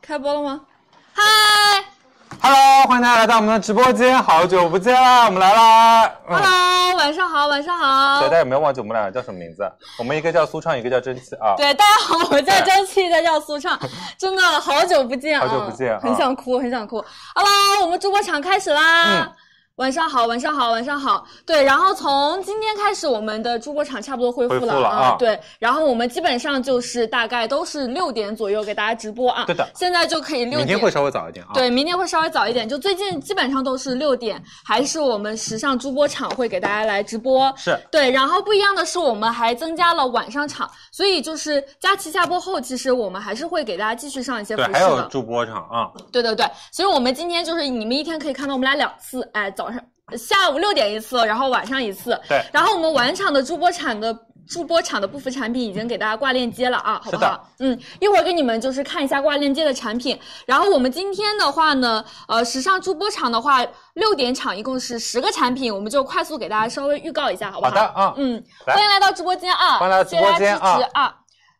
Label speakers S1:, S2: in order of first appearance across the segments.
S1: 开播了吗？
S2: 嗨，
S3: Hello，欢迎大家来到我们的直播间，好久不见啦，我们来啦。嗯
S2: Hello，晚上好，晚上好
S3: 对，大。家有没有忘记我们俩叫什么名字？我们一个叫苏畅，一个叫蒸汽啊。
S2: 对，大家好，我叫张气，大家叫苏 畅，真的好久不见啊！
S3: 好久不见啊
S2: 很想哭，很想哭。Hello，我们直播场开始啦！
S3: 嗯
S2: 晚上好，晚上好，晚上好。对，然后从今天开始，我们的主播场差不多恢复
S3: 恢
S2: 了
S3: 复了啊
S2: 对，然后我们基本上就是大概都是六点左右给大家直播啊。
S3: 对的
S2: 现在就可以六点。
S3: 明天会稍微早一点啊。
S2: 对，明天会稍微早一点，就最近基本上都是六点，还是我们时尚主播场会给大家来直播。
S3: 是
S2: 对，然后不一样的是，我们还增加了晚上场，所以就是佳琪下播后，其实我们还是会给大家继续上一些服
S3: 对，
S2: 饰
S3: 还有
S2: 的。
S3: 助播场啊。
S2: 对对对，所以我们今天就是你们一天可以看到我们俩两次，哎，早上、下午六点一次，然后晚上一次。
S3: 对
S2: 然后我们晚场的主播场的。助播场的部分产品已经给大家挂链接了啊，好不
S3: 是的
S2: 好？嗯，一会儿给你们就是看一下挂链接的产品。然后我们今天的话呢，呃，时尚助播场的话，六点场一共是十个产品，我们就快速给大家稍微预告一下，好不
S3: 好
S2: 好？
S3: 的啊，
S2: 嗯，
S3: 来
S2: 欢迎来到直播间啊！
S3: 欢迎来到直播间啊
S2: 谢谢大家支持啊！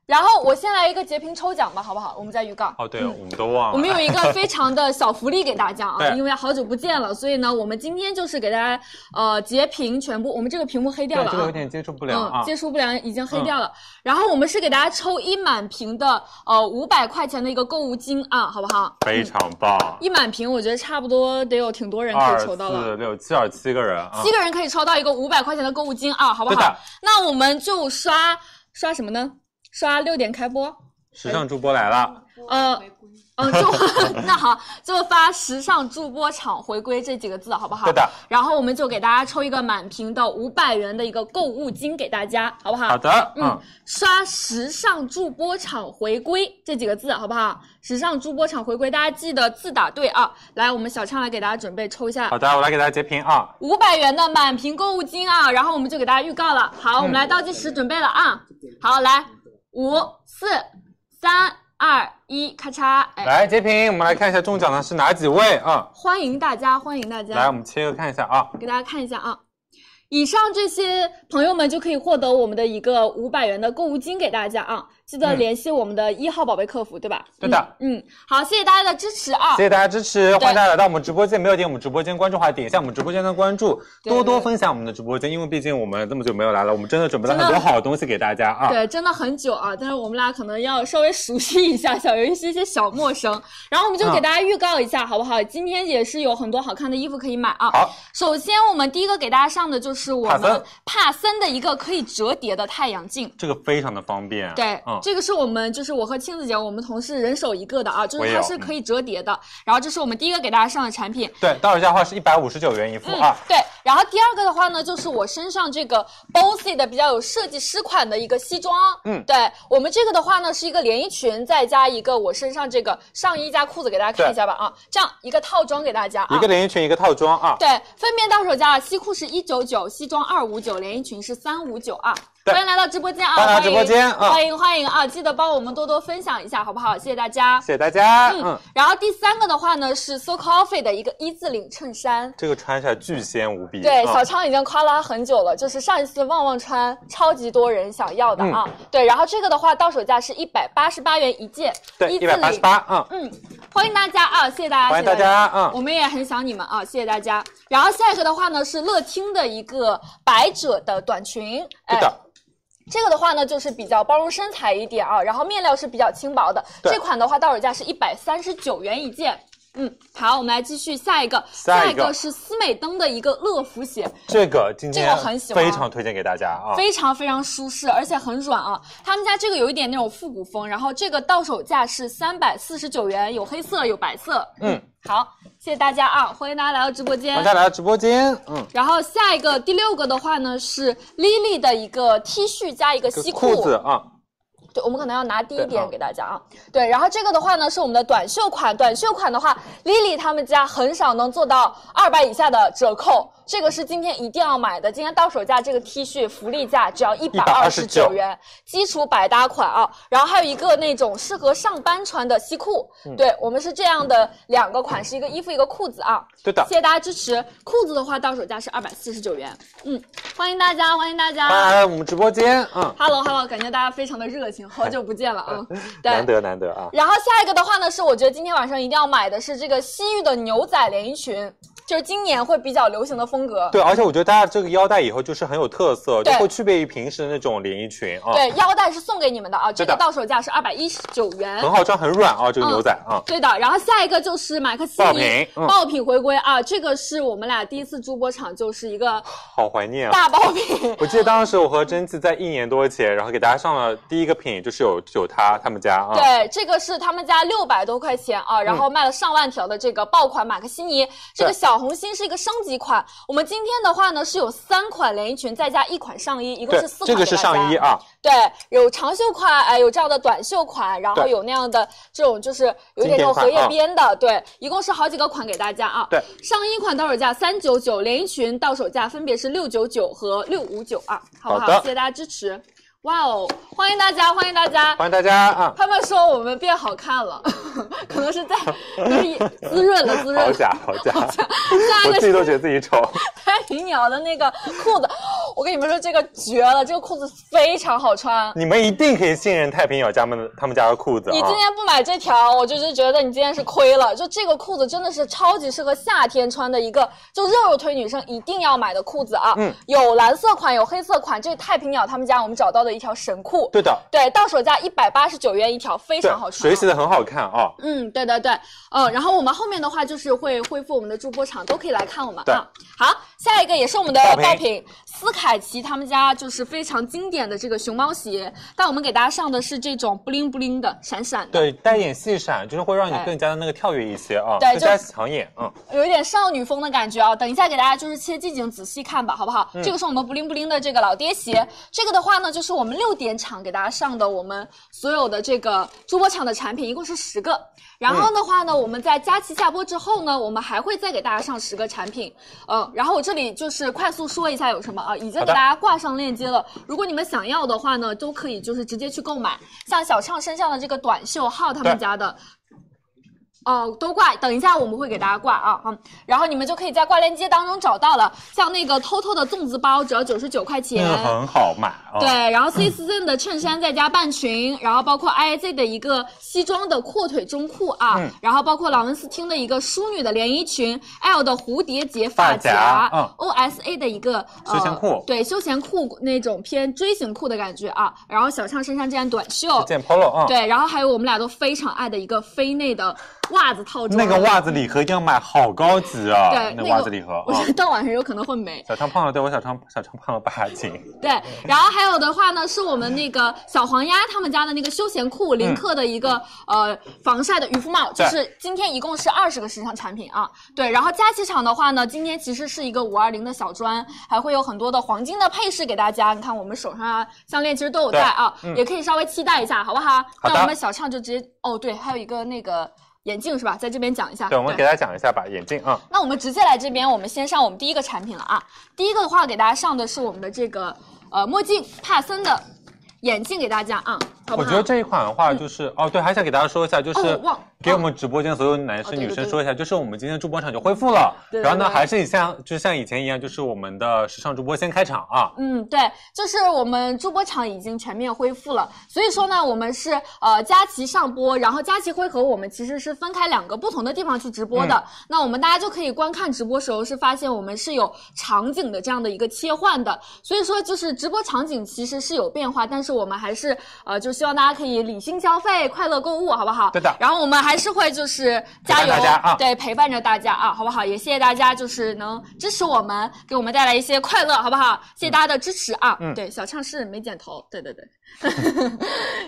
S2: 然后我先来一个截屏抽奖吧，好不好？我们再预告。
S3: 哦，对，
S2: 嗯
S3: 我们都忘了。
S2: 我们有一个非常的小福利给大家啊，
S3: 对
S2: 因为好久不见了，所以呢，我们今天就是给大家呃截屏全部，我们这个屏幕黑掉
S3: 对
S2: 了
S3: 这个有
S2: 啊。
S3: 点接触不了
S2: 嗯，
S3: 啊。嗯
S2: 接触不良已经黑掉了。然后我们是给大家抽一满屏的，呃，五百块钱的一个购物金啊，好不好？
S3: 非常棒，
S2: 一满屏，我觉得差不多得有挺多人可
S3: 二
S2: 以抽到了。
S3: 四六七二七个人啊
S2: 七。个人可以抽到一个五百块钱的购物金啊，好不
S3: 对
S2: 好
S3: 的？
S2: 那我们就刷刷什么呢？刷六点开播，
S3: 时尚助播来了，
S2: 呃，嗯、就 那好，就发“时尚助播场回归”这几个字，好不好？
S3: 对的。
S2: 然后我们就给大家抽一个满屏的五百元的一个购物金给大家，好不好？
S3: 好的，
S2: 嗯
S3: 嗯，，
S2: 刷“时尚助播场回归”这几个字，好不好？“时尚助播场回归”，大家记得字打对啊！来，我们小畅来给大家准备抽一下
S3: 好的，我来给大家截屏啊。
S2: 五百元的满屏购物金啊，然后我们就给大家预告了。好，我们来倒计时准备了啊。好，来，五、四、三、二、一，咔嚓！哎，
S3: 来截屏，我们来看一下中奖的是哪几位啊？
S2: 欢迎大家，欢迎大
S3: 来，我
S2: 家，
S3: 们切一个看一下啊。
S2: 给大家看一下啊。以上这些朋友们就可以获得我们的一个五百元的购物金给大家啊！记得
S3: 嗯
S2: 联系我们的一号宝贝客服，对吧？
S3: 对的
S2: 嗯。嗯，好，谢谢大家的支持啊
S3: 谢！谢大家支持，欢迎大家来到我们直播间。没有点我们直播间关注的话，点一下我们直播间的关注，
S2: 对
S3: 多多分享我们的直播间，因为毕竟我们这么久没有来了，我们真的准备了
S2: 真的
S3: 很多好东西给大家啊。
S2: 对，真的很久啊，但是我们俩可能要稍微熟悉一下，小游戏一些小陌生。然后我们就给
S3: 嗯
S2: 大家预告一下，好不好？今天也是有很多好看的衣服可以买啊。
S3: 好，
S2: 首先我们第一个给大家上的就是我
S3: 帕
S2: 们
S3: 森
S2: 帕森的一个可以折叠的太阳镜。
S3: 这个非常的方便。
S2: 对，
S3: 嗯，
S2: 这个是我们就是我和青子姐我们同事人手一个的啊，就
S3: 我
S2: 是
S3: 也
S2: 它
S3: 有嗯
S2: 是可以折叠的。然后这是我们第一个给大家上的产品。
S3: 对，到手价的话是一百五十九元一副
S2: 嗯
S3: 啊。，
S2: 对。然后第二个的话呢，就是我身上这个 Bossy 的比较有设计师款的一个西装。
S3: 嗯
S2: 对我们这个的话呢，是一个连衣裙，再加一个我身上这个上衣加裤子，给大家看一下吧啊，这样一个套装给大家啊。
S3: 一个连衣裙，一个套装啊。
S2: 对，分别到手价西裤是一九九，西装二五九，连衣裙是三五九啊。
S3: 对
S2: 欢迎来到直播间啊！
S3: 欢迎来直播间啊
S2: 欢迎欢迎啊！记得帮我们多多分享一下，好不好？谢谢大家。
S3: 谢谢大家。
S2: 嗯
S3: 嗯，，
S2: 然后第三个的话呢是 So Coffee 的一个一字领衬衫，
S3: 这个穿起来巨鲜无比。
S2: 对，
S3: 嗯
S2: 小昌已经夸了他很久了，就是上一次旺旺穿，超级多人想要的
S3: 嗯
S2: 啊。对，然后这个的话，到手价是一百八十八元一件，
S3: 对
S2: 一
S3: 一百八十。八，嗯，
S2: 嗯，欢迎大家啊，谢谢大家，
S3: 欢迎大
S2: 谢谢
S3: 家，嗯，
S2: 我们也很想你们啊，谢谢大家。然后下一个的话呢是乐听的一个百褶的短裙，
S3: 对
S2: 哎
S3: 的，
S2: 这个的话呢，就是比较包容身材一点啊，然后面料是比较轻薄的。
S3: 对
S2: 这款的话，到手价是一百三十九元一件。嗯，好，我们来继续下一个，
S3: 下一个
S2: 是思美登的一个乐福鞋，
S3: 这个今天
S2: 这个很喜欢
S3: 非常推荐给大家啊。
S2: 非常非常舒适，而且很软啊。他们家这个有一点那种复古风，然后这个到手价是三百四十九元，有黑色有白色。
S3: 嗯，
S2: 好，谢谢大家啊，欢迎大家来到直播
S3: 欢
S2: 间
S3: 迎。大家来到直播间，嗯，
S2: 然后下一个第六个的话呢是 Lily 的一个 T 恤加一个
S3: 这
S2: 西
S3: 个
S2: 裤，
S3: 裤子啊，
S2: 对，我们可能要拿低一
S3: 对
S2: 点
S3: 啊
S2: 给大家啊。对，然后这个的话呢是我们的短袖款，短袖款的话，Lily 他们家很少能做到二百以下的折扣，这个是今天一定要买的。今天到手价这个 T 恤福利价只要一百二十九
S3: 129
S2: 元，基础百搭款啊。然后还有一个那种适合上班穿的西裤，对我们是这样的两个款，是一个衣服一个裤子啊。
S3: 对的
S2: 谢。谢大家支持。裤子的话，到手价是二百四十九元。嗯，欢迎大家，欢迎大
S3: 欢迎
S2: 家。
S3: 来到我们直播间，嗯，
S2: Hello Hello，感觉大家非常的热情情，好久不见了啊！
S3: 难
S2: 对。
S3: 得难得啊！
S2: 然后下一个的话呢，是我觉得今天晚上一定要买的是这个西域的牛仔连衣裙，就是今年会比较流行的风格。
S3: 对，而且我觉得大家这个腰带以后就是很有特色，就
S2: 对
S3: 会区别于平时的那种连衣裙啊，
S2: 对，腰带是送给你们的啊，这
S3: 是
S2: 个
S3: 的
S2: 到手价是二百一十九元。
S3: 很好穿，很软啊，这
S2: 嗯
S3: 个牛仔啊。
S2: 对的，然后下一个就是马克西
S3: 爆
S2: 尼
S3: 品嗯
S2: 爆品回归啊，这个是我们俩第一次驻播场，就是一个
S3: 好怀念啊！
S2: 大爆品。
S3: 我记得当时我和甄姬在一年多前，然后给大家上了第一个品，就是有有它他们家啊。嗯
S2: 对，这个是他们家六百多块钱啊，然后卖了上万条的这个爆款马克西尼，这个小红心是一个升级款。我们今天的话呢是有三款连衣裙，再加一款上衣，一共是四款。
S3: 这个是上衣。啊，
S2: 对，有长袖款，哎、有这样的短袖款，然后
S3: 对
S2: 有那样的这种就是有点这种荷叶边的，对，一共是好几个款给大家啊。
S3: 啊对，
S2: 上衣款到手价三九九，连衣裙到手价分别是六九九和六五九啊，好不好？
S3: 好的
S2: 谢谢大家支持，哇哦，欢迎大家，欢迎大家。
S3: 欢迎大家 啊！
S2: 他们说我们变好看了， 可能是在就是滋润了滋润
S3: 好
S2: 了。
S3: 假，好 假，
S2: 下一
S3: 我
S2: 个
S3: 自己
S2: 是
S3: 都觉得自己丑。
S2: 拍云鸟的那个裤子，哦我跟你们说这个绝了，这个裤子非常好穿。
S3: 你们一定可以信任太平鸟家们的他们家的裤子啊
S2: 你。今天不买这条，我就是觉得你今天是亏了。就这个裤子真的是超级适合夏天穿的一个，就肉肉腿女生一定要买的裤子啊。
S3: 嗯
S2: 有蓝色款，有黑色款，这是太平鸟他们家我们找到的一条神裤。
S3: 对的，
S2: 对，到手价一百八十九元一条，非
S3: 对
S2: 常好，穿、啊
S3: 水洗。的很好看啊。
S2: 嗯，对对对，呃，然后我们后面的话就是会恢复我们的助播场，都可以来看我们
S3: 对
S2: 啊。好，下一个也是我们的
S3: 爆品
S2: 爆品，斯凯奇他们家就是非常经典的这个熊猫鞋，但我们给大家上的是这种布灵布灵的，闪闪的，
S3: 对，带一点细闪，就是会让你
S2: 嗯对
S3: 更加的那个跳跃一些啊，
S2: 对
S3: 更
S2: 就
S3: 加抢眼。嗯，
S2: 有一点少女风的感觉啊。等一下给大家就是切近景仔细看吧，好不好？
S3: 嗯
S2: 这个是我们布灵布灵的这个老爹鞋，这个的话呢，就是我们六点场给大家上的我们所有的这个主播场的产品，一共是十个。然后的话呢，我们在佳琦下播之后呢，我们还会再给大家上十个产品，嗯，然后我这里就是快速说一下有什么啊，已经给
S3: 好
S2: 大
S3: 的
S2: 家挂上链接了。如果你们想要的话呢，都可以就是直接去购买。像小畅身上的这个短袖，还有他们
S3: 对
S2: 家的哦，都挂，等一下我们会给大家挂啊啊、嗯然后你们就可以在挂链接当中找到了，像那个偷偷的粽子包只要九十九块钱
S3: 那，个很好买啊。
S2: 对，然后 C s n 的衬衫再加半裙，然后包括 I Z 的一个西装的阔腿中裤啊，
S3: 嗯
S2: 然后包括朗文斯汀的一个淑女的连衣裙，L 的蝴蝶结
S3: 发
S2: 发
S3: 夹嗯
S2: o S A 的一个
S3: 休闲裤
S2: 呃，对，休闲裤那种偏锥形裤的感觉啊，然后小畅身上这件短袖，
S3: 这件 polo 啊，
S2: 对，然后还有我们俩都非常爱的一个飞内的袜子套装，
S3: 那个袜子礼盒一定要买，好高级啊！
S2: 对
S3: 那
S2: 那
S3: 袜
S2: 个
S3: 子礼盒
S2: 我
S3: 啊
S2: 觉。得到晚上有可能会没。
S3: 小昌胖了，对我小昌小昌胖了八 斤，
S2: 对，然后还有的话呢，是我们那个小黄鸭他们家的那个休闲裤，林克的一个、呃防晒的渔夫帽，就
S3: 嗯对
S2: 是今天一共是二十个时尚产品啊。对，然后佳琦场的话呢，今天其实是一个五二零的小专，还会有很多的黄金的配饰给大家。你看我们手上啊项链其实都有戴啊，
S3: 对嗯
S2: 也可以稍微期待一下，好不好？
S3: 好的
S2: 那我们小畅就直接哦，对，还有一个那个眼镜是吧？在这边讲一下。
S3: 对，我们给大家讲一下吧，眼镜啊，
S2: 那我们直接来这边，我们先上我们第一个产品了啊。第一个的话，给大家上的是我们的这个呃墨镜，帕森的眼镜给大家啊，好不
S3: 我觉
S2: 好
S3: 得？这一款的话就是、哦，对，还想给大家说一下，就是、
S2: 哦忘
S3: 给我们直播间所有男
S2: 哦
S3: 生
S2: 对对
S3: 女生
S2: 对
S3: 说一下，就是我们今天助播场就恢复了，
S2: 对对
S3: 然后呢，
S2: 对
S3: 还是以像就像以前一样，就是我们的时尚主播先开场啊，
S2: 嗯，对，就是我们助播场已经全面恢复了，所以说呢，我们是呃佳琦上播，然后佳琦会和我们其实是分开两个不同的地方去直播的。那我们大家就可以观看直播时候是发现我们是有场景的这样的一个切换的，所以说就是直播场景其实是有变化，但是我们还是呃就希望大家可以理性消费，快乐购物，好不好？
S3: 对的
S2: 然后我们还是会就是加
S3: 陪伴
S2: 油，
S3: 大家啊
S2: 对，陪伴着大家啊，好不好？也谢谢大家，就是能支持我们，给我们带来一些快乐，好不好？谢谢大家的支持啊！
S3: 嗯
S2: 对，小畅是没剪头，对对对，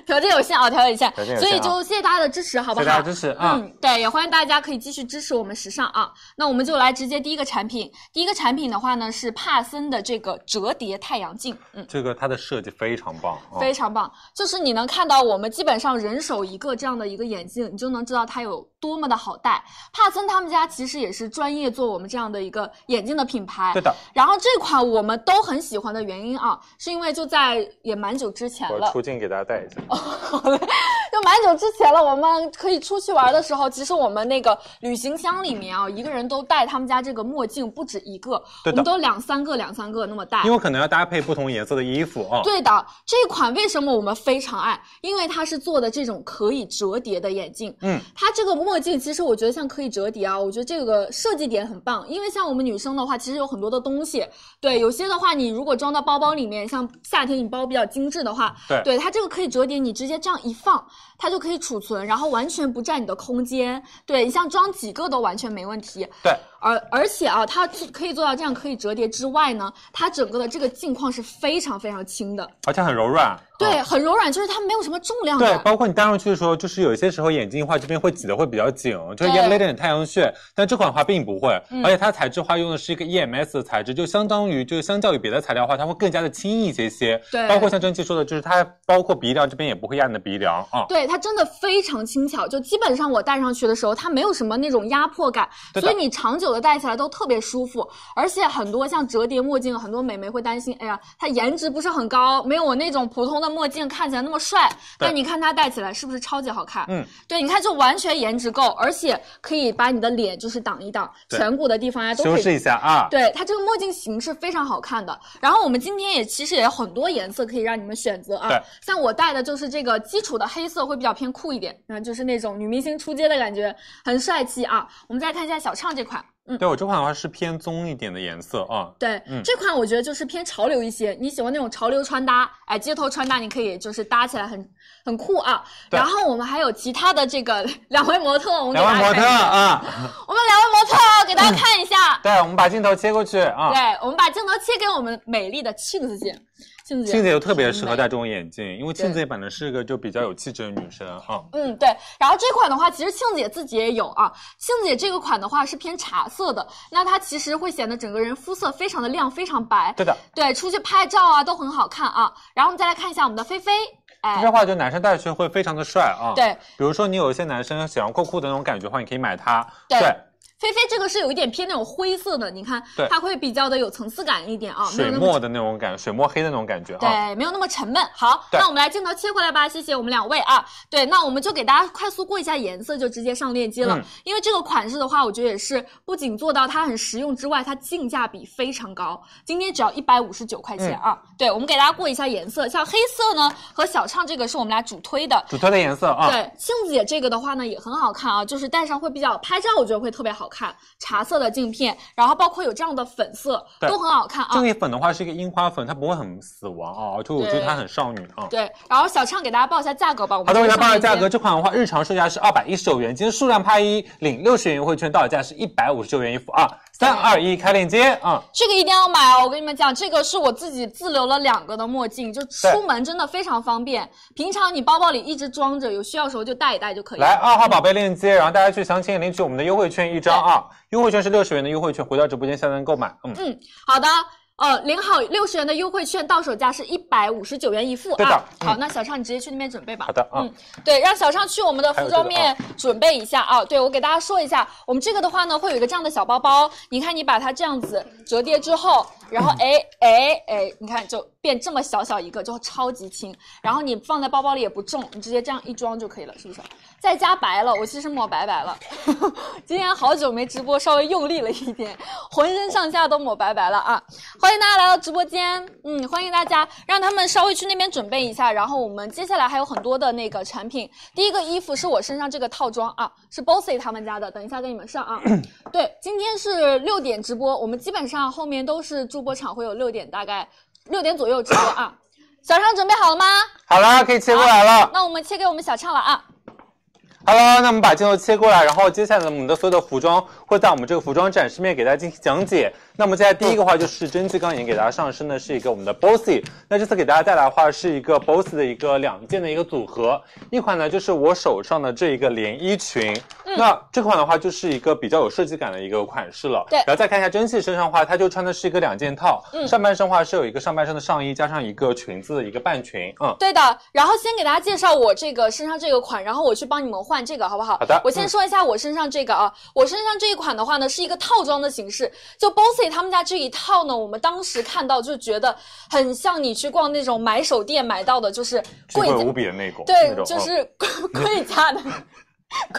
S2: 条件有限啊，条件有限
S3: 条，件有
S2: 所
S3: 限啊
S2: 以就谢谢大家的支持，好不
S3: 谢谢
S2: 好？
S3: 大家支持啊。
S2: 嗯，对，也欢迎大家可以继续支持我们时尚啊。那我们就来直接第一个产品，第一个产品的话呢是帕森的这个折叠太阳镜，嗯。
S3: 这个它的设计非常棒啊，
S2: 非常棒，就是你能看到我们基本上人手一个这样的一个眼镜，你就能知道它有多么的好戴。帕森他们家其实也是专业做我们这样的一个眼镜的品牌
S3: 对，的，
S2: 然后这款我们都很喜欢的原因啊，是因为就在也蛮久之前
S3: 我
S2: 了，
S3: 出镜给大家带一下。
S2: 就蛮久之前了。我们可以出去玩的时候，其实我们那个旅行箱里面啊，一个人都戴他们家这个墨镜不止一个，我
S3: 对的
S2: 们都两三个两三个那么戴
S3: 因。为可能要搭配不同颜色的衣服啊。
S2: 对的，这款为什么我们非常碍，因为它是做的这种可以折叠的眼镜。
S3: 嗯，
S2: 它这个墨镜其实我觉得像可以折叠啊，我觉得这个设计点很棒，因为像我们女生的话，其实有很多的东西，对，有些的话你如果装到包包里面，像夏天你包比较精致的话，
S3: 对
S2: 它这个可以折叠，你直接这样一放，它就可以储存，然后完全不占你的空间，对你像装几个都完全没问题。
S3: 对，
S2: 而而且啊，它可以做到这样可以折叠之外呢，它整个的这个镜框是非常非常轻的，
S3: 而且很柔软。
S2: 对，
S3: 嗯
S2: 很柔软，就是它没有什么重量
S3: 对，
S2: 感。
S3: 包括你戴上去的时候，就是有一些时候眼镜的话，这边会挤得会比较紧，就
S2: 对
S3: 是也勒着点太阳穴。但这款的话并不会，
S2: 嗯
S3: 而且它材质的话用的是一个 EMS 的材质，就相当于就是相较于别的材料的话，它会更加的轻一些些。
S2: 对
S3: 包括像蒸汽说的，就是它包括鼻梁这边也不会压你的鼻梁啊。
S2: 对它真的非常轻巧，就基本上我戴上去的时候，它没有什么那种压迫感，
S3: 对的
S2: 所以你长久的戴起来都特别舒服。而且很多像折叠墨镜，很多美眉会担心，哎呀，它颜值不是很高，没有我那种普通的墨镜看起来那么帅。但你看它戴起来是不是超级好看？
S3: 嗯，
S2: 对，你看就完全颜值够，而且可以把你的脸就是挡一挡，
S3: 对
S2: 颧骨的地方呀都
S3: 修
S2: 可以
S3: 饰一下啊。
S2: 对它这个墨镜型是非常好看的。然后我们今天也其实也有很多颜色可以让你们选择啊
S3: 对。
S2: 像我戴的就是这个基础的黑色会比较偏酷一点，嗯，就是那种女明星出街的感觉，很帅气啊。我们再看一下小畅这款，嗯。
S3: 对我这款的话是偏棕一点的颜色啊。
S2: 对，
S3: 嗯
S2: 这款我觉得就是偏潮流一些，你喜欢那种潮流穿搭，哎，街头穿搭你可以就是搭起来很很酷啊。
S3: 对
S2: 然后我们还有其他的这个 两位模特，我们给
S3: 两
S2: 大家
S3: 位模
S2: 看
S3: 特嗯
S2: 一下，
S3: 啊，
S2: 我们两位模特哦给大家看一下。
S3: 对，我们把镜头切过去啊。
S2: 对，我们把镜头切给我们美丽的庆子姐，庆子姐，
S3: 庆姐就特别适
S2: 很
S3: 合
S2: 美
S3: 戴这种眼镜，因为庆
S2: 对
S3: 姐本来是一个就比较有气质的女生啊。
S2: 嗯，对。然后这款的话，其实庆姐自己也有啊。庆姐这个款的话是偏茶色的，那它其实会显得整个人肤色非常的亮，非常白。
S3: 对的，
S2: 对，出去拍照啊都很好看啊。然后我们再来看一下我们的菲菲，
S3: 这
S2: 哎
S3: 样的，话就男生戴去会非常的帅啊。。
S2: 对，
S3: 比如说你有一些男生想要酷酷的那种感觉的话，你可以买它。
S2: 对菲菲这个是有一点偏那种灰色的，你看
S3: 对
S2: 它会比较的有层次感一点啊，没有
S3: 水
S2: 那么
S3: 墨的那种感觉，水墨黑的那种感觉啊。
S2: 对，没有那么沉闷。好，
S3: 对
S2: 那我们来镜头切过来吧，谢谢我们两位啊。对，那我们就给大家快速过一下颜色，就直接上链接了。
S3: 嗯
S2: 因为这个款式的话，我觉得也是不仅做到它很实用之外，它性价比非常高，今天只要一百五十九块钱
S3: 嗯
S2: 啊。对，我们给大家过一下颜色，像黑色呢和小畅这个是我们俩主推的，
S3: 主推的颜色啊。
S2: 对，庆子姐这个的话呢也很好看啊，就是戴上会比较拍照，我觉得会特别好看。茶色的镜片，然后包括有这样的粉色，
S3: 对
S2: 都很好看啊。
S3: 这里粉的话是一个樱花粉，它不会很死亡啊，而且我觉得它很少女啊。
S2: 对，然后小畅给大家报一下价格吧。我们
S3: 好的，我
S2: 这
S3: 来
S2: 个
S3: 报一下
S2: 上
S3: 价
S2: 链
S3: 格。
S2: 接。
S3: 这款的话，日常售价是二百一十九元，今天数量拍一领六十元优惠券，到手价是一百五十九元一副啊。三二一，开链接啊！
S2: 这个一定要买哦！我跟你们讲，这个是我自己自留了两个的墨镜，就出门真的非常方便。平常你包包里一直装着，有需要时候就带一带就可以了。
S3: 来二号宝贝链接，然后大家去详情页领取我们的优惠券一张啊，优惠券是六十元的优惠券，回到直播间下单购买。嗯，
S2: 嗯，好的。呃，领好六十元的优惠券，到手价是一百五十九元一副
S3: 对
S2: 啊
S3: 的。嗯
S2: 好，那小畅你直接去那边准备吧。
S3: 好的啊
S2: 嗯，对，让小畅去我们的服装
S3: 还
S2: 面准备一下啊。对，我给大家说一下，我们这个的话呢，会有一个这样的小包包，你看你把它这样子折叠之后，然后哎哎哎，你看就变这么小小一个，就超级轻，然后你放在包包里也不重，你直接这样一装就可以了，是不是？再加白了，我其实抹白白了，今天好久没直播，稍微用力了一点，浑身上下都抹白白了啊！欢迎大家来到直播间，嗯，欢迎大家，让他们稍微去那边准备一下，然后我们接下来还有很多的那个产品。第一个衣服是我身上这个套装啊，是 Bossy 他们家的，等一下给你们上啊。对，今天是六点直播，我们基本上后面都是助播场会有六点，大概六点左右直播啊。小畅准备好了吗？
S3: 好啦，可以切过来了。
S2: 那我们切给我们小畅了啊。
S3: Hello，那我们把镜头切过来，然后接下来呢，我们的所有的服装会在我们这个服装展示面给大家进行讲解。那么接下来第一个话就是蒸汽刚已经给大家上身的是一个我们的 Bossy，那这次给大家带来的话是一个 Bossy 的一个两件的一个组合，一款呢就是我手上的这一个连衣裙，
S2: 嗯
S3: 那这款的话就是一个比较有设计感的一个款式了。
S2: 对
S3: 然后再看一下蒸汽身上的话，它就穿的是一个两件套，
S2: 嗯
S3: 上半身的话是有一个上半身的上衣加上一个裙子的一个半裙，嗯，
S2: 对的，然后先给大家介绍我这个身上这个款，然后我去帮你们换这个，好不好？
S3: 好的嗯
S2: 我先说一下我身上这个啊，我身上这一款的话呢，是一个套装的形式。就 Bossy 他们家这一套呢，我们当时看到就觉得很像你去逛那种买手店买到的，就是
S3: 巨
S2: 贵
S3: 贵
S2: 价
S3: 无比的那种，那
S2: 对，
S3: 嗯种
S2: 就
S3: 嗯
S2: 是贵价的。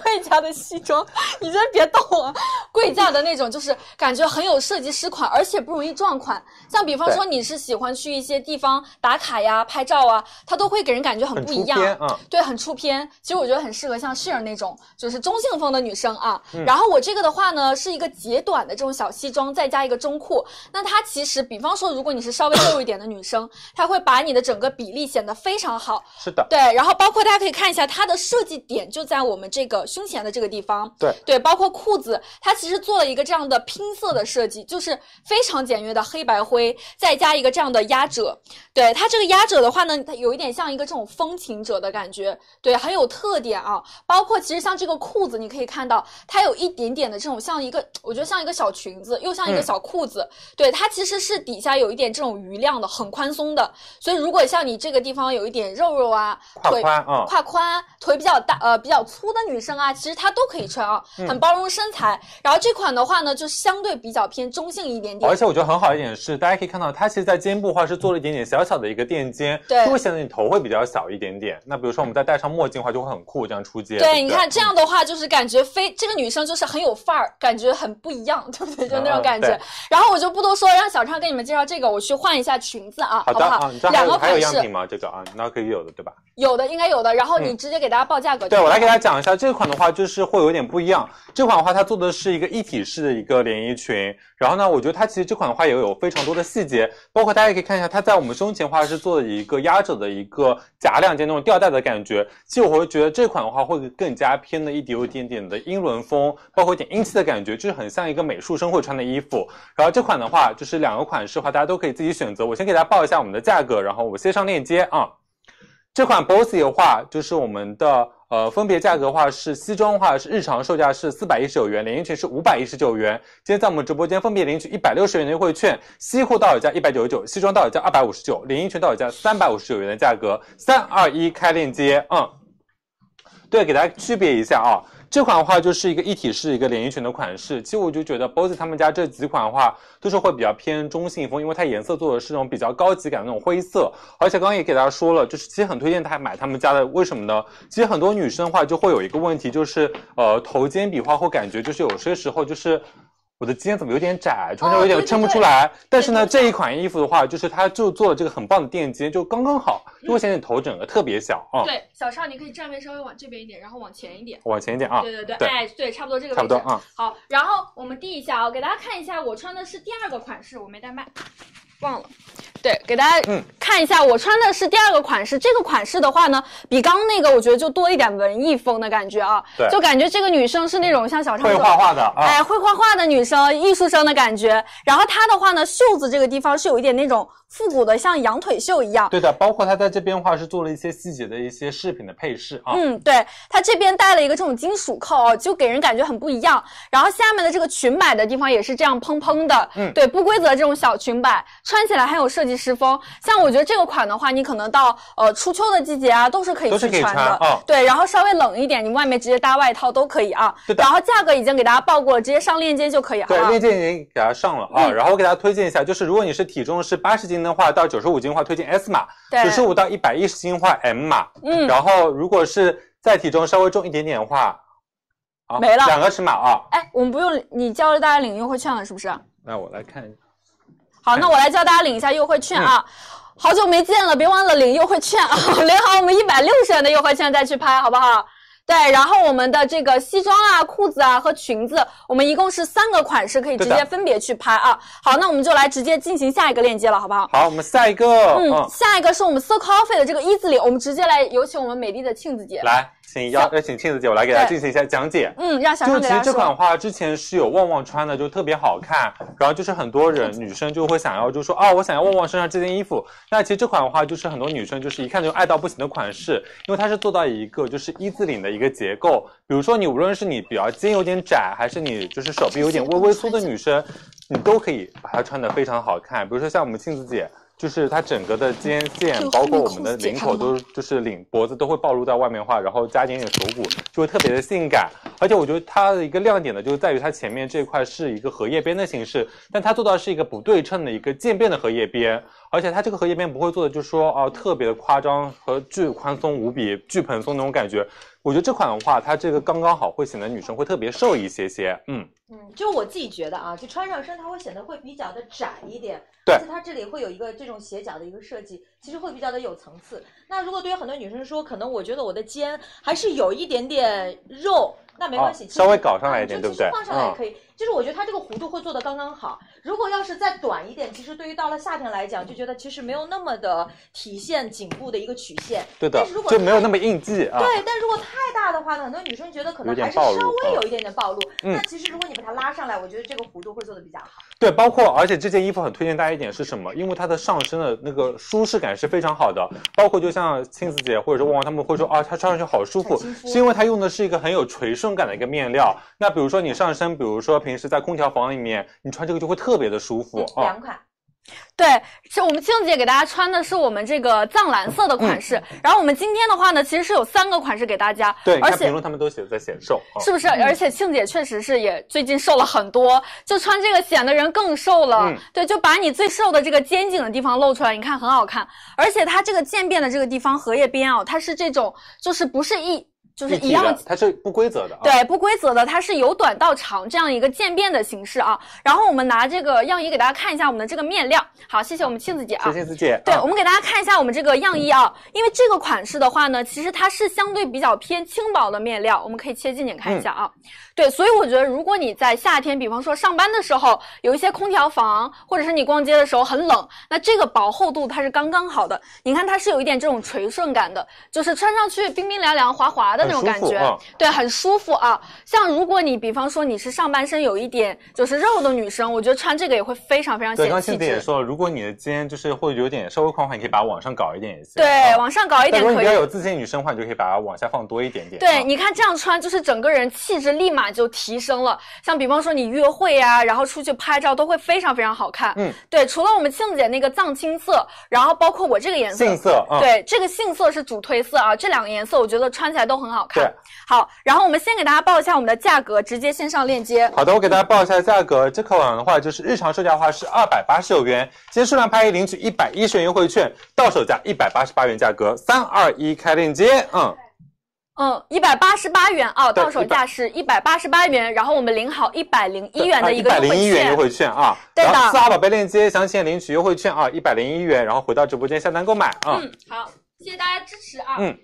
S2: 贵价的西装，你真别逗 我。贵价的那种就是感觉很有设计师款，而且不容易撞款。像比方说你是喜欢去一些地方打卡呀、拍照啊，它都会给人感觉很
S3: 很
S2: 不一
S3: 出
S2: 样。
S3: 片啊。
S2: 对，很出片。其实我觉得很适合像 Sheer 那种，就是中性风的女生啊。
S3: 嗯
S2: 然后我这个的话呢，是一个截短的这种小西装，再加一个中裤。那它其实，比方说，如果你是稍微肉一点的女生，它会把你的整个比例显得非常好。
S3: 是的，
S2: 对，然后包括大家可以看一下它的设计点就在我们这个胸前的这个地方。
S3: 对
S2: 对，包括裤子，它其实做了一个这样的拼色的设计，就是非常简约的黑白灰，再加一个这样的压褶。对它这个压褶的话呢，它有一点像一个这种风情者的感觉，对，很有特点啊。包括其实像这个裤子，你可以看到它有一点点的这种像一个，我觉得像一个小裙子，又像一个
S3: 嗯
S2: 小裤子。对，它其实是底下有一点这种余量的，很宽松的。所以如果像你这个地方有一点肉肉啊，
S3: 胯
S2: 腿
S3: 宽啊，
S2: 胯宽、腿比较大、呃比较粗的女生啊，其实她都可以穿啊，
S3: 嗯
S2: 很包容身材。然后这款的话呢，就相对比较偏中性一点点
S3: 而。且我觉得很好一点是，大家可以看到它其实，在肩部的话是做了一点点小小的一个垫肩，
S2: 对
S3: 就会显得你头会比较小一点点。那比如说我们再戴上墨镜的话，就会很酷，这样出街。
S2: 对，
S3: 不
S2: 你看这样的话，就是感觉非这个女生就是很有范儿，感觉很不一样，对不对？就那种
S3: 嗯
S2: 感觉。
S3: 对
S2: 然后我就不多说，让小畅给你们介绍这个，我去换一下裙子啊，
S3: 好
S2: 不
S3: 的
S2: 好？
S3: 啊，你知道还
S2: 两
S3: 有
S2: 个
S3: 还有
S2: 款
S3: 样
S2: 式
S3: 品吗？这个啊，那可以有的对吧？
S2: 有的应该有的，然后你
S3: 嗯
S2: 直接给大家报价格就
S3: 对
S2: 好了。
S3: 我来给大家讲一下这款的话，就是会有点不一样。这款的话，它做的是一个一体式的一个连衣裙。然后呢，我觉得它其实这款的话也有非常多的细节，包括大家也可以看一下，它在我们胸前的话是做了一个压褶的一个假两件那种吊带的感觉。其实我会觉得这款的话会更加偏的一点有一点点的英伦风，包括一点英气的感觉，就是很像一个美术生会穿的衣服。然后这款的话就是两个款式的话，大家都可以自己选择。我先给大家报一下我们的价格，然后我先上链接啊。这款 Bossy 的话，就是我们的呃分别价格的话是西装的话是日常售价是四百一十九元，连衣裙是五百一十九元。今天在我们直播间分别领取一百六十元的优惠券，西裤到手价一百九十九，西装到手价二百五十九，连衣裙到手价三百五十九元的价格。三二一，开链接，嗯。对，给大家区别一下啊。这款的话就是一个一体式一个连衣裙的款式，其实我就觉得 BOSS 他们家这几款的话都是会比较偏中性风，因为它颜色做的是那种比较高级感的那种灰色。而且刚刚也给大家说了，就是其实很推荐大家买他们家的，为什么呢？其实很多女生的话就会有一个问题，就是呃头肩比的话会感觉就是有些时候就是。我的肩怎么有点窄，穿着有
S2: 哦
S3: 点
S2: 对对
S3: 撑不
S2: 对
S3: 出来。但是
S2: 对
S3: 呢，
S2: 对对
S3: 这一款衣服的话，就是它就做了这个很棒的垫肩，就刚刚好，就会显得你头整个特别小啊。
S2: 嗯对，小畅，你可以站位稍微往这边一点，然后往前一点。
S3: 往前一点啊。
S2: 对对对，
S3: 对
S2: 哎，对，差不多这个位置。
S3: 差不多啊
S2: 好，然后我们递一下啊、我给大家看一下，我穿的是第二个款式，我没带麦，忘了。对，给大家
S3: 嗯
S2: 看一下，我穿的是第二个款式。这个款式的话呢，比刚那个我觉得就多一点文艺风的感觉啊，
S3: 对
S2: 就感觉这个女生是那种像小畅
S3: 会
S2: 说
S3: 画画的啊。
S2: 哎，会画画的女生，艺术生的感觉。然后她的话呢，袖子这个地方是有一点那种复古的，像羊腿袖一样。
S3: 对的，包括它在这边的话是做了一些细节的一些饰品的配饰啊。
S2: 嗯，对，它这边带了一个这种金属扣，就给人感觉很不一样。然后下面的这个裙摆的地方也是这样蓬蓬的，
S3: 嗯
S2: 对，不规则这种小裙摆，穿起来很有设计师风。像我觉得这个款的话，你可能到呃初秋的季节啊，都是可以
S3: 都
S2: 去
S3: 是可以
S2: 穿的。
S3: 穿啊
S2: 对，然后稍微冷一点，你外面直接搭外套都可以啊。
S3: 是的
S2: 然后价格已经给大家报过了，直接上链接就可以，好不
S3: 对，
S2: 好？
S3: 链接已经给大家上了啊，
S2: 嗯
S3: 然后我给大家推荐一下，就是如果你是体重是八十斤的话，到九十五斤的话，推荐 S 码；
S2: 对
S3: 九十五到一百一十斤的话，M 码。
S2: 嗯
S3: 然后如果是再体重稍微重一点点的话，啊，
S2: 没了
S3: 两个尺码啊。
S2: 哎，我们不用你教大家领优惠券了，是不是？
S3: 那我来看一下，
S2: 好，
S3: 哎
S2: 那我来教大家领一下优惠券
S3: 嗯
S2: 啊。好久没见了，别忘了领优惠券啊！ 领好我们一百六十元的优惠券再去拍，好不好？对，然后我们的这个西装啊、裤子啊和裙子，我们一共是三个款式，可以直
S3: 对的
S2: 接分别去拍啊。好，那我们就来直接进行下一个链接了，好不好？
S3: 好，我们下一个，
S2: 嗯，
S3: 嗯，
S2: 下一个是我们 So Coffee 的这个 Easily，我们直接来有请我们美丽的庆子姐。
S3: 来，请邀邀请庆子姐，我来给大家进行一下讲解。
S2: 嗯，让小
S3: 就
S2: 畅给
S3: 是其实
S2: 大
S3: 这
S2: 家
S3: 款
S2: 说。
S3: 话之前是有旺旺穿的，就特别好看，然后就是很多人女生就会想要，就说啊，我想要旺旺身上这件衣服。那其实这款的话，就是很多女生就是一看就爱到不行的款式，因为它是做到一个就是一字领的一个结构。比如说你无论是你比较肩有点窄，还是你就是手臂有点微微粗的女生，你都可以把它穿得非常好看。比如说像我们庆子姐。就是它整个的肩线
S2: 就，
S3: 包
S2: 后
S3: 括
S2: 面
S3: 我们的
S2: 裤子解开
S3: 领口
S2: 了吗
S3: 都就是领脖子都会暴露在外面的话，然后加点点锁骨，就会特别的性感。而且我觉得它的一个亮点呢，就是在于它前面这块是一个荷叶边的形式，但它做到是一个不对称的一个渐变的荷叶边，而且它这个荷叶边不会做的就是说哦、啊、特别的夸张和巨宽松无比、巨蓬松那种感觉。我觉得这款的话，它这个刚刚好，会显得女生会特别瘦一些些。嗯，
S1: 嗯，就我自己觉得啊，就穿上身它会显得会比较的窄一点，
S3: 对
S1: 而且它这里会有一个这种斜角的一个设计，其实会比较的有层次。那如果对于很多女生说，可能我觉得我的肩还是有一点点肉，那没关系，
S3: 啊
S1: 其实
S3: 稍微搞上来一点
S1: 啊
S3: 对
S1: 就
S3: 不
S1: 其
S3: 对
S1: 实
S3: 嗯
S1: 放上来也可以。就是我觉得它这个弧度会做的刚刚好。如果要是再短一点，其实对于到了夏天来讲，就觉得其实没有那么的体现颈部的一个曲线。
S3: 对的
S1: 但是如，果
S3: 就没有那么应激啊。
S1: 对，但如果太大的话呢，很多女生觉得可能
S3: 有点
S1: 还是
S3: 暴
S1: 稍
S3: 露
S1: 微
S3: 嗯
S1: 有一点点暴露。
S3: 嗯
S1: 那其实如果你把它拉上来，我觉得这个弧度会做的比较好。
S3: 对，包括而且这件衣服很推荐大家一点是什么？因为它的上身的那个舒适感是非常好的，包括就像青子姐或者说旺旺他们会说啊，它穿上去好舒服
S1: 很亲，肤
S3: 是因为它用的是一个很有垂顺感的一个面料。那比如说你上身，比如说平时在空调房里面，你穿这个就会特别的舒服啊
S2: 嗯
S1: 两。款，
S2: 对，是我们庆姐给大家穿的是我们这个藏蓝色的款式，然后我们今天的话呢，其实是有三个款式给大家，
S3: 嗯对，你
S2: 而
S3: 看
S2: 且
S3: 评论他们都写的在显瘦啊。
S2: 是不是？而且庆姐确实是也最近瘦了很多，就穿这个显得人更瘦了。
S3: 嗯
S2: 对，就把你最瘦的这个肩颈的地方露出来，你看很好看。而且它这个渐变的这个地方荷叶边啊，它是这种就是不是一就是
S3: 一
S2: 一
S3: 体
S2: 样
S3: 的，它哦是不规则的啊。
S2: 对，不规则的，它是由短到长这样一个渐变的形式啊。然后我们拿这个样衣给大家看一下我们的这个面料。好，谢谢我们庆子姐啊。
S3: 谢谢子姐。
S2: 对，
S3: 啊
S2: 我们给大家看一下我们这个样衣啊，因为这个款式的话呢，其实它是相对比较偏轻薄的面料，我们可以切近点看一下啊。
S3: 嗯
S2: 对，所以我觉得如果你在夏天，比方说上班的时候，有一些空调房，或者是你逛街的时候很冷，那这个薄厚度它是刚刚好的。你看它是有一点这种垂顺感的，就是穿上去冰冰凉凉、滑滑的那种
S3: 很
S2: 感
S3: 舒服
S2: 觉。
S3: 啊
S2: 对，很舒服啊。像如果你比方说你是上半身有一点就是肉的女生，我觉得穿这个也会非常非常
S3: 对，
S2: 显
S3: 刚刚
S2: 气
S3: 青子姐也
S2: 质。
S3: 说了，如果你的肩就是会有点稍微宽的话，你可以把它往上搞一点也行。
S2: 对，
S3: 啊
S2: 往上搞一
S3: 但
S2: 点
S3: 如果你
S2: 可
S3: 比
S2: 以
S3: 较。有自信的女生的话，你就可以把它往下放多一点点。
S2: 对，
S3: 啊
S2: 你看这样穿，就是整个人气质立马就提升了。像比方说你约会呀、然后出去拍照都会非常非常好看。
S3: 嗯，
S2: 对，除了我们庆姐那个藏青色，然后包括我这个颜色，
S3: 杏色啊，
S2: 对，这个杏色是主推色啊，这两个颜色我觉得穿起来都很好看
S3: 对。
S2: 好，然后我们先给大家报一下我们的价格，直接线上链接。
S3: 好的，我给大家报一下价格，这款的话就是日常售价的话是二百八十九元，今天数量拍一领取一百一十元优惠券，到手价一百八十八元价格，三二一开链接，嗯，
S2: 嗯，一百八十八元啊，
S3: 对
S2: 到手价是一百八十八元，然后我们领好一百零一元的一个
S3: 百
S2: 优
S3: 零
S2: 惠
S3: 啊一元
S2: 券
S3: 优。惠券啊，
S2: 对的
S3: 然后四号宝贝链接详情页领取优惠券啊，一百零一元，然后回到直播间下单购买啊，
S2: 嗯，好，谢谢大家支持啊。
S3: 嗯。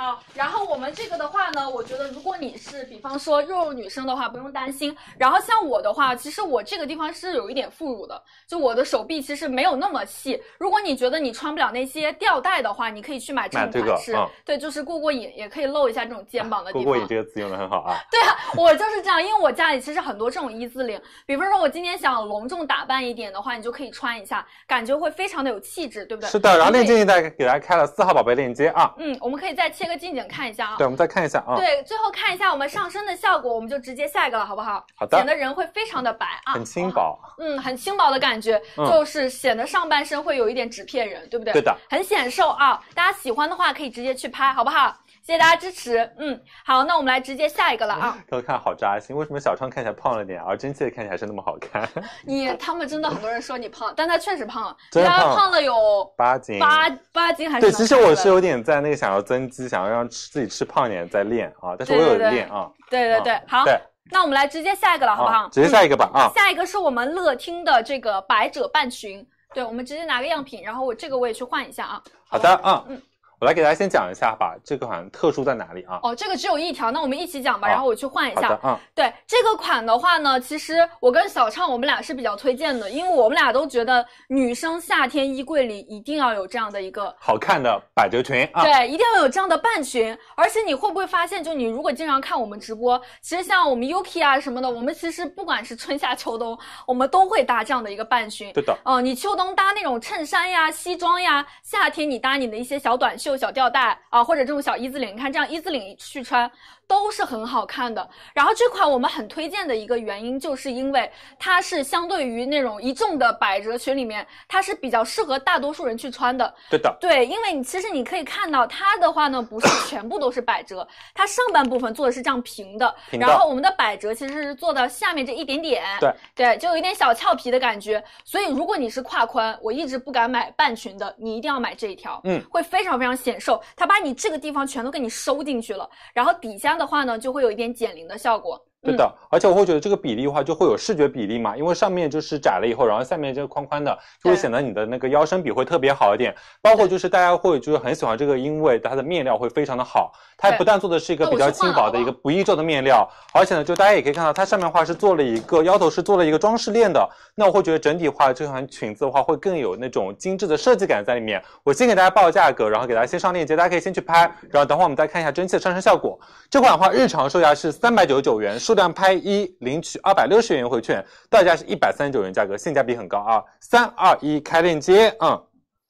S2: 好，然后我们这个的话呢，我觉得如果你是比方说肉肉女生的话，不用担心。然后像我的话，其实我这个地方是有一点副乳的，就我的手臂其实没有那么细。如果你觉得你穿不了那些吊带的话，你可以去买这
S3: 买这
S2: 种
S3: 个
S2: 款式，
S3: 嗯
S2: 对，就是过过瘾，也可以露一下这种肩膀的地方。
S3: 过过瘾这个词用的很好啊，
S2: 对啊，我就是这样，因为我家里其实很多这种一字领，比方说我今天想隆重打扮一点的话，你就可以穿一下，感觉会非常的有气质，对不对？
S3: 是的，然后
S2: 你可以
S3: 链接大家给大家开了四号宝贝链接啊，
S2: 嗯，我们可以再切个近景看一下啊。
S3: 对，我们再看一下啊，
S2: 对最后看一下我们上身的效果，我们就直接下一个了，好不好？
S3: 好的
S2: 显得人会非常的白啊，
S3: 很轻薄，
S2: 嗯，很轻薄的感觉，
S3: 嗯
S2: 就是显得上半身会有一点纸片人，对不对？
S3: 对的，
S2: 很显瘦啊。大家喜欢的话可以直接去拍，好不好？谢谢大家支持，嗯，好，那我们来直接下一个了啊。
S3: 都看好扎心，为什么小昌看起来胖了点，而真切看起来还是那么好看？
S2: 你他们真的很多人说你胖，但他确实胖了，啊
S3: 真的
S2: 他
S3: 胖
S2: 胖了有
S3: 八斤，
S2: 八八斤还是
S3: 对，
S2: 能
S3: 其实
S2: 看出
S3: 我
S2: 来
S3: 是有点在那个想要增肌，想要让吃自己吃胖一点在练啊，但是我
S2: 对对
S3: 有
S2: 对
S3: 练啊，
S2: 对对对，好，
S3: 对，
S2: 那我们来直接下一个了，好不好？嗯
S3: 啊直接下一个吧啊，
S2: 下一个是我们乐听的这个百褶半裙，对，我们直接拿个样品，然后我这个我也去换一下啊。
S3: 好的啊
S2: 嗯，
S3: 我来给大家先讲一下吧，这个款特殊在哪里啊？
S2: 哦，这个只有一条，那我们一起讲吧，
S3: 好
S2: 然后我去换一
S3: 好的
S2: 下。
S3: 啊，
S2: 对这个款的话呢，其实我跟小畅我们俩是比较推荐的，因为我们俩都觉得女生夏天衣柜里一定要有这样的一个。
S3: 好看的百褶裙啊，
S2: 对，一定要有这样的半裙，而且你会不会发现，就你如果经常看我们直播，其实像我们 Yuki 啊什么的，我们其实不管是春夏秋冬，我们都会搭这样的一个半裙。
S3: 对的，
S2: 哦，你秋冬搭那种衬衫呀、西装呀，夏天你搭你的一些小短袖、小吊带啊，或者这种小一字领，你看这样一字领去穿，都是很好看的。然后这款我们很推荐的一个原因，就是因为它是相对于那种一众的百褶裙里面，它是比较适合大多数人去穿的。
S3: 对的，
S2: 对，因为你其实你可以看到它的话呢， 不是全部都是百褶，它上半部分做的是这样平的，
S3: 平的
S2: 然后我们的百褶其实是做到下面这一点点，
S3: 对
S2: 就有一点小俏皮的感觉。所以如果你是胯宽，我一直不敢买半裙的，你一定要买这一条，
S3: 嗯，
S2: 会非常非常显瘦，它把你这个地方全都给你收进去了，然后底下的话呢，就会有一点减龄的效果。
S3: 对的，而且我会觉得这个比例的话，就会有视觉比例嘛，因为上面就是窄了以后，然后下面这个宽宽的，就会
S2: 对
S3: 显得你的那个腰身比会特别好一点。包括就是大家会就是很喜欢这个，因为它的面料会非常的好，它
S2: 对
S3: 不但做的是一个
S2: 那我
S3: 比较
S2: 去换
S3: 轻
S2: 了
S3: 薄
S2: 好
S3: 的
S2: 不
S3: 一个不易皱的面料，而且呢，就大家也可以看到它上面的话是做了一个腰头是做了一个装饰链的，那我会觉得整体的话这款裙子的话会更有那种精致的设计感在里面。我先给大家报价格，然后给大家先上链接，大家可以先去拍，然后等会儿我们再看一下蒸汽的上身效果。这款的话，日常售价是三百九十九元，数量拍一领取二百六十元优惠券，到手价是一百三十九元，价格性价比很高啊！三二一，开链接，嗯。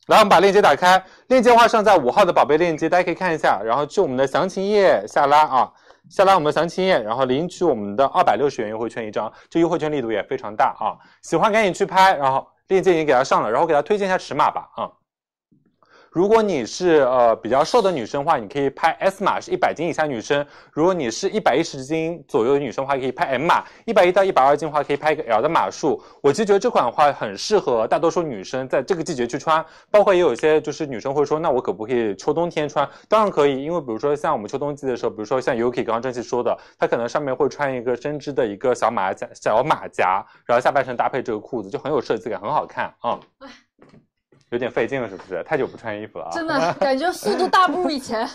S3: 来，我们把链接打开，链接的话上在五号的宝贝链接，大家可以看一下，然后去我们的详情页下拉啊，下拉我们的详情页，然后领取我们的二百六十元优惠券一张，这优惠券力度也非常大啊！喜欢赶紧去拍，然后链接已经给它上了，然后给大家推荐一下尺码吧啊。如果你是呃比较瘦的女生的话，你可以拍 S 码，是一百斤以下女生；如果你是一百一十斤左右的女生的话，可以拍 M 码；一百一到一百二斤的话，可以拍一个 L 的码数。我其实觉得这款的话很适合大多数女生在这个季节去穿，包括也有一些就是女生会说，那我可不可以秋冬天穿？当然可以，因为比如说像我们秋冬季的时候，比如说像 Yuki 刚刚正气说的，她可能上面会穿一个针织的一个小马甲、小马甲，然后下半身搭配这个裤子，就很有设计感，很好看啊。有点费劲了，是不是？太久不穿衣服了啊。
S2: 真的感觉速度大不如以 前，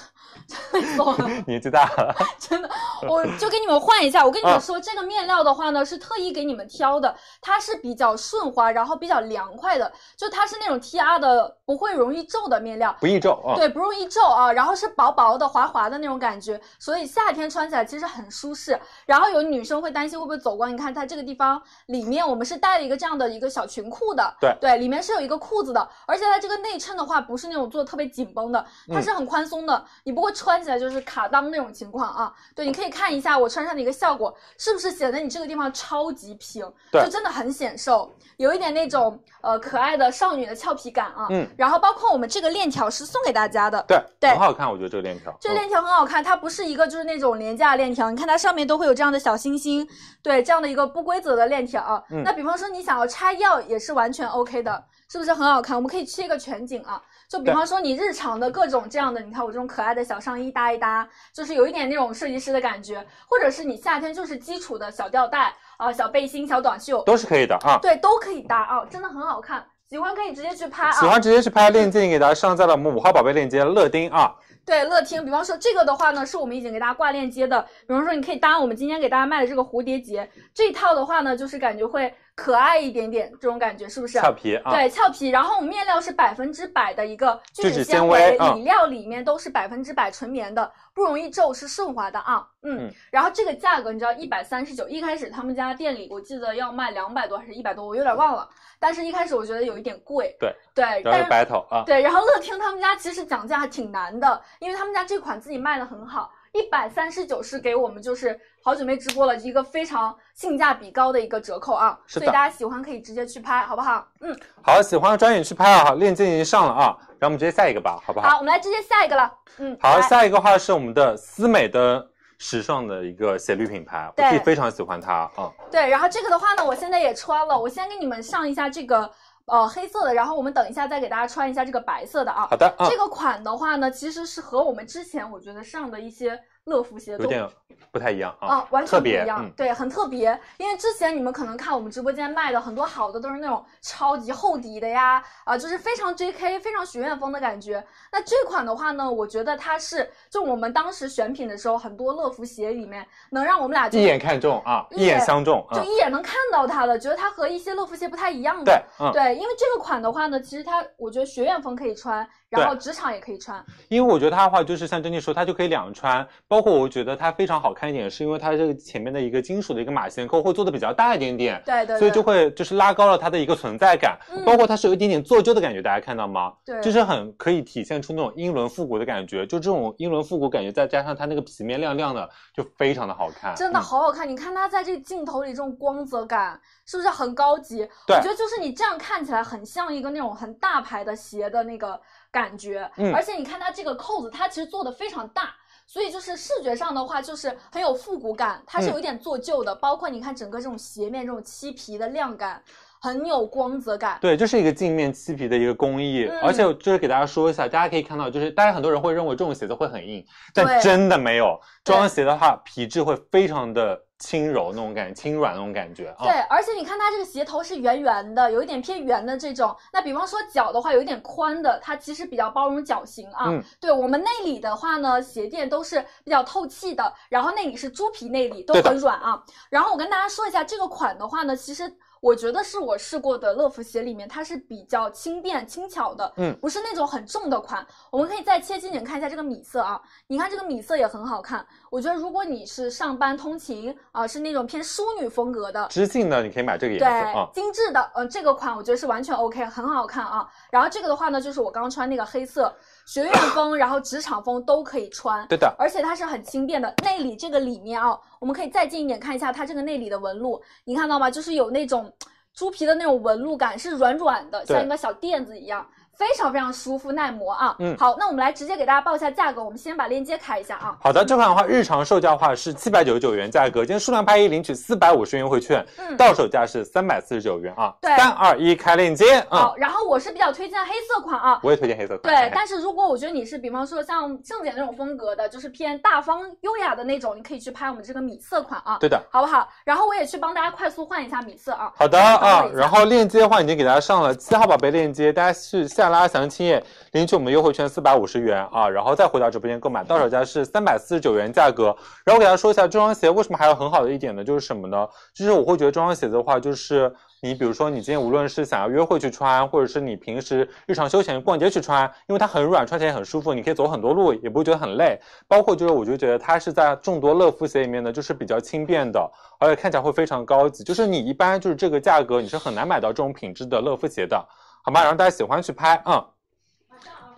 S2: 真的疯了。
S3: 年纪大了，
S2: 真的， 我就给你们换一下。我跟你
S3: 啊
S2: 们说，这个面料的话呢，是特意给你们挑的，它是比较顺滑，然后比较凉快的，就它是那种 T R 的，不会容易皱的面料。
S3: 不易皱啊。
S2: 对，不容易皱啊，然后是薄薄的、滑滑的那种感觉，所以夏天穿起来其实很舒适。然后有女生会担心会不会走光，你看它这个地方里面我们是带了一个这样的一个小裙裤的，
S3: 对
S2: 对，里面是有一个裤子的，而且它这个内衬的话不是那种做得特别紧绷的，它
S3: 嗯
S2: 是很宽松的，你不会穿起来就是卡裆那种情况啊。对，你可以看一下我穿上的一个效果，是不是显得你这个地方超级平，
S3: 对
S2: 就真的很显瘦，有一点那种呃可爱的少女的俏皮感啊。
S3: 嗯，
S2: 然后包括我们这个链条是送给大家的。
S3: 对
S2: 对
S3: 很好看，我觉得这个链条。嗯
S2: 这链条很好看，它不是一个就是那种廉价链条，你看它上面都会有这样的小星星，对，这样的一个不规则的链条啊。
S3: 嗯
S2: 那比方说你想要拆掉也是完全 OK 的，是不是很好看？我们可以切一个全景啊，就比
S3: 对
S2: 方说你日常的各种这样的，你看我这种可爱的小上衣搭一搭，就是有一点那种设计师的感觉，或者是你夏天就是基础的小吊带啊、小背心、小短袖
S3: 嗯、，都是可以的啊。
S2: 对，都可以搭啊，真的很好看。喜欢可以直接去拍啊，
S3: 喜欢直接去拍链接，给大家上在了我们五号宝贝链接乐丁啊，
S2: 对，乐听，比方说这个的话呢，是我们已经给大家挂链接的。比方说，你可以搭我们今天给大家卖的这个蝴蝶结这一套的话呢，就是感觉会可爱一点点，这种感觉是不是？
S3: 俏皮啊，
S2: 对，俏皮。然后我们面料是百分之百的一个
S3: 聚
S2: 聚
S3: 酯
S2: 酯
S3: 纤
S2: 纤维
S3: 维，嗯
S2: 里料里面都是百分之百纯棉的，不容易皱，是顺滑的啊。嗯，
S3: 嗯
S2: 然后这个价格你知道一百三十九，一开始他们家店里我记得要卖两百多还是一百多，我有点忘了。但是一开始我觉得有一点贵。
S3: 对
S2: 对，
S3: 然后
S2: 但
S3: 有
S2: 是
S3: battle 啊，
S2: 对，然后乐听他们家其实讲价还挺难的，因为他们家这款自己卖的很好，一百三十九是给我们就是好久没直播了一个非常性价比高的一个折扣啊，
S3: 是
S2: 所
S3: 的
S2: 以大家喜欢可以直接去拍，好不好？嗯，
S3: 好，喜欢抓紧去拍啊，链接已经上了啊，然后我们直接下一个吧，好不好？
S2: 好，我们来直接下一个了，嗯，
S3: 好，
S2: 来
S3: 下一个话是我们的思美的时尚的一个斜率品牌，我
S2: 对
S3: 自己非常喜欢它啊，
S2: 对，然后这个的话呢，我现在也穿了，我先给你们上一下这个呃黑色的，然后我们等一下再给大家穿一下这个白色的啊
S3: 好。的啊
S2: 这，个款的话呢，其实是和我们之前我觉得上的一些乐福鞋
S3: 有
S2: 都
S3: 点不太一样啊，
S2: 啊，完
S3: 特
S2: 全不一
S3: 别，
S2: 样，
S3: 嗯，
S2: 对，很特别。因为之前你们可能看我们直播间卖的很多好的都是那种超级厚底的呀，啊，就是非常 JK、非常学院风的感觉。那这款的话呢，我觉得它是就我们当时选品的时候，很多乐福鞋里面能让我们俩就
S3: 一眼看中啊，
S2: 一
S3: 一眼
S2: 眼
S3: 相中
S2: 嗯就
S3: 啊，
S2: 一眼能看到它的，觉得它和一些乐福鞋不太一样的。
S3: 对，嗯。
S2: 对，因为这个款的话呢，其实它我觉得学院风可以穿，然后职场也可以穿。
S3: 因为我觉得它的话，就是像珍妮说，它就可以两穿，包括我觉得它非常好看一点，是因为它这个前面的一个金属的一个马衔扣会做的比较大一点点，
S2: 对对嗯
S3: 所以就会就是拉高了它的一个存在感，包括它是有一点点做旧的感觉，大家看到吗？
S2: 对
S3: 就是很可以体现出那种英伦复古的感觉，就这种英伦复古感觉，再加上它那个皮面亮亮的，就非常的好看。
S2: 真的
S3: 嗯
S2: 好好看，你看它在这个镜头里这种光泽感，是不是很高级？
S3: 对
S2: 我觉得就是你这样看起来很像一个那种很大牌的鞋的那个感觉，
S3: 嗯
S2: 而且你看它这个扣子，它其实做的非常大。所以就是视觉上的话，就是很有复古感，
S3: 嗯
S2: 它是有一点做旧的，包括你看整个这种鞋面这种漆皮的亮感，很有光泽感。
S3: 对，这是一个镜面漆皮的一个工艺，
S2: 嗯
S3: 而且就是给大家说一下，大家可以看到，就是大家很多人会认为这种鞋子会很硬，
S2: 对
S3: 但真的没有，
S2: 对
S3: 这双鞋的话皮质会非常的轻柔那种感觉，轻软那种感觉啊。
S2: 对，而且你看它这个鞋头是圆圆的，有一点偏圆的这种。那比方说脚的话，有一点宽的，它其实比较包容脚型啊。
S3: 嗯
S2: 对我们内里的话呢，鞋垫都是比较透气的，然后内里是猪皮内里，都
S3: 对的
S2: 很软啊。然后我跟大家说一下，这个款的话呢，其实。我觉得是我试过的乐福鞋里面，它是比较轻便轻巧的，
S3: 嗯
S2: 不是那种很重的款。我们可以再切近点看一下这个米色啊，你看这个米色也很好看。我觉得如果你是上班通勤啊、是那种偏淑女风格的，
S3: 知性的你可以买这个颜色
S2: 对
S3: 啊，，
S2: 精致的，嗯、这个款我觉得是完全 OK，很好看啊。然后这个的话呢，就是我刚穿那个黑色，学院风，然后职场风都可以穿，
S3: 对的，
S2: 而且它是很轻便的。内里这个里面啊，我们可以再近一点看一下它这个内里的纹路，你看到吗？就是有那种猪皮的那种纹路感，是软软的，
S3: 对
S2: 像一个小垫子一样。非常非常舒服耐磨啊，
S3: 嗯
S2: 好，那我们来直接给大家报一下价格，我们先把链接开一下啊，
S3: 好的，这款的话，日常售价的话是七百九十九元价格，今天数量拍一领取四百五十元优惠券，
S2: 嗯
S3: 到手价是三百四十九元啊。
S2: 对
S3: 三二一，开链接啊！
S2: 好，然后我是比较推荐黑色款啊，
S3: 我也推荐黑色款。
S2: 对，但是如果我觉得你是，比方说像郑姐那种风格的，就是偏大方优雅的那种，你可以去拍我们这个米色款啊，
S3: 对的。
S2: 好不好？然后我也去帮大家快速换一下米色啊。
S3: 好的
S2: 帮我
S3: 啊
S2: 一，下
S3: 然后链接的话已经给大家上了七号宝贝链接，大家去下拉详情页领取我们的优惠券四百五十元啊，然后再回到直播间购买，到手价是三百四十九元价格。然后给大家说一下这双鞋为什么还有很好的一点呢？就是什么呢？就是我会觉得这双鞋子的话，就是你比如说你今天无论是想要约会去穿，或者是你平时日常休闲逛街去穿，因为它很软，穿起来也很舒服，你可以走很多路，也不会觉得很累。包括就是我就觉得它是在众多乐福鞋里面呢，就是比较轻便的，而且看起来会非常高级。就是你一般就是这个价格，你是很难买到这种品质的乐福鞋的，好吗？然后大家喜欢去拍，嗯。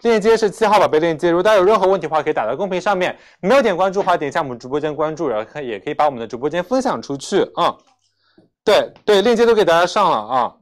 S3: 链接是七号宝贝链接，如果大家有任何问题的话，可以打到公屏上面。没有点关注的话，点一下我们直播间关注，然后可以也可以把我们的直播间分享出去，嗯。对对，链接都给大家上了啊。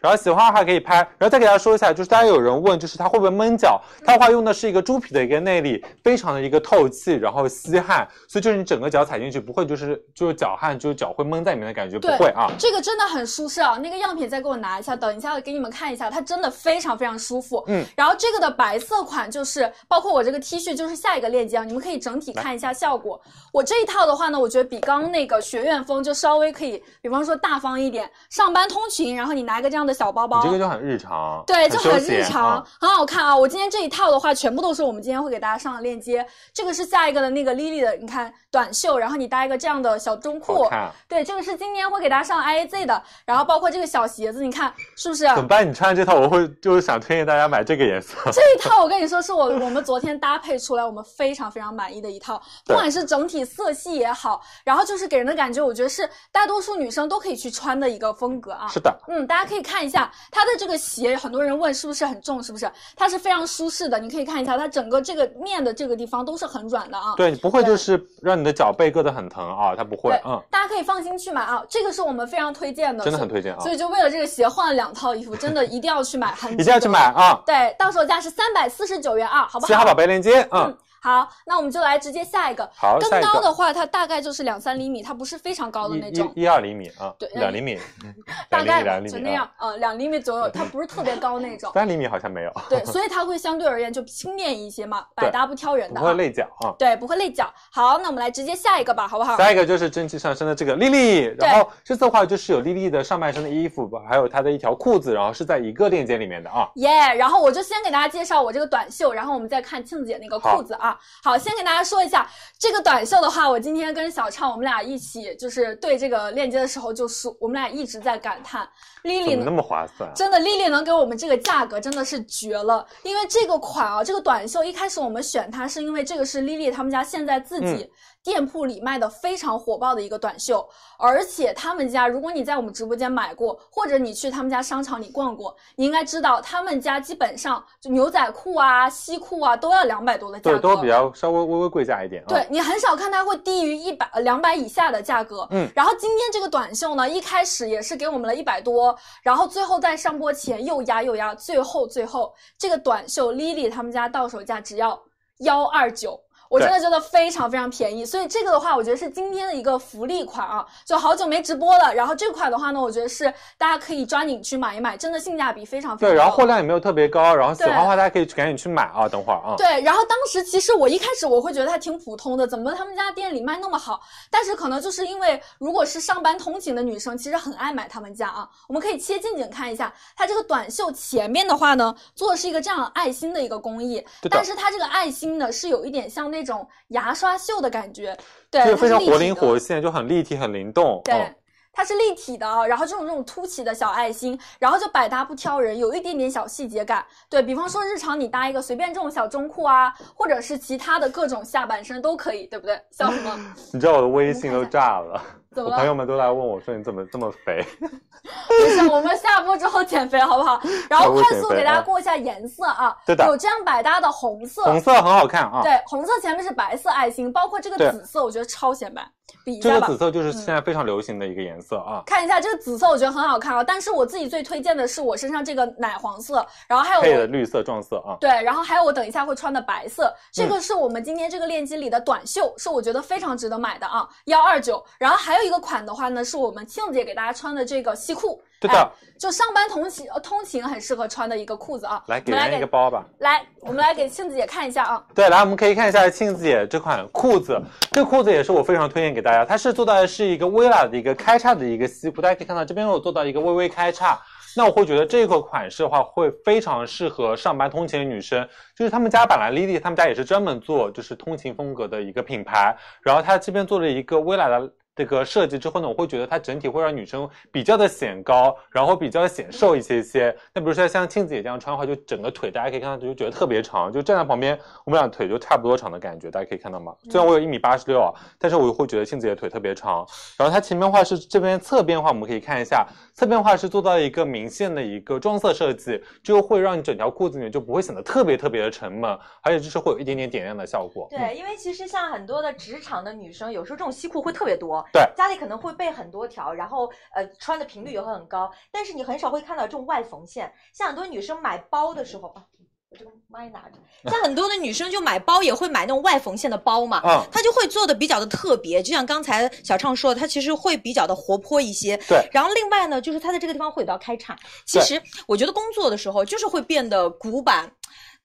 S3: 然后喜欢的话可以拍，然后再给大家说一下，就是大家有人问，就是它会不会闷脚？它的话用的是一个猪皮的一个内里，非常的一个透气，然后吸汗，所以就是你整个脚踩进去不会就是就是脚汗，就是脚会闷在里面的感觉，不
S2: 对
S3: 会啊。
S2: 这个真的很舒适啊！那个样品再给我拿一下，等一下我给你们看一下，它真的非常非常舒服。
S3: 嗯，
S2: 然后这个的白色款就是包括我这个 T 恤，就是下一个链接啊，你们可以整体看一下效果。我这一套的话呢，我觉得比刚刚那个学院风就稍微可以，比方说大方一点，上班通勤，然后你拿一个这样的小包包，
S3: 你这个就很日常，
S2: 对，就很
S3: 休闲
S2: 日常，
S3: 啊
S2: 很好看啊！我今天这一套的话，全部都是我们今天会给大家上的链接。这个是下一个的那个 Lily 的，你看短袖，然后你搭一个这样的小中
S3: 好
S2: 裤，
S3: 看。
S2: 对，这个是今天会给大家上 IAZ 的，然后包括这个小鞋子，你看是不是？
S3: 怎么办？你穿这套，我会就是想推荐大家买这个颜色。
S2: 这一套我跟你说，是我我们昨天搭配出来，我们非常非常满意的一 套，不
S3: 对
S2: 管是整体色系也好，然后就是给人的感觉，我觉得是大多数女生都可以去穿的一个风格啊。
S3: 是的，
S2: 嗯，大家可以看一下它的这个鞋，很多人问是不是很重，是不是？它是非常舒适的，你可以看一下它整个这个面的这个地方都是很软的啊。
S3: 对你不会就是让你的脚背硌得很疼啊，它不会
S2: 对，
S3: 嗯，
S2: 大家可以放心去买啊，这个是我们非常推荐的，
S3: 真的很推荐啊
S2: 所以。所以就为了这个鞋换了两套衣服，真的一定要去买，很
S3: 一定要去买。啊！
S2: 对，到手价是三百四十九元啊，好不好？
S3: 七号宝贝链接，嗯
S2: 嗯，好，那我们就来直接下一个。
S3: 好下
S2: 更
S3: 一个
S2: 高的话，它大概就是两三厘米，它不是非常高的那
S3: 一
S2: 种，
S3: 一一二厘米啊
S2: 对，
S3: 两厘米，嗯
S2: 大
S3: 两厘
S2: 概
S3: 米，两厘
S2: 就
S3: 米，
S2: 那
S3: 啊
S2: 样，呃，两厘米左右，它不是特别高那 种。
S3: 三厘米好像没有，
S2: 对，所以它会相对而言就轻便一些嘛，百搭不挑人
S3: 不
S2: 的、
S3: 会
S2: 啊。
S3: 累脚啊。
S2: 对，不会累脚。好，那我们来直接下一个吧，好不好？
S3: 下一个就是蒸汽上身的这个丽丽，然后这次的话就是有丽丽的上半身的衣服，还有她的一条裤子，然后是在一个链接里面的啊。
S2: 耶然后我就先给大家介绍我这个短袖，然后我们再看庆姐那个裤子啊。上。好，先给大家说一下这个短袖的话，我今天跟小畅我们俩一起就是对这个链接的时候就说，我们俩一直在感叹
S3: 怎
S2: Lily
S3: 么那么划算？啊
S2: 真的，丽丽能给我们这个价格真的是绝了，因为这个款啊，这个短袖一开始我们选它是因为这个是丽丽他们家现在自己
S3: 嗯
S2: 店铺里卖的非常火爆的一个短袖，而且他们家如果你在我们直播间买过，或者你去他们家商场里逛过，你应该知道他们家基本上就牛仔裤啊、西裤啊都要两百多的价
S3: 对，
S2: 格，
S3: 都比较稍微微微贵价一点啊。
S2: 对你很少看它会低于一百呃两百以下的价格。
S3: 嗯，
S2: 然后今天这个短袖呢，一开始也是给我们了一百多，然后最后在上播前又压又压，最后最后这个短袖 Lily 他们家到手价只要幺二九。我真的觉得非常非常便宜，所以这个的话，我觉得是今天的一个福利款啊，就好久没直播了。然后这款的话呢，我觉得是大家可以抓紧去买一买，真的性价比非常非常高。
S3: 对，然后货量也没有特别高，然后喜欢的
S2: 对
S3: 话大家可以去赶紧去买啊，等会儿啊。
S2: 对，然后当时其实我一开始我会觉得它挺普通的，怎么他们家店里卖那么好？但是可能就是因为如果是上班通勤的女生，其实很爱买他们家啊。我们可以切近景看一下，它这个短袖前面的话呢，做的是一个这样爱心的一个工艺，
S3: 对的
S2: 但是它这个爱心呢是有一点像那种牙刷袖的感觉，对，
S3: 就是
S2: 它
S3: 非常
S2: 立体
S3: 活灵
S2: 的
S3: 活现，就很立体、很灵动。
S2: 对。
S3: 嗯
S2: 它是立体的啊，然后这种这种凸起的小爱心，然后就百搭不挑人，有一点点小细节感。对比方说日常你搭一个随便这种小中裤啊，或者是其他的各种下半身都可以，对不对？笑什么？
S3: 你知道我的微信都炸了，
S2: 怎么
S3: 我
S2: 了
S3: 朋友们都来问我说你怎么这么肥？
S2: 没事，我们下播之后减肥好不 好？然后快速给大家过一下颜色啊，
S3: 对的
S2: 有这样百搭的红色，
S3: 红色很好看啊，
S2: 对，红色前面是白色爱心，包括这个
S3: 对
S2: 紫色，我觉得超显白，比一
S3: 这
S2: 下
S3: 个
S2: 吧。嗯
S3: 紫色就是现在非常流行的一个颜色啊。
S2: 看一下这个紫色，我觉得很好看啊，但是我自己最推荐的是我身上这个奶黄色，然后还有
S3: 配
S2: 我
S3: 的绿色撞色啊，
S2: 对，然后还有我等一下会穿的白色，
S3: 嗯
S2: 这个是我们今天这个链接里的短袖，是我觉得非常值得买的啊，幺二九。然后还有一个款的话呢，是我们庆姐给大家穿的这个西裤，
S3: 对的
S2: 哎就上班通勤呃通勤很适合穿的一个裤子啊。
S3: 来给
S2: 我们
S3: 人
S2: 来
S3: 家
S2: 给
S3: 一个包吧。
S2: 来，我们来给庆姐看一下啊，
S3: 对，来我们可以看一下庆子姐这款裤子，这个裤子也是我非常推荐给大家，它是做到的是一个微喇的一个开叉的一个西裤，大家可以看到这边有做到一个微微开叉。那我会觉得这个款式的话，会非常适合上班通勤的女生。就是他们家本来 Lily 他们家也是专门做就是通勤风格的一个品牌，然后它这边做了一个微喇的这个设计之后呢，我会觉得它整体会让女生比较的显高，然后比较显瘦一些些。那比如说像庆子姐这样穿的话，就整个腿大家可以看到就觉得特别长，就站在旁边，我们俩腿就差不多长的感觉，大家可以看到吗？虽然我有一米八十六啊，但是我会觉得庆子姐的腿特别长。然后它前面的话是这边侧边的话，我们可以看一下，侧边的话是做到一个明线的一个撞色设计，就会让你整条裤子里面就不会显得特别特别的沉闷，而且就是会有一点点点亮的效果。嗯
S1: 对，因为其实像很多的职场的女生，有时候这种西裤会特别多，
S3: 对
S1: 家里可能会备很多条，然后呃穿的频率也会很高，但是你很少会看到这种外缝线。像很多女生买包的时候，啊，我这个麦拿着，像很多的女生就买包也会买那种外缝线的包嘛，
S3: 嗯
S1: 它就会做的比较的特别，就像刚才小畅说的，它其实会比较的活泼一些。
S3: 对
S1: 然后另外呢，就是它在这个地方会比较开叉。其
S3: 对
S1: 实我觉得工作的时候就是会变得古板、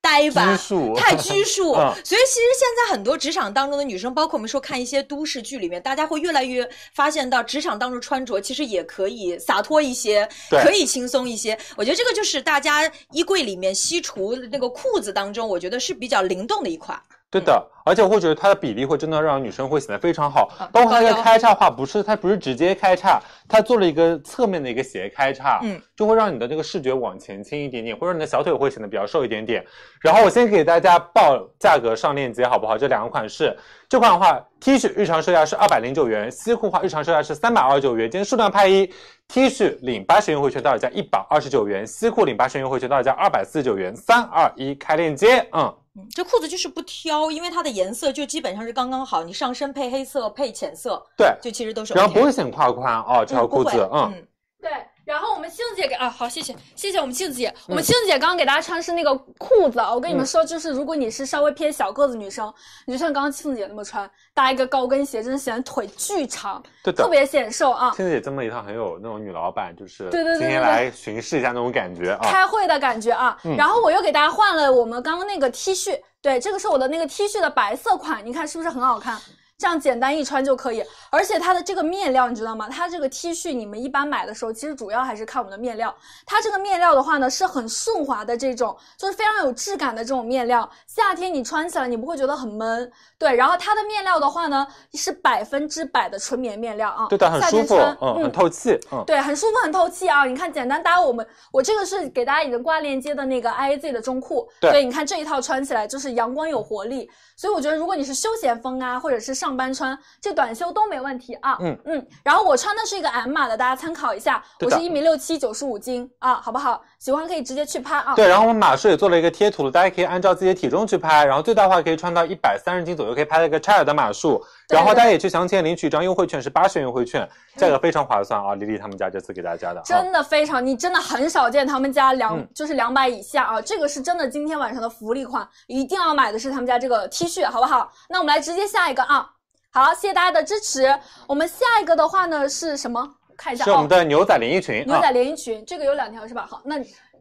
S1: 呆板、
S3: 拘束
S1: 太拘束。
S3: 嗯
S1: 所以其实现在很多职场当中的女生，包括我们说看一些都市剧里面，大家会越来越发现到职场当中穿着其实也可以洒脱一些，
S3: 对
S1: 可以轻松一些。我觉得这个就是大家衣柜里面西厨那个裤子当中，我觉得是比较灵动的一款。
S3: 对的，
S1: 嗯
S3: 而且我会觉得它的比例会真的让女生会显得非常好
S1: 啊，
S3: 包括它
S1: 高
S3: 的
S1: 腰
S3: 开叉话不是它不是直接开叉，它做了一个侧面的一个斜开叉，
S1: 嗯，
S3: 就会让你的这个视觉往前倾一点点，会让你的小腿会显得比较瘦一点点。然后我先给大家报价格上链接好不好？这两个款式，这款的话 T 恤日常售价是二百零九元，西裤的话日常售价是三百二十九元，今天数量拍一。T 恤领八十元优惠券到手价一百二十九元，西裤领八十元优惠券到手价二百四十九元。三二一，开链接，嗯。
S1: 嗯这裤子就是不挑，因为它的颜色就基本上是刚刚好，你上身配黑色配浅色，
S3: 对，
S1: 就其实都是 OK 的。
S3: 然后不会显胯宽哦，这条
S1: 嗯不
S3: 裤子
S1: 会，
S3: 嗯，
S1: 嗯
S2: 对，然后我们庆姐给啊，好，谢谢，谢谢我们庆姐。我
S3: 嗯
S2: 们庆姐刚刚给大家穿是那个裤子，啊，我跟你们说，就是如果你是稍微偏小个子女生，你就像刚刚庆姐那么穿，搭一个高跟鞋，真的显得腿巨长，
S3: 对的
S2: 特。别显瘦啊。
S3: 倩姐这么一趟很有那种女老板，就是
S2: 对对对
S3: 今
S2: 对对
S3: 天来巡视一下那种感觉啊。
S2: 开会的感觉啊。
S3: 嗯
S2: 然后我又给大家换了我们刚刚那个 T 恤，对，这个是我的那个 T 恤的白色款，你看是不是很好看？这样简单一穿就可以。而且它的这个面料你知道吗？它这个 T 恤你们一般买的时候，其实主要还是看我们的面料。它这个面料的话呢，是很顺滑的这种，就是非常有质感的这种面料。夏天你穿起来你不会觉得很闷，对。然后它的面料的话呢，是百分之百的纯棉面料啊，
S3: 对的，很
S2: 夏
S3: 舒
S2: 天
S3: 服
S2: 穿，
S3: 嗯，很透气，嗯。
S2: 对，很舒服，很透气啊！你看，简单搭我们，我这个是给大家已经挂链接的那个 I A Z 的中裤，
S3: 对
S2: 你看这一套穿起来就是阳光有活力，所以我觉得如果你是休闲风啊，或者是上班穿，这短袖都没问题啊。
S3: 嗯
S2: 嗯，然后我穿的是一个 M 码的，大家参考一下，
S3: 对
S2: 我
S3: 的
S2: 是一米六七，九十五斤啊，好不好？喜欢可以直接去拍啊。
S3: 对，然后我们码数也做了一个贴图，大家可以按照自己的体重去拍，然后最大化可以穿到一百三十斤左右，可以拍到一个 trial 的码数。
S2: 对
S3: 然后
S2: 对嗯
S3: 大家也去详情领取一张优惠券，是八十元优惠券，价格非常划算啊！李丽他们家这次给大家的，啊
S2: 真的非常，你真的很少见他们家两、
S3: 嗯
S2: 就是两百以下啊，这个是真的今天晚上的福利款，一定要买的是他们家这个 T 恤，好不好？那我们来直接下一个啊，好，谢谢大家的支持。我们下一个的话呢是什么？看一下
S3: 是我们
S2: 哦，
S3: 的牛仔连衣裙
S2: 牛
S3: 啊，
S2: 仔连衣裙，这个有两条是吧？好，那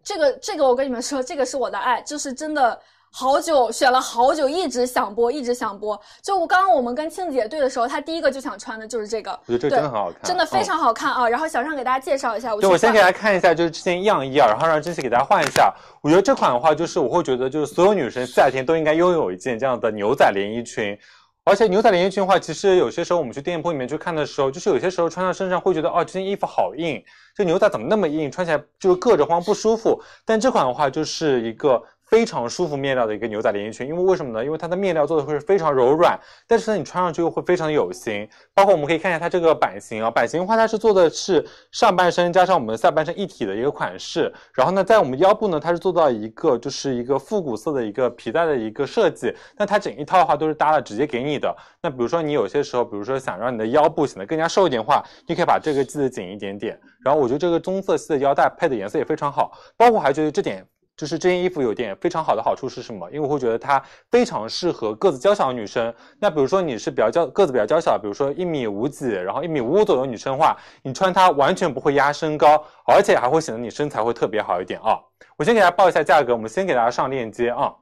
S2: 这个这个我跟你们说，这个是我的爱，就是真的。好久选了好久，一直想播，一直想播。就我刚刚我们跟庆姐对的时候，她第一个就想穿的就是这个，
S3: 我觉得
S2: 对
S3: 这个真的很好看，
S2: 真的非
S3: 嗯
S2: 常好看啊！然后小尚给大家介绍一下，我
S3: 对，
S2: 去
S3: 我先
S2: 换
S3: 给大家看一下，就是这件样衣啊，然后让真希给大家换一下。我觉得这款的话，就是我会觉得，就是所有女生夏天都应该拥有一件这样的牛仔连衣裙。而且牛仔连衣裙的话，其实有些时候我们去店铺里面去看的时候，就是有些时候穿到身上会觉得，哦，这件衣服好硬，这牛仔怎么那么硬，穿起来就是硌着慌不舒服。但这款的话，就是一个非常舒服面料的一个牛仔连衣裙，因为为什么呢？因为它的面料做的会是非常柔软，但是呢，你穿上去又会非常有型。包括我们可以看一下它这个版型啊，版型的话它是做的是上半身加上我们下半身一体的一个款式。然后呢，在我们腰部呢，它是做到一个就是一个复古色的一个皮带的一个设计。那它整一套的话都是搭了直接给你的。那比如说你有些时候，比如说想让你的腰部显得更加瘦一点的话，你可以把这个系得紧一点点。然后我觉得这个棕色系的腰带配的颜色也非常好，包括我还觉得这点。就是这件衣服有点非常好的好处是什么？因为我会觉得它非常适合个子娇小的女生。那比如说你是比较娇个子比较娇小，比如说一米五几，然后一米五左右的女生的话，你穿它完全不会压身高，而且还会显得你身材会特别好一点啊。我先给大家报一下价格，我们先给大家上链接啊。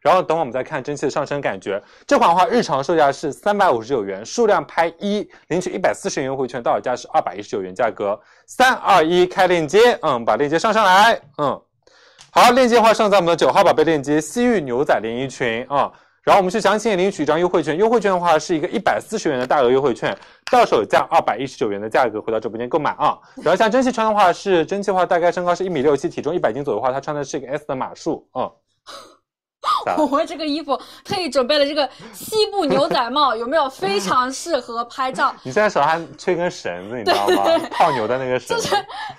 S3: 然后等会我们再看蒸汽的上身感觉。这款的话，日常售价是三百五十九元，数量拍一，领取一百四十元优惠券，到手价是二百一十九元，价格。三二一，开链接，嗯，把链接上上来，嗯。好，链接的话上在我们的九号宝贝链接，西域牛仔连衣裙啊、然后我们去详情页领取一张优惠券，优惠券的话是一个一百四十元的大额优惠券，到手价二百一十九元的价格回到直播间购买啊。然后像蒸汽穿的话是蒸汽的话大概身高是一米六七，体重一百斤左右的话，她穿的是一个 S 的码数，嗯。咋 了
S2: 我这个衣服特意准备了这个西部牛仔帽，有没有非常适合拍照？
S3: 你现在手上还缺根绳子，你知道吗？泡牛的那个绳子。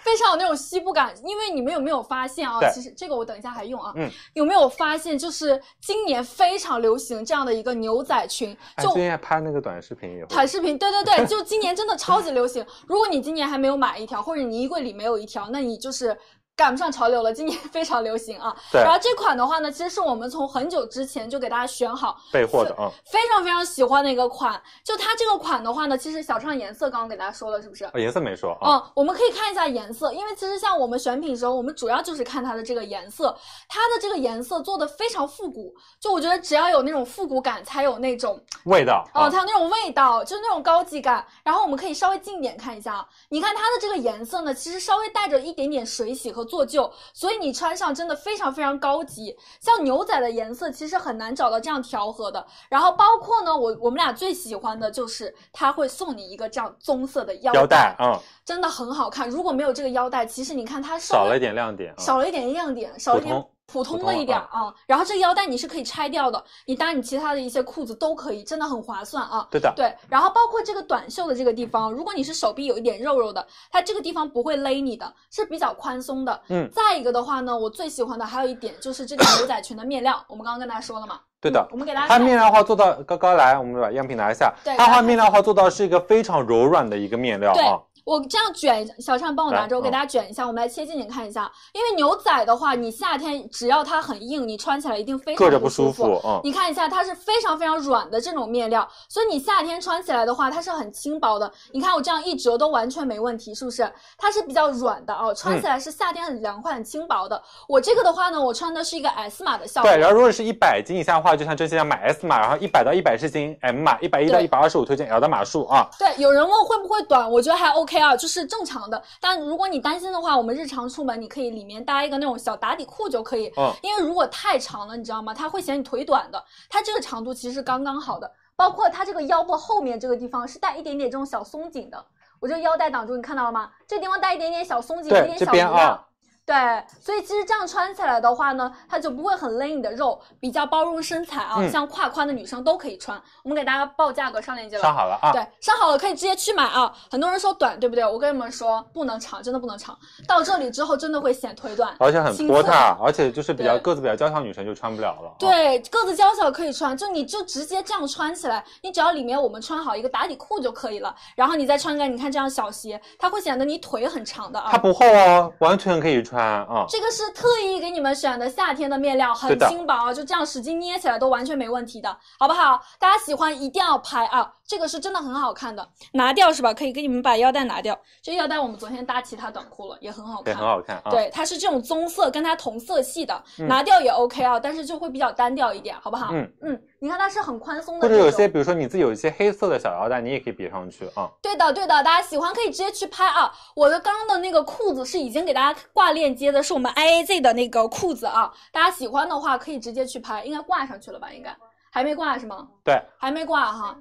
S2: 非常有那种西部感。因为你们有没有发现啊
S3: 对？
S2: 其实这个我等一下还用啊。
S3: 嗯
S2: 有没有发现，就是今年非常流行这样的一个牛仔裙，
S3: 哎，
S2: 就
S3: 最近还拍那个短视频也会
S2: 短视频，对对对，就今年真的超级流行。如果你今年还没有买一条，或者你衣柜里没有一条，那你就是。赶不上潮流了，今年非常流行啊。
S3: 对
S2: 然后这款的话呢，其实是我们从很久之前就给大家选好，
S3: 备货的啊、
S2: 非常非常喜欢的一个款。就它这个款的话呢，其实小畅颜色刚刚给大家说了，是不是？
S3: 哦颜色没说啊、
S2: 嗯，我们可以看一下颜色，因为其实像我们选品的时候，我们主要就是看它的这个颜色，它的这个颜色做的非常复古，就我觉得只要有那种复古感，才有那种
S3: 味道啊、
S2: 哦，它有那种味道，就是那种高级感。然后我们可以稍微近一点看一下啊，你看它的这个颜色呢，其实稍微带着一点点水洗和做旧，所以你穿上真的非常非常高级。像牛仔的颜色其实很难找到这样调和的。然后包括呢，我我们俩最喜欢的就是它会送你一个这样棕色的腰
S3: 腰带啊、嗯
S2: 真的很好看。如果没有这个腰带，其实你看它稍
S3: 少
S2: 微
S3: 了一点亮点啊、
S2: 少了一点亮点，少了一点普通的一点
S3: 普嗯
S2: 啊然后这个腰带你是可以拆掉的，你搭你其他的一些裤子都可以，真的很划算啊。
S3: 对的，
S2: 对，然后包括这个短袖的这个地方，如果你是手臂有一点肉肉的，它这个地方不会勒你的，是比较宽松的。
S3: 嗯
S2: 再一个的话呢，我最喜欢的还有一点就是这个牛仔裙的面料，我们刚刚跟大家说了嘛。
S3: 对的
S2: 嗯我们给大家
S3: 它
S2: 看
S3: 面料的话做到高高来，我们把样品拿一下
S2: 对。
S3: 它
S2: 大
S3: 画
S2: 家
S3: 面料的话做到是一个非常柔软的一个面料
S2: 对
S3: 啊，
S2: 我这样卷，小畅帮我拿着，
S3: 来
S2: 我给
S3: 嗯
S2: 大家卷一下，我们来切近景看一下。因为牛仔的话，你夏天只要它很硬，你穿起来一定非
S3: 硌着
S2: 常
S3: 不舒
S2: 舒
S3: 服，嗯。
S2: 你看一下，它是非常非常软的这种面料，所以你夏天穿起来的话，它是很轻薄的。你看我这样一折都完全没问题，是不是？它是比较软的哦，穿起来是夏天很凉快、很轻薄的。我这个的话呢，我穿的是一个 S 码的效果
S3: 对，，然后如果是一百斤以下的话，就像这些要买 S 码，然后一百到一百十斤 M 码，一百一到一
S2: 对
S3: 百二十五推荐 L 的码数啊。
S2: 对，有人问会不会短，我觉得还 OK 啊，就是正常的。但如果你担心的话，我们日常出门你可以里面搭一个那种小打底裤就可以，
S3: 嗯
S2: 因为如果太长了，你知道吗？它会显你腿短的。它这个长度其实是刚刚好的，包括它这个腰部后面这个地方是带一点点这种小松紧的。我这个腰带挡住，你看到了吗？这地方带一点点小松紧，
S3: 对
S2: 有一点
S3: 这
S2: 小
S3: 边
S2: 糜
S3: 啊
S2: 烂。对，所以其实这样穿起来的话呢，它就不会很勒你的肉，比较包容身材啊。
S3: 嗯
S2: 像胯宽的女生都可以穿。我们给大家报价格上链接了。
S3: 上好了啊，
S2: 对，上好了可以直接去买啊。很多人说短，对不对？我跟你们说，不能长，真的不能长。到这里之后，真的会显腿短。
S3: 而且很
S2: 青
S3: 拖
S2: 涩
S3: 沓，而且就是比较
S2: 对
S3: 个子比较娇小女生就穿不了了。啊，
S2: 对，个子娇小可以穿，就你就直接这样穿起来，你只要里面我们穿好一个打底裤就可以了，然后你再穿个你看这样小鞋，它会显得你腿很长的啊。
S3: 它不厚哦，完全可以穿啊。
S2: 这个是特意给你们选的夏天的面料，
S3: 对
S2: 很
S3: 的
S2: 轻薄，啊就这样使劲捏起来都完全没问题的，好不好？大家喜欢一定要拍啊，这个是真的很好看的。拿掉是吧？可以给你们把腰带拿掉，这腰带我们昨天搭其他短裤了，也很好
S3: 对，
S2: 看。
S3: 很好看啊。
S2: 对，它是这种棕色，跟它同色系的，拿掉也 OK 啊，但是就会比较单调一点，好不好？
S3: 嗯
S2: 你看它是很宽松的
S3: 或
S2: 这
S3: 者
S2: 种，
S3: 有些，比如说你自己有一些黑色的小腰带，你也可以别上去啊。
S2: 对的，对的，大家喜欢可以直接去拍啊！我的刚刚的那个裤子是已经给大家挂链接的，是我们 I A Z 的那个裤子啊，大家喜欢的话可以直接去拍，应该挂上去了吧？应该还没挂是吗？
S3: 对，
S2: 还没挂哈。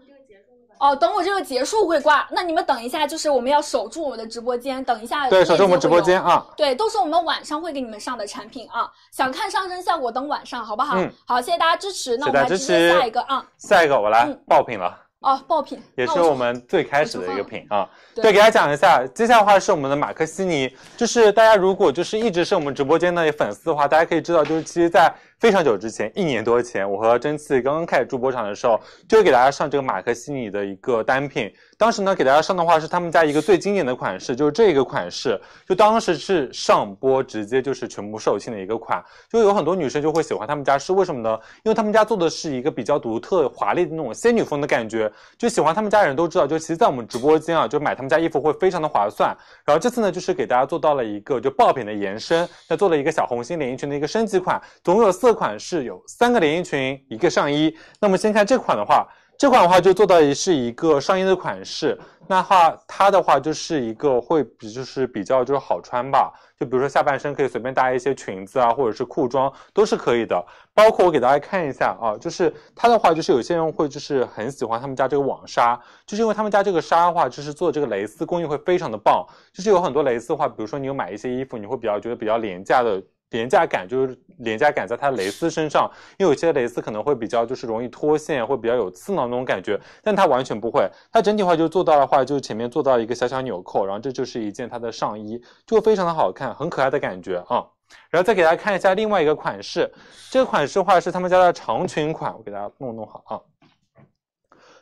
S2: 哦，等我这个结束会挂，那你们等一下，就是我们要守住我们的直播间，等一下
S3: 对，
S2: 链
S3: 守
S2: 接
S3: 住我们直
S2: 会
S3: 播
S2: 有
S3: 间啊。
S2: 对，都是我们晚上会给你们上的产品啊。想看上身效果，等晚上好不好？
S3: 嗯
S2: 好，谢谢大家支持。那
S3: 谢谢
S2: 我
S3: 大
S2: 们
S3: 家
S2: 来
S3: 支
S2: 直接
S3: 持
S2: 下一个啊，
S3: 下一个我来
S2: 嗯
S3: 爆品了。
S2: 哦，爆品，
S3: 也
S2: 那
S3: 是
S2: 我
S3: 我们最开始的一个品啊。
S2: 对
S3: 对，给大家讲一下，接下来的话是我们的马克西尼，就是大家如果就是一直是我们直播间的粉丝的话，大家可以知道，就是其实，在非常久之前，一年多前，我和蒸汽刚刚开始驻播场的时候，就给大家上这个马克西尼的一个单品。当时呢，给大家上的话是他们家一个最经典的款式，就是这个款式，就当时是上播直接就是全部售罄的一个款，就有很多女生就会喜欢他们家，是为什么呢？因为他们家做的是一个比较独特、华丽的那种仙女风的感觉，就喜欢他们家的人都知道，就其实，在我们直播间啊，就买他们家衣服会非常的划算。然后这次呢，就是给大家做到了一个就爆品的延伸，那做了一个小红心连衣裙的一个升级款，总共有四款，是有三个连衣裙，一个上衣。那么先看这款的话，这款的话就做到的是一个上衣的款式，那话它的话就是一个会比就是比较就是好穿吧，就比如说下半身可以随便搭一些裙子啊，或者是裤装都是可以的。包括我给大家看一下啊，就是它的话就是有些人会就是很喜欢他们家这个网纱，就是因为他们家这个纱的话就是做这个蕾丝工艺会非常的棒，就是有很多蕾丝的话，比如说你有买一些衣服，你会比较觉得比较廉价的。廉价感就是廉价感在它的蕾丝身上，因为有些蕾丝可能会比较就是容易脱线，会比较有刺挠那种感觉，但它完全不会。它整体话就做到的话，就是前面做到一个小小纽扣，然后这就是一件它的上衣，就非常的好看，很可爱的感觉啊。然后再给大家看一下另外一个款式，这个款式的话是他们家的长裙款，我给大家弄弄好啊。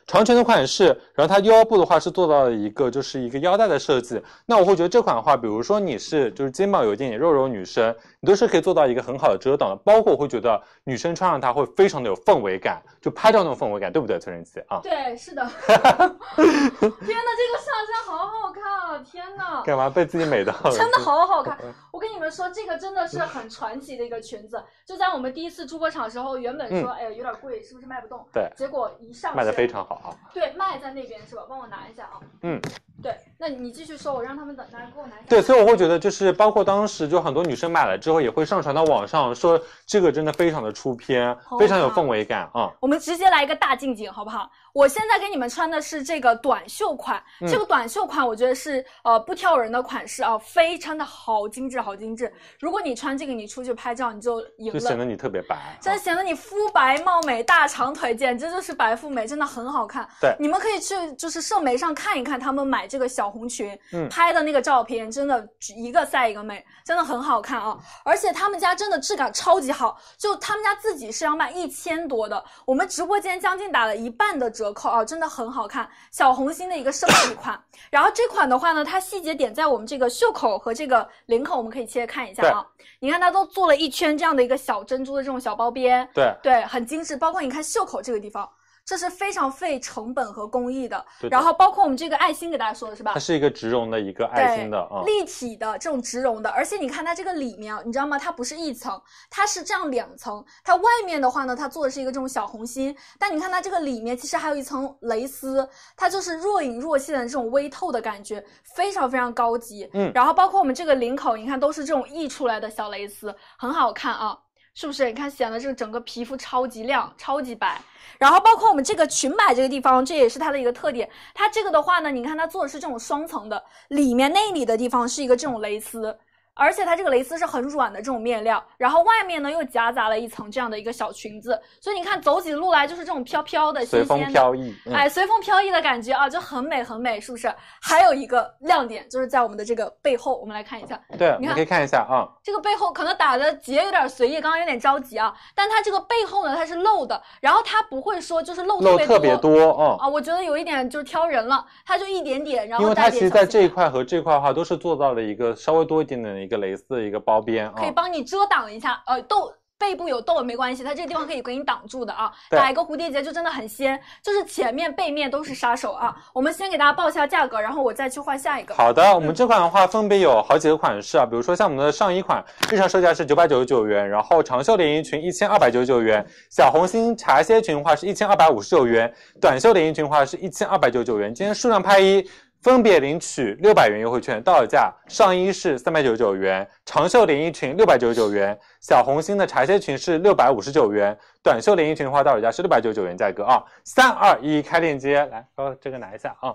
S3: 长裙的款式，然后它腰部的话是做到了一个就是一个腰带的设计。那我会觉得这款的话，比如说你是就是肩膀有一点点肉肉女生，你都是可以做到一个很好的遮挡的。包括我会觉得女生穿上它会非常的有氛围感，就拍照那种氛围感，对不对，崔晨曦啊？
S2: 对，是 的。天哪，这个上身好好看啊！天哪，
S3: 干嘛被自己美到了？嗯
S2: 真的好好看。我跟你们说，这个真的是很传奇的一个裙子。就在我们第一次出播场的时候，原本说，哎呀，有点贵，是不是卖不动？
S3: 嗯对
S2: 结果一上
S3: 卖的
S2: 身
S3: 非常好啊！
S2: 对，卖在那边是吧？帮我拿一下啊。
S3: 嗯，
S2: 对，那你继续说，我让他们等，大家给我拿一下。
S3: 对，所以我会觉得就是包括当时就很多女生买了之后也会上传到网上，说这个真的非常的出片，
S2: 好
S3: 非常有
S2: 好
S3: 氛围感啊。
S2: 我们直接来一个大近景，好不好？我现在给你们穿的是这个短袖款，
S3: 嗯
S2: 这个短袖款我觉得是呃不挑人的款式啊，非穿的好精致，好精致。如果你穿这个你出去拍照，你就赢
S3: 就
S2: 了，
S3: 显得你特别白。啊哦
S2: 真显得你肤白貌美，大长腿，简直就是白富美，真的很好看。
S3: 对
S2: 你们可以去就是社媒上看一看他们买这个小红裙、
S3: 嗯
S2: 拍的那个照片，真的一个赛一个美，真的很好看啊！而且他们家真的质感超级好，就他们家自己是要卖一千多的，我们直播间将近打了一半的折折扣啊，真的很好看，小红心的一个深度款。然后这款的话呢，它细节点在我们这个袖口和这个领口，我们可以切看一下啊。你看它都做了一圈这样的一个小珍珠的这种小包边，
S3: 对
S2: 对，很精致。包括你看袖口这个地方，这是非常费成本和工艺的。
S3: 对的
S2: 然后包括我们这个爱心给大家说的是吧
S3: 它？是一个植绒的一个
S2: 对，
S3: 爱心的啊，
S2: 立体的这种植绒的，而且你看它这个里面啊，你知道吗？它不是一层，它是这样两层。它外面的话呢，它做的是一个这种小红心，但你看它这个里面其实还有一层蕾丝，它就是若隐若现的这种微透的感觉，非常非常高级。
S3: 嗯
S2: 然后包括我们这个领口，你看都是这种溢出来的小蕾丝，很好看啊。是不是？你看显得这个整个皮肤超级亮、超级白，然后包括我们这个裙摆这个地方，这也是它的一个特点。它这个的话呢，你看它做的是这种双层的，里面内里的地方是一个这种蕾丝，而且它这个蕾丝是很软的这种面料，然后外面呢又夹杂了一层这样的一个小裙子，所以你看走起路来就是这种飘飘的、
S3: 随
S2: 新
S3: 风
S2: 鲜的。
S3: 飘逸。嗯、
S2: 哎，随风飘逸的感觉啊，就很美很美，是不是？还有一个亮点就是在我们的这个背后，我们来看一下，
S3: 对，
S2: 你
S3: 你
S2: 看
S3: 可以看一下啊，
S2: 这个背后可能打的结有点随意，刚刚有点着急啊，但它这个背后呢，它是露的，然后它不会说就是露
S3: 露
S2: 特
S3: 特
S2: 别
S3: 别
S2: 多。
S3: 多哦。
S2: 啊，我觉得有一点就是挑人了，它就一点点，然后
S3: 因为
S2: 带
S3: 它
S2: 点
S3: 其实
S2: 小
S3: 在
S2: 细
S3: 这一块和这块的话，都是做到了一个稍微多一点点的一个蕾丝的一个包边啊
S2: 可以。帮你遮挡一下，呃，痘背部有痘也没关系，它这个地方可以给你挡住的啊。
S3: 嗯对
S2: 打一个蝴蝶结就真的很仙，就是前面背面都是杀手啊。我们先给大家报一下价格，然后我再去换下一个。
S3: 好的，我们这款的话分别有好几个款式啊，比如说像我们的上衣款，日常售价是九百九十九元，然后长袖连衣裙一千二百九十九元，小红心茶歇裙的话是一千二百五十九元，短袖连衣裙的话是一千二百九十九元。今天数量拍一。分别领取六百元优惠券，到手价上衣是三百九十九元，长袖连衣裙六百九十九元，小红心的茶歇裙是六百五十九元，短袖连衣裙的话到手价是六百九十九元价格啊。三二一，开链接，来，哦，这个拿一下啊。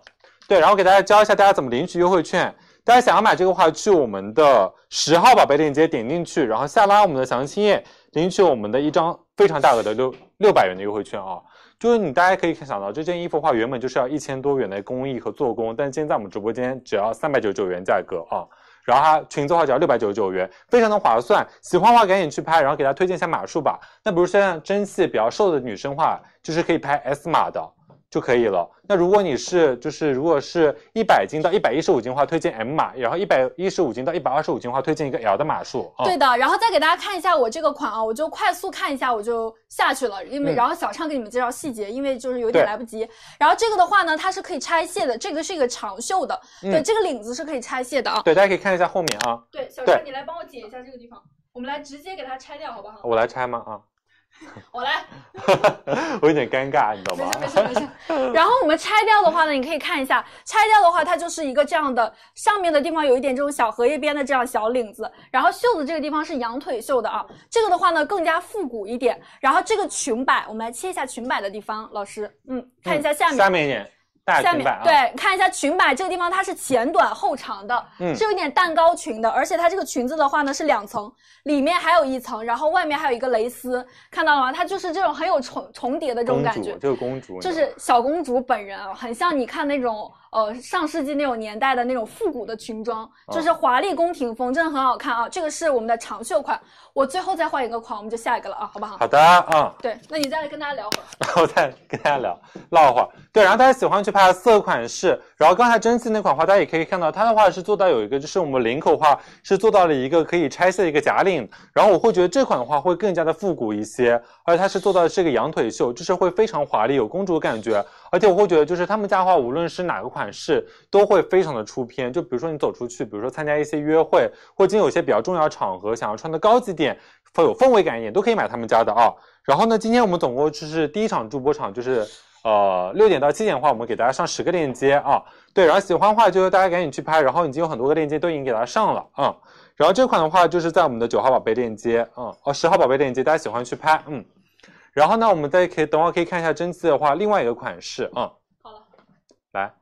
S3: 对，然后给大家教一下大家怎么领取优惠券。大家想要买这个的话，去我们的十号宝贝链接点进去，然后下拉我们的详情页，领取我们的一张非常大额的六六百元的优惠券啊、就是你大家可以想到，这件衣服的话原本就是要一千多元的工艺和做工，但今天在我们直播间只要三百九十九元价格啊。然后它裙子的话只要六百九十九元，非常的划算。喜欢的话赶紧去拍，然后给大家推荐一下码数吧。那比如像蒸汽比较瘦的女生的话，就是可以拍 S 码的就可以了。那如果你是就是如果是一百斤到一百一十五斤的话，推荐 M 码；然后一百一十五斤到一百二十五斤的话，推荐一个 L 的码数。啊。
S2: 对的，然后再给大家看一下我这个款啊，我就快速看一下，我就下去了，因为、
S3: 嗯
S2: 然后小畅给你们介绍细节，因为就是有点
S3: 对
S2: 来不及。然后这个的话呢，它是可以拆卸的，这个是一个长袖的，
S3: 嗯
S2: 对，这个领子是可以拆卸的啊。
S3: 对，大家可以看一下后面啊，
S2: 对，小
S3: 对
S2: 你来帮我解一下这个地方，我们来直接给它拆掉，好不好？
S3: 我来拆吗？啊，
S2: 我来，
S3: 我有点尴尬，你知道吗
S2: 没？事没事没事。然后我们拆掉的话呢，你可以看一下，拆掉的话它就是一个这样的，上面的地方有一点这种小荷叶边的这样小领子，然后袖子这个地方是羊腿袖的啊，这个的话呢更加复古一点。然后这个裙摆，我们来切一下裙摆的地方，老师，嗯，看一下下面。
S3: 下面一点大
S2: 下
S3: 裙
S2: 面
S3: 摆啊，，
S2: 对，看一下裙摆这个地方，它是前短后长的，
S3: 嗯
S2: 是有点蛋糕裙的，而且它这个裙子的话呢是两层，里面还有一层，然后外面还有一个蕾丝，看到了吗？它就是这种很有重重叠的这种
S3: 公
S2: 感
S3: 主啊
S2: 觉，
S3: 就是公主，
S2: 就
S3: 你知道吗
S2: 是小公主本人啊，很像你看那种呃上世纪那种年代的那种复古的裙装，就是
S3: 哦
S2: 华丽宫廷风，真的很好看啊。这个是我们的长袖款，我最后再换一个款，我们就下一个了啊，好不好？
S3: 好的啊，
S2: 对，那你再来跟大家聊会儿。
S3: 然后再跟大家聊唠会儿。对，然后大家喜欢去拍的四个款式，然后刚才蒸汽那款的话，大家也可以看到，它的话是做到有一个，就是我们领口的话是做到了一个可以拆卸的一个假领，然后我会觉得这款的话会更加的复古一些，而且它是做到的是一个羊腿袖，就是会非常华丽，有公主感觉，而且我会觉得就是他们家的话，无论是哪个款式，都会非常的出片。就比如说你走出去，比如说参加一些约会，或者今天有些比较重要场合，想要穿的高级点，会有氛围感一点，都可以买他们家的啊。然后呢，今天我们总共就是第一场助播场，就是呃六点到七点的话，我们给大家上十个链接啊。对，然后喜欢的话就是大家赶紧去拍，然后已经有很多个链接都已经给大家上了，嗯。然后这款的话就是在我们的九号宝贝链接，嗯，哦十号宝贝链接，大家喜欢去拍，嗯。然后呢，我们再可以等会儿可以看一下蒸汽的话，另外一个款式，嗯，
S2: 好了，
S3: 来，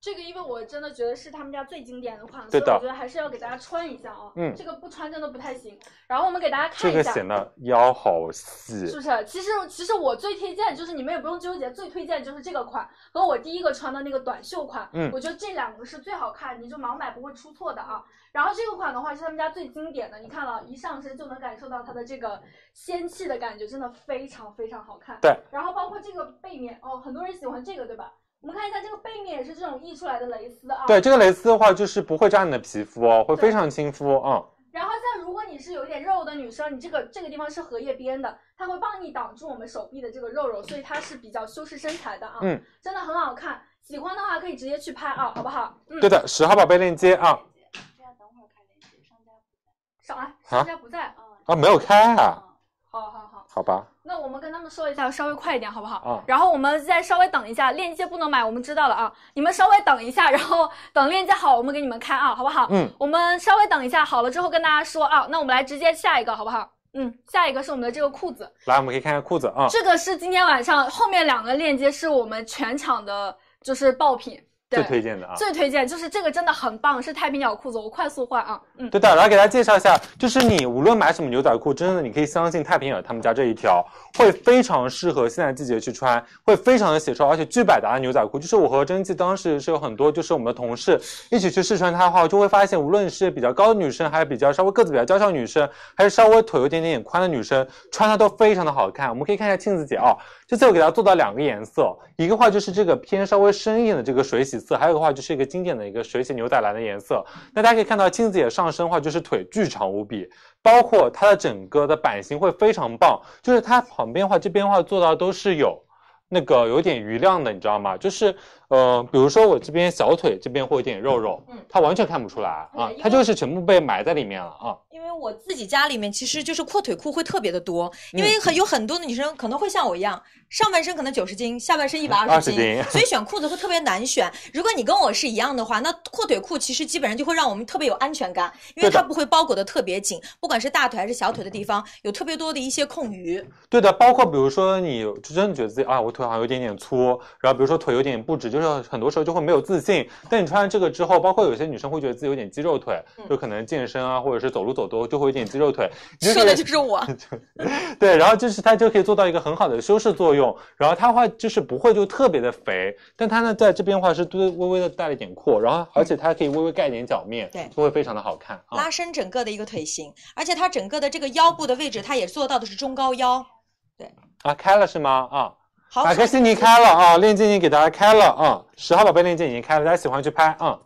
S2: 这个因为我真的觉得是他们家最经典的款，所
S3: 对
S2: 以我
S3: 的
S2: 觉得还是要给大家穿一下啊。
S3: 嗯
S2: 这个不穿真的不太行。然后我们给大家看
S3: 这
S2: 一
S3: 个
S2: 下，
S3: 显得腰好细
S2: 是，不是？其实其实我最推荐就是你们也不用纠结，最推荐就是这个款和我第一个穿的那个短袖款，
S3: 嗯
S2: 我觉得这两个是最好看，你就盲买不会出错的啊。然后这个款的话是他们家最经典的，你看了一上身就能感受到它的这个仙气的感觉，真的非常非常好看。
S3: 对，
S2: 然后包括这个背面哦，很多人喜欢这个对吧？我们看一下这个背面也是这种溢出来的蕾丝啊。
S3: 对，这个蕾丝的话，就是不会扎你的皮肤哦，会
S2: 对
S3: 非常亲肤啊、
S2: 然后像如果你是有一点肉的女生，你这个这个地方是荷叶边的，它会帮你挡住我们手臂的这个肉肉，所以它是比较修饰身材的啊，
S3: 嗯，
S2: 真的很好看。喜欢的话可以直接去拍啊，好不好？嗯，
S3: 对的，十号宝贝链接啊
S4: 这样等会儿开链接，商家
S2: 上来，商家不在啊，
S4: 啊
S3: 啊，没有开啊，
S2: 好好好，
S3: 好吧，
S2: 那我们跟他们说一下，稍微快一点好不好？
S3: 啊
S2: 然后我们再稍微等一下，链接不能买，我们知道了啊，你们稍微等一下，然后等链接好，我们给你们开啊，好不好？
S3: 嗯，
S2: 我们稍微等一下，好了之后跟大家说啊，那我们来直接下一个好不好？嗯，下一个是我们的这个裤子。
S3: 来，我们可以看看裤子啊，
S2: 这个是今天晚上后面两个链接是我们全场的，就是爆品，对
S3: 最推荐的啊。
S2: 最推荐就是这个真的很棒，是太平鸟裤子，我快速换啊，嗯，
S3: 对的，来给大家介绍一下，就是你无论买什么牛仔裤，真的你可以相信太平鸟他们家这一条会非常适合现在季节去穿，会非常的写瘦，而且巨百搭的牛仔裤。就是我和蒸汽当时是有很多，就是我们的同事一起去试穿它的话，就会发现，无论是比较高的女生，还是比较稍微个子比较娇小的女生，还是稍微腿有一点点宽的女生，穿它都非常的好看。我们可以看一下庆子姐啊、这次我给大家做到两个颜色，一个话就是这个偏稍微深一点的这个水洗色，还有一个话就是一个经典的一个水洗牛仔蓝的颜色。那大家可以看到，青子姐上身的话就是腿巨长无比，包括它的整个的版型会非常棒，就是它旁边的话这边的话做到都是有那个有点余量的，你知道吗？就是呃，比如说我这边小腿这边会有点肉肉，
S1: 嗯
S3: 它完全看不出来啊
S1: 对因为，
S3: 它就是全部被埋在里面了啊。
S1: 因为我自己家里面其实就是阔腿裤会特别的多，
S3: 嗯
S1: 因为很有很多的女生可能会像我一样，上半身可能九十斤，下半身一百二十
S3: 120斤
S1: 所以选裤子会特别难选。如果你跟我是一样的话，那阔腿裤其实基本上就会让我们特别有安全感，因
S3: 对
S1: 为
S3: 的
S1: 它不会包裹的特别紧，不管是大腿还是小腿的地方有特别多的一些空余。
S3: 对的，包括比如说你就真的觉得自己啊，我腿好像有点点粗，然后比如说腿有点不直，就是很多时候就会没有自信。但你穿上这个之后，包括有些女生会觉得自己有点肌肉腿，
S1: 嗯
S3: 就可能健身啊，或者是走路走多就会有点肌肉腿。你
S1: 说
S3: 可以
S1: 的就是我，
S3: 对，然后就是它就可以做到一个很好的修饰作用，然后它话就是不会就特别的肥，但它呢在这边的话是微微微的带了一点阔，然后而且它可以微微盖一点脚面，
S1: 对
S3: 就会非常的好看啊。
S1: 拉伸整个的一个腿型，而且它整个的这个腰部的位置，它也做到的是中高腰。
S3: 啊，开了是吗？啊，
S1: 好，
S3: 马克西尼开了啊，链接已经给大家开了啊，十号宝贝链接已经开了，大家喜欢去拍啊。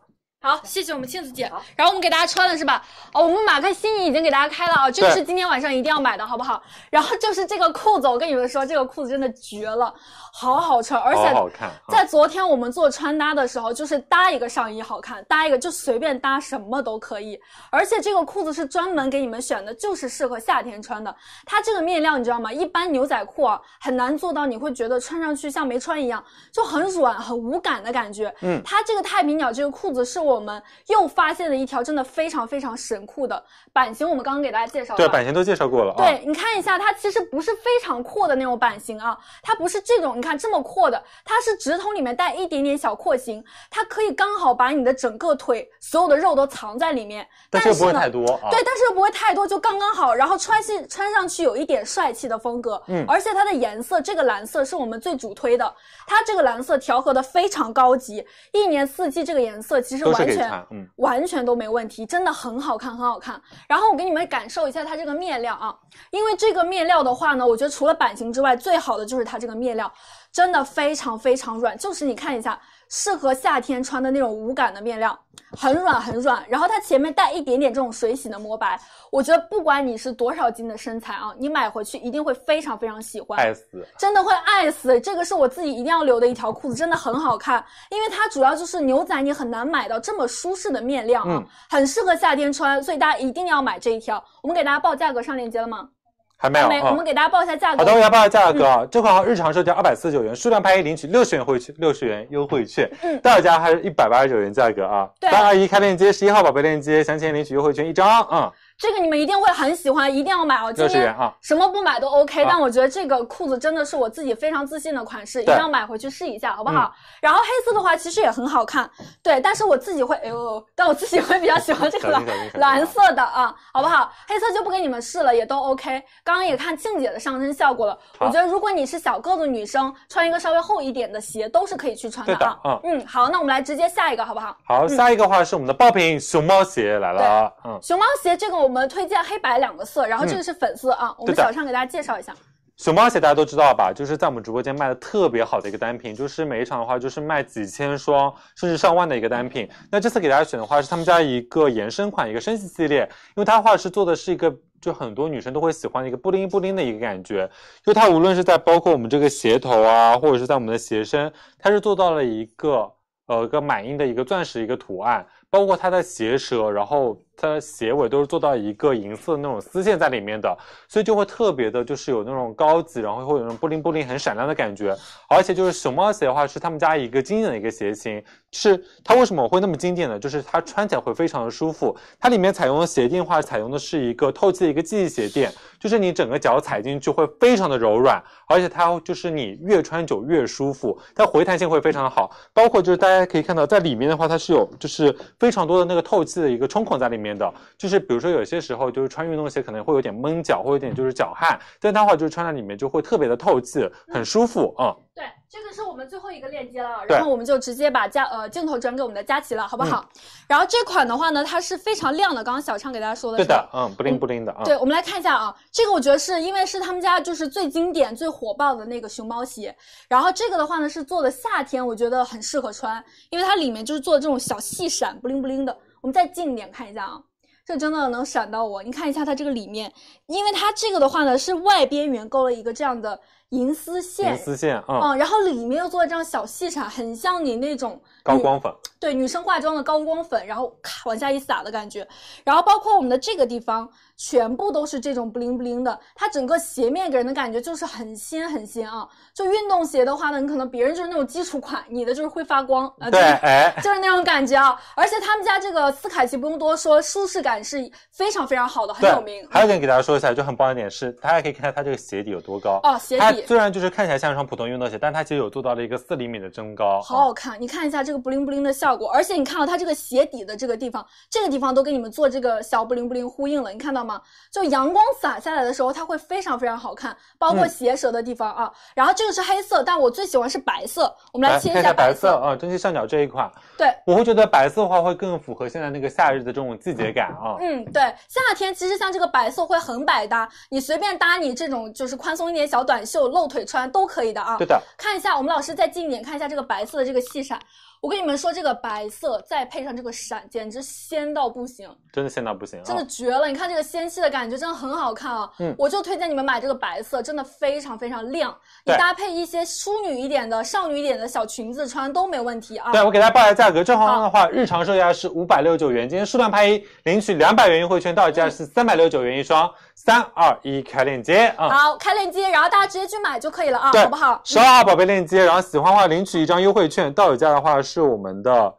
S2: 好，谢谢我们庆子姐
S1: 好。
S2: 然后我们给大家穿了是吧？哦，我们马克西尼已经给大家开了啊，这个
S3: 对
S2: 是今天晚上一定要买的，好不好？然后就是这个裤子，我跟你们说，这个裤子真的绝了，好好穿，而
S3: 好
S2: 且
S3: 好看啊！
S2: 在昨天我们做穿搭的时候，就是搭一个上衣好看，搭一个就随便搭什么都可以。而且这个裤子是专门给你们选的，就是适合夏天穿的。它这个面料你知道吗？一般牛仔裤啊很难做到，你会觉得穿上去像没穿一样，就很软、很无感的感觉。
S3: 嗯
S2: 它这个太平鸟这个裤子是我们又发现的一条真的非常非常神裤的版型，我们刚刚给大家介绍了。
S3: 对，版型都介绍过了啊。
S2: 对，你看一下，它其实不是非常阔的那种版型啊，它不是这种，你看这么阔的，它是直筒里面带一点点小廓形，它可以刚好把你的整个腿所有的肉都藏在里面，
S3: 但
S2: 是
S3: 是
S2: 呢，
S3: 又不会太多啊。
S2: 对，但是又不会太多，就刚刚好。然后穿系穿上去有一点帅气的风格，
S3: 嗯
S2: 而且它的颜色，这个蓝色是我们最主推的，它这个蓝色调和的非常高级，一年四季这个颜色其实
S3: 都
S2: 完
S3: 是可以
S2: 全
S3: 穿，嗯，
S2: 完全都没问题，真的很好看，很好看。然后我给你们感受一下它这个面料啊，因为这个面料的话呢，我觉得除了版型之外，最好的就是它这个面料，真的非常非常软，就是你看一下，适合夏天穿的那种无感的面料，很软很软。然后它前面带一点点这种水洗的磨白，我觉得不管你是多少斤的身材啊，你买回去一定会非常非常喜欢。
S3: 爱死。
S2: 真的会爱死。这个是我自己一定要留的一条裤子，真的很好看，因为它主要就是牛仔，你很难买到这么舒适的面料啊，
S3: 嗯
S2: 很适合夏天穿，所以大家一定要买这一条。我们给大家报价格上链接了吗？
S3: 还没有
S2: 没，
S3: 啊。
S2: 我们嗯给大家报一下价格。
S3: 好的，我要报价格啊，这款号日常售价二百四十九元，数量拍一领取六十元优惠券，六十元优惠券
S2: 嗯，
S3: 到手价还是一百八十九元价格啊。
S2: 对
S3: 八二一开链接，十一号宝贝链接，详情领取优惠券一张啊。
S2: 这个你们一定会很喜欢，一定要买哦。今
S3: 六十
S2: 天
S3: 元啊，
S2: 什么不买都 OK，、
S3: 啊
S2: 但我觉得这个裤子真的是我自己非常自信的款式，一定要买回去试一下，好不好？
S3: 嗯
S2: 然后黑色的话其实也很好看，对，但是我自己会，哎呦，但我自己会比较喜欢这个
S3: 小
S2: 蓝
S3: 心小心小心
S2: 蓝色的啊，好不好？黑色就不给你们试了，也都 OK。刚刚也看静姐的上身效果了，
S3: 好
S2: 我觉得如果你是小个子女生，穿一个稍微厚一点的鞋都是可以去穿的
S3: 对的
S2: 啊。
S3: 嗯
S2: 嗯，好，那我们来直接下一个，好不好？
S3: 好，下一个话是我们的爆品熊猫鞋来了啊，嗯，
S2: 熊猫鞋这个我们推荐黑白两个色，然后这个是粉色啊，我们
S3: 对的
S2: 小畅给大家介绍一下。
S3: 熊猫鞋大家都知道吧，就是在我们直播间卖的特别好的一个单品，就是每一场的话就是卖几千双甚至上万的一个单品。那这次给大家选的话是他们家一个延伸款，一个升级系列，因为它的话是做的是一个就很多女生都会喜欢的一个布灵布灵的一个感觉，就它无论是在包括我们这个鞋头啊，或者是在我们的鞋身，它是做到了一个呃一个满印的一个钻石一个图案，包括它的鞋舌，然后它的鞋尾都是做到一个银色的那种丝线在里面的，所以就会特别的，就是有那种高级，然后会有那种布灵布灵很闪亮的感觉。而且就是熊猫鞋的话，是他们家一个经典的一个鞋型，是它为什么会那么经典呢？就是它穿起来会非常的舒服。它里面采用的鞋垫的话，采用的是一个透气的一个记忆鞋垫，就是你整个脚踩进去会非常的柔软，而且它就是你越穿久越舒服，它回弹性会非常的好。包括就是大家可以看到，在里面的话，它是有就是非常多的那个透气的一个冲孔在里面的。就是比如说有些时候就是穿运动鞋可能会有点闷脚，会有点就是脚汗，但它的话就是穿在里面就会特别的透气，很舒服啊、嗯。
S2: 对，这个是我们最后一个链接了，
S3: 对
S2: 然后我们就直接把佳呃镜头转给我们的佳琪了，好不好？
S3: 嗯
S2: 然后这款的话呢，它是非常亮的，刚刚小畅给大家说的
S3: 对
S2: 是吧
S3: 的，嗯，布灵布灵的啊。
S2: 对，我们来看一下啊，这个我觉得是因为是他们家就是最经典、最火爆的那个熊猫鞋，然后这个的话呢是做的夏天，我觉得很适合穿，因为它里面就是做的这种小细闪，不灵不灵的。我们再近一点看一下啊，这真的能闪到我。你看一下它这个里面，因为它这个的话呢是外边缘勾了一个这样的银丝线
S3: 银，丝线啊、嗯
S2: 嗯，然后里面又做了这样小细闪，很像你那种
S3: 高
S2: 女
S3: 光粉，
S2: 对女生化妆的高光粉，然后咔往下一撒的感觉，然后包括我们的这个地方，全部都是这种 bling bling 的，它整个鞋面给人的感觉就是很新很新啊。就运动鞋的话呢，你可能别人就是那种基础款，你的就是会发光啊，呃
S3: 对，
S2: 就是
S3: 哎，
S2: 就是那种感觉啊。而且他们家这个斯凯奇不用多说，舒适感是非常非常好的，很
S3: 对
S2: 有名。嗯
S3: 还有一点给大家说一下，就很棒的一点是，大家可以看看它这个鞋底有多高。
S2: 哦，鞋
S3: 它
S2: 底
S3: 虽然就是看起来像一双普通运动鞋，但它其实有做到了一个四厘米的增高。嗯
S2: 好好看，你看一下这个布灵布灵的效果，而且你看到它这个鞋底的这个地方，这个地方都给你们做这个小布灵布灵呼应了，你看到吗？就阳光洒下来的时候，它会非常非常好看，包括
S3: 嗯
S2: 鞋舌的地方啊。然后这个是黑色，但我最喜欢是白色，我们来
S3: 来
S2: 切
S3: 看一
S2: 下
S3: 下
S2: 白
S3: 白色啊，珍惜上脚这一款，
S2: 对，
S3: 我会觉得白色的话会更符合现在那个夏日的这种季节感啊。
S2: 嗯，对，夏天其实像这个白色会很百搭，你随便搭你这种就是宽松一点小短袖露腿穿都可以的啊。
S3: 对的，
S2: 看一下，我们老师再近一点看一下这个白色的这个细闪。我跟你们说，这个白色再配上这个闪，简直鲜到不行，
S3: 真的现在不行啊。
S2: 真的绝了！你看这个纤细的感觉，真的很好看啊。
S3: 嗯
S2: 我就推荐你们买这个白色，真的非常非常亮。你
S3: 对
S2: 搭配一些淑女一点的、少女一点的小裙子穿都没问题啊。
S3: 对，我给大家报一下价格，正常的话，日常售价是五百六十九元，今天数量拍一，领取两百元优惠券，到手
S2: 嗯
S3: 价是三百六十九元一双。三二一，开链接啊！
S2: 好，开链接，然后大家直接去买就可以了啊，
S3: 对
S2: 好不好？
S3: 十二号宝贝链接，然后喜欢的话领取一张优惠券，到手价的话是我们的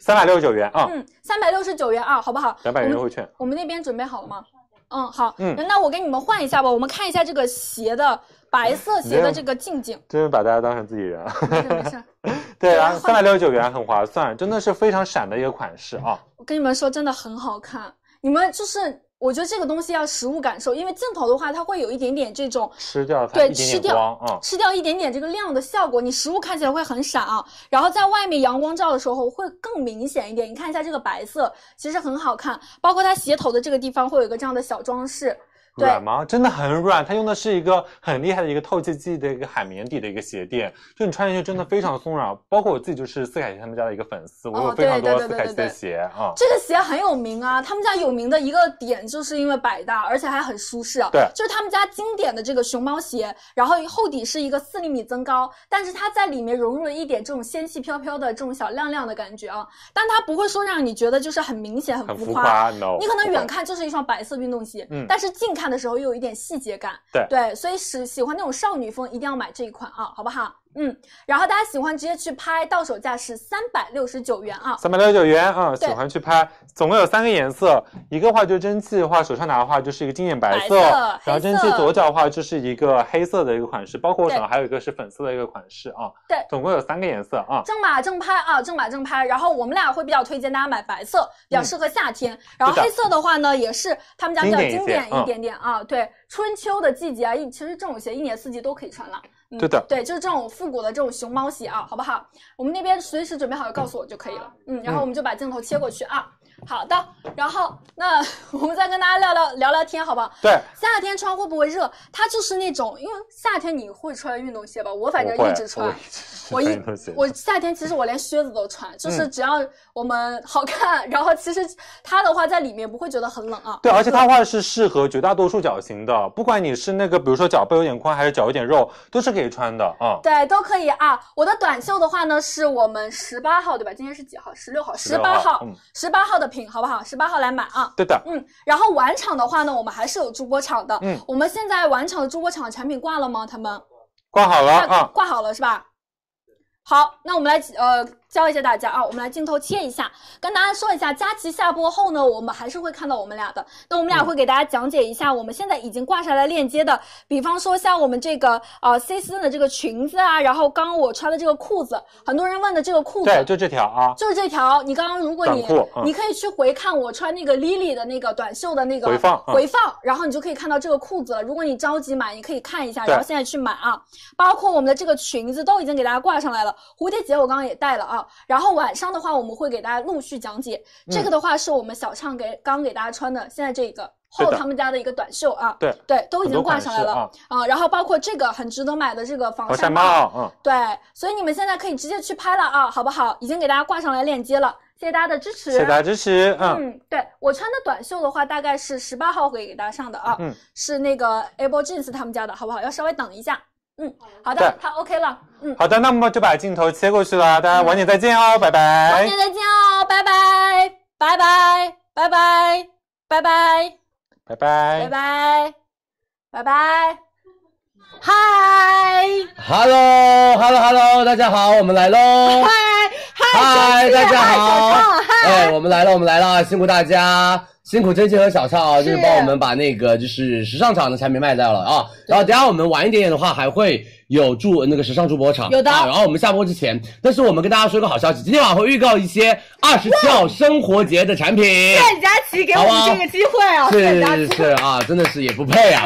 S3: 三百六十九元啊，
S2: 嗯，三百六十九元啊，好不好？
S3: 两百元
S2: 我们
S3: 优惠券。
S2: 我们那边准备好了吗？嗯，好，
S3: 嗯
S2: 那我给你们换一下吧，我们看一下这个鞋的白色
S3: 嗯
S2: 鞋的这个近景，
S3: 真是把大家当成自己人啊！
S2: 没事没事。
S3: 对，然后
S2: 换
S3: 三百六十九元很划算，真的是非常闪的一个款式啊！
S2: 我跟你们说，真的很好看。你们就是，我觉得这个东西要实物感受，因为镜头的话，它会有一点点这种
S3: 吃掉它
S2: 对
S3: 一
S2: 吃
S3: 点
S2: 掉
S3: 点光啊！
S2: 吃掉一点点这个亮的效果，你实物看起来会很闪啊。然后在外面阳光照的时候会更明显一点。你看一下这个白色，其实很好看，包括它鞋头的这个地方会有一个这样的小装饰。对
S3: 软吗？真的很软，它用的是一个很厉害的一个透气剂的一个海绵底的一个鞋垫，就你穿进去
S2: 嗯
S3: 真的非常松软。包括我自己就是斯凯奇他们家的一个粉丝，我有非常多
S2: 哦对对
S3: 斯
S2: 对
S3: 凯奇
S2: 对对
S3: 的鞋啊。
S2: 这个鞋很有名啊，他们家有名的一个点就是因为百搭，而且还很舒适啊。
S3: 对
S2: 就是他们家经典的这个熊猫鞋，然后厚底是一个四厘米增高，但是它在里面融入了一点这种仙气飘飘的这种小亮亮的感觉啊，但它不会说让你觉得就是很明显、
S3: 很
S2: 浮
S3: 浮
S2: 夸。
S3: 夸，no。
S2: 你可能远看就是一双白色运动鞋，
S3: 嗯
S2: 但是近看的时候又有一点细节感，
S3: 对
S2: 对，所以喜喜欢那种少女风，一定要买这一款啊，好不好？然后大家喜欢直接去拍，到手价是三百六十九元啊。
S3: 三百六十九元，嗯，喜
S2: 对
S3: 欢去拍。总共有三个颜色，一个话就是蒸汽的话，手上拿的话就是一个经典白
S2: 白
S3: 色，
S2: 色
S3: 然后
S2: 黑
S3: 蒸汽
S2: 色
S3: 左脚的话就是一个黑色的一个款式，包括我手
S2: 对
S3: 上还有一个是粉色的一个款式啊。
S2: 对
S3: 总共有三个颜色啊。
S2: 正码正拍啊，正码正拍。然后我们俩会比较推荐大家买白色，比较适合夏天。然后黑色的话呢，也是他们家比较
S3: 嗯经
S2: 经
S3: 典一些嗯
S2: 典一点点啊。对，春秋的季节啊，一其实这种鞋一年四季都可以穿啦。嗯
S3: 对的
S2: 对，就是这种复古的这种熊猫鞋啊，好不好？我们那边随时准备好就告诉我就可以了。嗯，然后我们就把镜头切过去啊。好的，然后那 我们再跟大家聊聊聊聊天，好不好？
S3: 对，
S2: 夏天穿会不会热？它就是那种，因为夏天你会穿运动鞋吧？我反正
S3: 我会
S2: 一直穿。
S3: 我
S2: 我
S3: 一
S2: 一
S3: 直是
S2: 我夏天其实我连靴子都穿，就是
S3: 嗯
S2: 只要我们好看， 然后其实它的话在里面不会觉得很冷啊。
S3: 对，而且它的话是适合绝大多数脚型的，不管你是那个，比如说脚背有点宽，还是脚有点肉，都是可以穿的啊。
S2: 对，都可以啊。我的短袖的话呢，是我们十八号对吧？今天是几号？十六号，十
S3: 16
S2: 八
S3: 号
S2: 号
S3: 嗯，
S2: 十八号的品好不好？十八号来买啊。
S3: 对的，
S2: 嗯，然后晚场的话呢，我们还是有主播场的。
S3: 嗯
S2: 我们现在晚场的主播场产品挂了吗？他们
S3: 挂好了
S2: 挂
S3: 啊。
S2: 挂好了是吧？好，那我们来呃教一下大家啊，我们来镜头切一下，跟大家说一下，佳琪下播后呢，我们还是会看到我们俩的，那我们
S3: 嗯
S2: 俩会给大家讲解一下我们现在已经挂上来链接的，比方说像我们这个呃 C 四的这个裙子啊，然后刚刚我穿的这个裤子，很多人问的这个裤子，
S3: 对，就这条啊，
S2: 就是这条，你刚刚如果你
S3: 短裤嗯
S2: 你可以去回看我穿那个 Lily 的那个短袖的那个
S3: 回放嗯
S2: 回放，然后你就可以看到这个裤子了。如果你着急买，你可以看一下，
S3: 对
S2: 然后现在去买啊。包括我们的这个裙子都已经给大家挂上来了，蝴蝶结我刚刚也带了啊。然后晚上的话，我们会给大家陆续讲解。
S3: 嗯
S2: 这个的话是我们小畅给刚给大家穿的，现在这个
S3: 对
S2: 后
S3: 的
S2: 他们家的一个短袖啊，
S3: 对，
S2: 对，都已
S3: 很
S2: 经
S3: 多
S2: 挂
S3: 款式
S2: 上来了
S3: 啊，
S2: 啊。然后包括这个很值得买的这个防
S3: 防晒
S2: 帽。
S3: 帽，嗯。
S2: 对，所以你们现在可以直接去拍了啊，好不好？已经给大家挂上来链接了，谢谢大家的支持。
S3: 谢谢大家支持，嗯，
S2: 嗯，对我穿的短袖的话，大概是十八号会给大家上的啊，
S3: 嗯
S2: 是那个 Able Jeans 他们家的，好不好？要稍微等一下。嗯，好
S3: 对
S2: 的，它 OK 了。嗯，
S3: 好的，那么就把镜头切过去了，大家晚点再见哦，拜
S2: 晚
S3: 拜
S2: 点，再见哦，拜拜，拜拜，拜拜，拜拜，
S3: 拜拜
S2: 拜，拜，拜拜，嗨
S5: h e l l o h e l l o h e l l o 大家好，我们来喽！嗨，
S6: 啊
S5: 大家好，哎，我们来了，我们来了，辛苦大家，辛苦真心和小畅啊，就是帮我们把那个就是时尚场的产品卖掉了啊。然后等下我们晚一点点的话，还会有驻那个时尚驻播场，
S6: 有的
S5: 啊然后我们下播之前，但是我们跟大家说个好消息，今天晚上会预告一些二十七号生活节的产品。
S6: 谢佳琪给我
S5: 好
S6: 们
S5: 啊
S6: 这个机会啊！
S5: 是
S6: 谢佳琪
S5: 是是啊，真的是也不配 啊！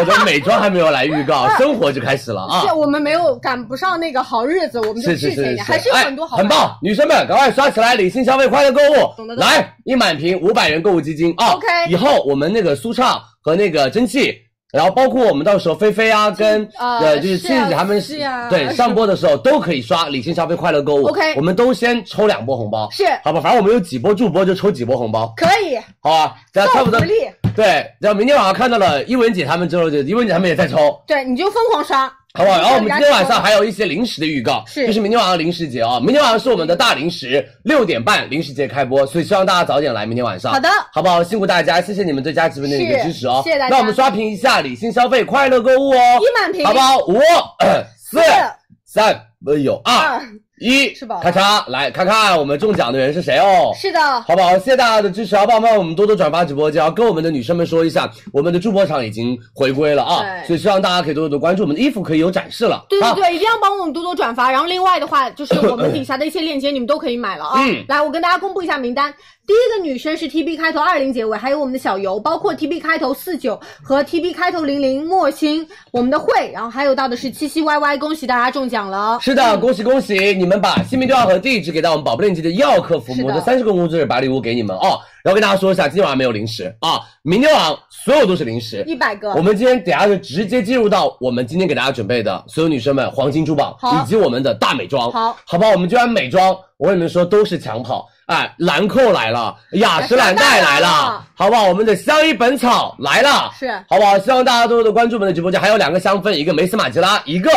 S5: 我的美妆还没有来预告，生活就开始了啊！
S6: 是我们没有赶不上那个好日子，我们就是滞
S5: 是
S6: 前一
S5: 是
S6: 点，
S5: 是，
S6: 还是有
S5: 哎
S6: 很多好。
S5: 很。棒，女生们赶快刷起来，理性消费，快乐购
S6: 懂
S5: 物
S6: 得，懂
S5: 来一满屏五百元购物基金啊
S6: OK
S5: 以后我们那个舒畅和那个蒸汽。然后包括我们到时候菲菲啊，跟
S6: 呃
S5: 呃就是
S6: 是
S5: 气质
S6: 啊
S5: 他们
S6: 是啊
S5: 对上播的时候都可以刷理性消费快乐购物
S6: OK
S5: 我们都先抽两波红包，
S6: 是
S5: 好吧？反正我们有几波助播就抽几波红包，
S6: 可以，
S5: 好吧？然后差不多
S6: 送福利，
S5: 对，然后明天晚上看到了一文姐他们之后，就一文姐他们也在抽，
S6: 对，你就疯狂刷，
S5: 好不好？然后我们
S6: 人家
S5: 今天晚
S6: 抽
S5: 上还有一些零食的预告，
S6: 是
S5: 就是明天晚上零食节啊、明天晚上是我们的大零食，六点半零食节开播，所以希望大家早点来，明天晚上。
S6: 好的
S5: 好不好？辛苦大家，谢谢你们对佳琪们的一个
S6: 是
S5: 支持哦。
S6: 谢谢大家
S5: 那我们刷屏一下，理性消费，快乐购物哦，
S6: 一满屏
S5: 好不好？五、呃四、啊三，呃，有二
S6: 二，
S5: 一，
S6: 吃饱了
S5: 咔嚓，来看看我们中奖的人是谁哦。
S6: 是的，
S5: 好不好？谢谢大家的支持，好不好？帮我们多多转发直播间，啊跟我们的女生们说一下，我们的助播场已经回归了啊，
S6: 对
S5: 所以希望大家可以多多关注，我们的衣服可以有展示了，
S6: 对对
S5: 啊，
S6: 对，一定要帮我们多多转发。然后另外的话， 就是我们底下的一些链接，你们都可以买了啊。
S5: 嗯
S6: 来，我跟大家公布一下名单。第一个女生是 T B 开头二零结尾，还有我们的小游，包括 T B 开头四九和 T B 开头零零莫欣，我们的慧，然后还有到的是七七 Y Y，恭喜大家中奖了。哦
S5: 是的，恭喜恭喜！你们把姓名、电话和地址给到我们宝贝链接的一号客服，
S6: 是的
S5: 我们三十个工作日把礼物给你们哦。然后跟大家说一下，今天晚上没有零食啊，明天晚上所有都是零食
S6: 一。百个
S5: 我，们今天等下就直接进入到我们今天给大家准备的所有女生们黄金珠宝
S6: 好
S5: 以及我们的大美妆，
S6: 好
S5: 好不好？我们今晚美妆，我跟你们说都是强跑，哎，兰蔻来了，雅诗兰黛来
S6: 雅诗兰黛来
S5: 了
S6: 了，
S5: 好不好？我们的香依本草来了，
S6: 是
S5: 好不好？希望大家多多的关注我们的直播间，还有两个香氛，一个梅斯马吉拉，一个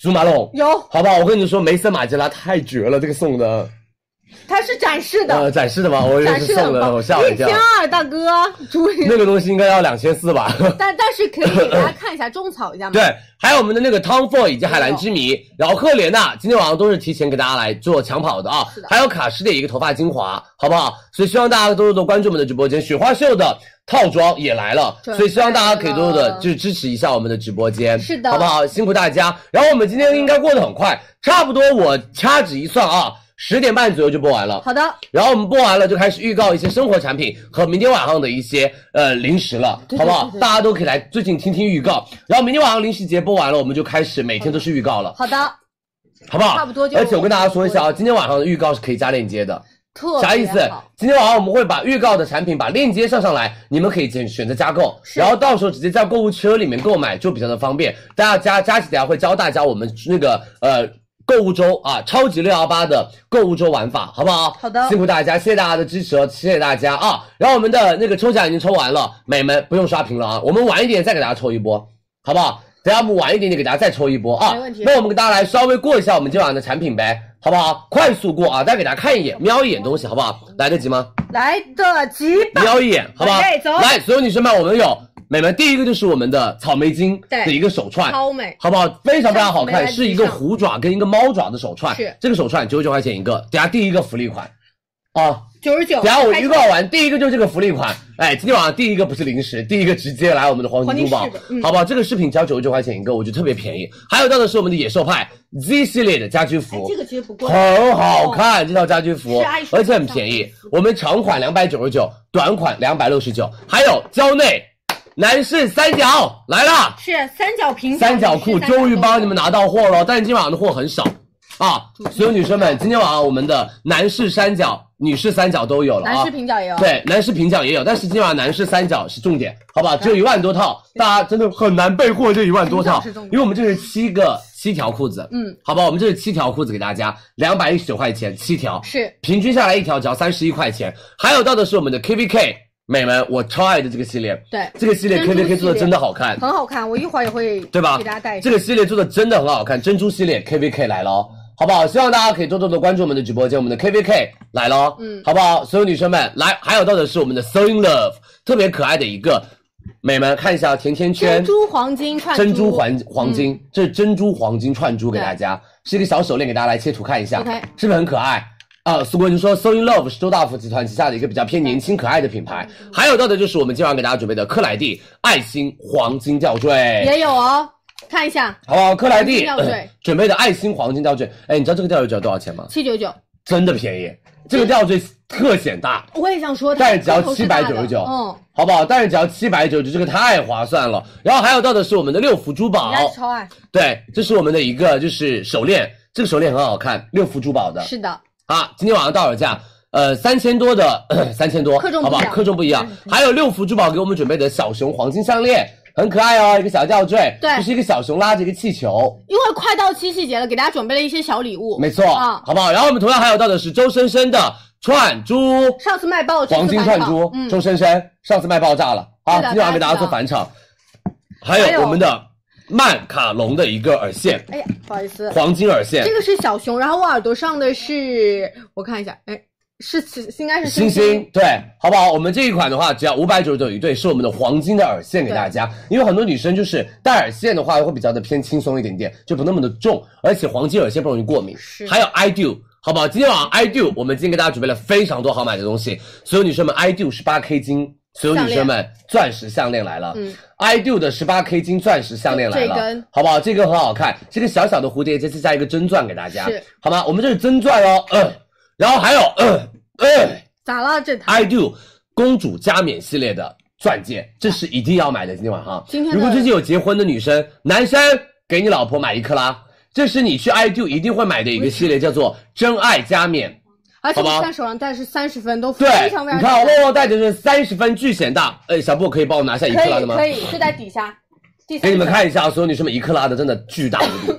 S5: 祖马龙，
S6: 有
S5: 好不好？我跟你说，梅森马吉拉太绝了，这个送的。
S6: 它是展示
S5: 呃，
S6: 的，
S5: 展示的吗？我以为
S6: 展
S5: 是
S6: 示的
S5: 送的，我吓我一跳
S6: 千。二，大哥，注意，
S5: 那个东西应该要两千四吧？
S6: 但但是可以给大家看一下，种草一下嘛。
S5: 对，还有我们的那个 Tom Ford 以及海蓝之谜，然后赫莲娜，今天晚上都是提前给大家来做抢跑的啊。
S6: 是的
S5: 还有卡诗的一个头发精华，好不好？所以希望大家多多多关注我们的直播间，雪花秀的套装也来了，
S6: 准备
S5: 所以希望大家可以多多的
S6: 了
S5: 就是支持一下我们的直播间，
S6: 是的
S5: 好不好？辛苦大家。然后我们今天应该过得很快，差不多我掐指一算啊，十点半左右就播完了。
S6: 好的，
S5: 然后我们播完了就开始预告一些生活产品和明天晚上的一些呃零食了，好不好？大家都可以来最近听听预告。然后明天晚上零食节播完了，我们就开始每天都是预告了，
S6: 好的，
S5: 好不好？
S6: 差不多就
S5: 而且我跟大家说一下啊，今天晚上的预告是可以加链接的，
S6: 特别
S5: 啥意思
S6: 好？
S5: 今天晚上我们会把预告的产品把链接上上来，你们可以选选择加购，
S6: 是
S5: 然后到时候直接在购物车里面购买就比较的方便。大家加佳琪等下会教大家我们那个呃。购物周啊，超级六幺八的购物周玩法，好不好？
S6: 好的
S5: 辛苦大家，谢谢大家的支持，哦，谢谢大家啊！然后我们的那个抽奖已经抽完了，美们不用刷屏了啊，我们晚一点再给大家抽一波，好不好？等下我们晚一点点给大家再抽一波啊。
S6: 没问题
S5: 那我们给大家来稍微过一下我们今晚的产品呗，好不好？快速过啊，大家给大家看一眼，瞄一眼东西，好不好？来得及吗？
S6: 来得及吧？
S5: 瞄一眼，好不好
S6: 对走？
S5: 来，所有女生们，我们有美们，第一个就是我们的草莓金
S6: 对
S5: 的一个手串。
S6: 超美，
S5: 好不好？非常非常好
S6: 上次没
S5: 看，
S6: 来
S5: 是一个
S6: 及上
S5: 虎爪跟一个猫爪的手串。
S6: 是
S5: 这个手串九十九块钱一个，等下第一个福利款，啊，
S6: 九十九。
S5: 等下我预告完第一个就是这个福利款。哎，今天晚上第一个不是零食，第一个直接来我们的黄金珠宝
S6: 黄金饰的，嗯
S5: 好不好？这个饰品只要九十九块钱一个，我觉得特别便宜。还有到的是我们的野兽派 Z 系列的家居服，
S6: 哎，这个其实不贵，
S5: 很好看，这套家居服
S6: 是啊爱，睡
S5: 而且很便宜
S6: 上班。
S5: 我们长款两百九十九，短款两百六十九，还有蕉内男士三角来啦！
S6: 是三角平
S5: 三角裤终于帮你们拿到货了，但是今晚上的货很少啊！所有女生们，今天晚上我们的男士三角、女士三角都有了啊
S6: 男士。平角也有，
S5: 对，男士平角也有，但是今天晚上男士三角是重点，好不好？只有一万多套，大家真的很难备货，这一万多套
S6: 平角是重，点
S5: 因为我们这是七个七条裤子，
S6: 嗯，
S5: 好吧，我们这是七条裤子给大家，两百一十九块钱七条，
S6: 是
S5: 平均下来一条只要三十一块钱。还有到的是我们的 KVK 美们，我超爱的这个系列，
S6: 对，
S5: 这个系列
S6: 珍珠系
S5: KVK
S6: 列
S5: 做的真的好看，
S6: 很好看，我一会儿也会
S5: 对吧
S6: 给大家带
S5: 这
S6: 个
S5: 个系列做的真的很好看，珍珠系列 KVK 来了哦，好不好？希望大家可以多多的关注我们的直播间，我们的 KVK 来了哦，
S6: 嗯
S5: 好不好？所有女生们来，还有到的是我们的 So in Love，特别可爱的一个，美们看一下甜甜圈
S6: 珍。珠嗯黄金串
S5: 珍珠黄黄金，这是珍珠黄金串珠给大家，是一个小手链，给大家来切图看一下
S6: OK
S5: 是不是很可爱？啊、苏国就说，So in Love 是周大福集团旗下的一个比较偏年轻可爱的品牌，
S6: 嗯
S5: 还有到的就是我们今晚给大家准备的克莱蒂爱心黄金吊坠，
S6: 也有哦，看一下
S5: 好不好？克莱蒂
S6: 哎
S5: 哎
S6: 黄金吊坠
S5: 准备的爱心黄金吊坠，哎，你知道这个吊坠只要多少钱吗？
S6: 七九九，
S5: 真的便宜，这个吊坠特显大，
S6: 我也想说它
S5: 但是只要
S6: 头
S5: 七
S6: 是
S5: 百
S6: 大的
S5: 九十九，
S6: 嗯，，
S5: 好不好？但是只要七百九十九，这个太划算了。然后还有到的是我们的六福珠宝
S6: 人，家超爱，
S5: 对，这是我们的一个就是手链，这个手链很好看，六福珠宝的
S6: 是的，
S5: 啊，今天晚上到手价。呃，三千多的， 三千多，
S6: 克重
S5: 好
S6: 不一样嗯
S5: 不好？克重不一样，还有六福珠宝给我们准备的小熊黄金项链，很可爱哦，一个小吊坠，
S6: 对
S5: 就是一个小熊拉着一个气球，
S6: 因为快到七夕节了，给大家准备了一些小礼物，
S5: 没错，
S6: 啊
S5: 好不好？然后我们同样还有到的是周生生的串珠
S6: 上次卖爆，这次
S5: 黄金串
S6: 反
S5: 珠
S6: 炒，嗯，
S5: 周生生上次卖爆炸了啊，
S6: 是的
S5: 今天晚上给大家
S6: 大家知道
S5: 做返场，还
S6: 还
S5: 有
S6: 有
S5: 我们的曼卡龙的一个耳线，
S6: 哎呀，不好意思，
S5: 黄金耳线
S6: 这，个是小熊，然后我耳朵上的是，我看一下，哎，是是应该是
S5: 星星
S6: 星，
S5: 对，好不好？我们这一款的话，只要五百九十九一对，是我们的黄金的耳线给大家，因为很多女生就是戴耳线的话会比较的偏轻松一点点，就不那么的重，而且黄金耳线不容易过敏。
S6: 是
S5: 还有 I do。好不好？今天晚上 I do，我们今天给大家准备了非常多好买的东西。所有女生们，I do 十八 K 金，所有女生们，钻石项链来了。
S6: 嗯
S5: i do 的十八 K 金钻石项链来了，
S6: 这根
S5: 好不好？这个很好看，这个小小的蝴蝶结再加一个真钻给大家
S6: 是，
S5: 好吗？我们这是真钻哦，呃、然后还有呃呃
S6: 咋了这台？
S5: I do 公主加冕系列的钻戒，这是一定要买的。今天晚上，
S6: 今天的
S5: 如果最近有结婚的女生、男生，给你老婆买一克拉，这是你去 I do 一定会买的一个系列，叫做真爱加冕。
S6: 而且
S5: 好吧
S6: 我现在手上戴是三十分，都非
S5: 对，
S6: 常非常
S5: 你看啊，
S6: 大
S5: 旺旺戴的是三十分巨显大。哎，小布可以帮我拿下一克拉
S6: 可
S5: 的
S6: 以
S5: 吗？
S6: 可以，就在底下，第
S5: 给
S6: 三
S5: 你们
S6: 个
S5: 看一下啊，所有女生们，一克拉的真的巨大无比。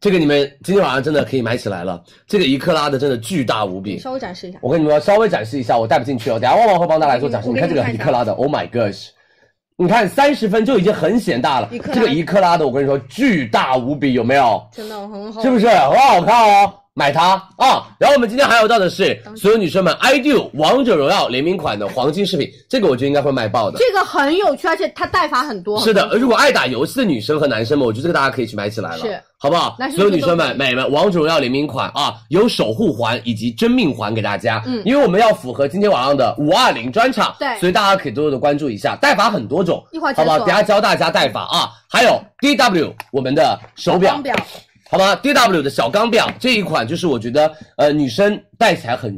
S5: 这个你们今天晚上真的可以买起来了，这个一克拉的真的巨大无比。
S6: 稍微展示一下，
S5: 我跟你们稍微展示一下，我带不进去哦。等下旺旺会帮大家来做展示。
S6: 我
S5: 你
S6: 给
S5: 看
S6: 你
S5: 这个
S6: 看
S5: 一
S6: 一下
S5: 克拉的，Oh my gosh！你看三十分就已经很显大了
S6: 一克，拉
S5: 这个一克拉的我跟你说巨大无比，有没有？
S6: 真的很好，
S5: 是不是很好看哦？买它啊！然后我们今天还有到的是所有女生们 I do 王者荣耀联名款的黄金饰品，这个我觉得应该会卖爆的。
S6: 这个很有趣，而且它带法很多。
S5: 是的，如果爱打游戏的女生和男生们，我觉得这个大家可以去买起来了，
S6: 是
S5: 好不好
S6: 男？生
S5: 所有女生
S6: 都可
S5: 们、
S6: 以
S5: 美们，王者荣耀联名款啊，有守护环以及真命环给大家，
S6: 嗯
S5: 因为我们要符合今天晚上的五二零专场，
S6: 对
S5: 所以大家可以多多的关注一下，戴法很多种，
S6: 一会儿解
S5: 好不好？
S6: 锁
S5: 等下教大家戴法啊，还有 D W 我们的手表
S6: 光，表
S5: 好吧？D W 的小钢表这一款就是我觉得呃女生戴起来很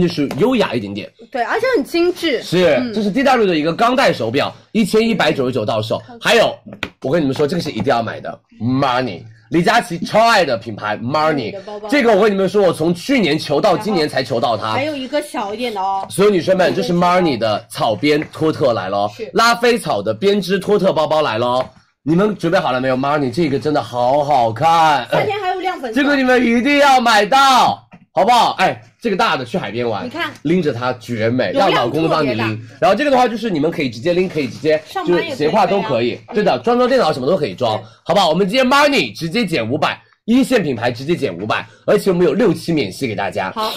S5: 就是优雅一点点，
S6: 对，而且很精致。
S5: 是，
S6: 嗯
S5: 这是 D W 的一个钢带手表，一千一百九十九到手。还有，我跟你们说，这个是一定要买的，Marni，李佳琦超爱的品牌 Marni
S6: 的包包。
S5: 这个我跟你们说，我从去年求到今年才求到它
S6: 还。有一个小一点的哦，
S5: 所有女生们，这是 Marni 的草编托特来了
S6: 是，
S5: 拉菲草的编织托特包包来了，你们准备好了没有？Marni 这个真的好好看，
S6: 夏天还有亮粉色。
S5: 呃这个你们一定要买到，好不好？哎，这个大的去海边玩，
S6: 你看
S5: 拎着它绝美，
S6: 容量
S5: 让老公帮你
S6: 特别
S5: 拎。然后这个的话就是你们可以直接拎，可以直接
S6: 上
S5: 就
S6: 班也
S5: 是斜挎都可以，对
S6: 嗯
S5: 的，装装电脑什么都可以装，好不好？我们今天 Money 直接减五百，一线品牌直接减五百，而且我们有六期免息给大家。
S6: 好。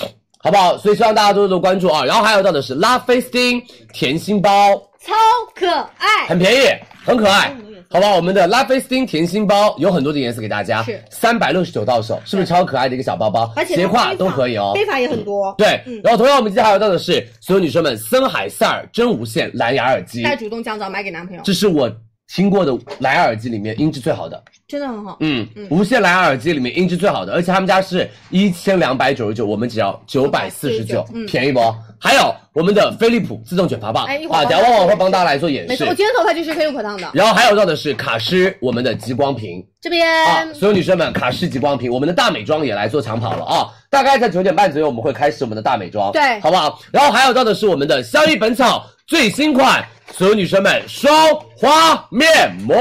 S5: 好不好？所以希望大家多多关注啊！然后还有到的是拉菲斯汀甜心包，
S6: 超可爱，
S5: 很便宜，很可爱，好不好？我们的拉菲斯汀甜心包有很多的颜色给大家，
S6: 是
S5: 三百六十九到手，是不是超可爱的一个小包包？
S6: 而且
S5: 斜
S6: 它
S5: 挎都可以哦。
S6: 背法也很多，
S5: 对，然后同样我们今天还有到的是，所有女生们，森海塞尔真无线蓝牙耳机，
S6: 带主动降噪，买给男朋友，
S5: 这是我听过的蓝牙耳机里面音质最好的。
S6: 真的很好。
S5: 嗯，无线蓝牙耳机里面音质最好的，而且他们家是一千两百九十九，我们只要九百四十九
S6: 949，嗯
S5: 便宜不？还有我们的飞利浦自动卷发棒，
S6: 哎一会儿
S5: 啊，
S6: 帮
S5: 等下
S6: 大家
S5: 旺旺
S6: 做
S5: 会帮大家来做演
S6: 没
S5: 示
S6: 错，我。今天头发就是飞利浦烫的，
S5: 然后还有到的是卡诗，我们的极光屏
S6: 这边、
S5: 啊，所有女生们，卡诗极光屏，我们的大美妆也来做长跑了啊，大概在九点半左右我们会开始我们的大美妆，
S6: 对
S5: 好不好？然后还有到的是我们的香依本草最新款，所有女生们双花面膜，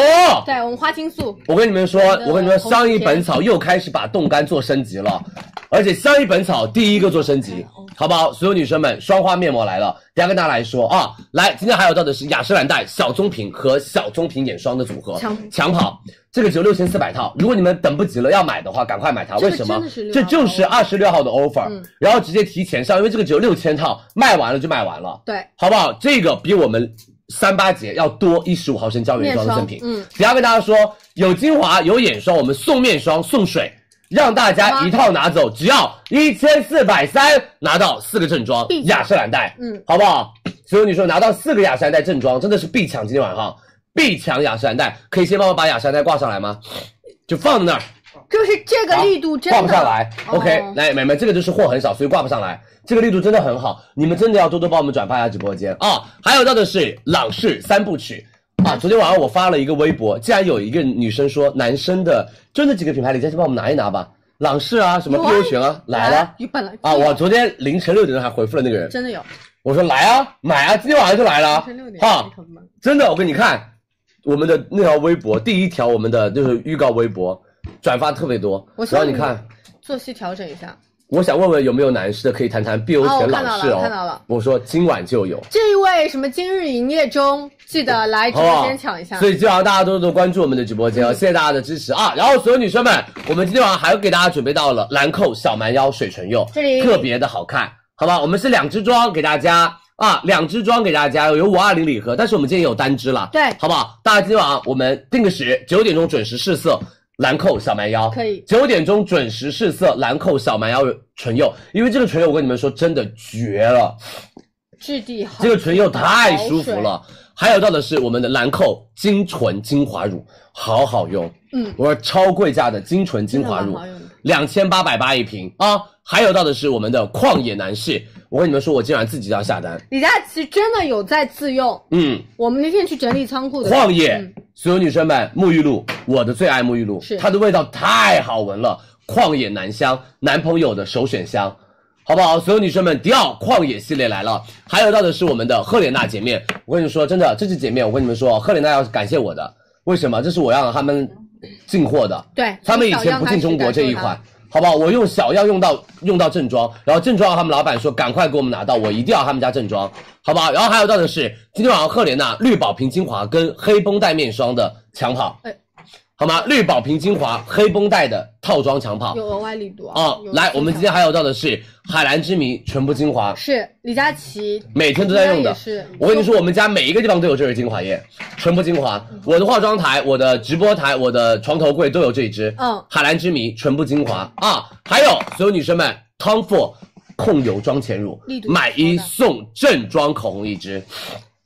S6: 对我们花青素，
S5: 我跟你们说
S6: 我们，的
S5: 我跟你们说，
S6: 红
S5: 相宜
S6: 甜
S5: 本草又开始把冻干做升级了，而且相宜本草第一个做升
S6: 哎
S5: 级，
S6: 哦
S5: 好不好？所有女生们，双花面膜来了，等一下跟大家来说啊，来，今天还有到的是雅诗兰黛小棕瓶和小棕瓶眼霜的组合，
S6: 抢
S5: 抢跑，这个只有六千四百套，如果你们等不及了要买的话，赶快买它，
S6: 这个
S5: 为什么
S6: 真的是？600
S5: 这就是二十六号的 offer，、
S6: 嗯
S5: 然后直接提前上，因为这个只有六千套，卖完了就卖完了。
S6: 对，
S5: 好不好？这个比我们三八节要多一十五毫升胶原
S6: 面
S5: 霜的
S6: 霜
S5: 赠品。
S6: 嗯，
S5: 等一下跟大家说，有精华有眼霜，我们送面霜送水，让大家一套拿走，只要一千四百三拿到四个正装
S6: 必，抢
S5: 雅诗兰黛，
S6: 嗯，
S5: 好不好？所有女生拿到四个雅诗兰黛正装，真的是必抢，今天晚上必抢雅诗兰黛，可以先帮我把雅诗兰黛挂上来吗？就放在那儿，
S6: 就是这个力度真的
S5: 挂不上来。
S6: 哦
S5: OK，来，美们，这个就是货很少，所以挂不上来。这个力度真的很好，你们真的要多多帮我们转发一下直播间啊、还有到的是朗仕三部曲啊，昨天晚上我发了一个微博，竟然有一个女生说男生的就那几个品牌，李佳琦帮我们拿一拿吧，朗仕啊，什么
S6: 有
S5: 碧
S6: 啊
S5: 欧泉啊，来了。
S6: 你本来
S5: 啊！我昨天凌晨六点钟还回复了那个人，
S6: 真的有，
S5: 我说来啊，买啊，今天晚上就来了啊
S6: 真的有点
S5: 啊！
S6: 疼吗？
S5: 真的，我跟你看，我们的那条微博，第一条我们的就是预告微博，转发特别多。
S6: 我希
S5: 然
S6: 望
S5: 后你
S6: 你
S5: 看，
S6: 作息调整一下。
S5: 我想问问有没有男士的可以谈谈碧欧泉朗仕
S6: 哦
S5: 哦？
S6: 我看到了看到了
S5: 我说今晚就有，
S6: 这一位什么今日营业中，记得来直
S5: 好不
S6: 播
S5: 哦好啊
S6: 间抢一下。
S5: 所以希望大家多多关注我们的直播间哦，谢谢大家的支持啊！然后所有女生们，我们今天晚上还给大家准备到了兰蔻小蛮腰水唇釉，
S6: 这里
S5: 特别的好看，好吧？我们是两支装给大家。啊，两支装给大家，有五二零礼盒，但是我们今天也有单支了，
S6: 对
S5: 好不好？大家今天晚上我们定个时，九点钟准时试色兰蔻小蛮腰，
S6: 可以
S5: 九点钟准时试色兰蔻小蛮腰唇釉，因为这个唇釉我跟你们说真的绝了，
S6: 质地好，
S5: 这个唇釉太舒服了。还有到的是我们的兰蔻精纯精华乳，好好用。
S6: 嗯，
S5: 我说超贵价的精纯精华
S6: 真
S5: 乳
S6: 的蛮好用的，
S5: 两千八百八一瓶啊。还有到的是我们的旷野男士，我跟你们说，我竟然自己要下单。
S6: 李佳琦真的有在自用。
S5: 嗯，
S6: 我们那天去整理仓库的时候
S5: 旷野，
S6: 嗯
S5: 所有女生们，沐浴露，我的最爱沐浴露，
S6: 是
S5: 它的味道太好闻了，旷野男香，男朋友的首选香，好不好？所有女生们，迪奥旷野系列来了，还有到的是我们的赫莲娜洁面，我跟你们说，真的，这支洁面，我跟你们说，赫莲娜要感谢我的，为什么？这是我让他们进货的，
S6: 对，
S5: 他们以
S6: 从小
S5: 前
S6: 样
S5: 不
S6: 开始
S5: 进中国
S6: 感
S5: 这
S6: 受
S5: 一
S6: 到
S5: 款，好不好？我用小样用到用到正装，然后正装他们老板说赶快给我们拿到，我一定要他们家正装，好不好？然后还有到的是今天晚上赫莲娜绿宝瓶精华跟黑绷带面霜的抢跑，
S6: 哎
S5: 好吗？绿宝瓶精华黑绷带的套装长跑
S6: 有额外力度啊！
S5: 啊、
S6: 有
S5: 来，
S6: 非
S5: 我们
S6: 常
S5: 今天还有到的是海蓝之谜唇部精华，
S6: 是李佳琦
S5: 每天都在用
S6: 应该也
S5: 的。
S6: 是
S5: 我跟你说，我们家每一个地方都有这支精华液，唇部精华。我的化妆台、我的直播台、我的床头柜都有这一支。
S6: 嗯
S5: 海蓝之谜唇部精华啊，还有所有女生们，Tom Ford 控油妆前乳
S6: 力，度
S5: 买一
S6: 超大
S5: 送正装口红一支，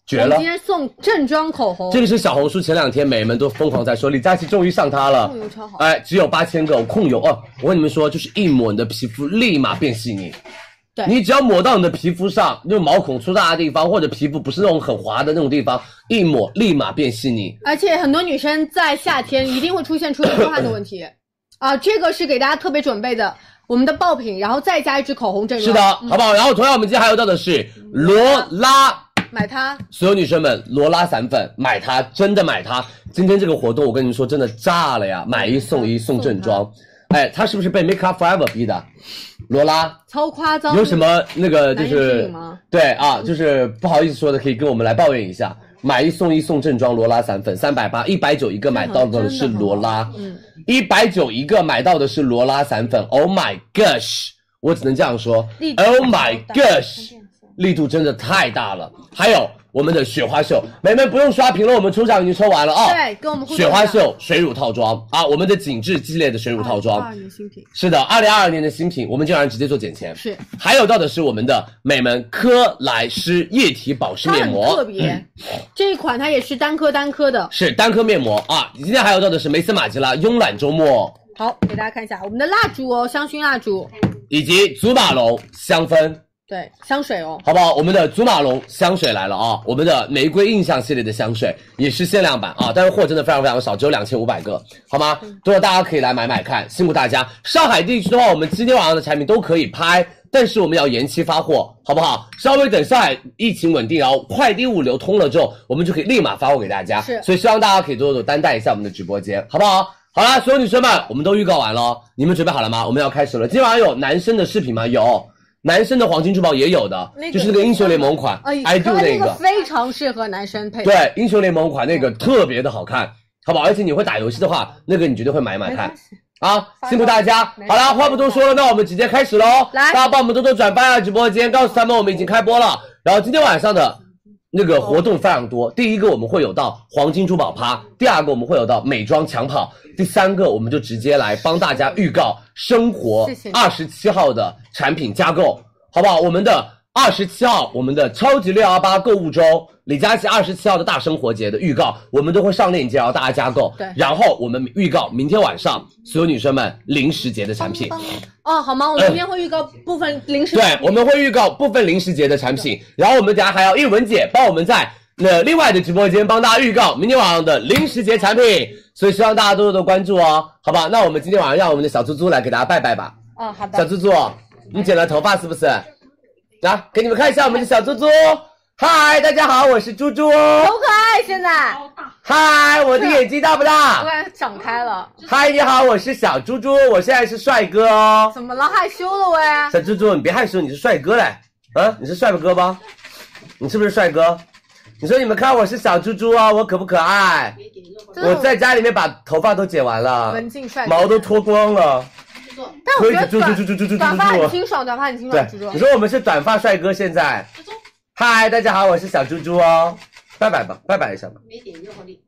S5: 绝
S6: 我
S5: 了
S6: 们今！天送正装口红，
S5: 这个是小红书前两天美们都疯狂在说，李佳琦终于上它了
S6: 控油超好，
S5: 哎，只有八千个，我控油哦。我跟你们说，就是一抹你的皮肤立马变细腻。
S6: 对
S5: 你只要抹到你的皮肤上，就是毛孔粗大的地方，或者皮肤不是那种很滑的那种地方，一抹立马变细腻。
S6: 而且很多女生在夏天一定会出现出油出汗的问题，
S5: 哎
S6: 啊，这个是给大家特别准备的，我们的爆品，然后再加一支口红正
S5: 是
S6: 装，
S5: 的，好不好？然后同样我们今天还有到的是罗拉
S6: 买它，
S5: 所有女生们，罗拉散粉买它，真的买它！今天这个活动，我跟你说，真的炸了呀！买一送一，送正装。哎，它是不是被 Make Up Forever 逼的？罗拉
S6: 超夸张，
S5: 有什么那个就
S6: 男人之
S5: 是
S6: 女吗
S5: 对啊，就是不好意思说的，可以跟我们来抱怨一下。
S6: 嗯
S5: 买一送一送正装罗拉散粉三百八，一百九一个买到的是罗
S6: 啊
S5: 拉，
S6: 嗯
S5: 一百九一个买到的是罗拉散粉。Oh my gosh，我只能这样说
S6: 力。度
S5: Oh my
S6: 大
S5: gosh，力度真的太大了。还有我们的雪花秀，美们不用刷屏了，我们抽奖已经抽完了啊。
S6: 对，跟我们互动一
S5: 雪
S6: 下
S5: 花秀水乳套装啊，我们的紧致系列的水乳套装，
S6: 二年新品
S5: 是的，二零二二年的新品，我们竟然直接做减钱。
S6: 是，
S5: 还有到的是我们的美门科莱诗液体保湿
S6: 它
S5: 面
S6: 很特
S5: 膜，
S6: 别，
S5: 嗯
S6: 这一款它也是单颗单颗的，
S5: 是单颗面膜啊。今天还有到的是梅斯玛吉拉慵懒周末，
S6: 好，给大家看一下我们的蜡烛哦，香薰蜡烛，
S5: 以及祖马龙香氛，
S6: 对，香水哦，
S5: 好不好？我们的祖马龙香水来了啊，我们的玫瑰印象系列的香水也是限量版啊，但是货真的非常非常少，只有两千五百个，好吗？如果大家可以来买买看，辛苦大家。上海地区的话，我们今天晚上的产品都可以拍，但是我们要延期发货，好不好？稍微等上海疫情稳定，然后快递物流通了之后，我们就可以立马发货给大家。
S6: 是
S5: 所以希望大家可以多多担待一下我们的直播间，好不好？好啦，所有女生们，我们都预告完了哦，你们准备好了吗？我们要开始了。今天晚上有男生的视频吗？有，男生的黄金珠宝也有的，
S6: 那个
S5: 就是那个英雄联盟款、
S6: 哎，
S5: i do
S6: 它
S5: 那
S6: 那
S5: 个，
S6: 非常适合男生配，
S5: 对，英雄联盟款那个特别的好看，好不好？而且你会打游戏的话，那个你绝对会买买
S6: 没
S5: 看
S6: 关。系，
S5: 啊，辛苦大家！
S6: 没
S5: 好啦，
S6: 事
S5: 话不多说了，那我们直接开始喽。
S6: 来
S5: 大家帮我们多多转发一啊下直播间，告诉他们我们已经开播了。然后今天晚上的那个活动非常多，第一个我们会有到黄金珠宝趴，第二个我们会有到美妆抢跑，第三个我们就直接来帮大家预告生活啊
S6: 谢谢你
S5: 二十七号的产品加购，好不好？我们的二十七号，我们的超级六幺八购物周，李佳琦二十七号的大生活节的预告，我们都会上链接，然后大家加购。
S6: 对
S5: 然后我们预告明天晚上所有女生们零食节的产品。
S6: 哦，好吗？我们明天会预告部分零食，
S5: 对，我们会预告部分零食节的产品，然后我们等下还要一文姐帮我们在那另外的直播间帮大家预告明天晚上的零食节产品，所以希望大家多多的关注哦，好不好？那我们今天晚上让我们的小猪猪来给大家拜拜吧。
S6: 啊，好的
S5: 小，猪猪，你剪了头发是不是？来，给你们看一下我们的小猪猪。嗨，大家好，我是猪猪。
S6: 好可爱，现在
S5: 嗨，我的眼睛大不
S6: 我
S5: 大？
S6: 感觉长开了，
S5: 嗨，你好，我是小猪猪，我现在是帅哥哦。
S6: 怎么了？害羞了喂？
S5: 小猪猪，你别害羞，你是帅哥嘞，啊，你是帅哥吧？你是不是帅哥？你说你们看我是小猪猪啊，我可不可爱？
S6: 真的
S5: 我在家里面把头发都剪完了，
S6: 文静帅哥
S5: 毛都脱光了。
S6: 但我觉得
S5: 猪猪猪猪猪猪猪
S6: 短短发很清爽，短发很清
S5: 对
S6: 爽，猪，
S5: 你
S6: 猪。
S5: 说我们是短发帅哥，现在。嗨，大家好，我是小猪猪哦，拜拜吧，拜拜一下吧。
S7: 没点诱惑力，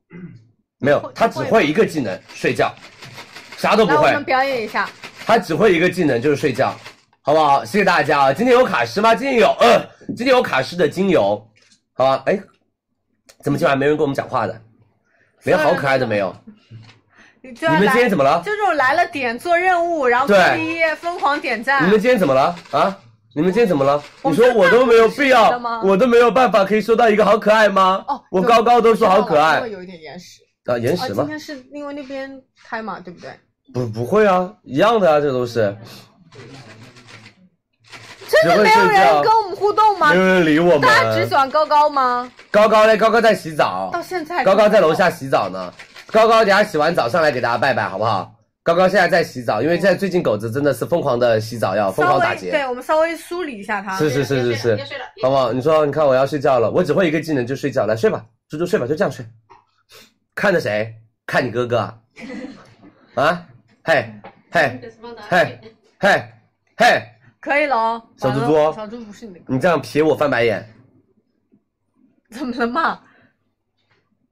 S5: 没有，他只会一个技能，睡觉，啥都不
S6: 来，我
S5: 会。
S6: 们表演一下，
S5: 他只会一个技能，就是睡觉，好不好？谢谢大家啊！今天有卡诗吗？今天有，呃，今天有卡诗的精油，好吧？哎，怎么今晚没人跟我们讲话的？连好可爱的没有。
S6: 你
S5: 你们今天怎么了？
S6: 就这种来了点做任务，然后
S5: 对
S6: 第一页疯狂点赞
S5: 你们今天怎么了啊？你们今天怎么了？你说我都没有必
S6: 我们是办公室
S5: 要
S6: 的吗，
S5: 我都没有办法可以收到一个好可爱吗？
S6: 哦
S5: 我
S6: 有
S5: 高高都说好可
S6: 知道了因
S5: 爱
S6: 为有一点延时。
S5: 啊，延
S6: 啊，
S5: 时
S6: 今
S5: 吗？
S6: 天是因为那边开嘛，对不对？
S5: 不不会啊，一样的啊，这都是。
S6: 真的没有
S5: 只会睡觉
S6: 人跟我们互动吗
S5: 没？有人理我
S6: 大家只喜
S5: 们。
S6: 欢高高吗？
S5: 高高嘞，高高在洗澡。
S6: 到现在
S5: 高高在楼下洗澡呢，高高等下洗完澡上来给大家拜拜好不好？高高现在在洗澡，因为现在最近狗子真的是疯狂的洗澡，要疯
S6: 稍
S5: 狂打
S6: 微
S5: 劫
S6: 对，，我们稍微梳理一下它。
S5: 是是是是是，好不好？你说，你看我要睡觉了，我只会一个技能就睡觉，来睡吧，猪猪睡吧，就这样睡，看着谁？看你哥哥啊，啊，嘿，嘿，嘿，嘿，嘿，
S6: 可以了哦。
S5: 小猪
S6: 完了
S5: 猪
S6: 小猪不是你的，
S5: 你这样瞥我翻白眼，
S6: 怎么了嘛？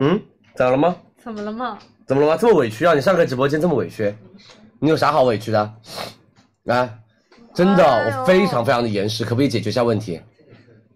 S5: 嗯，咋了吗？
S6: 怎么了嘛？
S5: 怎么了吗？这么委屈啊？你上个直播间这么委屈，你有啥好委屈的？啊，真的，
S6: 哎呦
S5: 我非常非常的严实，可不可以解决一下问题？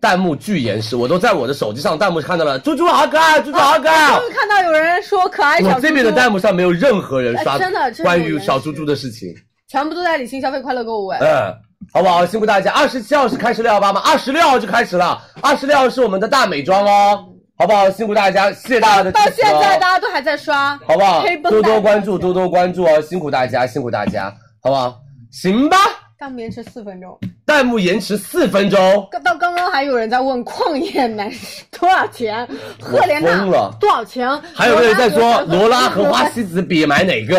S5: 弹幕巨严实，我都在我的手机上弹幕看到了，猪猪好可爱，猪猪好可爱。啊
S6: 终于看到有人说可爱哎小
S5: 我
S6: 猪猪，
S5: 这边的弹幕上没有任何人刷
S6: 哎真的真的
S5: 关
S6: 有
S5: 于
S6: 人
S5: 小猪猪的事情，
S6: 全部都在理性消费快乐购物哎。
S5: 嗯，好不好？辛苦大家，二十七号是开始六幺八吗？二十六号就开始了，二十六号是我们的大美妆哦，好不好？辛苦大家，谢谢大家的支持、
S6: 到
S5: 哦。
S6: 现在大家都还在刷，
S5: 好不好
S6: 黑？绷带
S5: 多多关注，多多关注哦，辛苦大家，辛苦大家，好不好？行吧，
S6: 刚延迟四分钟，
S5: 弹幕延迟四分钟，
S6: 刚到刚刚还有人在问旷野男士多少钱，赫莲娜
S5: 疯了
S6: 多少钱，
S5: 还有个人在说罗
S6: 罗
S5: 拉
S6: 拉
S5: 和花西子比买哪个？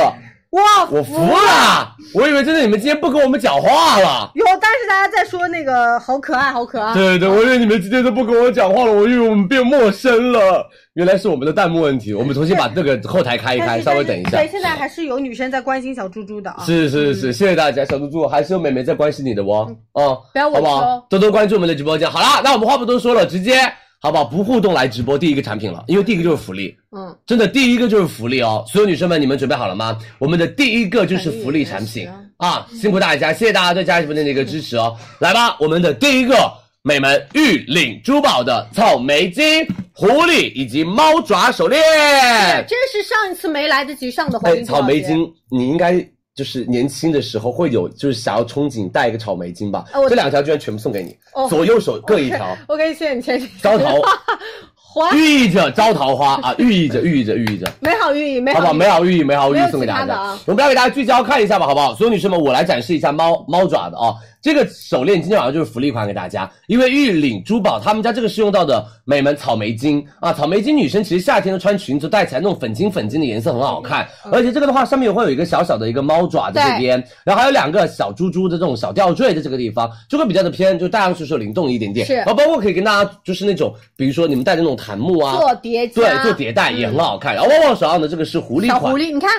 S6: 哇，
S5: 我服了，我以为真的你们今天不跟我们讲话了。
S6: 有，但是大家在说那个好可爱，好可爱，
S5: 对对对，我以为你们今天都不跟我讲话了，我以为我们变陌生了，原来是我们的弹幕问题。我们重新把那个后台开一
S6: 但
S5: 开，
S6: 是
S5: 稍微等一下
S6: 对，。现在还是有女生在关心小猪猪的啊。
S5: 是是是，谢谢大家，小猪猪还是有美眉在关心你的哦，嗯，
S6: 不要委
S5: 好
S6: 屈
S5: 不
S6: 哦
S5: 好？多多关注我们的直播间。好啦，那我们话不多说了，直接好不好？不互动来直播第一个产品了，因为第一个就是福利，
S6: 嗯，
S5: 真的第一个就是福利哦。所有女生们，你们准备好了吗？我们的第一个就是福利产品啊，辛苦大家，谢谢大家对佳琦直播间的一个支持哦。来吧，我们的第一个美们玉领珠宝的草莓金、狐狸以及猫爪手链。
S6: 这哎是上一次没来得及上的黄
S5: 哎，
S6: 金
S5: 草莓
S6: 珠宝节
S5: 金，你应该就是年轻的时候会有，就是想要憧憬戴一个草莓金吧。
S6: 啊我
S5: 这两条居然全部送给你，
S6: 哦
S5: 左右手各一条，
S6: 我给你谢谢你前几
S5: 招 桃，
S6: 花
S5: 寓意着招桃花啊，寓意着，寓意着，寓意着。
S6: 美好寓意，美
S5: 好不好？
S6: 好寓意
S5: 美好寓意，美好寓
S6: 没
S5: 意
S6: 有
S5: 送给
S6: 其
S5: 大
S6: 他
S5: 家。
S6: 的啊
S5: 我们来给大家聚焦看一下吧，好不好？所有女生们，我来展示一下猫猫爪的
S6: 嗯
S5: 哦。这个手链今天晚上就是福利款给大家，因为玉领珠宝他们家这个是用到的美们草莓金啊，草莓金女生其实夏天都穿裙子戴起来那种粉金粉金的颜色很好看，
S6: 嗯
S5: 而且这个的话上面会有一个小小的一个猫爪在这边，然后还有两个小珠珠的这种小吊坠在这个地方，就会比较的偏，就戴上去的时候灵动一点点。
S6: 是
S5: 然后包括可以跟大家就是那种，比如说你们戴的那种檀木啊，
S6: 做叠加，嗯
S5: 对，做迭代也很好看。然后旺旺手上的这个是狐狸
S6: 小
S5: 款
S6: 狐，狸，你看。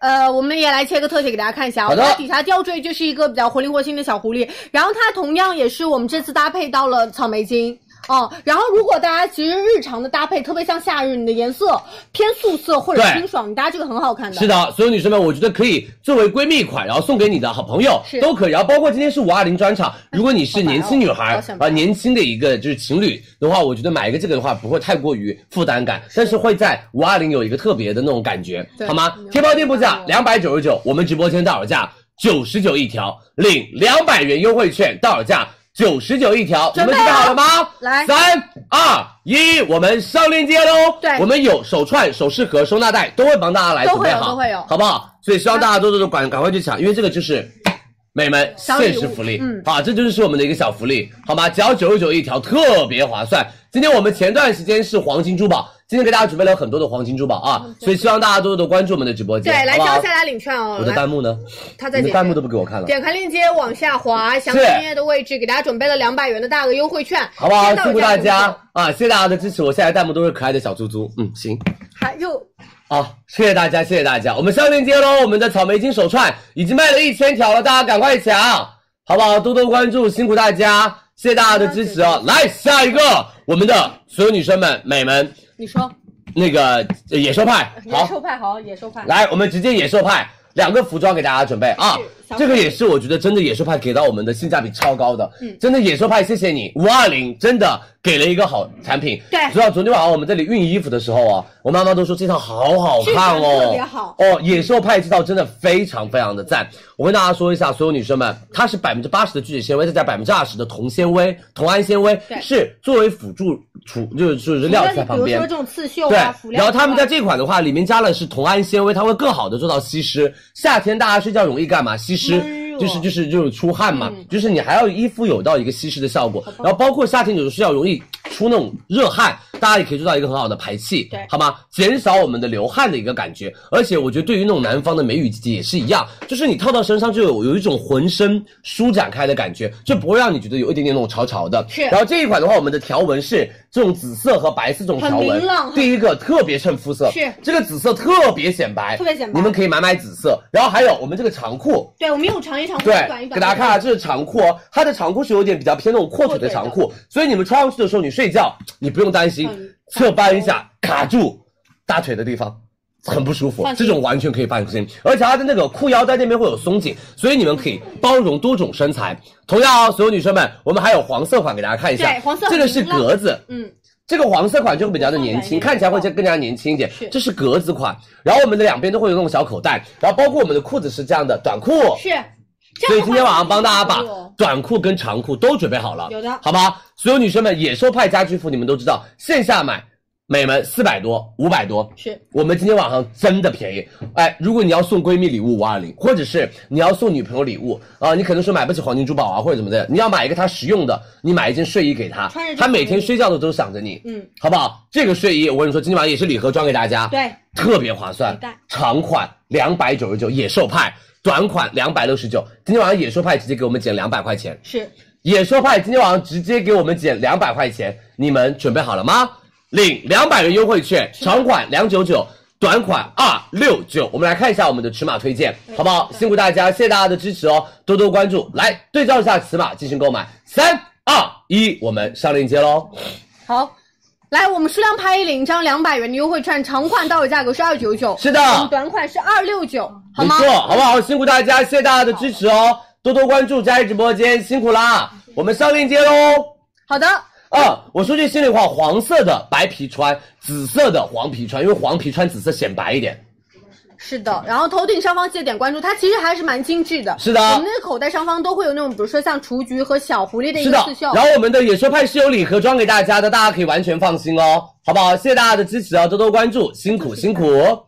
S6: 呃，我们也来切个特写给大家看一下啊。
S5: 好的
S6: 它底下吊坠就是一个比较活灵活现的小狐狸，然后它同样也是我们这次搭配到了草莓金。哦，然后如果大家其实日常的搭配，特别像夏日，你的颜色偏素色或者
S5: 对
S6: 清爽，你搭这个很好看的。
S5: 是的，所有女生们，我觉得可以作为闺蜜款，然后送给你的好朋友
S6: 是嗯
S5: 都可以。然后包括今天是五二零专场，如果你是年轻女孩
S6: 好
S5: 啊、
S6: 想买哦
S5: 年轻的一个就是情侣的话，我觉得买一个这个的话不会太过于负担感，但是会在五二零有一个特别的那种感觉，
S6: 对
S5: 好吗
S6: 你？要
S5: 天猫店铺价
S6: 买
S5: 两百九十九，我们直播间到手价九十九一条，领两百元优惠券，到手价。九十九一条，你
S6: 准
S5: 们
S6: 备
S5: 准备好了吗？
S6: 来
S5: 三二一，我们上链接喽！
S6: 对
S5: 我们有手串、首饰盒、收纳袋，都会帮大家来
S6: 都
S5: 准
S6: 会
S5: 备
S6: 有
S5: 好，
S6: 都会有
S5: 好不好？所以希望大家多多的赶赶快去抢，因为这个就是美们
S6: 小礼
S5: 限
S6: 物
S5: 时福利，
S6: 嗯
S5: 好，这就是我们的一个小福利，好吗？只要九十九一条，特别划算。今天我们前段时间是黄金珠宝，今天给大家准备了很多的黄金珠宝啊，所以希望大家多多的关注我们的直播间，
S6: 嗯对，来
S5: 好不好
S6: 招下来领券哦。
S5: 我的
S6: 来
S5: 弹幕呢？
S6: 他在
S5: 你
S6: 解
S5: 的
S6: 决
S5: 弹幕都不给我看了。
S6: 点开链接往下滑，详
S5: 是
S6: 情页的位置给大家准备了两百元的大额优惠券，
S5: 好不好？
S6: 先到
S5: 辛苦
S6: 手
S5: 大
S6: 价
S5: 家啊！谢谢大家的支持，我现在弹幕都是可爱的小猪猪。嗯，行，
S6: 还又
S5: 好，谢谢大家，谢谢大家。我们上链接喽，我们的草莓金手串已经卖了一千条了，大家赶快抢，好不好？多多关注，辛苦大家，谢谢大家的支持哦。来下一个，我们的所有女生们、美们，
S6: 你说
S5: 那个呃野兽派，
S6: 野
S5: 好，
S6: 兽派好，野兽派
S5: 来，我们直接野兽派两个服装给大家准备啊
S6: 是小。
S5: 这个也是我觉得真的野兽派给到我们的性价比超高的，
S6: 嗯
S5: 真的野兽派谢谢你，五二零真的给了一个好产品。
S6: 对
S5: 你知道昨天晚上我们这里熨衣服的时候啊，我妈妈都说这套好好看
S6: 质感
S5: 哦，
S6: 特别好
S5: 哦，野兽派这套真的非常非常的赞。我跟大家说一下，所有女生们，它是百分之八十的聚酯纤维，再加百分之二十的铜纤维、铜氨纤维
S6: 对，
S5: 是作为辅助储就是就是料在旁
S6: 比如
S5: 边
S6: 说这。种刺绣
S5: 对
S6: 啊，辅，料
S5: 然
S6: 啊，
S5: 后他们家这款的话，里面加了是铜氨纤维，它会更好的做到吸湿。夏天大家睡觉容易干嘛？吸湿
S6: 闷，热嗯
S5: 就是就是就是出汗嘛，就是你还要衣服有到一个吸湿的效果。然后包括夏天有的睡觉容易出那种热汗，大家也可以做到一个很好的排气，
S6: 对
S5: 好吗？减少我们的流汗的一个感觉。而且我觉得对于那种南方的梅雨季节也是一样，就是你套到身上就有有一种浑身舒展开的感觉，就不会让你觉得有一点点那种潮潮的。
S6: 是
S5: 然后这一款的话，我们的条纹是这种紫色和白色这种条
S6: 很
S5: 纹
S6: 明朗，
S5: 第一个特别衬肤色，
S6: 是
S5: 这个紫色特别显白，
S6: 特别显白
S5: 你们可以买买紫色，然后还有我们这个长裤，
S6: 对，我们有长一长，
S5: 对
S6: 短一，短。
S5: 给大家看啊，这是长裤哦，它的长裤是有点比较偏那种阔腿的长裤，所以你们穿上去的时候，你睡觉你不用担心
S6: 嗯
S5: 侧翻一下卡住大腿的地方。很不舒服
S6: 放，心
S5: 这种完全可以放心，而且它的那个裤腰带那边会有松紧，所以你们可以包容多种身材。同样啊、所有女生们，我们还有黄色款给大家看一下，
S6: 对黄色
S5: 这个
S6: 很
S5: 是
S6: 明亮
S5: 格子，
S6: 嗯，
S5: 这个黄色款就会比较的年轻，看起来会更加年轻一点。这是格子款，然后我们的两边都会有那种小口袋，然后包括我们的裤子是这样的短裤，
S6: 是。
S5: 哦所
S6: 这样的话
S5: 以今天晚上帮大家把
S6: 有的
S5: 短裤跟长裤都准备好了，
S6: 有的
S5: 好吗？所有女生们，野兽派家居服你们都知道，线下买每门四百多、五百多，
S6: 是
S5: 我们今天晚上真的便宜。哎，如果你要送闺蜜礼物五二零，或者是你要送女朋友礼物啊、你可能说买不起黄金珠宝啊或者怎么的，你要买一个她实用的，你买一件睡衣给她
S6: 穿着，就
S5: 她每天睡觉的都想着你，
S6: 嗯，
S5: 好不好？这个睡衣我跟你说，今天晚上也是礼盒装给大家，
S6: 对，
S5: 特别划算
S6: 期待，
S5: 长款两百九十九，野兽派。短款两百六十九，今天晚上野兽派直接给我们减两百块钱，
S6: 是
S5: 野兽派今天晚上直接给我们减两百块钱，你们准备好了吗？领两百元优惠券，长款两九九，短款二六九。我们来看一下我们的尺码推荐，好不好？辛苦大家，谢谢大家的支持哦，多多关注。来对照一下尺码进行购买，三二一，我们上链接喽。
S6: 好。来，我们数量拍一领一张两百元的优惠券，长款到手价格是二九九，
S5: 是的
S6: 我们短款是二六九，好
S5: 没
S6: 吗？
S5: 错，好不好？辛苦大家，谢谢大家的支持哦，多多关注佳怡直播间，辛苦啦！我们上链接喽。
S6: 好的，
S5: 二，我说句心里话，黄色的白皮穿，紫色的黄皮穿，因为黄皮穿紫色显白一点。
S6: 是的。然后头顶上方记得点关注，它其实还是蛮精致的。
S5: 是的
S6: 我们那个口袋上方都会有那种，比如说像雏菊和小狐狸的一
S5: 是
S6: 个
S5: 的
S6: 刺，绣。
S5: 然后我们的野兽派是有礼盒装给大家的，大家可以完全放心哦，好不好？谢谢大家的支持哦，多多关注，辛苦辛苦。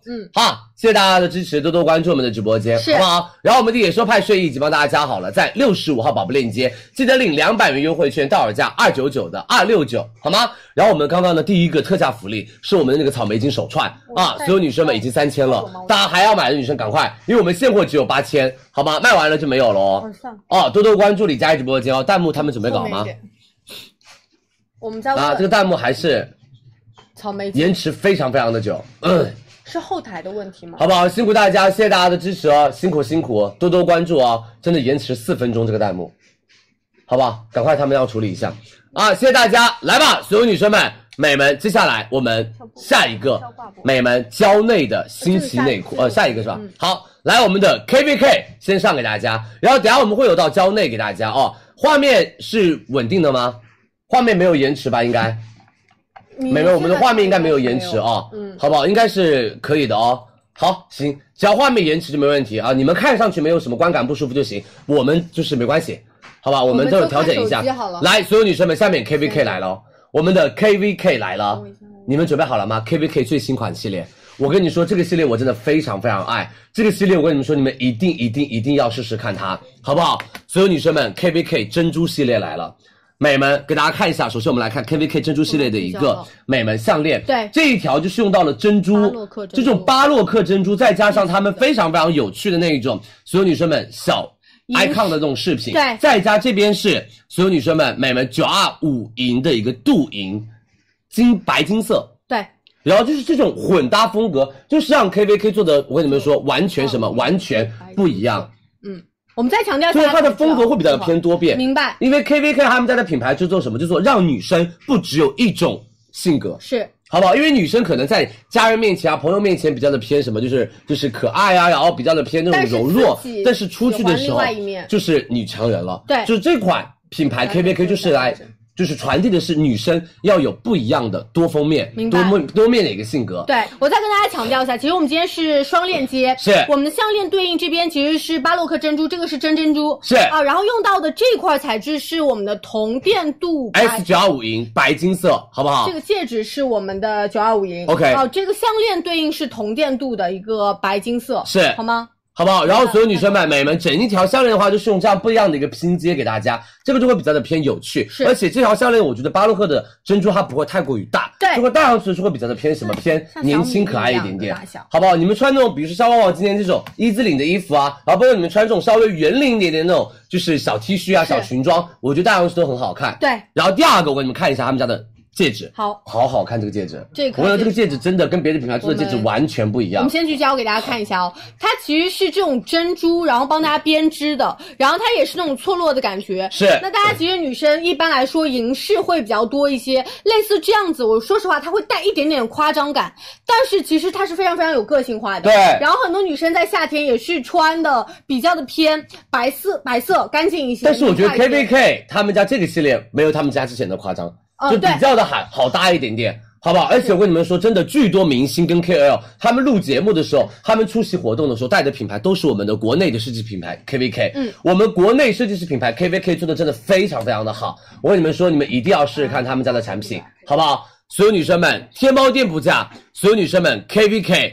S6: 嗯，
S5: 好，谢谢大家的支持，多多关注我们的直播间，
S6: 是
S5: 好不好？然后我们的野兽派睡衣已经帮大家加好了，在六十五号宝贝链接，记得领两百元优惠券，到手价二九九的二六九，好吗？然后我们刚刚的第一个特价福利是我们的那个草莓金手串啊，所有女生们已经三千了，大家还要买的女生赶快，因为我们现货只有八千，好吗？卖完了就没有了哦。
S6: 算了，
S5: 哦，多多关注李佳琦直播间哦。弹幕他们准备搞吗？
S6: 我们在问、
S5: 啊，这个弹幕还是
S6: 草莓
S5: 延迟非常非常的久，嗯，
S6: 是后台的问题吗？
S5: 好不好？辛苦大家，谢谢大家的支持哦，辛苦辛苦，多多关注哦。真的延迟四分钟这个弹幕，好不好？赶快他们要处理一下啊！谢谢大家，来吧，所有女生们、美们，接下来我们下一个美们蕉内的新奇内裤，呃，下一个是吧？好，来我们的 K B K 先上给大家，然后等下我们会有到蕉内给大家哦。画面是稳定的吗？画面没有延迟吧？应该。没有，我们的画面应该没有延迟哦，嗯，好不好？应该是可以的哦。好，行，只要画面延迟就没问题啊。你们看上去没有什么观感不舒服就行，我们就是没关系，好吧？我们都有调整一下
S6: 我们就看手机好了。
S5: 来，所有女生们，下面 KVK 来了哦，我们的 KVK 来了，你们准备好了吗？KVK 最新款系列。我跟你说，这个系列我真的非常非常爱。这个系列我跟你们说，你们一定一定一定要试试看它，好不好？所有女生们，KVK 珍珠系列来了，美们给大家看一下。首先我们来看 KVK 珍珠系列的一个美们项链，
S6: 对
S5: 这一条就是用到了珍珠，
S6: 巴洛克珍珠
S5: 这种巴洛克珍珠，再加上他们非常非常有趣的那一种，所有女生们小。icon 的这种饰品，
S6: 对
S5: 再加这边是所有女生们美们九二五银的一个镀银，金白金色，
S6: 对，
S5: 然后就是这种混搭风格，就是让 KVK 做的，我跟你们说，完全
S6: 哦
S5: 什么，完全不一样，
S6: 我们再强调一
S5: 就
S6: 下，啊
S5: 是它的风格会比较的偏多变。
S6: 明白？
S5: 因为 KVK 他们家的品牌就做什么，就做让女生不只有一种性格，
S6: 是
S5: 好不好？因为女生可能在家人面前啊、朋友面前比较的偏什么，就是就是可爱啊，然后比较的偏那种
S6: 但是
S5: 柔弱
S6: 自己，
S5: 但是出去的时
S6: 喜
S5: 候
S6: 欢另外一面
S5: 就是女强人了。
S6: 对
S5: 就是这款品牌 KVK 就是来。就是传递的是女生要有不一样的多方面、
S6: 明白
S5: 多面多面的一个性格。
S6: 对，我再跟大家强调一下，其实我们今天是双链接，
S5: 是
S6: 我们的项链对应这边其实是巴洛克珍珠，这个是真珍珠，
S5: 是
S6: 啊，然后用到的这块材质是我们的铜电镀白
S5: S 九二五银白金色，好不好？
S6: 这个戒指是我们的九二五银
S5: OK
S6: 哦，这个项链对应是铜电镀的一个白金色，
S5: 是
S6: 好吗？
S5: 好不好？然后所有女生们、美们，整一条项链的话，就是用这样不一样的一个拼接给大家，这个就会比较的偏有趣。
S6: 是
S5: 而且这条项链，我觉得巴洛克的珍珠它不会太过于大，
S6: 对
S5: 就会戴上去就会比较的偏什么偏
S6: 像小米
S5: 年轻可爱
S6: 一
S5: 一
S6: 样
S5: 点
S6: 的
S5: 点
S6: 大小，
S5: 好不好？你们穿那种，比如说像旺旺今天这种一字领的衣服啊，然后包括你们穿这种稍微圆领一点点那种，就是小 T 恤啊、
S6: 是
S5: 小裙装，我觉得戴上去都很好看。
S6: 对，
S5: 然后第二个，我给你们看一下他们家的戒指，
S6: 好，
S5: 好好看这个戒指。
S6: 这个
S5: 我跟你说这个戒指真的跟别的品牌做的戒指
S6: 我们
S5: 完全不一
S6: 我
S5: 样
S6: 们。先聚焦给大家看一下哦，它其实是这种珍珠，然后帮大家编织的，然后它也是那种错落的感觉。
S5: 是
S6: 那大家其实女生一般来说银饰会比较多一些，类似这样子，我说实话，它会带一点点夸张感，但是其实它是非常非常有个性化的。
S5: 对
S6: 然后很多女生在夏天也是穿的比较的偏白色，白色干净一些。
S5: 但是我觉得
S6: 明快一
S5: K
S6: 些
S5: V K 他们家这个系列没有他们家之前的夸张，
S6: 嗯
S5: 就比较的还好搭一点点，好不好？而且我跟你们说，真的，巨多明星跟 K L 他们录节目的时候，他们出席活动的时候带的品牌都是我们的国内的设计品牌 K V K。
S6: 嗯，
S5: 我们国内设计师品牌 K V K 做的真的非常非常的好，我跟你们说，你们一定要试试看他们家的产
S6: 嗯
S5: 品，好不好？所有女生们，天猫店铺价，所有女生们 K V K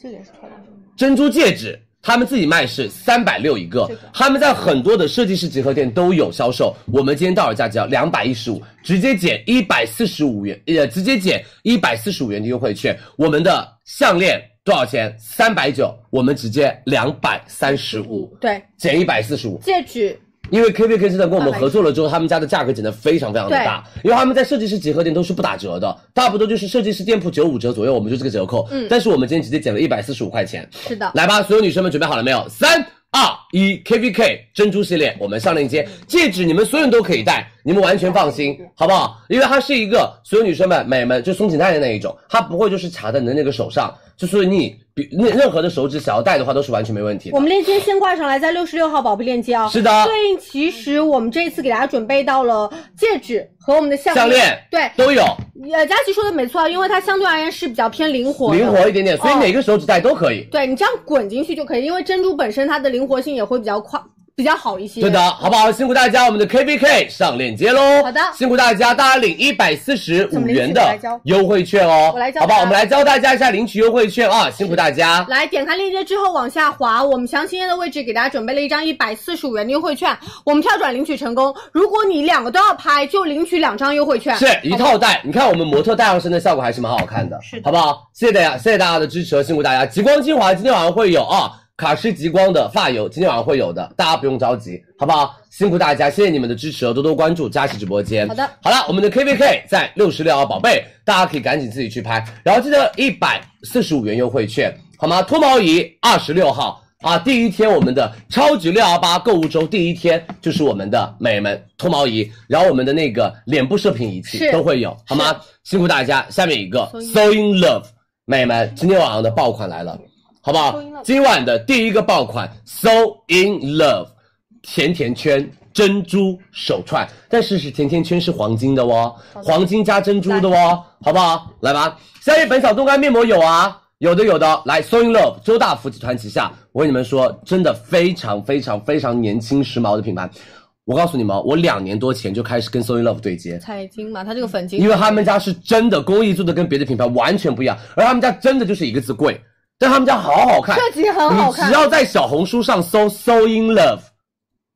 S1: 这个也是漂亮。
S5: 珍珠戒指，他们自己卖是三百六一个，他们在很多的设计师集合店都有销售。我们今天到手价只要两百一十五，直接减一百四十五元，呃，直接减一百四十五元的优惠券。我们的项链多少钱？三百九，我们直接两百三十五，
S6: 对
S5: 减一百四十五。
S6: 戒指，
S5: 因为 K V K 真的跟我们合作了之后，他们家的价格减得非常非常的大，因为他们在设计师集合店都是不打折的，差不多就是设计师店铺只有五折左右，我们就这个折扣。
S6: 嗯
S5: 但是我们今天直接减了一百四十五块钱。
S6: 是 的。
S5: 来吧，所有女生们准备好了没有？三二一，K V K 珍珠系列，我们上链
S6: 嗯
S5: 接。戒指你们所有人都可以戴，你们完全放心，好不好？因为它是一个所有女生们、美们就松紧带的那一种，它不会就是卡在你的那个手上，就所以你比那任何的手指想要戴的话都是完全没问题的。
S6: 我们链接先挂上来，在六十六号宝贝链接啊、
S5: 是的
S6: 对应其实我们这一次给大家准备到了戒指和我们的项
S5: 项链
S6: 对，
S5: 都有
S6: 呃，佳琪说的没错啊，因为它相对而言是比较偏灵活的，
S5: 灵活一点点，所以
S6: 哦
S5: 每个手指戴都可以。
S6: 对你这样滚进去就可以，因为珍珠本身它的灵活性也会比较快，比较好一些。
S5: 对的，，好不好？辛苦大家，我们的 K V K 上链接喽。
S6: 好的
S5: 辛苦大家，大家领一百四十
S6: 怎
S5: 五
S6: 么领取
S5: 元
S6: 我来
S5: 的
S6: 教
S5: 优惠券哦，
S6: 我来教
S5: 好不
S6: 大
S5: 好？
S6: 家
S5: 我们来教大家一下领取优惠券啊，辛苦大家。
S6: 来点开链接之后往下滑，我们详情页的位置给大家准备了一张一百四十五元的优惠券，我们跳转领取成功。如果你两个都要拍，就领取两张优惠券。
S5: 是一套戴，你看我们模特戴上身的效果还是蛮好看的，
S6: 是的
S5: 好不好？谢谢大家，谢谢大家的支持，辛苦大家。极光精华今天晚上会有啊，卡诗极光的发油今天晚上会有的，大家不用着急，好不好？辛苦大家，谢谢你们的支持哦，多多关注佳琦直播间。
S6: 好的，
S5: 好了，我们的 K V K 在六十六啊，宝贝，大家可以赶紧自己去拍，然后记得一百四十五元优惠券，好吗？脱毛仪二十六号。啊，第一天我们的超级六幺八购物周第一天就是我们的美们脱毛仪，然后我们的那个脸部射频仪器
S6: 是
S5: 都会有，好吗？辛苦大家。下面一个
S6: So in
S5: So in Love，美们，今天晚上的爆款来了，好不好
S6: So in Love？
S5: 今晚的第一个爆款 So in Love，甜甜圈珍珠手串，但是是甜甜圈是黄金的哦，黄金加珍珠的哦，好不好？来吧，夏夜本草冻干面膜有啊。有的有的，来，So in Love，周大福集团旗下，我跟你们说，真的非常非常非常年轻时髦的品牌。我告诉你们哦，我两年多前就开始跟 So in Love 对接，
S6: 彩金嘛，它这个粉金
S5: 因为他们家是真的工艺做的跟别的品牌完全不一样，而他们家真的就是一个字贵，但他们家好好看，
S6: 设计很好看
S5: 你只要在小红书上搜 “so in love”。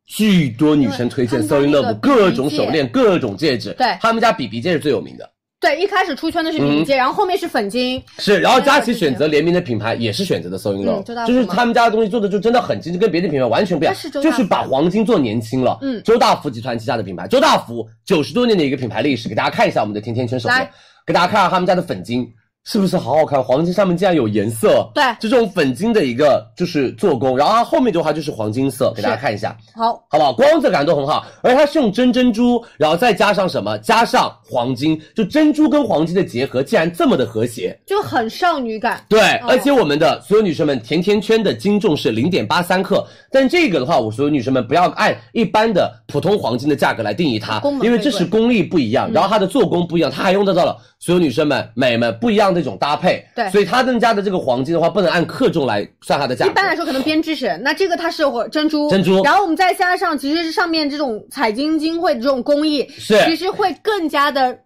S5: 巨多女生推荐
S6: 对
S5: So in
S6: 他
S5: Love
S6: 们家那个
S5: 各种手链、各种戒指，
S6: 对
S5: 他们家比比戒是最有名的，
S6: 对，一开始出圈的是
S5: 嗯
S6: 饼戒，然后后面是粉金，
S5: 是。然后佳琪
S6: 这个
S5: 选择联名的品牌也是选择的 So in
S6: 嗯
S5: Love，
S6: 周大福
S5: 就是
S6: 嘛
S5: 他们家的东西做的就真的很精致，跟别的品牌完全不一样
S6: 但是周，大
S5: 就
S6: 福
S5: 是把黄金做年轻了。
S6: 嗯
S5: 周大福集团旗下的品牌，周大福九十多年的一个品牌历史，给大家看一下我们的甜甜圈手链
S6: 来，
S5: 给大家看看他们家的粉金是不是好好看，黄金上面竟然有颜色，
S6: 对
S5: 就这种粉金的一个就是做工，然后它后面的话就是黄金色，给大家
S6: 是
S5: 看一下，
S6: 好，
S5: 好不好？光泽感都很好，而它是用真珍珠，然后再加上什么？加上黄金，就珍珠跟黄金的结合，竟然这么的和谐，
S6: 就很少女感。
S5: 对，而且我们的所有女生们，甜甜圈的斤重是零点八三克，但这个的话，我所有女生们不要按一般的普通黄金的价格来定义它
S6: 功能，
S5: 因为这
S6: 最贵
S5: 是工艺不一样，然后它的做工不一样，它还用得到了所有女生们、美们不一样的一种搭配。
S6: 对
S5: 所以他们家的这个黄金的话，不能按克重来算它的价
S6: 一
S5: 格。
S6: 般来说可能编织绳，那这个它是有珍珠，
S5: 珍珠
S6: 然后我们再加上，其实是上面这种彩金金会的这种工艺，
S5: 是
S6: 其实会更加的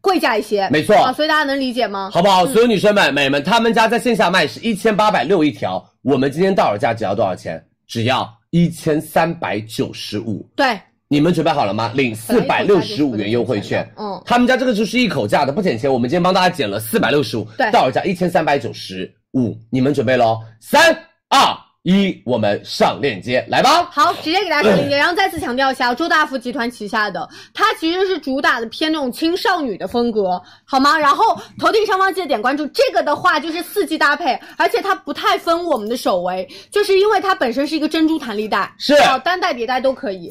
S6: 贵价一些，
S5: 没错
S6: 啊，所以大家能理解吗？
S5: 好不好？所有女生们、美们，他们家在线下卖是一千八百六一条，我们今天到手价只要多少钱？只要一千三百九十五。
S6: 对，
S5: 你们准备好了吗？领四百六十五元优惠券。
S6: 嗯，
S5: 他们家这个就是一口价的，不减钱。我们今天帮大家减了四百六十五
S6: 对，
S5: 到手价一千三百九十五。你们准备喽？三二一，我们上链接，来吧。
S6: 好，直接给大家上链接。然后再次强调一下，周大福集团旗下的，它其实是主打的偏那种青少女的风格，好吗？然后头顶上方记得点关注。这个的话就是四季搭配，而且它不太分我们的手围，就是因为它本身是一个珍珠弹力带，
S5: 是
S6: 好单带叠带都可以，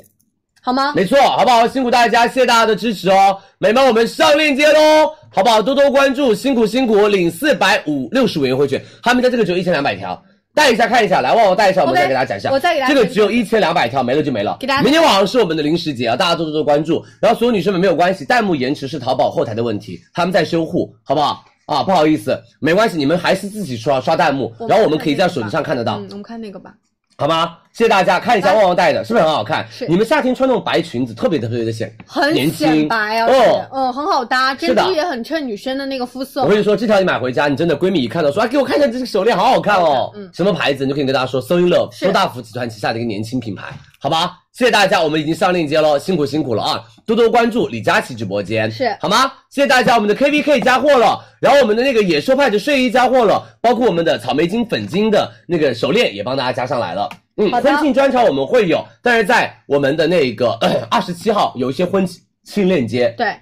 S6: 好吗？
S5: 没错，好不好？辛苦大家，谢谢大家的支持哦，美们，我们上链接喽，好不好？多多关注，辛苦辛苦，领四百五六十元优惠券，他们家这个只有一千两百条，带一下看一下，来旺旺带一下，我们
S6: OK，
S5: 再给大家讲一下，
S6: 我再给大家
S5: 这个
S6: 讲一
S5: 只有一千两百条，没了就没了，
S6: 给大家
S5: 明天晚上是我们的零食节啊，大家多多多关注，然后所有女生们没有关系，弹幕延迟是淘宝后台的问题，他们在修护，好不好？啊，不好意思，没关系，你们还是自己刷刷弹幕，然后我们可以在手机上看得到
S6: 嗯，，我们看那个吧。
S5: 好吗？谢谢大家，看一下旺旺带的，是不是很好看？
S6: 是
S5: 你们夏天穿那种白裙子，特别特别的显
S6: 很
S5: 年轻
S6: 显白啊，
S5: 哦
S6: 是嗯，很好搭，
S5: 是
S6: 珍
S5: 的
S6: 珠也很衬女生的那个肤色
S5: 我。跟你说，这条你买回家，你真的闺蜜一看到说，啊，给我看一下这个手链，好好看哦。
S6: 嗯
S5: 什么牌子？你就可以跟大家说，So in Love，
S6: 是
S5: 周大福集团旗下的一个年轻品牌，好吧？谢谢大家，我们已经上链接了，辛苦辛苦了啊！多多关注李佳琦直播间，
S6: 是
S5: 好吗？谢谢大家，我们的 K B K 加货了，然后我们的那个野兽派的睡衣加货了，包括我们的草莓金粉金的那个手链也帮大家加上来了。嗯，
S6: 好的
S5: 婚庆专场我们会有，但是在我们的那个呃二十七号有一些婚庆链接，
S6: 对，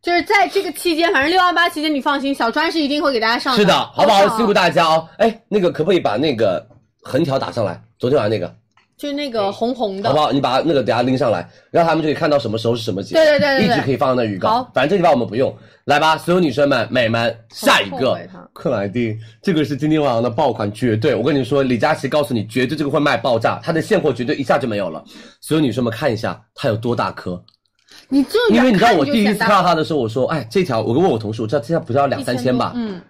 S6: 就是在这个期间，反正六幺八期间你放心，小专是一定会给大家上
S5: 是的，好不好？辛苦
S6: 大，
S5: 大家哦。哎，那个可不可以把那个横条打上来？昨天晚上那个，
S6: 就是那个红红的，
S5: 好不好？你把那个等下拎上来，让他们就可以看到什么时候是什么节。
S6: 对对对对对
S5: 一直可以放到那预告。
S6: 好，
S5: 反正这地方我们不用。来吧，所有女生们、美们，下一
S6: 后
S5: 个
S6: 悔它
S5: 克莱丁，这个是今天晚上的爆款，绝对！我跟你说，李佳琦告诉你，绝对这个会卖爆炸，它的现货绝对一下就没有了。所有女生们看一下，它有多大颗？
S6: 你就
S5: 因为你知道我
S6: 就
S5: 第一
S6: 显
S5: 次
S6: 大
S5: 看到它的时候，我说，哎，这条，我问我同事，我知道这条不是要两三千吧？
S6: 嗯，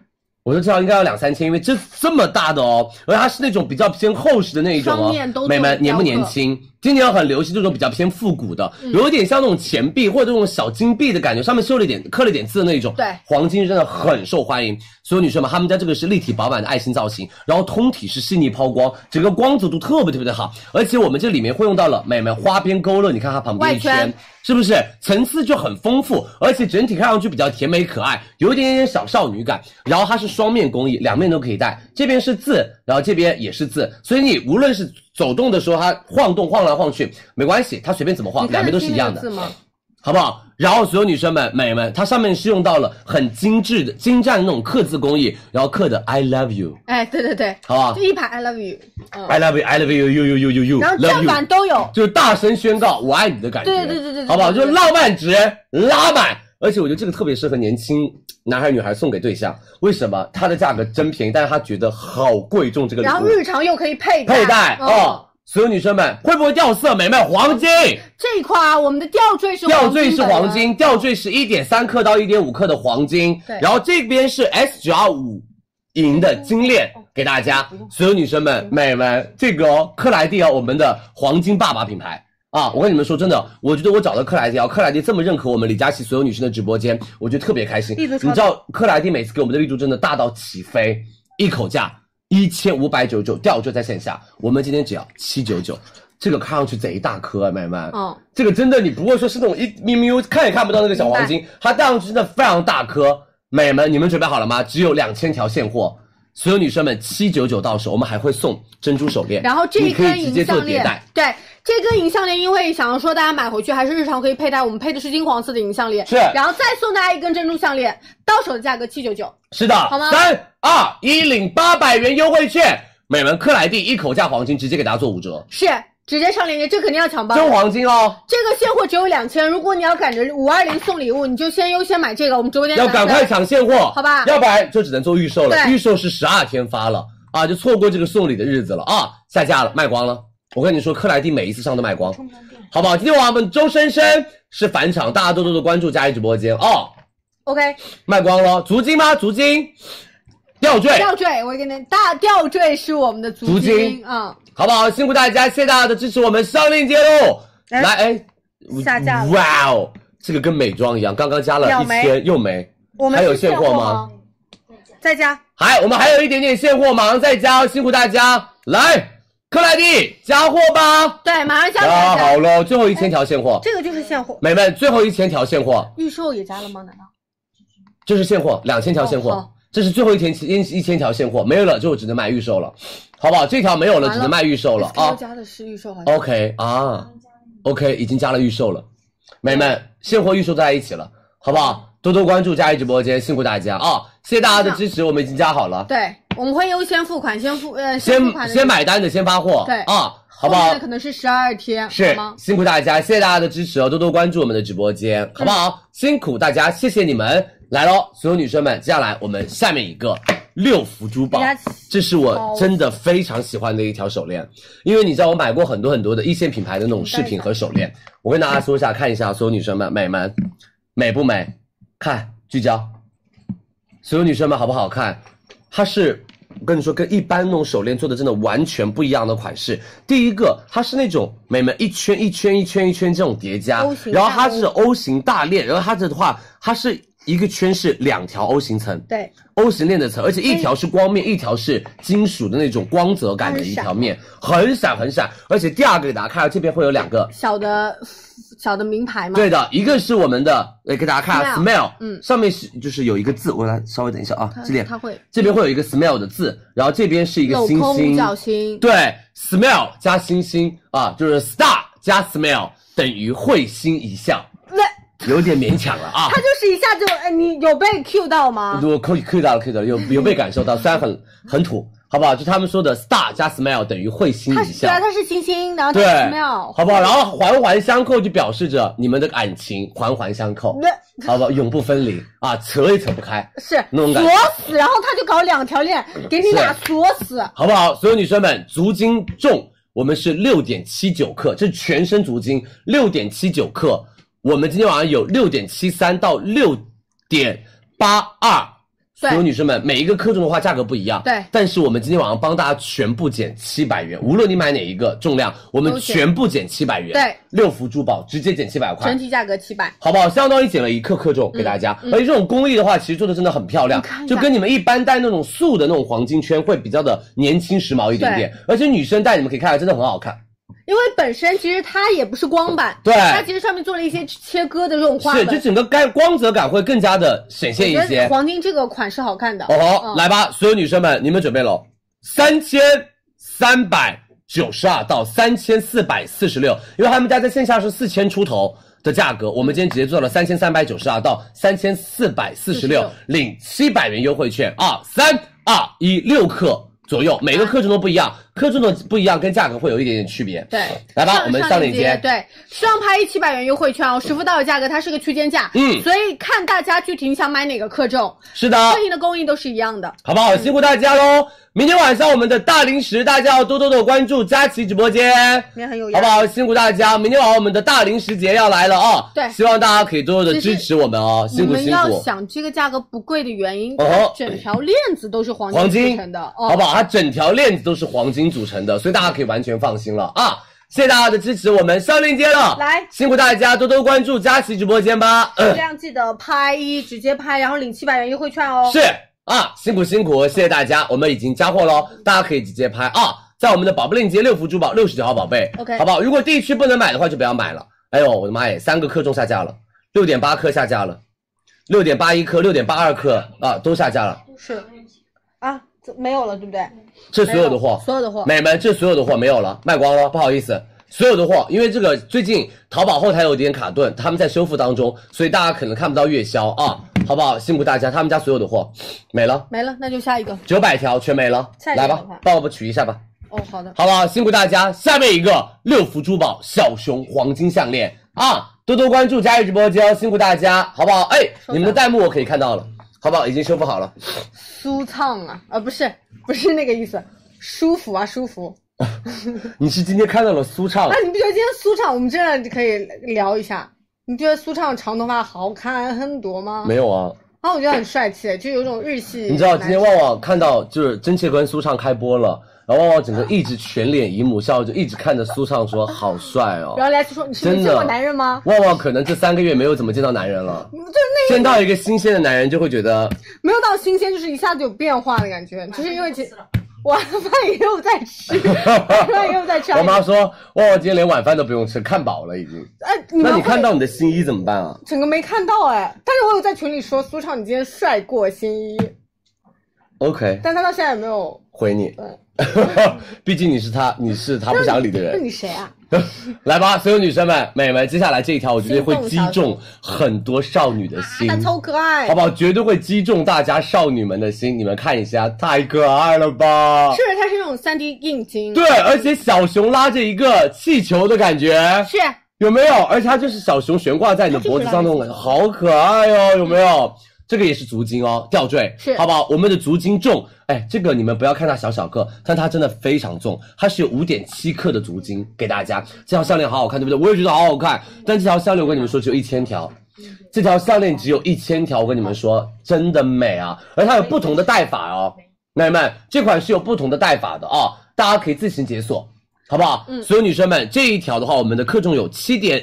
S5: 我说这条应该要两三千，因为这这么大的哦，而且它是那种比较偏厚实的那一种
S6: 双
S5: 哦
S6: 面都。做
S5: 美们
S6: 雕刻
S5: 年不年轻？今年很流行这种比较偏复古的，
S6: 嗯
S5: 有一点像那种钱币或者那种小金币的感觉，上面绣了一点刻了一点字的那种。
S6: 对
S5: 黄金真的很受欢迎。所有女生们，他们家这个是立体饱满的爱心造型，然后通体是细腻抛光，整个光泽度特别特别的好，而且我们这里面会用到了美们花边勾勒，你看它旁边一
S6: 外
S5: 圈
S6: 圈。
S5: 是不是层次就很丰富，而且整体看上去比较甜美可爱，有一点点小少女感。然后它是双面工艺，两面都可以戴，这边是字，然后这边也是字，所以你无论是走动的时候，它晃动晃来晃去没关系，它随便怎么晃，
S6: 你看
S5: 两
S6: 得
S5: 边都是
S6: 清
S5: 一
S6: 那
S5: 样
S6: 个
S5: 的
S6: 字。吗？
S5: 好不好？然后所有女生们、美们，它上面是用到了很精致的、精湛的那种刻字工艺，然后刻的 I love you，
S6: 哎，对对对，
S5: 好不好
S6: 就一排 I love you，
S5: 啊
S6: 嗯
S5: ？I love you，I love you，you you you you you，
S6: 然后
S5: love
S6: 正
S5: you
S6: 反都有，
S5: 就是大声宣告我爱你的感觉，
S6: 对对对对对
S5: 好不好？
S6: 对
S5: 就
S6: 对
S5: 是浪漫值拉满，而且我觉得这个特别适合年轻男孩女孩送给对象，为什么？它的价格真便宜，但是他觉得好贵重这个礼
S6: 然后
S5: 物，
S6: 日常又可以佩戴
S5: 佩戴
S6: 嗯
S5: 哦。所有女生们会不会掉色？美眉黄金，
S6: 这一块啊，我们的吊坠是
S5: 吊坠是
S6: 本
S5: 黄
S6: 人，
S5: 金，吊坠是一点三克到一点五克的黄金，
S6: 对
S5: 然后这边是 S 九二五银的金链
S6: 哦
S5: 给大家，所有女生们、美们，这个哦，克莱蒂哦，我们的黄金爸爸品牌。啊，我跟你们说真的，我觉得我找到克莱蒂啊，克莱蒂这么认可我们李佳琦所有女生的直播间，我觉得特别开心。
S6: 力度
S5: 你
S6: 超
S5: 知道克莱蒂每次给我们的力度真的大到起飞，一口价一千五百九十九，吊坠在线下，我们今天只要七九九，这个看上去贼大颗、啊，美们。
S6: 嗯，
S5: 这个真的你不会说是那种一咪咪看也看不到那个小黄金，它戴上去真的非常大颗。美们，你们准备好了吗？只有两千条现货，所有女生们七九九到手，我们还会送珍珠手链，
S6: 然后这一
S5: 你可
S6: 根
S5: 以直接
S6: 银
S5: 做
S6: 项
S5: 迭
S6: 链
S5: 代。，
S6: 对，这根银项链，因为想要说大家买回去还是日常可以佩戴，我们配的是金黄色的银项链，
S5: 是
S6: 然后再送大家一根珍珠项链，到手的价格七九九，
S5: 是的，
S6: 吗
S5: 三二一，领八百元优惠券，美们克莱蒂一口价黄金直接给大家做五折，
S6: 是直接上链接，这肯定要抢包的。
S5: 真黄金哦，
S6: 这个现货只有两千，如果你要赶着五二零送礼物，你就先优先买这个，我们直播间
S5: 要
S6: 抢
S5: 赶快抢现货，
S6: 好吧
S5: 要不然就只能做预售了，
S6: 对
S5: 预售是十二天发了啊，就错过这个送礼的日子了啊，下架了，卖光了。我跟你说，克莱蒂每一次上都卖光，好不好？今天晚上我们周生生是返场，大家多多的关注佳怡直播间哦，
S6: ，OK，
S5: 卖光了，足金吗？足金，吊坠，
S6: 吊坠，我给你大吊坠是我们的
S5: 足
S6: 足
S5: 金
S6: 啊、
S5: 好不好？辛苦大家，谢谢大家的支持，我们上链接喽！来，哎，
S6: 下架了
S5: 哇哦，这个跟美妆一样，刚刚加了
S6: 秒
S5: 一
S6: 没
S5: 千又没，
S6: 我们
S5: 还有
S6: 是现
S5: 现货
S6: 货
S5: 吗
S6: 吗？在家
S5: 还我们还有一点点现货，马上再加哦，辛苦大家！来，克莱蒂加货吧！
S6: 对，马上加哎
S5: 加
S6: 起
S5: 啊好
S6: 来。
S5: 了，最后一千条现货，
S6: 这个就是现货，
S5: 美们，最后一千条现货，
S6: 预售也加了吗？难道
S5: 这是现货，两千条现货
S6: 哦，
S5: 这是最后一天一一千条现货，没有了就只能买预售了，好不好？这条没有了，只能卖预售了啊。
S6: 加的是预售好像。
S5: OK 啊，OK 已经加了预售了，美们，现货预售在一起了，好不好？多多关注佳怡直播间，辛苦大家啊！谢谢大家的支持，我们已经加好了，
S6: 对，我们会优先付款，先付呃
S5: 先
S6: 付款的
S5: 先买单的先发货，
S6: 对
S5: 啊，好
S6: 后
S5: 不
S6: 面
S5: 好
S6: 的？可能是十二天，
S5: 是
S6: 好吗？
S5: 辛苦大家，谢谢大家的支持哦，多多关注我们的直播间，好不好？辛苦大家，谢谢你们，来喽，所有女生们，接下来我们下面一个六福珠宝
S6: 人家，
S5: 这是我真的非常喜欢的一条手链，因为你知道我买过很多很多的一线品牌的那种饰品和手链，我跟大家说一下，看一下所有女生们，美们，美不美？看聚焦，所有女生们好不好看？它是我跟你说，跟一般那种手链做的真的完全不一样的款式。第一个，它是那种美们一圈一圈一圈一圈这种叠加
S6: O，型
S5: 然后它
S6: 大
S5: 是 O 型大链，然后它这的话，它是一个圈是两条 O 型层，
S6: 对
S5: ，O 型链的层，而且一条是光面，一条是金属的那种光泽感的一条面，很闪很闪。而且第二个给大家看，这边会有两个
S6: 小的小的名牌嘛，
S5: 对的，一个是我们的，来给大家看啊
S6: Smell
S5: ，smell，
S6: 嗯
S5: 上面是就是有一个字，我来稍微等一下啊
S6: 它，
S5: 这里
S6: 它会
S5: 这边会有一个 smell 的字，然后这边是一个
S6: 镂
S5: 星
S6: 空
S5: 星
S6: 五，角星，
S5: 对，smell 加星星啊，就是 star 加 smell 等于会心一笑，
S6: 对，
S5: 有点勉强了啊
S6: 它。就是一下就，哎，你有被 Q 到吗？
S5: 我可以 Q 到了，Q 到了，有有被感受到，虽然很很土，好不好？就他们说的 star 加 smell 等于会心
S6: 它
S5: 一
S6: 是
S5: 笑
S6: 对，啊，它是星星，然后它
S5: 对
S6: 是 smell，
S5: 好不好？然后环环相扣就表示着你们的感情环环相扣，好不好？永不分离啊，扯也扯不开，
S6: 是
S5: 那种感
S6: 锁
S5: 觉
S6: 死，然后它就搞两条链，给你
S5: 是
S6: 俩锁死。
S5: 好不好？所有女生们，足金重，我们是六点七九克，这是全身足金六点七九克，我们今天晚上有六点七三到六点八二。
S6: 对
S5: 所有女生们，每一个克重的话价格不一样，
S6: 对
S5: 但是我们今天晚上帮大家全部减七百元，无论你买哪一个重量，我们
S6: 都减
S5: 全部减七百元。
S6: 对，
S5: 六福珠宝直接减七百块，
S6: 整体价格七百，
S5: 好不好？相当于减了一克克重给大家，而且这种工艺的话，其实做的真的很漂亮
S6: 嗯你看，一下
S5: 就跟你们一般戴那种素的那种黄金圈会比较的年轻时髦一点点，而且女生戴你们可以看，真的很好看。
S6: 因为本身其实它也不是光版，
S5: 对
S6: 它其实上面做了一些切割的这种花
S5: 是，
S6: 纹。
S5: 就整个干光泽感会更加的显现一
S6: 我觉
S5: 些
S6: 得。黄金这个款式好看的。
S5: 哦吼，
S6: 嗯
S5: 来吧，所有女生们，你们准备喽，三千三百九十二到三千四百四十六，因为他们家在线下是四千出头的价格，我们今天直接做了三千三百九十二到三千四百四十六
S6: 46，
S5: 领七百元优惠券啊，三二一，六克左右，每个克重都不一样，克重的不一样跟价格会有一点点区别。
S6: 对，
S5: 来吧
S6: 上
S5: 我们上
S6: 上
S5: 链接
S6: 对，上拍七百元优惠券哦，实付到手价格它是个区间价，
S5: 嗯
S6: 所以看大家具体你想买哪个克重，
S5: 是的，
S6: 对应的工艺都是一样的。
S5: 好不好？辛苦大家喽！明天晚上我们的大零食，大家要多多的关注佳琦直播间。
S6: 明天很有
S5: 好
S6: 样
S5: 不好？辛苦大家，明天晚上我们的大零食节要来了啊！
S6: 对
S5: 希望大家可以多多的
S6: 其
S5: 支
S6: 实
S5: 持我们哦，
S6: 你
S5: 辛苦
S6: 们
S5: 辛
S6: 要
S5: 苦。
S6: 想这个价格不贵的原因，
S5: 哦
S6: 它整条链子都是黄
S5: 黄
S6: 金
S5: 金
S6: 制成的，哦
S5: 好不
S6: 好？
S5: 好？它整条链子都是黄金组成的，所以大家可以完全放心了啊！谢谢大家的支持，我们上链接了，
S6: 来
S5: 辛苦大家多多关注佳琦直播间吧。
S6: 这样记得拍一直接拍，然后领七百元优惠券哦。
S5: 是啊，辛苦辛苦，谢谢大家，我们已经加货喽，大家可以直接拍啊，在我们的宝贝链接六福珠宝六十九号宝贝
S6: OK
S5: 好不好？如果地区不能买的话，就不要买了。哎呦，我的妈耶，三个克重下架了，六点八克下架了，六点八一克，六点八二克啊，都下架了，
S6: 是啊，这没有了，对不对？
S5: 这所有的货，
S6: 所有的货
S5: 美们，这所有的货没有了，卖光了，不好意思。所有的货，因为这个最近淘宝后台有点卡顿，他们在修复当中，所以大家可能看不到月销啊，好不好？辛苦大家，他们家所有的货没了。
S6: 没了，那就下一个。
S5: 九百条全没了，
S6: 下一个
S5: 来吧
S6: 板块，
S5: 帮我们取一下吧，
S6: 哦，好的，
S5: 好不好？辛苦大家。下面一个六福珠宝小熊黄金项链啊，多多关注佳玉直播间哦，辛苦大家，好不好？哎，
S6: 收到
S5: 你们的弹幕我可以看到了，好不好？已经修复好了，
S6: 舒畅啊，啊，不是， 不是那个意思，舒服啊，舒服。
S5: 你是今天看到了舒畅
S6: 啊，，你不觉得今天苏畅，我们真的可以聊一下？你觉得苏畅长头发好看很多吗？
S5: 没有啊？
S6: 啊，我觉得很帅气，就有种日系。
S5: 你知道今天旺旺看到就是真切跟苏畅开播了，然后旺旺整个一直全脸姨母笑，就一直看着苏畅说好帅哦
S6: 然。后来说你是没
S5: 真
S6: 见
S5: 的
S6: 过男人吗？
S5: 旺旺可能这三个月没有怎么见到男人 了，
S6: 就是那
S5: 见到一个新鲜的男人就会觉得
S6: 没有到新鲜，就是一下子有变化的感觉，就是因为其晚 饭也有在 吃，晚饭也有在吃。
S5: 我妈说，旺旺今天连晚饭都不用吃，看饱了已经。
S6: 哎，你
S5: 那
S6: 们
S5: 你
S6: 会
S5: 看到你的新衣怎么办啊？
S6: 整个没看到哎，但是我有在群里说苏畅你今天帅过新一，
S5: OK，
S6: 但他到现在也没有。
S5: 回你。 毕竟你是他，你是他不想理的
S6: 嗯那
S5: 人。
S6: 你谁啊？
S5: 来吧，所有女生们、美们，接下来这一条我觉得会击中很多少女的心。
S6: 他超可爱
S5: 嗯好，不好？绝对会击中大家少女们的心，你们看一下，太可爱了吧！
S6: 是不是他是那种三 D 硬筋？
S5: 对，而且小熊拉着一个气球的感觉，
S6: 是
S5: 有没有？而且它就是小熊悬挂在你的脖子上那种感觉，好可爱哦，有没有？这个也是足金哦，吊坠
S6: 是
S5: 好不好？我们的足金重，哎，这个你们不要看它小小个，但它真的非常重，它是有五点七克的足金给大家。这条项链好好看，对不对？我也觉得好好看，但这条项链我跟你们说只有一千条，这条项链只有一千条，我跟你们说真的美啊！而它有不同的戴法哦，奶们，这款是有不同的戴法的啊、大家可以自行解锁，好不好？
S6: 嗯
S5: 所有女生们，这一条的话，我们的克重有七点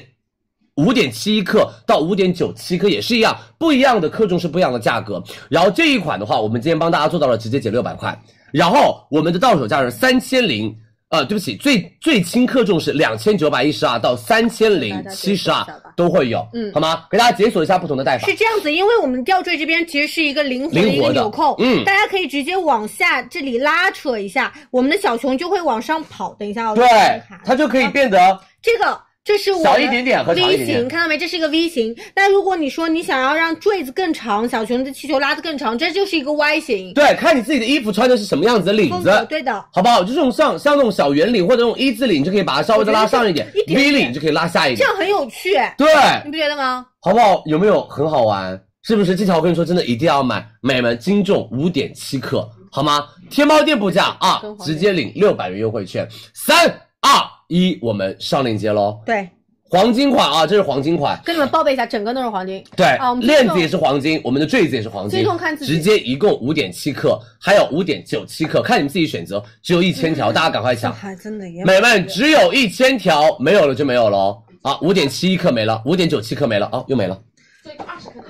S5: 五点七克到五点九七克，也是一样，不一样的克重是不一样的价格。然后这一款的话，我们今天帮大家做到了直接减六百块，然后我们的到手价是三千零。呃，对不起，最最轻克重是两千九百一十二到三千零七十二都会有，
S6: 嗯
S5: 好吗？给大家解锁一下不同的戴法
S6: 是。这样子，因为我们吊坠这边其实是一个灵活的一
S5: 灵活
S6: 个
S5: 的
S6: 纽扣，
S5: 嗯
S6: 大家可以直接往下这里拉扯一下，我们的小熊就会往上跑。等一下，我
S5: 对
S6: 看一看，
S5: 它就可以变得
S6: 这个。这是我
S5: 小
S6: 的
S5: 一点点和长一
S6: V
S5: 点点
S6: 型，看到没？这是一个 V 型。那如果你说你想要让坠子更长，小熊的气球拉得更长，这就是一个 Y 型。
S5: 对，看你自己的衣服穿的是什么样子的领
S6: 风
S5: 子，
S6: 格对的，
S5: 好不好？就这种像像那种小圆领或者那种一字领，你就可以把它稍微的拉上一点
S6: 我觉得这个一
S5: v
S6: 点点
S5: 领就可以拉下一
S6: 这
S5: 点，
S6: 样很有趣，
S5: 对，
S6: 你不觉得吗？
S5: 好不好？有没有很好玩？是不是？这条我跟你说，真的一定要买，美们斤重五点七克，好吗？天猫店铺价啊，直接领六百元优惠券。三二一，我们上链接喽。
S6: 对，
S5: 黄金款啊，这是黄金款，
S6: 跟你们报备一下，整个都是黄金。
S5: 对，
S6: 啊我们
S5: 链
S6: 尊
S5: 子
S6: 重
S5: 也是黄金，我们的坠子也是黄金，
S6: 尊重看自己
S5: 直接一共五点七克，还有五点九七克，看你们自己选择，只有一千
S6: 嗯
S5: 条，大家赶快抢，
S6: 还真的也
S5: 美们只有一千条，没有了就没有了哦，啊，五点七克没了，五点九七克没了啊，又没了，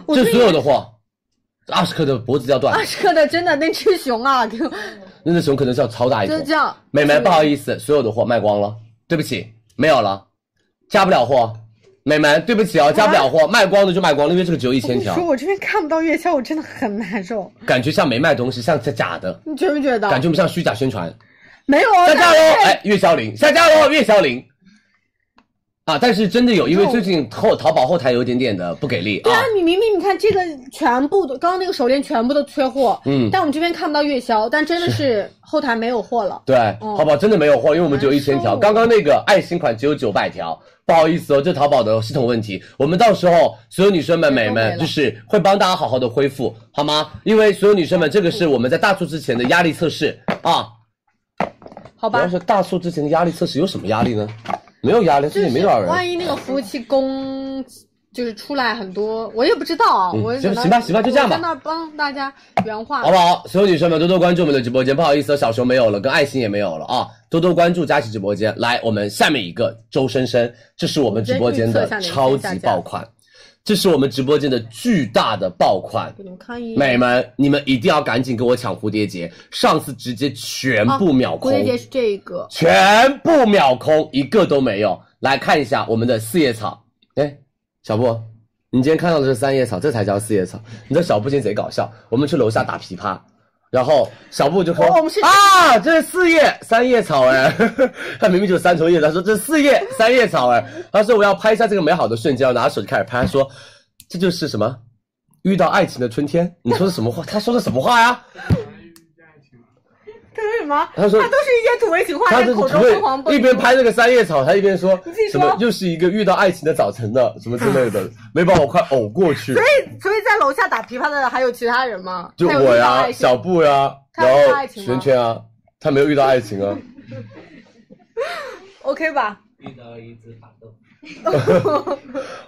S6: 我
S5: 这
S6: 最啊
S5: 所有的货，二十克的脖子要断
S6: 二，十克的真的那只熊啊，就
S5: 那那熊可能是要超大一
S6: 就
S5: 头
S6: 这，样。
S5: 美们不好意思，所有的货卖光了，对不起，没有了，加不了货。美们，对不起哦，加不了货，卖光的就卖光了，因为这个只有一千条
S6: 说，我这边看不到月销，我真的很难受，
S5: 感觉像没卖东西，像是假的。
S6: 你觉不觉得？
S5: 感觉我们像虚假宣传。
S6: 没有啊，
S5: 下架
S6: 大
S5: 喽！
S6: 家
S5: 哎，月销零，下架喽，月销零。啊，但是真的有，因为最近后淘宝后台有一点点的不给力
S6: 对啊
S5: 啊。，
S6: 你明明你看这个全部都，刚刚那个手链全部都缺货，
S5: 嗯
S6: 但我们这边看不到月销，但真的是后台没有货了。
S5: 对，
S6: 哦
S5: 淘宝真的没有货，因为我们只有一
S6: 难受
S5: 千条。刚刚那个爱心款只有九百条，不好意思哦，这淘宝的系统问题。我们到时候所有女生们、
S6: 对
S5: 美
S6: 都没
S5: 们，
S6: 了
S5: 就是会帮大家好好的恢复，好吗？因为所有女生们，这个是我们在大促之前的压力测试啊。
S6: 好
S5: 我
S6: 吧
S5: 要说大促之前的压力测试有什么压力呢？没有压力，最近没多少人。
S6: 万一那个服务器供就是出来很多，我也不知道，啊
S5: 嗯
S6: 我
S5: 行
S6: 在
S5: 行吧
S6: 那
S5: 行吧就这样吧
S6: 我在那帮大家原话
S5: 好。不好？所有女生们多多关注我们的直播间，不好意思，小熊没有了，跟爱心也没有了啊！多多关注佳琪直播间。来，我们下面一个周深深，这是
S6: 嗯
S5: 我们直播间的超级爆款，这是我们直播间的巨大的爆款。
S6: 给你们看一眼，
S5: 美们，你们一定要赶紧给我抢蝴蝶结，上次直接全部秒
S6: 哦蝴
S5: 空，
S6: 蝶结是这个，
S5: 全部秒空，一个都没有。来看一下我们的四叶草，哎，小布，你今天看到的是三叶草，这才叫四叶草。你知道小布今天贼搞笑，我们去楼下打琵琶，然后小布就说：“
S6: 哦我们是
S5: 啊，这是四叶三叶草哎， 他明明就是三重叶，他说这是四叶三叶草哎，他说我要拍一下这个美好的瞬间，然后拿手机开始拍，他说这就是什么遇到爱情的春天，你说的什么话？他说的什么话呀？
S6: 这是什么？
S5: 他说
S6: 它都是一些土味情话，
S5: 他
S6: 在
S5: 这
S6: 口
S5: 是
S6: 中疯狂
S5: 不
S6: 蹦
S5: 会一边拍那个三叶草，他一边说
S6: 自己
S5: 什
S6: 说
S5: 么又是一个遇到爱情的早晨的什么之类 的，没把我快呕过去
S6: 所。以，所以在楼下打琵琶的还有其他人吗？
S5: 就
S6: 还有遇
S5: 我
S6: 到
S5: 呀，
S6: 爱情
S5: 小布呀，
S6: 他
S5: 然
S6: 有遇到
S5: 后
S6: 爱情吗
S5: 圈圈啊，他没有遇到爱 情啊。
S6: OK 吧？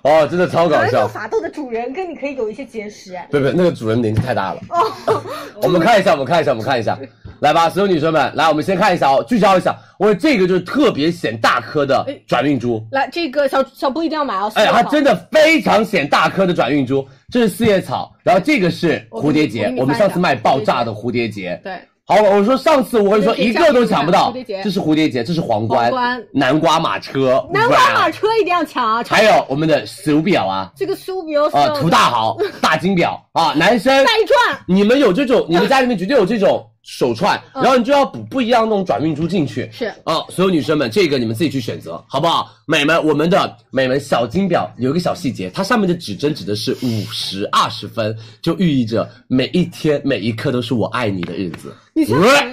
S5: 哦，真的超搞
S6: 可能这
S5: 笑
S6: 个。法斗的主人跟你可以有一些结识，哎，
S5: 不不，那个主人年纪太大了。
S6: 哦，
S5: 我们看一下，我们看一下，我们看一下，来吧，所有女生们，来，我们先看一下哦，聚焦一下。我这个就是特别显大颗的
S6: 哎
S5: 转运珠，
S6: 来这个小小布一定要买哦，
S5: 哎，它真
S6: 的
S5: 的非常显大颗的转运珠，这是四叶草，然后这个是蝴蝶
S6: 我
S5: 结
S6: 给，你
S5: 我们上次卖
S6: 我给你翻一下
S5: 爆炸的蝴蝶结，
S6: 对，
S5: 好，我说上次我跟你说
S6: 蝴蝶
S5: 一
S6: 结
S5: 个都抢不到
S6: 蝴蝶结，
S5: 这是蝴蝶结，这是皇冠，
S6: 皇冠
S5: 南瓜马车，
S6: 南瓜
S5: 哇
S6: 马车一定要抢啊！
S5: 还有我们的手表啊，
S6: 这个手表
S5: 啊，涂大豪大金表啊，男 生
S6: 带转，
S5: 你们有这种，
S6: 嗯
S5: 你们家里面绝对有这种手串，然后你就要补不一样那种转运珠进去。
S6: 是
S5: 啊，所有女生们，这个你们自己去选择，好不好？美们，我们的美们小金表有一个小细节，它上面的指针指的是五十二十分，就寓意着每一天每一刻都是我爱你的日子。
S6: 你现
S5: 呃
S6: 在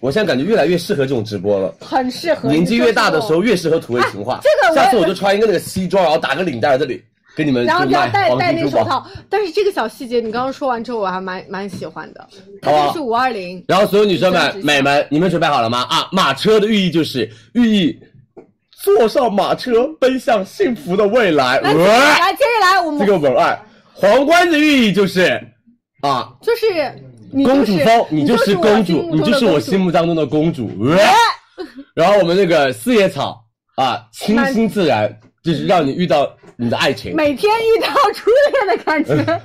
S5: 我现在感觉越来越适合这种直播了。
S6: 很适合
S5: 年纪越大的时，候越适合土味情话。
S6: 啊这个我
S5: 下次我就穿一个那个西装，然后打个领带这里，给你们
S6: 然后
S5: 就
S6: 不要
S5: 卖
S6: 戴
S5: 黄
S6: 戴那
S5: 金
S6: 个
S5: 珠
S6: 手
S5: 宝。
S6: 套。但是这个小细节，你刚刚说完之后，我还蛮蛮喜欢的。它
S5: 好不好
S6: 就是五二零，
S5: 然后所有女生们
S6: 真、实
S5: 美们，你们准备好了吗？啊，马车的寓意就是寓意坐上马车奔向幸福的未来。
S6: 来接着
S5: 哇
S6: 来接着来，我
S5: 呃这
S6: 们
S5: 个文案，皇冠的寓意就是啊，
S6: 就是你
S5: 公
S6: 就是
S5: 主风，你
S6: 就
S5: 就是
S6: 我
S5: 公
S6: 心
S5: 主，
S6: 目
S5: 你
S6: 中
S5: 就
S6: 的
S5: 是我
S6: 公主
S5: 心目当中的公主。哇然后我们那个四叶草啊，清新自然，就是让你遇到你的爱情。
S6: 每天遇到初恋的感觉。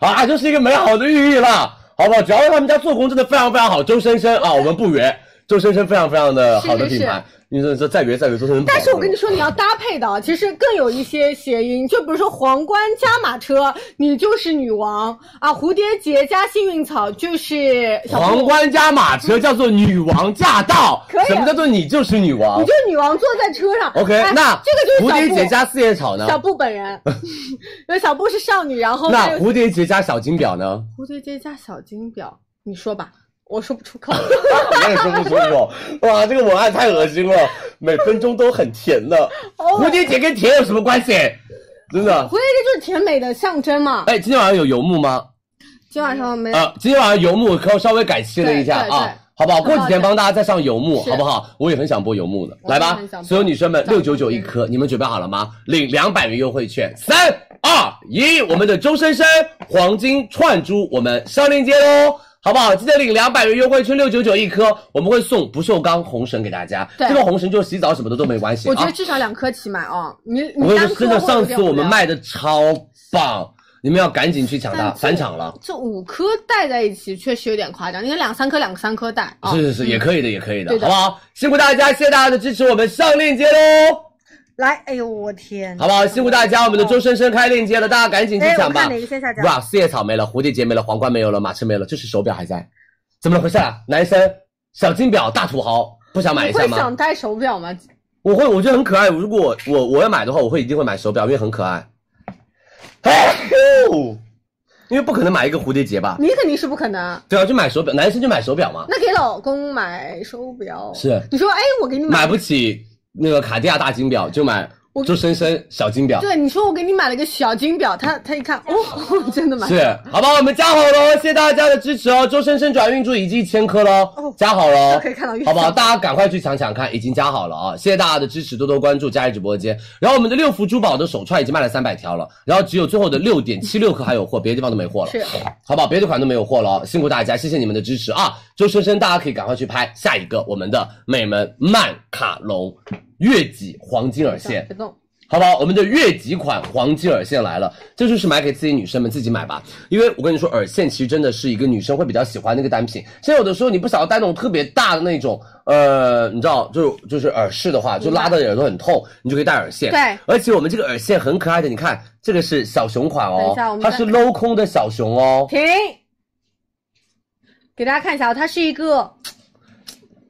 S5: 啊，这是一个美好的寓意啦，好不好？只要他们家做工真的非常非常好，周生生啊，我们不约，周生生非常非常的好的品牌，你说这再约再约周生生不好。
S6: 但是我跟你说，你要搭配 的啊，其实更有一些谐音，就比如说皇冠加马车，你就是女王啊；蝴蝶结加幸运草就是小
S5: 皇
S6: 布，
S5: 冠加马车叫做女王驾到
S6: 可以，啊
S5: 什么叫做你就是女王
S6: 你就女王坐在车上。
S5: ？OK，、
S6: 哎
S5: 那
S6: 这个就是
S5: 蝴
S6: 小
S5: 蝶
S6: 布
S5: 结加四叶草呢？
S6: 小布本 人，因为小布是少女，然后
S5: 那
S6: 又
S5: 蝴蝶结加小金表呢？
S6: 蝴蝶结加小金表，你说吧，我说不出 口。
S5: 我也说不出口。哇，这个文案太恶心了，每分钟都很甜 的。
S6: 哦
S5: 蝴蝶结跟甜有什么关系？真的
S6: 蝴。蝶结就是甜美的象征嘛。
S5: 哎，今天晚上有游牧吗？
S6: 今晚上没有，
S5: 啊，今天晚上游牧可稍微改期了一下
S6: 对对
S5: 啊
S6: 对，
S5: 好不好？过几天帮大家再上游牧，
S6: 是
S5: 好不好？我也很想播游牧的，
S6: 我
S5: 来
S6: 也
S5: 吧
S6: 很想，播
S5: 所有女生们，
S6: 想
S5: 六
S6: 播
S5: 九九一颗，你们准备好了吗？领两百元优惠券，三二一，我们的周生生黄金串珠，我们上链接喽。好不好？记得领两百元优惠券，六九九一颗，我们会送不锈钢红绳给大家。
S6: 对
S5: 这个红绳就洗澡什么的都没关系
S6: 我觉
S5: 啊
S6: 得。至少两颗起买啊。你
S5: 我
S6: 你
S5: 跟你
S6: 单
S5: 说，
S6: 颗
S5: 真的，
S6: 会有
S5: 上
S6: 点
S5: 次我
S6: 无
S5: 们
S6: 聊
S5: 卖的超棒，你们要赶紧去抢它，
S6: 但
S5: 返
S6: 是
S5: 场了。
S6: 这五颗戴在一起确实有点夸张，应该两三颗两三颗戴
S8: 哦
S6: 啊。
S5: 是是是，也可以的，也可以的，
S6: 对的
S5: 好不好？辛苦大家，谢谢大家的支持，我们上链接喽，
S8: 来，哎呦我天，
S5: 好不好？辛苦大家，我们的周生生开链接了，大家赶紧去
S8: 哎，我
S5: 抢
S8: 们
S5: 吧
S8: 看。哪个先下架？
S5: 哇，四叶草没了，蝴蝶结没了，皇冠没有了，马车没了，就是手表还在，怎么回事啊？男生小金表大土豪不想买一
S6: 你
S5: 下
S6: 会
S5: 吗
S6: 想？戴手表吗？
S5: 我会，我觉得很可爱。如果我我要买的话，我会一定会买手表，因为很可爱。哎呦，因为不可能买一个蝴蝶结吧？
S6: 你肯定是不可能。
S5: 对啊，就买手表，男生就买手表嘛，
S6: 那给老公买手表
S5: 是
S6: 你说哎，我给你
S5: 买不起那个卡地亚大金表，就买
S6: 我
S5: 周生生小金表。
S6: 对，你说我给你买了个小金表，他他一看，哦， 真的买。
S5: 是，啊好吧，我们加好喽，谢谢大家的支持哦。周生生转运珠已经一千颗喽，加好喽，
S6: 哦可以看到月
S5: 好不好？
S6: 亮
S5: 大家赶快去抢抢看，已经加好了啊！谢谢大家的支持，多多关注佳怡直播间。然后我们的六福珠宝的手串已经卖了三百条了，然后只有最后的六点七六颗还有货，别的地方都没货了，
S6: 是，
S5: 好不好？别的款都没有货了，哦辛苦大家，谢谢你们的支持啊！周生生，大家可以赶快去拍下一个我们的美门曼卡龙月季黄金耳线，
S6: 别动，
S5: 好不好？我们的月级款黄金耳线来了，这就是买给自己女生们自己买吧，因为我跟你说，耳线其实真的是一个女生会比较喜欢的一个单品。现在有的时候你不想要戴那种特别大的那种，呃，你知道，就是就是耳饰的话，就拉的耳朵很痛，你就可以戴耳线。
S6: 对，
S5: 而且我们这个耳线很可爱的，你看这个是小熊款
S6: 等
S5: 哦
S6: 一下我，们
S5: 它
S6: 再
S5: 是镂空的小熊哦。
S6: 停。给大家看一下啊，它是一个，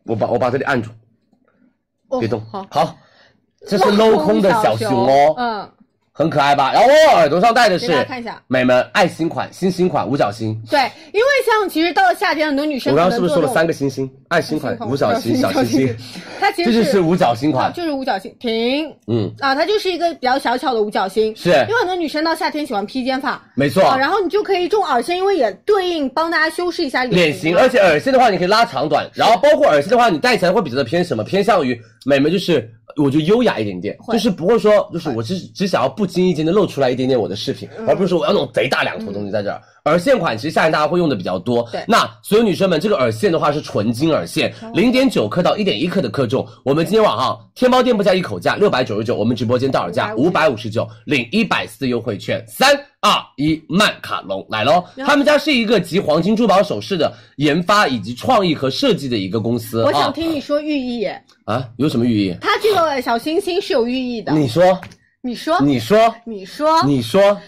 S5: 我把我把这里按住，
S6: 哦
S5: 别动。
S6: 好，
S5: 这是镂空的小熊哦。
S6: 嗯，
S5: 很可爱吧？然后我耳朵上戴的是
S6: 给大家看一下
S5: 美们爱心款、星星款、五角星。
S6: 对，因为像其实到了夏天，很多女生
S5: 我刚刚
S6: 可
S5: 是
S6: 能
S5: 不是说
S6: 做
S5: 了
S6: 这种
S5: 三个星星？爱心款、五角星、小星星，，
S6: 它其
S5: 这
S6: 实
S5: 就是五角星款。
S6: 就是五角星。停
S5: 嗯，
S6: 啊，它就是一个比较小巧的五角星，
S5: 是哦
S6: 因为很多女生到夏天喜欢披肩发
S5: 没错。
S6: 啊，然后你就可以种耳线，因为也对应帮大家修饰一下
S5: 脸型，而且耳线的话，你可以拉长短，然后包括耳线的话，你戴起来会比较的偏什么？偏向于美眉，就是我觉得优雅一点点，就是不会嗯说，就是我只只想要不经意间的露出来一点点我的饰品，而不是说我要那种贼大两坨东西在这儿。耳线款其实夏天大家会用的比较多，
S6: 对
S5: 那所有女生们，这个耳线的话是纯金耳线，零点九克到一点一克的克重。我们今天晚上天猫店铺价一口价六百九十九，我们直播间到手价五百五十九，领一百四优惠券。三二一，曼卡龙来喽！他们家是一个集黄金珠宝首饰的研发以及创意和设计的一个公司。
S6: 我想听你说寓意，
S5: 啊啊，有什么寓意？
S6: 它这个小星星是有寓意的。
S5: 你说，
S6: 你说，
S5: 嗯你说，
S6: 你说，
S5: 你说，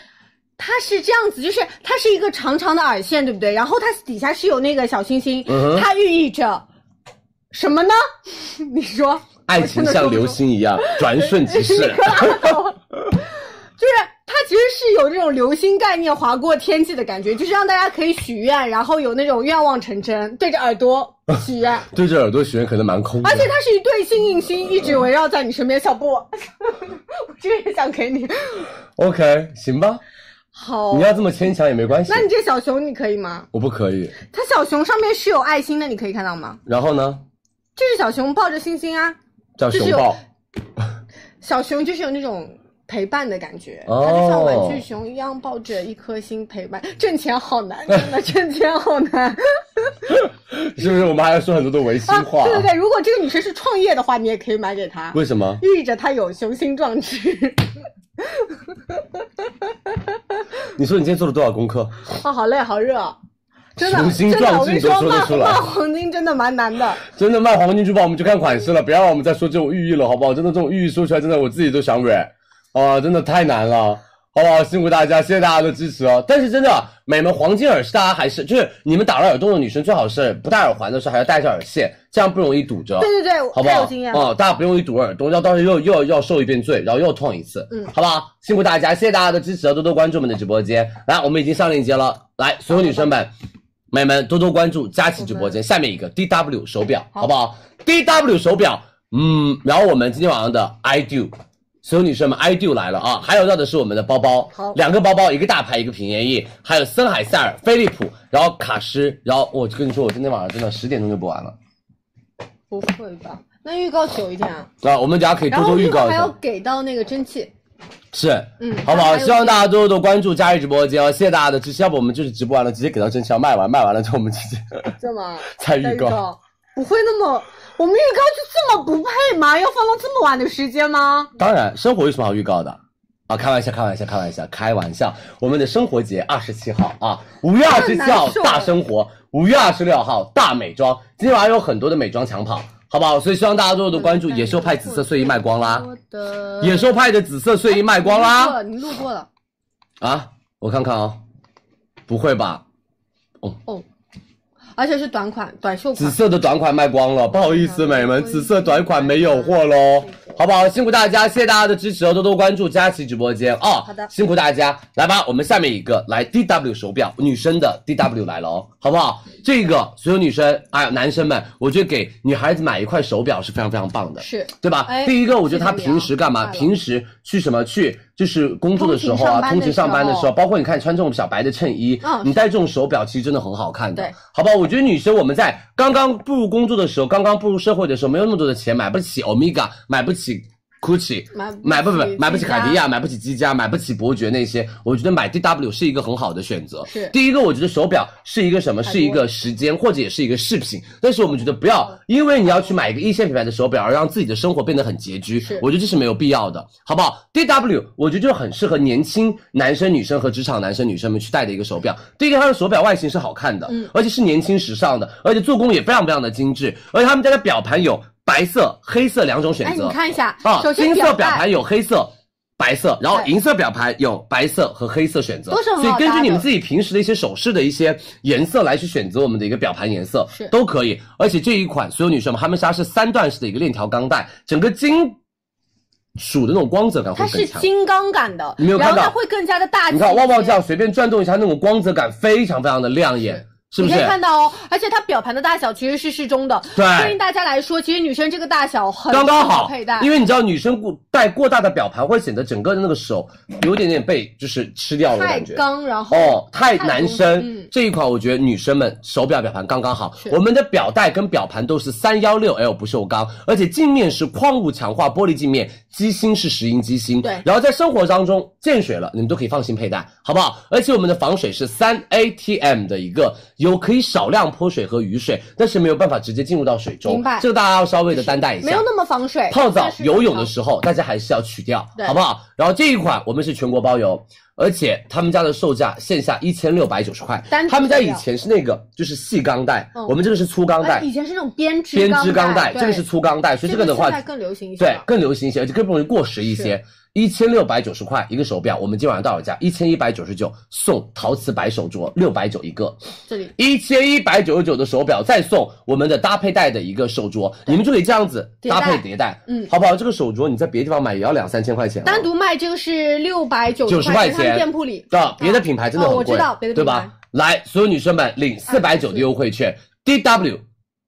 S6: 它是这样子，就是它是一个长长的耳线，对不对？然后它底下是有那个小星星，
S5: 嗯哼
S6: 它寓意着什么呢？ 你说，
S5: 爱情
S6: 我真的
S5: 像
S6: 说不出
S5: 流星一 样，转瞬即
S6: 你
S5: 逝
S6: 可。拉倒。 就是它其实是有这种流星概念划过天际的感觉，就是让大家可以许愿，然后有那种愿望成真，对着耳朵许愿，
S5: 对着耳朵许愿可能蛮空的
S6: 而。且它是一对幸运星，一直围绕在你身边。小布， 我这个也想给你。
S5: OK，行吧，
S6: 好
S5: 你，要这么牵强也没关系
S6: 哦那。你这小熊你可以吗？
S5: 我不可以。
S6: 它小熊上面是有爱心的，你可以看到吗？
S5: 然后呢？
S6: 这是小熊抱着星星啊，
S5: 叫
S6: 就
S5: 熊
S6: 是有
S5: 抱。
S6: 小熊就是有那种陪伴的感觉，
S5: 哦
S6: 它就像玩具熊一样抱着一颗心陪伴。挣钱好难，真的挣钱好 难。
S5: 是不是我们还要说很多的违心
S6: 啊，
S5: 话？
S6: 对对对，如果这个女生是创业的话，你也可以买给她，
S5: 为什么？
S6: 寓意着她有雄心壮志。
S5: 你说你今天做了多少功课？
S6: 啊，好累，好热啊。真的
S5: 雄，心
S6: 真的，
S5: 壮
S6: 我
S5: 志
S6: 跟你
S5: 你都
S6: 说，
S5: 说得
S6: 卖
S5: 出来
S6: 卖黄金真的蛮难的。
S5: 真的卖黄金珠宝，我们就看款式了，不要让我们再说这种寓意了，好不好？真的这种寓意说出来，真的我自己都想忍，啊，真的太难了。好不好？辛苦大家，谢谢大家的支持哦。但是真的，美们黄金耳饰，大家还是就是你们打了耳洞的女生，最好是不戴耳环的时候还要戴上耳线，这样不容易堵着。
S6: 对对对，
S5: 好不
S6: 太
S5: 好？
S6: 有经验了。
S5: 哦，大家不用一堵耳朵，要到时候又又又要受一遍罪，然后又痛一次，
S6: 嗯
S5: 好不好？辛苦大家，谢谢大家的支持，多多关注我们的直播间。来，我们已经上链接了，来，所有女生们、美们多多关注佳琦直播间。下面一个 D W 手表，好不好？D W 手表，嗯，然后我们今天晚上的 I do。所有女生们，I do 来了啊！还有要的是我们的包包，
S6: 好
S5: 两个包包，一个大牌，一个平安夜，还有森海塞尔、飞利浦，然后卡诗，然后我跟你说，我今天晚上真的十点钟就播完了。
S6: 不会吧？那预告久一点啊。
S5: 啊，我们等下可以
S6: 然
S5: 多
S6: 后
S5: 多预
S6: 预
S5: 告
S6: 告
S5: 一
S6: 还
S5: 下
S6: 要。给到那个蒸汽，
S5: 是，
S6: 嗯
S5: 好不
S6: 还
S5: 好？
S6: 有
S5: 希望大家多多关注佳怡直播间哦，谢谢大家的支持。要不我们就是直播完了直接给到真相，卖完卖完了之后我们直接
S6: 这么
S5: 再
S6: 再
S5: 预
S6: 预
S5: 告。
S6: 告，不会那么，我们预告就这么不配吗？要放到这么晚的时间吗？
S5: 当然，生活有什么好预告的？啊，开玩笑，开玩笑，开玩笑，开玩笑！我们的生活节二十七号啊，五月二十七号
S6: 难受
S5: 大生活，五月二十六号大美妆，今天晚上有很多的美妆抢跑，好不好？所以希望大家多多关
S6: 嗯
S5: 注。野兽派紫色睡衣卖光啦，
S6: 我的
S5: 野兽派的紫色睡衣卖光啦。
S6: 你路过了，你路过了，
S5: 啊，我看看啊、不会吧？
S6: 而且是短款、短袖
S5: 紫
S6: 款。
S5: 色的短款卖光了，不好意思，美们，紫色短款没有货喽，好不好？辛苦大家，谢谢大家的支持哦，多多关注佳琦直播间哦。
S6: 好的
S5: 辛苦大家，来吧，我们下面一个来 D W 手表，女生的 D W 来了哦，好不好？这个所有女生哎呀，男生们，我觉得给女孩子买一块手表是非常非常棒的，
S6: 是
S5: 对吧？
S6: 哎
S5: 第一个，我觉得她
S6: 谢谢你啊
S5: 平时干嘛？
S6: 快乐
S5: 平时去什么？去就是工作的时候啊，通
S6: 通勤
S5: 勤
S6: 上
S5: 上
S6: 班
S5: 班
S6: 的时候
S5: 的时候，包括你看穿这种小白的衬衣，
S6: 嗯
S5: 你戴这种手表其实真的很好看的，
S6: 对，
S5: 好不好？我觉得女生我们在刚刚步入工作的时候，刚刚步入社会的时候，没有那么多的钱，买不起 Omega，买不起 Gucci，
S6: 买
S5: 买不
S6: 不
S5: 不
S6: 起
S5: 买不起
S6: 积家
S5: 卡地亚，买不起积家，买不起伯爵那些，我觉得买 DW 是一个很好的选择。
S6: 是
S5: 第一个，我觉得手表是一个什么？
S6: 多嗯
S5: 是一个时间或者也是一个饰品，但是我们觉得不要因为你要去买一个一线品牌的手表，而让自己的生活变得很拮据
S6: 是，
S5: 我觉得这是没有必要的，好不好？DW 我觉得就很适合年轻男生、女生和职场男生、女生们去戴的一个手表。第一个，它的手表外形是好看的，
S6: 嗯
S5: 而且是年轻时尚的，而且做工也非常非常的精致，而且他们家的表盘有白色、黑色两种选择。
S6: 哎，你看一下，
S5: 啊，
S6: 首先
S5: 金色表
S6: 带
S5: 盘有黑色。白色，然后
S6: 对
S5: 银色表盘有白色和黑色选择，
S6: 都是很好
S5: 所以根
S6: 搭
S5: 据
S6: 的
S5: 你们自己平时的一些首饰的一些颜色来去选择我们的一个表盘颜色
S6: 是，
S5: 都可以。而且这一款所有女生们，他们纱是三段式的一个链条钢带，整个金属的那种光泽感会
S6: 它
S5: 更
S6: 是
S5: 强。
S6: 金啊刚感的，
S5: 你没有
S6: 然
S5: 看
S6: 后
S5: 到
S6: 它会更加的大气
S5: 你
S6: 一些。
S5: 看旺旺这样随便转动一下，那种光泽感非常非常的亮眼，是不
S6: 你
S5: 是
S6: 可以？看到哦，而且它表盘的大小其实是适中的，
S5: 对
S6: 对应大家来说，其实女生这个大小很
S5: 刚刚
S6: 适合
S5: 好
S6: 佩戴，
S5: 因为你知道女生过戴过大的表盘会显得整个的那个手有点点被就是吃掉了
S6: 太
S5: 感觉。
S6: 刚，然后
S5: 哦，太
S6: 太
S5: 男
S6: 公
S5: 生、
S6: 嗯
S5: 这一款，我觉得女生们手表表盘刚刚好
S6: 是。
S5: 我们的表带跟表盘都是三幺六 L 不锈钢，而且镜面是矿物强化玻璃镜面，机芯是石英机芯。
S6: 对
S5: 然后在生活当中见水了，你们都可以放心佩戴，好不好？而且我们的防水是三 ATM 的一个油可以少量泼水和雨水，但是没有办法直接进入到水中。
S6: 明白
S5: 这个大家要稍微的担待一下。
S6: 没有那么防水。
S5: 泡澡
S6: 但、是
S5: 游泳的时候，大家还是要取掉
S6: 对，
S5: 好不好？然后这一款我们是全国包邮，而且他们家的售价线下一千六百九十块
S6: 单独，
S5: 他们家以前是那个就是细钢带，
S6: 嗯
S5: 我们这个是粗钢带
S6: 哎，以前是那种编织
S5: 编织
S6: 钢
S5: 钢带，
S6: 对
S5: 这个是粗钢带，所以这个的话
S6: 现在更流行一些
S5: 对
S6: 了。
S5: 更流行一些，而且更不容易过时一些。一千六百九十块一个手表，我们今晚上到手价一千一百九十九，送陶瓷白手镯六百九一个，
S6: 这里
S5: 一千一百九十九的手表，再送我们的搭配戴的一个手镯，你们就可以这样子
S6: 叠戴
S5: 搭配迭代，
S6: 嗯
S5: 好不好？这个手镯你在别的地方买也要两三千块钱、哦，
S6: 单独卖这个是六百九
S5: 90块
S6: 他们
S5: 钱
S6: 店铺里
S5: 啊，别的品牌真的
S6: 哦
S5: 很
S6: 我
S5: 贵，
S6: 知道别的
S5: 对
S6: 品牌
S5: 吧？来，所有女生们领四百九的优惠券，DW，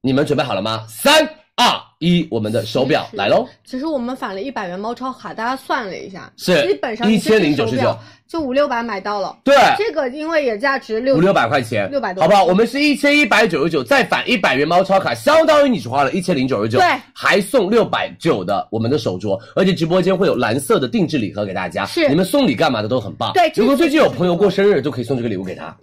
S5: 你们准备好了吗？三二一，我们的手表
S6: 是
S5: 来喽，
S6: 其实我们返了一百元猫超卡，大家算了一下，
S5: 是
S6: 基本上
S5: 1099
S6: 就五六百买到了。
S5: 对
S6: 这个因为也价值六
S5: 五六百块钱，
S6: 600多
S5: 好不好？我们是一千一百九十九，再返一百元猫超卡，相当于你只花了一千零九十九，
S6: 对
S5: 还送六百九的我们的手镯，而且直播间会有蓝色的定制礼盒给大家，
S6: 是
S5: 你们送礼干嘛的都很棒，
S6: 对
S5: 如果最近有
S6: 这是嗯
S5: 朋友过生日，就可以送这个礼物给他，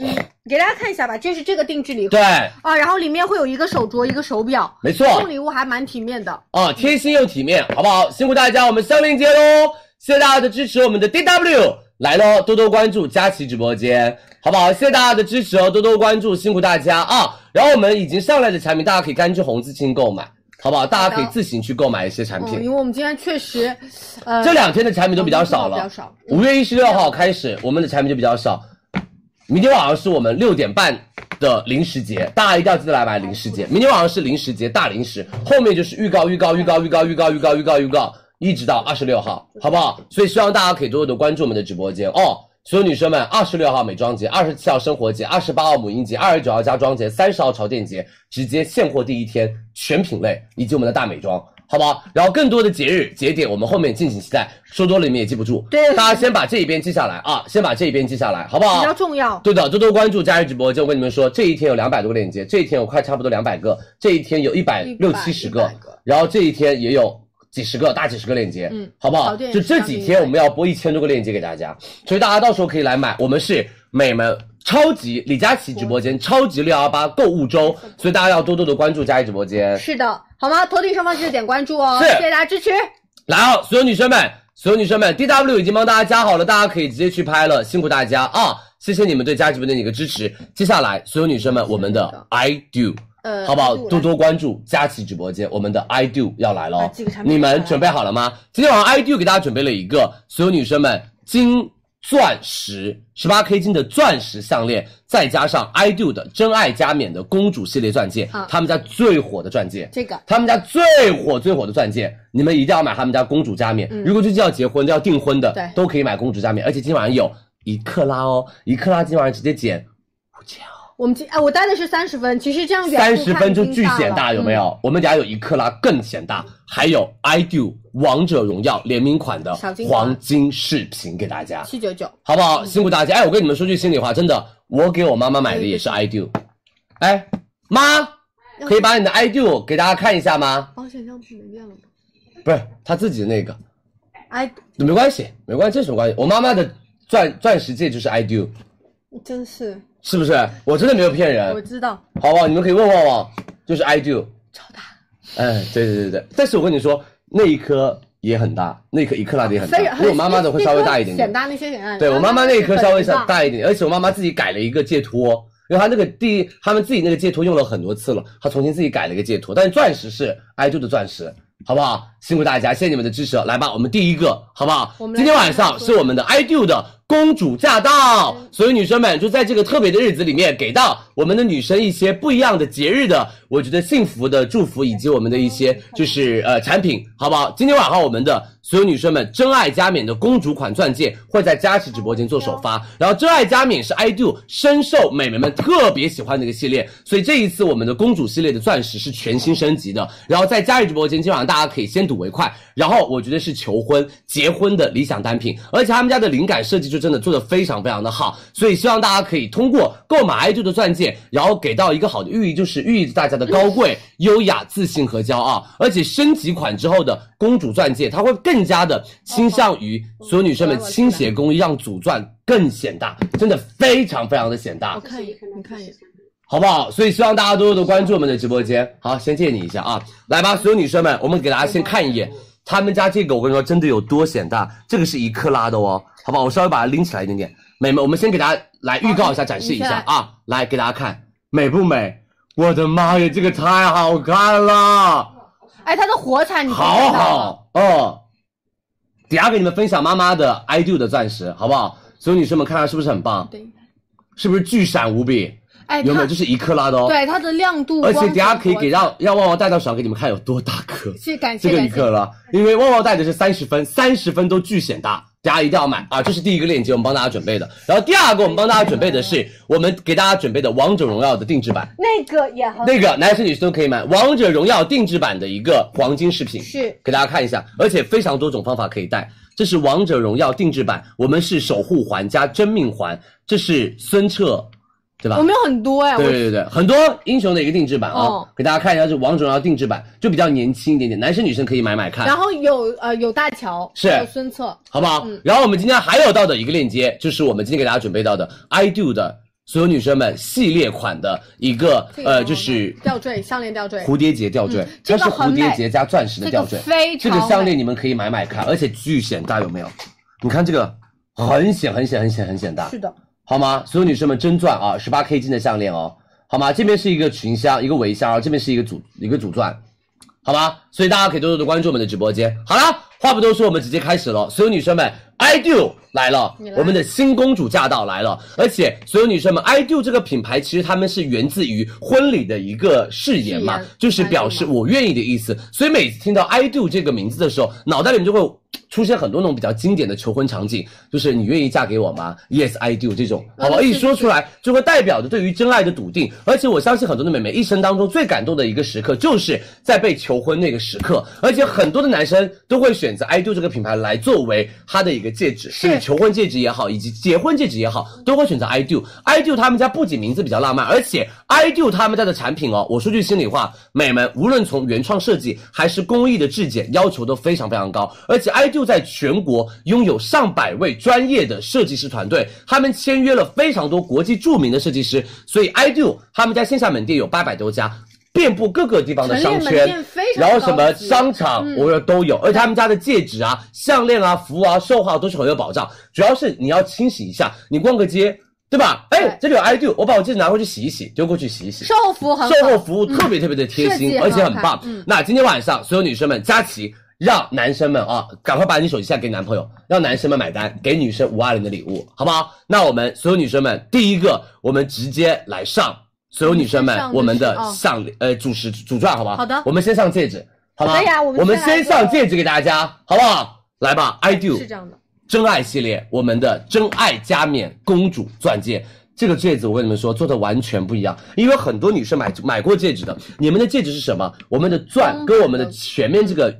S6: 给大家看一下吧，这是这个定制礼盒
S5: 对，哦
S6: 啊，然后里面会有一个手镯，一个手表，
S5: 没错，
S6: 送礼物还蛮体面的。
S5: 哦，贴心又体面，好不好？辛苦大家，我们上链接喽！谢谢大家的支持，我们的 DW 来喽，多多关注佳琦直播间，好不好？谢谢大家的支持哦，多多关注，辛苦大家啊！然后我们已经上来的产品，大家可以干去红字清购买，好不好？大家可以自行去购买一些产
S6: 嗯，
S5: 品。
S6: 因为我们今天确实，呃，
S5: 这两天的产品都比较少
S6: 比较
S5: 了，
S6: 少。
S5: 五月一十六号开始，我们的产品就比较少。明天晚上是我们六点半的零食节，大家一定要记得来买零食节。明天晚上是零食节大零食，后面就是预告、预告、预告、预告、预告、预告、预告、预告，一直到二十六号，好不好？所以希望大家可以多多的关注我们的直播间哦。所有女生们，二十六号美妆节，二十七号生活节，二十八号母婴节，二十九号家装节，三十号潮店节，直接现货第一天，全品类以及我们的大美妆，好不好？然后更多的节日节点，我们后面敬请期待。说多了你们也记不住，
S6: 对
S5: 大家先把这一边记下来啊，先把这一边记下来，好不好？
S6: 比较重要。
S5: 对的，多多关注佳怡直播间。我跟你们说，这一天有两百多个链接，这一天有快差不多两百个，这一天有一百六七十个
S6: 100个，
S5: 然后这一天也有几十个，大几十个链接，
S6: 嗯
S5: 好不好？
S6: 小店
S5: 就这几天我们要播一千多个链接给大家，所以大家到时候可以来买。我们是美们超级李佳琦直播间超级六幺八购物周，所以大家要多多的关注佳怡直播间。
S6: 是的，好吗？头顶上方记得点关注哦，
S5: 是
S6: 谢谢大家支持。
S5: 来哦，所有女生们，所有女生们，DW 已经帮大家加好了，大家可以直接去拍了，辛苦大家啊！谢谢你们对佳琦直播间的一个支持。接下来，所有女生们，我们的 I do，
S6: 呃
S5: 好不好？
S6: 关注
S5: 多
S6: 我
S5: 多关注佳琦直播间，我们的 I do 要来了
S6: 啊
S5: 哦
S6: 这个产，品
S5: 你
S6: 要来
S5: 们
S6: 了
S5: 准备好了吗？今天晚上 I do 给大家准备了一个，所有女生们金钻石十八 K 金的钻石项链，再加上 I do 的真爱加冕的公主系列钻戒
S6: 啊，
S5: 他们家最火的钻戒，
S6: 这个
S5: 他们家最火最火的钻戒，你们一定要买他们家公主加冕。如果最近要结婚、要订婚的，
S6: 嗯对
S5: 都可以买公主加冕，而且今晚上有一克拉哦，一克拉今晚上直接减
S6: 我们今哎，我待的是三十分，其实这样远
S5: 三
S6: 处
S5: 十
S6: 看
S5: 分就
S6: 已经
S5: 巨显
S6: 了嗯
S5: 大，有没？有？我们家有一克拉更显大，还有 I do 王者荣耀联名款的
S6: 小金花
S5: 黄金饰品给大家，
S6: 七九九，
S5: 好不好？辛苦大家！哎，我跟你们说句心里话，真的，我给我妈妈
S6: 嗯
S5: 买的也是 I do。哎，妈，可以把你的 I do 给大家看一下吗？
S6: 保险箱不是没电了吗？
S5: 不是，她自己的那个。
S6: 哎，
S5: 没关系，没关系，这有什么关系？我妈妈的钻钻石戒就是 I do，
S6: 真是，
S5: 是不是？我真的没有骗
S6: 我
S5: 人，
S6: 知道，
S5: 好不好？你们可以问旺旺，就是 I do，超大。哎，对对对对，但是我跟你说，那一颗也很大，那一颗一克拉的也很大，
S6: 非常
S5: 因为我妈妈的会稍微大一点
S6: 显
S5: 点。
S6: 大那些显啊大。
S5: 对我妈妈那一颗
S6: 是
S5: 稍微
S6: 很
S5: 小大一点，而且我妈妈自己改了一个戒托，因为她那个第一，他们自己那个戒托用了很多次了，她重新自己改了一个戒托，但是钻石是 I do 的钻石。好不好？辛苦大家，谢谢你们的支持。来吧，我们第一个，好不好？
S6: 我们来
S5: 今天晚上是我们的 I do 的公主驾到，所有女生们就在这个特别的日子里面，给到我们的女生一些不一样的节日的，我觉得幸福的祝福，以及我们的一些就是呃产品，好不好？今天晚上我们的所有女生们，真爱加冕的公主款钻戒会在佳琦直播间做首发，然后真爱加冕是 I do 深受美眉们特别喜欢的一个系列，所以这一次我们的公主系列的钻石是全新升级的，然后在佳琦直播间，今晚上大家可以先睹为快，然后我觉得是求婚、结婚的理想单品，而且他们家的灵感设计就真的做的非常非常的好，所以希望大家可以通过购买 I do 的钻戒，然后给到一个好的寓意，就是寓意着大家的高贵、优雅、自信和骄傲。而且升级款之后的公主钻戒，它会更加的倾向于所有女生们倾斜工艺，让主钻更显大，真的非常非常的显大。
S6: 看一眼，你看一眼，
S5: 好不好？所以希望大家多多的关注我们的直播间。好，先借你一下啊，来吧，所有女生们，我们给大家先看一眼他们家这个，我跟你说真的有多显大，这个是一克拉的哦，好吧，我稍微把它拎起来一点点。美们，我们先给大家来预告一下，展示一下啊，来给大家看美不美？我的妈呀，这个太好看了！
S6: 哎，它的火彩你都看
S5: 好
S6: 到了，
S5: 好哦。底下给你们分享妈妈的 I do 的钻石，好不好？所有女生们看看是不是很棒？
S6: 对，
S5: 是不是巨闪无比？
S6: 哎，
S5: 有没有？
S6: 它
S5: 这是一克拉的哦。。
S6: 对它的亮度，
S5: 而且
S6: 光
S5: 等下
S6: 泽
S5: 可以给
S6: 火
S5: 让让旺旺带到手上给你们看有多大颗
S6: 彩，，谢谢感谢
S5: 这个
S6: 感
S5: 一
S6: 谢
S5: 克拉，因为旺旺带的是三十分，三十分都巨显大，大家一定要买啊！这是第一个链接，我们帮大家准备的。然后第二个，我们帮大家准备的是我们给大家准备的《王者荣耀》的定制版，
S6: 那个也很
S5: 那个男生女生都可以买《王者荣耀》定制版的一个黄金饰品，
S6: 是
S5: 给大家看一下，而且非常多种方法可以戴。这是《王者荣耀》定制版，我们是守护环加真命环，这是孙彻，对吧？
S6: 我们有很多哎，我
S5: 对对对，很多英雄的一个定制版啊、
S6: 哦
S5: 给大家看一下，是王者荣啊耀定制版，就比较年轻一点点，男生女生可以买买看，
S6: 然后有呃有大乔，
S5: 是
S6: 还有孙策，
S5: 好不好？
S6: 嗯
S5: 然后我们今天还有到的一个链接，就是我们今天给大家准备到的 I do 的所有女生们系列款的一个
S6: 这个
S5: 呃，
S6: 很好
S5: 就是
S6: 看吊坠项链吊坠，
S5: 蝴蝶结吊坠，
S6: 这个
S5: 它是蝴蝶结加钻石的
S6: 这
S5: 吊
S6: 个
S5: 坠，
S6: 非
S5: 这
S6: 常
S5: 个项链
S6: 美
S5: 你们可以买买看，而且巨显大，有没有？你看这个很显很显很显很显大，
S6: 是的，
S5: 好吗？所有女生们真钻啊，十八 K 金的项链哦，好吗？这边是一个群箱，一个围箱，这边是一个主一个主钻，好吗？所以大家可以多多的关注我们的直播间。好啦，话不多说，我们直接开始了。所有女生们，I do 来了，我们的新公主驾到来了。而且所有女生们，I do 这个品牌其实他们是源自于婚礼的一个誓言嘛
S6: 誓言，
S5: 就是表示我愿意的意思。所以每次听到 I do 这个名字的时候，脑袋里面就会。出现很多那种比较经典的求婚场景，就是你愿意嫁给我吗？Yes, I do 这种，好不好？一说出来就会代表着对于真爱的笃定，而且我相信很多的美眉一生当中最感动的一个时刻，就是在被求婚那个时刻，而且很多的男生都会选择 I do 这个品牌来作为他的一个戒指，就是求婚戒指也好，以及结婚戒指也好，都会选择 I do。I do 他们家不仅名字比较浪漫，而且 I do 他们家的产品哦，我说句心里话，美们无论从原创设计还是工艺的质检，要求都非常非常高。而且 I do 在全国拥有上百位专业的设计师团队，他们签约了非常多国际著名的设计师，所以 I do 他们家线下门店有八百多家。遍布各个地方的商
S6: 陈列
S5: 圈
S6: 门店非，常
S5: 然后什么
S6: 高级嗯
S5: 商场，我说都有，而且他们家的戒指啊、项链啊、服啊、售后啊都是很有保障。主要是你要清洗一下，你逛个街，对吧？哎
S6: 对，
S5: 这里有 I do，我把我戒指拿回去洗一洗，丢过去洗一洗。
S6: 售后服务很好，嗯
S5: 售后服务特别特别的贴
S6: 设计
S5: 心，
S6: 也
S5: 而且
S6: 很
S5: 很
S6: 好
S5: 棒
S6: 看嗯。
S5: 那今天晚上所有女生们，佳琪让男生们啊，赶快把你手机下给男朋友，让男生们买单，给女生五二零的礼物，好不好？那我们所有女生们，第一个我们直接来上，所有女生们
S6: 上的是
S5: 我们的
S6: 哦
S5: 上呃主食主钻，好吧？
S6: 好的
S5: 我们先上戒指，好吗？
S6: 可以啊我们
S5: 我们
S6: 先来
S5: 先
S6: 个
S5: 上戒指给大家，好不好？来吧，I do
S6: 是这样的，
S5: 真爱系列，我们的真爱加冕公主钻戒。这个戒指我跟你们说，做的完全不一样，因为很多女生买买过戒指的，你们的戒指是什么？我们的钻跟我们的前面这个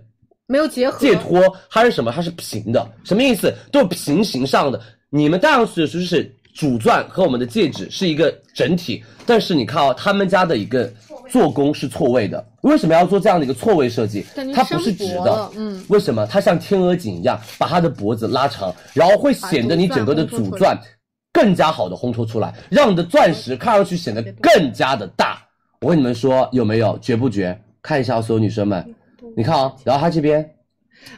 S6: 没有结合，
S5: 戒托它是什么？它是平的，什么意思？都是平行上的。你们戴上去的时候是主钻和我们的戒指是一个整体，但是你看哦，他们家的一个做工是错位的。为什么要做这样的一个错位设计
S6: 感？觉
S5: 它不是直
S6: 生活
S5: 的
S6: 了，嗯，
S5: 为什么？它像天鹅颈一样把它的脖子拉长，然后会显得你整个的主钻更加好的烘托出来，让你的钻石看上去显得更加的大。我跟你们说，有没有绝不绝？看一下所有女生们，
S6: 嗯
S5: 你看啊、然后它这边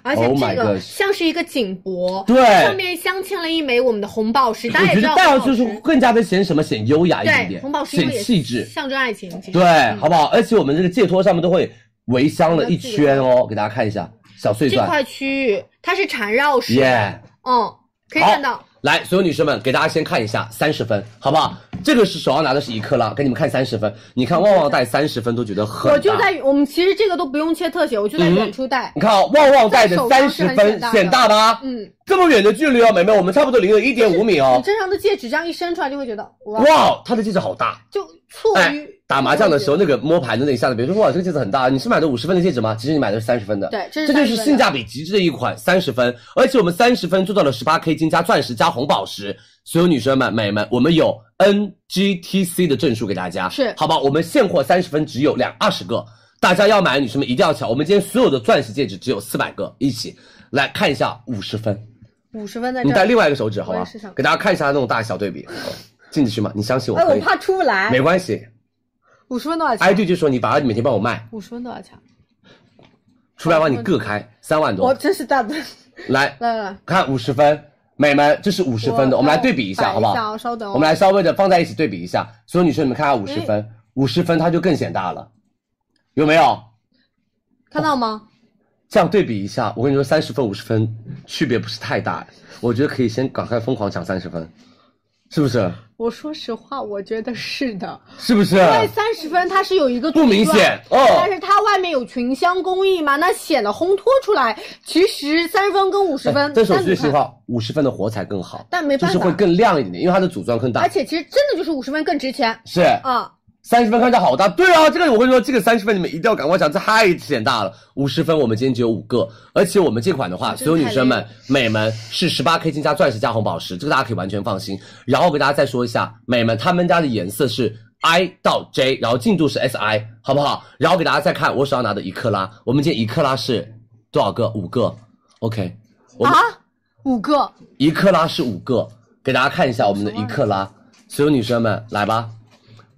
S6: 而且
S5: Oh my
S6: 这个
S5: gosh
S6: 像是一个颈脖，
S5: 对
S6: 上面镶嵌了一枚我们的红宝石，大
S5: 我
S6: 家
S5: 觉
S6: 也
S5: 得
S6: 知道
S5: 戴上
S6: 红宝
S5: 去
S6: 石
S5: 是更加的显什么？显优雅一点
S6: 对
S5: 点，
S6: 红宝石
S5: 显
S6: 因为也
S5: 气质，
S6: 象征爱情，其实嗯
S5: 对，好不好？而且我们这个戒托上面都会围镶了一圈哦，给大家看一下小碎
S6: 这
S5: 钻，
S6: 块区域它是缠绕式的，
S5: 耶、
S6: 嗯，可以
S5: 好
S6: 看到。
S5: 来，所有女生们，给大家先看一下三十分，好不好？这个是手上拿的是一克拉，给你们看三十分。你看旺旺戴三十分都觉得很大，
S6: 我就在我们其实这个都不用切特写，我就在
S5: 嗯
S6: 远处戴，
S5: 你看啊、旺旺戴的三
S6: 在手上是
S5: 十
S6: 很
S5: 分
S6: 显大的
S5: 显大吧？
S6: 嗯，
S5: 这么远的距离哦，美眉，我们差不多离了一点五米
S6: 你
S5: 哦。
S6: 正常的戒指这样一伸出来就会觉得哇，
S5: 哇，哦她的戒指好大，
S6: 就错
S5: 哎
S6: 于，
S5: 打麻将的时候，那个摸牌的那一下子，比如说哇，这个戒指很大，你是买的五十分的戒指吗？其实你买的是三十分的。
S6: 对这
S5: 这就是
S6: 是30分的
S5: 性价比极致的一款三十分，而且我们三十分做到了十八 K 金加钻石加红宝石，所有女生们、美们，我们有 NGTC 的证书给大家，
S6: 是
S5: 好吧？我们现货三十分只有两二十个，大家要买的女生们一定要抢，我们今天所有的钻石戒指只有四百个，一起来看一下五十分，
S6: 五十分在
S5: 你
S6: 这
S5: 戴
S6: 儿，
S5: 另外一个手指好
S6: 我
S5: 吧
S6: 也是想？
S5: 哦给大家看一下那种大小对比，进得去吗？你相信我
S8: 哎，
S5: 可
S8: 我
S5: 以，
S8: 怕出不来
S5: 没。关系，
S6: 五十分多少 钱？
S5: 哎，对，就说你把它每天帮我卖，
S6: 五十分多少钱？
S5: 出来帮你各开三万
S6: 我
S5: 多，
S6: 真是大不了。
S5: 来
S6: 来来来，
S5: 看五十分，美们，这是五十分的，
S6: 我
S5: 我们来对比一下，
S6: 摆
S5: 好不
S6: 一下
S5: 好
S6: 哦？稍等哦
S5: 我们来稍微的放在一起对比一下，所有女生你们看下五十分，五十分它就更显大了，有没有？
S6: 看到吗？
S5: 这样对比一下，我跟你说，三十分、五十分区别不是太大，我觉得可以先赶快疯狂抢三十分，是不是？
S6: 我说实话，我觉得是的，
S5: 是不是？
S6: 因为三十分它是有一个
S5: 不明
S6: 地段
S5: 显哦
S6: 但是它外面有群香工艺嘛，那显得烘托出来。其实三十分跟五十分，
S5: 但是我
S6: 单
S5: 说
S6: 独
S5: 实
S6: 看，
S5: 话，五十分的火彩更好，
S6: 但没
S5: 就
S6: 办
S5: 是
S6: 法，
S5: 会更亮一点点，因为它的组装更大。
S6: 而且其实真的就是五十分更值钱
S5: 是
S6: 啊。
S5: 三十分看着好大，对啊，这个我跟你说，这个三十分你们一定要赶快抢，这太显大了。五十分我们今天只有五个，而且我们这款的话，
S6: 真的
S5: 所有女生们美们是十八 K 金加钻石加红宝石，这个大家可以完全放心。然后我给大家再说一下，美们他们家的颜色是 I 到 J，然后进度是 SI，好不好？然后给大家再看我手上拿的一克拉，我们今天一克拉是多少个？五个，OK。我们
S6: 啊，五个，
S5: 一克拉是五个，给大家看一下我们的一克拉，所有女生们来吧，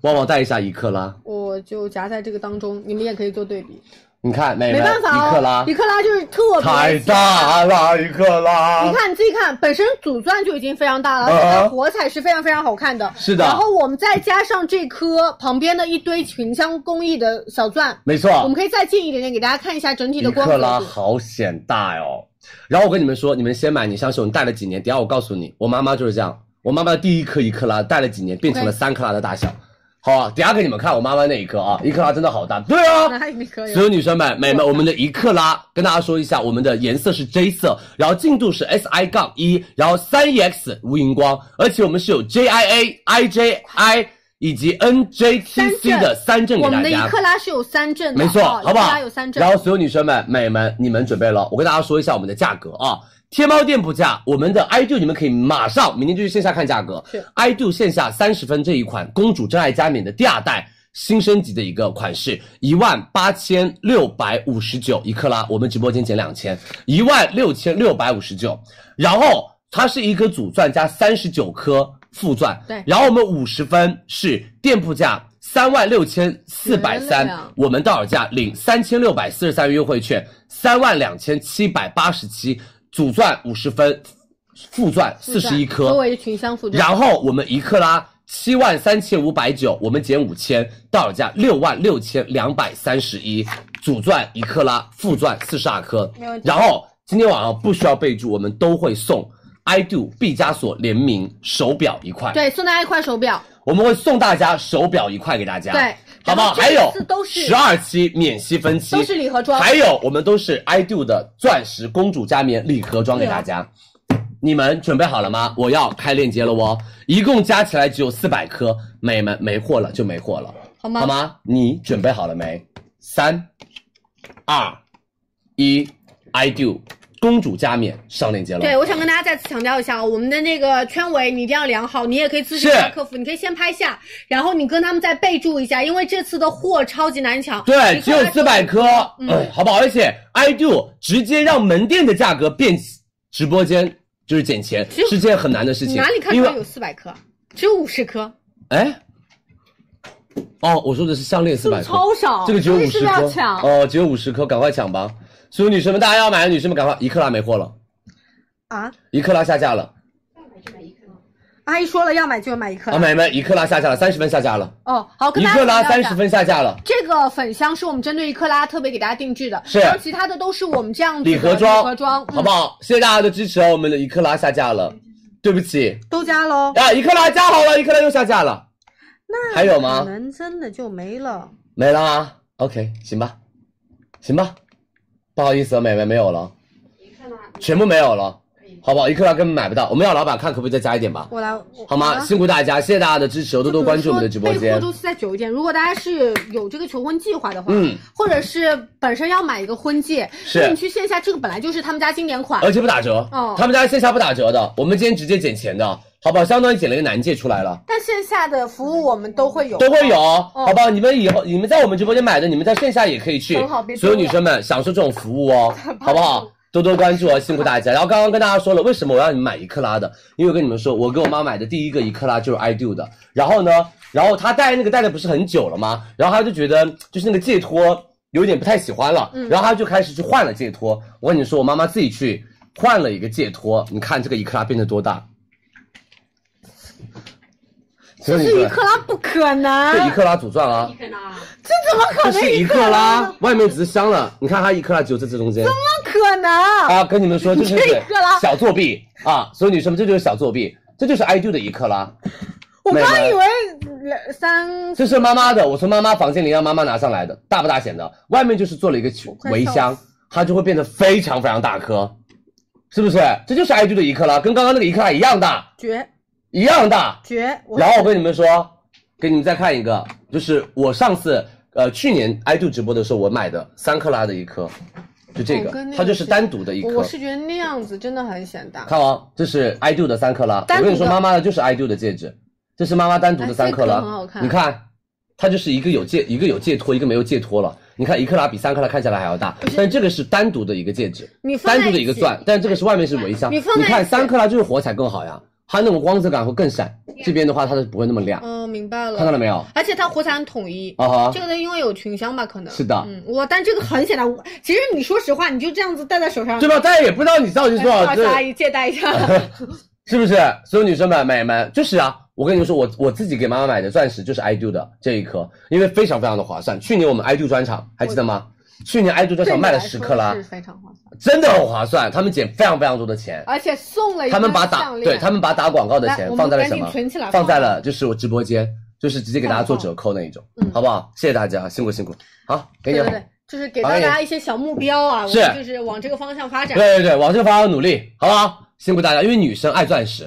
S5: 旺旺带一下一克拉。
S6: 我就夹在这个当中，你们也可以做对比。
S5: 你看，美
S6: 没
S5: 们，
S6: 办法哦，
S5: 哎一克拉
S6: 一克拉就是特别
S5: 太
S6: 显
S5: 大了，一克拉。
S6: 啊你，看你自己看，本身组钻就已经非常大了，
S5: 嗯
S6: 而且它火彩是非常非常好看的。
S5: 是的
S6: 然后我们再加上这颗旁边的一堆群香工艺的小钻，
S5: 没错，
S6: 我们可以再近一点点给大家看一下整体的
S5: 啊一
S6: 光
S5: 克
S6: 泽
S5: 拉
S6: 度。
S5: 好显大哦。然后我跟你们说，你们先买，你相信我，你戴了几年？等一下我告诉你，我妈妈就是这样，我妈妈第一颗一克拉戴了几年，变成了
S6: OK
S5: 三克拉的大小。好、啊，等一下给你们看我妈妈那一颗啊，一克拉真的好大。对啊，
S6: 那你可以
S5: 所有女生们、美们，我们的一克拉跟大家说一下，我们的颜色是 J 色，然后进度是 SI 杠一，然后三 EX 无荧光，而且我们是有 JIA、IJI 以及
S6: 三
S5: NJTC
S6: 阵
S5: 的三阵给
S6: 我
S5: 大
S6: 们的一
S5: 家。
S6: 克拉是有三阵的，
S5: 没错，
S6: 啊
S5: 好不
S6: 一克
S5: 好
S6: 拉有三？阵
S5: 然。后所有女生们、美们，你们准备了？我跟大家说一下我们的价格啊。天猫店铺价，我们的 I do 你们可以马上明天就去线下看价格
S6: 是。
S5: I do 线下三十分这一款公主真爱加冕的第二代新升级的一个款式，一万八千六百五十九一克拉，我们直播间减两千，一万六千六百五十九。然后它是一颗主钻加三十九颗副钻，
S6: 对
S5: 然后我们五十分是店铺价三万六千四百
S6: 原
S5: 三
S6: 来啊，
S5: 我们到手价领三千六百四十三元优惠券，三万两千七百八十七，主钻五十分，副钻四十一颗，
S6: 周围群香附
S5: 然后我们一克拉七万三千五百九，我们减五千，到手价六万六千两百三十一，主钻一克拉，副钻四十二颗
S6: 没问。题
S5: 然后今天晚上不需要备注，我们都会送 I do 毕加索联名手表一块，
S6: 对，送大家一块手表，
S5: 我们会送大家手表一块给大家，
S6: 对
S5: 好不好？
S6: 然后这
S5: 还有
S6: 一次都是
S5: 十二期免息分期，
S6: 都是礼盒装。
S5: 还有我们都是 I do 的钻石公主加冕礼盒装给大家。
S6: 啊
S5: 你们准备好了吗？我要开链接了哦，一共加起来只有四百颗，美们没货了就没货了，
S6: 好吗
S5: 好吗？你准备好了没？三、二、一，I do 公主加冕上链接了。
S6: 对，我想跟大家再次强调一下啊，我们的那个圈围你一定要量好，你也可以咨询
S5: 是
S6: 一下客服，你可以先拍下，然后你跟他们再备注一下，因为这次的货超级难抢，
S5: 对，
S6: 你
S5: 只有
S6: 看它
S5: 四百颗，
S6: 嗯
S5: 哎好不好？而且 I do 直接让门店的价格变直播间就是减钱，
S6: 有
S5: 是件很难的事情。
S6: 哪里看
S5: 因
S6: 出
S5: 为
S6: 来有四百颗？只有五十颗，
S5: 哎，哦，我说的是项链四百颗，
S6: 超少。
S5: 这个只有
S6: 为
S5: 五
S6: 什
S5: 十
S6: 么要
S5: 颗
S6: 抢，
S5: 哦，只有五十颗，赶快抢吧！所有女生们，大家要买的女生们赶快，一克拉没货了，
S8: 啊！
S5: 一克拉下架了，
S8: 阿姨说了要买就买一克
S5: 啊，
S8: 拉，
S5: 美们，一克拉下架了，三十分下架了，
S6: 哦，好，跟
S5: 一
S6: 大家
S5: 克拉
S6: 强调
S5: 三
S6: 一下
S5: 十。分下架了，
S6: 这个粉香是我们针对一克拉特别给大家定制的，
S5: 是
S6: 然后其他的都是我们这样子的
S5: 礼盒装，
S6: 礼盒装，嗯
S5: 好不好？谢谢大家的支持哦，我们的一克拉下架了，对不起，
S8: 都加喽。
S5: 啊，一克拉加好了，一克拉又下架了，
S8: 那
S5: 还有吗
S8: 可能真的就没了。
S5: 没了啊，OK，行吧，行吧，不好意思啊，美们没有了，全部没有了，好不好？一克拉根本买不到，我们让老板看可不可以再加一点吧，
S8: 我来，
S5: 好吗？
S6: 啊
S5: 辛苦大家，谢谢大家的支持哦，多多关注我们的直播
S6: 备货
S5: 间。
S6: 周期再久一点，如果大家是有这个求婚计划的话，
S5: 嗯，
S6: 或者是本身要买一个婚戒，
S5: 是呃
S6: 那你去线下，这个本来就是他们家经典款，
S5: 而且不打折，
S6: 哦
S5: 他们家线下不打折的，我们今天直接减钱的，好不好？相当于减了一个男戒出来了，
S6: 但线下的服务我们都会有，嗯
S5: 都会有，好不好？你们以后你们在我们直播间买的，你们在线下也可以去
S6: 很好别，丢
S5: 所有女生们享受这种服务哦，好不好？多多关注啊，辛苦大家。然后刚刚跟大家说了，为什么我让你们买一克拉的？因为我跟你们说，我给我妈买的第一个一克拉就是 I do 的。然后呢，然后她戴那个戴的不是很久了吗？然后她就觉得就是那个戒托有点不太喜欢
S6: 嗯
S5: 了，然后她就开始去换了戒托。我跟你说，我妈妈自己去换了一个戒托，你看这个一克拉变得多大？这
S9: 这一克拉不可能，
S5: 这一克拉组装啊，
S9: 这怎么可能
S5: 这是一
S9: 一
S5: 克
S9: 拉？
S5: 拉，外面只是镶了，你看它一克拉只有在这中间。
S9: 怎么可能？
S5: 啊，跟你们说，这就
S9: 这一
S5: 是
S9: 克拉
S5: 小作弊啊！所有女生们，这就是小作弊，这就是 I do 的一克拉，
S9: 我
S5: 美
S9: 刚
S5: 们
S9: 以为两三
S5: 这是妈妈的，我从妈妈房间里让妈妈拿上来的，大不大显的，外面就是做了一个
S6: 快
S5: 围
S6: 笑
S5: 箱，它就会变得非常非常大颗，是不是？这就是 I do 的一克拉，跟刚刚那个一克拉一样大，
S6: 绝
S5: 一样大。
S6: 绝，我
S5: 然后我跟你们说，给你们再看一个，就是我上次呃去年 I do 直播的时候我买的三克拉的一颗，就这个
S6: 哦跟那，个
S5: 它就是
S6: 是
S5: 单独的一颗。
S6: 我是觉得那样子真的很显大。
S5: 看哦，这是 I do 的三克拉。
S6: 单
S5: 我
S6: 独的
S5: 跟你说，妈妈的就是 I do 的戒指，这是妈妈单独的三克拉。
S6: 哎这个很好看
S5: 你看，它就是一个有戒，一个有戒托，一个没有戒托了。你看一克拉比三克拉看起来还要大，但这个是单独的一个戒指，
S9: 你放在
S5: 单独的一个
S9: 起
S5: 钻，但这个是外面
S6: 哎
S5: 是围香。
S9: 你放在
S5: 看
S9: 一起
S5: 三克拉就是火彩更好呀，它那种光泽感会更闪。这边的话它是不会那么亮，
S6: 嗯，明白了。
S5: 看到了没有？
S6: 而且它火彩很统一。
S5: 啊哈
S6: 这，个呢，因为有群香吧，可能
S5: 是的
S6: 嗯，我但这个很显然，我其实你说实话，你就这样子戴在手上，
S5: 对吧？大家也不知道你到底是
S6: 哎？
S5: 多少，
S6: 不好意思，
S5: 对。
S6: 阿姨借戴 一下。
S5: 是不是？所有女生们、美们，就是啊，我跟你们说，我我自己给妈妈买的钻石就是 I do 的这一颗，因为非常非常的划算。去年我们 I do 专场还记得吗？去年 I do 专
S6: 对
S5: 场
S6: 你
S5: 卖了
S6: 来
S5: 十
S6: 说
S5: 克拉
S6: 是，非常划算，
S5: 真的很划算，他们捡非常非常多的钱。
S6: 而且送了一
S5: 他们
S6: 根
S5: 把打
S6: 项链
S5: 对他们把打广告的
S6: 来
S5: 钱
S6: 我们
S5: 放在了什
S6: 赶
S5: 么
S6: 紧存起来？
S5: 放在了就是我直播间，就是直接给大家做折扣那一种，好不好？谢谢大家，辛苦辛苦。好，给
S6: 对
S5: 你
S6: 嗯对
S5: 们。
S6: 对，就是给到大家一些小目标啊，
S5: 是
S6: 我们就是往这个方向发展，
S5: 对对对，往这个方向努力，好不好？辛苦大家，因为女生爱钻石，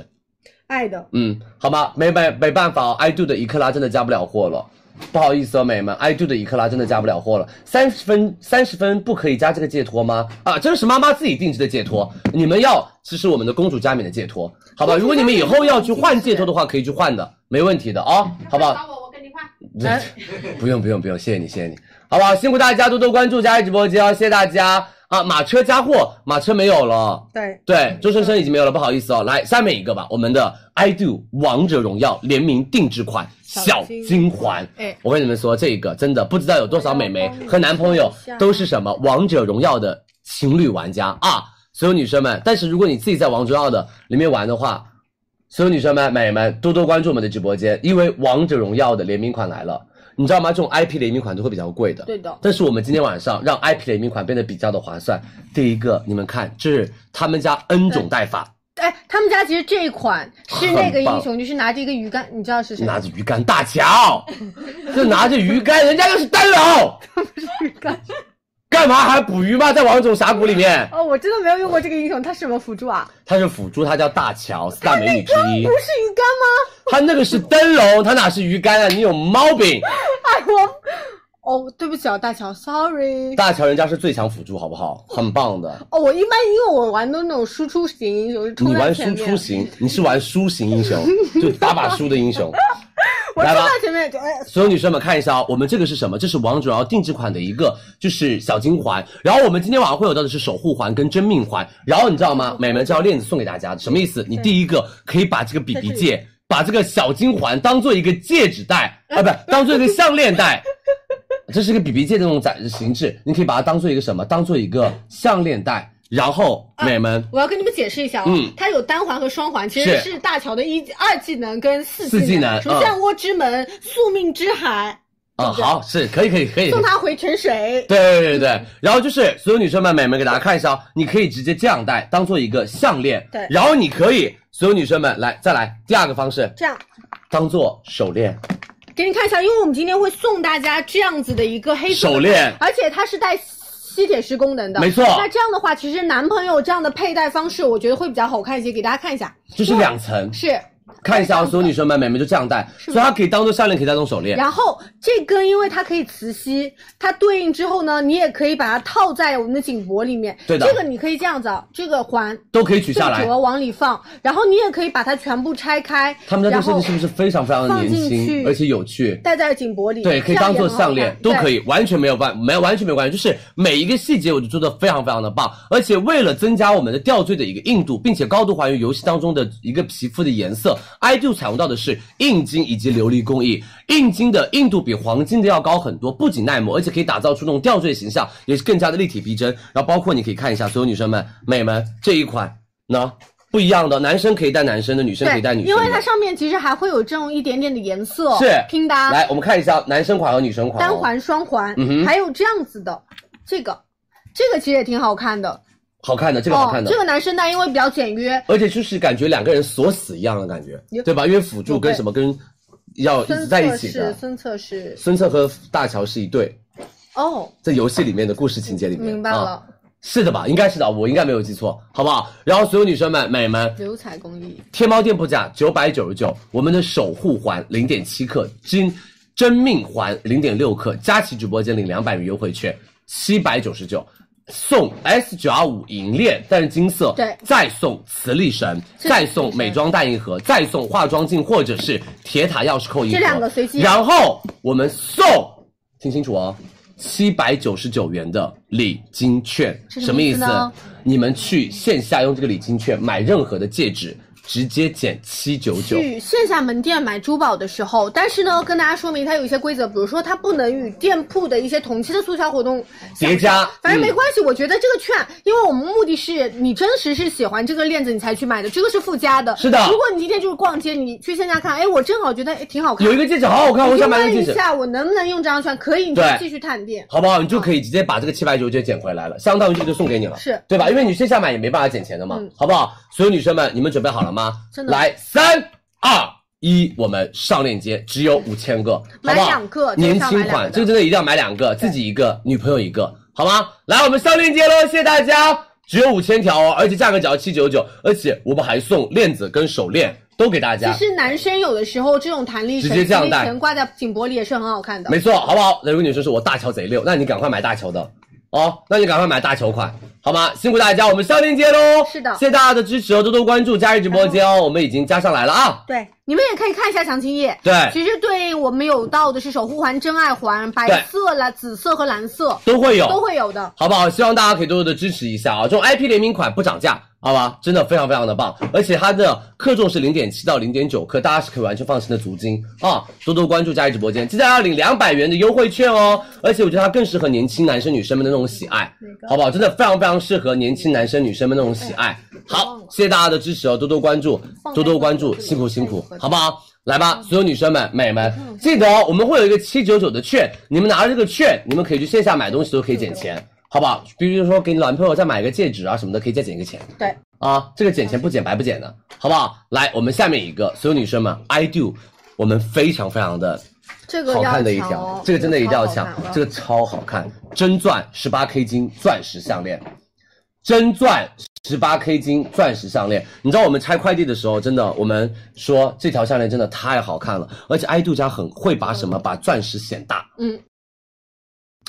S6: 爱的。
S5: 嗯，好吧，没没没办法哦，I do 的一克拉真的加不了货了，不好意思哦，美们，I do 的一克拉真的加不了货了。三十分三十分不可以加这个戒托吗？啊，这是妈妈自己定制的戒托，你们要支持我们的公主加冕的戒托，好吧？如果你们以后要去换戒托的话，可以去换的，没问题的啊、好不好？
S10: 找我，我跟你换。
S5: 哎， 不用不用不用，谢谢你谢谢你，好不好？辛苦大家多多关注佳怡直播间哦，谢谢大家啊！马车加货，马车没有了。
S6: 对，
S5: 对，周生生已经没有了，不好意思哦。来，下面一个吧，我们的 I Do 王者荣耀联名定制款小金环。
S6: 哎
S5: 我跟你们说，这个真的不知道有多少美眉和男朋友都是什么王者荣耀的情侣玩家啊，所有女生们。但是如果你自己在王者荣耀的里面玩的话，所有女生们、美们多多关注我们的直播间，因为王者荣耀的联名款来了。你知道吗？这种 IP 联名款都会比较贵的。
S6: 对的
S5: 但是我们今天晚上让 IP 联名款变得比较的划算。第一个，你们看，这是他们家 N 种戴法，
S6: 哎，他们家其实这一款是那个
S5: 很棒
S6: 英雄，就是拿着一个鱼竿，你知道是谁？
S5: 拿着鱼竿大 乔，这拿着鱼竿，人家又是单手，干嘛还捕鱼吗？在王者峡谷里 面，
S6: 哦，我真的没有用过这个英雄，它是什么辅助啊？
S5: 他是辅助，他叫大乔，四大美女之一
S6: 不。是鱼竿吗？
S5: 他那个是灯笼，他哪是鱼竿啊？你有毛病！
S6: 哎，我。 哦，对不起啊，大乔，sorry。
S5: 大乔人家是最强辅助，好不好？很棒的。
S6: 哦，我一般因为我玩都是那种输出型英雄，是冲
S5: 你
S6: 在
S5: 玩
S6: 前
S5: 输出，
S6: 面
S5: 型，你是玩输型英雄，就打把输的英雄。
S6: 我
S5: 来
S6: 冲
S5: 吧
S6: 在前面就哎，
S5: 所有女生们看一下哦，我们这个是什么？这是王者荣耀定制款的一个，就是小金环。然后我们今天晚上会有到的是守护环跟真命环。然后你知道吗？美们这条链子送给大家的，什么意思？你第一个可以把这个比比戒，把这个小金环当做一个戒指戴，啊，不，当做一个项链戴。这是一个比比戒的那种展形制，你可以把它当做一个什么？当做一个项链戴。然后美们，
S6: 我要跟你们解释一下哦，
S5: 嗯
S6: 它有单环和双环，其实
S5: 是
S6: 是大乔的一二技能跟四
S5: 四技
S6: 技
S5: 能
S6: 什么
S5: 嗯
S6: 漩涡之门、宿命之海，
S5: 啊、好，是可以可以可以。
S6: 送他回泉水。
S5: 对对对对，然后就是所有女生们、美们给大家看一下哦，你可以直接这样戴，当做一个项链。
S6: 对
S5: 然后你可以，所有女生们来再来第二个方式，
S6: 这样
S5: 当做手链。
S6: 给你看一下，因为我们今天会送大家这样子的一个黑色的
S5: 手链
S6: 而且它是带吸铁石功能的，
S5: 没错
S6: 那这样的话，其实男朋友这样的佩戴方式，我觉得会比较好看一些，给大家看一下，
S5: 就是两层，
S6: 是
S5: 看一下啊，所有女生们、美眉就这样戴，所以它可以当做项链，可以当做手链。
S6: 然后这根因为它可以磁吸，它对应之后呢，你也可以把它套在我们的颈脖里面。
S5: 对的
S6: 这个你可以这样子啊，这个环
S5: 都可以取下来
S6: 对折往里放，然后你也可以把它全部拆开，
S5: 他们家
S6: 然
S5: 这设
S6: 后
S5: 计是不是非常非常的
S6: 放
S5: 年
S6: 进去
S5: 轻，而且有趣？
S6: 戴在颈脖里？
S5: 对，可以
S6: 这样
S5: 当
S6: 也
S5: 做
S6: 很好
S5: 项链
S6: 看
S5: 都
S6: 对
S5: 可以，完全没有办没有完全没有关系，就是每一个细节我就做的非常非常的棒，而且为了增加我们的吊坠的一个硬度，并且高度还原游戏当中的一个皮肤的颜色，ido 采用到的是硬金以及琉璃工艺，硬金的硬度比黄金的要高很多，不仅耐磨，而且可以打造出那种吊坠形象，也是更加的立体逼真。然后包括你可以看一下，所有女生们、美们这一款呢不一样的，男生可以戴男生的，女生可以戴
S6: 对，
S5: 女生
S6: 因
S5: 的。
S6: 为它上面其实还会有这种一点点的颜色
S5: 是
S6: 拼搭，
S5: 来，我们看一下男生款和女生款、哦。
S6: 单环、双环，
S5: 嗯哼
S6: 还有这样子的，这个，这个其实也挺好看的，
S5: 好看的，这个好看的，
S6: 哦，这个男生戴因为比较简约，
S5: 而且就是感觉两个人锁死一样的感觉
S6: 有，
S5: 对吧？因为辅助跟什么跟要一直
S6: 孙
S5: 在一
S6: 策
S5: 起
S6: 是
S5: 的。
S6: 孙策是
S5: 孙策和大乔是一对，
S6: 哦，
S5: 在游戏里面的故事情节里面。
S6: 明白了，
S5: 啊是的吧？应该是的，我应该没有记错，好不好？然后所有女生们、美们，
S6: 流彩工艺，
S5: 天猫店铺价九百九十九，我们的守护环零点七克，金真命环零点六克，佳琦直播间领两百元优惠券，七百九十九。送 S 九二五银链，但是金色，
S6: 对
S5: 再送磁力绳，
S6: 这
S5: 再送美妆蛋一盒，再送化妆镜或者是铁塔钥匙扣一盒，
S6: 这两个随机
S5: 然后我们送，听清楚哦，七百九十九元的礼金券，
S6: 是
S5: 什
S6: 什
S5: 么
S6: 么
S5: 意
S6: 意
S5: 思
S6: 思呢？
S5: 你们去线下用这个礼金券买任何的戒指，直接减七九九。
S6: 去线下门店买珠宝的时候，但是呢，跟大家说明它有一些规则，比如说它不能与店铺的一些同期的促销活动相
S5: 叠加
S6: 反正没
S5: 嗯
S6: 关系。我觉得这个券，因为我们目的是你真实是喜欢这个链子，你才去买的，这个是附加的。
S5: 是的
S6: 如果你今天就是逛街，你去线下看，哎，我正好觉得哎挺好看，
S5: 有一个戒指好好看，
S6: 我
S5: 我
S6: 就
S5: 想买那
S6: 问
S5: 个戒
S6: 一
S5: 指，
S6: 下，我能不能用这张券？可以，你就
S5: 对
S6: 继续探店。
S5: 好不好？你就可以直接把这个七百九十九减回来了，相当于这个就送给你了，
S6: 是
S5: 对吧？因为你线下买也没办法减钱的嘛，
S6: 嗯
S5: 好不好？所有女生们，你们准备好了吗？
S6: 真的
S5: 来三二。一，我们上链接，只有五千个，好
S6: 买
S5: 不好？
S6: 两个
S5: 年
S6: 真
S5: 轻
S6: 的要买两
S5: 款，
S6: 个
S5: 这个真的一定要买两个，自己一个，女朋友一个，好吗？来，我们上链接喽，谢谢大家，只有五千条哦，而且价格只要七九九，而且我们还送链子跟手链都给大家，
S6: 其实男生有的时候这种弹力绳、
S5: 直接这样戴
S6: 弹力绳挂在颈脖里也是很好看的。
S5: 没错，好不好？有个女生说我大乔贼溜，那你赶快买大乔的哦，那你赶快买大乔款，好吗？辛苦大家，我们上链接喽。
S6: 是的
S5: 谢谢大家的支持哦，多多关注佳怡直播间哦，我们已经加上来了啊。
S6: 对，你们也可以看一下详情页。
S5: 对
S6: 其实对应我们有到的是守护环、真爱环，白色、蓝、紫色和蓝色
S5: 都会有，
S6: 都会有的。
S5: 好不好？希望大家可以多多的支持一下啊！这种 IP 联名款不涨价，好吧？真的非常非常的棒，而且它的克重是零点七到零点九克，大家是可以完全放心的足金啊！多多关注佳怡直播间，记得要领两百元的优惠券哦！而且我觉得它更适合年轻男生女生们的那种喜爱，好不好？真的非常非常适合年轻男生女生们那种喜爱。好，谢谢大家的支持哦，多多关注，多多关注，辛苦辛苦，好不好？来吧，所有女生们、美们，记得哦，我们会有一个七九九的券，你们拿着这个券，你们可以去线下买东西都可以减钱，好不好？比如说给你男朋友再买个戒指啊什么的，可以再减一个钱。
S6: 对，
S5: 啊，这个减钱不减白不减的，好不好？来，我们下面一个，所有女生们，I do，我们非常非常的
S6: 这个
S5: 好
S6: 要
S5: 看的一
S6: 抢哦
S5: 条，这个真的一定要抢
S6: 超好看，哦
S5: 这个超好看，真钻十八 K 金钻石项链，真钻十八 K 金钻石项链。你知道我们拆快递的时候，真的我们说这条项链真的太好看了，而且爱杜家很会把什么把钻石显大，
S6: 嗯，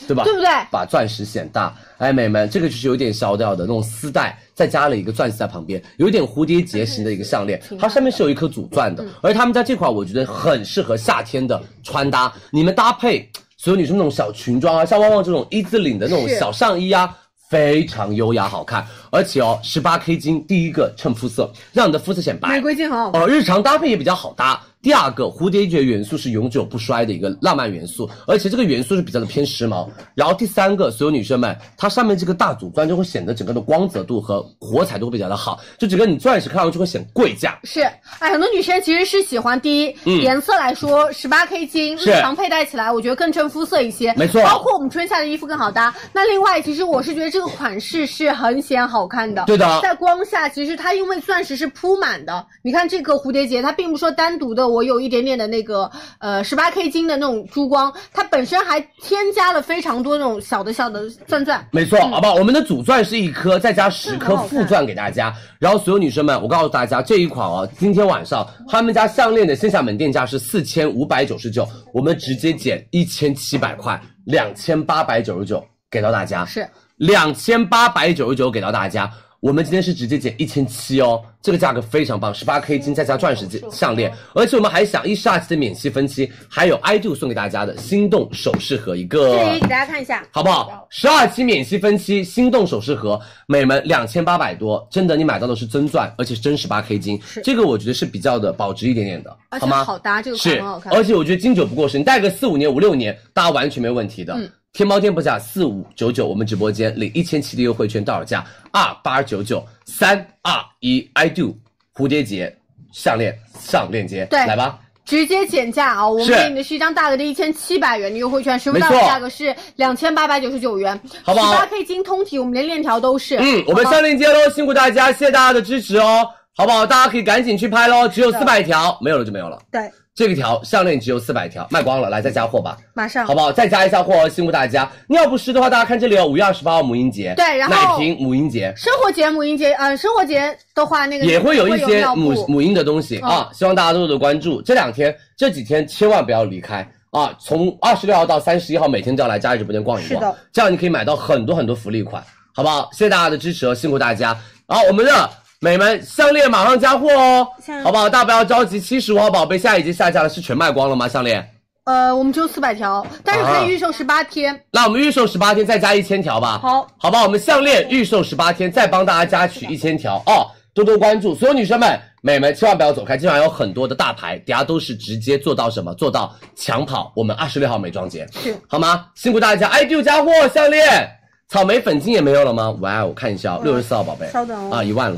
S5: 对吧？
S6: 对不对？
S5: 把钻石显大。哎，美们，这个就是有点小掉的那种丝带，再加了一个钻石在旁边，有点蝴蝶结型的一个项 链，它上面是有一颗主钻
S6: 嗯
S5: 的。而他们家这款我觉得很适合夏天的穿搭，你们搭配所有女生那种小裙装啊，像旺旺这种一字领的那种
S6: 是
S5: 小上衣啊。非常优雅好看，而且哦，十八 K 金，第一个衬肤色，让你的肤色显白。
S6: 玫瑰金很好看。
S5: 哦，日常搭配也比较好搭。第二个蝴蝶结元素是永久不衰的一个浪漫元素，而且这个元素是比较的偏时髦。然后第三个，所有女生们，它上面这个大主钻就会显得整个的光泽度和火彩都会比较的好，就整个你钻石看上去会显贵价。
S6: 是，哎，很多女生其实是喜欢第一、
S5: 嗯
S6: 颜色来说，十八 K 金
S5: 是
S6: 日常佩戴起来，我觉得更衬肤色一些，
S5: 没错
S6: 包括我们春夏的衣服更好搭。那另外，其实我是觉得这个款式是很显好看的，
S5: 对的
S6: 在光下，其实它因为钻石是铺满的，你看这个蝴蝶结，它并不说单独的，我我有一点点的那个呃十八 K 金的那种珠光，它本身还添加了非常多那种小的小的钻钻。
S5: 没错，好不好？我们的主钻是一颗，再加十颗副钻给大家。然后所有女生们，我告诉大家，这一款哦，今天晚上他们家项链的线下门店价是四千五百九十九，我们直接减一千七百块，两千八百九十九给到大家。
S6: 是
S5: 两千八百九十九给到大家。我们今天是直接减一千七哦，这个价格非常棒，十八 K 金再加钻石戒项链，而且我们还享一十二期的免息分期，还有 i do 送给大家的心动首饰盒一个。
S6: 这里给大家看一下，
S5: 好不好？十二期免息分期，心动首饰盒，每门两千八百多，真的你买到的是真钻，而且是真十八 K 金，这个我觉得是比较的保值一点点的，
S6: 而且
S5: 好吗？
S6: 好搭，这个款
S5: 是
S6: 很好，看。
S5: 而且我觉得经久不过时，你戴个四五年、五六年，大家完全没问题的。
S6: 嗯
S5: 天猫店铺价四五九九，我们直播间领一千七的优惠券，到手价二八九九，三二一，I do 蝴蝶结项链上链接，
S6: 对
S5: 来吧，
S6: 直接减价啊、我们
S5: 是
S6: 给你的是一张大额的一千七百元的优惠券，实物到
S5: 没
S6: 手
S5: 错
S6: 价格是两千八百九十九元，
S5: 好不好
S6: 十八 K 金通体，我们连链条都是。
S5: 嗯，我们上链接喽，辛苦大家，谢谢大家的支持哦，好不好？大家可以赶紧去拍喽，只有四百条，没有了就没有了。
S6: 对，
S5: 这个条项链只有四百条，卖光了，来再加货吧，
S6: 马上
S5: 好不好？再加一下货哦，辛苦大家。尿不湿的话，大家看这里哦，五月二十八号母婴节，
S6: 对然后
S5: 奶瓶母婴节，
S6: 生活节、母婴节，呃，生活节的话，那个
S5: 也会有一些
S6: 尿布嗯
S5: 母母婴的东西啊，希望大家多多的关注。这两天这几天千万不要离开啊，从二十六号到三十一号，每天都要来佳怡直播间逛一
S6: 是
S5: 逛
S6: 的，
S5: 这样你可以买到很多很多福利款，好不好？谢谢大家的支持哦，辛苦大家。好，我们的美们项链马上加货哦，好不好？大家不要着急，七十五号宝贝下一节下架了，是全卖光了吗？项链？
S6: 呃，我们只有四百条，但是
S5: 啊
S6: 可以预售十八天。
S5: 那我们预售十八天，再加一千条吧。
S6: 好，
S5: 好吧，我们项链预售十八天，再帮大家加取一千条哦。多多关注，所有女生们、美们千万不要走开，今晚有很多的大牌，底下都是直接做到什么？做到抢跑我们二十六号美妆节，
S6: 是
S5: 好吗？辛苦大家，I do 加货项链，草莓粉晶也没有了吗？哇哦，我看一下、哦，六十四号宝贝，
S6: 稍等哦
S5: 啊，一万了，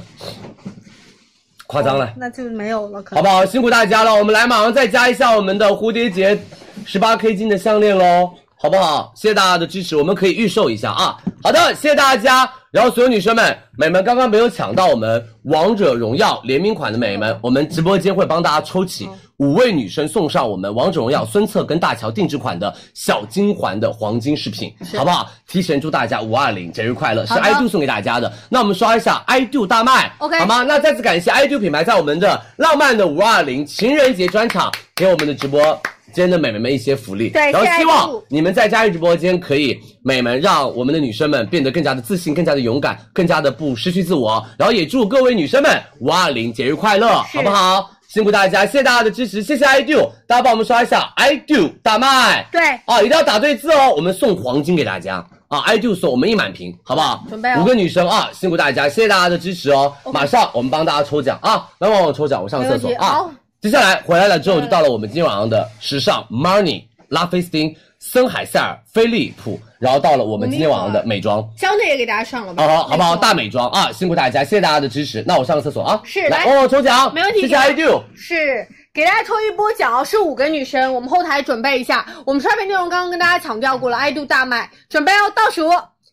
S5: 夸张了。
S6: 哦那就没有了，可
S5: 好不好？辛苦大家了，我们来马上再加一下我们的蝴蝶结十八 K 金的项链喽，好不好？谢谢大家的支持，我们可以预售一下啊。好的，谢谢大家。然后所有女生们、美们，刚刚没有抢到我们王者荣耀联名款的美们，我们直播间会帮大家抽起嗯五位女生送上我们王者荣耀孙策跟大乔定制款的小金环的黄金饰品，好不好？提前祝大家五二零节日快乐，是
S6: 好的
S5: I do 送给大家的。那我们刷一下 I do 大卖
S6: OK
S5: 好吗？那再次感谢 I do 品牌在我们的浪漫的五二零情人节专场给我们的直播间的美眉们一些福利，
S6: 对
S5: 然后
S6: 谢谢
S5: 希
S6: I
S5: 望
S6: do
S5: 你们在佳玉直播间可以美们让我们的女生们变得更加的自信、更加的勇敢、更加的不失去自我，然后也祝各位女生们五二零节日快乐，好不好？辛苦大家，谢谢大家的支持，谢谢 I do，大家帮我们刷一下 I do 大卖，
S6: 对
S5: 啊，一定要打对字哦，我们送黄金给大家啊，I do 送我们一满屏，好不好？
S6: 准备哦
S5: 五个女生啊，辛苦大家，谢谢大家的支持哦。马上我们帮大家抽奖啊，来帮我抽奖，我上厕所
S6: 没问题
S5: 啊
S6: 好。
S5: 接下来回来了之后，就到了我们今天晚上的时尚 Marni、拉菲斯汀、森海塞尔、飞利浦，然后到了我们今天晚上的美妆，
S6: 香奈也给大家上了吧？
S5: 好好好不好？
S6: 没错
S5: 大美妆啊，辛苦大家，谢谢大家的支持。那我上个厕所啊，
S6: 是
S5: 来
S6: 来
S5: 帮我抽奖，
S6: 没问题
S5: 谢谢 I do。
S6: 是给大家抽一波奖，是五个女生，我们后台准备一下。我们刷屏内容刚刚跟大家强调过了，爱度大卖，准备哦，倒数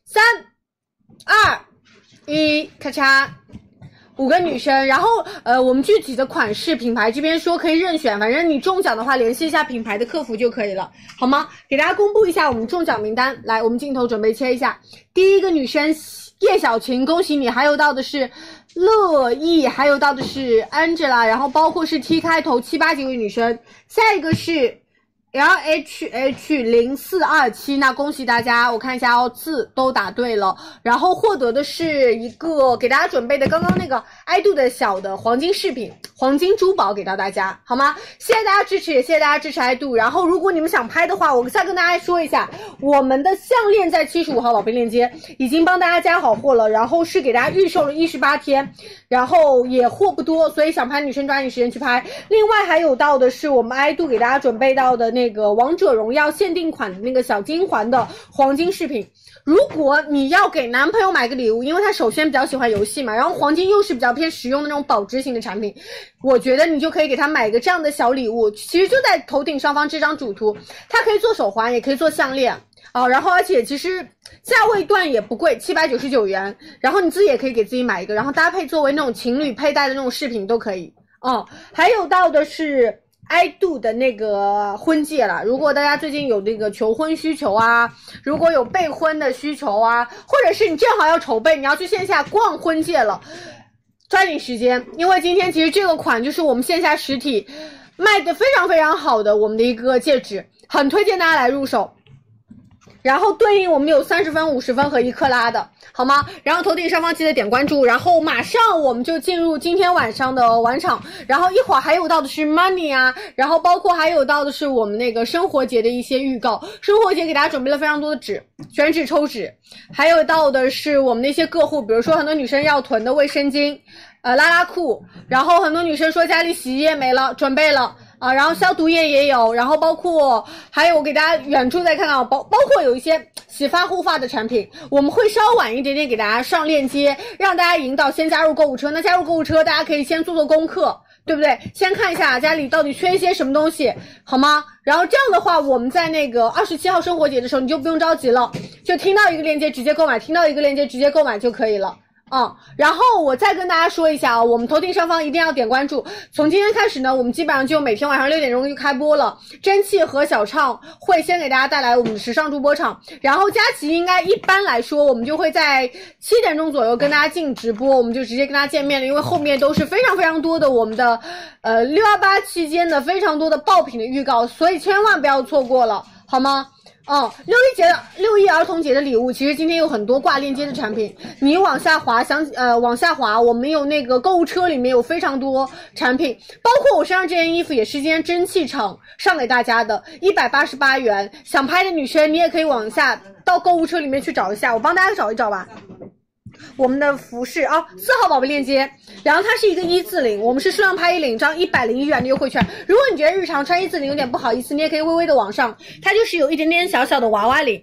S6: 三、二、一，咔嚓。五个女生，然后呃，我们具体的款式品牌这边说可以任选，反正你中奖的话联系一下品牌的客服就可以了，好吗？给大家公布一下我们中奖名单，来，我们镜头准备切一下。第一个女生叶小晴，恭喜你！还有到的是乐意，还有到的是 Angela，然后包括是 T 开头七八几位女生。下一个是 L H H 零四二七，那恭喜大家，我看一下哦，字都答对了，然后获得的是一个给大家准备的刚刚那个 i do 的小的黄金饰品、黄金珠宝给到大家，好吗？谢谢大家支持，也谢谢大家支持 i do。然后如果你们想拍的话，我再跟大家说一下，我们的项链在七十五号宝贝链接已经帮大家加好货了，然后是给大家预售了一十八天，然后也货不多，所以想拍女生抓紧时间去拍。另外还有到的是我们 i do 给大家准备到的那个王者荣耀限定款的那个小金环的黄金饰品。如果你要给男朋友买个礼物，因为他首先比较喜欢游戏嘛，然后黄金又是比较偏实用的那种保值型的产品，我觉得你就可以给他买一个这样的小礼物，其实就在头顶上方这张主图，它可以做手环，也可以做项链。啊，然后而且其实价位段也不贵，七百九十九元。然后你自己也可以给自己买一个，然后搭配作为那种情侣佩戴的那种饰品都可以。哦、还有到的是爱度的那个婚戒了。如果大家最近有这个求婚需求啊，如果有备婚的需求啊，或者是你正好要筹备，你要去线下逛婚戒了，抓紧时间，因为今天其实这个款就是我们线下实体卖的非常非常好的我们的一个戒指，很推荐大家来入手。然后对应我们有三十分、五十分和一克拉的，好吗？然后头顶上方记得点关注，然后马上我们就进入今天晚上的晚场，然后一会儿还有到的是 money 啊，然后包括还有到的是我们那个生活节的一些预告，生活节给大家准备了非常多的纸，选纸抽纸，还有到的是我们的一些个户，比如说很多女生要囤的卫生巾，呃拉拉裤，然后很多女生说家里洗衣液没了，准备了。啊，然后消毒液也有，然后包括还有我给大家远处再看看啊，包包括有一些洗发护发的产品，我们会稍晚一点点给大家上链接，让大家引导先加入购物车。那加入购物车，大家可以先做做功课，对不对？先看一下家里到底缺一些什么东西，好吗？然后这样的话，我们在那个二十七号生活节的时候，你就不用着急了，就听到一个链接直接购买，听到一个链接直接购买就可以了。嗯，然后我再跟大家说一下啊，我们头顶上方一定要点关注。从今天开始呢，我们基本上就每天晚上六点钟就开播了。蒸汽和小畅会先给大家带来我们的时尚主播场，然后佳琪应该一般来说，我们就会在七点钟左右跟大家进直播，我们就直接跟大家见面了，因为后面都是非常非常多的我们的呃六幺八期间的非常多的爆品的预告，所以千万不要错过了，好吗？哦，六一节的六一儿童节的礼物，其实今天有很多挂链接的产品，你往下滑，想呃往下滑，我们有那个购物车里面有非常多产品，包括我身上这件衣服也是今天蒸汽厂上给大家的，一百八十八元。想拍的女生你也可以往下到购物车里面去找一下，我帮大家找一找吧。我们的服饰啊，四号宝贝链接，然后它是一个一字领，我们是数量拍一领张一百零一元的优惠券。如果你觉得日常穿一字领有点不好意思，你也可以微微的往上，它就是有一点点小小的娃娃领。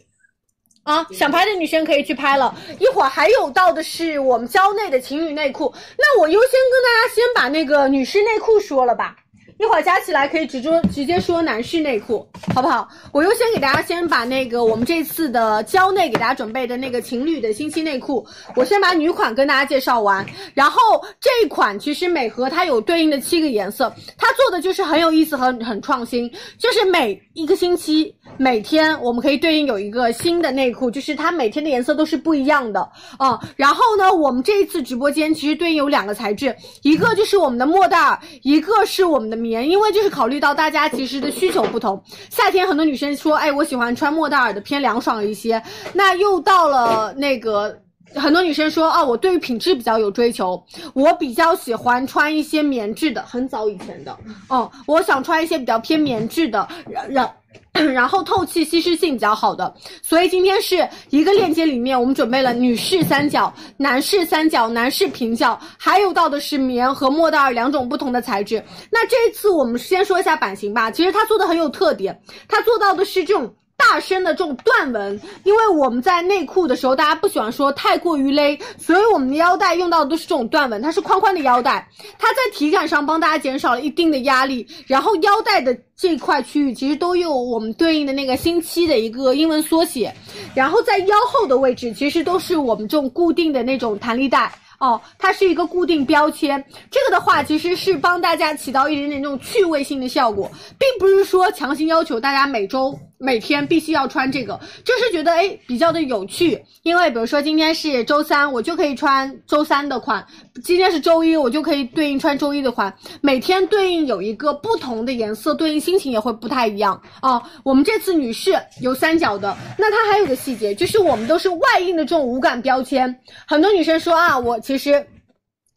S6: 啊，想拍的女生可以去拍了。一会儿还有到的是我们蕉内的情侣内裤，那我优先跟大家先把那个女士内裤说了吧。一会儿加起来可以直说直接说男士内裤，好不好？我优先给大家先把那个我们这次的蕉内给大家准备的那个情侣的星期内裤，我先把女款跟大家介绍完。然后这一款其实每盒它有对应的七个颜色，它做的就是很有意思和很创新，就是每一个星期每天我们可以对应有一个新的内裤，就是它每天的颜色都是不一样的啊、然后呢，我们这一次直播间其实对应有两个材质，一个就是我们的莫代尔，一个是我们的棉，因为就是考虑到大家其实的需求不同，夏天很多女生说，哎，我喜欢穿莫代尔的偏凉爽一些，那又到了那个。很多女生说啊，我对于品质比较有追求，我比较喜欢穿一些棉质的，很早以前的，哦、我想穿一些比较偏棉质的，然然然 后透气吸湿性比较好的，所以今天是一个链接里面，我们准备了女士三角、男士三角、男士平角，还有到的是棉和莫代尔两种不同的材质。那这一次我们先说一下版型吧，其实它做的很有特点，它做到的是这种。大身的这种缎纹，因为我们在内裤的时候，大家不喜欢说太过于勒，所以我们的腰带用到的都是这种缎纹，它是宽宽的腰带，它在体感上帮大家减少了一定的压力，然后腰带的这块区域其实都有我们对应的那个星期的一个英文缩写，然后在腰后的位置其实都是我们这种固定的那种弹力带。哦，它是一个固定标签。这个的话，其实是帮大家起到一点点那种趣味性的效果，并不是说强行要求大家每周每天必须要穿这个，就是觉得哎比较的有趣。因为比如说今天是周三，我就可以穿周三的款；今天是周一，我就可以对应穿周一的款。每天对应有一个不同的颜色，对应心情也会不太一样哦。我们这次女士有三角的，那它还有一个细节，就是我们都是外印的这种无感标签。很多女生说啊，我其实。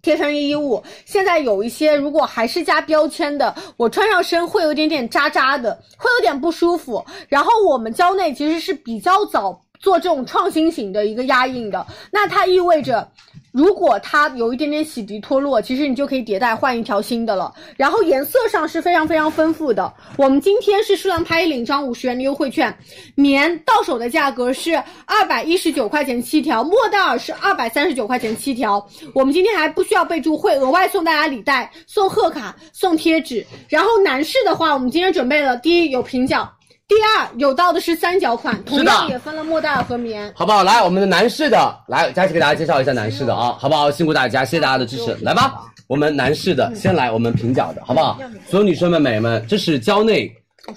S6: 贴身衣物，现在有一些如果还是加标签的，我穿上身会有一点点扎扎的，会有点不舒服。然后我们蕉内其实是比较早做这种创新型的一个压印的，那它意味着。如果它有一点点洗涤脱落，其实你就可以迭代换一条新的了。然后颜色上是非常非常丰富的。我们今天是数量拍一领张五十元的优惠券，棉到手的价格是二百一十九块钱七条，莫代尔是二百三十九块钱七条。我们今天还不需要备注，会额外送大家礼袋、送贺卡、送贴纸。然后男士的话，我们今天准备了第一有平角，第二有到的是三角款，同样也分了莫代尔和棉。
S5: 好不好？啊来，我们的男士的，来，佳琪给大家介绍一下男士的啊，好不好？辛苦大家，谢谢大家的支持，来吧，我们男士的先来，我们平角的好不好？所有女生们、美们，这是娇内。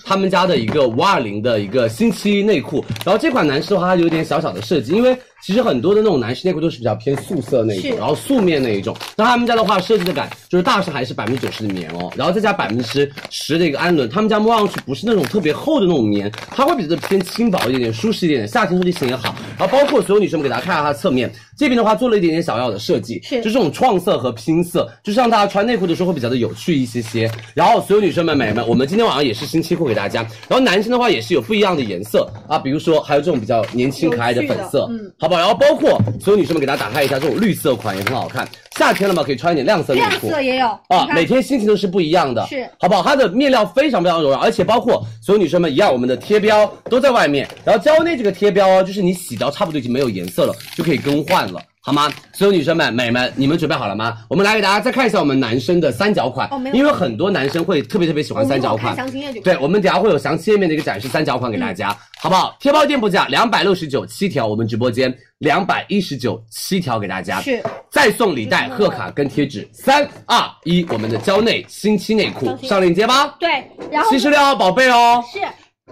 S5: 他们家的一个五二零的一个星期内裤，然后这款男士的话，它有点小小的设计，因为其实很多的那种男士内裤都是比较偏素色那一种，然后素面那一种。那他们家的话，设计的感就是大上海是百分之九十的棉哦，然后再加百分之十的一个氨纶，他们家摸上去不是那种特别厚的那种棉，它会比较偏轻薄一点点，舒适一点点，夏天设计性也好。然后包括所有女生们给大家看一下它的侧面，这边的话做了一点点小小的设计，
S6: 是
S5: 就这种创色和拼色，就是让大家穿内裤的时候会比较的有趣一些些。然后所有女生们、美们，我们今天晚上也是星期裤给大家，然后男生的话也是有不一样的颜色啊，比如说还有这种比较年轻可爱的粉色，嗯，好不好？然后包括所有女生们给大家打开一下这种绿色款也很好看，夏天了嘛可以穿一点亮色内
S6: 亮
S5: 裤，
S6: 色也有你
S5: 啊，
S6: 看
S5: 每天心情都是不一样的，
S6: 是，
S5: 好不好？它的面料非常非常柔软，而且包括所有女生们一样，我们的贴标都在外面，然后蕉内这个贴标哦，就是你洗掉差不多已经没有颜色了，就可以更换了。好吗？所有女生们、美们，你们准备好了吗？我们来给大家再看一下我们男生的三角款，
S6: 哦没有
S5: 因为很多男生会特别特别喜欢三角款
S6: 我们一会儿看，详情页就可以
S5: 对，我们等一下会有详细页面的一个展示三角款给大
S6: 嗯
S5: 家，好不好？贴包店铺价两百六十九七条，我们直播间两百一十九七条给大家，
S6: 是
S5: 再送礼袋、贺卡跟贴纸。三二一，我们的蕉内星期内裤上链接吧，
S6: 对，然后
S5: 七十六号宝贝哦。
S6: 是。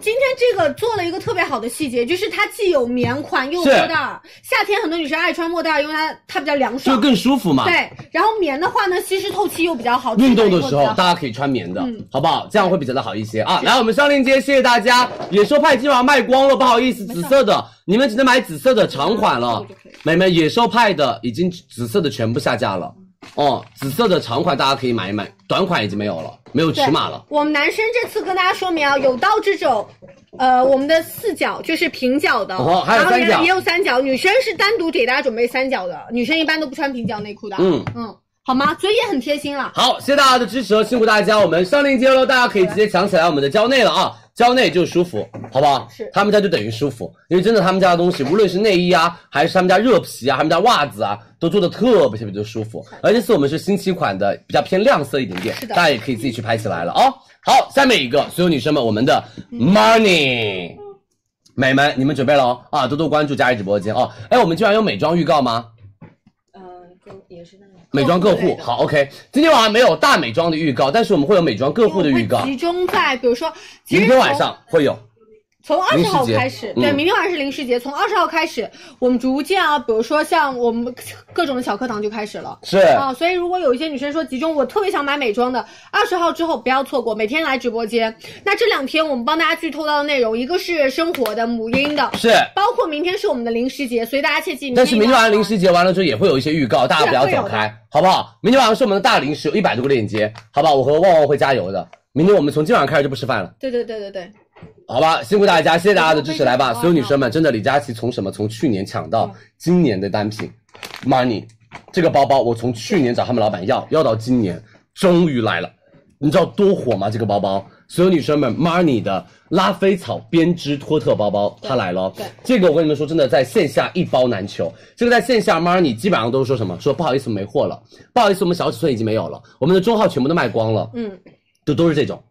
S6: 今天这个做了一个特别好的细节，就是它既有棉款又有
S5: 是
S6: 莫代尔。夏天很多女生爱穿莫代尔，因为它它比较凉
S5: 就
S6: 爽。
S5: 更舒服嘛。
S6: 对，然后棉的话呢，吸湿透气又比较好。
S5: 运动的
S6: 质感又
S5: 时
S6: 比
S5: 候
S6: 较好，
S5: 大家可以穿棉的，好不好？这样会比较的好一些啊。来，我们上链接，谢谢大家。野兽派今晚卖光了，不好意思，嗯紫色的你们只能买紫色的长款了。美们，野兽派的已经紫色的全部下架了，哦，紫色的长款大家可以买一买，短款已经没有了，没有尺码了。
S6: 我们男生这次跟大家说明啊，有刀之手，呃，我们的四角就是平角的，
S5: 哦还有
S6: 然后
S5: 三角
S6: 也也有三角，女生是单独给大家准备三角的，女生一般都不穿平角内裤的，
S5: 嗯
S6: 嗯，好吗？所以也很贴心啊了。
S5: 好，谢谢大家的支持，哦，辛苦大家。我们上链接喽，大家可以直接抢起来我们的蕉内了啊，蕉内就舒服，好不好？
S6: 是
S5: 他们家就等于舒服，因为真的他们家的东西，无论是内衣啊，还是他们家热皮啊，他们家袜子啊，都做的特别特别的舒服。而这次我们是新奇款的，比较偏亮色一点点，
S6: 是的
S5: 大家也可以自己去拍起来了啊、好，下面一个，所有女生们，我们的
S6: 嗯
S5: Money。美们，你们准备了哦啊！多多关注佳怡直播间哦。哎，我们今晚有美妆预告吗？
S1: 嗯，就也是那种。
S5: 美妆个护，好，OK。今天晚上没有大美妆的预告，但是我们会有美妆个护的预告
S6: 会，集中在比如说，其实
S5: 明天晚上会有。
S6: 从二
S5: 零
S6: 十
S5: 食
S6: 号
S5: 节
S6: 开始，
S5: 嗯
S6: 对，明天晚上是零食节，从二十号开始，我们逐渐啊，比如说像我们各种的小课堂就开始了。
S5: 是
S6: 啊，所以如果有一些女生说集中，我特别想买美妆的，二十号之后不要错过，每天来直播间。那这两天我们帮大家剧透到的内容，一个是生活的、母婴的，
S5: 是，
S6: 包括明天是我们的零食节，所以大家切记。
S5: 但是明天晚上零
S6: 零
S5: 食节完了之后也会有一些预告，大家不要走开，好不好？明天晚上是我们的大零食，有一百多个链接，好不好？我和旺旺会加油的。明天我们从今晚上开始就不吃饭了，
S6: 对对对对对，
S5: 好吧？辛苦大家，谢谢大家的支持，来吧，
S6: 好
S5: 所有女生们，真的，李佳琦从什么？从去年抢到今年的单品，Money 这个包包，我从去年找他们老板要，要到今年，终于来了。你知道多火吗？这个包包，所有女生们，Marni 的拉菲草编织托特包包，它来了哦。
S6: 对
S5: 这个我跟你们说，真的在线下一包难求。这个在线下，Marni 基本上都是说什么？说不好意思，没货了，不好意思，我们小尺寸已经没有了，我们的中号全部都卖光了。
S6: 嗯，
S5: 就都是这种。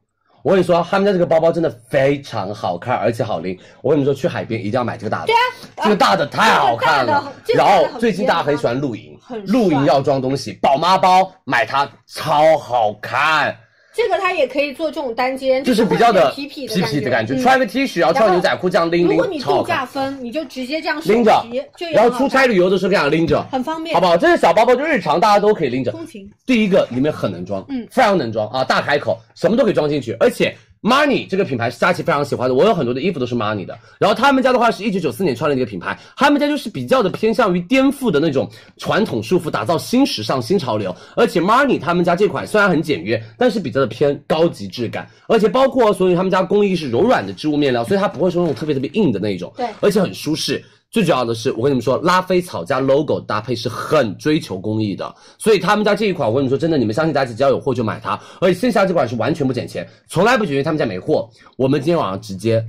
S5: 我跟你说，他们家这个包包真的非常好看，而且好拎。我跟你们说，去海边一定要买这个大的。对啊，这个大的太好看了。
S6: 这个
S5: 然
S6: 大的
S5: 后
S6: 这个大的好
S5: 最近大家很
S6: 便宜啊
S5: 喜欢露营
S6: 很，
S5: 露营
S6: 帅
S5: 要装东西，宝妈包买它超好看。
S6: 这个它也可以做这种单肩，
S5: 就是比较的
S6: 皮皮
S5: 痞痞的感觉，
S6: 嗯
S5: 穿个 T 恤，然后
S6: 然
S5: 穿
S6: 后
S5: 牛仔裤这样拎
S6: 嗯如
S5: 拎
S6: 果你，
S5: 超好
S6: 度
S5: 看
S6: 假。风，你就直接这样手
S5: 拎着
S6: 提，就，也
S5: 然后
S6: 很好
S5: 出
S6: 看
S5: 差旅游的时候这样拎着，
S6: 很方便，
S5: 好不好？这是小包包，就日常大家都可以拎着。
S6: 通勤
S5: 第一个里面很能装，
S6: 嗯
S5: 非常能装啊，大开口，什么都可以装进去。而且 Marni 这个品牌是佳琦非常喜欢的，我有很多的衣服都是 Marni 的。然后他们家的话是一九九四年创立的一个品牌，他们家就是比较的偏向于颠覆的那种传统束缚，打造新时尚新潮流。而且 Marni 他们家这款虽然很简约，但是比较的偏高级质感，而且包括所以他们家工艺是柔软的织物面料，所以它不会说那种特别特别硬的那一种，
S6: 对
S5: 而且很舒适。最主要的是，我跟你们说，拉菲草加 logo 搭配是很追求工艺的，所以他们家这一款，我跟你们说，真的，你们相信大家只要有货就买它，而且线下这款是完全不减钱，从来不觉得他们家没货。我们今天晚上直接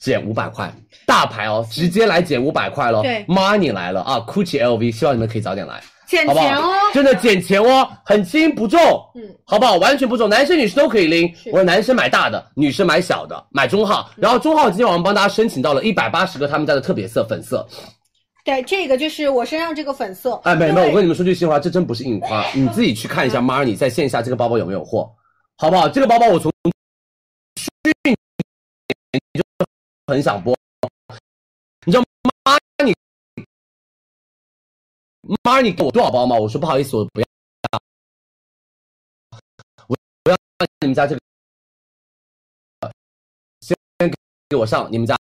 S5: 减五百块，大牌哦，直接来减五百块喽。
S6: 对
S5: ，Money 来了啊，Gucci、LV，希望你们可以早点来。
S6: 捡
S5: 好不
S6: 钱哦
S5: 好？。真的捡钱哦，很轻不重，嗯，好不好？完全不重，男生女生都可以拎。我男生买大的，女生买小
S6: 嗯
S5: 的，买中号。然后中号今天晚上帮大家申请到了一百八十个他们家的特别色粉色，
S6: 对，这个就是我身上这个粉色。
S5: 哎，妹
S6: 因
S5: 妹，
S6: 为
S5: 我跟你们说句心里话，这真不是硬夸，你自己去看一下 Marni 在线下这个包包有没有货，好不好？这个包包我从去年就很想播，你知道 Marni Marni 给我多少包吗？我说不好意思，我不要，我不要你们家这个，呃先给我上你们家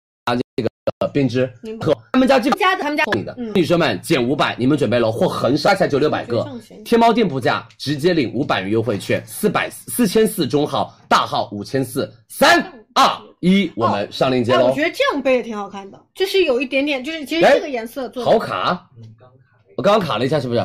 S5: 这个呃编织
S6: 明白
S5: 课，他们家这个。
S6: 家的他们家
S5: 送你的，
S6: 嗯
S5: 女生们减五百，你们准备了，货很少，加起来只有六百个
S6: 上学。
S5: 天猫店铺价直接领五百元优惠券，四百四千四中号，大号五千四。三二一，我们上链接
S6: 哎，我
S5: 喽
S6: 觉！得这样背也挺好看的，就是有一点点，就是其实这个颜色做的
S5: 哎好卡，我嗯刚刚卡了一下，是不是？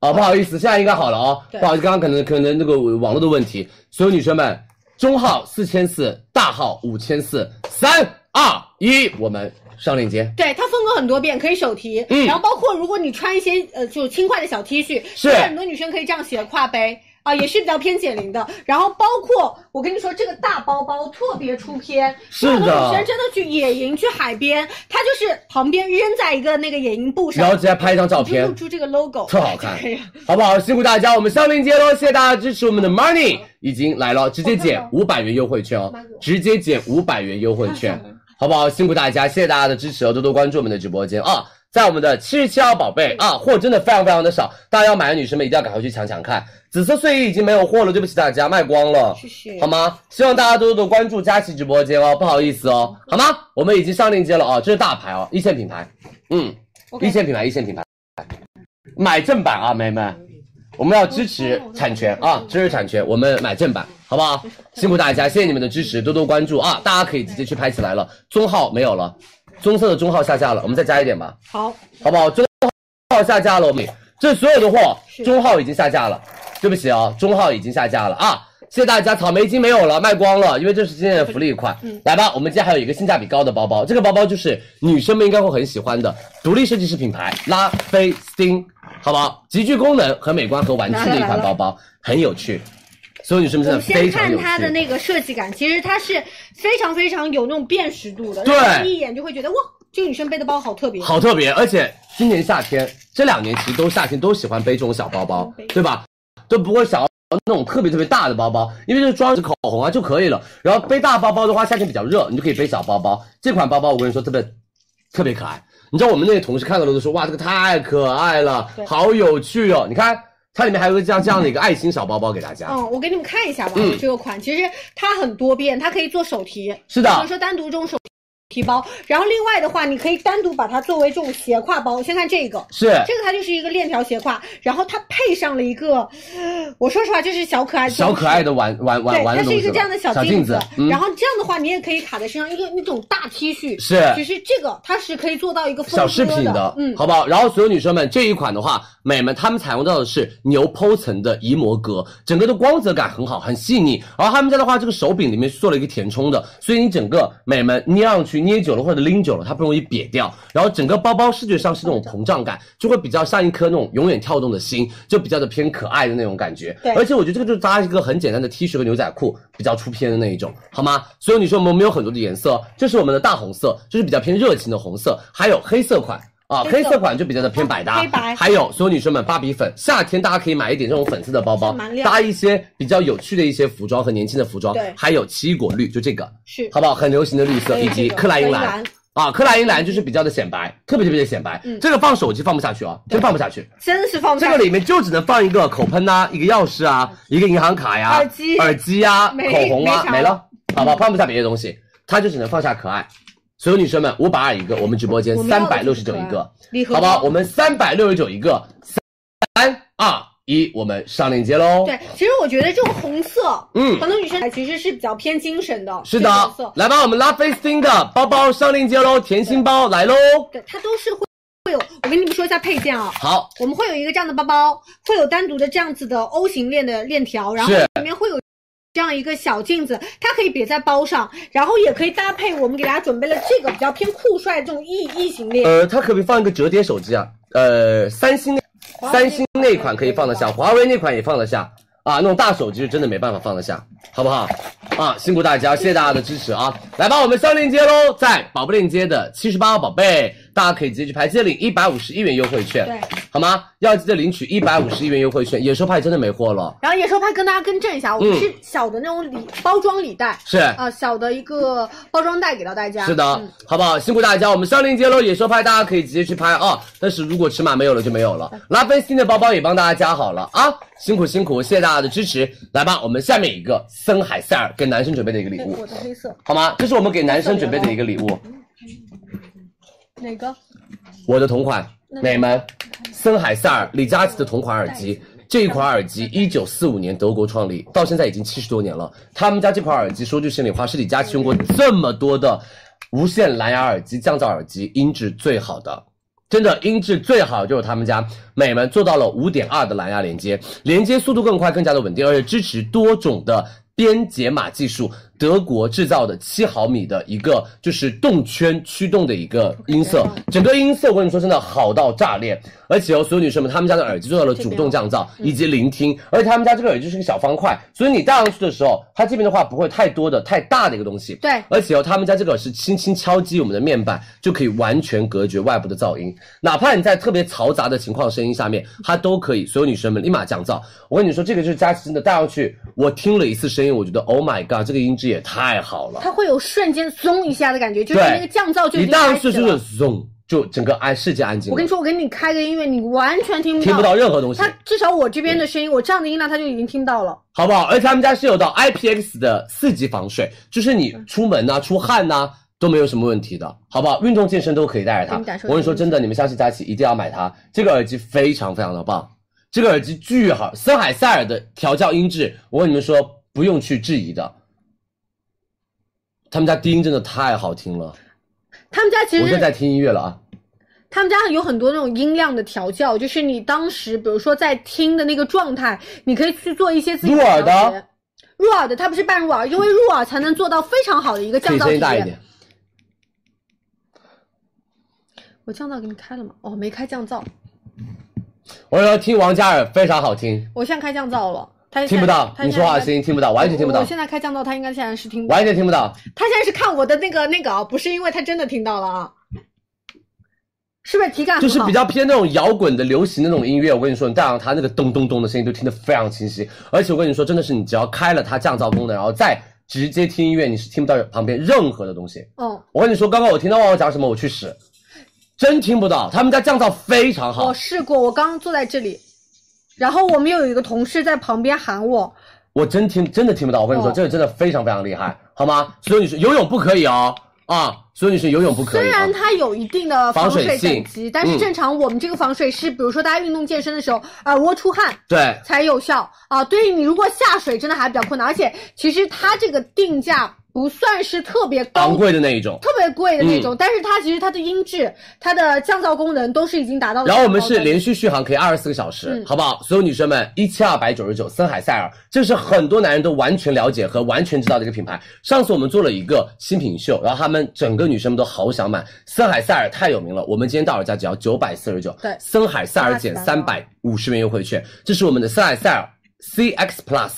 S5: 哦，不好意思，现在应该好了哦。
S6: 对
S5: 不好意思，刚刚可能可能那个网络的问题，所有女生们，中号四千四，大号五千四。三二一，我们上链接。
S6: 对它风格很多变，可以手提，
S5: 嗯
S6: 然后包括如果你穿一些呃就轻快的小 T 恤，
S5: 是
S6: 现在很多女生可以这样斜挎背啊、也是比较偏减龄的。然后包括我跟你说，这个大包包特别出片，
S5: 是
S6: 有
S5: 的
S6: 的女生真的去野营去海边，它就是旁边扔在一个那个野营布上，
S5: 然后直接拍一张照
S6: 你就
S5: 片
S6: 露，出这个 logo，
S5: 特好看
S6: 就可以了。
S5: 好不好？辛苦大家，我们上链接喽，谢谢大家支持我们的 Money 已经来了，直接减五百元优惠券哦，直接减五百元优惠券，好不好？辛苦大家，谢谢大家的支持哦，多多关注我们的直播间啊。在我们的七十七号宝
S6: 嗯
S5: 贝啊，货真的非常非常的少，大家要买的女生们一定要赶快去抢抢看。紫色睡衣已经没有货了，对不起大家，卖光了，
S6: 谢谢
S5: 好吗？希望大家多多关注佳琦直播间哦，不好意思哦，好
S6: 嗯
S5: 吗？我们已经上链接了哦，这是大牌哦，一线品牌，嗯，一线品牌，一线品牌，买正版啊，妹妹们，我们要支持产权啊，支持产权，我们买正版，好不好？辛苦大家，谢谢你们的支持，多多关注啊！大家可以直接去拍起来了，中号没有了，棕色的中号下架了，我们再加一点吧，
S6: 好，
S5: 好不好？中号下架了，我们这所有的货中号已经下架了，对不起啊，中号已经下架了啊！谢谢大家，草莓金没有了，卖光了，因为这是今天的福利款。
S6: 嗯
S5: 来吧，我们今天还有一个性价比高的包包，这个包包就是女生们应该会很喜欢的独立设计师品牌拉菲斯汀，好不好？极具功能和美观和玩具的一款包包，很有趣。所有女生们
S6: 我
S5: 真的
S6: 们先
S5: 非常
S6: 看
S5: 有趣。
S6: 它的那个设计感，其实它是非常非常有那种辨识度的，
S5: 对
S6: 让你一眼就会觉得哇，这个女生背的包好特别。
S5: 好特别，而且今年夏天这两年其实都夏天都喜欢背这种小包包，
S6: 嗯
S5: 对吧？都不会想要那种特别特别大的包包，因为就是装着口红啊啊就可以了。然后背大包包的话，夏天比较热，你就可以背小包包。这款包包我跟你说特别特别可爱，你知道我们那些同事看到了都说哇这个太可爱了，好有趣哦！你看它里面还有个这样这样的一个爱心小包包给大家，
S6: 嗯，我给你们看一下吧，
S5: 嗯啊
S6: 这个款其实它很多变，它可以做手提，
S5: 是的
S6: 比如说单独这种手提包，然后另外的话，你可以单独把它作为这种斜挎包。先看这个，
S5: 是
S6: 这个它就是一个链条斜挎，然后它配上了一个，我说实话，就是小可爱，
S5: 小可爱。的玩玩玩
S6: 对，
S5: 玩的
S6: 它是
S5: 东
S6: 一
S5: 西
S6: 个
S5: 了，
S6: 这样的小
S5: 镜
S6: 子，
S5: 嗯
S6: 然后这样的话，你也可以卡在身上，一个那种大 T 恤，
S5: 是
S6: 只是这个它是可以做到一个分
S5: 小饰
S6: 割
S5: 品的，
S6: 嗯，
S5: 好不好？然后所有女生们，这一款的话，美们她们采用到的是牛剖层的移膜革，整个的光泽感很好，很细腻。然后他们家的话，这个手柄里面是做了一个填充的，所以你整个美们捏上去，捏久了或者拎久了，它不容易瘪掉。然后整个包包视觉上是那种膨胀感，就会比较像一颗那种永远跳动的心，就比较的偏可爱的那种感觉。
S6: 对
S5: 而且我觉得这个就是搭一个很简单的 T 恤和牛仔裤，比较出片的那一种，好吗？所有女生我们没有很多的颜色，这是我们的大红色，这是比较偏热情的红色，还有黑色款。啊，
S6: 黑
S5: 黑
S6: 色
S5: 色款就比较的偏百搭，
S6: 黑白
S5: 还有所有女生们，芭比粉，夏天大家可以买一点这种粉色的包包
S6: 蛮，亮
S5: 搭一些比较有趣的一些服装和年轻的服装
S6: 对，
S5: 还有奇异果绿，就这个，
S6: 是
S5: 好不好？很流行的绿色，
S6: 还有
S5: 以及
S6: 这个
S5: 克莱因
S6: 克莱
S5: 蓝
S6: 因蓝
S5: 啊，克莱因蓝就是比较的显白，特别特别的显白，这个放手机放不下去啊，真放不下去，
S6: 真的是放不
S5: 这
S6: 下嗯
S5: 个里面就只能放一个口喷呐、一个钥匙啊，一个银行卡呀、
S6: 耳机
S5: 耳机呀、
S6: 没
S5: 口红啊，
S6: 没啥了
S5: 没了，好吧，放不下别的东西，它就只能放下可爱。所有女生们，五百二一个，我们直播间
S6: 我们要
S5: 三
S6: 的
S5: 百六
S6: 就
S5: 十
S6: 是
S5: 九
S6: 可爱
S5: 一个，
S6: 礼 盒
S5: 好不
S6: 包
S5: 好？我们三百六十九一个，三二一，我们上链接喽。
S6: 对，，其实我觉得这种红色，
S5: 嗯
S6: 很多女生其实是比较偏精神的，
S5: 是
S6: 这种
S5: 的
S6: 颜色，
S5: 来吧，我们拉菲斯汀的包包上链接喽，甜心包来喽。
S6: 对，它都是会会有。我跟你们说一下配件啊，
S5: 好，
S6: 我们会有一个这样的包包，会有单独的这样子的 O 型链的链条，然后
S5: 是
S6: 里面会有。这样一个小镜子，它可以别在包上，然后也可以搭配我们给大家准备了这个比较偏酷帅的这种 E E 型链，
S5: 呃，它可不可以放一个折叠手机啊？呃，三星那三星那款可以放得下，华为那款也放得下啊。那种大手机是真的没办法放得下，好不好？啊，辛苦大家，谢谢大家的支持啊！来吧，我们上链接喽，在宝贝链接的七十八号宝贝，大家可以直接去拍，记得领一百五十一元优惠券，
S6: 对，
S5: 好吗？要记得领取一百五十一元优惠券，野兽派真的没货了，
S6: 然后野兽派跟大家更正一下，我们
S5: 嗯
S6: 是小的那种礼包装礼袋，
S5: 是。
S6: 啊，小的一个包装袋给到大家。
S5: 是的，
S6: 嗯
S5: 好不好？辛苦大家，我们上链接喽，野兽派大家可以直接去拍啊。但是如果尺码没有了就没有了，
S6: 嗯
S5: 拉菲新的包包也帮大家加好了啊，辛苦辛苦，谢谢大家的支持。来吧，我们下面一个森海塞尔给男生准备的一个礼物
S6: 我，的黑色
S5: 好吗？这是我们给男生准备的一个礼物，
S6: 哪个？
S5: 我的同款，美们，森海塞尔李佳琦的同款耳机。这一款耳机，一九四五年德国创立，到现在已经七十多年了。他们家这款耳机，说句心里话，是李佳琦用过这么多的无线蓝牙耳机、降噪耳机，音质最好的。真的音质最好就是他们家美们做到了五点二的蓝牙连接，连接速度更快，更加的稳定，而且支持多种的编解码技术。德国制造的七毫米的一个就是动圈驱动的一个音色，整个音色我跟你说真的好到炸裂，而且哦，所有女生们，他们家的耳机做到了主动降噪以及聆听，而且他们家这个耳机是个小方块，所以你戴上去的时候，它这边的话不会太多的太大的一个东西，
S6: 对，
S5: 而且哦，他们家这个是轻轻敲击我们的面板，就可以完全隔绝外部的噪音，哪怕你在特别嘈杂的情况声音下面，它都可以。所有女生们立马降噪。我跟你说，这个就是佳琦真的戴上去，我听了一次声音，我觉得 Oh my god，这个音质也太好了。
S6: 它会有瞬间松一下的感觉，就是
S5: 对
S6: 那个降噪就已
S5: 一
S6: 经
S5: 戴上
S6: 开
S5: 去
S6: 始
S5: 就
S6: 了。
S5: 是 zoom，就整个安世界安静了。
S6: 我跟你说，我给你开个音乐，你完全听不到。
S5: 听不到任何东西
S6: 它。至少我这边的声音，我这样的音量，它就已经听到了。
S5: 好不好？而且他们家是有到 IPX 的四级防水，就是你
S6: 嗯
S5: 出门呐、出汗呐、都没有什么问题的，好不好？运动健身都可以带着它
S6: 给你感。受
S5: 我跟你说真的，你们下次佳琦一定要买它，这个耳机非常非常的棒，这个耳机巨好，森海塞尔的调教音质，我跟你们说不用去质疑的。他们家低音真的太好听了，
S6: 他们家其
S5: 我现在在
S6: 实，
S5: 听音乐了啊。
S6: 他们家有很多那种音量的调教，就是你当时比如说在听的那个状态，你可以去做一些自己
S5: 入耳的
S6: 调节。入耳的，它不是半入耳，因为入耳才能做到非常好的一个
S5: 可
S6: 降
S5: 以
S6: 噪
S5: 声音
S6: 体
S5: 大一
S6: 验。
S5: 点，
S6: 我降噪给你开了吗？哦，没开降噪，
S5: 我跟你说听王嘉尔非常好听，
S6: 我现在开降噪了。它
S5: 听不到
S6: 它
S5: 你
S6: 现在
S5: 说话的声音，听不到，完全听不
S6: 我
S5: 到
S6: 我，现在开降噪，它应该现在是听不到。
S5: 完全听不到。
S6: 他现在是看我的那个那个啊，不是因为他真的听到了啊，是不是体 感很
S5: 就是
S6: 好
S5: 比较偏那种摇滚的、流行的那种音乐。我跟你说，你戴上它那个咚咚咚的声音就听得非常清晰。而且我跟你说，真的是你只要开了它降噪功能，然后再直接听音乐，你是听不到旁边任何的东西。
S6: 嗯，
S5: 我跟你说，刚刚我听到旺旺讲什么，我去屎，真听不到。他们家降噪非常好
S6: 我，试过，我刚刚坐在这里，然后我们有一个同事在旁边喊我，
S5: 我真听真的听不到。我跟你说，
S6: 哦
S5: 这个真的非常非常厉害，好吗？所有女生游泳不可以哦，啊，所有女生游泳不可以、啊。
S6: 虽然它有一定的
S5: 防水
S6: 水等
S5: 性
S6: 级，但是
S5: 嗯
S6: 正常我们这个防水是，比如说大家运动健身的时候，耳窝出汗，
S5: 对，
S6: 才有效啊。对于你如果下水真的还比较困难，而且其实它这个定价不算是特别高
S5: 昂贵嗯的那一种。
S6: 特别贵的那种，但是它其实它的音质、它的降噪功能都是已经达到了
S5: 然后我们
S6: 最高
S5: 是
S6: 的
S5: 连续续航可以二十四个小时，
S6: 嗯
S5: 好不好？所有女生们，一千二百九十九，森海塞尔，这是很多男人都完全了解和完全知道的一个品牌。上次我们做了一个新品秀，然后他们整个女生们都好想买森海塞尔，太有名了。我们今天到手价只要九百四十九，
S6: 对
S5: 森海塞尔减三百五十元优惠券，这是我们的森海塞尔 CX Plus。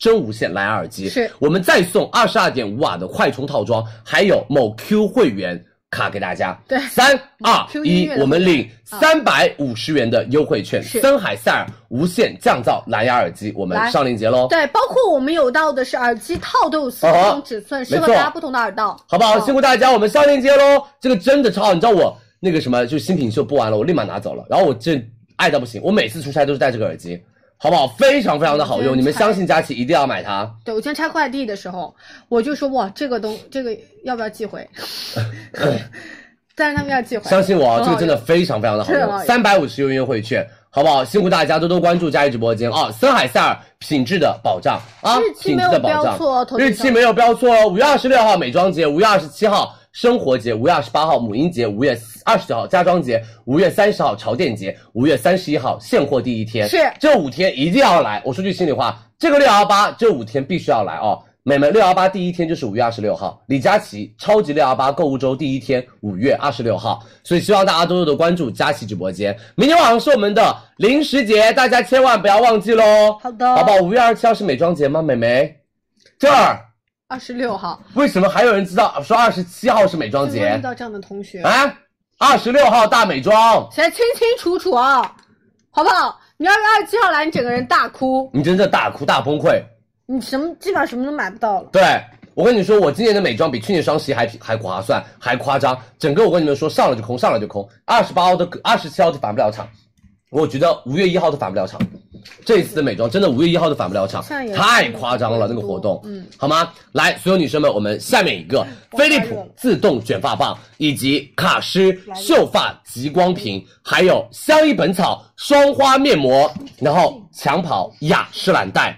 S5: 真无线蓝牙耳机
S6: 是
S5: 我们再送二十二点五瓦的快充套装，还有某 Q 会员卡给大家。
S6: 对
S5: 三二
S6: 哦 Q 音
S5: 一
S6: 乐，的
S5: 我们领
S6: 啊
S5: 三百五十元的优惠券，
S6: 是
S5: 森海塞尔无线降噪蓝牙耳机，我们
S6: 来
S5: 上链接喽。
S6: 对，包括我们有到的是耳机套都有四
S5: 哦
S6: 种尺寸，适合
S5: 没错
S6: 大家不同的耳道。
S5: 好不好？
S6: 哦
S5: 辛苦大家，我们上链接喽。这个真的超好，你知道我那个什么，就新品秀播完了，我立马拿走了，然后我这爱到不行，我每次出差都是带这个耳机，好不好？非常非常的好用，
S6: 嗯
S5: 你们相信佳琪一定要买它。
S6: 对我今天拆快递的时候，我就说哇，这个东这个要不要 寄回？但是他们要寄回。
S5: 相信我啊，这
S6: 很好
S5: 个真的非常非常的好用
S6: 是啊很，好
S5: 三百五十元优惠券，好不好？辛苦大家多多关注佳怡直播间啊！森海塞尔品质的保障啊，
S6: 日期
S5: 品
S6: 没
S5: 质
S6: 有
S5: 的保
S6: 标错哦
S5: 障，
S6: 头顶
S5: 日期没有标错哦。五月二十六号美妆节，五月二十七号生活节，五月二十八号母婴节，五月二十九号家装节，五月三十号潮店节，五月三十一号现货第一天，
S6: 是
S5: 这五天一定要来。我说句心里话，这个六幺八这五天必须要来哦。美们，六幺八第一天就是五月二十六号，李佳琦超级六幺八购物周第一天，五月二十六号，所以希望大家多多的关注佳琦直播间。明天晚上是我们的零食节，大家千万不要忘记喽。
S6: 好的
S5: 好不好？五月二十七号是美妆节吗？美眉，这儿
S6: 二十六号，
S5: 为什么还有人知道说二十七号是美妆
S6: 怎么会
S5: 节
S6: 遇到这样的同学？
S5: 啊？二十六号大美妆，
S6: 写得清清楚楚啊，好不好？你二月二十七号来，你整个人大哭，
S5: 你真的大哭大崩溃。
S6: 你什么基本上什么都买不到了。
S5: 对我跟你说，我今年的美妆比去年双十一还还划算，还夸张。整个我跟你们说，上了就空，上了就空。二十八号都二十七号都返不了场，我觉得五月一号都返不了场。这一次的美妆真的五月一号都返不了场
S6: 好像，也
S5: 太夸张了那个活动，嗯，好吗？来，所有女生们，我们下面一个飞利浦自动卷发棒，以及卡诗秀发极光瓶，还有相宜本草双花面膜，然后长跑雅诗兰黛，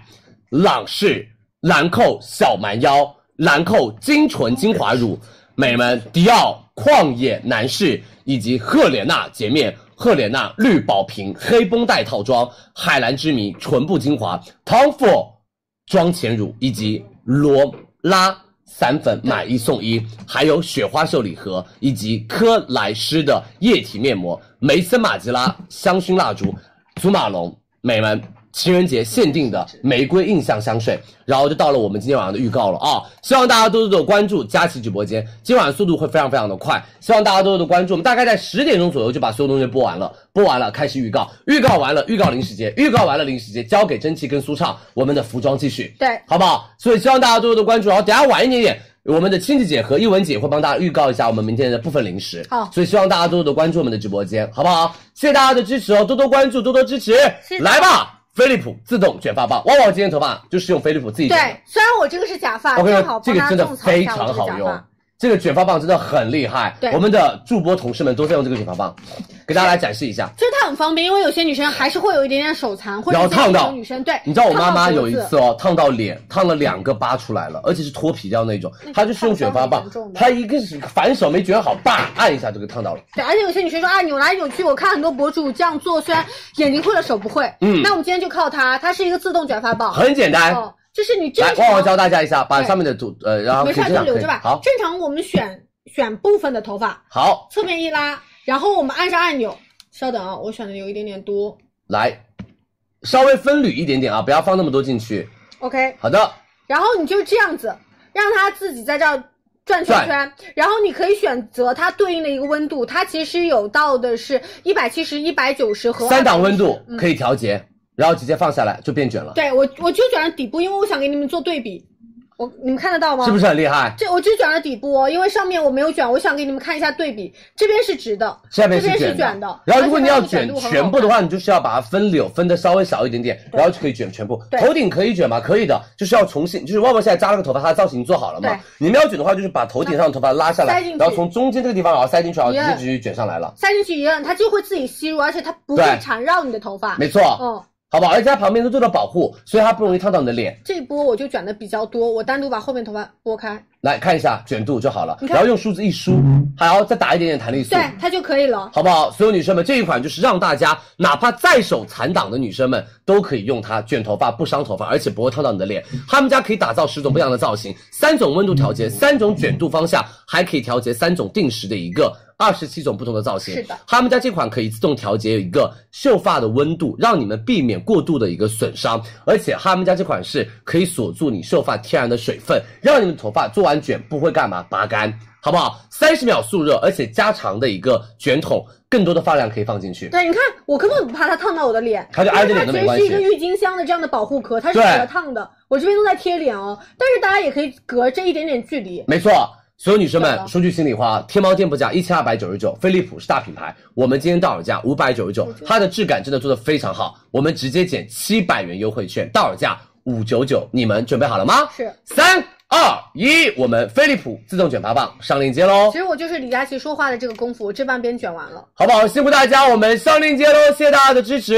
S5: 朗仕兰蔻小蛮腰，兰蔻精纯精华乳，美人们，迪奥旷野男士以及赫莲娜洁面。赫莲娜绿宝瓶黑绷带套装、海蓝之谜唇部精华、Tom Ford 妆前乳以及罗拉散粉买一送一，还有雪花秀礼盒以及科莱诗的液体面膜、梅森马吉拉香薰蜡烛、祖马龙美们。情人节限定的玫瑰印象香水，然后就到了我们今天晚上的预告了啊、希望大家多多的关注佳琦直播间，今晚速度会非常非常的快，希望大家多多的关注。我们大概在十点钟左右就把所有东西播完了，播完了开始预告，预告完了预告零时间，预告完了零时间交给蒸汽跟舒畅，我们的服装继续。
S6: 对，
S5: 好不好？所以希望大家多多的关注，然后等下晚一点点。我们的亲子姐和一文姐会帮大家预告一下我们明天的部分零食，
S6: 好
S5: 所以希望大家多多的关注我们的直播间，好不好？谢谢大家的支持哦，多多关注，多多支持，
S6: 是的
S5: 来吧，飞利浦自动卷发棒，旺旺今天头发就是用飞利浦自己卷
S6: 对
S5: 的，，
S6: 虽然我这个是假发，
S5: 我跟你
S6: 正好
S5: 说，这
S6: 帮
S5: 个
S6: 大家
S5: 真的
S6: 种草一
S5: 非
S6: 下
S5: 常
S6: 我这
S5: 好
S6: 个假
S5: 用
S6: 发。
S5: 这个卷发棒真的很厉害，
S6: 对
S5: 我们的助播同事们都在用这个卷发棒，给大家来展示一下。
S6: 就是它很方便，因为有些女生还是会有一点点手残，或者
S5: 然后
S6: 有些
S5: 烫到
S6: 女生对，
S5: 你知道我妈妈
S6: 烫到
S5: 有
S6: 脖
S5: 一
S6: 子
S5: 次哦，烫到脸，烫了两个疤出来了，而且是脱皮掉那种。她就是用卷发
S6: 烫伤很
S5: 棒
S6: 严重，的
S5: 她一个是反手没卷好，叭按一下就给烫到了。
S6: 对，而且有些女生说啊，扭来扭去，我看很多博主这样做，虽然眼睛会了，手不会。
S5: 嗯
S6: 那我们今天就靠它，它是一个自动卷发棒。
S5: 很简单。
S6: 哦，就是你正
S5: 来，
S6: 常
S5: 旺旺教大家一下，把
S6: 对
S5: 上面的图呃，然后
S6: 没
S5: 可以
S6: 事
S5: 这
S6: 就
S5: 样可
S6: 留
S5: 以
S6: 着吧。
S5: 好，
S6: 正常我们选选部分的头发，
S5: 好，
S6: 侧面一拉，然后我们按上按钮。稍等啊，我选的有一点点多。
S5: 来，稍微分缕一点点啊，不要放那么多进去。
S6: OK，
S5: 好的，
S6: 然后你就这样子，让它自己在这儿转圈圈，然后你可以选择它对应的一个温度，它其实有到的是一百七十、一百九十和
S5: 三档温度
S6: 220嗯
S5: 可以调节，然后直接放下来就变卷了，
S6: 对我，我就卷了底部，因为我想给你们做对比。我你们看得到吗？
S5: 是不是很厉害？
S6: 这我只卷了底部哦，因为上面我没有卷，我想给你们看一下对比。这边是直的，
S5: 下面
S6: 这边
S5: 卷
S6: 是卷的
S5: 然后如果你要
S6: 而且它的
S5: 卷
S6: 卷度很好
S5: 全部的话，你就是要把它分柳分的稍微少一点点，然后就可以卷全部。
S6: 对
S5: 头顶可以卷吗？可以的，就是要重新，就是旺旺现在扎了个头发，它的造型做好了嘛
S6: 对。
S5: 你们要卷的话，就是把头顶上的头发拉下来
S6: 塞进，去
S5: 然后从中间这个地方然后塞进去，然后直
S6: Yeah
S5: 接直接卷上来了。
S6: 塞进去一摁，它就会自己吸入，而且它不会
S5: 对
S6: 缠绕你的头发。
S5: 没错，
S6: 嗯，
S5: 好不好？而且它旁边都做了保护，所以它不容易烫到你的脸。
S6: 这一波我就卷的比较多，我单独把后面头发拨开，
S5: 来看一下卷度就好了，
S6: 看
S5: 然后用梳子一梳，还要再打一点点弹力素
S6: 对。，它就可以了。
S5: 好不好？所有女生们，这一款就是让大家哪怕在手残党的女生们都可以用它卷头发，不伤头发，而且不会烫到你的脸。他们家可以打造十种不一样的造型，三种温度调节，三种卷度方向，还可以调节三种定时的一个。二十七种不同的造型，
S6: 是的
S5: 他们家这款可以自动调节有一个秀发的温度，让你们避免过度的一个损伤，而且他们家这款是可以锁住你秀发天然的水分，让你们头发做完卷不会干嘛拔干，好不好？三十秒速热，而且加长的一个卷筒，更多的发量可以放进去。
S6: 对，你看我根本不怕它烫到我的脸，
S5: 它就挨着脸都
S6: 因
S5: 没
S6: 为它
S5: 关
S6: 其
S5: 系
S6: 实是一个郁金香的这样的保护壳，它是
S5: 对
S6: 隔烫的。我这边都在贴脸哦，但是大家也可以隔这一点点距离。
S5: 没错，所有女生
S6: 对
S5: 们，
S6: 的
S5: 说句心里话，天猫店铺价一千二百九十九，飞利浦是大品牌，我们今天到手价五百九十九，它的质感真的做的非常好，我们直接减七百元优惠券，到手价五九九，你们准备好了吗？
S6: 是，
S5: 三二一，我们飞利浦自动卷发棒上链接喽
S6: 其，实我就是李佳琦说话的这个功夫，我这半边卷完了。
S5: 好不好？辛苦大家，我们上链接喽，谢谢大家的支持，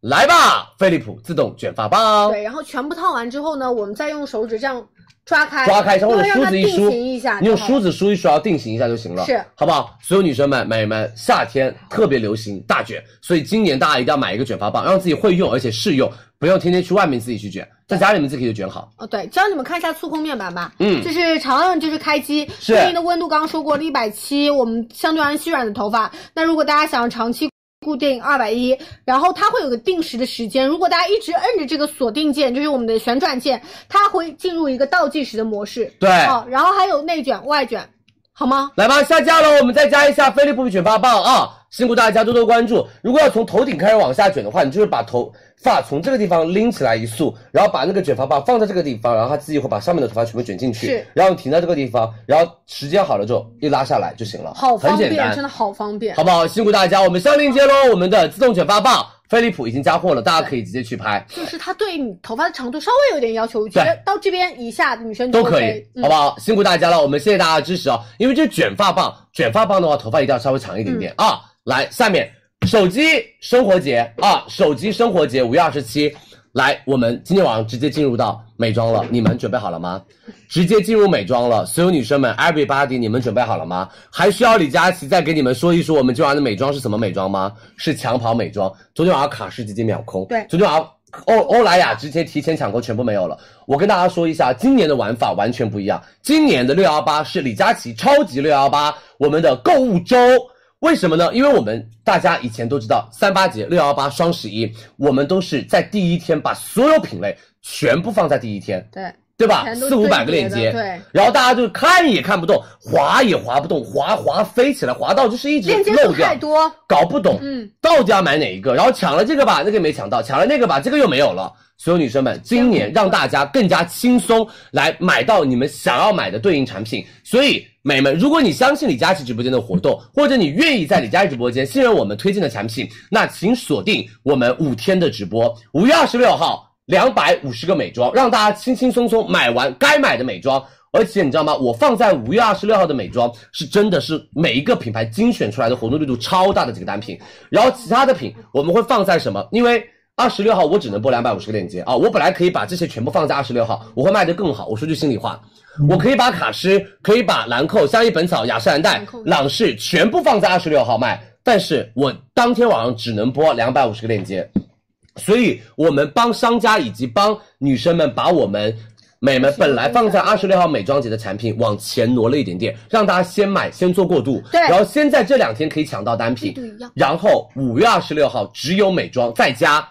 S5: 来吧，飞利浦自动卷发棒。
S6: 对，然后全部烫完之后呢，我们再用手指这样抓开，
S5: 抓开一下，或者
S6: 对让
S5: 梳
S6: 它
S5: 子一梳
S6: 定型一下，
S5: 你用梳。子梳一梳，然后定型一下就行了，
S6: 是，
S5: 好不好？所有女生们、美眉们，夏天特别流行大卷，所以今年大家一定要买一个卷发棒，让自己会用而且适用，不用天天去外面自己去卷，在家里面自己就卷好。
S6: 哦，对，教你们看一下触控面板吧。
S5: 嗯
S6: 就是长按就是开机，
S5: 是
S6: 对应的温度刚刚说过了一百七，我们相对而言细软的头发。那如果大家想要长期固定二百一，然后它会有个定时的时间。如果大家一直摁着这个锁定键，就是我们的旋转键，它会进入一个倒计时的模式。
S5: 对，
S6: 哦，然后还有内卷、外卷，好吗？
S5: 来吧，下架了，我们再加一下飞利浦卷发棒啊！辛苦大家多多关注。如果要从头顶开始往下卷的话，你就是把头发从这个地方拎起来一束，然后把那个卷发棒放在这个地方，然后它自己会把上面的头发全部卷进去，
S6: 是
S5: 然后停到这个地方，然后时间好了之后一拉下来就行了，
S6: 好方
S5: 很简
S6: 便，
S5: 单
S6: 真的好方便。
S5: 好不好？辛苦大家，我们上链接喽！我们的自动卷发棒，飞利浦已经加货了，大家可以直接去拍，
S6: 就是它对你头发的长度稍微有点要求，我觉得到这边以下的女生
S5: 都
S6: 就
S5: 可
S6: OK，
S5: 以，
S6: 嗯
S5: 好不好？辛苦大家了，我们谢谢大家的支持哦。因为这卷发棒，卷发棒的话，头发一定要稍微长一点点、
S6: 嗯
S5: 啊。来，下面手机生活节啊，手机生活节五月二十七，来，我们今天晚上直接进入到美妆了，你们准备好了吗？直接进入美妆了，所有女生们，everybody，你们准备好了吗？还需要李佳琦再给你们说一说我们今晚的美妆是什么美妆吗？是抢跑美妆，昨天晚上卡诗直接秒空，
S6: 对
S5: 昨天晚上。欧欧莱雅直接提前抢购，全部没有了。我跟大家说一下，今年的玩法完全不一样。今年的六幺八是李佳琦超级六幺八，我们的购物周。为什么呢？因为我们大家以前都知道，三八节、六幺八、双十一，我们都是在第一天把所有品类全部放在第一天，
S6: 对，
S5: 对吧？
S6: 全都
S5: 啊四五百
S6: 堆叠
S5: 个链
S6: 的
S5: 接，
S6: 对，
S5: 然后大家就看也看不动，划也划不动，划划飞起来，划到就是一直
S6: 链接
S5: 漏
S6: 数
S5: 掉
S6: 太，多，
S5: 搞不懂，
S6: 嗯，
S5: 到底要买哪一个？然后抢了这个吧，那个没抢到；抢了那个吧，这个又没有了。所有女生们，今年让大家更加轻松来买到你们想要买的对应产品。所以，美们，如果你相信李佳琦直播间的活动，或者你愿意在李佳琦直播间信任我们推荐的产品，那请锁定我们五天的直播，五月二十六号两百五十个美妆，让大家轻轻松松买完该买的美妆。而且你知道吗？我放在五月二十六号的美妆是真的是每一个品牌精选出来的活动力度超大的几个单品，然后其他的品我们会放在什么？因为二十六号我只能播两百五十个链接啊，我本来可以把这些全部放在二十六号，我会卖得更好。我说句心里话，我可以把卡诗、可以把兰蔻、相宜本草、雅诗兰黛、朗诗全部放在二十六号卖，但是我当天晚上只能播两百五十个链接，所以我们帮商家以及帮女生们把我们。美们本来放在二十六号美妆节的产品往前挪了一点点，让大家先买先做过渡，
S6: 对
S5: 然后先在这两天可以抢到单品
S6: 力度一样，
S5: 然后五月二十六号只有美妆再加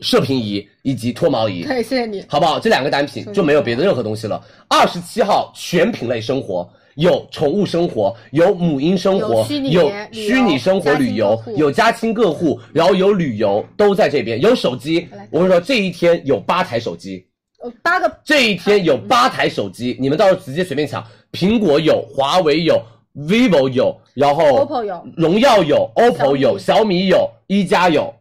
S5: 射频仪以及脱毛仪，
S6: 对，谢谢你。
S5: 好不好？这两个单品就没有别的任何东西了。二十七号全品类生活。有宠物生活，有母婴生活
S6: 有虚，拟
S5: 有
S6: 旅游
S5: 虚拟生活
S6: 家庭
S5: 旅游
S6: 个，户
S5: 有家亲个户，然后有旅游，都在这边。有手机，我跟你说，这一天有八台手机，
S6: 呃，八个
S5: 这一天有八台手机，你们到时候直接随便抢，苹果有，华为有，vivo 有，然后
S6: OPPO 有
S5: 荣耀有，OPPO 有，小米有，一加有。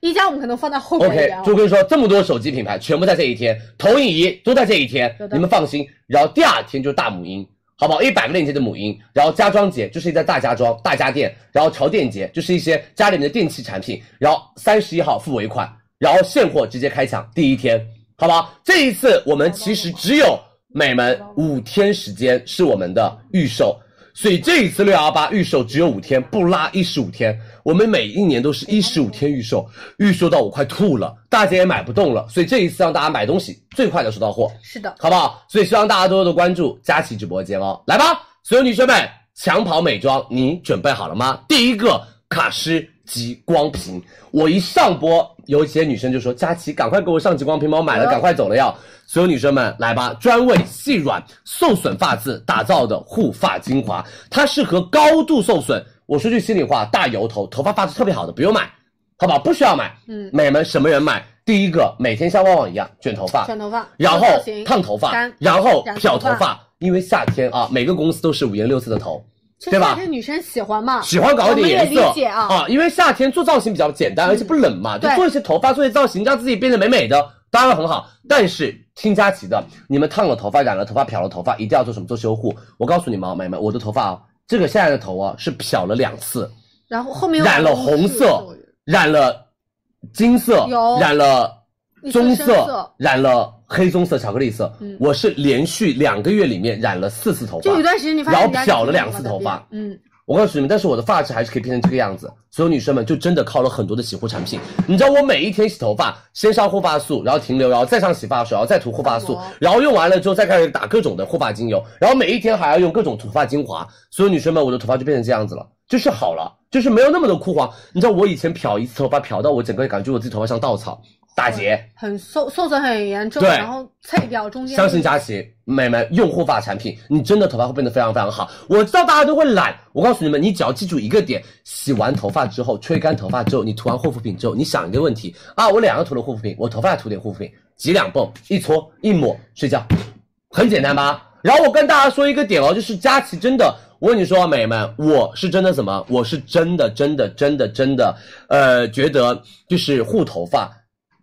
S6: 一加我们可能放在后面一
S5: OK，
S6: 点啊
S5: 朱哥说这么多手机品牌全部在这一天，投影仪都在这一天
S6: 有，的
S5: 你们放心。然后第二天就是大母婴，好不好？一百个链接的母婴，然后家装节就是一在大家装、大家电，然后潮店节就是一些家里面的电器产品，然后三十一号付尾款，然后现货直接开抢第一天，好不好？这一次我们其实只有美们五天时间是我们的预售。所以这一次六幺八预售只有五天，不拉一十五天。我们每一年都是一十五天预售，预售到我快吐了，大家也买不动了。所以这一次让大家买东西最快的收到货，
S6: 是的，
S5: 好不好？所以希望大家多多的关注佳琦直播间哦。来吧，所有女生们，抢跑美妆，你准备好了吗？第一个卡诗极光瓶，我一上播，有一些女生就说：“佳琦，赶快给我上极光瓶吧，我买了，
S6: 嗯
S5: 赶快走了要。”所有女生们，来吧，专为细软受损发质打造的护发精华，它适合高度受损。我说句心里话，大油头、头发发质特别好的不用买，好不好？不需要买。
S6: 嗯，
S5: 美们，什么人买？第一个，每天像旺旺一样卷头发，
S6: 卷头发，
S5: 然后
S6: 造型
S5: 烫头发
S6: 干，
S5: 然后
S6: 染
S5: 漂头
S6: 头
S5: 发，因为夏天啊，每个公司都是五颜六色的头，
S6: 就
S5: 对吧
S6: 夏天女生喜欢嘛，
S5: 喜欢搞一点颜
S6: 啊我们
S5: 色
S6: 也理解啊嗯
S5: 因为夏天做造型比较简单，而且不冷嘛，就
S6: 对
S5: 做一些头发，做一些造型，让自己变得美美的，当然很好。但是听佳琪的，你们烫了头发、染了头发、漂了头发，一定要做什么？做修护。我告诉你们啊，美们，我的头发啊，这个现在的头啊是漂了两次，
S6: 然后后面又
S5: 染了红色，染了金色
S6: 有，
S5: 染了棕
S6: 一些深色
S5: 染了黑棕色、巧克力色。
S6: 嗯
S5: 我是连续两个月里面染了四次头发
S6: 就，有一段时间你发现
S5: 然后
S6: 人家
S5: 漂了两次头
S6: 在
S5: 发
S6: 变嗯，
S5: 我告诉你们，但是我的发质还是可以变成这个样子。所有女生们就真的靠了很多的洗护产品。你知道我每一天洗头发，先上护发素，然后停留，然后再上洗发水，然后再涂护发素，然后用完了之后再开始打各种的护发精油，然后每一天还要用各种头发精华。所有女生们，我的头发就变成这样子了，就是好了，就是没有那么的枯黄。你知道我以前漂一次头发漂到我整个感觉我自己头发像稻草，打结。
S6: 很受受损很严重，
S5: 对
S6: 然后脆掉中间。
S5: 相信佳琦，美们用护发产品，你真的头发会变得非常非常好。我知道大家都会懒，我告诉你们，你只要记住一个点：洗完头发之后，吹干头发之后，你涂完护肤品之后，你想一个问题啊，我脸上涂了护肤品，我头发也涂点护肤品，挤两泵，一搓一抹，睡觉，很简单吧？然后我跟大家说一个点哦，就是佳琦真的。我跟你说，美们，我是真的什么？我是真的，真的，真的，真的，呃，觉得就是护头发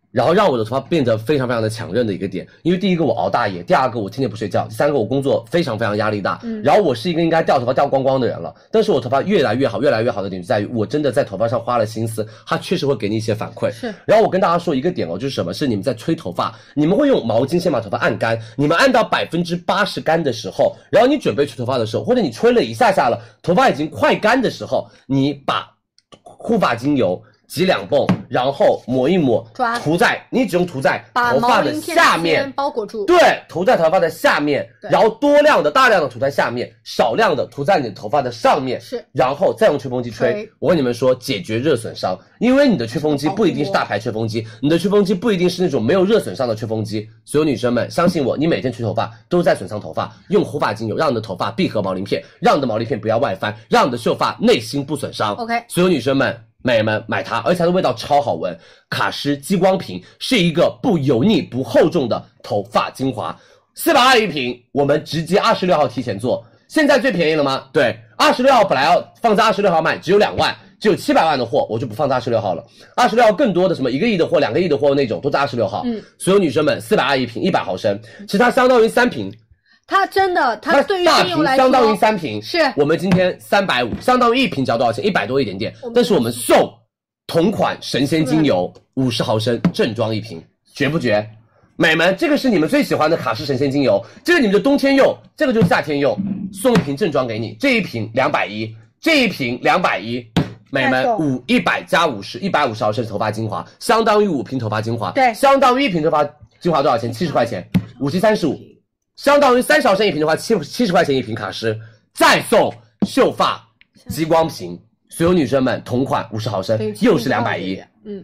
S5: 然后让我的头发变得非常非常的强韧的一个点。因为第一个我熬大夜，第二个我天天不睡觉，第三个我工作非常非常压力大。然后我是一个应该掉头发掉光光的人了，但是我头发越来越好，越来越好的点就在于我真的在头发上花了心思，它确实会给你一些反馈。
S6: 是
S5: 然后我跟大家说一个点哦，就是什么？是你们在吹头发，你们会用毛巾先把头发按干，你们按到百分之八十干的时候，然后你准备吹头发的时候，或者你吹了一下下了，头发已经快干的时候，你把护发精油挤两泵，然后抹一抹，
S6: 抓
S5: 涂在你只用涂在
S6: 把
S5: 头
S6: 毛
S5: 发的
S6: 鳞片
S5: 下
S6: 先
S5: 面。
S6: 包裹住，
S5: 对，涂在头发的下面，
S6: 对
S5: 然后多量的、大量的涂在下面，少量的涂在你的头发的上面，
S6: 是
S5: 然后再用吹风机吹。
S6: 吹
S5: 我跟你们说，解决热损伤，因为你的吹风机不一定是大牌吹风机，你的吹风机不一定是那种没有热损伤的吹风机。所有女生们，相信我，你每天吹头发都在损伤头发，用护发精油让你的头发闭合毛鳞片，让你的毛鳞片不要外翻，让你的秀发内心不损伤。
S6: OK
S5: 所有女生们。美们买它，而且它的味道超好闻。卡诗激光瓶是一个不油腻、不厚重的头发精华，四百二一瓶，我们直接二十六号提前做，现在最便宜了吗？对，二十六号本来要放在二十六号卖，只有两万，只有七百万的货，我就不放在二十六号了。二十六号更多的什么一个亿的货、两个亿的货那种，都在二十六号。嗯，所有女生们，四百二一瓶，一百毫升，其实它相当于三瓶，
S6: 它真的，它对于
S5: 大
S6: 精油
S5: 瓶
S6: 来
S5: 相当于
S6: 说，
S5: 三瓶，
S6: 是
S5: 我们今天三百五，相当于一瓶只要多少钱？一百多一点点。但是我们送同款神仙精油五十毫升正装一瓶，绝不绝？美们，这个是你们最喜欢的卡诗神仙精油，这个你们就冬天用，这个就是夏天用，送一瓶正装给你，这一瓶两百一，这一瓶两百一。美们，五一百加五十，一百五十毫升头发精华，相当于五瓶头发精华，
S6: 对
S5: 相当于一瓶头发精华多少钱？七十块钱，五七三十五，相当于三十毫升一瓶的话，七七十块钱一瓶卡诗，再送秀发激光瓶，所有女生们同款五十毫升
S6: 对，七
S5: 又是
S6: 瓶嗯
S5: 两
S6: 到
S5: 百
S6: 底
S5: 一，
S6: 嗯，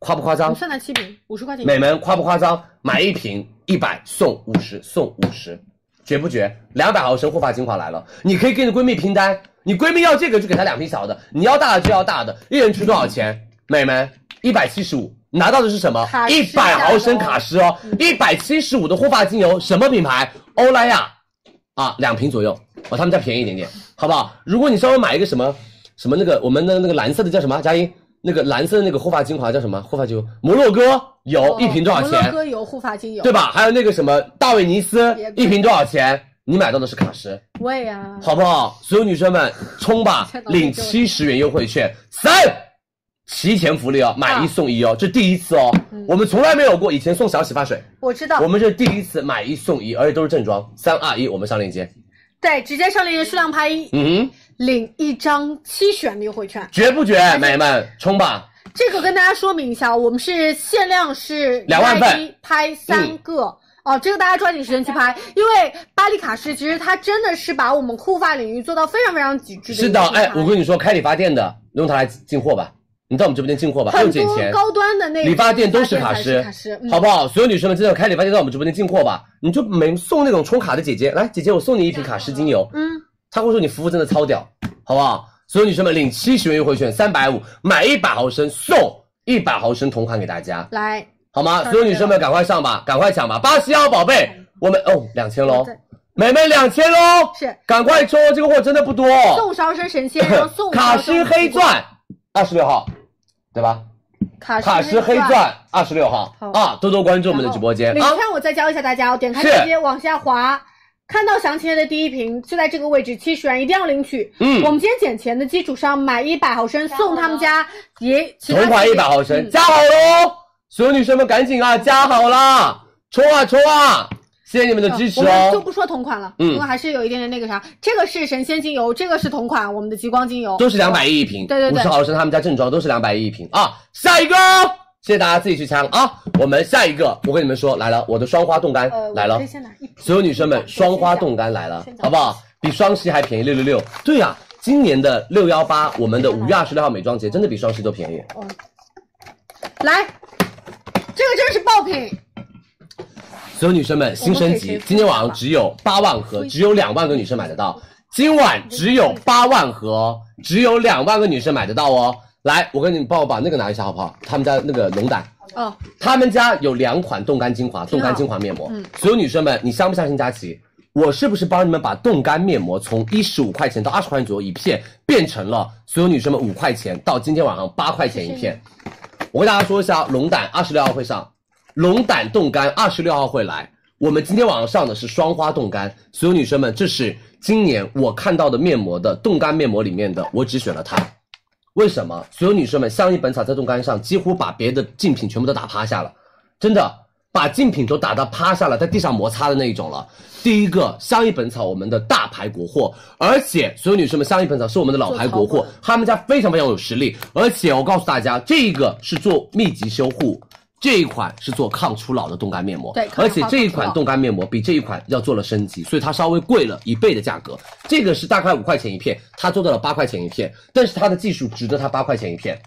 S5: 夸不夸
S6: 我
S5: 张
S6: 们？算它七瓶，五十块钱。
S5: 美们夸不夸张？买一瓶一百送五十，送五十，绝不绝？两百毫升护发精华来了，你可以跟你的闺蜜拼单，你闺蜜要这个就给她两瓶小的，你要大的就要大的，一人出多少钱？美们一百七十五。拿到的是什么
S6: 卡？诗
S5: 一百毫升
S6: 加油
S5: 卡诗哦，一百七十五的护发精油，什么品牌？欧莱雅，啊，两瓶左右，哦，他们家便宜一点点，好不好？如果你稍微买一个什么什么那个我们的那个蓝色的叫什么？佳音，那个蓝色的那个护发精华叫什么？护发精油摩洛哥有一瓶多少
S6: 哦摩洛
S5: 钱？
S6: 哥油护发精油，
S5: 对吧？还有那个什么大卫尼斯
S6: 也贵
S5: 一瓶多少钱？你买到的是卡诗，
S6: 喂啊，
S5: 好不好？所有女生们冲 吧
S6: 这，东西
S5: 领
S6: 就
S5: 七十元优惠券，三提前福利哦，
S6: 啊
S5: 买一送一哦，这第一次哦，
S6: 嗯
S5: 我们从来没有过，以前送小洗发水，
S6: 我知道
S5: 我，们这第一次买一送一，而且都是正装。三二一，我们上链接。
S6: 对，直接上链接数量拍一，
S5: 嗯哼。
S6: 领一张七选的优惠券。
S5: 绝不绝，美们冲吧！
S6: 这个跟大家说明一下，我们是限量是
S5: 两万份嗯
S6: 一拍三个。哦，这个大家抓紧时间去拍，因为巴黎卡诗其实它真的是把我们护发领域做到非常非常极致的。
S5: 是的，哎，我跟你说，开理发店的用它来进货吧，你到我们直播间进货吧，又
S6: 很
S5: 捡
S6: 多
S5: 钱。
S6: 高端的那
S5: 理发店都是卡
S6: 卡
S5: 诗，
S6: 卡诗，嗯
S5: 好不好？所有女生们真的开理发店到我们直播间进货吧，你就每送那种充卡的姐姐，来，姐姐我送你一瓶卡诗精油，
S6: 嗯，
S5: 她会说你服务真的超屌，好不好？所有女生们领七十元优惠券，三百五买一百毫升送一百毫升同款给大家，
S6: 来，
S5: 好吗？所有女生们赶快上吧，赶快抢吧！八十幺宝贝，我们哦两千喽
S6: 嗯对，
S5: 美们两千喽，
S6: 是
S5: 赶快抽，这个货真的不多。
S6: 送十毫升 神仙，然后送
S5: 哦 卡
S6: 十毫
S5: 诗
S6: 升
S5: 黑钻二十六号，对吧？
S6: 卡
S5: 卡诗黑
S6: 钻。
S5: 钻二十六号啊，多多关注我们的直播间
S6: 你
S5: 啊。
S6: 看，我再教一下大家哦，点开
S5: 是
S6: 链接往下滑，看到详情页的第一屏，就在这个位置，七十元一定要领取。
S5: 嗯
S6: 我们今天减钱的基础上，买一百毫升送他们家也其他
S5: 同款
S6: 地
S5: 一
S6: 点
S5: 百毫升，
S6: 嗯
S5: 加好喽！所有女生们赶紧啊，加好啦，抽啊抽啊！谢谢你们的支持
S6: 我们就
S5: 哦，
S6: 不说同款了，
S5: 嗯
S6: 因为还是有一点点那个啥。这个是神仙精油，这个是同款，我们的极光精油
S5: 都是两百。一一瓶，
S6: 哦对对对
S5: 五十毫升他们家正装都是两百一一瓶啊。下一个，谢谢大家自己去抢啊。我们下一个，我跟你们说来了，我的双花冻干
S6: 呃，我
S5: 来了
S6: 可以，先拿一瓶
S5: 所有女生们，双花冻干来了，好不好？比双十一还便宜六六六。对啊，今年的六幺八，我们的五月二十六号美妆节真的比双十一都便宜。
S6: 来，这个真是爆品，
S5: 所有女生们，新升级，今天晚上只有八万盒，只有两万个女生买得到。今晚只有八万盒哦，只有两万个女生买得到哦。来，我跟你帮我把那个拿一下好不好？他们家那个龙胆，
S6: 哦，
S5: 他们家有两款冻干精华、冻干精华面膜。所有女生们，你相不相信佳琪？我是不是帮你们把冻干面膜从一十五块钱到二十块钱左右一片，变成了所有女生们五块钱到今天晚上八块钱一片？我跟大家说一下，龙胆二十六号会上，龙胆冻干二十六号会来。我们今天晚上上的是双花冻干，所有女生们，这是今年我看到的面膜的冻干面膜里面的，我只选了它。为什么？所有女生们，相宜本草在冻干上几乎把别的竞品全部都打趴下了，真的把竞品都打到趴下了，在地上摩擦的那一种了。第一个，相宜本草我们的大牌国货，而且所有女生们，相宜本草是我们的老牌国货，他们家非常非常有实力。而且我告诉大家，这个是做密集修护，这一款是做抗初老的冻干面膜，
S6: 对抗
S5: 而且
S6: 老
S5: 这一
S6: 抗初
S5: 款
S6: 老
S5: 冻干面膜比这一款要做了升级，所以它稍微贵了一倍的价格。这个是大概五块钱一片，它做到了八块钱一片，但是它的技术值得它八块钱一片，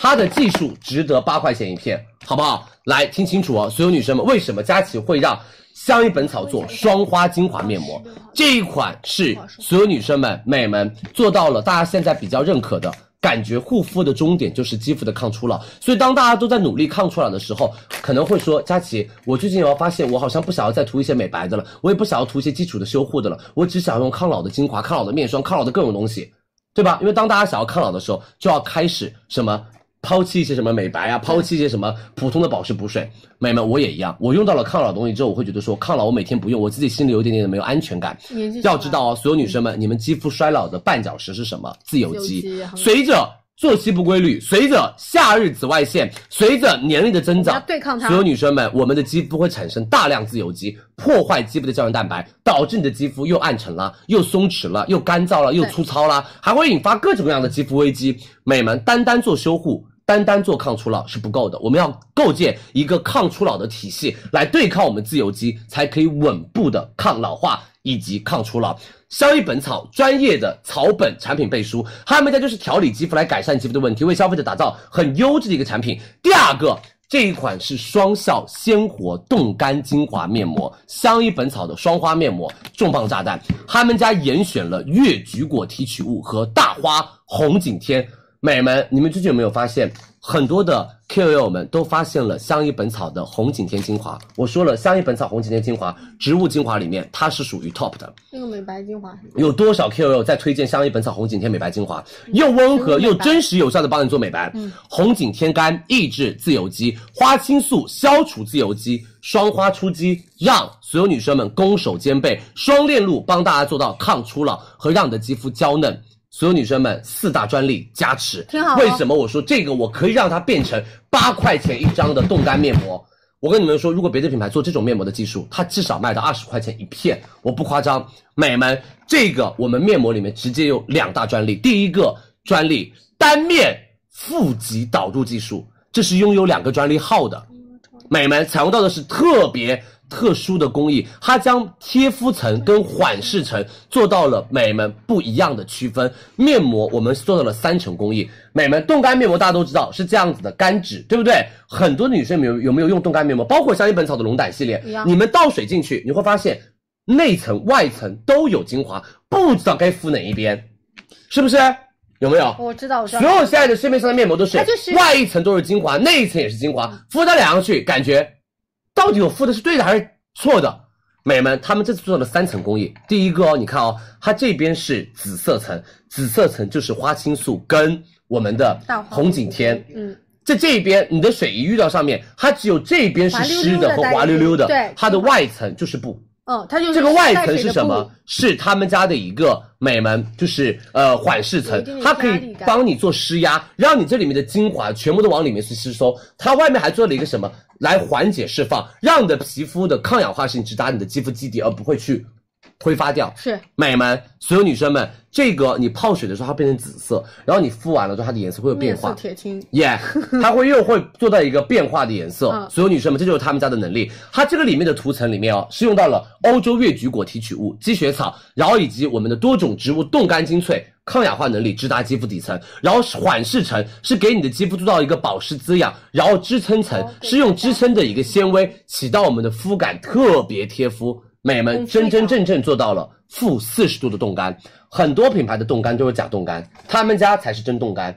S5: 它的技术值得八块钱一片，好不好？来听清楚哦，所有女生们，为什么佳琪会让相宜本草做双花精华面膜？这一款是所有女生们、美们做到了大家现在比较认可的。感觉护肤的终点就是肌肤的抗初老，所以当大家都在努力抗初老的时候，可能会说：佳琪，我最近有发现，我好像不想要再涂一些美白的了，我也不想要涂一些基础的修护的了，我只想用抗老的精华、抗老的面霜、抗老的各种东西，对吧？因为当大家想要抗老的时候，就要开始什么抛弃一些什么美白啊，抛弃一些什么普通的保湿补水。美们，我也一样，我用到了抗老的东西之后，我会觉得说抗老我每天不用，我自己心里有一点点的没有安全感。
S6: 啊
S5: 要知道哦，所有女生们，你们肌肤衰老的绊脚石是什么？自由基。随着作息不规律，随着夏日紫外线，随着年龄的增
S6: 我
S5: 长
S6: 们要，对抗它
S5: 所有女生们，我们的肌肤会产生大量自由基，破坏肌肤的胶原蛋白，导致你的肌肤又暗沉了，又松弛了，又干燥了，又粗糙了，还会引发各种各样的肌肤危机。美们，单单做修护。单单做抗初老是不够的，我们要构建一个抗初老的体系来对抗我们自由基，才可以稳步的抗老化以及抗初老。相宜本草专业的草本产品背书，他们家就是调理肌肤来改善肌肤的问题，为消费者打造很优质的一个产品。第二个，这一款是双效鲜活冻干精华面膜，相宜本草的双花面膜，重磅炸弹！他们家严选了越橘果提取物和大花红景天。美们，你们最近有没有发现，很多的 KOL 们都发现了相宜本草的红景天精华？我说了，相宜本草红景天精华，植物精华里面它是属于 top 的。
S6: 那个美白精华，
S5: 有多少 KOL 在推荐相宜本草红景天美白精华，
S6: 嗯
S5: 又温和又真实有效的帮你做美白？红景天干抑制自由基，花青素消除自由基，双花出击，让所有女生们攻守兼备，双链路帮大家做到抗初老和让你的肌肤娇嫩。所有女生们，四大专利加持，
S6: 挺好哦
S5: 为什么我说这个我可以让它变成八块钱一张的冻干面膜？我跟你们说，如果别的品牌做这种面膜的技术，它至少卖到二十块钱一片，我不夸张。美们，这个我们面膜里面直接有两大专利，第一个专利单面负极导入技术，这是拥有两个专利号的。美们采用到的是特别特殊的工艺，它将贴肤层跟缓释层做到了美们不一样的区分。面膜我们做到了三层工艺，美们冻干面膜大家都知道是这样子的干纸，对不对？很多女生有有没有用冻干面膜？包括相宜本草的龙胆系列
S6: 一样，
S5: 你们倒水进去，你会发现内层外层都有精华，不知道该敷哪一边，是不是？有没有？
S6: 哦我知道，我知
S5: 所
S6: 道，
S5: 有现在的市面上的面膜都是
S6: 它就是
S5: 外一层都是精华，内一层也是精华，敷到脸上去，感觉到底我敷的是对的还是错的？美们，他们这次做了三层工艺，第一个哦，你看哦，它这边是紫色层，紫色层就是花青素跟我们的
S6: 大黄
S5: 红景天，
S6: 嗯，
S5: 在这一边你的水一遇到上面，它只有这边是湿的和滑溜溜的，
S6: 滑溜溜的对
S5: 它的外层就是布，
S6: 嗯，它就是
S5: 这个外层
S6: 带水
S5: 是
S6: 的
S5: 什
S6: 布
S5: 么？？是他们家的一个美门，就是呃缓释
S6: 有
S5: 层
S6: 一定，的
S5: 它可
S6: 压
S5: 以
S6: 力感
S5: 帮你做施压，让你这里面的精华全部都往里面去吸收。它外面还做了一个什么，来缓解释放，让你的皮肤的抗氧化性直达你的肌肤基底，而不会去挥发掉。
S6: 是
S5: 美们，所有女生们，这个你泡水的时候它变成紫色，然后你敷完了之后它的颜色会有变
S6: 面
S5: 化
S6: 色。铁青，
S5: 耶、它会又会做到一个变化的颜色。
S6: 嗯
S5: 所有女生们，这就是他们家的能力。它这个里面的涂层里面哦，是用到了欧洲越橘果提取物、积雪草，然后以及我们的多种植物冻干精粹。抗氧化能力，直达肌肤底层，然后缓释层是给你的肌肤做到一个保湿滋养，然后支撑层是用支撑的一个纤维，起到我们的肤感特别贴肤。美们真真正正做到了负四十度的冻干，很多品牌的冻干都是假冻干，他们家才是真冻干，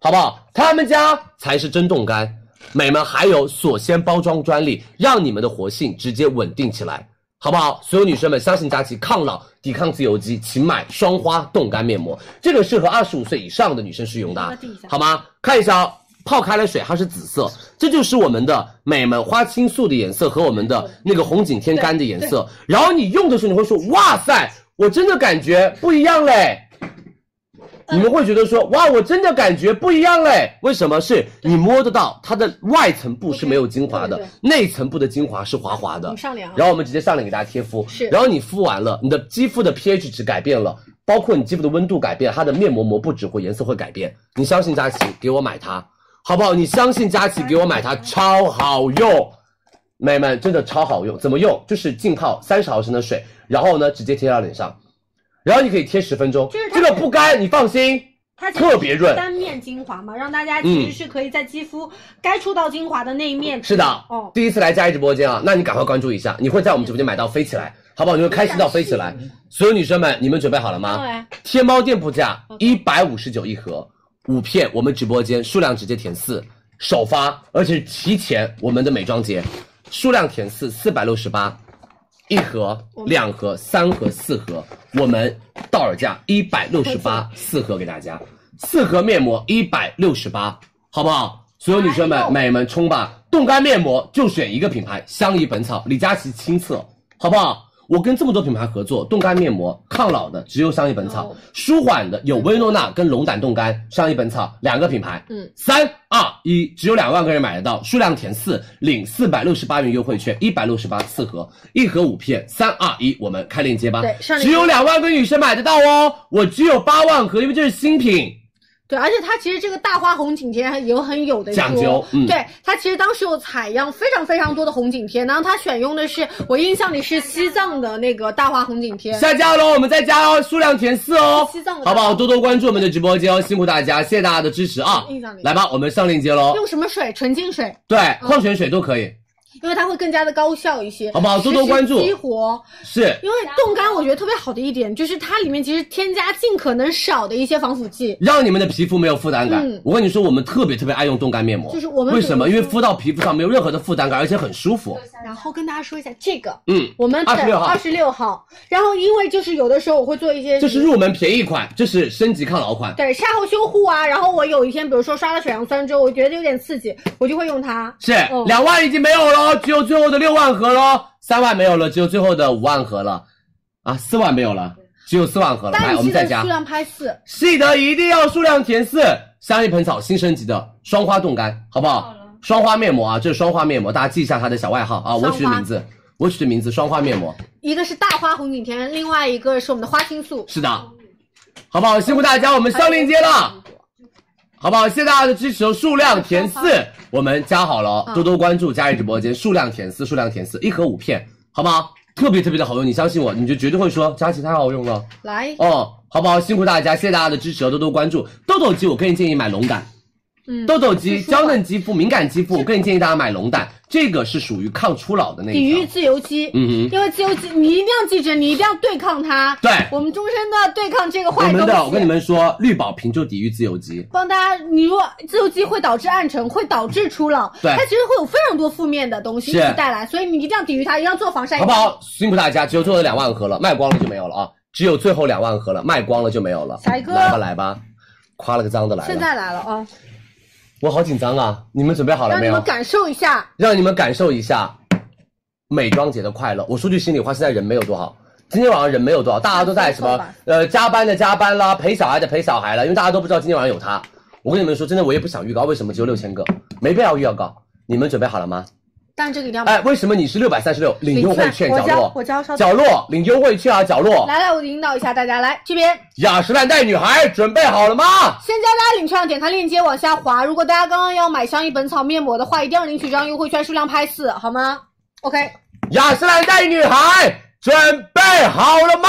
S5: 好不好？他们家才是真冻干。美们还有锁鲜包装专利，让你们的活性直接稳定起来，好不好？所有女生们，相信佳琦抗老、抵抗自由基，请买双花冻干面膜，这个适合二十五岁以上的女生适用的啊，好吗？看一下哦。泡开了水，它是紫色，这就是我们的美们花青素的颜色和我们的那个红景天干的颜色。然后你用的时候，你会说哇塞，我真的感觉不一样嘞。你们会觉得说，哇，我真的感觉不一样嘞。为什么？是你摸得到它的外层部是没有精华的，内层部的精华是滑滑的。
S6: 上脸啊，
S5: 然后我们直接上脸给大家贴敷，是。然后你敷完了，你的肌肤的 pH 值改变了，包括你肌肤的温度改变，它的面膜膜布质或颜色会改变。你相信佳琦，给我买它，好不好？你相信佳琦，给我买 它，超好用。美们，真的超好用，怎么用？就是浸泡三十毫升的水，然后呢直接贴到脸上，然后你可以贴十分钟，
S6: 就是它
S5: 这个不干，你放心，
S6: 它其实
S5: 特别润，嗯
S6: 单面精华嘛，让大家其实是可以在肌肤该触到精华的那一面。
S5: 是的，
S6: 哦
S5: 第一次来佳怡直播间啊，那你赶快关注一下，你会在我们直播间买到飞起来，好不好？你会开心到飞起来。所有女生们，你们准备好了吗？
S6: 对，
S5: 天猫店铺价一百五十九一盒，五片，我们直播间数量直接填四，首发，而且提前我们的美妆节，数量填四，四百六十八。一盒、两盒、三盒、四盒，我们到手价一百六十八，四盒给大家，四盒面膜一百六十八，好不好？所有女生们、美们冲吧！冻干面膜就选一个品牌，相宜本草、李佳琦亲测，好不好？我跟这么多品牌合作，冻干面膜抗老的只有相宜本草，舒缓的有薇诺娜跟龙胆冻干，相宜本草两个品牌。嗯，三二一，只有两万个人买得到，数量填四，领四百六十八元优惠券，一百六十八四盒，一盒五片。三二一，我们开链接吧。
S6: 对上链接
S5: 只有两万个女生买得到哦，我只有八万盒，因为这是新品。
S6: 对，而且它其实这个大花红景天还有很有的说
S5: 讲究嗯
S6: 对，它其实当时有采样非常非常多的红景天，然后它选用的是我印象里是西藏的那个大花红景天。
S5: 下架喽，我们再加哦，数量填四哦
S6: 西藏，的
S5: 好不好？多多关注我们的直播间哦，辛苦大家，谢谢大家的支持啊
S6: 印象！里嗯
S5: 来吧，我们上链接喽。
S6: 用什么水？纯净水，
S5: 对，矿泉水都可以，
S6: 因为它会更加的高效一些，
S5: 好不好多多
S6: 实时
S5: 关注
S6: 激活，
S5: 是
S6: 因为冻干我觉得特别好的一点就是它里面其实添加尽可能少的一些防腐剂，
S5: 让你们的皮肤没有负担感。
S6: 嗯
S5: 我跟你说，我们特别特别爱用冻干面膜，
S6: 就是我们
S5: 哦为什么？因为敷到皮肤上没有任何的负担感，而且很舒服。
S6: 然后跟大家说一下这个。
S5: 嗯，
S6: 我们
S5: 26号
S6: 二十六号，然后因为就是有的时候我会做一些，
S5: 这是入门便宜款，这是升级抗老款。
S6: 对晒后修护啊，然后我有一天比如说刷了水杨酸之后，我觉得有点刺激，我就会用它。
S5: 是
S6: 嗯
S5: 两、万已经没有喽，只有最后的六万盒喽，三万没有了，只有最后的五万盒了，啊，四万没有了，只有四万盒了。来，
S6: 但
S5: 我
S6: 你记
S5: 们再
S6: 得
S5: 加
S6: 数量拍四，
S5: 记得一定要数量填四，相宜本草新升级的双花冻干，好不好？双花面膜啊，这是双花面膜，大家记一下它的小外号啊，我取的名字，我取的名字双花面膜，
S6: 一个是大花红景天，另外一个是我们的花青素。
S5: 是的，好不好？辛苦大家，我们上链接了，好不好？谢谢大家的支持哦，数量填四，我们加好了哦，
S6: 嗯
S5: 多多关注佳怡直播间，数量填四，数量填四，一盒五片，好不好？特别特别的好用，你相信我，你就绝对会说佳琪太好用了。
S6: 来，
S5: 哦，好不好？辛苦大家，谢谢大家的支持哦，多多关注。痘痘肌，我个人建议买龙胆。
S6: 嗯
S5: 痘痘肌、娇嫩肌肤、敏感肌肤，我个人建议大家买龙胆，这个是属于抗初老的那
S6: 抵
S5: 一
S6: 御
S5: 条。
S6: 自由基。
S5: 嗯哼，
S6: 因为自由基，你一定要记着，你一定要对抗它。
S5: 对
S6: 我们终身的对抗这个
S5: 我
S6: 坏
S5: 们
S6: 东
S5: 的，我跟你
S6: 西。
S5: 们说，绿宝瓶就抵御自由基。
S6: 帮大家，你如果自由基会导致暗沉，会导致初老，
S5: 对
S6: 它其实会有非常多负面的东西一
S5: 是
S6: 起带来，所以你一定要抵御它，一定要做防晒，
S5: 好不？好？辛苦大家，只有最后的两万盒了，卖光了就没有了啊！只有最后两万盒了，卖光了就没有了。
S6: 才哥
S5: 来吧来吧，夸了个脏的来
S6: 现
S5: 了。
S6: 在来了啊，
S5: 我好紧张啊！你们准备好了
S6: 让
S5: 没
S6: 你
S5: 有
S6: 们？感受一下，
S5: 让你们感受一下美妆节的快乐。我说句心里话，现在人没有多少，今天晚上人没有多少，大家都在什
S6: 放松
S5: 么
S6: 吧
S5: 呃加班的加班啦，陪小孩的陪小孩啦，因为大家都不知道今天晚上有他。我跟你们说，真的，我也不想预告，为什么只有六千个？没必要预告。你们准备好了吗？
S6: 但这个一定要买。
S5: 哎，为什么你是六百三十六领优惠券
S6: 我
S5: 角
S6: 教嗯我
S5: 落？
S6: 教稍等，
S5: 角落领优惠券啊！角落，
S6: 来来，我引导一下大家，来这边，
S5: 雅诗兰黛女孩准备好了吗？
S6: 先教大家领券，点开链接往下滑。如果大家刚刚要买相宜本草面膜的话，一定要领取这张优惠券，数量拍四，好吗？OK，
S5: 雅诗兰黛女孩准备好了吗？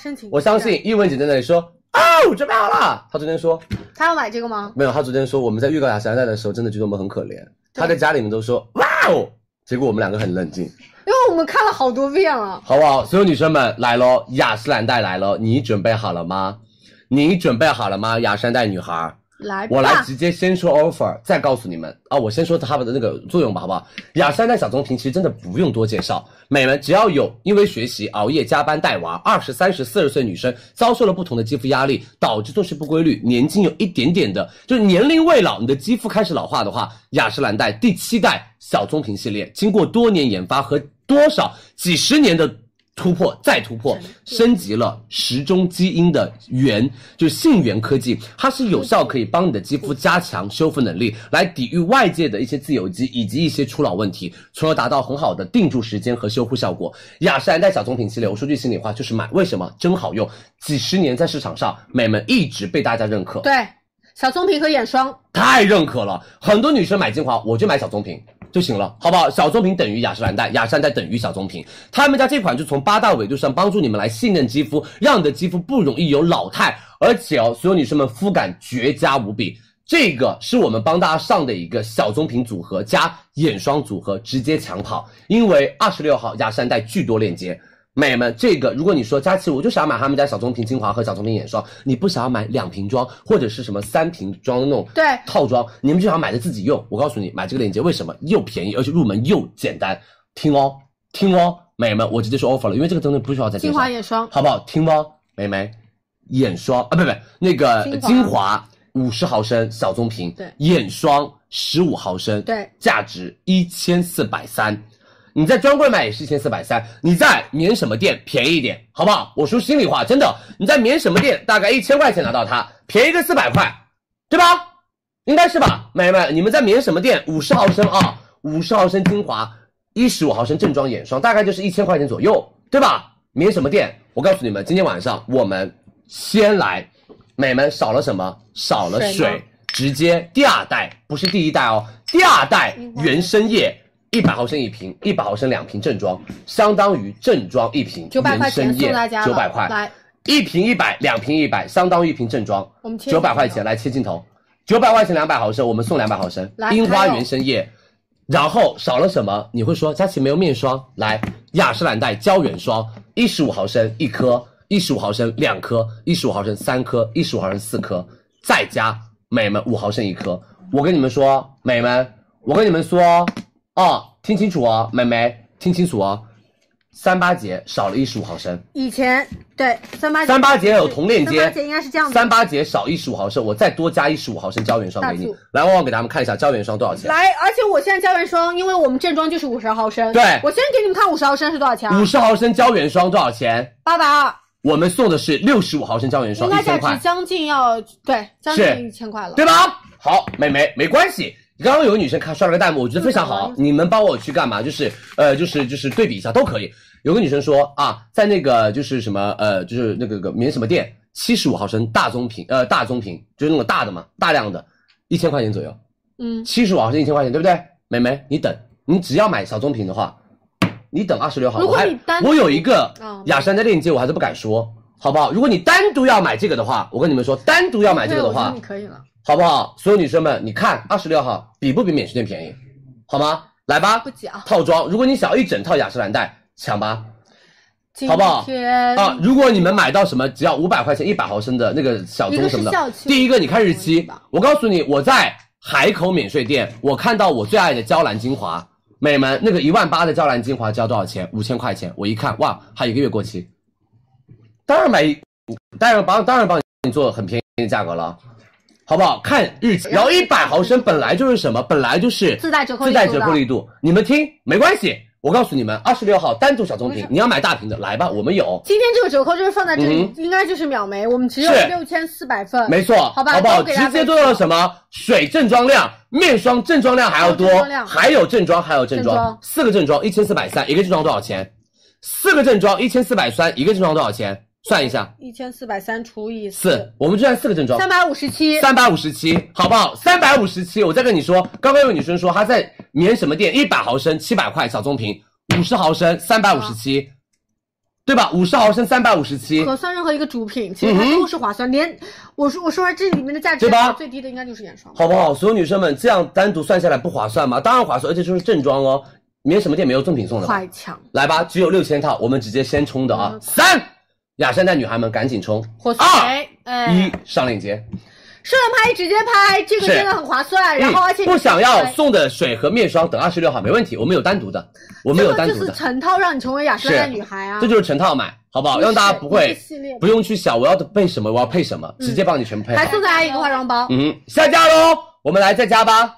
S6: 申请。
S5: 我相信一文姐在那里说啊，我准备好了。他昨天说
S6: 他要买这个吗？
S5: 没有，他昨天说我们在预告雅诗兰黛的时候，真的觉得我们很可怜。他在家里面都说哇哦，结果我们两个很冷静，
S6: 因为我们看了好多遍了。
S5: 好不好？所有女生们来喽，雅诗兰黛来喽，你准备好了吗？你准备好了吗？雅诗兰黛女孩儿，
S6: 来吧，
S5: 我来直接先说 offer，再告诉你们啊，我先说它们的那个作用吧，好不好？雅诗兰黛小棕瓶其实真的不用多介绍，美们只要有因为学习、熬夜、加班、带娃，二十三十、四十岁女生遭受了不同的肌肤压力，导致作息不规律，年纪有一点点的，就是年龄未老，你的肌肤开始老化的话，雅诗兰黛第七代小棕瓶系列，经过多年研发和多少几十年的突破再突破，升级了时钟基因的源，就是杏源科技，它是有效可以帮你的肌肤加强修复能力，来抵御外界的一些自由基以及一些初老问题，从而达到很好的定住时间和修护效果。雅诗兰黛小棕瓶系列，我说句心里话，就是买，为什么真好用？几十年在市场上，美们一直被大家认可，
S6: 对，小棕瓶和眼霜，
S5: 太认可了。很多女生买精华，我就买小棕瓶就行了，好不好？小棕瓶等于雅诗兰黛，雅诗兰黛等于小棕瓶。他们家这款就从八大维度上帮助你们来信任肌肤，让你的肌肤不容易有老态，而且哦，所有女生们肤感绝佳无比。这个是我们帮大家上的一个小棕瓶组合加眼霜组合，直接抢跑。因为二十六号雅诗兰黛巨多链接，美们，这个如果你说佳琪，我就想买他们家小棕瓶精华和小棕瓶眼霜，你不想要买两瓶装或者是什么三瓶装的那种
S6: 对
S5: 套装，你们就想买着自己用。我告诉你，买这个链接为什么又便宜，而且入门又简单。听哦，听哦，美们，我直接说 offer 了，因为这个真的不需要再介
S6: 精
S5: 绍。
S6: 华眼霜，
S5: 好不好？听吗？美眉，眼霜啊，不不，那个
S6: 精华
S5: 精华五十毫升小棕瓶，
S6: 对
S5: 眼霜十五毫升，
S6: 对，
S5: 价值一千四百三。你在专柜买也是一千四百三，你在免什么店便宜一点，好不好？我说心里话，真的，你在免什么店大概一千块钱拿到它，便宜个四百块，对吧？应该是吧，美眉们，你们在免什么店？五十毫升啊，五十毫升精华，一十五毫升正装眼霜，大概就是一千块钱左右，对吧？免什么店？我告诉你们，今天晚上我们先来，美们少了什么？少了水，直接第二代，不是第一代哦，第二代原生液。一百毫升一瓶，一百毫升两瓶正装，相当于正装一瓶，
S6: 900块钱
S5: 原生液
S6: 送大家了
S5: 九百块，
S6: 来，
S5: 一瓶一百，两瓶一百，相当于一瓶正装，
S6: 我们切
S5: 九百块钱来切镜头，九百块钱两百毫升，我们送两百毫升
S6: 来
S5: 樱花
S6: 还有
S5: 原生液，然后少了什么？你会说佳琪没有面霜，来雅诗兰黛胶原霜，一十五毫升一颗，一十五毫升两颗，一十五毫升三颗，一十五毫升四颗，再加美们五毫升一颗。我跟你们说，美们，我跟你们说哦，哦，听清楚哦，美眉听清楚哦，三八节少了一十五毫升。
S6: 以前对三八
S5: 三八节有同链接，
S6: 三八节应该是这样子，
S5: 三八节少一十五毫升，我再多加一十五毫升胶原霜给
S6: 大
S5: 你
S6: 促。
S5: 来，旺旺给他们看一下胶原霜多少钱？
S6: 来，而且我现在胶原霜，因为我们正装就是五十毫升，
S5: 对
S6: 我先给你们看五十毫升是多少钱啊？
S5: 五十毫升胶原霜多少钱？
S6: 八百二，
S5: 我们送的是六十五毫升胶原
S6: 应
S5: 霜，
S6: 该
S5: 一
S6: 价
S5: 千
S6: 值
S5: 块，
S6: 将近要对，将
S5: 是
S6: 近一千块了。
S5: 对吧？好，美眉没关系。刚刚有个女生看刷了个弹幕，我觉得非
S6: 嗯
S5: 常好。你们帮我去干嘛？就是呃，就是就是对比一下都可以。有个女生说啊，在那个就是什么呃，就是那个个免什么店，七十五毫升大棕瓶，呃大棕瓶就是那种大的嘛，大量的，一千块钱左右。
S6: 嗯，
S5: 七十五毫升一千块钱，对不对？美眉，你等，你只要买小棕瓶的话，你等二十六号。
S6: 如果
S5: 我还
S6: 你单独
S5: 我有一个
S6: 嗯
S5: 雅诗兰黛链接，我还是不敢说，好不好？如果你单独要买这个的话，我跟你们说，单独要买这个的
S6: 对我觉
S5: 话
S6: 得你，可以了，
S5: 好不好？所有女生们，你看二十六号比不比免税店便宜，好吗？来吧，
S6: 不急啊，
S5: 套装，如果你想要一整套雅诗兰黛，抢吧。好不好
S6: 今天
S5: 啊，如果你们买到什么只要五百块钱一百毫升的那个小棕什么
S6: 一个是校
S5: 的，
S6: 区
S5: 第一个你看日期
S6: 吧，
S5: 我告诉你，我在海口免税店，我看到我最爱的娇兰精华，美们那个一万八的娇兰精华只要多少钱？五千块钱，我一看哇，还有一个月过期，当然买，当然帮当然帮你做很便宜的价格了。好不好看日期？然后一百毫升本来就是什么？本来就是
S6: 自带折扣力
S5: 自
S6: 度的
S5: 带折扣力度。你们听没关系，我告诉你们，二十六号单独小棕瓶，你要买大瓶的来吧，我们有。
S6: 今天这个折扣就是放在这里
S5: 嗯，
S6: 应该就是秒没，我们只有
S5: 是
S6: 六千四百 份，
S5: 没错，
S6: 好吧
S5: 好不好？
S6: 都给大家
S5: 直接做到了什么？水正装量、面霜正装量还要多
S6: 哦还有正装，量
S5: 还有正装，还有正
S6: 正
S5: 装
S6: 装，
S5: 四个正装一千四百三，一个正装多少钱？四个正装一千四百三，一个正装多少钱？算一下，
S6: 一千四百三除以
S5: 四，，我们就算四个正装，
S6: 三百五十七，
S5: 三百五十七，好不好？三百五十七，我再跟你说，刚刚有女生说她在
S6: 啊
S5: 免什么店，一百毫升七百块小棕瓶，五十毫升三百五十七，对吧？五十毫升三百五十七，
S6: 可算任何一个主品，其实它都是划算。连我说我说完这里面的价值
S5: 嗯对吧
S6: 最低的应该就是眼霜吧。
S5: 好不好？所有女生们这样单独算下来不划算吗？当然划算，而且就是正装哦，没有什么店没有赠品送的吧。
S6: 快抢，
S5: 来吧，只有六千套，我们直接先冲的
S6: 嗯
S5: 啊！三，雅诗兰黛女孩们赶紧冲！
S6: 火
S5: 啊
S6: 水，哎，
S5: 一上链接，
S6: 顺拍直接拍，这个
S5: 是
S6: 真的很划算。哎然后而且
S5: 嗯不想要
S6: 对
S5: 送的水和面霜，等二十六号没问题，我们有单独的，我们有
S6: 这个
S5: 单
S6: 就
S5: 独
S6: 是
S5: 的，
S6: 成套让你成为雅诗兰黛
S5: 是
S6: 女孩啊
S5: 这。就是全套买，好不好？
S6: 不是嗯
S5: 让大家不
S6: 一
S5: 会
S6: 个系列
S5: 不用去想我要的配什么，我要配什么，直接帮你全配好
S6: 还。送大家一个化妆包，
S5: 嗯，下架喽，我们来再加吧。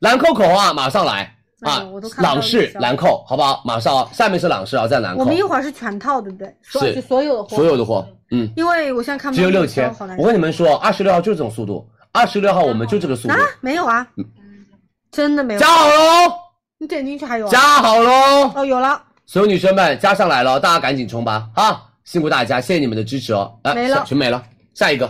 S5: 兰蔻口红啊，马上来
S6: 哎
S5: 啊
S6: 呦我都！看不到
S5: 朗
S6: 那
S5: 诗
S6: 个
S5: 兰蔻，好不好？马上啊，下面是朗诗啊，再兰
S6: 我
S5: 蔻
S6: 们，一会儿是全套，对不对？所
S5: 是
S6: 就所有的货，
S5: 所有的货，嗯，
S6: 因为我现在看不
S5: 只
S6: 到
S5: 有六
S6: 那个
S5: 千
S6: 包好难。受
S5: 我跟你们说，二十六号就是这种速度，二十六号我们就这个速度
S6: 啊，，没有啊，真的没
S5: 嗯
S6: 有
S5: 加。好喽，
S6: 你点进去还有啊
S5: 加好喽，
S6: 哦，有了，
S5: 所有女生们加上来了，大家赶紧冲吧啊！辛苦大家，谢谢你们的支持哦。啊，
S6: 没了
S5: 小全没了，下一个。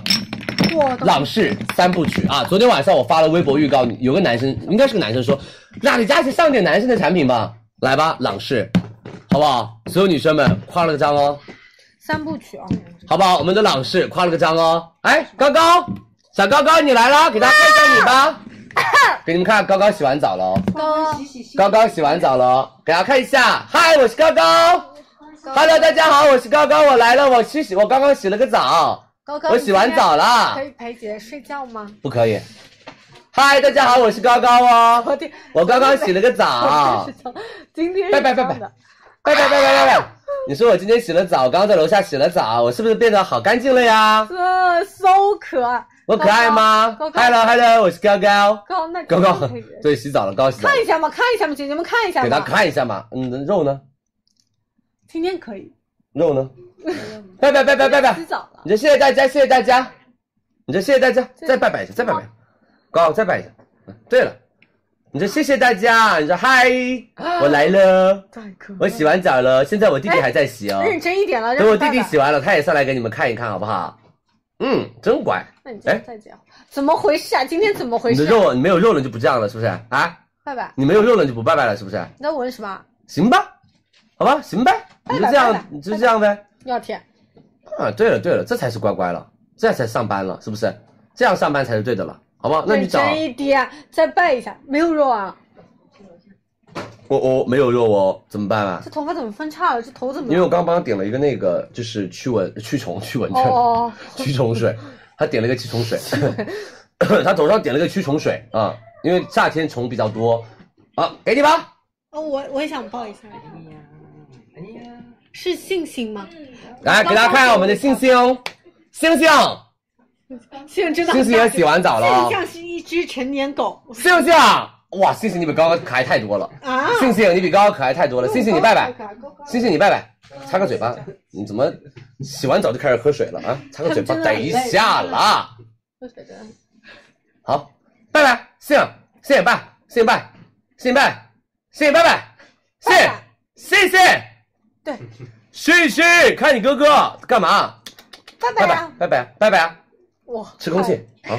S6: 我的
S5: 朗诗三部曲啊！昨天晚上我发了微博预告，有个男生，应该是个男生说，那李佳琦上点男生的产品吧，来吧，朗诗，好不好？所有女生们夸了个张哦，
S6: 三部曲啊，
S5: 好不好？我们的朗诗夸了个张哦。哎，高高，小高高你来啦，给大家看一下你吧，给你们看，高高洗完澡了哦，
S6: 高
S5: 高高洗完澡了哦，给大家看一下，嗨，我是高高。Hello，大家好，我是高高，我来了，我去洗，我刚刚洗了个澡，
S6: 高高，
S5: 我洗完澡了
S6: 可，以陪姐姐睡觉吗？
S5: 不可以。嗨，大家好，我是高高哦。
S6: 我的，
S5: 我刚刚洗了个
S6: 我
S5: 澡
S6: 真，是想今天是
S5: 拜拜拜
S6: 这样
S5: 拜
S6: 的，
S5: 拜拜拜拜拜拜。你说我今天洗了澡，我刚刚在楼下洗了澡，我是不是变得好干净了呀？
S6: 这 so 可爱，
S5: 我可爱吗
S6: 高高
S5: ？Hello Hello，我是高高，
S6: 高那
S5: 高高
S6: 可以陪姐姐
S5: 对洗澡了，高高洗澡了
S6: 看，一下嘛，看一下嘛，姐姐们看一下
S5: 给
S6: 嘛，
S5: 他看一下嘛。嗯，肉呢？
S6: 今天可以
S5: 肉呢？拜拜拜拜拜拜
S6: 洗。澡了，
S5: 你说谢谢大家，谢谢大家，你说谢谢大家，再拜拜一下，再拜拜，高再拜一下。嗯对了，你说谢谢大家，你说嗨，我
S6: 啊
S5: 来了，
S6: 太可
S5: 我洗完澡了，现在我弟
S6: 哎
S5: 弟还在洗哦
S6: 爱，。认真一点了，让
S5: 等我
S6: 爸
S5: 弟
S6: 爸
S5: 弟洗完了，他也上来给你们看一看，好不好？嗯，真乖。
S6: 那你今天再讲，怎么回事啊？今天怎么
S5: 哎
S6: 回
S5: 你
S6: 事
S5: 的
S6: 啊？
S5: 肉，你没有肉了就不这样了，是不是啊？
S6: 拜拜，
S5: 你没有肉了就不拜拜了，是不是？
S6: 你在闻什么？啊
S5: 行吧，好吧，行呗，你就这
S6: 拜拜
S5: 样，你就这样呗。
S6: 尿舔，
S5: 啊，对了对了，这才是乖乖了，这样才上班了，是不是？这样上班才是对的了，好不好？那你
S6: 认
S5: 找啊
S6: 真一点，再拜一下，没有肉啊，
S5: 我我没有肉哦，怎么办啊
S6: 这？头发怎么分叉了？这头怎么
S5: 因为？我刚帮他点了一个那个就是驱蚊驱虫驱蚊
S6: 哦
S5: 针。
S6: 哦，
S5: 驱虫水，他点了个驱虫水， 他头上点了个驱虫水啊，因为夏天虫比较多啊，给你吧，
S6: 哦，我我也想抱一下。是信心吗？
S5: 来给大家看一下我们的星星，哦星星，
S6: 信心真的
S5: 星
S6: 很
S5: 星也
S6: 大
S5: 洗完澡了啊
S6: 信，像是一只成年狗
S5: 星星，哇，星星你比刚刚可爱太多了，
S6: 啊！
S5: 星星你比刚刚可爱太多了，星星你拜拜，星星你拜拜，擦个嘴巴，你怎么洗完澡就开始喝水了啊？擦个嘴巴，等一下啦。好，拜拜，谢谢谢拜，谢谢拜，谢谢拜，谢谢拜拜，谢谢谢谢，
S6: 对，
S5: 谢谢，看你哥哥干嘛？
S6: 拜
S5: 拜
S6: 啊
S5: 拜！拜拜拜拜啊，
S6: 哇，
S5: 吃空气，好，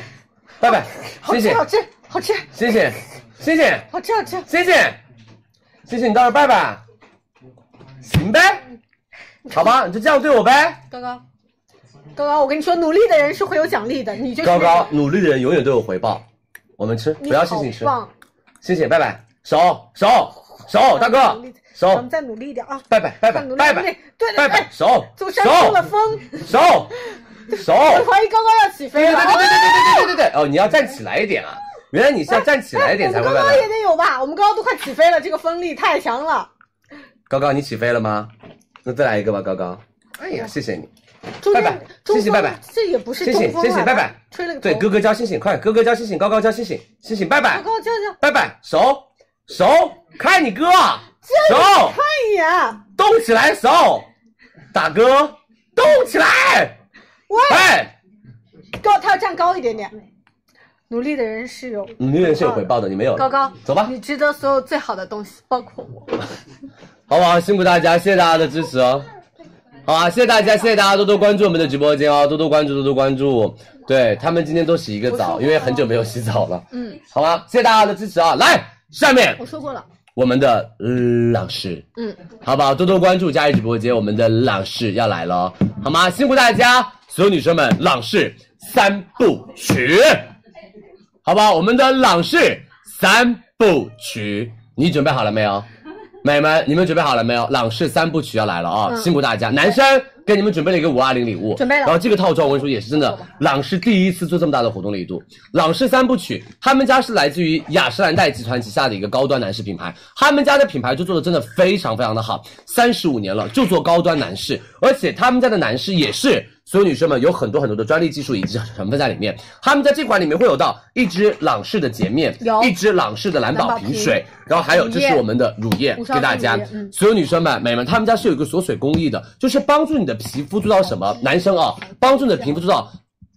S5: 拜拜，
S6: 好
S5: 谢
S6: 吃
S5: 谢
S6: 好吃好吃
S5: 谢谢谢谢
S6: 好吃好吃，
S5: 谢谢谢谢你到这儿拜拜，行呗，好吧，你就这样对我呗。
S6: 高高，高高，我跟你说，努力的人是会有奖励的，你就是
S5: 高高，努力的人永远都有回报，我们吃，
S6: 你
S5: 不要谢谢你吃
S6: 好，棒，
S5: 谢谢拜拜，手手手，大哥
S6: 努力咱
S5: 手
S6: 们，再努力一点啊，
S5: 拜拜拜
S6: 再
S5: 拜
S6: 努力
S5: 拜
S6: 努力
S5: 拜。，
S6: 对对
S5: 拜
S6: 对
S5: 拜，，手
S6: 祖
S5: 手
S6: 山
S5: 手
S6: 出了风，
S5: 手，
S6: 我怀疑高高要
S5: 对
S6: 起飞
S5: 对对
S6: 了。
S5: 对对对对对对对，哦，你要站起来一点啊！原来你是要站起来一点才
S6: 我
S5: 会
S6: 们
S5: 拜
S6: 哎高高
S5: 拜
S6: 也。得有吧？我们高高都快起飞了，这个风力太强了。
S5: 高高，你起飞了吗？那再来一个吧，高高。哎呀，谢谢你，
S6: 中
S5: 拜
S6: 间
S5: 拜
S6: 中
S5: 谢谢
S6: 锋
S5: 拜拜
S6: 这也不是
S5: 谢
S6: 中
S5: 谢
S6: 锋
S5: 谢谢
S6: 啊
S5: 拜拜。
S6: 吹了个头
S5: 对，哥哥叫星星，快，哥哥叫星星，高高叫星星，星星拜
S6: 高
S5: 拜
S6: 高叫叫
S5: 拜拜，手手，看你哥，手
S6: 看一眼，
S5: 动起来，手，大哥动起来，
S6: 喂，
S5: 哎，
S6: 高他要站高一点点。努力的人是有
S5: 你永远是有回报的，你没有。
S6: 高高，
S5: 走吧
S6: 你值得所有最好的东西，包括我。
S5: 好不好？辛苦大家，谢谢大家的支持哦。好啊，谢谢大家，谢谢大家多多关注我们的直播间哦，多多关注，多多关注。对他们今天都洗一个澡，因为很久没有洗澡了。嗯，好吧，谢谢大家的支持啊！来，下面
S6: 我说过了，
S5: 我们的朗诗，嗯，好不好？多多关注佳怡直播间，我们的朗诗要来了，好吗？辛苦大家，所有女生们，朗诗三部曲，好不好？我们的朗诗三部曲，你准备好了没 有？美们，你们准备好了没有？朗诗三部曲要来了啊！辛苦大家，男生给你们准备了一个五二零礼物，
S6: 嗯准备了
S5: 然后哦这个套装我跟你说也是真的，朗诗第一次做这么大的活动力度。朗诗三部曲，他们家是来自于雅诗兰黛集团旗下的一个高端男士品牌，他们家的品牌就做的真的非常非常的好，三十五年了就做高端男士，而且他们家的男士也是。所有女生们有很多很多的专利技术以及成分在里面，他们在这款里面会有到一支朗诗的洁面，
S6: 有
S5: 一支朗诗的蓝
S6: 蓝
S5: 宝
S6: 宝
S5: 瓶
S6: 瓶
S5: 水，然后还有
S6: 乳
S5: 这
S6: 液
S5: 是我们的乳液，
S6: 五
S5: 给
S6: 十毫升
S5: 大家
S6: 乳液嗯。
S5: 所有女生们、美们，他们家是有一个锁水工艺的，就是帮助你的皮肤做到什么？男生啊，帮助你的皮肤做到。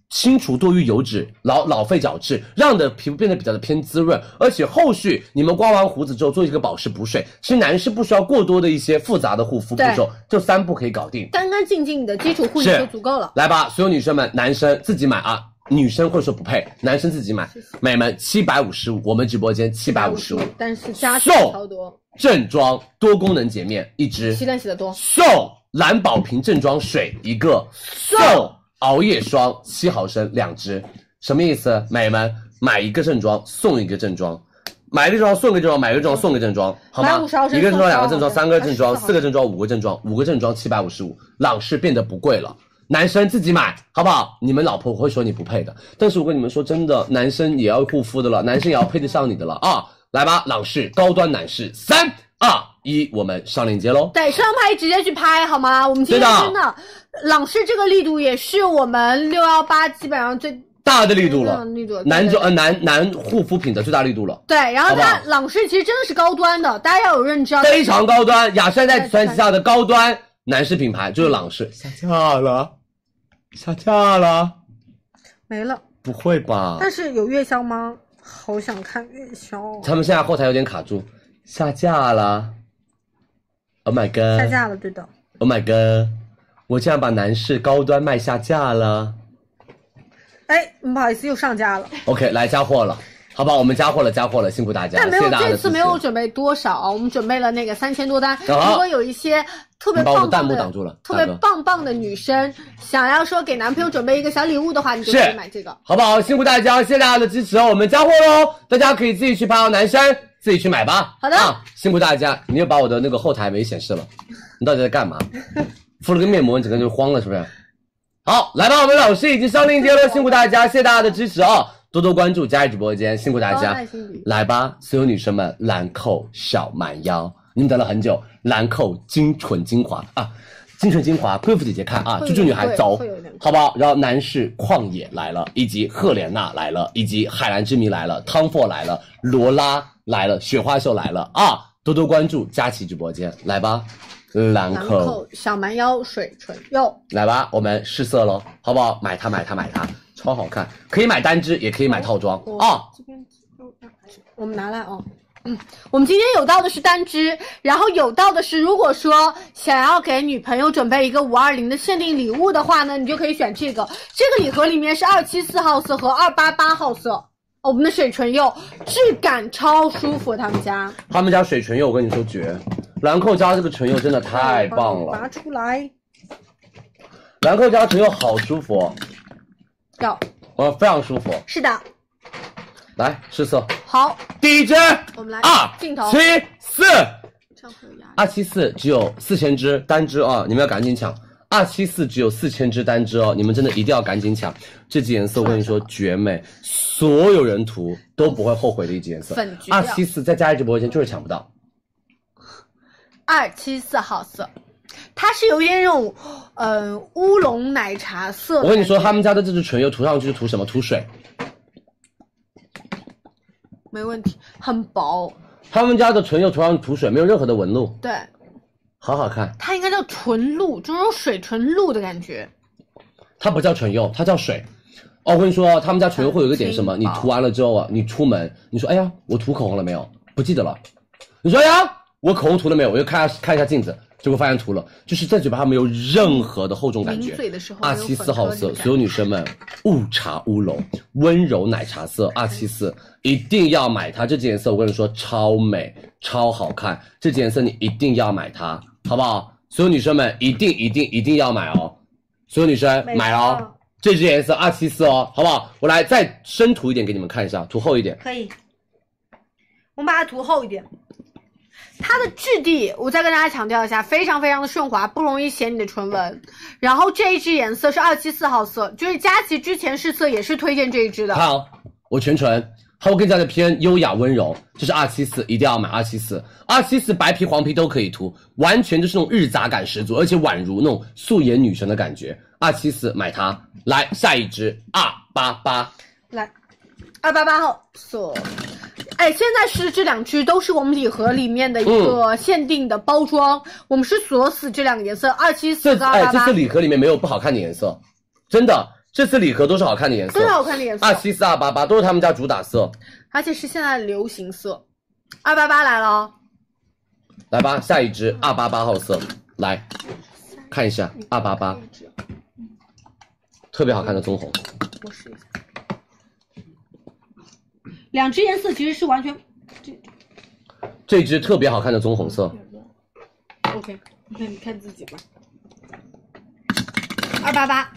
S5: 清除多余油脂，老老废角质，让你的皮肤变得比较的偏滋润，而且后续你们刮完胡子之后做一个保湿补水，其实男士不需要过多的一些复杂的护肤步
S6: 对
S5: 骤，就三步可以搞定。
S6: 干干净净的基础护理
S5: 是
S6: 就足够了。
S5: 来吧，所有女生们，男生自己买啊。女生会说不配，男生自己买。美们，七百五十五，我们直播间七百五十五，
S6: 但是加起
S5: 送
S6: 来超多，
S5: 正装多功能洁面一支，
S6: 洗脸洗的多，
S5: 送蓝宝瓶正装水一个，送熬夜霜七毫升两支，什么意思？美们，买一个正装送一个正装，买一个正装送一个正装，买一个正装送一个正装，好吗
S6: 买50毫？升
S5: 一个正装，
S6: 送
S5: 两个正装，
S6: 12
S5: 三个正装，
S6: 还是
S5: 四个正装，五个正装，五个正装七百五十五，朗诗变得不贵了。男生自己买好不好？你们老婆会说你不配的，但是我跟你们说真的，男生也要护肤的了，男生也要配得上你的了啊！来吧，朗诗高端男士，三二一，我们上链接喽。
S6: 对，上拍直接去拍好吗？我们今天
S5: 对的
S6: 真的，朗诗这个力度也是我们六幺八基本上最
S5: 大的力度
S6: 大
S5: 了
S6: 的，力度了
S5: 男
S6: 对
S5: 装呃男男护肤品的最大力度了，
S6: 对。然后
S5: 好
S6: 它
S5: 不
S6: 朗诗其实真的是高端的，大家要有认知啊。
S5: 非常高端，雅诗兰黛集团旗下的高端男士品牌就是朗诗，下架了，下架了，
S6: 没了，
S5: 不会吧？
S6: 但是有月销吗？好想看月销 哦，
S5: 他们现在后台有点卡住，下架了，Oh my god，
S6: 下架了，对的。
S5: ，Oh my god，我竟然把男士高端卖下架了。
S6: 哎，不好意思，又上架了，
S5: OK，来加货了，好吧，我们加货了，加货了，辛苦大家，
S6: 但
S5: 谢
S6: 没有
S5: 谢大家
S6: 这
S5: 的
S6: 次
S5: 支持
S6: 没。有准备多少，我们准备了那个三千多单。如
S5: 啊
S6: 果有一些特别
S5: 你把我的
S6: 棒
S5: 弹
S6: 棒
S5: 幕
S6: 的
S5: 挡住了
S6: 特别
S5: 大哥
S6: 棒棒的女生，想要说给男朋友准备一个小礼物的话，你就可
S5: 是
S6: 以买这个。
S5: 好不好？辛苦大家，谢谢大家的支持哦，我们加货喽，大家可以自己去拍哦，男生自己去买吧。
S6: 好的
S5: 啊，辛苦大家，你又把我的那个后台没显示了，你到底在干嘛？敷了个面膜，你整个人就慌了，是不是？好，来吧，我们老师已经上链接了，辛苦大家，谢谢大家的支持啊、多多关注佳怡直播间，辛苦大
S6: 高
S5: 家
S6: 耐心笔。
S5: 来吧，所有女生们，兰蔻小蛮腰，你们等了很久，兰蔻精纯精华啊，精纯精华，贵妇姐姐看啊，
S6: 会
S5: 猪猪女孩
S6: 会
S5: 走
S6: 会有点，
S5: 好不好？然后男士旷野来了，以及赫莲娜来了，以及海蓝之谜来了，汤佛来了，罗拉来了，雪花秀来了啊！多多关注佳琦直播间，来吧，兰
S6: 兰
S5: 蔻
S6: 蔻小蛮腰水唇釉，
S5: 来吧，我们试色喽，好不好？买它，买它，买它，超好看，可以买单支，也可以买套装
S6: 哦
S5: 啊。
S6: 我们拿来哦。嗯，我们今天有到的是单支，然后有到的是，如果说想要给女朋友准备一个五二零的限定礼物的话呢，你就可以选这个。这个礼盒里面是二七四号色和二八八号色，哦我们的水唇釉质感超舒服，他们家
S5: 他们家水唇釉，我跟你说绝，兰蔻家这个唇釉真的太棒
S6: 拿
S5: 了，
S6: 出来，
S5: 兰蔻家唇釉好舒服哦，
S6: 要
S5: 呃，非常舒服。
S6: 是的，
S5: 来试色，
S6: 好，
S5: 第一支，
S6: 我们来
S5: 二
S6: 镜头
S5: 七四，二七四只有四千支单支啊，你们要赶紧抢。二七四只有四千支单支哦，你们真的一定要赶紧抢！这支颜色我跟你说绝美，所有人涂都不会后悔的一支颜色。
S6: 粉橘调
S5: 二七四在佳怡直播间就是抢不到，
S6: 二七四号色，它是有点那种，呃，乌龙奶茶色的感觉。
S5: 我跟你说，他们家的这支唇釉涂上去是涂什么？涂水。
S6: 没问题，很薄，
S5: 他们家的唇釉涂上涂水，没有任何的纹路，
S6: 对，
S5: 好好看。
S6: 它应该叫纯露，就是那种水纯露的感觉。
S5: 它不叫唇釉，它叫水。哦，我跟你说哦，他们家唇釉会有一个点是什么？你涂完了之后啊，你出门，你说哎呀，我涂口红了没有？不记得了。你说哎呀，我口红涂了没有？我又看一下看一下镜子，就会发现涂了，就是在嘴巴上没有任何的厚重感觉。
S6: 抿嘴的时候
S5: 二
S6: 有
S5: 七四
S6: 粉
S5: 号
S6: 颗粒
S5: 色，
S6: 感
S5: 所有女生们勿茶勿浓，温柔奶茶色二七四一定要买它，这支颜色我跟你说超美超好看，这支颜色你一定要买它，好不好？所有女生们一定一定一定要买哦，所有女生
S11: 没
S5: 买哦
S11: 错，
S5: 这支颜色二七四哦，好不好？我来再深涂一点给你们看一下，涂厚一点。
S6: 可以，我们把它涂厚一点。它的质地，我再跟大家强调一下，非常非常的顺滑，不容易显你的唇纹。然后这一支颜色是二七四号色，就是佳琦之前试色也是推荐这一支的。
S5: 看哦，我全唇，它会更加的偏优雅温柔，这是二七四，一定要买二七四，二七四白皮黄皮都可以涂，完全就是那种日杂感十足，而且宛如那种素颜女神的感觉。二七四买它，来下一支二八八，
S6: 来，二八八号色。哎，现在是这两支都是我们礼盒里面的一个
S5: 嗯
S6: 限定的包装，我们是锁死这两个颜色，二七四
S5: 这
S6: 跟
S5: 哎
S6: 二八
S5: 这次
S6: 八，
S5: 礼盒里面没有不好看的颜色，真的，这次礼盒都是好看的颜色
S6: 都是，好看的颜色
S5: 二，七四二八八都是他们家主打色。
S6: 而且是现在的流行色。二八八来了哦，
S5: 来吧，下一支二八八号色，来看一下二八八，特别好看的棕红。
S6: 我试一下。
S12: 两支颜色其实是完全
S5: 这支特别好看的棕红色，
S6: OK，那你看自己吧。二八八，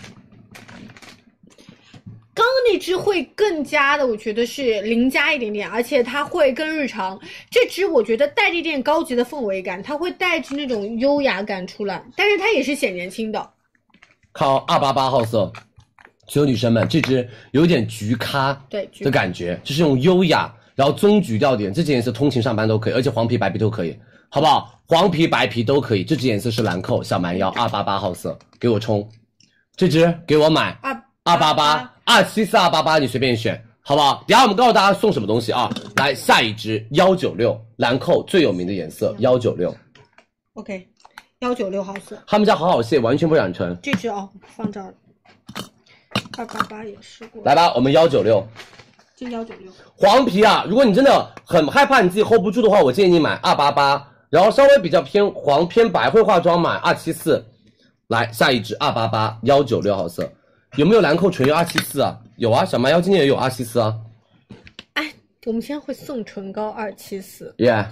S6: 刚刚那支会更加的，我觉得是邻家一点点，而且它会更日常。这支我觉得带着一点高级的氛围感，它会带着那种优雅感出来，但是它也是显年轻的。
S5: 靠二八八号色。所有女生们，这支有点橘咖
S6: 对橘
S5: 的感觉，就是那种优雅，然后棕橘调点，这支颜色通勤上班都可以，而且黄皮白皮都可以，好不好？黄皮白皮都可以，这支颜色是兰蔻小蛮腰二八八号色，给我冲，这支给我买
S6: 二
S5: 二八八二七四二八八，你随便选，好不好？等一下我们告诉大家送什么东西啊！来下一支幺九六兰蔻最有名的颜色幺九六，
S6: OK，幺九六号色，
S5: 他们家好好卸，完全不染唇。
S6: 这支哦放这儿了。二八八也试过，
S5: 来吧，我们幺九六
S6: 就幺九六。
S5: 黄皮啊，如果你真的很害怕你自己 hold 不住的话，我建议你买二八八，然后稍微比较偏黄偏白会化妆买二七四。来下一支二八八幺九六号色，有没有兰蔻唇釉二七四啊？有啊，小蛮腰今年也有二七四啊，
S6: 我们今天会送唇膏二七四，
S5: 耶、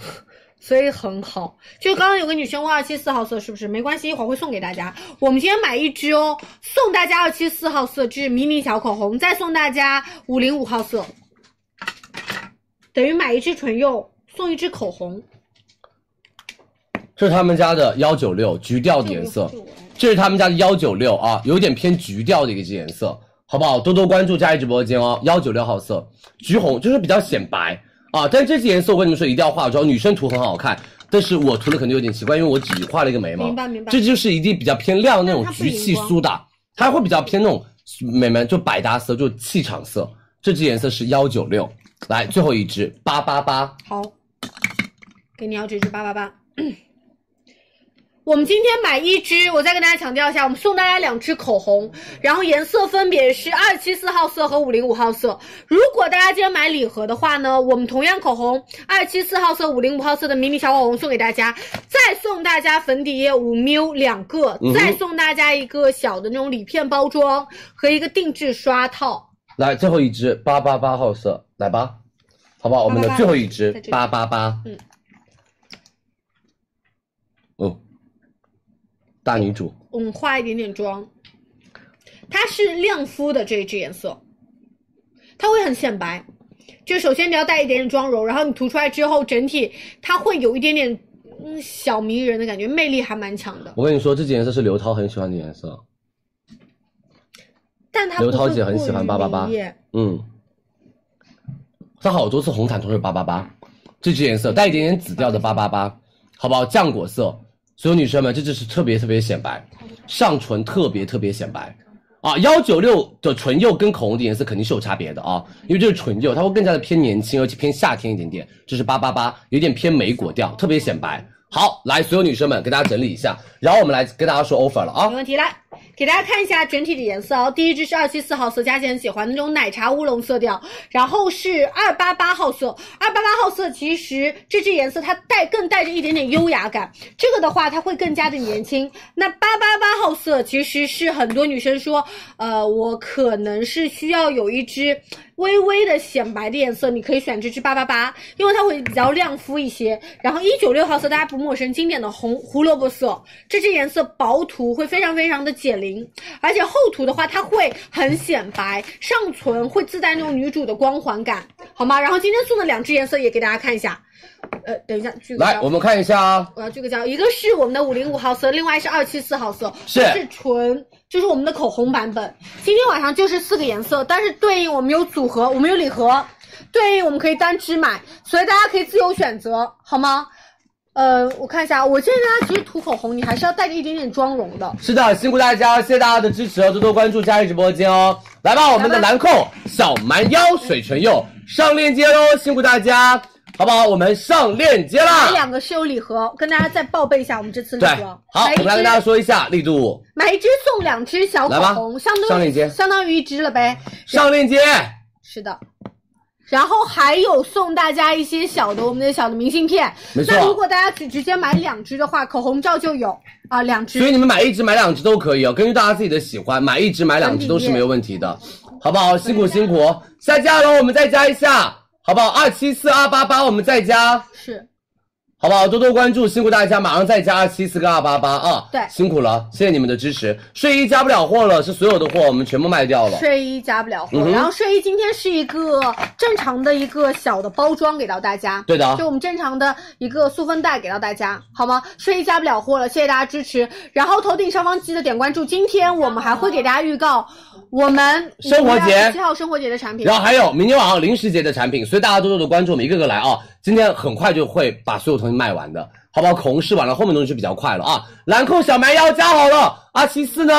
S6: 所以很好。就刚刚有个女生问二七四号色是不是？没关系，一会儿会送给大家。我们今天买一支哦，送大家二七四号色这是迷你小口红，再送大家五零五号色，等于买一支唇釉送一支口红。
S5: 这是他们家的幺九六橘调的颜色，这是他们家的幺九六啊，有点偏橘调的一个颜色，好不好？多多关注佳怡直播间哦，幺九六号色，橘红就是比较显白啊，但这支颜色我跟你们说一定要化妆，女生涂很好看，但是我涂的可能有点奇怪，因为我只画了一个眉毛，
S6: 明白明白
S5: 这就是一定比较偏亮那种
S6: 但它不
S5: 橘
S6: 荧
S5: 气
S6: 光
S5: 苏打，它会比较偏那种美眉就百搭色，就气场色，这支颜色是幺九六，来最后一支八八八，
S6: 好，给你要这支八八八。我们今天买一支，我再跟大家强调一下，我们送大家两支口红，然后颜色分别是二七四号色和五零五号色。如果大家今天买礼盒的话呢，我们同样口红二七四号色、五零五号色的迷你小口红送给大家，再送大家粉底液五 ml 两个
S5: 嗯哼，
S6: 再送大家一个小的那种礼片包装和一个定制刷套。
S5: 来，最后一支八八八号色，来吧，好不好？我们的
S6: 888
S5: 最后一支
S6: 在这里
S5: 八八八，
S6: 嗯，
S5: 哦，大女主，
S6: 嗯，化一点点妆。它是亮肤的这一支颜色，它会很显白。就首先你要带一点点妆容，然后你涂出来之后，整体它会有一点点嗯小迷人的感觉，魅力还蛮强的。
S5: 我跟你说，这支颜色是刘涛很喜欢的颜色，
S6: 但它
S5: 刘
S6: 不
S5: 涛
S6: 会
S5: 姐很喜
S6: 过
S5: 欢
S6: 于
S5: 888
S6: 明艳
S5: 嗯，她好多次红毯都是八八八，这支颜色带一点点紫调的八八八，好不好？浆果色，所有女生们，这支是特别特别显白，上唇特别特别显白。啊，幺九六的唇釉跟口红的颜色肯定是有差别的啊，因为这是唇釉，它会更加的偏年轻，而且偏夏天一点点。这是八八八，有点偏莓果调，特别显白，好，来，所有女生们给大家整理一下，然后我们来跟大家说 offer 了啊
S6: 没。问题，来给大家看一下整体的颜色哦。第一支是二七四号色，佳姐很喜欢那种奶茶乌龙色调，然后是二八八号色，二八八号色其实这支颜色它带更带着一点点优雅感，这个的话它会更加的年轻。那八八八号色其实是很多女生说，呃，我可能是需要有一支。微微的显白的颜色，你可以选这支八八八，因为它会比较亮肤一些。然后一九六号色大家不陌生，经典的红胡萝卜色，这支颜色薄涂会非常非常的减龄，而且厚涂的话它会很显白，上唇会自带那种女主的光环感，好吗？然后今天送的两支颜色也给大家看一下，呃，等一下，聚个
S5: 来，
S6: 焦
S5: 我们看一下啊，
S6: 我要聚个焦，一个是我们的五零五号色，另外是二七四号色，
S5: 是
S6: 都是纯，就是我们的口红版本。今天晚上就是四个颜色，但是对应我们有组合，我们有礼盒，对应我们可以单支买，所以大家可以自由选择，好吗？呃，我看一下，我建议大家其实涂口红，你还是要带着一点点妆容的。
S5: 是的，辛苦大家，谢谢大家的支持哦，多多关注佳怡直播间哦。来吧，我们的兰蔻小蛮腰水唇釉上链接喽，辛苦大家，好不好？我们上链接
S6: 这
S5: 啦。
S6: 两个是有礼盒，跟大家再报备一下我们这次礼
S5: 对，
S6: 盒
S5: 好。，我
S6: 买一
S5: 们来跟大家
S6: 支，
S5: 说一下力度，
S6: 买一支送两支小口
S5: 来吧
S6: 红，相
S5: 上
S6: 当
S5: 链接
S6: 于相当于一支了呗。
S5: 上链接，
S6: 是的。然后还有送大家一些小的我们的小的明信片，
S5: 没错
S6: 那如果大家只直接买两支的话，口红罩就有啊，两
S5: 所以
S6: 支。
S5: 你们买一支买两支都可以哦，根据大家自己的喜欢，买一支买两支都是没有问题的，好不好？辛苦辛苦，哦，下架喽，我们再加一下，好不好？二七四二八八，我们再加。
S6: 是，
S5: 好不好？多多关注，辛苦大家，马上再加二七四个二八八啊！
S6: 对
S5: 辛苦了，谢谢你们的支持。睡衣加不了货了，是所有的货我们全部卖掉了。
S6: 睡衣加不了货，
S5: 嗯哼
S6: 然后睡衣今天是一个正常的一个小的包装给到大家，
S5: 对的啊
S6: 就我们正常的一个塑封袋给到大家，好吗？睡衣加不了货了，谢谢大家支持。然后头顶上方记得点关注，今天我们还会给大家预告我们
S5: 生活节
S6: 七号生活节的产品，
S5: 然后还有明天晚上零食节的产品，所以大家多多的关注，我们一个个来啊！今天很快就会把所有东西卖完的，好不好？口红试完了，后面东西就比较快了啊！兰蔻小蛮腰加好了，二七四呢？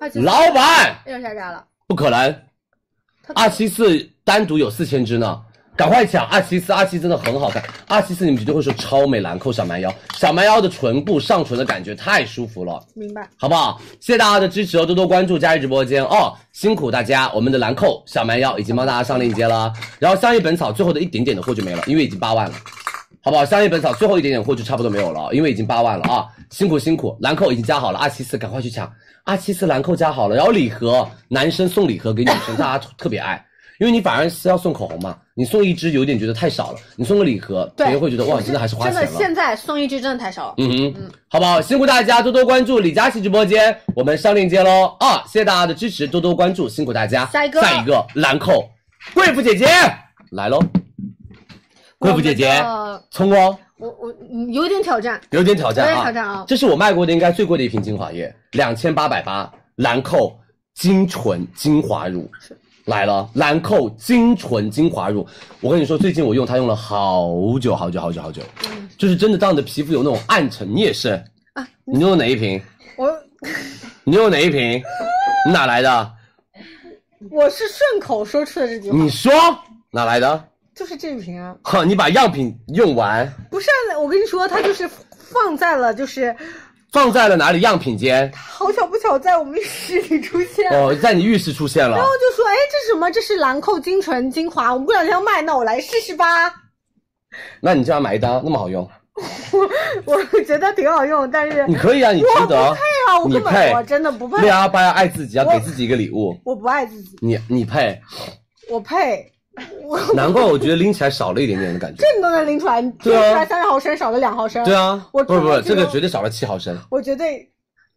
S6: 二七四
S5: 老板
S6: 又下架了。
S5: 不可能，二七四单独有四千只呢。赶快抢二七四，二七真的很好看，二七四你们绝对会说超美兰蔻小蛮腰，小蛮腰的唇部上唇的感觉太舒服了。
S6: 明白。
S5: 好不好？谢谢大家的支持哦，多多关注佳怡直播间哦，辛苦大家！我们的兰蔻小蛮腰已经帮大家上链接了，然后香叶本草最后的一点点的货就没了，因为已经八万了，好不好？香叶本草最后一点点货就差不多没有了，因为已经八万了啊！辛苦辛苦，兰蔻已经加好了，二七四赶快去抢，二七四兰蔻加好了，然后礼盒男生送礼盒给女生，大家特别爱。因为你反而是要送口红嘛，你送一支有点觉得太少了，你送个礼盒，
S6: 对
S5: 别人会觉得哇，你真的还是花
S6: 真
S5: 钱
S6: 的
S5: 了。
S6: 现在送一支真的太少了。
S5: 嗯哼，好不好？辛苦大家多多关注李佳琦直播间，我们上链接喽啊！谢谢大家的支持，多多关注，辛苦大家。
S6: 下一个
S5: 下一个兰蔻贵妇姐姐来喽，贵妇姐姐
S6: 我们的
S5: 冲哦，
S6: 我我嗯有点挑战，
S5: 有点挑战啊，
S6: 有点挑战啊
S5: 这是我卖过的应该最贵的一瓶精华液，两千八百八，兰蔻精纯精华乳来了，兰蔻精纯精华乳，我跟你说，最近我用它用了好久好久好久好久，
S6: 嗯
S5: 就是真的让你的皮肤有那种暗沉。你也是
S6: 啊
S5: 你用的哪一瓶？
S6: 我
S5: 你用的哪一瓶？你哪来的？
S6: 我是顺口说出的这句话，
S5: 你说哪来的？
S6: 就是这瓶啊，
S5: 哼，你把样品用完，
S6: 不是啊我跟你说，它就是放在了就是
S5: 放在了哪里？样品间
S6: 好巧不巧在我们浴室里出现。
S5: 哦，在你浴室出现了
S6: 然后。就说，哎，这是什么？这是兰蔻精纯精华，我们过两天要卖，那我来试试吧。
S5: 那你这样买一单，那么好用？
S6: 我觉得挺好用，但是
S5: 你可以啊，你值
S6: 我不
S5: 得。
S6: 配啊，我
S5: 你
S6: 根
S5: 配啊
S6: 本我真的不配
S5: 为，啥不要爱自己，要
S6: 我
S5: 给自己一个礼物？
S6: 我不爱自己，
S5: 你你配，
S6: 我配，我
S5: 难怪我觉得拎起来少了一点点的感 觉。
S6: 这你都能拎出来，你拎出
S5: 对啊
S6: 来三十毫升，少了两毫升。
S5: 对啊，
S6: 我
S5: 不是不是，
S6: 这
S5: 这
S6: 个
S5: 个绝对少了七毫升。
S6: 我绝对，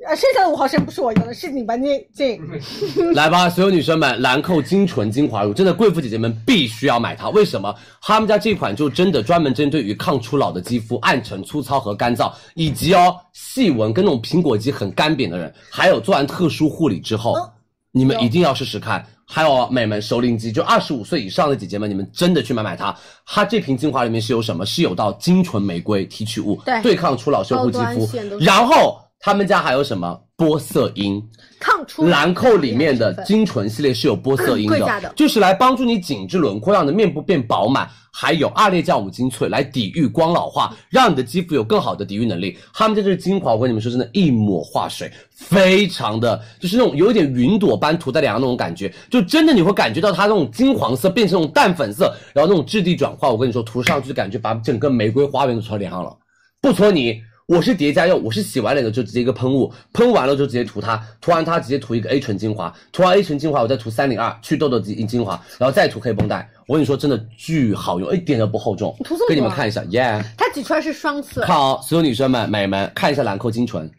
S6: 呃，剩下的五毫升不是我用的，是你吧，念静。
S5: 来吧，所有女生们，兰蔻精纯精华乳，真的贵妇姐姐们必须要买它。为什么？他们家这款就真的专门针对于抗初老的肌肤、暗沉、粗糙和干燥，以及哦细纹跟那种苹果肌很干瘪的人，还有做完特殊护理之后，
S6: 哦
S5: 你们一定要试试看。还有美们熟龄肌，就二十五岁以上的姐姐们，你们真的去买买它。它这瓶精华里面是有什么？是有到精纯玫瑰提取物，
S6: 对
S5: 对抗初老修护肌
S6: 高端
S5: 肤
S6: 线都，是
S5: 然后他们家还有什么玻色因？
S6: 抗初老
S5: 兰蔻里面的精纯系列是有玻色因
S6: 贵价
S5: 的
S6: 的，
S5: 就是来帮助你紧致轮廓，让你的面部变饱满，还有二裂酵母精粹来抵御光老
S6: 嗯
S5: 化，让你的肌肤有更好的抵御能力。他们家这是精华，我跟你们说，真的，一抹化水，非常的就是那种有点云朵般涂在脸上那种感觉，就真的你会感觉到它那种金黄色变成那种淡粉色，然后那种质地转化。我跟你说，涂上去就感觉把整个玫瑰花园都涂到脸上了。不搓泥，我是叠加用，我是洗完脸的就直接一个喷雾，喷完了就直接涂它，涂完它直接涂一个 A 醇精华，涂完 A 醇精华我再涂三零二祛痘痘精精华，然后再涂黑绷带。我跟你说，真的巨好用，一点都不厚重。
S6: 涂这么多啊
S5: 给你们看一下，耶、
S6: 它挤出来是双色，
S5: 看哦，所有女生们、美们，看一下兰蔻精纯，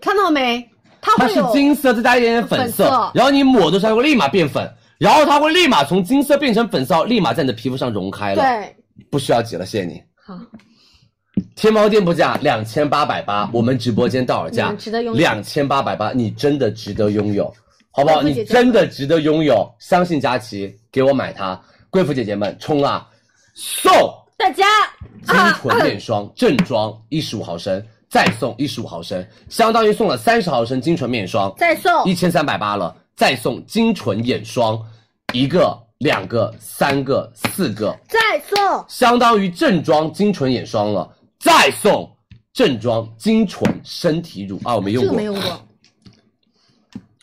S6: 看到没？它
S5: 它
S6: 会
S5: 是
S6: 有
S5: 金色，再加一点点粉色，
S6: 粉色
S5: 然后你抹的时候它会立马变粉，然后它会立马从金色变成粉色，立马在你的皮肤上融开了。
S6: 对，
S5: 不需要挤了，谢谢你。好，天猫店铺价两千八百八，我们直播间到手
S6: 你
S5: 价
S6: 嗯们值得拥有
S5: 两千八百八，你真的值得拥有，好不好？
S6: 贵妇
S5: 你
S6: 姐姐
S5: 真的值得拥有，相信佳琪，给我买它，贵妇姐姐们冲啊！送
S6: 大家
S5: 精纯面
S6: 啊
S5: 霜正装一十五毫升，再送一十五毫升，相当于送了三十毫升精纯面霜，
S6: 再送
S5: 一千三百八了，再送精纯眼霜，一个、两个、三个、四个，
S6: 再送，
S5: 相当于正装精纯眼霜了，再送正装精纯身体乳啊，我没用
S6: 这个
S5: 过，
S6: 没用过，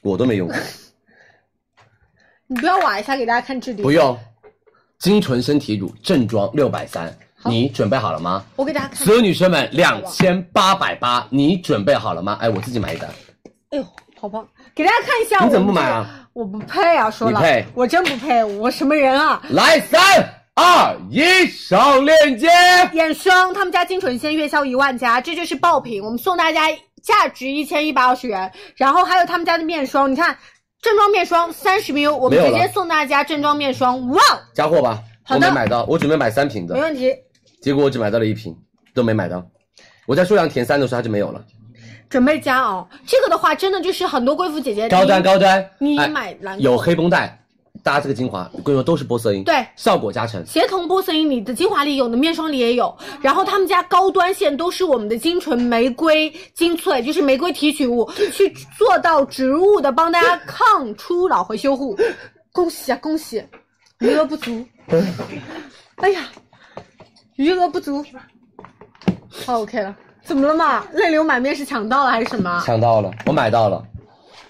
S5: 我都没 用过，
S6: 你不要瓦一下给大家看质地，
S5: 不，用。精纯身体乳正装六百三，你准备好了吗？
S6: 我给大家看
S5: 所，有女生们，两千八百八，你准备好了吗？哎，我自己买一单，
S6: 哎呦，好棒，给大家看一下，
S5: 你怎么不买？啊？
S6: 我不配啊！说了，
S5: 你配
S6: 我真不配，我什么人啊？
S5: 来，三二一，上链接。
S6: 眼霜，他们家精纯鲜月销一万家，这就是爆品，我们送大家价值一千一百二十元。然后还有他们家的面霜，你看正装面霜三十 ml，我
S5: 没
S6: 们
S5: 有
S6: 直
S5: 了
S6: 接送大家正装面霜，哇，
S5: 加货吧。
S6: 好
S5: 我
S6: 的
S5: 没买到，我准备买三瓶
S6: 没
S5: 的，
S6: 问题，
S5: 结果我只买到了一瓶，都没买到。我在数量填三的时候它就没有了。
S6: 准备加哦。这个的话，真的就是很多贵妇姐姐
S5: 高端高端，
S6: 你
S5: 哎
S6: 买兰蔻
S5: 有黑绷带，搭这个精华，我跟你说都是玻色因，
S6: 对
S5: 效果加成。
S6: 协同波色因里的精华里有，你的面霜里也有。然后他们家高端线都是我们的精纯玫瑰精粹，就是玫瑰提 取物，去做到植物的帮大家抗初老和修护。恭喜啊，恭喜！余额不足，哎呀，余额不足。好，OK 了。怎么了嘛？泪流满面是抢到了还是什么？
S5: 抢到了，我买到了，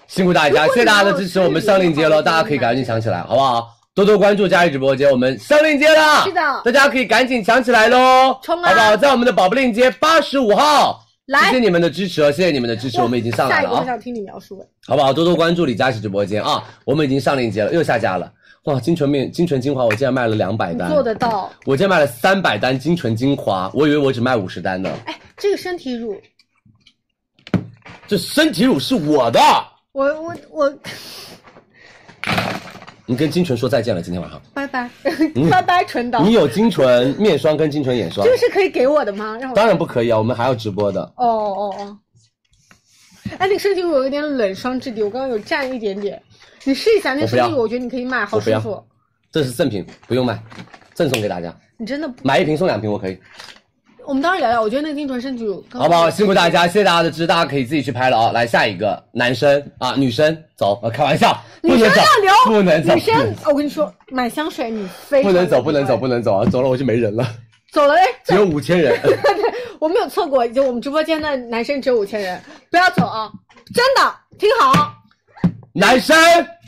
S5: 辛苦大家，谢谢大家的支持，我们上链接了，大家可以赶紧抢起来，好不好？多多关注佳怡直播间，我们上链接了，
S6: 是的
S5: 大家可以赶紧抢起来喽，
S6: 冲啊
S5: 好不好？在我们的宝贝链接八十五号，
S6: 来
S5: 谢谢你们的支持，谢谢你们的支持，我们已经上来
S6: 下一
S5: 了
S6: 个我
S5: 啊，
S6: 想听你描述。
S5: 好不好？多多关注李佳琦直播间啊，我们已经上链接了，又下架了。哇，精纯面精纯精华，我竟然卖了两百
S6: 你
S5: 单，
S6: 做得到？
S5: 我竟然卖了三百单精纯精华，我以为我只卖五十单呢。
S6: 哎，这个身体乳，
S5: 这身体乳是我的，
S6: 我我我，
S5: 你跟精纯说再见了，今天晚上。
S6: 拜拜拜拜，纯导。
S5: 嗯你有精纯面霜跟精纯眼霜
S6: 这，个哦是可以给我的吗？让我
S5: 当然不可以啊，我们还要直播的。
S6: 哦哦哦。哎，那个身体乳有一点冷霜质地，我刚刚有蘸一点点，你试一下那
S5: 我
S6: 个
S5: 不
S6: 身
S5: 要
S6: 体乳，我觉得你可以买，好
S5: 我不
S6: 舒
S5: 要
S6: 服。
S5: 这是赠品，不用卖，赠送给大家，
S6: 你真的不，
S5: 买一瓶送两瓶，我可以，
S6: 我们当时聊聊，我觉得那个精纯身体乳，
S5: 好不好？辛苦大家，谢谢大家的支持，大家可以自己去拍了啊。来下一个，男生啊，女生走，呃开玩笑，不
S6: 女生
S5: 能走
S6: 要留，，
S5: 不能走，
S6: 女生，我跟你说，买香水你非
S5: 不
S6: 常
S5: 能走，
S6: 有
S5: 不能走，
S6: 用
S5: 不能走啊！走了我就没人了，
S6: 走了哎，
S5: 只
S6: 这
S5: 有五千人。
S6: 我没有错过，就我们直播间的男生只有五千人，不要走啊，真的挺好。
S5: 男生，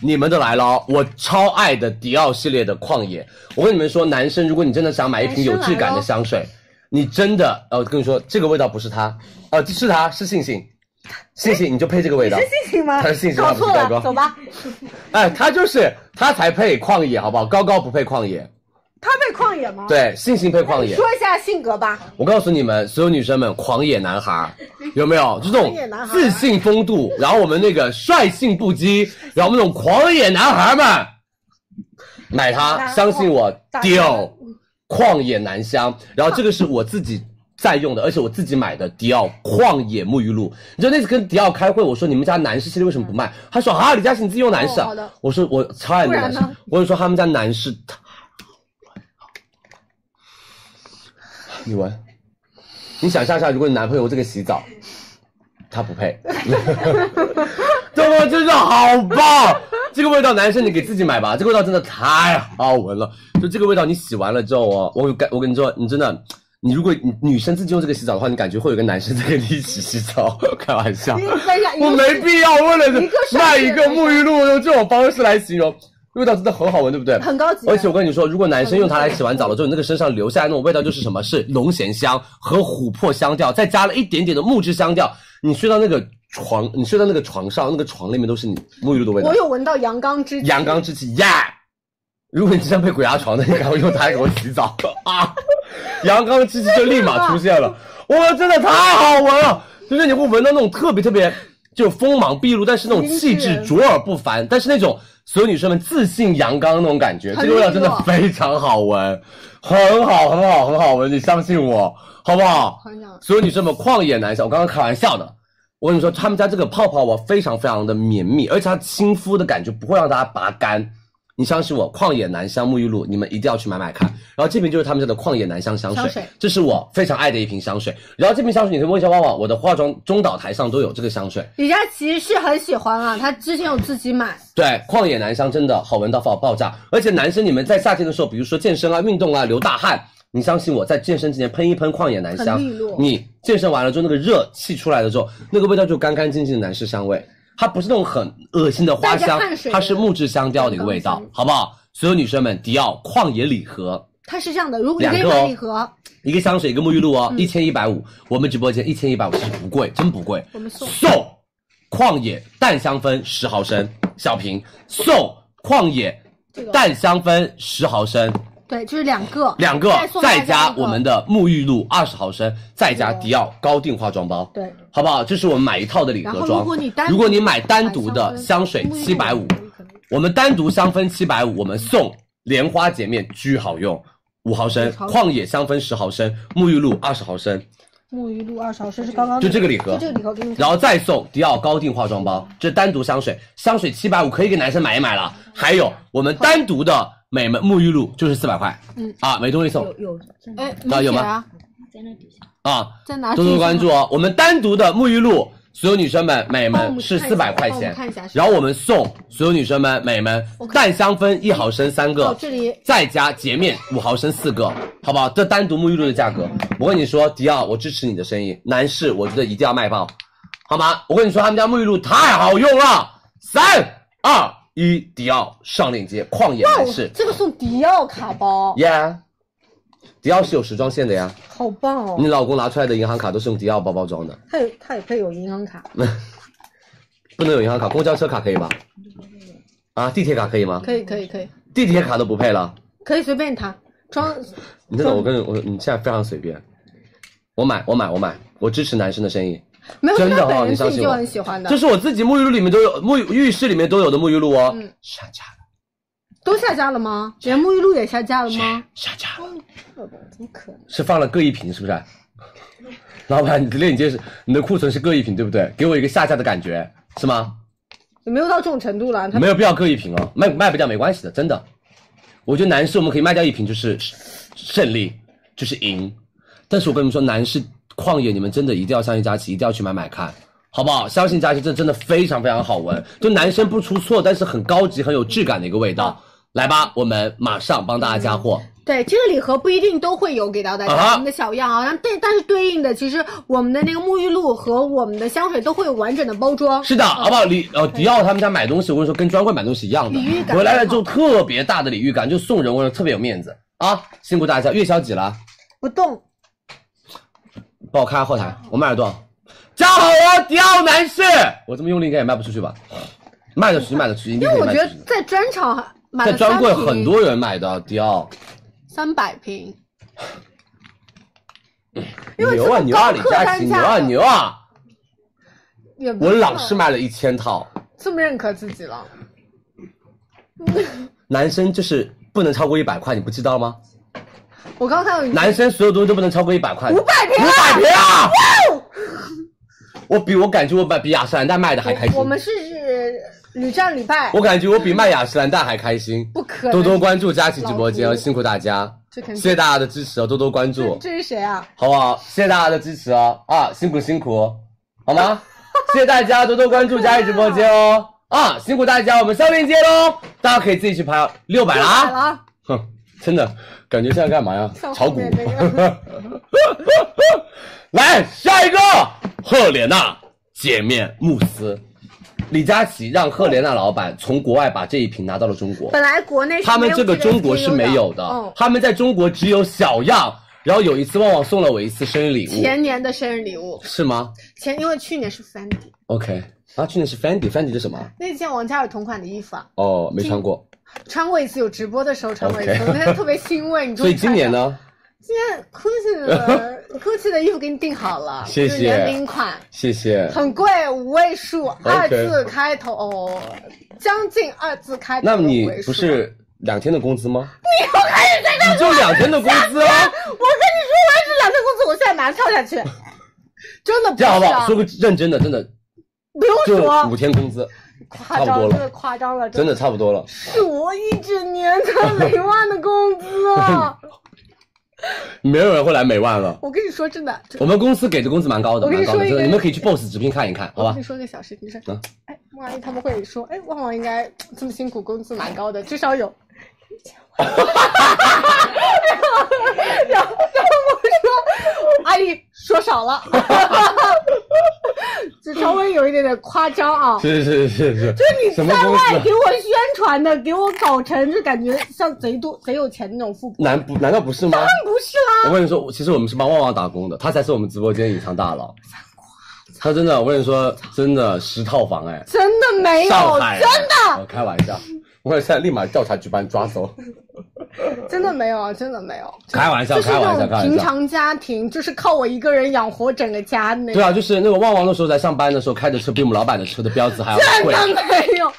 S5: 你们都来了哦！我超爱的迪奥系列的旷野，我跟你们说，男生，如果你真的想买一瓶有质感的香水，你真的，呃，我跟你说，这个味道不是它，呃，是它，是信信，信信，你就配这个 味道，
S6: 信信吗
S5: 他是信？心啊
S6: 搞
S5: 他不是
S6: 错
S5: 蛋糕
S6: 了，走吧。
S5: 哎，它就是它才配旷野，好不好？高高不配旷野，
S6: 他被旷野吗？
S5: 对，信信配旷野。
S6: 说一下性格吧。
S5: 我告诉你们，所有女生们，狂野男孩 儿有没有？就这种
S6: 狂野男孩儿啊
S5: 自信风度，然后我们那个率性不羁，然后我们那种狂野男孩儿们，买它，
S6: 然后
S5: 相信我
S6: 打，开
S5: 丢，旷野男香。然后这个是我自己。在用的，而且我自己买的迪奥旷野沐浴露。你知道那次跟迪奥开会，我说你们家男士系列为什么不卖？他说啊，李佳琦你自己用男士
S6: 哦
S5: 啊
S6: 好的。
S5: 我说我超爱你们男士
S6: 不然呢。
S5: 我跟你说他们家男士，你闻，你想象一下，如果你男朋友这个洗澡，他不配。 这个真的好棒，这个味道男生你给自己买吧，这个味道真的太好闻了。就这个味道你洗完了之后哦，我感我跟你说，你真的。你如果你女生自己用这个洗澡的话，你感觉会有个男生在跟你一起洗澡，开玩笑。
S6: 等一下，
S5: 我没必要为了卖一个沐浴露用这种方式来形容，味道真的很好闻，对不对？
S6: 很高级的
S5: 而且我跟你说，如果男生用它来洗完澡了之后，你那个身上留下来那种味道就是什么？是龙涎香和琥珀香调，再加了一点点的木质香调。你睡到那个床，你睡到那个床上，那个床里面都是你沐浴露的味道
S6: 我，有闻到阳刚之气
S5: 阳刚之气呀。如果你经常被鬼压床的，你赶快用它给我洗澡啊！阳刚之气就立马出现了，哇，真的太好闻了，就是你会闻到那种特别特别就锋芒毕露，但是那种气质卓尔不凡，但是那种所有女生们自信阳刚那种感觉，这个味道真的非常好闻，很好很好很好闻，你相信我好不好？
S6: 嗯
S5: 所有女生们旷野难消，我刚刚开玩笑的。我跟你说，他们家这个泡泡啊，非常非常的绵密，而且它亲肤的感觉不会让大家拔干。你相信我，旷野南香沐浴露，你们一定要去买买看。然后这瓶就是他们家的旷野南香香水，
S6: 香水
S5: 这是我非常爱的一瓶香水。然后这瓶香水你可以问一下旺旺，我的化妆中岛台上都有这个香水。
S6: 李佳琦是很喜欢啊，他之前有自己买，
S5: 对，旷野男香真的好闻到爆爆炸，而且男生你们在夏天的时候，比如说健身啊、运动啊、流大汗，你相信我，在健身之前喷一喷旷野男香
S6: 很利落，
S5: 你健身完了之后，那个热气出来了之后，那个味道就干干净净的男士香味，它不是那种很恶心的花
S6: 带
S5: 香
S6: 着汗水，的嗯
S5: 它是木质香调的一个味道，好不好？所有女生们，迪奥旷野礼盒。
S6: 他是这样的，如果你可以
S5: 两个哦
S6: 买礼盒，
S5: 一个香水，一个沐浴露哦，一千一百五，我们直播间一千一百五十不贵，真不贵。
S6: 我们送
S5: 送旷野淡香氛十毫升小瓶，送旷野
S6: 这个
S5: 淡香氛十毫升
S6: 对，就是两个，
S5: 两个
S6: 再，送大家
S5: 再加
S6: 一个
S5: 我们的沐浴露二十毫升，再加迪奥高定化妆包，
S6: 对，
S5: 好不好？这是我们买一套的礼
S6: 然
S5: 盒
S6: 后
S5: 装。
S6: 如果你单独
S5: 如果你买单独的香水
S6: 沐浴
S5: 七
S6: 露
S5: 百五，我们单独香氛七百五，我们送莲花洁面巨好用五毫升，旷野香氛十毫升，沐浴露二十毫升，
S6: 沐浴露二十毫升是刚刚的
S5: 就这个礼盒
S6: 就这个礼盒给你看，
S5: 然后再送迪奥高定化妆包，这是单独香水，香水七百五可以给男生买一买了。还有我们单独的美们沐浴露就是四百块，嗯啊，每东西送
S1: 有
S6: 哎，
S5: 啊有吗
S6: 明显啊？
S5: 啊，
S6: 在哪？
S5: 多多关注。哦。我们单独的沐浴露，所有女生们、美们是四百块
S6: 帮我
S5: 钱
S6: 们看一下，是
S5: 然后我们送所有女生们、美们淡香氛一毫升三个
S6: 哦，这里
S5: 再加洁面五毫升四个，好不好？这单独沐浴露的价格，我跟你说，迪奥，我支持你的生意，男士我觉得一定要卖爆，好吗？我跟你说，他们家沐浴露太好用了，三二一，迪奥上链接，旷野男士，
S6: 哦这个送迪奥卡包，
S5: 耶、迪奥是有时装线的呀，
S6: 好棒哦！
S5: 你老公拿出来的银行卡都是用迪奥包包装的。
S6: 他也他也配有银行卡，
S5: 嗯不能有银行卡，公交车卡可以吧？啊，地铁卡可以吗？
S6: 可以可以可以
S5: 地铁卡都不配了。
S6: 可以随便他装，
S5: 你真的，我跟我你现在非常随便。我买，我买，我买，我支持男生的生意。
S6: 没有
S5: 真的
S6: 他
S5: 哦
S6: 本
S5: 你
S6: 人
S5: 相
S6: 自
S5: 信
S6: 己就
S5: 我
S6: 很喜欢的
S5: 这，是我自己沐浴露里面都有，沐浴浴室里面都有的沐浴露哦。下架了，
S6: 都下架了吗？连沐浴露也下架了吗？
S5: 下架了，
S6: 怎么可能？
S5: 是放了各一瓶，是不是？ 老板，你的链接是你的库存是各一瓶，对不对？给我一个下架的感觉，是吗？
S6: 没有到这种程度了，他
S5: 没有必要各一瓶哦，卖卖不掉没关系的，真的。我觉得男士我们可以卖掉一瓶就是胜利，就是赢。但是我跟你们说，男士旷野你们真的一定要相信佳琪，一定要去买买看，好不好？相信佳琪，这真的非常非常好闻，就男生不出错，但是很高级、很有质感的一个味
S6: 哦
S5: 道。来吧，我们马上帮大家加货。
S6: 对，这个礼盒不一定都会有给到大
S5: 啊哈
S6: 家，我们的小样啊，但但但是对应的，其实我们的那个沐浴露和我们的香水都会有完整的包装。
S5: 是的，好不好？李呃迪奥他们家买东西，我跟你说，跟专柜买东西一样的
S6: 礼遇，感
S5: 回来了之后特别大的礼遇感，就送人，我跟你说特别有面子啊！辛苦大家，月销几了？
S6: 不动，
S5: 帮我看下后台，我卖了多少？加好哦，迪奥男士，我这么用力应该也卖不出去吧？卖得出去，卖得出去，因
S6: 因为我觉得在专场买
S5: 在
S6: 了
S5: 专柜
S6: 三瓶
S5: 很多人买的迪奥，
S6: 三百瓶，因为这
S5: 牛啊
S6: 么
S5: 牛啊，
S6: 高
S5: 李
S6: 客
S5: 佳琦
S6: 单
S5: 牛
S6: 价
S5: 啊
S6: 的
S5: 牛啊！
S6: 也不
S5: 我
S6: 知道
S5: 老是卖了一千套，
S6: 这么认可自己了，
S5: 男生就是不能超过一百块，你不知道吗？
S6: 我刚看到你
S5: 男生所有东西都不能超过一百块，
S6: 五百瓶
S5: 五
S6: 啊
S5: 百瓶啊！我比我感觉我买比雅诗兰黛卖的还开心，
S6: 我们是是屡战屡败
S5: 我，感觉我比卖雅诗兰黛还开心。
S6: 不可能
S5: 多多关注佳琪直播间哦，
S6: 老胡
S5: 辛苦大家，
S6: 这肯
S5: 谢
S6: 定
S5: 谢大家的支持哦，多多关
S6: 这
S5: 注，
S6: 这是谁啊？
S5: 好不好？谢谢大家的支持哦，啊，辛苦辛苦，好吗？谢谢大家多多关注佳怡直播间哦。啊，辛苦大家，我们上链接喽，大家可以自己去拍六百了
S6: 买
S5: 啊！
S6: 了，
S5: 哼，真的，感觉像干嘛呀？炒股。 来下一个，赫莲娜姐面慕斯，李佳琦让赫莲娜老板从国外把这一瓶拿到了中国。
S6: 本来国内是
S5: 他们
S6: 没有
S5: 这个中国是没有
S6: SKU 的
S5: 的哦
S6: 嗯，，
S5: 他们在中国只有小样。然后有一次旺旺送了我一次生日礼物，
S6: 前年的生日礼物，
S5: 是吗
S6: 前因为去年是 Fendi，
S5: ？OK，啊，去年是 Fendi，Fendi 是什么？
S6: 那件王嘉尔同款的衣服啊，
S5: 哦，没穿过，
S6: 穿过一次，有直播的时候穿过一次，
S5: OK
S6: 我那天特别欣慰。你终
S5: 所
S6: 于
S5: 以今年
S6: 穿上？
S5: 呢？
S6: 今年 Gucci 的 Gucci 的衣服给你订好了，
S5: 谢谢
S6: 就是联名款，
S5: 谢谢。
S6: 很贵，五位数，二字开头，哦，将近二字开头。
S5: 那你不？是两天的工资吗？
S6: 你又开始在这
S5: 你就两天的工资哦。
S6: 我跟你说，我要是两份工资，我现在马上跳下去，真的不
S5: 这
S6: 是、
S5: 样
S6: 啊。
S5: 好不好？说个认真的，真的
S6: 不用
S5: 就
S6: 说，
S5: 五天工资，
S6: 夸
S5: 差不多
S6: 张，
S5: 了
S6: 真的夸张了，
S5: 真的差不多了。
S6: 是我一整年 的每万的工资啊！
S5: 没有人会来美万了。
S6: 我跟你说真的，真的
S5: 我们公司给的工资蛮高的，
S6: 我跟
S5: 蛮
S6: 你
S5: 高的，
S6: 说一
S5: 真
S6: 个
S5: 的。你们可以去 BOSS 直聘看一看，好
S6: 我
S5: 吧
S6: 跟你？说个小事情，就是
S5: 啊，
S6: 哎，莫阿姨他们会说，哎，旺旺应该这么辛苦，工资蛮高的，至少有一千万。然后，然后我说，阿姨说 少了， 就稍微有一点点夸张啊。
S5: 是是是是，
S6: 就是你在
S5: 什么公
S6: 外
S5: 司
S6: 给？我宣传的，给我搞成就感觉像贼多贼有钱那种富婆，
S5: 难不难道不是吗？
S6: 不是啊啦，
S5: 我跟你说，其实我们是帮旺旺打工的，他才是我们直播间隐藏大 佬。他真的，我跟你说，真的十套房哎，
S6: 真的没有，
S5: 上海
S6: 真的。嗯
S5: 我开玩笑，我现在立马调查局把你抓走。
S6: 真的没有，啊，真的没有。
S5: 开玩笑
S6: 就是
S5: 开玩笑
S6: 那
S5: 开玩笑
S6: 种平常家庭，就是靠我一个人养活整个家的那
S5: 对
S6: 种。
S5: 啊，就是那个旺旺那时候在上班的时候开的车比我们老板的车的标志还要
S6: 真
S5: 贵。
S6: 的没有，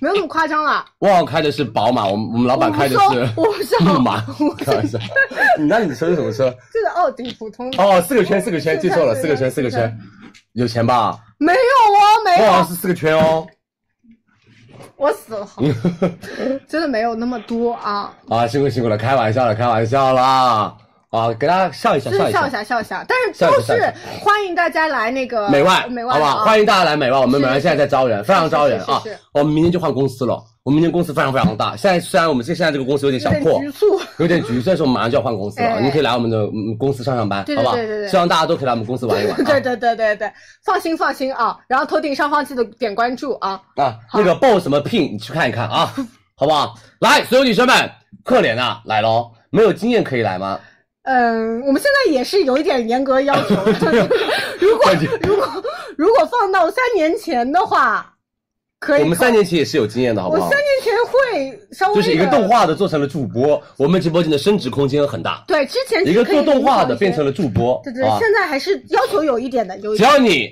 S6: 没有那么夸张啦。
S5: 旺旺开的是宝马，我们我们老板开的是
S6: 我不知道
S5: 牧马。 开玩笑，你那你车是什么车？
S6: 就是奥迪普通的，
S5: 哦，四个圈，四个圈，记错了，四个圈，四个圈，有钱吧？
S6: 没有哦，没
S5: 旺旺
S6: 有，
S5: 是四个圈哦。
S6: 我死了， 真的没有那么多啊。
S5: 啊，辛苦辛苦了，开玩笑了，开玩笑啦！啊，给大家笑一笑，
S6: 就
S5: 笑
S6: 是
S5: 一
S6: 笑
S5: 笑。
S6: 一下，笑一下，但是
S5: 笑一下
S6: 就
S5: 笑一
S6: 是
S5: 下
S6: 欢迎大家来那个
S5: 美万，
S6: 美
S5: 好
S6: 万
S5: 不
S6: 啊，
S5: 好？欢迎大家来美万，我们
S6: 是
S5: 美万现在在招人，非常招人啊
S6: 是是是！
S5: 我们明天就换公司了，我们明天公司非常非常大。现在虽然我们现现在这个公司有点小
S6: 有点
S5: 破
S6: 局，促。
S5: 有点局，所以说我们马上就要换公司了，
S6: 哎
S5: 你可以来我们的嗯公司上上班，
S6: 对
S5: 好
S6: 对
S5: 不好
S6: 对对对？对
S5: 希望大家都可以来我们公司玩一玩啊。
S6: 对对对对对，放心放心啊！然后头顶上方记得点关注啊！
S5: 啊，那个 BOSS 什么 pin 你去看一看啊，好不好？来，所有女生们，克莲娜来喽，没有经验可以来 吗？
S6: 嗯，我们现在也是有一点严格要 求的。如果如果如果放到三年前的话，可以。
S5: 我们三，年前也是有经验的，好
S6: 我
S5: 不好
S6: 三？年前会稍微
S5: 就
S6: 地
S5: 是一个动，画的做成了主播，我们直播间的升值空间很大。
S6: 对，之前
S5: 一个做动画的变成
S6: 了，
S5: 了助播，
S6: 对对，
S5: 啊，
S6: 现在还是要求有一点的，有一
S5: 只
S6: 点。
S5: 要你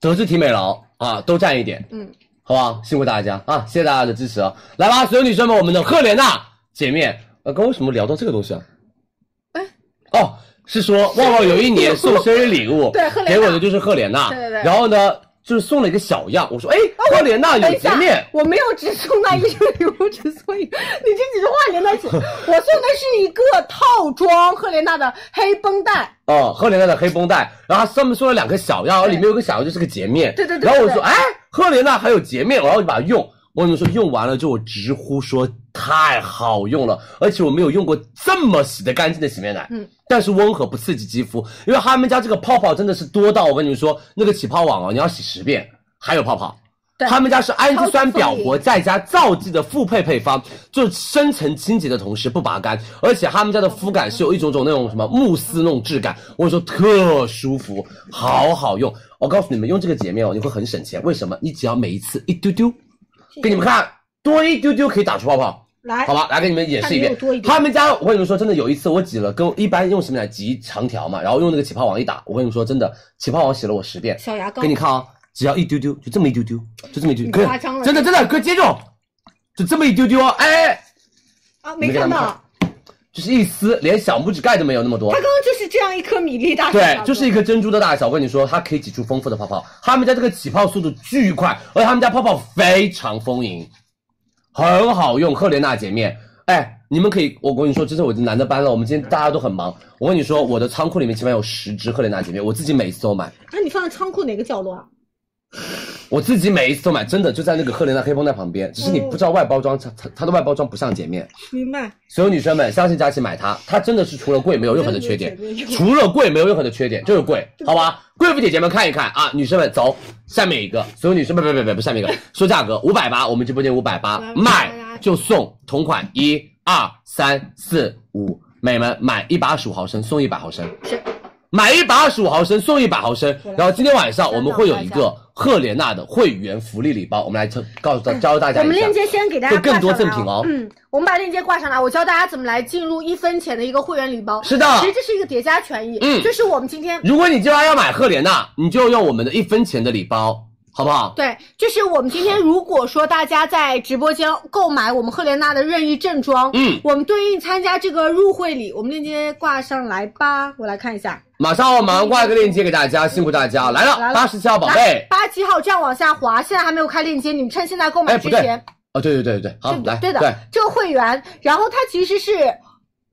S5: 德智体美劳啊都占一点，
S6: 嗯，
S5: 好不好？辛苦大家啊，谢谢大家的支持啊！来吧，所有女生们，我们的赫莲娜姐妹，呃，刚为什么聊到这个东西啊？哎，哦。是说旺旺有一年送生日礼物，
S6: 对赫莲娜
S5: 给我的就是赫莲娜，
S6: 对对对
S5: 然后呢，就是送了一个小样，我说，哎，赫莲娜
S6: 等
S5: 有
S6: 一
S5: 洁
S6: 下
S5: 面，，
S6: 我没有只送那一个礼物，只送一个。你这几句话 连在一起，我送的是一个套装，赫莲娜的黑绷带。
S5: 哦，赫莲娜的黑绷带，然后他上面送了两个小样，里面有个小样就是个洁面。
S6: 对对对
S5: 然后我
S6: 对
S5: 说，哎，赫莲娜还有洁面，然后我就把它用。我跟你说，用完了之后，我直呼说太好用了，而且我没有用过这么洗的干净的洗面奶。嗯，但是温和不刺激肌肤，因为他们家这个泡泡真的是多到我跟你们说，那个起泡网哦，你要洗十遍还有泡泡。
S6: 对
S5: 他们家是氨基酸表
S6: 超级
S5: 活再加皂基的复配配方，就深层清洁的同时不拔干，而且他们家的肤感是有一种种那种什么慕斯那种质感，我跟你说特舒服，好好用。我告诉你们，用这个洁面哦，你会很省钱。为什么？你只要每一次一丢丢，给你们看多一丢丢可以打出泡泡。
S6: 来
S5: 好吧，来给你们演示一遍
S6: 哎看你有多一。点
S5: 他们家我跟你们说，真的有一次我挤了，跟一般用洗面奶挤长条嘛，然后用那个起泡网一打，我跟你们说真的，起泡网洗了我十遍，
S6: 小牙膏
S5: 给你看啊，只要一丢丢，就这么一丢丢，就这么一丢，
S6: 你
S5: 哥
S6: 夸张，了
S5: 真的真的，哥接种，就这么一丢丢，哎，
S6: 啊，
S5: 你
S6: 没
S5: 给他
S6: 看
S5: 们
S6: 到
S5: 看。就是一丝，连小拇指盖都没有那么多
S6: 它。刚刚就是这样一颗米粒 大小，
S5: 对，就是一颗珍珠的大小。我跟你说，它可以挤出丰富的泡泡。他们家这个起泡速度巨快，而且他们家泡泡非常丰盈，很好用。赫莲娜洁面，哎，你们可以，我跟你说，这是我难得搬了。我们今天大家都很忙，我跟你说，我的仓库里面起码有十支赫莲娜姐妹，我自己每一次都买，
S6: 那你放在仓库哪个角落啊？
S5: 我自己每一次都买，真的就在那个赫莲娜黑绷带旁边。只是你不知道外包装，它它它的外包装不像洁面。
S6: 明白。
S5: 所有女生们，相信佳琪买它，它真的是除了贵没有任何的缺点， 除了贵没有任何的缺点，就是贵，好吧？贵妇姐姐们看一看啊，女生们走，下面一个，所有女生们，别别别，不，下面一 个，说价格五百八，我们直播间五百八，买就送同款一二三四五，美们买一百二十五毫升送一百毫升，买一百二十五毫升送一百毫升，然后今天晚上我们会有一个赫莲娜的会员福利礼包，我们来教告诉教大家一下，
S6: 我们链接先给大家
S5: 会更多
S6: 挂上
S5: 赠
S6: 来
S5: 品哦
S6: 嗯，我们把链接挂上来，我教大家怎么来进入一分钱的一个会员礼包。
S5: 是的
S6: 其实这是一个叠加权益。
S5: 嗯
S6: 这是我们今天
S5: 如果你今晚要买赫莲娜，你就用我们的一分钱的礼包，好不好？
S6: 对，就是我们今天如果说大家在直播间购买我们赫莲娜的任意正装，
S5: 嗯
S6: 我们对应参加这个入会礼，我们链接挂上来吧，我来看一下，
S5: 马上我马上挂一个链接给大家，辛苦大家来
S6: 来
S5: 了，
S6: 了
S5: 八十七号宝
S6: 来
S5: 贝，
S6: 八七号这样往下滑，现在还没有开链接，你们趁现在购买
S5: 哎
S6: 之
S5: 不
S6: 前，
S5: 对哦，对对对对对，好
S6: 对不
S5: 来，
S6: 对的，这个会员，然后它其实是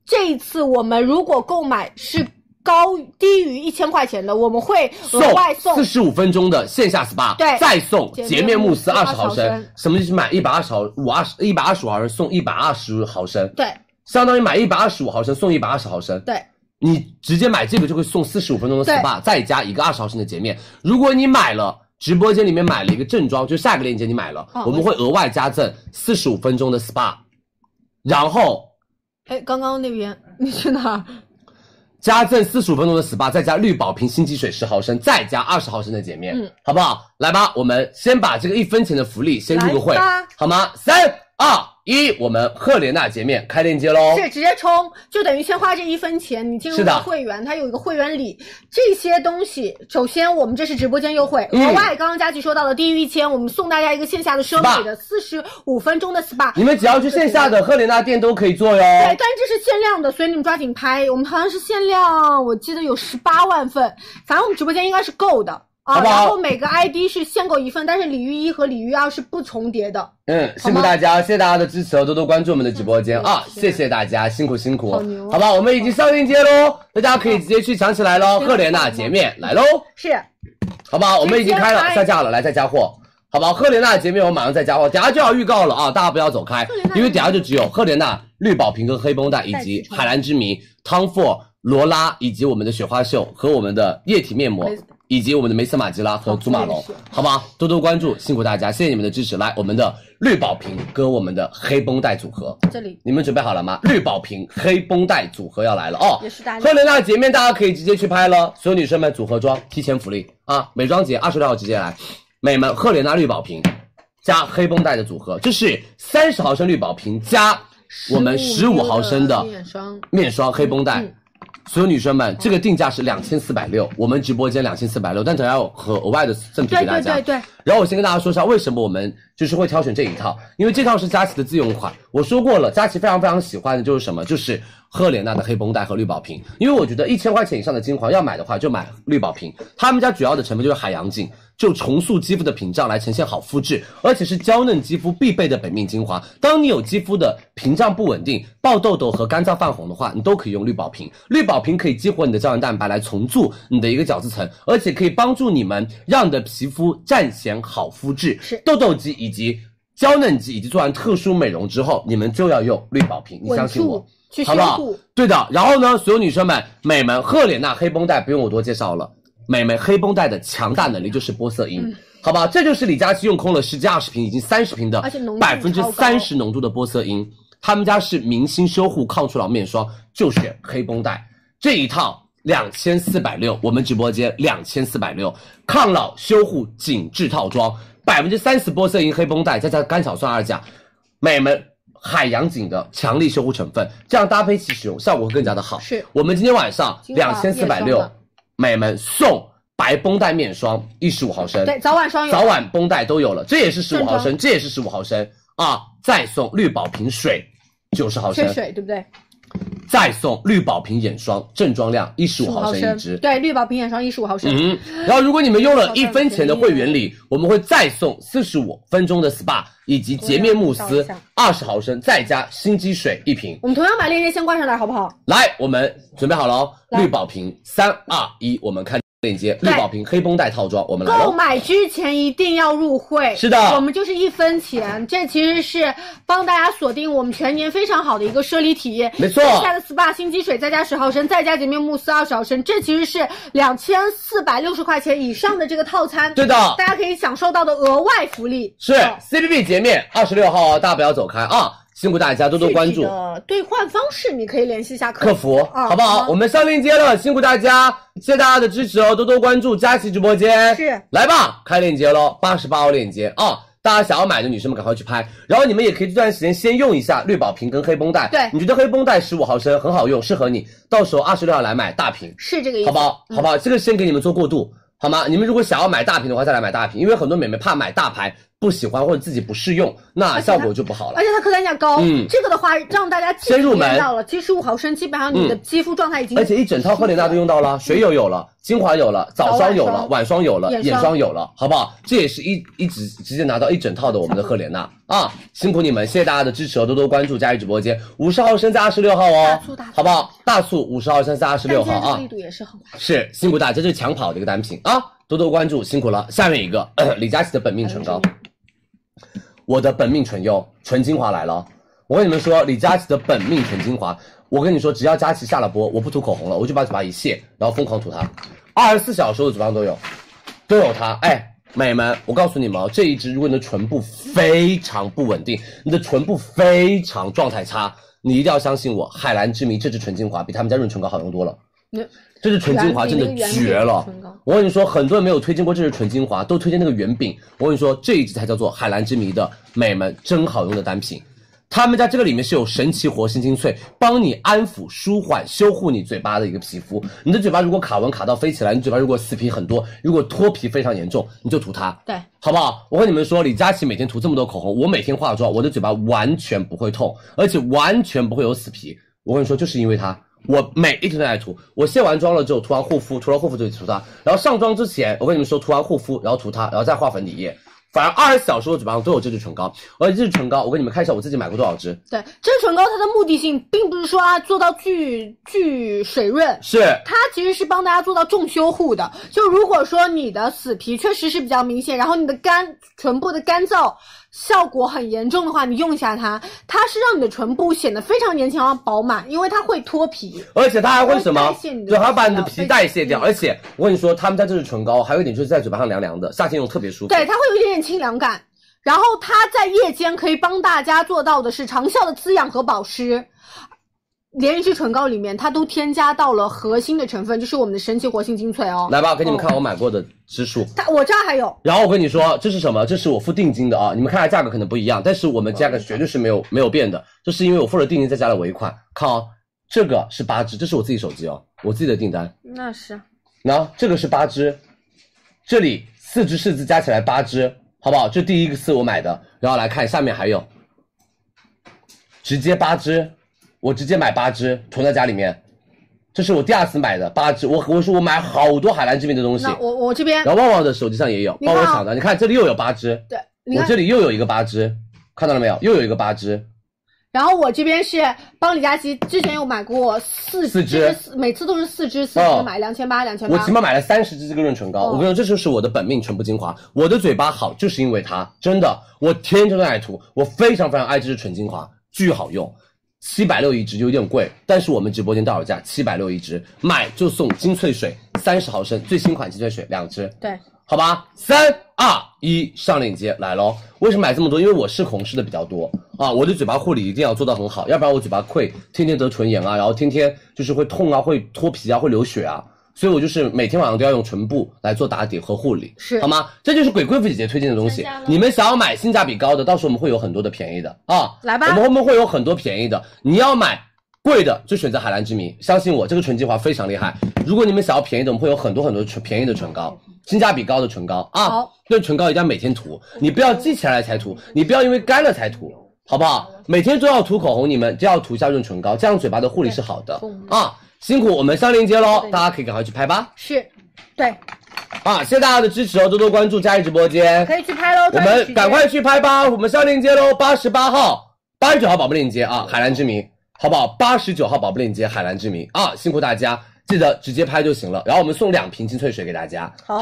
S6: 这一次我们如果购买是高低于一千块钱的，我们会额外送
S5: 四十五分钟的线下 SPA，
S6: 对
S5: 再送
S6: 洁面
S5: 洁面慕斯
S6: 慕斯
S5: 二十毫
S6: 20毫
S5: 升
S6: 升，
S5: 什么就是买一百二十毫五二十一百二十五毫升送一百二十毫升，
S6: 对
S5: 相当于买一百二十五毫升送一百二十毫升，
S6: 对。
S5: 你直接买这个就会送四十五分钟的
S6: 对
S5: SPA，再加一个二十毫升的洁面。如果你买了直播间里面买了一个正装，就下个链接你买了，
S6: 哦
S5: 我们会额外加赠四十五分钟的 SPA，然后
S6: 哎，刚刚那边你去哪儿？
S5: 加赠四十五分钟的 SPA，再加绿宝瓶新肌水十毫升，再加二十毫升的洁面，嗯，好不好？来吧，我们先把这个一分钱的福利先入个会
S6: 来吧，
S5: 好吗？三二一，我们赫莲娜洁面开链接喽！
S6: 是直接冲，就等于先花这一分钱，你进入
S5: 哦是的
S6: 了会员，它有一个会员礼，这些东西，首先我们这是直播间优惠，额
S5: 嗯
S6: 外刚刚佳琪说到的低于一千，我们送大家一个线下的生理的四十五分钟的 SPA。
S5: 你们只要去线下的赫莲娜店都可以做哟。
S6: 对，但这是限量的，所以你们抓紧拍。我们好像是限量，我记得有十八万份，反正我们直播间应该是够的啊。
S5: 好不好
S6: 然后每个 ID 是限购一份，但是鲤鱼一和鲤鱼二是不重叠的。
S5: 嗯，辛苦大家，谢谢大家的支持哦，多多关注我们的直播间啊，谢谢大家，辛苦辛苦，
S6: 嗯好牛啊
S5: 好吧，我们已经上链接喽，大家可以直接去抢起来喽，赫莲娜洁面来喽，
S6: 是，
S5: 好不好？我们已经开
S6: 直接
S5: 了
S6: 开
S5: 下架了，来再加货，好不好？赫莲娜洁面我马上再加货，等下就要预告了啊，大家不要走开，因为等下就只有赫莲娜绿宝瓶跟黑绷带以及海蓝之谜、Tom Ford、罗拉以及我们的雪花秀和我们的液体面膜
S6: 没。
S5: 以及我们的梅斯马吉拉和祖马龙，好不好？多多关注，辛苦大家，谢谢你们的支持。来，我们的绿宝瓶跟我们的黑绷带组合，
S6: 这里
S5: 你们准备好了吗？绿宝瓶黑绷带组合要来了哦，
S6: 也是大量
S5: 赫莲娜洁面大家可以直接去拍了，所有女生们组合装提前福利啊，美妆节二十六号直接来，美们赫莲娜绿宝瓶加黑绷带的组合，这是三十毫升绿宝瓶加我们十五毫升的
S6: 面霜，
S5: 面霜黑绷带。所有女生们，这个定价是两千四百六，我们直播间两千四百六，但等下有和额外的赠品
S6: 对
S5: 给大
S6: 对
S5: 家。
S6: 对对，
S5: 然后我先跟大家说一下为什么我们就是会挑选这一套，因为这套是佳琦的自用款。我说过了，佳琦非常非常喜欢的就是什么，就是赫莲娜的黑绷带和绿宝瓶。因为我觉得一千块钱以上的精华要买的话，就买绿宝瓶。他们家主要的成分就是海洋净，就重塑肌肤的屏障来呈现好肤质，而且是娇嫩肌肤必备的本命精华。当你有肌肤的屏障不稳定、爆痘痘和干燥泛红的话，你都可以用绿宝瓶。绿宝瓶可以激活你的胶原蛋白来重铸你的一个角质层，而且可以帮助你们让你的皮肤战显好肤质。
S6: 是
S5: 痘痘肌以及娇嫩肌以及做完特殊美容之后，你们就要用绿宝瓶，你
S6: 稳
S5: 相信我
S6: 住。去
S5: 好
S6: 修
S5: 不好
S6: 护。？
S5: 对的。然后呢，所有女生们，美们赫莲娜黑绷带不用我多介绍了，美们黑绷带的强大能力就是玻色
S6: 嗯
S5: 因，好不好？这就是李佳琦用空了十几二十瓶，已经三十瓶的
S6: 而且浓度
S5: 百分之
S6: 超高
S5: 三十浓度的玻色因，他们家是明星修护抗初老面霜，就选黑绷带这一套。两千四百六，我们直播间两千四百六，抗老修护紧致套装，百分之三十玻色因黑绷带，再加甘草酸二钾，美们海洋锦的强力修护成分，这样搭配一起使用，效果会更加的好。
S6: 是
S5: 我们今天晚上
S6: 精华
S5: 两千
S6: 面
S5: 四
S6: 霜
S5: 百六
S6: 的，
S5: 美们送白绷带面霜一十五毫升，
S6: 对，早晚霜有。
S5: 早晚绷带都有了，这也是十五
S6: 正
S5: 毫
S6: 装
S5: 升，这也是十五毫升啊！再送绿宝瓶水九十毫升
S6: 缺，水，对不对？
S5: 再送绿宝瓶眼霜正装量一十五毫升一支。
S6: 对，绿宝瓶眼霜一十五毫升。
S5: 嗯，然后如果你们用了一分钱的会员礼，我们会再送四十五分钟的 SPA 以及洁面慕斯二十毫升，再加心肌水一瓶。
S6: 我们同样把链接先挂上来，好不好？
S5: 来，我们准备好了哦，绿宝瓶，三二一，我们看链接，绿宝瓶黑绷带套装，我们来
S6: 购
S5: 喽。
S6: 买之前一定要入会。
S5: 是的
S6: 我们就是一分钱，这其实是帮大家锁定我们全年非常好的一个奢礼体验。
S5: 没错
S6: 线下的 SPA 新肌水再加十毫升，再加洁面慕斯二十毫升，这其实是两千四百六十块钱以上的这个套餐。
S5: 对的
S6: 大家可以享受到的额外福利。哦
S5: 是 C B B 洁面二十六号哦，大家不要走开啊，辛苦大家多多关
S6: 具
S5: 注。
S6: 体的啊兑换方式你可以联系一下客
S5: 客服，好不好？我们上链接了，辛苦大家，谢谢大家的支持哦，多多关注佳琦直播间。
S6: 是，
S5: 来吧，开链接喽，八十八号链接啊、大家想要买的女生们赶快去拍，然后你们也可以这段时间先用一下绿宝瓶跟黑绷带。
S6: 对
S5: 你觉得黑绷带十五毫升很好用，适合你，到时候二十六号来买大瓶，
S6: 是这个意思
S5: 好不。好？好不好？这个先给你们做过渡，好吗？你们如果想要买大瓶的话，再来买大瓶，因为很多美眉怕买大牌不喜欢或者自己不试用，那效果就不好了
S6: 而。且它客单价高，
S5: 嗯
S6: 这个的话让大家既
S5: 先入门
S6: 体验到了，其实五毫升基本上你的
S5: 嗯
S6: 肌肤状态已经，
S5: 而且一整套赫莲娜都用到了，水油有了，精华有了，早
S6: 嗯早
S5: 霜
S6: 晚
S5: 有了，
S6: 霜
S5: 晚霜有了，
S6: 眼
S5: 眼
S6: 霜
S5: 霜有了，好不好？这也是一一直直接拿到一整套的我们的赫莲娜啊！辛苦你们，谢谢大家的支持哦，多多关注佳怡直播间，五十毫升在二十六号哦
S6: 大促大促，
S5: 好不好？大促五十毫升在二十
S6: 但
S5: 六
S6: 现
S5: 号
S6: 在这个
S5: 啊
S6: 力，度也是很快。
S5: 是辛苦大家，这是抢跑的一个单品啊，多多关注，辛苦了。下面一个 咳李佳琦的本命唇膏，我的本命唇釉纯精华来了，我跟你们说，李佳琦的本命纯精华，我跟你说，只要佳琦下了播，我不涂口红了，我就把嘴巴一卸，然后疯狂涂它，二十四小时我的嘴巴上都有，都有它，哎。美们，我告诉你们哦，这一支如果你的唇部非常不稳定，你的唇部非常状态差，你一定要相信我，海蓝之谜这支纯精华比他们家润唇膏好用多了。
S6: 嗯
S5: 这支纯精华真的绝了！我跟你说，很多人没有推荐过这支纯精华，都推荐那个圆饼。我跟你说，这一支才叫做海蓝之谜的美们真好用的单品。他们家这个里面是有神奇活性精粹，帮你安抚、舒缓、修护你嘴巴的一个皮肤。你的嘴巴如果卡纹卡到飞起来，你嘴巴如果死皮很多，如果脱皮非常严重，你就涂它。
S6: 对，
S5: 好不好？我跟你们说，李佳琦每天涂这么多口红，我每天化妆，我的嘴巴完全不会痛，而且完全不会有死皮。我跟你说，就是因为它，我每一天都在涂。我卸完妆了之后，涂完护肤，涂了护肤就涂它，然后上妆之前，我跟你们说，涂完护肤，然后涂它，然后再画粉底液。反正二十小时我嘴巴上都有这支唇膏，而且这支唇膏，我给你们看一下我自己买过多少支，
S6: 对，这唇膏它的目的性并不是说啊做到巨巨水润。
S5: 是
S6: 它其实是帮大家做到重修护的，就如果说你的死皮确实是比较明显，然后你的干唇部的干燥效果很严重的话，你用一下它，它是让你的唇部显得非常年轻然后饱满，因为它会脱皮。
S5: 而且它还会什
S6: 它
S5: 么
S6: 会代谢你？的
S5: 对，还要把
S6: 皮
S5: 你的
S6: 了
S5: 皮代谢掉。
S6: 嗯
S5: 而且我跟你说，他们家这支唇膏还有一点就是在嘴巴上凉凉的，夏天用特别舒服。
S6: 对，它会有一点点清凉感。然后它在夜间可以帮大家做到的是长效的滋养和保湿。连一支唇膏里面，它都添加到了核心的成分，就是我们的神奇活性精粹哦。
S5: 来吧，给你们看我买过的支数。
S6: 它我这儿还有，
S5: 然后我跟你说，这是什么？这是我付定金的啊！你们看下价格可能不一样，但是我们价格绝对是没有没有变的，这是因为我付了定金再加了尾款。看哦，这个是八支，这是我自己手机哦，我自己的订单。
S6: 那是
S5: 然后这个是八支，这里四支柿子加起来八支，好不好？这第一次我买的，然后来看下面还有，直接八支，我直接买八支囤在家里面，这是我第二次买的八支，我我说我买好多海蓝之谜的东西，
S6: 那我我这边
S5: 然后旺旺的手机上也有，
S6: 你
S5: 帮
S6: 看啊
S5: 我抢的。你看这里又有八支，
S6: 对，你
S5: 我
S6: 看
S5: 这，里又有一个八支，看到了没有？又有一个八支，
S6: 然后我这边是帮李佳琦之前有买过四
S5: 四支
S6: 就是四每次都是四支，四支
S5: 哦
S6: 买两千八，两千
S5: 我
S6: 八
S5: 起。码买了三十支这个润唇膏。我
S6: 哦
S5: 跟你说，这就是我的本命唇部精华。我的嘴巴好就是因为它，真的，我天天都在那里涂，我非常非常爱这支唇精华，巨好用。七百六一支有点贵，但是我们直播间到手价七百六一支，买就送精粹水三十毫升最新款精粹水两支，
S6: 对，
S5: 好吧，三二一，上链接来喽！为什么买这么多？因为我试红试的比较多啊，我的嘴巴护理一定要做到很好，要不然我嘴巴溃，天天得唇炎啊，然后天天就是会痛啊，会脱皮啊，会流血啊，所以我就是每天晚上都要用唇部来做打底和护理，
S6: 是
S5: 好吗？这就是鬼贵妇姐姐推荐的东西
S7: 参加了，
S5: 你们想要买性价比高的，到时候我们会有很多的便宜的啊，
S6: 来吧
S5: 我们后面会有很多便宜的，你要买。贵的就选择海蓝之谜，相信我，这个纯精华非常厉害。如果你们想要便宜的，我们会有很多很多唇便宜的唇膏，性价比高的唇膏啊。
S6: 好
S5: 那唇膏一定要每天涂，你不要记起来才涂，你不要因为干了才涂，好不好？每天都要涂口红，你们就要涂一下润唇膏，这样嘴巴的护理是好的啊。辛苦我们上链接喽，大家可以赶快去拍吧
S8: 是，对，
S5: 啊！谢谢大家的支持哦，多多关注佳怡直播间，
S8: 可以去拍喽。
S5: 我
S8: 抓紧时
S5: 们
S8: 间
S5: 赶快去拍吧，我们上链接喽，八十八号、八十九号宝贝链接啊，海蓝之谜，好不好？八十九号宝贝链接，海蓝之谜啊，辛苦大家，记得直接拍就行了。然后我们送两瓶清翠水给大家，好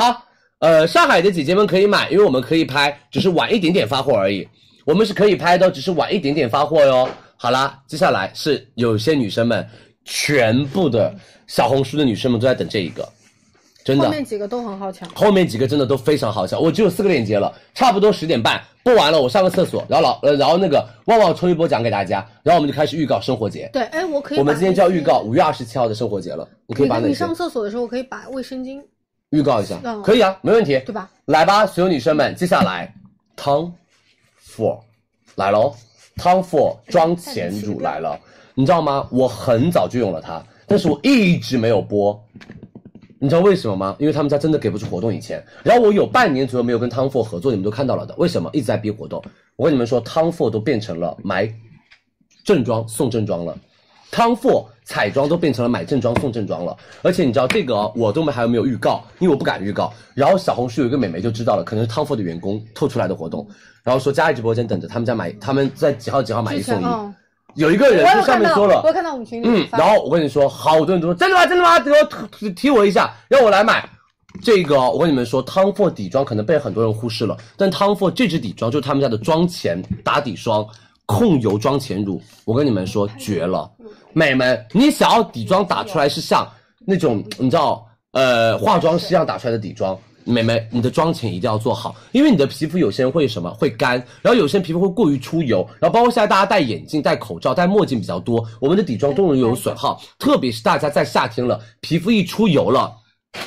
S5: 呃，上海的姐姐们可以买，因为我们可以拍，只是晚一点点发货而已。我们是可以拍的，只是晚一点点发货哟。好啦，接下来是有些女生们，全部的小红书的女生们都在等这一个，真的。
S8: 后面几个都很好抢，
S5: 后面几个真的都非常好笑，我只有四个链接了，差不多十点半播完了，我上个厕所，然后老呃，然后那个旺旺抽一波奖给大家，然后我们就开始预告生活节。
S8: 对，哎，我可以把
S5: 我们今天就要预告
S8: 那
S5: 五月二十七号的生活节了，你可
S8: 些。
S5: 以把
S8: 你
S5: 哪
S8: 你
S5: 些
S8: 上厕所的时候，我可以把卫生巾，
S5: 预告一下
S8: 嗯？
S5: 可以啊，没问题，
S8: 对吧？
S5: 来吧，所有女生们，接下来 Tom Ford 来哦喽，Tom Ford 妆
S8: 哎
S5: 前乳来了，你知道吗？我很早就用了它，但是我一直没有播。你知道为什么吗？因为他们家真的给不出活动以前，然后我有半年左右没有跟 Tom Ford 合作，你们都看到了的。为什么一直在逼活动？我跟你们说，Tom Ford 都变成了买正装送正装了。Tom Ford 彩妆都变成了买正装送正装了，而且你知道这个哦、我都没还没有预告，因为我不敢预告。然后小红书有一个美眉就知道了，可能是 Tom Ford 的员工透出来的活动，然后说佳怡直播间等着，他们家买，他们在几号几号买一
S8: 之
S5: 送
S8: 前
S5: 一。
S8: 哦，
S5: 有一个人
S8: 我有
S5: 就上
S8: 看
S5: 面
S8: 到，
S5: 说了
S8: 我，有看到我们群里
S5: 嗯，
S8: 发
S5: 然后我跟你说，好多人都说真的吗？真的吗？给我踢踢我一下，让我来买。这个我跟你们说，Tom Ford 底妆可能被很多人忽视了，但 Tom Ford 这支底妆就是他们家的妆前打底霜，控油妆前乳，我跟你们说绝了，美们，你想要底妆打出来是像那种你知道呃化妆师样打出来的底妆。美眉，你的妆前一定要做好，因为你的皮肤有些人会什么会干，然后有些人皮肤会过于出油，然后包括现在大家戴眼镜、戴口罩、戴墨镜比较多，我们的底妆都容易有损耗，特别是大家在夏天了，皮肤一出油了，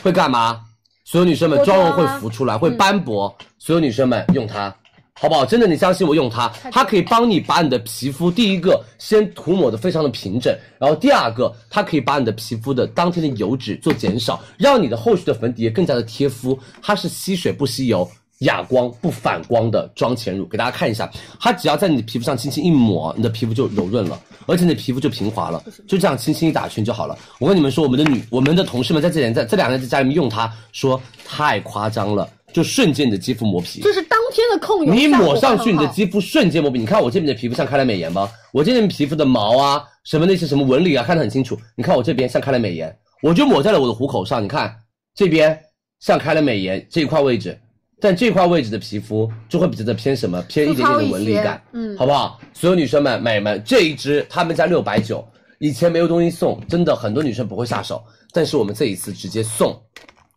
S5: 会干嘛？所有女生们
S8: 脱
S5: 妆
S8: 妆
S5: 容会
S8: 啊
S5: 浮出来，会斑驳。所有女生们用它，好不好？真的，你相信我，用它，它可以帮你把你的皮肤，第一个先涂抹的非常的平整，然后第二个，它可以把你的皮肤的当天的油脂做减少，让你的后续的粉底液更加的贴肤。它是吸水不吸油。哑光不反光的妆前乳，给大家看一下，它只要在你的皮肤上轻轻一抹，你的皮肤就柔润了，而且你的皮肤就平滑了，就这样轻轻一打圈就好了。我跟你们说，我们的女，我们的同事们在这两在这两天在家里面用它，说太夸张了，就瞬间你的肌肤磨皮，
S8: 就是当天的控
S6: 啊
S8: 油，
S5: 你抹
S8: 效果
S5: 上去，
S8: 很
S5: 你
S8: 好
S5: 的肌肤瞬间磨皮。你看我这边的皮肤像开了美颜吗？我这边皮肤的毛啊，什么那些什么纹理啊，看得很清楚。你看我这边像开了美颜，我就抹在了我的虎口上。你看这边像开了美颜这一块位置，但这块位置的皮肤就会比较的偏什么，偏一点点的纹理感，嗯，好不好？所有女生们、美们，这一支他们家六百九，以前没有东西送，真的很多女生不会下手，但是我们这一次直接送，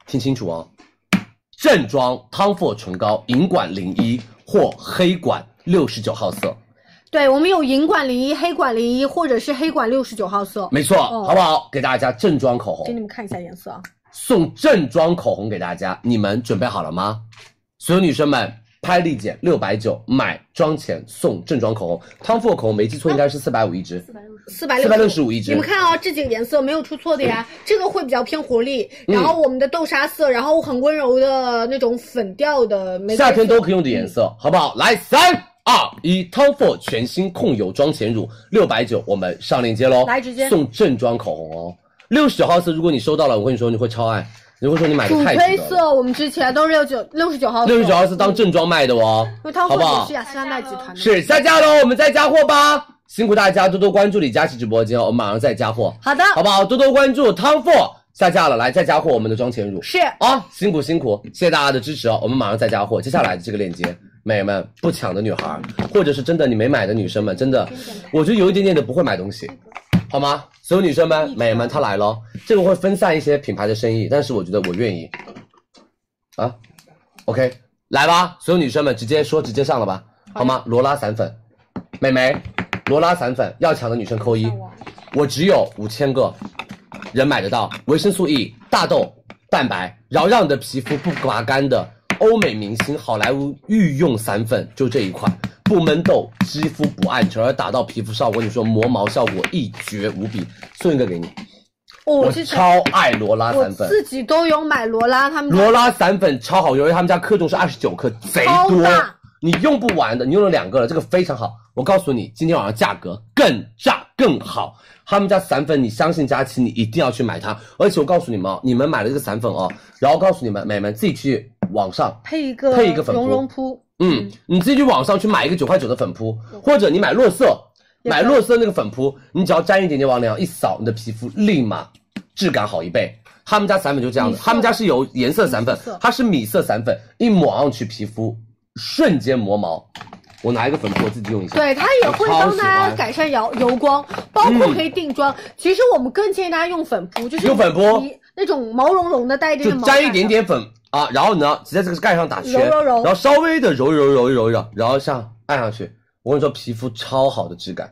S5: 听清楚哦。正装康复唇膏银管零一或黑管六十九号色，
S8: 对我们有银管零一、黑管零一，或者是黑管六十九号色，
S5: 没错，
S8: 哦
S5: 好不好？给大家正装口
S8: 给你们
S5: 红，
S8: 看一下颜色啊。
S5: 送正装口红给大家，你们准备好了吗？所有女生们，拍立减六百九买妆前送正装口红，康复口红没记错应该是四百五一支，
S8: 四百
S5: 四百六十五一支，嗯
S8: 你们看哦，这几个颜色没有出错的呀，这个会比较偏活力，然后我们的豆沙色，然后很温柔的那种粉调的玫瑰色，
S5: 夏天都可以用的颜色，好不好？来，三二一，Tom Ford 全新控油妆前乳六百九，我们上链接喽，
S8: 来直接
S5: 送正装口红哦。六十九号色，如果你收到了，我跟你说你会超爱，你会说你买
S8: 主
S5: 的太
S8: 推
S5: 值得了。
S8: 色，我们之前都是六九六十九号色，嗯
S5: 六十九号色当正装卖的哦，
S8: 因为它
S5: 好
S8: 会
S5: 不
S8: 也
S5: 好
S8: 是？雅诗兰黛集团的。
S5: 是下架喽，我们再加货吧，辛苦大家多多关注李佳琦直播间哦，我们马上再加货，
S8: 好的，
S5: 好不好？多多关注 Tom Ford 下架了，来再加货我们的妆前乳。
S8: 是
S5: 啊，辛苦辛苦，谢谢大家的支持哦！我们马上再加货，接下来的这个链接，美人们不抢的女孩儿，或者是真的你没买的女生们，真的，我觉得有一点点的不会买东西，好吗？所有女生们，美人们，它来了哦，这个会分散一些品牌的生意，但是我觉得我愿意。啊，OK，来吧，所有女生们直接说直接上了吧，好吗？罗拉散粉，美眉，罗拉散粉要抢的女生扣一，我只有五千个人买得到维生素 E、大豆蛋白，然后让你的皮肤不刮干的欧美明星好莱坞御用散粉，就这一款。不闷痘，肌肤不暗沉，而打到皮肤上，我跟你说，磨毛效果一绝无比。送一个给你，
S8: 哦
S5: 我
S8: 我之前
S5: 超爱罗拉
S8: 我
S5: 散粉，
S8: 自己都有买罗拉他们家
S5: 罗拉散粉超好用，因为他们家克重是二十九克，贼
S8: 超
S5: 多
S8: 大。
S5: 你用不完的，你用了两个了，这个非常好。我告诉你，今天晚上价格更炸更好。他们家散粉，你相信佳琪，你一定要去买它。而且我告诉你们哦，你们买了这个散粉哦，然后告诉你们，美们自己去网上
S6: 配一个
S5: 配一个粉扑
S6: 绒绒扑，
S5: 嗯，你自己去网上去买一个九块九的粉扑，或者你买洛色，买洛色那个粉扑，你只要沾一点点往脸上一扫，你的皮肤立马质感好一倍。他们家散粉就这样的，他们家是有颜色散粉
S6: 米色，
S5: 它是米色散粉，一抹上去皮肤瞬间磨毛。我拿一个粉扑我自己用一下，
S6: 对，它也会帮大家改善油油光，包括可以定妆。其实我们更建议大家用粉扑，就是
S5: 嗯用粉扑
S6: 你那种毛茸茸的，带一
S5: 就
S6: 点点毛，
S5: 沾一点，点粉啊，然后呢，直接在这个盖上打圈，
S6: 揉揉揉
S5: 然后稍微的揉一揉揉一揉一揉，然后像按上去，我跟你说皮肤超好的质感，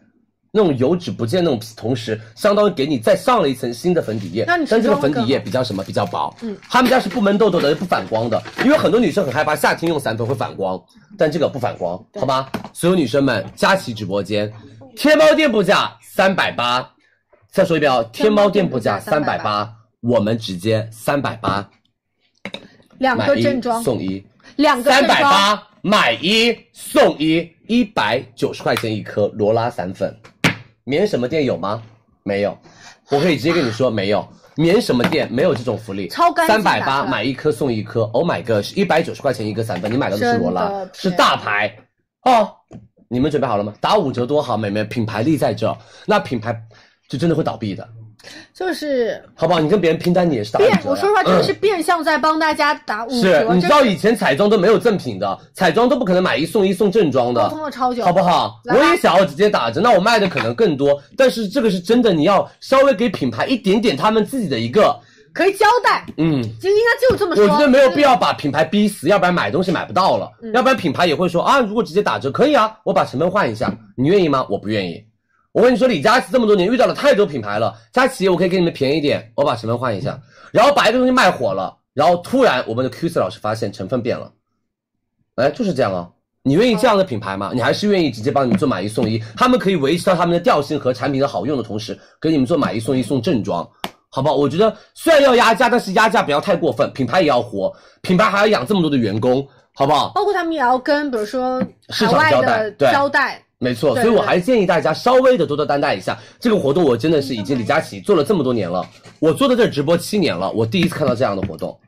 S5: 那种油脂不见那种皮，同时相当于给你再上了一层新的粉底液，
S6: 让你
S5: 但这个
S6: 持妆
S5: 粉
S6: 更
S5: 底液比较什么比较薄，嗯，他们家是不闷痘痘的，不反光的，因为很多女生很害怕夏天用散粉会反光，但这个不反光，好吗？所有女生们，佳琦直播间，天猫店铺价三百八，再说一遍哦，天猫店铺价三百八，我们直接三百八。
S6: 两
S5: 买
S6: 个
S5: 一
S6: 正装，
S5: 送一，
S6: 两个
S5: 三
S6: 正
S5: 百
S6: 装。
S5: 八买一送一，一百九十块钱一颗罗拉散粉，免什么店有吗？没有，我可以直接跟你说没有，免什么店没有这种福利，
S6: 超干净
S5: 三百
S6: 打
S5: 八
S6: 出来
S5: 买一颗送一颗，Oh my god，是一百九十块钱一颗散粉，你买到的是罗
S6: 真的
S5: 拉，是
S6: 天
S5: 大牌哦。你们准备好了吗？打五折多好，美眉，品牌力在这儿，那品牌就真的会倒闭的，
S6: 就是
S5: 好不好？你跟别人拼单，你也是打五折
S6: 变
S5: 呀。，
S6: 我说实话，真的是变相在帮大家打五折
S5: 嗯是，，你知
S6: 真
S5: 道
S6: 的
S5: 以前彩妆都没有赠品的，彩妆都不可能买一送一送正装
S6: 沟
S5: 的，
S6: 通了超哦久，
S5: 好不好？
S6: 来
S5: 我
S6: 吧
S5: 也想要直接打折，那我卖的可能更多，但是这个是真的，你要稍微给品牌一点点他们自己的一个，
S6: 可以交代，
S5: 嗯，
S6: 就应该就这么说。嗯
S5: 我觉得没有必要把品牌逼死，要不然买东西买不到了，要不然品牌也会说啊，如果直接打折可以啊，我把成本换一下，你愿意吗？我不愿意。我跟你说，李佳琦这么多年遇到了太多品牌了，佳琦我可以给你们便宜一点，我把成分换一下，然后把一个东西卖火了，然后突然我们的 QC 老师发现成分变了，哎，就是这样啊。你愿意这样的品牌吗？你还是愿意直接帮你们做买一送一？他们可以维持到他们的调性和产品的好用的同时，给你们做买一送一送正装，好不好？我觉得虽然要压价，但是压价不要太过分，品牌也要活，品牌还要养这么多的员工，好不好？
S6: 包括他们也要跟，比如说
S5: 市
S6: 海
S5: 场
S6: 外
S5: 交代
S6: 的
S5: 对
S6: 交代，
S5: 没错，
S6: 对
S5: 所以我
S6: 对
S5: 还是建议大家稍微的多多担待一下这个活动。我真的是已经李佳琦做了这么多年了，我做的这直播七年了，我第一次看到这样的活动，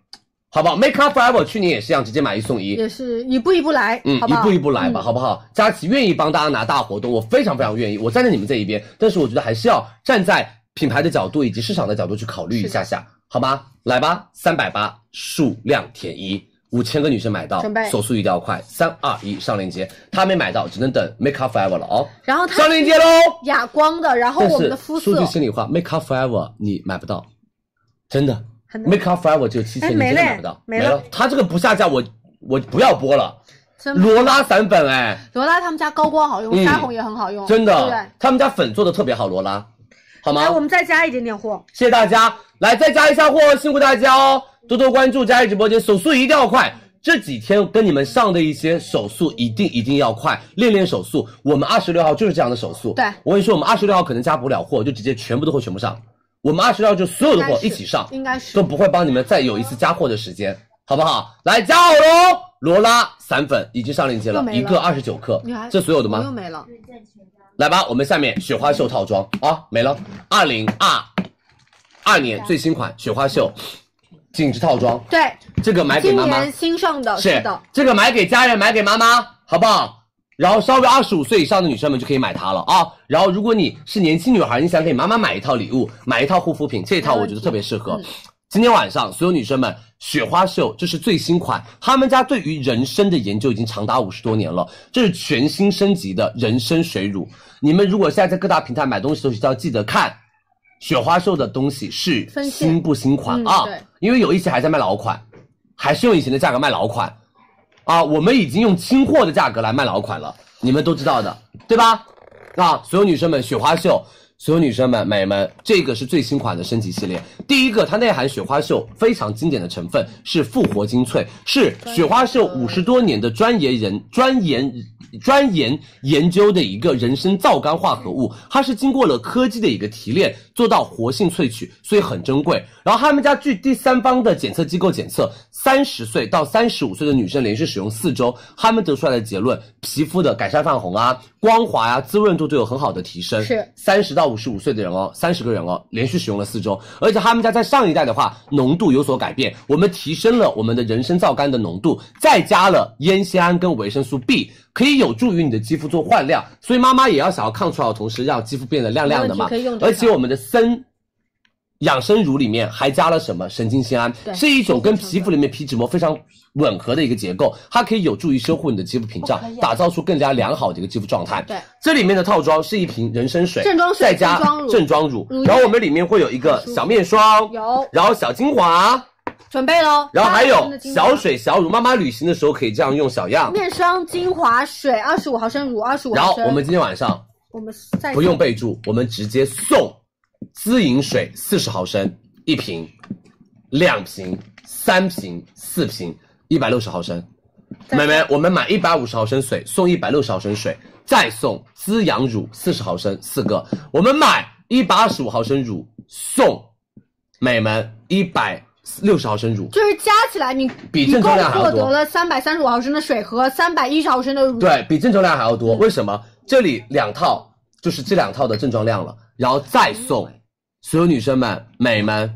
S5: 好不好？Make Up Forever 去年也是这样，直接买一送一，
S6: 也是一步一步来，
S5: 嗯，
S6: 好
S5: 一
S6: 不好？
S5: 步一步来吧，好不好？佳琪愿意帮大家拿大活动，我非常非常愿意，我站在你们这一边，但是我觉得还是要站在品牌的角度以及市场的角度去考虑一下下，好吗？来吧，三百八，数量填一。五千个女生买到
S6: 准备，
S5: 手速一定要快，三二一，上链接。她没买到，只能等 Make Up Forever 了哦。
S6: 然后它
S5: 上链接喽。
S6: 哑光的，然后
S5: 但
S6: 哦我们
S5: 是
S6: 的肤
S5: 说
S6: 色
S5: 句心里话，Make Up Forever 你买不到，真的
S6: 很难
S5: ，Make Up Forever 只有七千，
S6: 哎
S5: 你
S6: 没
S5: 真
S6: 嘞
S5: 的买不到，
S6: 没
S5: 没
S6: 了
S5: 了。它这个不下架，我我不要播了。
S6: 真
S5: 罗拉散粉哎，
S6: 罗拉他们家高光好用，
S5: 嗯
S6: 腮红也很好用，
S5: 真
S6: 对不哦对
S5: 的？，他们家粉做的特别好，罗拉，好吗
S6: 来，？我们再加一点点货，
S5: 谢谢大家，来再加一下货，辛苦大家哦，多多关注佳怡直播间，手速一定要快。这几天跟你们上的一些手速一定一定要快，练练手速。我们二十六号就是这样的手速。
S6: 对
S5: 我跟你说，我们二十六号可能加不了货，就直接全部的货全部上。我们二十六号就所有的
S6: 应
S5: 货
S6: 该是
S5: 一起上，
S6: 应该是
S5: 都不会帮你们再有一次加货的时间，好不好？来加好喽！罗拉散粉已经上链接了
S6: 又，没
S5: 一
S6: 了
S5: 个二十九克
S6: 你还，
S5: 这所有的吗？
S6: 我又没了，
S5: 来吧，我们下面雪花秀套装啊，没了，二零二二年最新款雪花秀紧致套装，
S6: 对，
S5: 这个买给
S6: 今
S5: 妈妈
S6: 年，新上的，是的，
S5: 这个买给家人，买给妈妈，好不好？然后稍微二十五岁以上的女生们就可以买它了啊。然后如果你是年轻女孩，你想给妈妈买一套礼物，买一套护肤品，这一
S6: 嗯
S5: 套我觉得特别适合。今天晚上，所有女生们，雪花秀这是最新款，他们家对于人参的研究已经长达五十多年了，这是全新升级的人参水乳。你们如果现在在各大平台买东西的时候，要记得看雪花秀的东西是
S6: 分线
S5: 新不新款
S6: 嗯
S5: 啊
S6: 对，
S5: 因为有一些还在卖老款，还是用以前的价格卖老款，啊，我们已经用清货的价格来卖老款了，你们都知道的，对吧？啊，所有女生们，雪花秀所有女生们、美们，这个是最新款的升级系列。第一个，它内含雪花秀非常经典的成分，是复活精粹，是雪花秀五十多年的专业人专研专研研究的一个人参皂苷化合物，它是经过了科技的一个提炼，做到活性萃取，所以很珍贵。然后他们家据第三方的检测机构检测，三十岁到三十五岁的女生连续使用四周，他们得出来的结论，皮肤的改善泛红啊、光滑呀、滋润度都有很好的提升。
S6: 是
S5: 三十到五十五岁的人哦，三十个人哦，连续使用了四周，而且他们家在上一代的话，浓度有所改变，我们提升了我们的人参皂苷的浓度，再加了烟酰胺跟维生素 B，可以有助于你的肌肤做焕亮。所以妈妈也要想要抗衰老，同时让肌肤变得亮亮的嘛
S6: 没问题可以用。这个
S5: 而且我们的参养生乳里面还加了什么神经酰
S6: 对
S5: 胺，是一种跟皮肤里面皮脂膜非常吻合的一个结构，它可以有助于修护你的肌肤屏障
S1: 哦可以啊，
S5: 打造出更加良好的一个肌肤状态。
S6: 对，
S5: 这里面的套装是一瓶人参水，
S6: 正装水
S5: 再加
S6: 正装乳
S5: 正装乳
S6: 乳液，
S5: 然后我们里面会有一个小面霜，
S6: 有
S5: 然后小精华，
S6: 准备喽。
S5: 然后还
S6: 八月份
S5: 有
S6: 的精华
S5: 小水小乳，妈妈旅行的时候可以这样用小样。
S6: 面霜、精华水，二十五毫升乳，二十五
S5: 然
S6: 毫
S5: 后
S6: 升。
S5: 我们今天晚上
S6: 我们再
S5: 不用备注，我们直接送滋饮水四十毫升一瓶，两瓶、三瓶、四瓶，一百六十毫升。妹妹，我们买一百五十毫升水送一百六十毫升水，再送滋养乳四十毫升四个。我们买一百二十五毫升乳送美们一百六十毫升乳，
S6: 就是加起来你
S5: 比正常量还
S6: 一共
S5: 要
S6: 获
S5: 多
S6: 得了三百三十五毫升的水和三百一十毫升的乳。
S5: 对比正装量还要
S6: 嗯
S5: 多。为什么？这里两套就是这两套的正装量了，然后再送
S6: 嗯
S5: 所有女生们、美们，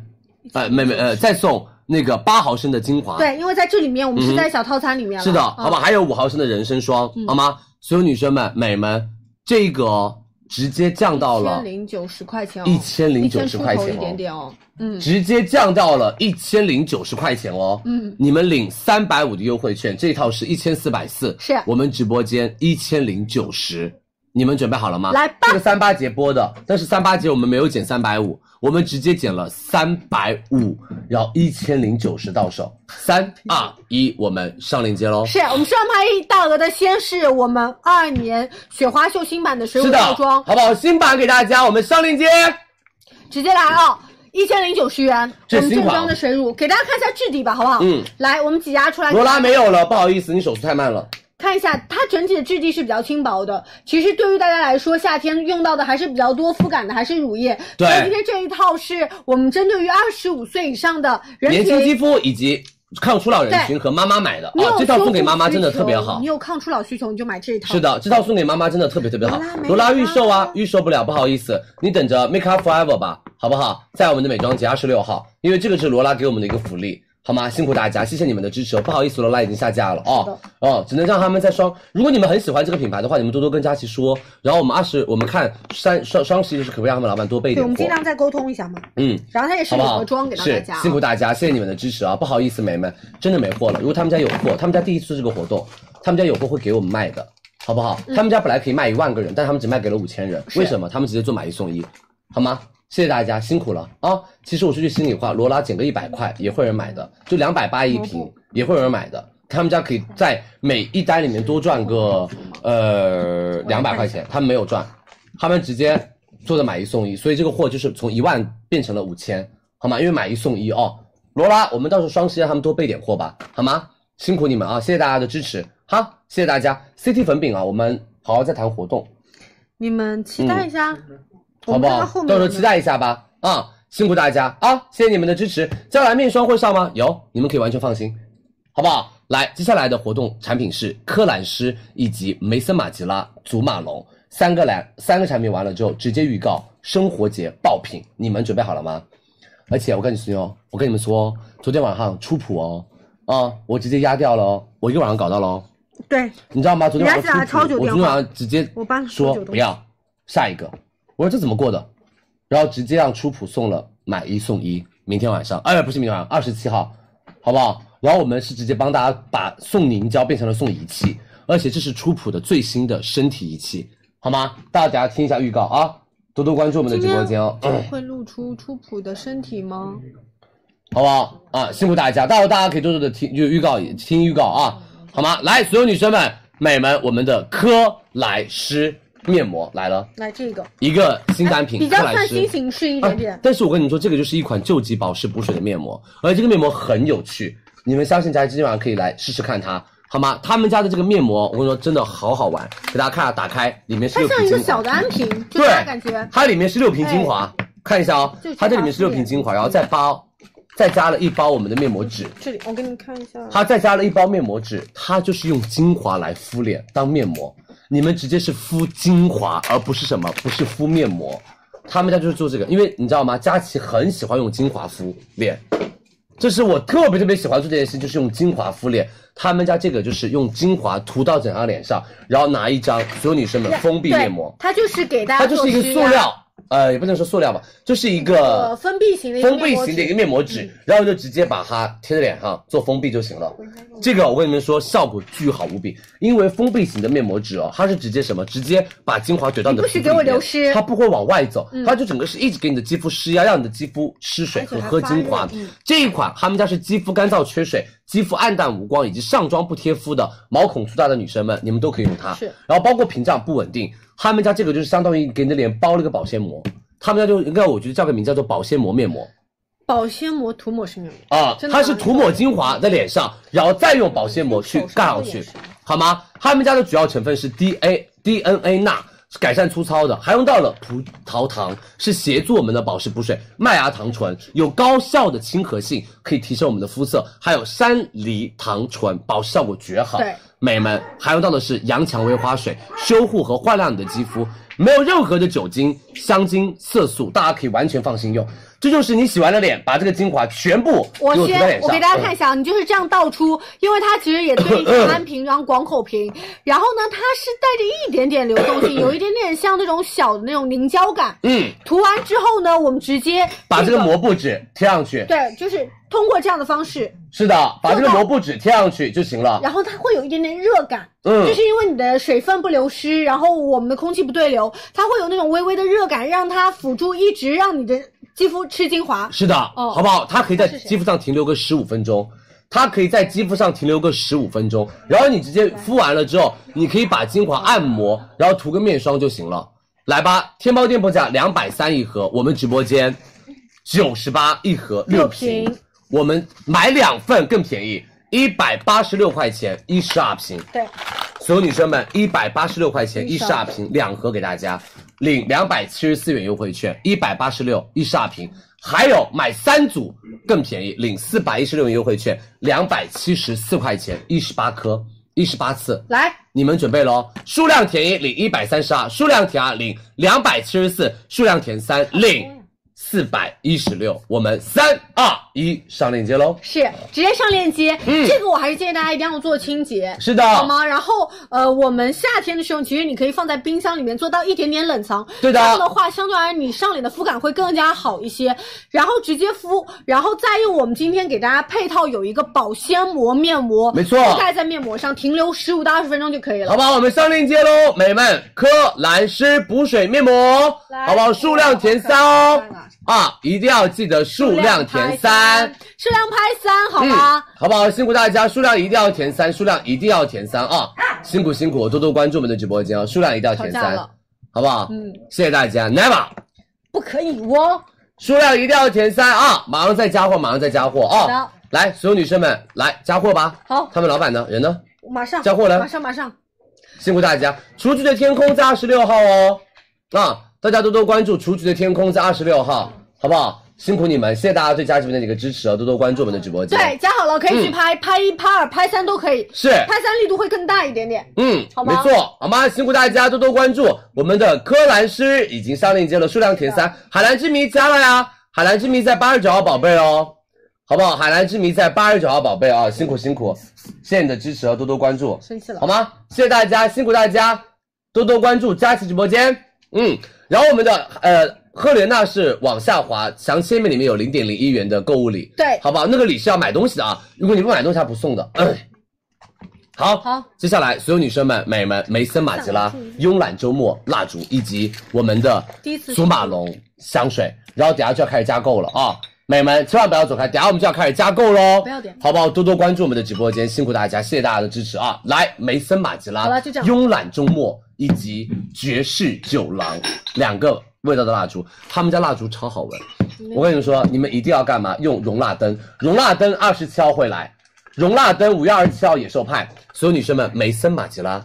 S5: 呃，美美呃，再送那个八毫升的精华。
S6: 对，因为在这里面我们是
S5: 嗯哼
S6: 在小套餐里面了。
S5: 是的，
S6: 嗯
S5: 好吧，还有五毫升的人参霜，好吗？所有女生们、美们，这个哦直接降到
S6: 一
S5: 了
S6: 千零九十块钱哦，
S5: 一千零九十块
S6: 一千
S5: 钱
S6: 出头一
S5: 哦
S6: 点。点哦。嗯，
S5: 直接降到了一千零九十块钱哦。嗯，你们领三百五的优惠券，这套是一千四百四，
S6: 是
S5: 我们直播间一千零九十。你们准备好了吗？
S6: 来吧
S5: 这个三八节播的，但是三八节我们没有减三百五，我们直接减了三百五，然后一千零九十到手。三二一，我们上链接喽。
S6: 是啊我们上拍大额的，先是我们二二年雪花秀新版的水
S5: 是
S6: 乳
S5: 的，
S6: 套装，
S5: 好不好？新版给大家，我们上链接。
S6: 直接来啊！一千零九十元，
S5: 这
S6: 我
S5: 是
S6: 们
S5: 新
S6: 正
S5: 款啊
S6: 装的水乳，给大家看一下质地吧，好不好？
S5: 嗯，
S6: 来，我们挤压出来，
S5: 罗拉没有了，不好意思，你手速太慢了。
S6: 看一下，它整体的质地是比较轻薄的。其实对于大家来说，夏天用到的还是比较多肤感的，还是乳液。
S5: 对
S6: 所以今天这一套是我们针对于二十五岁以上的人
S5: 年
S6: 群，
S5: 轻肌肤以及抗初老人群和妈妈买的
S6: 你有
S5: 啊，这套
S6: 修
S5: 送给
S6: 复
S5: 妈妈
S6: 需
S5: 真的
S6: 求
S5: 特别好
S6: 你。有抗初老需求，你就买这一套。
S5: 是，的，这套送给妈妈真的特别特别好
S6: 罗拉没。有
S5: 罗拉预售啊，预售不了，不好意思，你等着 Make Up Forever 吧，好不好？在我们的美妆节二十六号，因为这个是罗拉给我们的一个福利，好吗？辛苦大家，谢谢你们的支持哦。不好意思，罗拉已经下架了哦哦，只能让他们在双。如果你们很喜欢这个品牌的话，你们多多跟佳琪说，哦然后我们二十，我们看三双双十一的时候可不可以让他们老板多备一
S6: 对，我
S5: 点
S6: 们
S5: 货
S6: 尽？量再沟通一下嘛。
S5: 嗯，
S6: 然后它也是
S5: 好
S6: 礼
S5: 不好？
S6: 盒装给到大
S5: 是
S6: 家啊。
S5: 辛苦大家，谢谢你们的支持啊！不好意思，美们，真的没货了。如果他们家有货，他们家第一次这个活动，他们家有货会给我们卖的，好不
S6: 嗯
S5: 好？他们家本来可以卖一万个人，但他们只卖给了五千人，为什么？他们直接做买一送一，好吗？谢谢大家，辛苦了啊！其实我说句心里话，罗拉减个一百块也会有人买的，就两百八一
S6: 哦
S5: 瓶也会有人买的。他们家可以在每一单里面多赚个呃两百块钱，他们没有赚，他们直接做的买一送一，所以这个货就是从一万变成了五千，好吗？因为买一送一哦。罗拉，我们到时候双十一让他们多备点货吧，好吗？辛苦你们啊，谢谢大家的支持，好，谢谢大家。CT 粉饼啊，我们好好再谈活动，
S6: 你们期待一下，
S5: 好不
S6: 我们
S5: 好
S6: 看看后？面
S5: 到时候
S6: 有没有
S5: 期待一下吧，啊，辛苦大家啊，谢谢你们的支持。再来面霜会上吗？有，你们可以完全放心，好不好？来，接下来的活动产品是科兰诗以及梅森马吉拉、祖马龙三个兰三个产品完了之后，直接预告生活节爆品，你们准备好了吗？而且我跟你说哦，我跟你们说哦，昨天晚上出谱哦，啊，我直接压掉了哦，我一个晚上搞到了哦。
S6: 对，
S5: 你知道吗？昨天晚
S6: 人家
S5: 上
S6: 打超久
S5: 我
S6: 电
S5: 昨天
S6: 话
S5: 晚上直接
S6: 我帮你说
S5: 说
S6: 久东西
S5: 不要，下一个。我说这怎么过的？然后直接让初普送了买一送一，明天晚上，哎，不是明天晚上，二十七号，好不好？然后我们是直接帮大家把送凝胶变成了送仪器，而且这是初普的最新的身体仪器，好吗？大家等下听一下预告啊，多多关注我们的直播间哦。
S6: 会露出初普的身体吗？
S5: 好不好？啊，辛苦大家，到时候大家可以多多的听，就预告听预告啊，好吗？来，所有女生们、美们，我们的科莱诗面膜来了，
S6: 来这个哎
S5: 一个新单品，
S6: 比较
S5: 克莱
S6: 算
S5: 诗
S6: 新型式一点
S5: 啊
S6: 点。
S5: 但是我跟你说，这个就是一款救急保湿补水的面膜，而这个面膜很有趣，你们相信佳今晚可以来试试看它。好吗？他们家的这个面膜，我跟你说，真的好好玩，给大家看啊，打开，里面是
S6: 它
S5: 六瓶精
S6: 像 一个
S5: 华
S6: 小的安瓶，就
S5: 对
S6: 大家感觉
S5: 它里面是六瓶精华，看一下哦
S6: 哎就是，
S5: 它这里面是六瓶精华，然后再包，再加了一包我们的面膜纸，
S6: 这里我给你们看一下，
S5: 它再加了一包面膜纸，它就是用精华来敷脸当面膜，你们直接是敷精华，而不是什么，不是敷面膜。他们家就是做这个，因为你知道吗？佳琪很喜欢用精华敷脸，这是我特别特别喜欢做这件事，就是用精华敷脸。他们家这个就是用精华涂到整张脸上，然后拿一张所有女生们封闭
S6: 对
S5: 面膜，
S6: 它就是给大家
S5: 它就是一个
S6: 做
S5: 塑
S6: 虚啊
S5: 料，呃，也不能说塑料吧，就是一
S6: 呃
S5: 个
S6: 封闭型的一个
S5: 封闭型的一个面膜纸，嗯然后就直接把它贴在脸上做封闭就行了。这个我跟你们说，效果巨好无比，因为封闭型的面膜纸哦，它是直接什么，直接把精华怼到你的
S6: 你不
S5: 皮
S6: 许
S5: 肤
S6: 给
S5: 里
S6: 我
S5: 面
S6: 流失
S5: 它不会往外走，它就整个是一直给你的肌肤施压，让你的肌肤吃水和喝精华。这一款他们家是肌肤干燥缺水、肌肤暗淡无光以及上妆不贴肤的毛孔粗大的女生们，你们都可以用它。
S6: 是，
S5: 然后包括屏障不稳定，他们家这个就是相当于给你的脸包了一个保鲜膜。他们家就应该，我觉得叫个名叫做保鲜膜面膜
S6: 保鲜膜涂抹式面膜，
S5: 啊，
S6: 真的
S5: 它是
S6: 吗
S5: 涂抹精华在脸上，然后再用保鲜膜去盖上去，好吗？他们家的主要成分是 DA DNA 钠，是改善粗糙的，还用到了葡萄糖，是协助我们的保湿补水，麦芽糖醇有高效的亲和性，可以提升我们的肤色，还有山梨糖醇，保湿效果绝好。
S6: 对
S5: 美们，还用到的是洋蔷薇花水，修护和焕亮你的肌肤，没有任何的酒精、香精、色素，大家可以完全放心用。这就是你洗完了脸，把这个精华全部
S6: 我
S5: 给涂在
S6: 先
S5: 脸上。嗯
S6: 我给大家看一下，啊，你就是这样倒出，因为它其实也推荐安瓶，然后广 口瓶，然后呢，它是带着一点点流动性，有一点点像那种小的那种凝胶感。
S5: 嗯，
S6: 涂完之后呢，我们直接
S5: 把这个膜布纸贴上去。
S6: 对，就是通过这样的方式，
S5: 是的，把这个膜布纸贴上去就行了。
S6: 然后它会有一点点热感，
S5: 嗯
S6: 就是因为你的水分不流失，然后我们的空气不对流，它会有那种微微的热感，让它辅助一直让你的肌肤吃精华。
S5: 是的，
S6: 哦
S5: 好不好？它可以在
S6: 它是谁
S5: 肌肤上停留个十五分钟，它可以在肌肤上停留个十五分钟，然后你直接敷完了之后，你可以把精华按摩，然后涂个面霜就行了。来吧，天猫店铺价两百三一盒，我们直播间九十八一盒
S6: 六
S5: 瓶，
S6: 瓶
S5: 我们买两份更便宜，一百八十六块钱一十二瓶。
S6: 对，
S5: 所有女生们，一百八十六块钱一
S6: 一
S5: 十
S6: 十
S5: 二
S6: 二
S5: 瓶两盒给大家，领两百七十四元优惠券，一百八十六一十二瓶，还有买三组更便宜，领四百一十六元优惠券，两百七十四块钱一十八颗一十八次。
S6: 来，
S5: 你们准备喽！数量填一领一百三十二，数量填二领两百七十四，数量填三领四百一十六。我们三二一上链接喽！
S6: 是直接上链接。
S5: 嗯
S6: 这个我还是建议大家一定要做清洁。
S5: 是的，
S6: 好吗？然后，呃，我们夏天的时候，其实你可以放在冰箱里面做到一点点冷藏。
S5: 对的
S6: 这样的话，相对而言，你上脸的肤感会更加好一些。然后直接敷，然后再用我们今天给大家配套有一个保鲜膜面膜，
S5: 没错
S6: 覆盖在面膜上，停留十五到二十分钟就可以了。
S5: 好不好？我们上链接喽，美们，科兰诗补水面膜，好不好？数量填三哦，啊，一定要记得数量填三，，嗯
S6: 数量拍三，好吗？
S5: 好不好？辛苦大家，数量一定要填三，数量一定要填三啊！辛苦辛苦，多多关注我们的直播间哦，数量一定要填
S6: 吵架
S5: 三
S6: 了，
S5: 好不好？嗯，谢谢大家，Never。
S6: 不可以哦，
S5: 数量一定要填三啊！马上再加货，马上再加货
S6: 好
S5: 啊
S6: 的！
S5: 来，所有女生们，来加货吧！
S6: 好
S5: 他们老板呢？人呢？
S6: 马上
S5: 交货了
S6: 马上马上，
S5: 辛苦大家！雏菊的天空在二十六号哦，啊，大家多多关注雏菊的天空在二十六号，好不好？辛苦你们，谢谢大家对佳琪们的一个支持啊！多多关注我们的直播间。
S6: 对，，加好了，可
S5: 嗯
S6: 以去拍，拍一、拍二、拍三都可以，
S5: 是，
S6: 拍三力度会更大一点点。
S5: 嗯，
S6: 好
S5: 没
S6: 吗
S5: 错，好吗？辛苦大家多多关注我们的柯兰诗，已经上链接了，数量填三，海蓝之谜加了呀，海蓝之谜在八十九号宝贝哦，好不好？海蓝之谜在八十九号宝贝啊，辛苦辛苦，谢谢你的支持啊，多多关注，
S6: 生气了
S5: 好。吗？谢谢大家，辛苦大家，多多关注佳琦直播间。嗯，然后我们的呃赫莲娜是往下滑，详情页面里面有零点零一元的购物礼，
S6: 对嗯
S5: 好不好？那个礼是要买东西的啊，如果你不买东西，它不送的。 好，
S6: 好，
S5: 接下来所有女生们、美们、梅森、马吉拉、慵懒周末蜡烛以及我们的
S6: 第一次
S5: 祖马龙香水，然后等下就要开始加购了啊。美们，千万不要走开，等下我们就要开始加购喽，
S6: 不要点
S5: 好不好？多多关注我们的直播间，辛苦大家，谢谢大家的支持啊！来，梅森、马吉拉，
S6: 好了就这样
S5: 慵懒周末以及爵士九郎两个味道的蜡烛，他们家蜡烛超好闻。
S6: 嗯
S5: 我跟你们说，你们一定要干嘛？用容蜡灯，容蜡灯二十七号会来，容蜡灯五月二十七号野兽派，所有女生们，梅森马吉拉。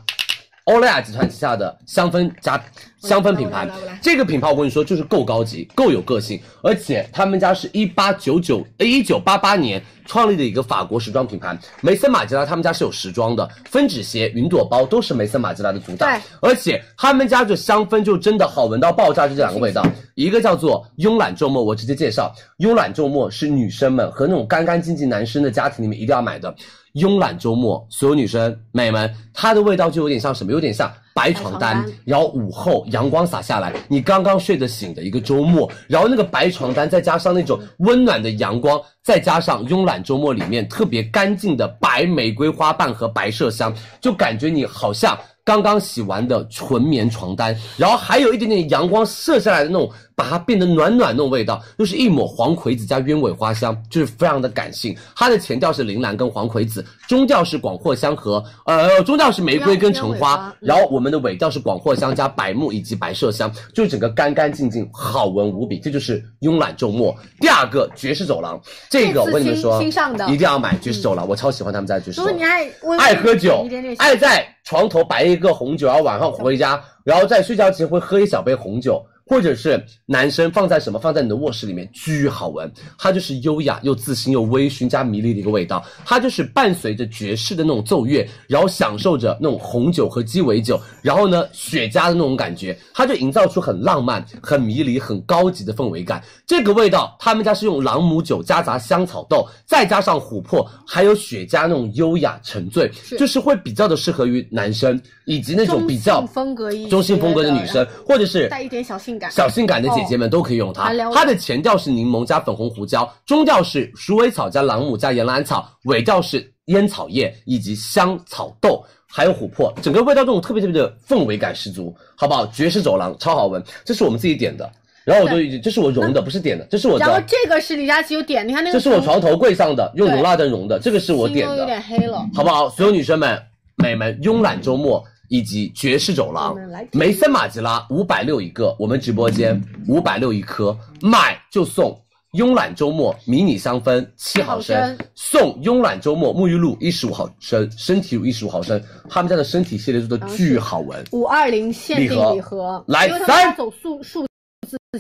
S5: 欧莱雅集团旗下的香氛加香氛品牌，这个品牌我跟你说就是够高级，够有个性，而且他们家是一八九九一九八八年创立的一个法国时装品牌。梅森马吉拉他们家是有时装的，分趾鞋、云朵包都是梅森马吉拉的主打，而且他们家的香氛就真的好闻到爆炸，就这两个味道，一个叫做慵懒周末，我直接介绍，慵懒周末是女生们和那种干干净净男生的家庭里面一定要买的。慵懒周末，所有女生美们，它的味道就有点像什么？有点像白床单，然后午后阳光洒下来，你刚刚睡得醒的一个周末，然后那个白床单再加上那种温暖的阳光，再加上慵懒周末里面特别干净的白玫瑰花瓣和白麝香，就感觉你好像。刚刚洗完的纯棉床单，然后还有一点点阳光射下来的那种，把它变得暖暖那种味道，又是一抹黄葵子加鸢尾花香，就是非常的感性。它的前调是铃兰跟黄葵子，中调是广藿香和呃中调是玫瑰跟橙花，
S6: 嗯
S5: 然后我们的尾调是广藿香加柏木以及白麝香，就整个干干净净，好闻无比。这就是慵懒周末。第二个爵士走廊，这个我跟你们说，
S6: 新新上的嗯
S5: 一定要买爵士走廊，我超喜欢他们家的爵士
S6: 如
S5: 走
S6: 果
S5: 廊
S6: 你。爱温
S5: 爱喝酒
S6: 一点点，
S5: 爱在床头摆一个红酒，然后晚上回家，然后在睡觉前会喝一小杯红酒，或者是男生放在什么放在你的卧室里面，巨好闻。它就是优雅又自信又微醺加迷离的一个味道，它就是伴随着爵士的那种奏乐，然后享受着那种红酒和鸡尾酒，然后呢雪茄的那种感觉，它就营造出很浪漫、很迷离、很高级的氛围感。这个味道，他们家是用朗姆酒夹杂香草豆，再加上琥珀，还有雪茄那种优雅沉醉，就是会比较的适合于男生以及那种比较
S6: 中性风格一些的
S5: 中性风格的女生，或者是
S6: 带一点小性感
S5: 小性感的姐姐们都可以用它
S6: 哦还聊。
S5: 它的前调是柠檬加粉红胡椒，中调是鼠尾草加朗姆加岩兰草，尾调是烟草叶以及香草豆。还有琥珀，整个味道这种特别特别的氛围感十足，好不好？爵士走廊超好闻，这是我们自己点的，然后我都已经，这是我融的，不是点的，这是我
S6: 然后
S5: 的，
S6: 这个是李佳琦有点，你看那个
S5: 这是我
S6: 唇
S5: 床头柜上的，用容蜡灯融的，这个是我
S6: 心
S5: 点
S6: 都
S5: 的，
S6: 有点黑了。
S5: 好不好？所有女生们、美们，慵懒周末以及爵士走廊
S6: 我们嗯来，听
S5: 梅森马吉拉五百六一个，我们直播间五百六一颗，买就送。慵懒周末迷你香氛七毫
S6: 毫
S5: 升
S6: 升
S5: 送慵懒周末沐浴露一十五毫升，身体乳一十五毫升，他们家的身体系列
S6: 嗯
S5: 做的巨好闻。
S6: 五二零限定礼
S5: 礼
S6: 盒，
S5: 来
S6: 因为他们
S5: 三
S6: 走数数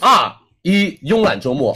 S5: 二一，慵懒周末，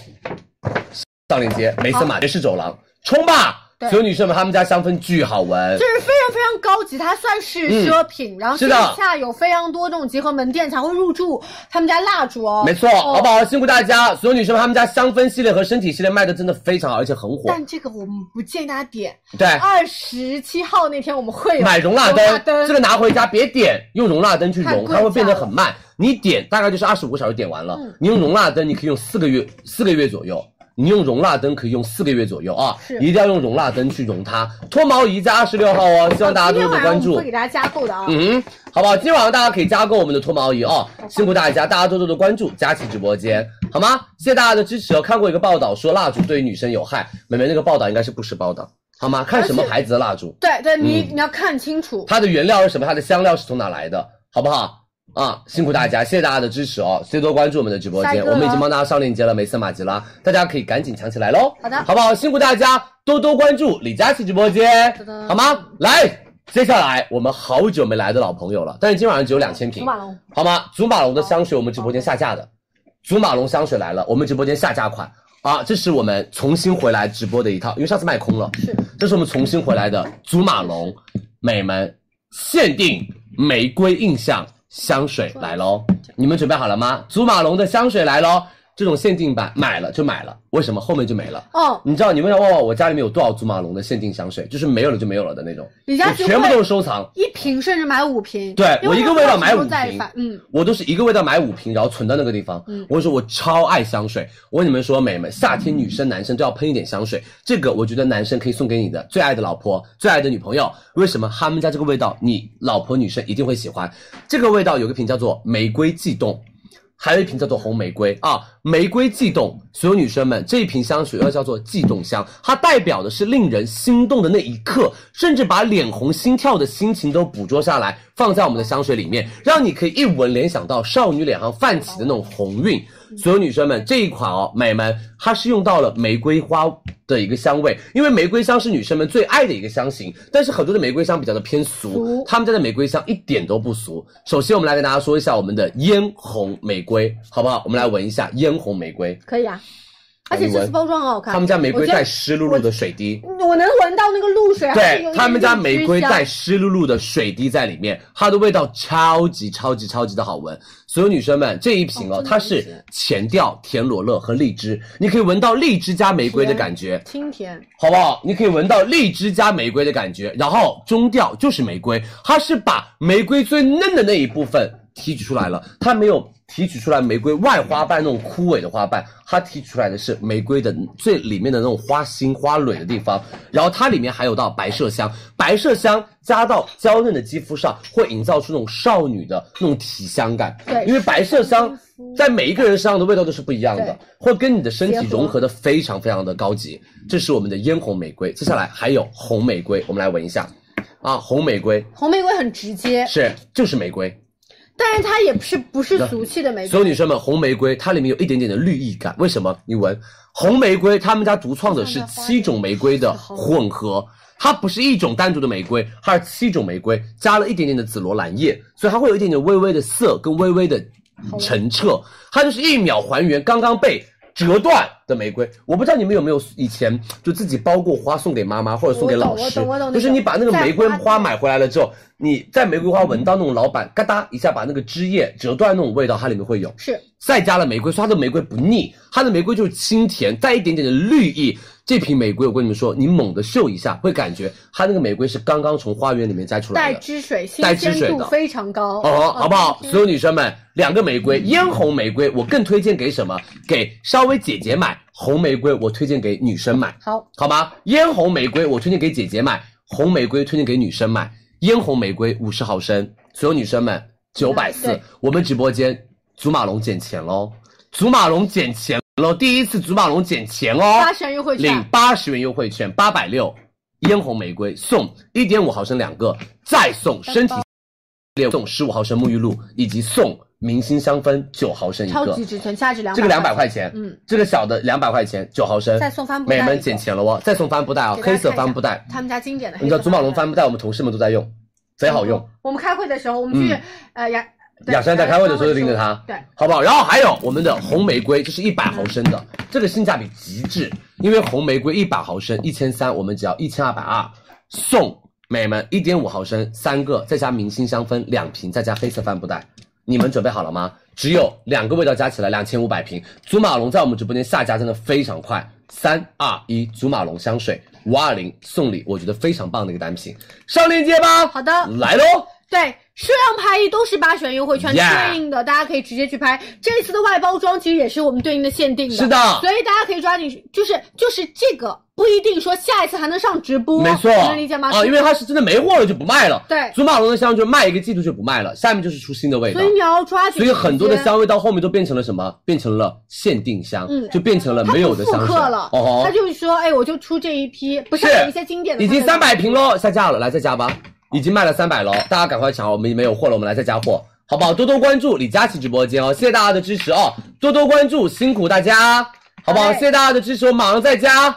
S5: 上链接梅森马爵士走廊，冲吧！
S6: 对
S5: 所有女生们，他们家香氛巨好闻
S6: 就，是非常非常高级，它算是奢品。然后
S5: 嗯是
S6: 线
S5: 的
S6: 下有非常多这种集合门店才会入驻他们家蜡烛哦。
S5: 没错，好不好？辛苦大家，所有女生们，他们家香氛系列和身体系列卖的真的非常好，而且很火。
S6: 但这个我们不建议大家点。
S5: 对，
S6: 二十七号那天我们哎会有
S5: 哎买容蜡
S6: 蜡
S5: 灯，
S6: 灯
S5: 这个拿回家别点，用容蜡灯去
S6: 太
S5: 融，
S6: 贵嗯
S5: 它会变得
S6: 价了
S5: 很慢。你点大概就是二十五个小时点完了，你用容蜡灯，你可以用四个月，四个月左右。你用容蜡灯可以用四个月左右啊，一定要用容蜡灯去融它。脱毛仪在二十六号哦，希望大家多
S6: 今
S5: 多
S6: 天晚上我
S5: 关
S6: 们
S5: 注
S6: 会。给大家加购的啊。
S5: 嗯，好不好？今天晚上大家可以加购我们的脱毛仪哦，辛苦大家，大家多多的关注佳琦直播间，好吗？谢谢大家的支持哦。看过一个报道说蜡烛对于女生有害，美眉那个报道应该是不实报道，好吗？看什么牌子的蜡烛，
S6: 对对，你、
S5: 嗯
S6: 你要看清楚。
S5: 它的原料是什么，它的香料是从哪来的，好不好？啊，辛苦大家，谢谢大家的支持哦，多多关注我们的直播
S6: 嗯下一
S5: 间，
S6: 个了
S5: 我们已经帮大家上链接了，梅森马吉拉，大家可以赶紧抢起来喽，
S6: 好的
S5: 好不好？辛苦大家多多关注李佳琦直播间
S6: 噔噔，
S5: 好吗？来，接下来我们好久没来的老朋友了，但是今晚上只有两千瓶，
S6: 马龙
S5: 好吗？祖马龙的香水我们直播间下架的，祖马龙香水来了，我们直播间下架款啊，这是我们重新回来直播的一套，因为上次卖空了，
S6: 是，
S5: 这是我们重新回来的祖马龙美门限定玫瑰印象香水来喽，你们准备好了吗？祖马龙的香水来喽，这种限定版买了就买了，为什么后面就没了？
S6: 哦，
S5: 你知道，你们要问问我家里面有多少祖马龙的限定香水，就是没有了就没有了的那种，
S6: 李佳
S5: 我
S6: 琦
S5: 全部
S6: 会
S5: 都是收藏。
S6: 一瓶甚至买五瓶。
S5: 对
S6: 因
S5: 我一个味道买五
S6: 到时候再
S5: 瓶
S6: 发嗯，
S5: 我都是一个味道买五瓶，然后存到那个地方。我跟你说，我超爱香水。我跟你们说，美们，夏天女生、男生都要喷一点香水。这个我觉得男生可以送给你的最爱的老婆、最爱的女朋友。为什么他们家这个味道，你老婆女生一定会喜欢？这个味道有个品叫做玫瑰悸动。还有一瓶叫做红玫瑰啊，玫瑰悸动，所有女生们，这一瓶香水要叫做悸动香，它代表的是令人心动的那一刻，甚至把脸红、心跳的心情都捕捉下来，放在我们的香水里面，让你可以一闻联想到少女脸上泛起的那种红晕。
S6: 嗯
S5: 所有女生们，这一款哦，美们，它是用到了玫瑰花的一个香味，因为玫瑰香是女生们最爱的一个香型，但是很多的玫瑰香比较的偏俗，他们家的玫瑰香一点都不俗。首先，我们来跟大家说一下我们的嫣红玫瑰，好不好？我们来闻一下嫣红玫瑰，
S6: 可以啊。而且这次包装很好看。
S5: 他们家玫瑰
S6: 我觉得
S5: 带湿漉漉的水滴。
S6: 我能闻到那个露水，还是有
S5: 对
S6: 一
S5: 他们家
S6: 点
S5: 玫瑰
S6: 居香
S5: 带湿漉漉的水滴在里面，它的味道超级超级超级的好闻。所有女生们，这一瓶哦，它是前调甜罗勒和荔枝，你可以闻到荔枝加玫瑰的感觉，
S6: 清甜，
S5: 好不好？你可以闻到荔枝加玫瑰的感觉，然后中调就是玫瑰，它是把玫瑰最嫩的那一部分提取出来了，它没有提取出来玫瑰外花瓣那种枯萎的花瓣，它提取出来的是玫瑰的最里面的那种花心花蕊的地方，然后它里面还有到白麝香，白麝香 加到娇嫩的肌肤上，会营造出那种少女的那种体香感，
S6: 对
S5: 因为白麝香。在每一个人身上的味道都是不一样的
S6: 对，
S5: 会跟你的身体
S6: 结合
S5: 融合的非常非常的高级。这是我们的嫣红玫瑰，接下来还有红玫瑰，我们来闻一下，啊，红玫瑰
S6: 红玫瑰很直接，
S5: 是就是玫瑰，
S6: 但是它也不是不是俗气的玫
S5: 所有
S6: 瑰，
S5: 女生们，红玫瑰它里面有一点点的绿意感，为什么？你闻红玫瑰，他们家独创的是七种玫瑰的混合，它不是一种单独的玫瑰，它是七种玫瑰加了一点点的紫罗兰叶，所以它会有一点点微微的涩跟微微的澄澈，它就是一秒还原刚刚被。折断的玫瑰，我不知道你们有没有以前就自己包过花送给妈妈或者送给老师
S6: 我懂我懂我懂，那
S5: 就是
S6: 种
S5: 你把那个
S6: 在
S5: 玫瑰
S6: 花
S5: 花买回来了之后，你在玫瑰花闻到那种老板嘎哒一下把那个枝叶折断那种味道，它里面会有。
S6: 是
S5: 再加了玫瑰，所以它的玫瑰不腻，它的玫瑰就是清甜，带一点点的绿意。这瓶玫瑰，我跟你们说，你猛地嗅一下，会感觉它那个玫瑰是刚刚从花园里面摘出来
S6: 带
S5: 的。
S6: 汁水，新
S5: 带汁
S6: 鲜
S5: 水
S6: 度
S5: 的
S6: 非常高，嗯
S5: 哦，好不好？所有女生们，两个玫瑰，嫣红玫瑰，我更推荐给什么？给稍微姐姐买。红玫瑰我推荐给女生买，
S6: 好，
S5: 好吗？嫣红玫瑰我推荐给姐姐买，红玫瑰推荐给女生买。嫣红玫瑰五十毫升，所有女生们九百四
S6: 嗯对，
S5: 我们直播间祖马龙减钱喽，祖马龙减钱喽，第一次祖马龙减钱哦，
S6: 八十元优惠
S5: 领
S6: 券，
S5: 八十元优惠券，八百六，嫣红玫瑰送一点五毫升两个，再送身体六送十五毫升沐浴露，以及送明星香氛九毫升一
S6: 超
S5: 个
S6: 级。值钱，价值两
S5: 这个两百块钱，
S6: 嗯，
S5: 这个小的两百块钱九毫升，
S6: 再送帆布袋
S5: 美
S6: 一个
S5: 们捡钱了哦，再送帆布袋哦，
S6: 给大家看
S5: 黑
S6: 一下
S5: 色帆布袋，
S6: 他们家经典的黑色嗯
S5: 你知道祖马龙帆布袋，我们同事们都在用，贼好用。
S6: 我们开会的时候，我们去、
S5: 嗯
S6: 呃雅对
S5: 雅诗兰黛开会的时候就拎着它
S6: 对，
S5: 好不好？然后还有我们的红玫瑰，这是一百毫升的，这个性价比极致，因为红玫瑰一百毫升一千三，我们只要一千二百二，送美们一点五毫升三个，再加明星香氛两瓶，再加黑色帆布袋，你们准备好了吗？只有两个味道加起来两千五百瓶，祖马龙在我们直播间下架真的非常快，三二一，祖马龙香水五二零送礼，我觉得非常棒的一个单品，上链接吧。
S6: 好的
S5: 来喽。
S6: 对，数量拍一都是八十元优惠券
S5: Yeah
S6: 对应的，大家可以直接去拍。这次的外包装其实也是我们对应的限定的，
S5: 是的
S6: 所以大家可以抓紧，就是就是这个不一定说下一次还能上直播，
S5: 没错，
S6: 你能理解吗？
S5: 啊，因为它是真的没货了就不卖了。
S6: 对
S5: 祖马龙的香就卖一个季度就不卖了，下面就是出新的味道
S6: 所以。你要抓紧时
S5: 所
S6: 间，
S5: 以很多的香味到后面都变成了什么？变成了限定香，
S6: 嗯
S5: 就变成了
S6: 它
S5: 没有
S6: 不
S5: 的
S6: 复
S5: 香水
S6: 刻了，
S5: 哦吼
S6: 他就是说，哎，我就出这一批，不是
S5: 是
S6: 有一些经典的
S5: 已经
S6: 它
S5: 三
S6: 的
S5: 百瓶喽，下架了，来再加吧，已经卖了三百喽，大家赶快抢，我们已经没有货了，我们来再加货，好不好？多多关注李佳琦直播间哦，谢谢大家的支持哦，多多关注，辛苦大家，好不好？
S6: 好嘞
S5: 谢谢大家的支持，我马上再加。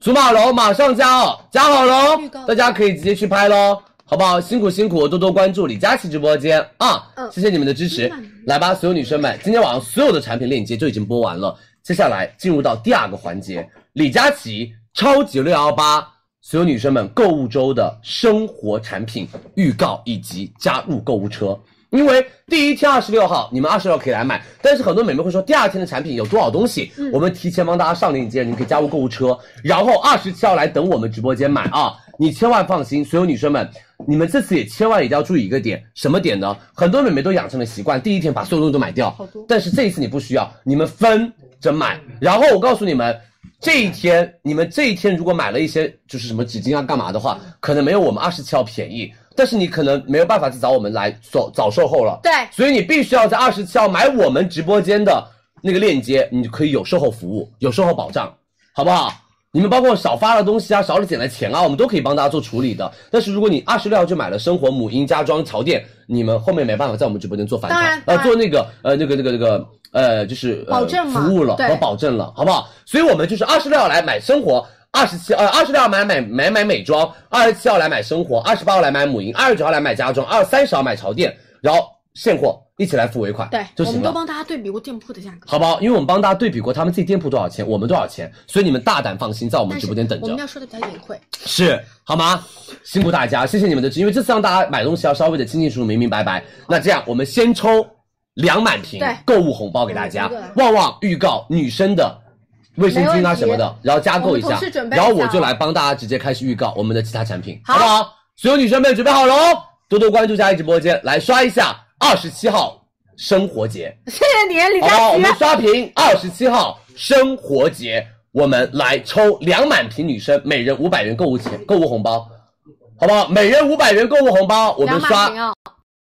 S5: 祖马龙马上加哦，加好喽
S6: 预告，
S5: 大家可以直接去拍喽，好不好？辛苦辛苦，多多关注李佳琦直播间啊！
S6: 嗯
S5: 谢谢你们的支持，来吧，所有女生们，今天晚上所有的产品链接就已经播完了，接下来进入到第二个环节，李佳琦超级六幺八，所有女生们购物周的生活产品预告以及加入购物车。因为第一天二十六号，你们二十六可以来买，但是很多美眉会说第二天的产品有多少东西，我们提前帮大家上链接，你们可以加入购物车，然后二十七号来等我们直播间买啊！你千万放心，所有女生们，你们这次也千万一定要注意一个点，什么点呢？很多美眉都养成了习惯，第一天把所有东西都买掉，但是这一次你不需要，你们分着买。然后我告诉你们，这一天，你们这一天如果买了一些就是什么纸巾啊干嘛的话，可能没有我们二十七号便宜。但是你可能没有办法去找我们来早早售后了。
S6: 对
S5: 所以你必须要在二十七号买我们直播间的那个链接，你可以有售后服务，有售后保障，好不好？你们包括少发了东西啊，少了捡了钱啊，我们都可以帮大家做处理的。但是如果你二十六号就买了生活、母婴、家装、潮店，你们后面没办法在我们直播间做反
S6: 当然
S5: 差，
S6: 当
S5: 呃，
S6: 然
S5: 做那个呃那个那个那个呃就是、呃、
S6: 保证嘛
S5: 服务了
S6: 对
S5: 和保证了，好不好？所以我们就是二十六号来买生活。二十七呃，二十六号买买买买美妆，二十七号来买生活，二十八号来买母婴，二十九号来买家装，二三十号买潮店，然后现货一起来付尾款，
S6: 对，
S5: 就
S6: 我
S5: 行
S6: 们都
S5: 了。
S6: 帮大家对比过店铺的价格，
S5: 好不好？因为我们帮大家对比过他们自己店铺多少钱，我们多少钱，所以你们大胆放心，在我们
S6: 但
S5: 直
S6: 是
S5: 播间等
S6: 我
S5: 着
S6: 们要。说的比较隐晦，
S5: 是，好吗？辛苦大家，谢谢你们的支持，因为这次让大家买东西要稍微的清清楚楚、明明白白。那这样，我们先抽两满屏
S6: 对
S5: 购物红包给大家
S6: 我们这个，
S5: 旺旺预告女生的。卫生巾
S6: 没
S5: 啊
S6: 问题
S5: 什么的，然后加购一下
S6: 我们同事准，备一
S5: 然
S6: 下
S5: 后我就来帮大家直接开始预告我们的其他产品，好不好？所有女生们准备好了哦，多多关注佳怡直播间，来刷一下二十七号生活节，
S6: 谢谢你，李
S5: 好不
S6: 佳
S5: 好？我
S6: 琦
S5: 们。刷屏二十七号生活节，我们来抽两满屏女生每人五百元购物钱购物红包，好不好？每人五百元购物红包，我们刷，
S6: 啊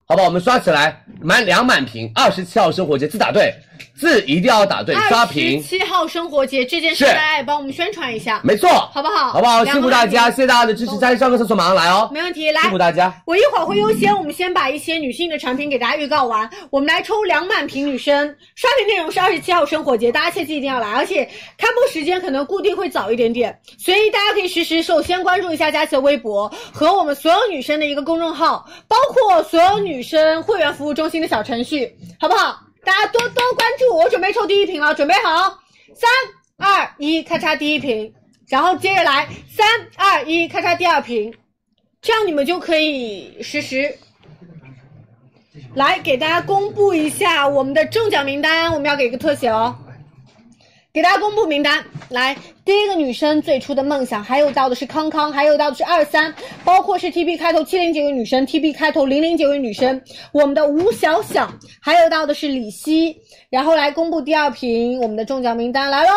S5: 好不好？我们刷起来，满两满屏二十七号生活节字打对，字一定要打对，刷屏，
S6: 七号生活节这件
S5: 是
S6: 事，大家也帮我们宣传一下，
S5: 没错，
S6: 好不好？
S5: 好不好？
S6: 两个
S5: 辛苦大家，
S6: 满
S5: 谢谢大家的支持，佳怡上个厕所马上来哦
S6: 屏，，没问题，来
S5: 辛苦大家。
S6: 我一会儿会优先，我们先把一些女性的产品给大家预告完，我们来抽两满屏女生。刷屏内容是二十七号生活节，大家切记一定要来，而且开播时间可能固定会早一点点，所以大家可以实时首先关注一下佳琪的微博和我们所有女生的一个公众号，包括所有女生会员服务中心的小程序，好不好？大家多多关注，我准备抽第一瓶了，准备好，三二一，咔嚓第一瓶，然后接着来三二一，咔嚓第二瓶。这样你们就可以实时来给大家公布一下我们的中奖名单，我们要给个特写哦。给大家公布名单，来，第一个女生最初的梦想，还有到的是康康，还有到的是二三，包括是 T B 开头七零九位女生，T B 开头零零九位女生，我们的吴小小，还有到的是李希，然后来公布第二瓶我们的中奖名单来喽。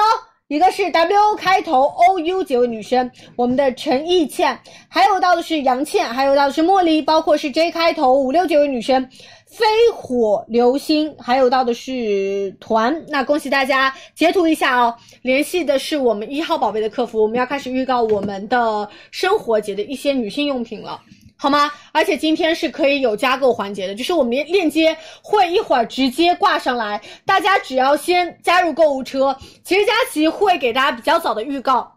S6: 一个是 W 开头 O U 结尾女生，我们的陈奕倩，还有到的是杨倩，还有到的是茉莉，包括是 J 开头五六结尾女生，飞火流星，还有到的是团。那恭喜大家，截图一下哦。联系的是我们一号宝贝的客服，我们要开始预告我们的生活节的一些女性用品了。好吗？而且今天是可以有加购环节的，就是我们链接会一会儿直接挂上来，大家只要先加入购物车。其实佳琪会给大家比较早的预告。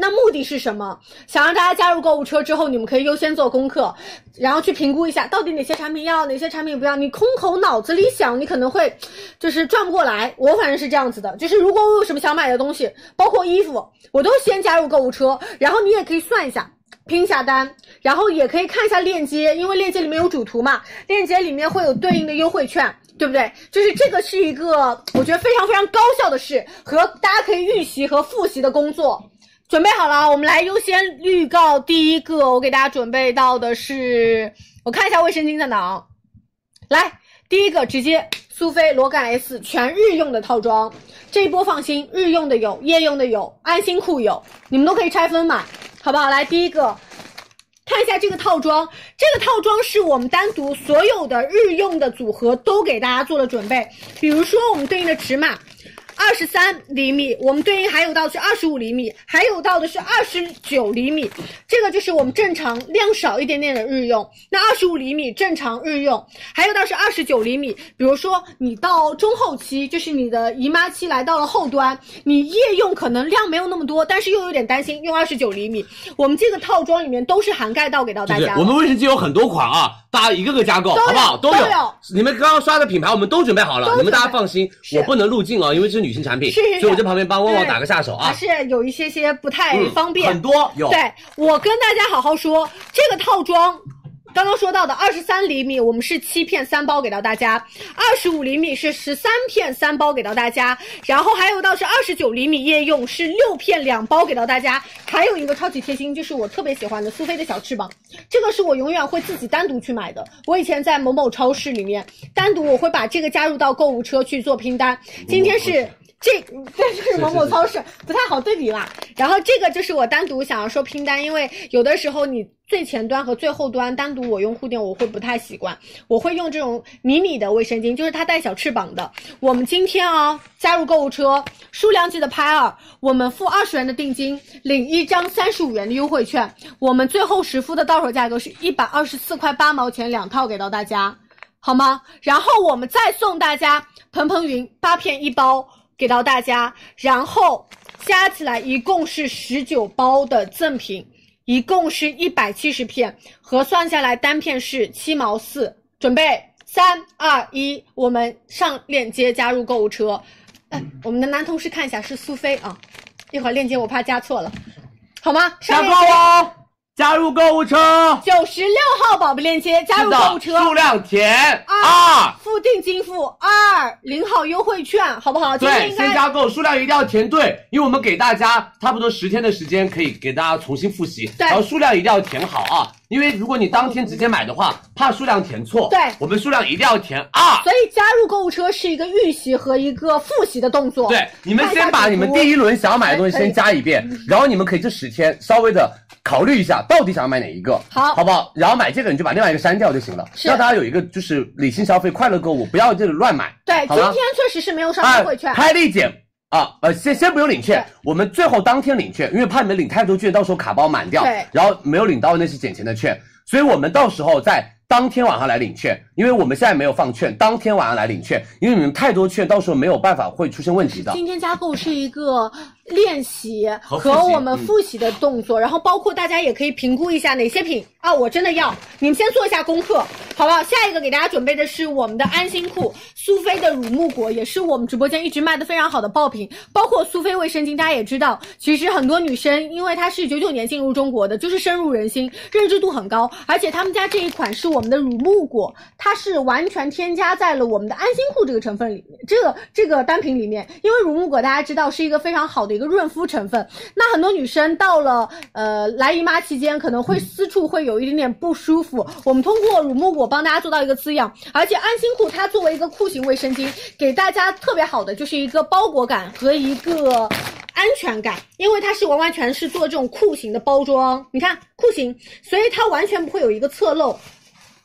S6: 那目的是什么？想让大家加入购物车之后，你们可以优先做功课，然后去评估一下到底哪些产品要，哪些产品不要。你空口脑子里想，你可能会就是转不过来。我反正是这样子的，就是如果我有什么想买的东西，包括衣服，我都先加入购物车，然后你也可以算一下。拼一下单，然后也可以看一下链接，因为链接里面有主图嘛，链接里面会有对应的优惠券，对不对？就是这个是一个我觉得非常非常高效的事和大家可以预习和复习的工作。准备好了啊，我们来优先预告第一个，我给大家准备到的是，我看一下卫生巾在哪啊？来，第一个直接苏菲罗感 S 全日用的套装，这一波放心，日用的有，夜用的有，安心裤有，你们都可以拆分买，好不好？来，第一个。看一下这个套装，这个套装是我们单独所有的日用的组合都给大家做了准备，比如说我们对应的尺码。二十三厘米，我们对应还有到的是二十五厘米，还有到的是二十九厘米，这个就是我们正常量少一点点的日用。那二十五厘米正常日用，还有到是二十九厘米。比如说你到中后期，就是你的姨妈期来到了后端，你夜用可能量没有那么多，但是又有点担心用二十九厘米。我们这个套装里面都是涵盖到给到大
S5: 对对，
S6: 家的
S5: 我们卫生巾有很多款啊，大家一个个加购，
S6: 有
S5: 好不好？
S6: 都
S5: 有
S6: 有。
S5: 你们刚刚刷的品牌，我们都准备好了，
S6: 都
S5: 你们大家
S6: 准备
S5: 放心，
S6: 是
S5: 我不能入镜啊，因为这是女性产品，
S6: 是是是
S5: 所以我在旁边帮旺旺
S6: 对
S5: 打个下手啊
S6: 还。是有一些些不太
S5: 嗯
S6: 方便。
S5: 很多有。
S6: 对我跟大家好好说，这个套装。刚刚说到的二十三厘米，我们是七片三包给到大家；二十五厘米是十三片三包给到大家，然后还有到是二十九厘米夜用是六片两包给到大家，还有一个超级贴心，就是我特别喜欢的苏菲的小翅膀，这个是我永远会自己单独去买的。我以前在某某超市里面单独我会把这个加入到购物车去做拼单，今天是这 但是某某超市不太好对比啦。然后这个就是我单独想要说拼单，因为有的时候你最前端和最后端单独我用护垫我会不太习惯，我会用这种迷你的卫生巾，就是它带小翅膀的。我们今天哦加入购物车，数量级的拍二，我们付二十元的定金，领一张三十五元的优惠券，我们最后实付的到手价格是一百二十四块八毛钱两套给到大家。好吗？然后我们再送大家蓬蓬云八片一包给到大家，然后加起来一共是十九包的赠品，一共是一百七十片，核算下来单片是七毛四。准备三二一，我们上链接加入购物车。哎，我们的男同事看一下是苏菲啊，一会儿链接我怕加错了，好吗？
S5: 下
S6: 上
S5: 购
S6: 链接
S5: 哦，加入购物车，
S6: 九十六号宝贝链接加入购物
S5: 是的
S6: 车，啊
S5: 数量啊填
S6: 二
S5: 二。
S6: 付定金付二，领好优惠券，好不好？今天
S5: 对，
S6: 应
S5: 先
S6: 该
S5: 加购，数量一定要填对，因为我们给大家差不多十天的时间，可以给大家重新复习，
S6: 对
S5: 然后数量一定要填好啊，因为如果你当天直接买的话，怕数量填错，
S6: 对
S5: 我们数量一定要填啊二。
S6: 所以加入购物车是一个预习和一个复习的动作。
S5: 对，你们
S6: 看一下
S5: 先把
S6: 主
S5: 你们
S6: 播
S5: 第一轮想要买的东西
S6: 可以嗯
S5: 先加一遍，然后你们可以这十天稍微的考虑一下，到底想要买哪一个，
S6: 好
S5: 好不好？然后买这个你就把另外一个删掉就行了，
S6: 是
S5: 让大家有一个就是理性消费、快乐购物，不要这个乱买。
S6: 对，
S5: 好
S6: 今
S5: 吗
S6: 天确实是没有上
S5: 啊
S6: 优惠，券。
S5: 拍立减啊，呃，先先不用领券，我们最后当天领券，因为怕你们领太多券，到时候卡包满掉，
S6: 对
S5: 然后没有领到那是减钱的券，所以我们到时候在当天晚上来领券，因为我们现在没有放券，当天晚上来领券，因为你们太多券，到时候没有办法会出现问题的。
S6: 今天加购是一个练习
S5: 和
S6: 和嗯
S5: 复习
S6: 我们复习的动作，然后包括大家也可以评估一下哪些品啊，我真的要，你们先做一下功课，好不好？下一个给大家准备的是我们的安心裤，苏菲的乳木果也是我们直播间一直卖的非常好的爆品，包括苏菲卫生巾，大家也知道，其实很多女生因为它是九九年进入中国的，就是深入人心，认知度很高，而且他们家这一款是我们的乳木果，它是完全添加在了我们的安心裤这个成分里面，这个这个单品里面，因为乳木果大家知道是一个非常好的一个润肤成分，那很多女生到了呃来姨妈期间，可能会私处会有一点点不舒服，我们通过乳木果帮大家做到一个滋养，而且安心裤它作为一个裤型卫生巾，给大家特别好的就是一个包裹感和一个。安全感，因为它是完完全是做这种裤型的包装，你看裤型，所以它完全不会有一个侧漏，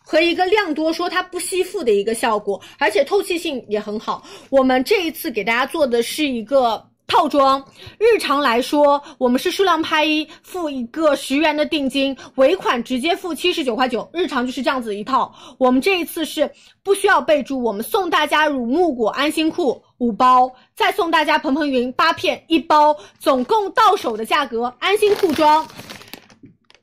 S6: 和一个量多说它不吸附的一个效果，而且透气性也很好。我们这一次给大家做的是一个。套装，日常来说，我们是数量拍一，付一个十元的定金，尾款直接付七十九块九，日常就是这样子一套。我们这一次是不需要备注，我们送大家乳木果安心裤五包，再送大家蓬蓬云八片一包，总共到手的价格，安心裤装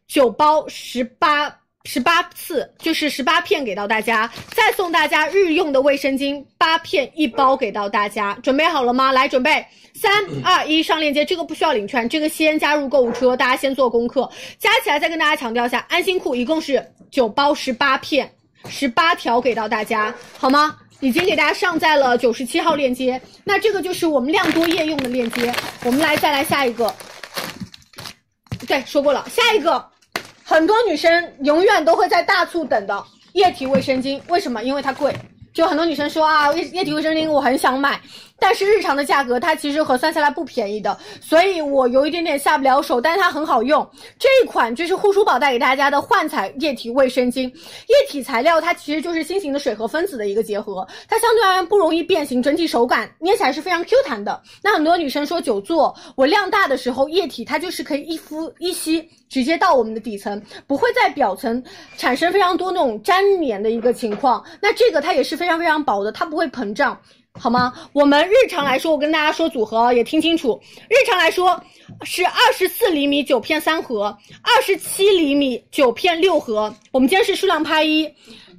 S6: 九包十八十八次，就是十八片给到大家，再送大家日用的卫生巾八片一包给到大家，准备好了吗？来准备。三二一，上链接，这个不需要领券，这个先加入购物车，大家先做功课，加起来再跟大家强调一下，安心裤一共是九包十八片，十八条给到大家，好吗？已经给大家上在了九十七号链接，那这个就是我们量多夜用的链接，我们来再来下一个，对，说过了，下一个，很多女生永远都会在大促等的液体卫生巾，为什么？因为它贵。就很多女生说啊，液液体卫生巾我很想买，但是日常的价格它其实核算下来不便宜的，所以我有一点点下不了手，但是它很好用。这一款就是护舒宝带给大家的幻彩液体卫生巾，液体材料它其实就是新型的水和分子的一个结合，它相对而言不容易变形，整体手感捏起来是非常 Q 弹的。那很多女生说久坐，我量大的时候液体它就是可以一敷一吸，直接到我们的底层，不会在表层产生非常多那种粘黏的一个情况。那这个它也是非常非常薄的，它不会膨胀。好吗？我们日常来说，我跟大家说组合哦也听清楚。日常来说是二十四厘米九片三盒，二十七厘米九片六盒。我们今天是数量拍一，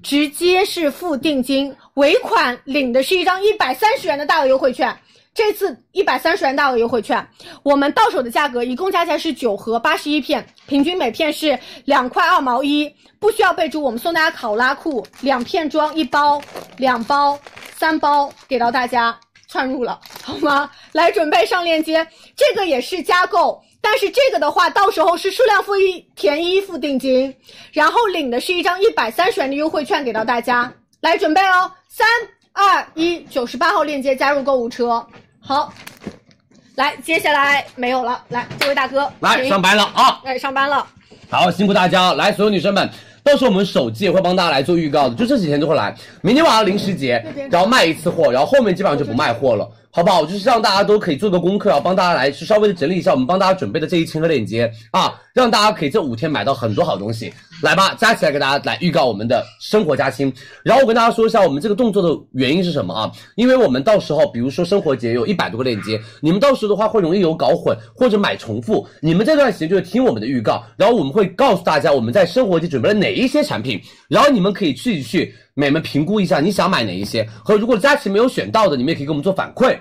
S6: 直接是付定金，尾款领的是一张一百三十元的大额优惠券。这次一百三十元大额优惠券，我们到手的价格一共加起来是九盒八十一片，平均每片是两块二毛一，不需要备注。我们送大家考拉裤两片装一包，两包三包给到大家串入了，好吗？来准备上链接，这个也是加购。但是这个的话，到时候是数量付一填一付定金，然后领的是一张一百三十元的优惠券给到大家，来准备哦，三二一，九十八号链接加入购物车，好
S8: 好，来，接下来没有了，来，这位大哥，
S5: 来
S8: 请
S5: 上，班了啊！
S8: 哎，上班了，
S5: 好，辛苦大家哦！来，所有女生们，到时候我们首季也会帮大家来做预告的，就这几天就会来。明天晚上零食节，然后卖一次货，然后后面基本上就不卖货了，好不好？就是让大家都可以做个功课，然后帮大家来去稍微的整理一下我们帮大家准备的这一千个链接啊，让大家可以这五天买到很多好东西。来吧，佳琪来给大家来预告我们的生活加薪。然后我跟大家说一下我们这个动作的原因是什么啊？因为我们到时候比如说生活节有一百多个链接，你们到时候的话会容易有搞混或者买重复。你们这段时间就是听我们的预告，然后我们会告诉大家我们在生活节准备了哪一些产品，然后你们可以自己去每们评估一下你想买哪一些，和如果佳琪没有选到的，你们也可以给我们做反馈。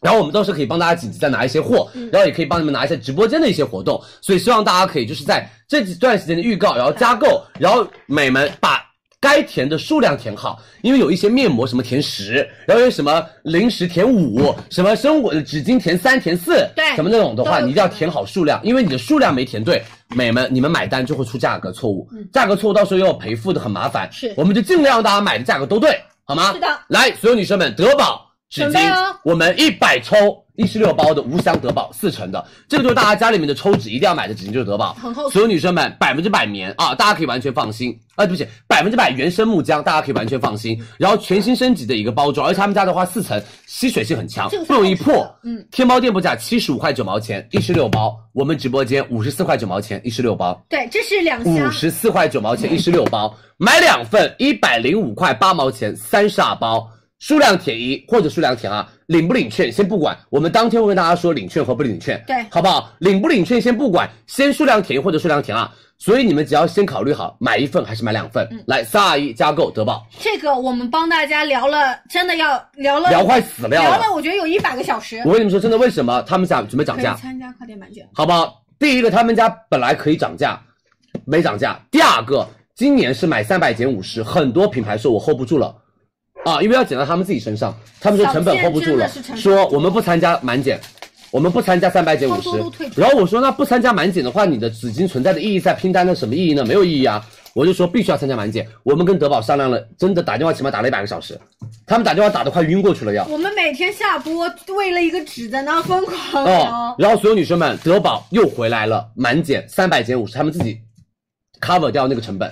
S5: 然后我们到时候可以帮大家紧急再拿一些货，
S8: 嗯
S5: 然后也可以帮你们拿一些直播间的一些活动，所以希望大家可以就是在这几段时间的预告，然后加
S8: 嗯
S5: 购，然后美们把该填的数量填好，因为有一些面膜什么填十，然后有什么零食填五，什么生活纸巾填三填四，
S8: 嗯对
S5: 什么那种的话，
S8: 都有
S5: 你一定要填好数量，因为你的数量没填对，美们你们买单就会出价格错误，价格错误到时候又要赔付的很麻烦，
S8: 嗯是
S5: 我们就尽量让大家买的价格都对，好吗？
S8: 是的
S5: 来，所有女生们，德宝纸
S8: 准
S5: 巾
S8: 备哦，
S5: 我们一百抽一十六包的无香德宝四成的，这个就是大家家里面的抽纸一定要买的纸巾，就是德宝。
S8: 很厚
S5: 所有女生们，百分之百棉啊，大家可以完全放心。啊，对不起，百分之百原生木浆，大家可以完全放心。然后全新升级的一个包装，而且他们家的话四层，吸水性很强
S8: 这个，是
S5: 不容易
S8: 厚实的
S5: 破。嗯，天猫店铺价七十五块九毛钱一十六包，我们直播间五十四块九毛钱一十六包。
S8: 对，这是两
S5: 五
S8: 箱，
S5: 十四块九毛钱一十六包，买两份一百零五块八毛钱三十二包，数量填一或者数量填二，领不领券先不管，我们当天会跟大家说领券和不领券，
S8: 对
S5: 好不好？领不领券先不管，先数量填一或者数量填二，所以你们只要先考虑好买一份还是买两份，
S8: 嗯
S5: 来三二一加购得宝，
S8: 这个我们帮大家聊了，真的要聊了
S5: 聊快死了
S8: 聊
S5: 要
S8: 了，
S5: 了。
S8: 我觉得有一百个小时，
S5: 我跟你们说，真的，为什么他们想准备涨
S8: 可以
S5: 价？
S8: 参加快点买卷，
S5: 好不好？第一个，他们家本来可以涨价，没涨价；第二个，今年是买三百减五十，很多品牌说我 hold 不住了，啊，因为要减到他们自己身上，他们说成本
S8: 小
S5: hold 不住
S8: 真的
S5: 了
S8: 是成，本
S5: 说我们不参加满减。我们不参加三百减五十
S8: 偷偷录退，出
S5: 然后我说那不参加满减的话，你的纸巾存在的意义在拼单的什么意义呢？没有意义啊！我就说必须要参加满减。我们跟德宝商量了，真的打电话起码打了一百个小时，他们打电话打得快晕过去了要。
S8: 我们每天下播为了一个纸在那疯狂
S5: 哦
S8: 聊，，
S5: 然后所有女生们，德宝又回来了，满减三百减五十，他们自己 cover 掉那个成本。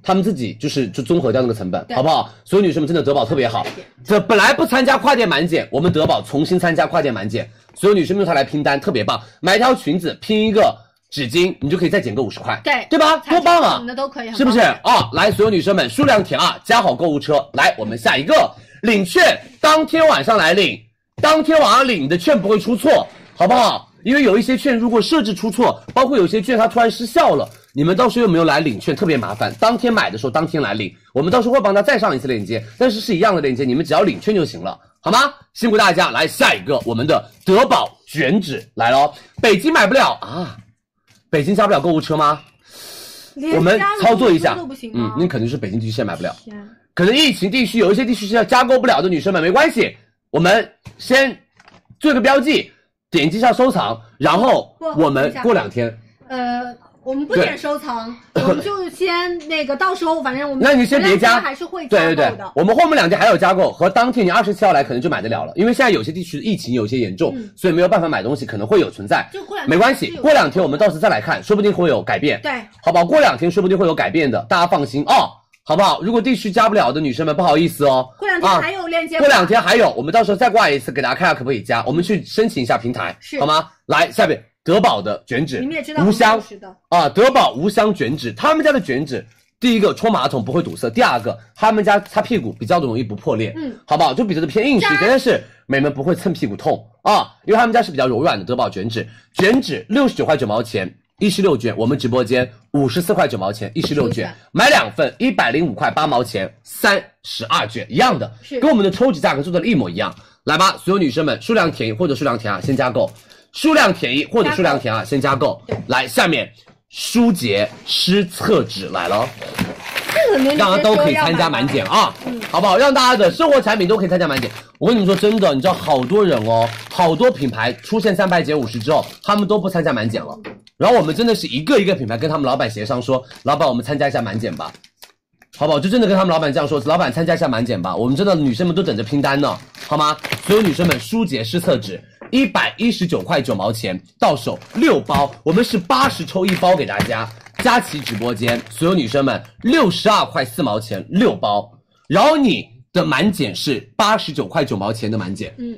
S5: 他们自己就是就综合掉那个成本，好不好？所有女生们真的德宝特别好，这本来不参加跨店满减，我们德宝重新参加跨店满减，所有女生们用它来拼单特别棒，买一条裙子拼一个纸巾，你就可以再减个五十块，
S8: 对
S5: 对吧？多棒啊！
S8: 我们的都可以，很
S5: 是不
S8: 棒
S5: 是啊、来，所有女生们，数量填啊，加好购物车。来，我们下一个领券，当天晚上来领，当天晚上领你的券不会出错，好不好？因为有一些券如果设置出错，包括有些券它突然失效了，你们到时候又没有来领券，特别麻烦。当天买的时候当天来领，我们到时候会帮他再上一次链接，但是是一样的链接，你们只要领券就行了。好吗？辛苦大家，来下一个，我们的德宝卷纸来喽。北京买不了啊，北京加不了购物车吗？
S8: 连
S5: 我们
S8: 加入
S5: 操作一下
S8: 都不行，
S5: 嗯
S8: 吗，
S5: 那肯定是北京地区现在买不了，
S8: 天啊
S5: 可能疫情地区有一些地区是要加购不了的，女生们没关系，我们先做个标记，点击一下收藏，然后
S8: 不
S5: 我们
S8: 等一下
S5: 过两天，
S8: 呃，我们不
S5: 对
S8: 点收 藏，我们就先那个，到时候反正我们
S5: 那你先别加，
S8: 回来之后还是会加
S5: 对对
S8: 购
S5: 对
S8: 的，。
S5: 我们后面两天还有加购，和当天你二十七号来可能就买得了了，因为现在有些地区疫情有些严重，所以没有办法买东西，可能会有存在，
S8: 嗯就过两天
S5: 没关系
S8: 还是，有
S5: 过两天我们到时再来看，说不定会有改变，
S8: 对
S5: 好不好？过两天说不定会有改变的，大家放心哦，好不好？如果地区加不了的女生们，不好意思哦，
S8: 过两天
S5: 啊
S8: 还有链接吧，
S5: 过两天还有，我们到时候再挂一次，给大家看一下可不可以加。我们去申请一下平台，
S8: 嗯是
S5: 好吗？来，下面德宝的卷纸，
S8: 你们也知道
S5: 无香
S8: 我们的
S5: 啊，德宝无香卷纸，他们家的卷纸。第一个冲马桶不会堵塞，第二个他们家擦屁股比较容易不破裂，
S8: 嗯，
S5: 好不好？就比较的偏硬实一
S8: 加
S5: 点，但是美们不会蹭屁股痛啊，因为他们家是比较柔软的德宝卷纸，卷纸六十九块九毛钱一十六卷，我们直播间五十四块九毛钱一十六卷，买两份一百零五块八毛钱三十二卷，一样的，
S8: 是
S5: 跟我们的抽纸价格做的一模一样。来吧，所有女生们，数量填一或者数量填二先加购，数量填一或者数量填二先加购。来，下面舒洁湿厕纸来了，
S8: 这个明明
S5: 大家都可以参
S8: 说
S5: 加
S8: 要买
S5: 满减啊，
S8: 嗯
S5: 好不好？让大家的生活产品都可以参加满减。我跟你们说真的，你知道好多人哦，好多品牌出现三百减五十之后，他们都不参加满减了。然后我们真的是一个一个品牌跟他们老板协商说，老板我们参加一下满减吧。好不好？就真的跟他们老板这样说，老板参加一下满减吧，我们真的女生们都等着拼单呢，好吗？所有女生们，舒洁湿厕纸一百一十九块九毛钱到手六包，我们是八十抽一包给大家。佳琦直播间所有女生们，六十二块四毛钱六包，然后你的满减是八十九块九毛钱的满减，嗯。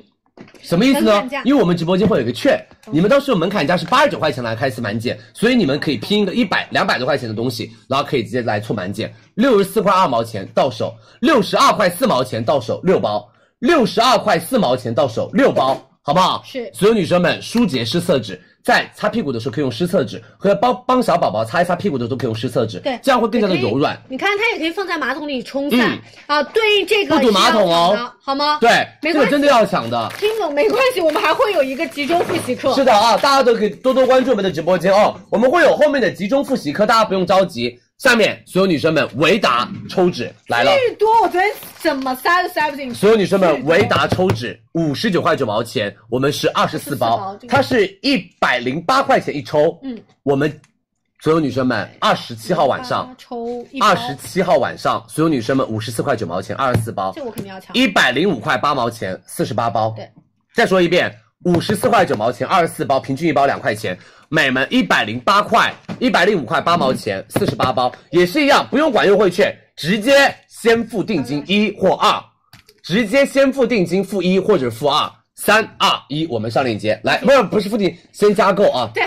S5: 什么意思
S8: 门
S5: 呢
S8: 槛价？
S5: 因为我们直播间会有一个券，
S8: 嗯
S5: 你们到时候门槛价是八十九块钱来开始满减，所以你们可以拼一个一百、两百多块钱的东西，然后可以直接来凑满减，六十四块二毛钱到手，六十二块四毛钱到手六包，六十二块四毛钱到手六包，好不好？
S8: 是
S5: 所有女生们，舒洁湿厕纸。在擦屁股的时候可以用湿厕纸，和帮帮小宝宝擦一擦屁股的时候都可以用湿厕纸，
S8: 对
S5: 这样会更加的
S8: 也可以
S5: 柔软。
S8: 你看，它也可以放在马桶里冲散、
S5: 嗯
S8: 啊，对应这个
S5: 不堵马桶哦
S8: 是要抢的，好吗？
S5: 对，
S8: 啊没
S5: 这
S8: 关
S5: 个
S8: 系
S5: 真的要抢的。
S8: 听懂没关系，我们还会有一个集中复习课。
S5: 是的啊，大家都可以多多关注我们的直播间哦，我们会有后面的集中复习课，大家不用着急。下面所有女生们，维达抽纸来了，
S8: 巨多，我昨天怎么塞都塞不进去。
S5: 所有女生们，维达抽纸五十九块九毛钱，我们是二十四包
S8: 包这，个
S5: 它是一百零八块钱一抽。嗯，我们所有女生们，二十七号晚上
S8: 啊，抽一包
S5: 二十，七号晚上，所有女生们五十四块九毛钱，二十四包
S8: 这，我肯定要抢。
S5: 一百零五块八毛钱，四十八包。
S8: 对，
S5: 再说一遍，五十四块九毛钱，二十四包，平均一包两块钱。每门一百零八块，一百零五块八毛钱，四十八包，也是一样，不用管优惠券，直接先付定金一或二，直接先付定金付一或者付二，三二一，我们上链接来，不是不是付定金，先加购啊，
S8: 对，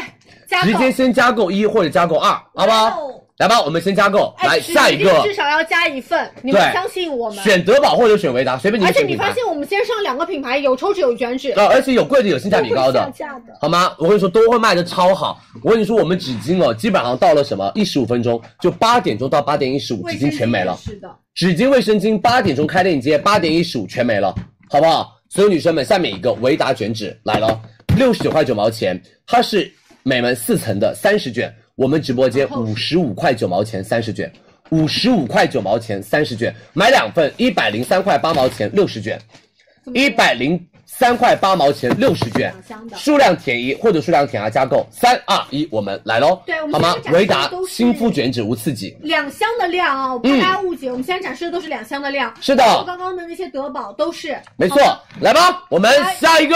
S8: 加购
S5: 直接先加购一或者加购二，好不好？来吧，我们先加购，
S8: 哎
S5: 来
S8: 指
S5: 下一
S8: 定
S5: 个，
S8: 至少要加一份，你们
S5: 对
S8: 相信我们。
S5: 选德宝或者选维达，随便你
S8: 而
S5: 们
S8: 且
S5: 选
S8: 你
S5: 品牌
S8: 发。现我们今天上两个品牌，有抽纸有卷纸，
S5: 呃，而且有贵的，有性价比高
S8: 都
S5: 的
S8: 会下，架的。
S5: 好吗？我跟你说，都会卖的超好。我跟你说，我们纸巾哦，基本上到了什么一十五分钟，就八点钟到八点一十五，纸巾全没了。
S8: 是的，
S5: 纸巾、卫生巾八点钟开链接，八点一十五全没了，好不好？所有女生们，下面一个维达卷纸来了，六十九块九毛钱，它是每门四层的三十卷，我们直播间五十五块九毛钱三十卷，五十五块九毛钱三十卷，买两份一百零三块八毛钱六十卷，一百零三块八毛钱六十卷，数量填一或者数量填二加购，三二一，我们来喽
S8: 对我，们
S5: 好吗
S8: 现在展？示
S5: 维达
S8: 都是
S5: 新肤卷纸无刺激，
S8: 两箱的量啊，我怕大家误解，我们现在展示的都是两箱的量。
S5: 嗯是的
S8: 包括刚刚的那些德宝都是。
S5: 没错
S8: 好吧，
S5: 来吧，我们
S8: 来
S5: 下一个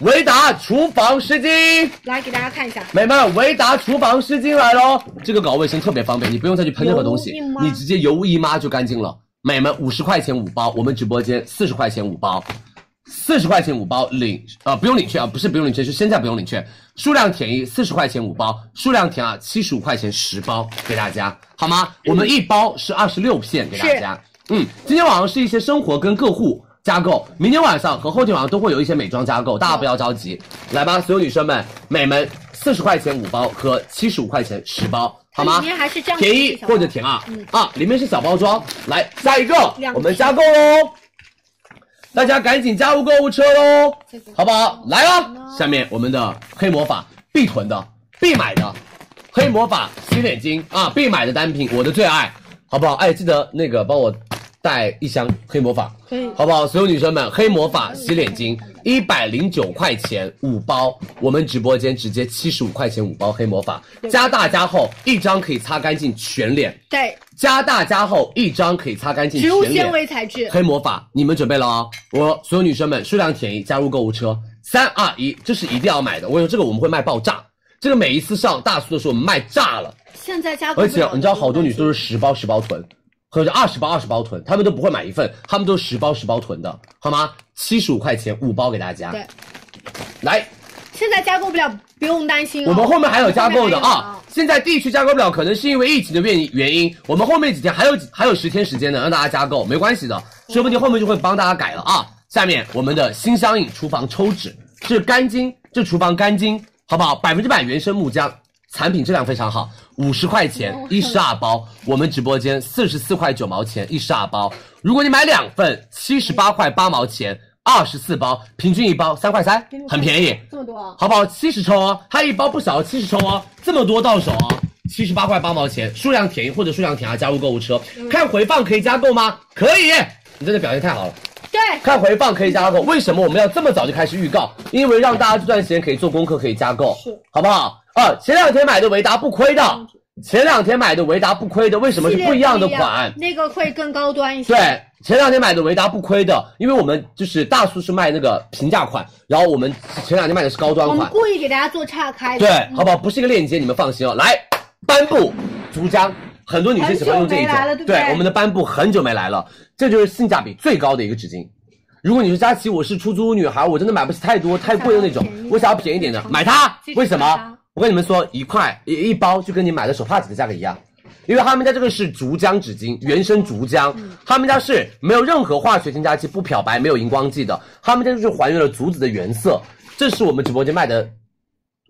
S5: 维达厨房湿巾，
S8: 来给大家看一下，
S5: 美们，维达厨房湿巾来喽！这个搞卫生特别方便，你不用再去喷任何东西
S8: 油污一，抹
S5: 你直接油污一抹就干净了。美们，五十块钱五包，我们直播间四十块钱五包，四十块钱五包领呃不用领券啊，不是不用领券，是现在不用领券，数量填一，四十块钱五包，数量填二，七十五块钱十包给大家，好吗？
S8: 嗯
S5: 我们一包是二十六片给大家。嗯，今天晚上是一些生活跟个护加购，明天晚上和后天晚上都会有一些美妆加购，大家不要着急，来吧，所有女生们，美们四十块钱五包和七十五块钱十包，好吗？
S8: 它里哎面还是这样子
S5: 便宜
S8: 小包
S5: 或者填二、
S8: 嗯
S5: 啊，里面是小包装。来下一个，我们加购喽，大家赶紧加入购物车喽，好不好？来啊，下面我们的黑魔法必囤的、必买的黑魔法洗脸巾啊，必买的单品，我的最爱，好不好？哎，记得那个帮我带一箱黑魔法，
S8: 可以
S5: 好不好？所有女生们，黑魔法洗脸巾一百零九块钱五包，我们直播间直接七十五块钱五包黑魔法，加大加厚，一张可以擦干净全脸，
S8: 对，
S5: 加大加厚，一张可以擦干净
S8: 植
S5: 全
S8: 物
S5: 脸。
S8: 纤维材质，
S5: 黑魔法，你们准备了哦！我所有女生们，数量填一，加入购物车，三二一，这是一定要买的。我跟你说，这个我们会卖爆炸，这个每一次上大促的时候我们卖炸了，
S8: 现在加购
S5: 而
S8: 不
S5: 且
S8: 了
S5: 你知道好多女生都是十包十包囤，或者二十包二十包囤，她们都不会买一份，她们都是十包十包囤的，好吗？七十五块钱五包给大家。
S8: 对，
S5: 来，
S8: 现在加购不了，不用担心哦。
S5: 我们后面还有加购的
S8: 后面还有
S5: 啊。现在地区加购不了，可能是因为疫情的原因原因。我们后面几天还有几还有十天时间呢，让大家加购，没关系的，说不定后面就会帮大家改了啊。下面我们的新相应厨房抽纸，这干巾，这厨房干巾，好不好？百分之百原生木浆，产品质量非常好，五十块钱
S8: 哦
S5: 一十二包，我们直播间四十四块九毛钱一十二包。如果你买两份，七十八块八毛钱，二十四包，平均一包三块三，很便宜。
S8: 这么多啊，
S5: 好不好？七十抽哦，它一包不少，七十抽哦，这么多到手哦，七十八块八毛钱，数量填一或者数量填二、加入购物车，看回放可以加购吗？可以，你真的表现太好了。
S8: 对，
S5: 看回放可以加购，为什么我们要这么早就开始预告？因为让大家这段时间可以做功课，可以加购，好不好？啊，前两天买的维达不亏的，前两天买的维达不亏的，为什么是
S8: 系列
S5: 不一样的
S8: 不一
S5: 款？
S8: 那个会更高端一些。
S5: 对，前两天买的维达不亏的，因为我们就是大叔是卖那个平价款，然后我们前两天卖的是高端
S8: 我们
S5: 款，
S8: 故意给大家做岔开的。嗯
S5: 对，好不好？不是一个链接，你们放心哦。来，斑布竹浆，很多女生喜欢用这一
S8: 很久没
S5: 种
S8: 来了，对不对
S5: 我们的斑布很久没来了，这就是性价比最高的一个纸巾。如果你说佳琪，我是出租屋女孩，我真的买不起太多太贵的那种
S8: 想要便宜，
S5: 我想要便宜点的，买它
S8: 继。续
S5: 为什
S8: 买
S5: 么
S8: 它？
S5: 我跟你们说，一块一一包就跟你买的手帕子的价格一样，因为他们家这个是竹浆纸巾，原生竹浆，
S8: 嗯
S5: 他们家是没有任何化学添加剂，不漂白，没有荧光剂的，他们家就是还原了竹子的原色，这是我们直播间卖的。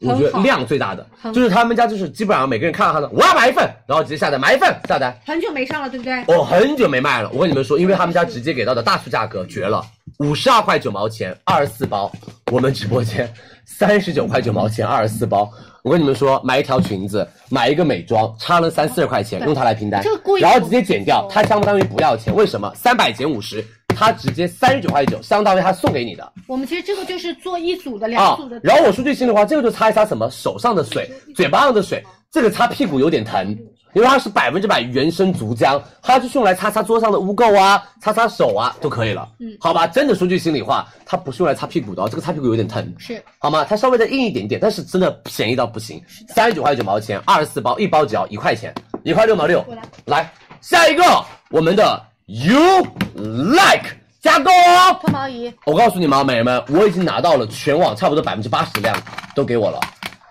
S5: 我觉得量最大的就是他们家，就是基本上每个人看到他的，我要买一份，然后直接下单，买一份下单。
S8: 很久没上了，对不对？
S5: 我很久没卖了，我跟你们说，因为他们家直接给到的大促价格绝了，五十二块九毛钱二十四包，我们直播间三十九块九毛钱二十四包。我跟你们说，买一条裙子，买一个美妆，差了三四十块钱，用它来拼单
S8: 这个故，意
S5: 然后直接减掉，它相当于不要钱。为什么？三百减五十，它直接三十九块九，相当于它送给你的。
S8: 我们其实这个就是做一组的、两
S5: 啊
S8: 组的。，
S5: 然后我说句心里话，这个就擦一擦什么手上的水、嘴巴上的
S8: 嗯
S5: 水，这个擦屁股有点疼，因为它是百分之百原生竹浆，它就是用来擦擦桌上的污垢啊、擦擦手啊都可以了。嗯，好吧，真的说句心里话，它不是用来擦屁股的哦，这个擦屁股有点疼。
S8: 是，
S5: 好吗？它稍微再硬一点点，但是真的便宜到不行，三十九块九毛钱，二十四包，一包只要一块钱，一块六毛六。来，下一个我们的 You Like 加购哦。
S8: 脱毛仪，
S5: 我告诉你们啊，美人们，我已经拿到了全网差不多百分之八十的量，都给我了。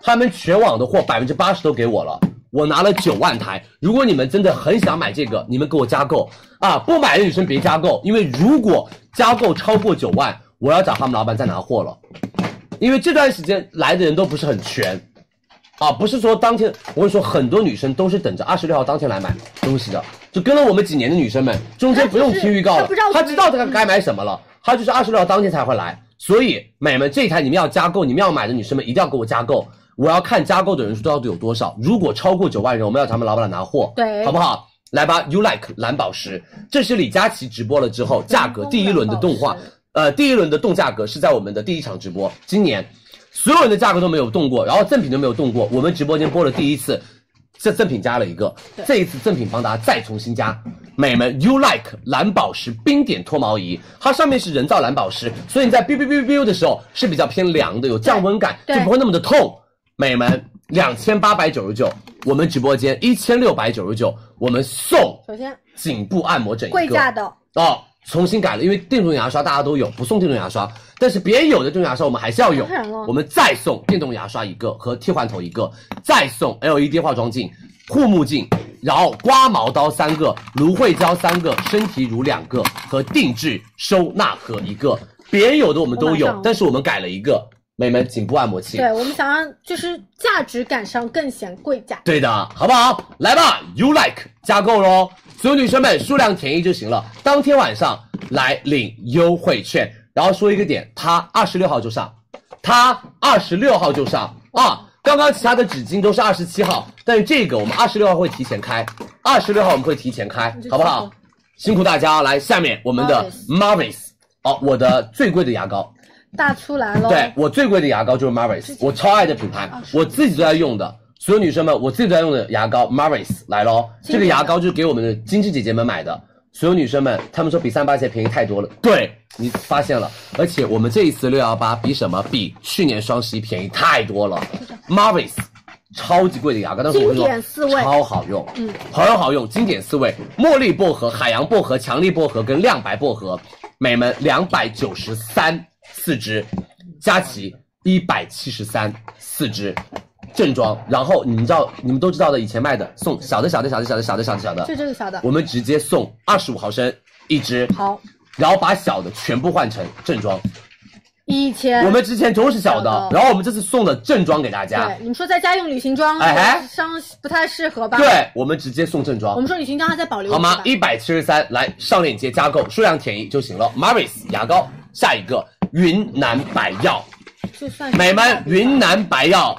S5: 他们全网的货百分之八十都给我了，我拿了九万台。如果你们真的很想买这个，你们给我加购啊！不买的女生别加购，因为如果加购超过九万，我要找他们老板再拿货了，因为这段时间来的人都不是很全。啊，不是说当天，我跟你说，很多女生都是等着二十六号当天来买东西的，就跟了我们几年的女生们，中间不用听预告了，
S8: 她不知道
S5: 她知道她该买什么了，她就是二十六号当天才会来。所以，美们，这一台你们要加购，你们要买的女生们一定要给我加购，我要看加购的人数到底有多少。如果超过九万人，我们要找他们老板拿货，
S8: 对
S5: 好不好？来吧，You Like 蓝宝石，这是李佳琦直播了之后价格第一轮的动画，呃，第一轮的动价格是在我们的第一场直播，今年所有人的价格都没有动过，然后赠品都没有动过，我们直播间播了第一次，这赠品加了一个，这一次赠品帮大家再重新加。美们，You Like 蓝宝石冰点脱毛仪，它上面是人造蓝宝石，所以你在 biu biu biu biu biu 的时候是比较偏凉的，有降温感，就
S8: 对
S5: 不会那么的痛。美们，两千八百九十九，我们直播间一千六百九十九，我们送
S8: 首先
S5: 颈部按摩枕一个，
S8: 贵价的
S5: 哦，重新改了，因为电动牙刷大家都有，不送电动牙刷，但是别人有的电动牙刷我们还是要有
S8: 当然了，
S5: 我们再送电动牙刷一个和替换头一个，再送 LED 化妆镜、护目镜，然后刮毛刀三个，芦荟胶三个，身体乳两个和定制收纳盒一个。别人有的我们都
S8: 我马上
S5: 有，但是我们改了一个美们颈部按摩器。
S8: 对我们想让就是价值感上更显贵价。
S5: 对的，好不好？来吧，You like 加购喽！所有女生们数量填一就行了，当天晚上来领优惠券。然后说一个点，它二十六号就上，它二十六号就上啊！刚刚其他的纸巾都是二十七号，但是这个我们二十六号会提前开，二十六号我们会提前开，好不好？辛苦大家啊，来，下面我们的 Marvis，哦，我的最贵的牙膏，
S8: 大促来喽，
S5: 对我最贵的牙膏就是 Maris，我超爱的品牌，
S8: 啊
S5: 我自己都在用的。所有女生们，我自己都在用的牙膏 Maris 来喽，这个牙膏就是给我们的精致姐姐们买的。所有女生们，她们说比三八节便宜太多了，对你发现了，而且我们这一次六幺八比什么？比去年双十一便宜太多了。Maris 超级贵的牙膏，但是我跟你
S8: 经典四
S5: 说
S8: 味
S5: 超好用，嗯，很好用，经典四味：茉莉薄荷、海洋薄荷、强力薄荷跟亮白薄荷，每门两百九十三四支，佳琦一百七十三四支。正装，然后你们知道，你们都知道的，以前卖的送小的小的小的小的小的小的小的，
S8: 就这个小的。
S5: 我们直接送二十五毫升一支，
S8: 好，
S5: 然后把小的全部换成正装。
S8: 以前
S5: 我们之前都是小
S8: 小
S5: 的
S8: 的，
S5: 然后我们这次送的正装给大家
S8: 对，你们说在家用旅行装，
S5: 哎哎
S8: 商不太适合吧？，
S5: 对，我们直接送正
S8: 我
S5: 装，
S8: 们说旅行装还在保留
S5: 好吗
S8: 是？吧
S5: 一百七十三，来上链接加购，数量填一就行了。Maris 牙膏，下一个云南白药，
S8: 就算
S5: 美们，云南白药。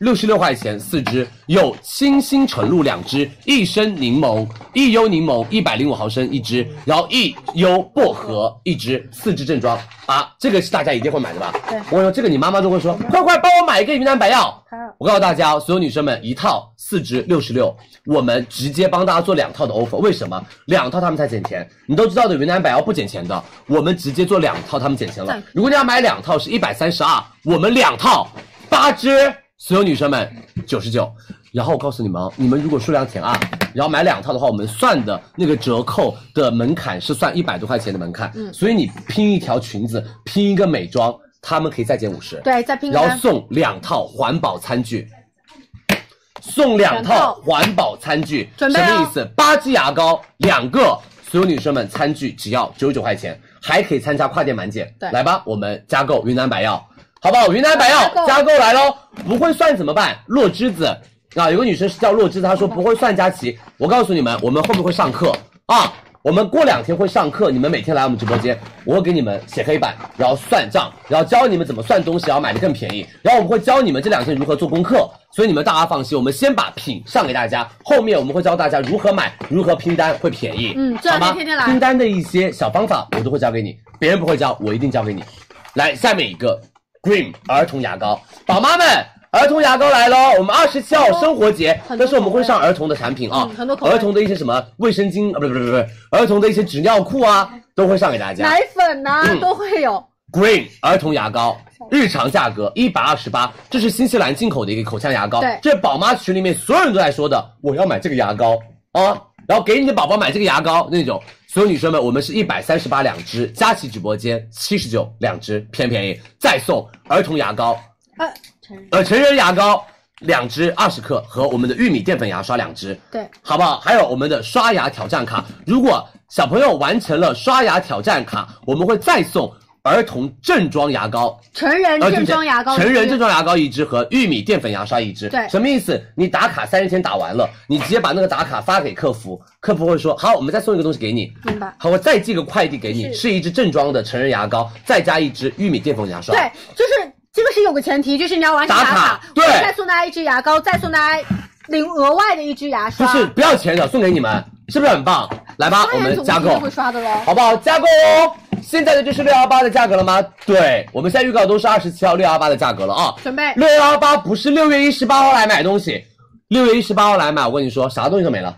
S5: 六十六块钱四支，有清新纯露两支，益生柠檬、益优柠檬一百零五毫升一支，然后益优薄荷一支，四支正装啊，这个是大家一定会买的吧？对，我跟你说，这个你妈妈都会说，快快帮我买一个云南白药。我告诉大家哦，所有女生们一套四支六十六，我们直接帮大家做两套的 offer，为什么？两套他们才减钱，你都知道的，云南白药不减钱的，我们直接做两套，他们减钱了。如果你要买两套是一百三十二，我们两套八支，所有女生们九十九。然后我告诉你们啊，你们如果数量填二，然后买两套的话，我们算的那个折扣的门槛是算一百多块钱的门槛，
S6: 嗯
S5: 所以你拼一条裙子，拼一个美妆，他们可以再减五十。
S6: 对，再拼
S5: 然后
S6: 单。
S5: 送两套环保餐具，送两套环保餐具，
S6: 准备
S5: 什
S6: 哦
S5: 么意思？八支牙膏两个，所有女生们餐具只要九十九块钱，还可以参加跨店满减。
S6: 对
S5: 来吧，我们加购云南白药，好不好？云南白药
S6: 加购
S5: 加购来喽，不会算怎么办？落枝子。啊，有个女生是叫洛栀子，她说不会算佳琪。我告诉你们，我们后面会上课啊，我们过两天会上课，你们每天来我们直播间，我会给你们写黑板，然后算账，然后教你们怎么算东西，然后买的更便宜。然后我们会教你们这两天如何做功课，所以你们大家放心，我们先把品上给大家，后面我们会教大家如何买，如何拼单会便宜，
S6: 嗯这
S5: 好吗？
S6: 两天天天来
S5: 拼单的一些小方法我都会教给你，别人不会教，我一定教给你。来，下面一个 Green 儿童牙膏，宝妈们，儿童牙膏来喽！我们二十七号生活节，
S6: 很多哎嗯
S5: 但是我们会上儿童的产品啊，
S6: 很多口味
S5: 儿童的一些什么卫生巾啊，不是不是不是，儿童的一些纸尿裤啊，都会上给大家。
S6: 奶粉
S8: 啊
S6: 呐、
S5: 嗯
S6: 都会有，
S5: Green 儿童牙膏，日常价格一百二十八，这是新西兰进口的一个口腔牙膏。
S6: 对
S5: 这是宝妈群里面所有人都在说的，我要买这个牙膏啊，然后给你的宝宝买这个牙膏那种。所有女生们，我们是一百三十八两支，佳琦直播间七十九两支，偏便宜，再送儿童牙膏，呃，成人牙膏两支二十克和我们的玉米淀粉牙刷两支，
S6: 对，
S5: 好不好？还有我们的刷牙挑战卡，如果小朋友完成了刷牙挑战卡，我们会再送儿童正装牙膏
S6: 成人
S5: 呃，
S6: 正装牙膏，
S5: 成人正
S6: 装，
S5: 装牙膏一支和玉米淀粉牙刷一支。
S6: 对
S5: 什么意思？你打卡三十天打完了，你直接把那个打卡发给客服，客服会说好，我们再送一个东西给你。
S6: 明白？
S5: 好，我再寄个快递给你，是一支正装的成人牙膏，再加一支玉米淀粉牙刷。
S6: 对，就是这个是有个前提，就是你要完成
S5: 打
S6: 卡，
S5: 卡
S6: 我
S5: 对
S6: 再送大家一支牙膏，再送大家另额外的一支牙
S5: 不
S6: 刷，
S5: 是不要钱的，送给你们，是不是很棒？来吧，我
S6: 当然
S5: 们
S6: 总
S5: 加
S6: 是
S5: 购，
S6: 会刷的喽。
S5: 好不好？加购哦！现在的就是六幺八的价格了吗？对，我们现在预告都是二十七号六幺八的价格了啊。
S6: 准备
S5: 六幺八不是六月一十八号来买东西，六月一十八号来买，我跟你说，啥东西都没了，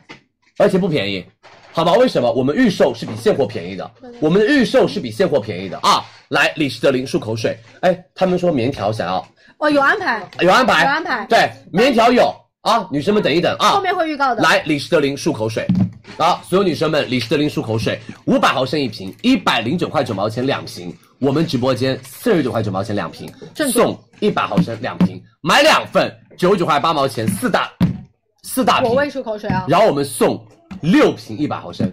S5: 而且不便宜，好吧？为什么？我们预售是比现货便宜的，我们的预售是比现货便宜的啊！来，李施德林漱口水，哎，他们说棉条想要，
S6: 哦，有安排，
S5: 有安排，
S6: 有安排
S5: 对，棉条有啊，女生们等一等啊，
S6: 后面会预告的。
S5: 来，李施特林漱口水。啊，所有女生们，李施特林漱口水五百毫升一瓶，一百零九块九毛钱两瓶。我们直播间四十九块九毛钱两瓶，送一百毫升两瓶，买两份九十九块八毛钱四大四大瓶
S6: 我，喂漱口水啊，
S5: 然后我们送六瓶一百毫升，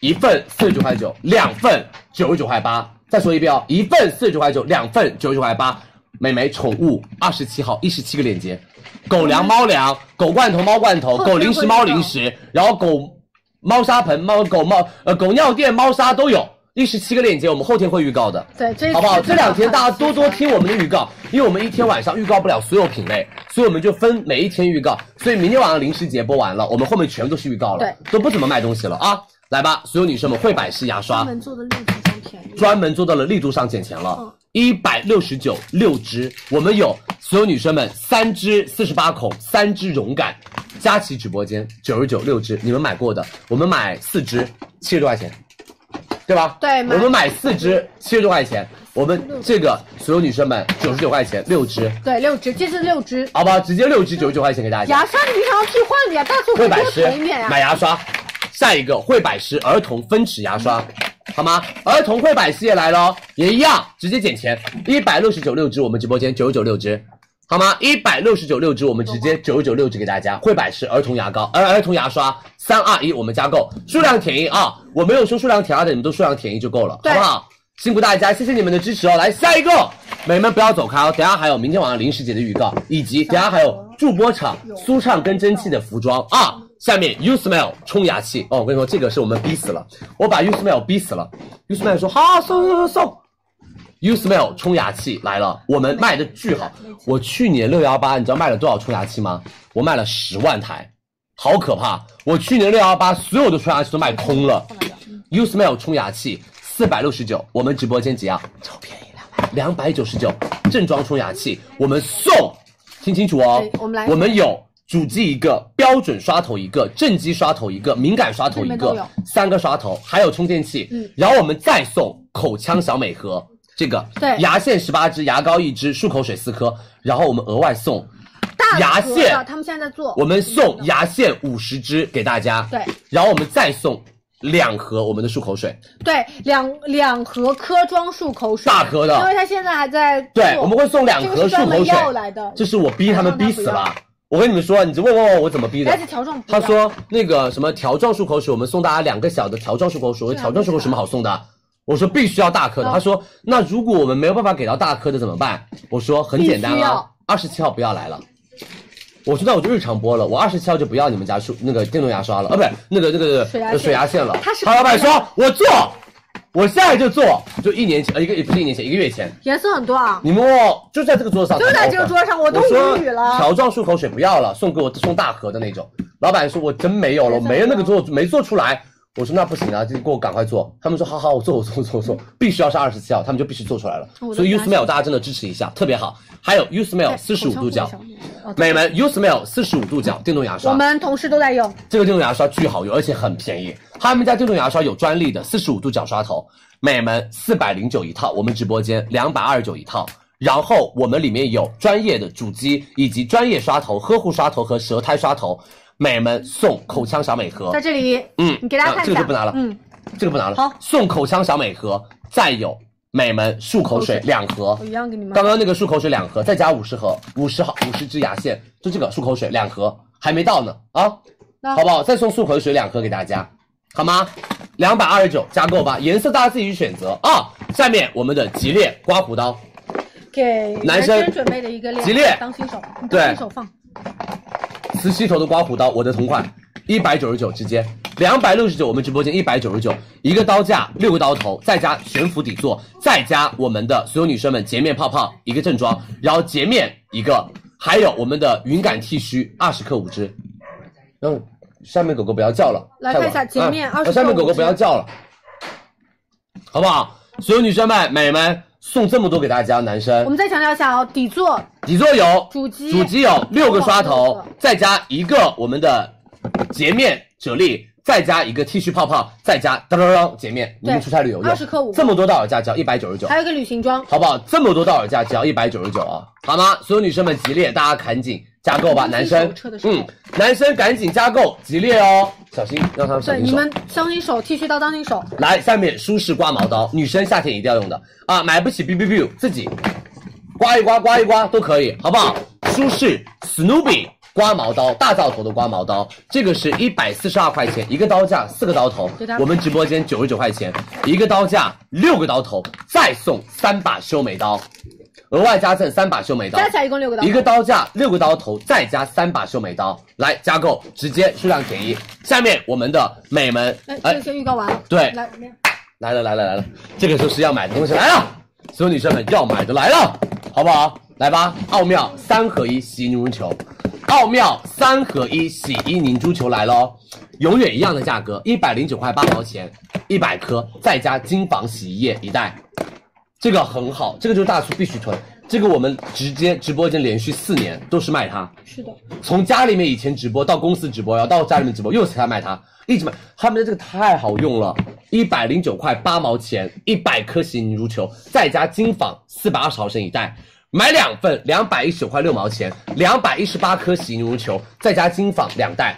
S5: 一份四十九块九，两份九十九块八。再说一遍哦，一份四十九块九，两份九十九块八。美眉宠物二十七号一十七个链接，狗粮、猫粮、狗罐头、猫罐头、狗零食、猫零食，然后狗猫砂盆、猫狗猫呃狗尿垫、猫砂都有。一十七个链接，我们后天会预告的。
S6: 对，这
S5: 好不好？
S6: 次
S5: 这两天大家多多听我们的预告，因为我们一天晚上预告不了所有品类，所以我们就分每一天预告。所以明天晚上零食节播完了，我们后面全部都是预告了，
S6: 对，
S5: 都不怎么卖东西了啊！来吧，所有女生们，惠百氏牙刷
S6: 们做的力度很便宜，
S5: 专门做到了力度上减钱
S6: 嗯
S5: 了，一百六十九六支，我们有所有女生们三支四十八孔，三支勇敢，佳琦直播间九十九六支，你们买过的，我们买四支七十多块钱，对吧？
S6: 对买
S5: 我们买四支七十多块钱，我们这个所有女生们九十九块钱六支，
S6: 对，六支，这次六支。
S5: 好不好？直接六支九十九块钱给大家。
S6: 牙刷你平常替换的呀，大 促
S5: 惠
S6: 会
S5: 百
S6: 多
S5: 诗
S6: 囤一点呀。
S5: 买牙刷，下一个惠百诗儿童分齿牙刷，好吗？儿童惠百诗也来喽，也一样，直接减钱，一百六十九六支，我们直播间九十九六支。好吗？一百六十九六支，我们直接九十九六支给大家。惠百诗儿童牙膏，儿儿童牙刷，三二一，我们加购，数量填一啊！我没有说数量填二的，你们都数量填一就够了，好不好？辛苦大家，谢谢你们的支持哦。来下一个，美们不要走开哦，等一下还有明天晚上零食节的预告，以及等一下还有助播场舒畅跟蒸汽的服装啊。下面 U Smile 冲牙器哦，我跟你说这个是我们逼死了，我把 U Smile 逼死了。U Smile 说好送送送送， U Smell 冲牙器来了，我们卖的巨好。我去年六幺八，你知道卖了多少冲牙器吗？我卖了十万台，好可怕！我去年六幺八所有的冲牙器都卖空了。U Smell 冲牙器四百六十九，我们直播间几啊？超便宜，两百九十九，正装冲牙器，我们送，听清楚哦
S8: 对，我们来
S5: 我们有。主机一个，标准刷头一个，正畸刷头一个，敏感刷头一
S8: 这里面都
S5: 个
S8: 有，
S5: 三个刷头，还有充电器。
S8: 嗯
S5: 然后我们再送口腔小美盒，这个
S8: 对
S5: 牙线十八支，牙膏一支，漱口水四颗，然后我们额外送
S8: 大
S5: 牙
S8: 盒
S5: 线
S8: 的他们现在在做，
S5: 我们送
S6: 嗯
S5: 牙线五十支给大家，
S8: 对，
S5: 然后我们再送两盒我们的漱口水，
S8: 对两两盒科庄漱口水，
S5: 大颗
S8: 因为
S5: 的，
S8: 他现在还在做
S5: 对，我们会送两
S8: 这
S5: 盒
S8: 个是
S5: 漱
S8: 专
S5: 口
S8: 门要
S5: 水，
S8: 来的，啊
S5: 这是我逼他们逼死
S8: 然后
S5: 了。我跟你们说，你就问问我我怎么逼的
S8: 但是。条状不一
S5: 他
S8: 样
S5: 说那个什么条状漱口水，我们送大家两个小的条状漱口水。我说
S8: 这
S5: 条
S8: 样
S5: 状漱口水有什么好送的啊？我说必须要大
S8: 嗯
S5: 颗的。他说那如果我们没有办法给到大颗的怎么办？我说很简单
S8: 必须
S5: 啊
S8: 要，
S5: 二十七号不要来了。我说那我就日常播了，我二十七号就不要你们家漱那个电动牙刷了，啊，不是那个那个
S8: 水牙
S5: 呃
S8: 线
S5: 水牙线了。
S8: 它是
S5: 他老板说，我做，我现在就做，就一年前，呃，一个也不是一年前，一个月前，
S8: 颜色很多啊，
S5: 你们我就在这个桌上，哦
S8: 就在这个桌上，我都
S5: 说
S8: 无语了。
S5: 条状漱口水不要了，送给我送大盒的那种。老板说，我真没有了，我没有那个做，没做出来。我说那不行啊，就给我赶快做。他们说好好，我做，我做，我做，我做，必须要是二十七号，他们就必须做出来了。所以 U Smell 大家真的支持一下，特别好。还有 U Smell 四十五度角，美们 U Smell 四十五度角电动牙
S8: 哦我
S5: 刷，
S8: 们同事都在用，
S5: 这个电动牙刷巨好用，而且很便宜。他们家电动牙刷有专利的四十五度角刷头，美们四百零九一套，我们直播间两百二十九一套。然后我们里面有专业的主机以及专业刷头、呵护刷头和舌苔刷头，美们送口腔小美盒
S8: 在。这里，
S5: 嗯，
S8: 你给大家看一下
S5: 这个就不拿了，
S8: 嗯，
S5: 这个不拿了。
S8: 好，
S5: 送口腔小美盒，再有美们漱口水两盒
S8: 我。一样给你们
S5: 刚。刚那个漱口水两盒，再加五十盒，五十毫五十支牙线，就这个漱口水两盒，还没到呢啊，
S8: 那
S5: 好不好？再送漱口水两盒给大家，好吗？两百二十九加购吧，颜色大家自己去选择啊。下面我们的吉列刮胡刀，
S8: 给
S5: 男生
S8: 准备的一个链，
S5: 吉列
S8: 当新手，你
S5: 对
S8: 当新手放。
S5: 磁吸头的刮胡刀，我的同款，一百九十九直接，两百六十九我们直播间一百九十九，一个刀架，六个刀头，再加悬浮底座，再加我们的所有女生们洁面泡泡一个正装，然后洁面一个，还有我们的云感剃须二十克五支，嗯，下面狗狗不要叫了，
S8: 来
S5: 太晚
S8: 看一下洁面
S5: 嗯
S8: 20克
S5: 下面狗
S8: 五
S5: 狗
S8: 支
S5: 不要叫了，好不好？所有女生们、美们送这么多给大家，男生
S8: 我们再强调一下哦，底座
S5: 底座有
S8: 主机
S5: 主机有六个刷
S8: 哦六
S5: 头
S8: 个，
S5: 再加一个我们的洁面啫喱，再加一个剃须泡泡，再加当当当洁面，你们出差旅游用。
S8: 20克五
S5: 这么多到手价只要一百九十九，
S8: 还有一个旅行装，
S5: 好不好？这么多到手价只要一百九十九啊，好吗？所有女生们吉列，大家赶紧加购吧，男生
S8: 手车的，时候
S5: 嗯，男生赶紧加购吉列哦，小心让他们小
S8: 对，
S5: 心
S8: 你
S5: 手。
S8: 们当新手剃须刀当新手，
S5: 来，下面舒适刮毛刀，女生夏天一定要用的啊，买不起 B B B 自己刮一刮，刮一刮都可以，好不好？舒适 Snoopy 刮毛刀，大灶头的刮毛刀，这个是一百四十二块钱，一个刀架，四个刀头
S8: 给大，家
S5: 我们直播间九十九块钱，一个刀架，六个刀头，再送三把修眉刀，额外加赠三把修眉刀，
S8: 加起来一共六个刀。
S5: 一个刀架，六个刀头，再加三把修眉刀，来加购，直接数量便宜。下面我们的美们，
S8: 哎，这个先预告完了。
S5: 对
S8: 来，
S5: 来了来了来了，这个就是要买的东西来了，所有女生们要买的来了，好不好？来吧，奥妙三合一洗衣凝珠球，奥妙三合一洗衣凝珠球来喽，永远一样的价格，一百零九块八毛钱，一百颗，再加金纺洗衣液一袋，这个很好，这个就是大促必须囤，这个我们直接直播间连续四年都是卖它，
S8: 是的，
S5: 从家里面以前直播到公司直播，然后到家里面直播，又是他卖它，一直卖。他们的这个太好用了，一百零九块八毛钱，一百颗洗凝珠球，再加金纺四百二十毫升一袋，买两份两百一十九块六毛钱，两百一十八颗洗凝珠球，再加金纺两袋，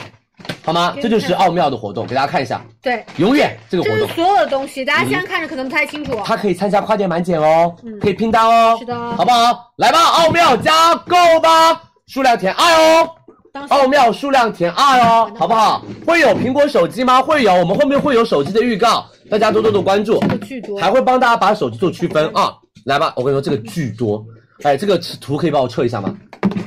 S5: 好吗？这就是奥妙的活动，给大家看一下，
S8: 对，
S5: 永远这个活
S8: 这
S5: 动嗯
S8: 是。所有的东西，大家现在看着可能不太清楚。
S5: 它可以参加跨店满减哦，可以拼单哦，
S8: 嗯是的
S5: 好不好？来吧，奥妙加购吧，数量填二哦，奥妙数量填二 哦，好不好？会有苹果手机吗？会有，我们后面会有手机的预告，大家多多的关注，
S8: 巨多
S5: 还会帮大家把手机做区分啊。来吧，我跟你说这个巨多，哎，这个图可以帮我撤一下吗？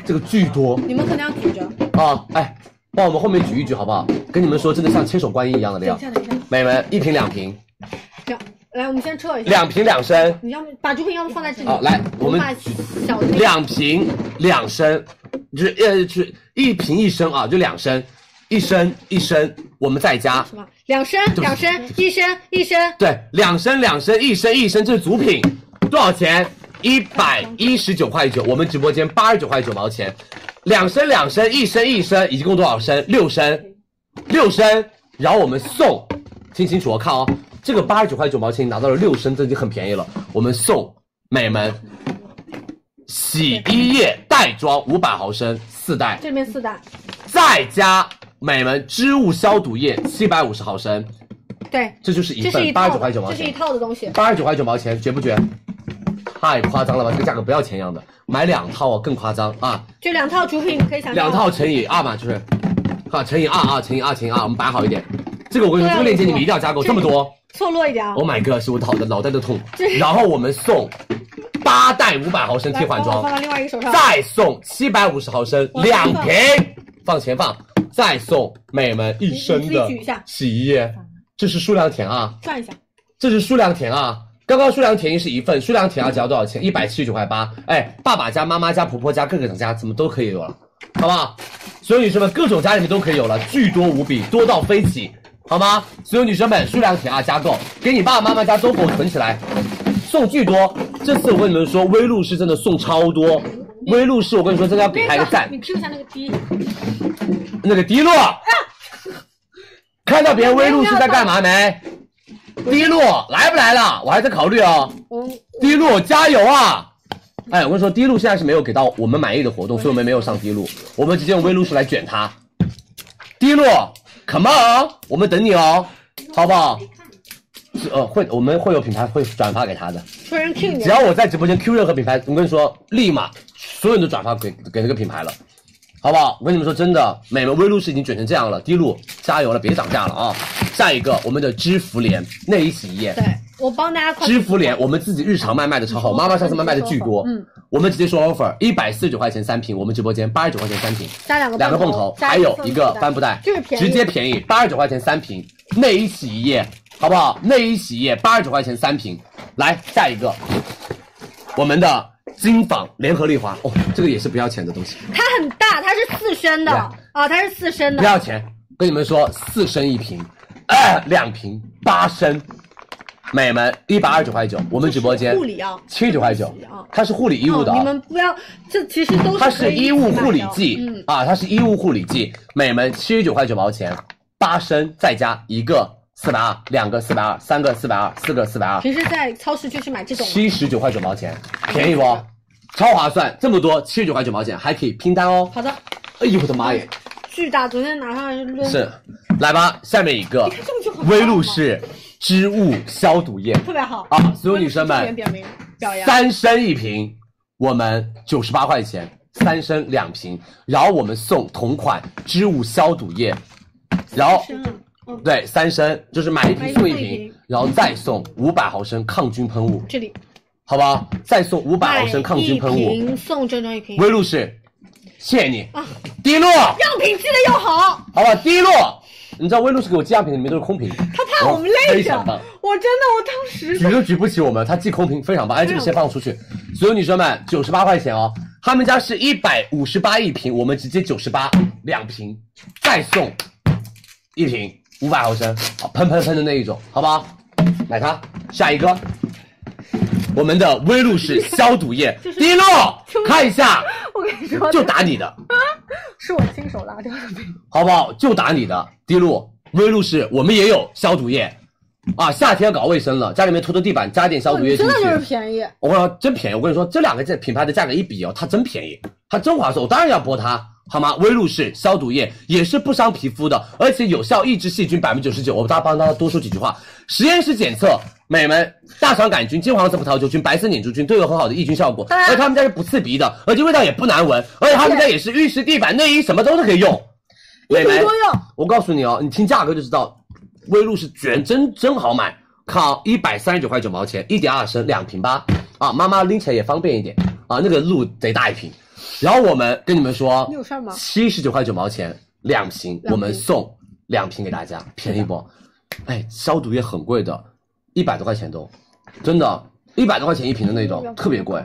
S5: 这个巨多
S8: 你们可能要举着。
S5: 啊，哎，帮我们后面举一举好不好？跟你们说，真的像千手观音一样的料，
S8: 等一下，等一下，
S5: 美们一瓶两瓶，
S8: 来，我们先撤一下。
S5: 两瓶两升，
S8: 你要不把珠瓶要不放在这里？
S5: 好来我们
S8: 把小那个
S5: 两瓶两升，就是呃，就是一瓶一升啊，就两升，一升一升，我们再加，
S8: 什么两升
S5: 起
S8: 两升一升一升，
S5: 对，两升两升，一升一升，这是主品，多少钱？一百一十九块九，我们直播间八十九块九毛钱，两升两升，一升一升，一共多少升？六升，六升，然后我们送，听清楚哦，看哦，这个八十九块九毛钱你拿到了六升，这已经很便宜了，我们送美们洗衣液袋装五百毫升四袋，
S8: 这边四袋，
S5: 再加美们织物消毒液七百五十毫升，
S8: 对，
S5: 这就是一
S8: 这是
S5: 份
S8: 一
S5: 八
S8: 套
S5: 十九块
S8: 的，
S5: 九毛
S8: 这
S5: 钱
S8: 是一。套的东西。
S5: 八十九块九毛钱，绝不绝？太夸张了吧！这个价格不要钱一样的，买两套哦，更夸张啊！
S8: 这两套主品你可以想象
S5: 两套乘以二嘛，就是，啊，乘以二啊，乘以二，乘以二，我们摆好一点。这个我跟你
S8: 啊
S5: 说，这个链接你们一定要加购，这么多
S8: 错落一点啊。
S5: ，Oh my god，是我脑袋脑袋都痛。然后我们送八袋五百毫升
S8: 来
S5: 替换
S8: 帮我
S5: 装，
S8: 放到另外一个手上。
S5: 再送七百五十毫升
S8: 往前
S5: 两
S8: 放
S5: 瓶，放前放，再送美们一升的
S8: 你你自己举一下
S5: 洗衣液，这是数量填啊。
S8: 转一下，
S5: 这是数量填啊。刚刚数量填一是一份，数量填啊只要多少钱？一百七十九块八。哎，爸爸家、妈妈家、婆婆家、各个厂家怎么都可以有了，好不好？所有女生们，各种家里面都可以有了，巨多无比，多到飞起，好吗？所有女生们，数量填啊加购，给你爸爸妈妈家都给我存起来，送巨多。这次我跟你们说，威露士真的送超多，威露士我跟你说真的要给他一个赞。
S8: 你 Q 一下那个滴，
S5: 那个滴落，看到别人威露是在干嘛没？滴落来不来了？我还在考虑哦。滴落加油啊！哎，我跟你说，滴露现在是没有给到我们满意的活动，所以我们没有上滴露，我们直接用威露士来卷它。滴落，come on，我们等你哦，好不好？是呃，会我们会有品牌会转发给他的，
S8: 说人 Q 你
S5: 只。要我在直播间 Q 任何品牌，我跟你说，立马所有人都转发给给这个品牌了，好不好？我跟你们说真的，美们威露士已经卷成这样了，滴露加油了，别涨价了啊！下一个我们的知芙莲内衣洗衣液，
S8: 对，我帮大家快
S5: 知芙莲我们自己日常卖卖的超好，妈妈上次卖卖的巨多，嗯，我们直接说 offer，一百四十九块钱三瓶，我们直播间八十九块钱三瓶，
S8: 加两个
S5: 两个泵头，
S8: 加
S5: 还有一个
S8: 泵头
S5: 帆布袋，
S8: 就是便宜
S5: 直接便宜，八十九块钱三瓶，内衣洗衣液，好不好？内衣洗衣液八十九块钱三瓶，来下一个，我们的金纺联合利华，哦，这个也是不要钱的东西，
S8: 它很大，它是四升的
S5: 对
S8: 啊，它是四升
S5: 不
S8: 的，
S5: 要钱，跟你们说四升一瓶，呃、两瓶八升。美们，一百二十九块九，我们直播间
S8: 护理啊，
S5: 七十九块九
S8: 护理啊，
S5: 它是护理衣物的
S8: 哦
S5: 啊，
S8: 你们不要，这其实都
S5: 它
S8: 是
S5: 是衣物护理剂，
S8: 嗯
S5: 啊，它是衣物护理剂，每门七十九块九毛钱，八升再加一个四百二，两个四百二，三个四百二，四个四百二，
S8: 平时在超市就是买这种，
S5: 七十九块九毛钱，便宜不？超划算，这么多七十九块九毛钱还可以拼单哦。
S8: 好的，
S5: 哎呦我的妈耶！
S8: 巨大，昨天拿上来就抡，
S5: 是，来吧，下面一个
S8: 这不就很棒吗
S5: 威露士织物消毒液
S8: 特别好
S5: 啊，所有女生们
S8: 这边表明表扬，
S5: 三升一瓶，我们九十八块钱，三升两瓶，然后我们送同款织物消毒液，然后
S8: 真啊嗯
S5: 对三升就是买一
S8: 买一送
S5: 瓶送一
S8: 一
S5: 瓶
S8: 瓶，
S5: 然后再送五百毫升抗菌喷雾，
S8: 这里
S5: 好不好？再送五百毫升抗菌喷
S8: 买一
S5: 雾，
S8: 瓶送整整一瓶，
S5: 威露士，谢谢你
S8: 啊，
S5: 滴落，
S8: 样品记得要好，
S5: 好吧，滴落。你知道威露士给我寄样品里面都是空瓶，
S8: 他怕我们累
S5: 非
S8: 着
S5: 常棒，，
S8: 我真的我当时
S5: 举都举不起我们，他寄空瓶非常棒。哎，这个先放出去，所有女生们九十八块钱哦，他们家是一百五十八一瓶，我们直接九十八两瓶，再送一瓶五百毫升，好喷喷喷的那一种，好不好？买它，下一个，我们的威露士消 毒液，滴露，看一下，
S8: 我跟你说，
S5: 就打你的，
S8: 是我亲手拉掉的杯，
S5: 好不好？就打你的，滴露，威露士，我们也有消毒液。啊，夏天要搞卫生了，家里面拖拖地板，加点消毒液进
S8: 真
S5: 去。
S8: 的就是便宜，
S5: 我跟你说真便宜，我跟你说这两个这品牌的价格一比哦，它真便宜，它真划算，我当然要播它，好吗？威露士消毒液也是不伤皮肤的，而且有效抑制细菌百分之九十九。我大帮大家多说几句话，实验室检测，美们大肠杆菌、金黄色葡萄球菌、白色捻珠菌都有很好的抑菌效果，而他们家是不刺鼻的，而且味道也不难闻，而且他们家也是浴室、地板、内衣什么都是可以用。美们，我告诉你哦，你听价格就知道，威露是卷真真好买，靠一百三十九块九毛钱，一点二升两瓶吧，啊，妈妈拎起来也方便一点啊，那个露贼大一瓶，然后我们跟你们说，
S8: 你有事儿吗
S5: 七十九块九毛钱两瓶，
S8: 两瓶
S5: 我们送两瓶给大家，便宜不？哎，消毒液很贵的。一百多块钱都，真的，一百多块钱一瓶的那种，特别贵，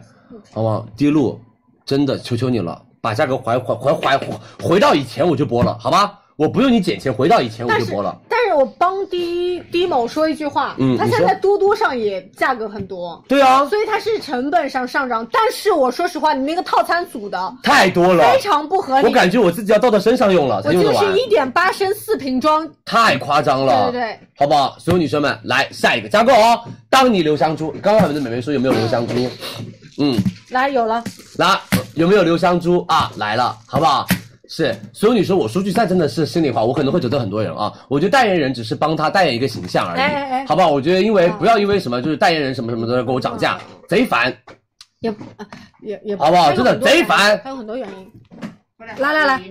S5: 好不好？滴露，真的求求你了，把价格还还还还还回到以前我就播了，好吧？我不用你减钱，回到以前我
S6: 但
S5: 就是播了。
S6: 但是我帮滴滴某说一句话，
S5: 嗯
S6: 他
S5: 你
S6: 现
S5: 说
S6: 在嘟嘟上也价格很多，
S5: 对啊，
S6: 所以它是成本上上涨。但是我说实话，你那个套餐组的
S5: 太多了，
S6: 非常不合理。
S5: 我感觉我自己要倒到身上用了才
S6: 我
S5: 用得
S6: 就
S5: 完，
S6: 是一点八升四瓶装，
S5: 太夸张啊了，
S6: 对对对，
S5: 好不好？所有女生们来下一个加购哦。当你留香珠，刚刚我们的美眉说有没有留香珠？嗯，
S6: 来有了，
S5: 来有没有留香珠啊？来了，好不好？是，所有女生，我说句实在真的是心里话，我可能会得罪很多人啊。我觉得代言人只是帮他代言一个形象而已，
S6: 哎哎哎
S5: 好不好？我觉得因为不要因为什么就是代言人什么什么的给我涨价，
S6: 嗯
S5: 贼烦，
S6: 也啊也也
S5: 好不好
S6: 还有
S5: 真的
S6: 很多
S5: 贼
S6: 原因
S5: 烦
S6: 还有很多原因。来来来，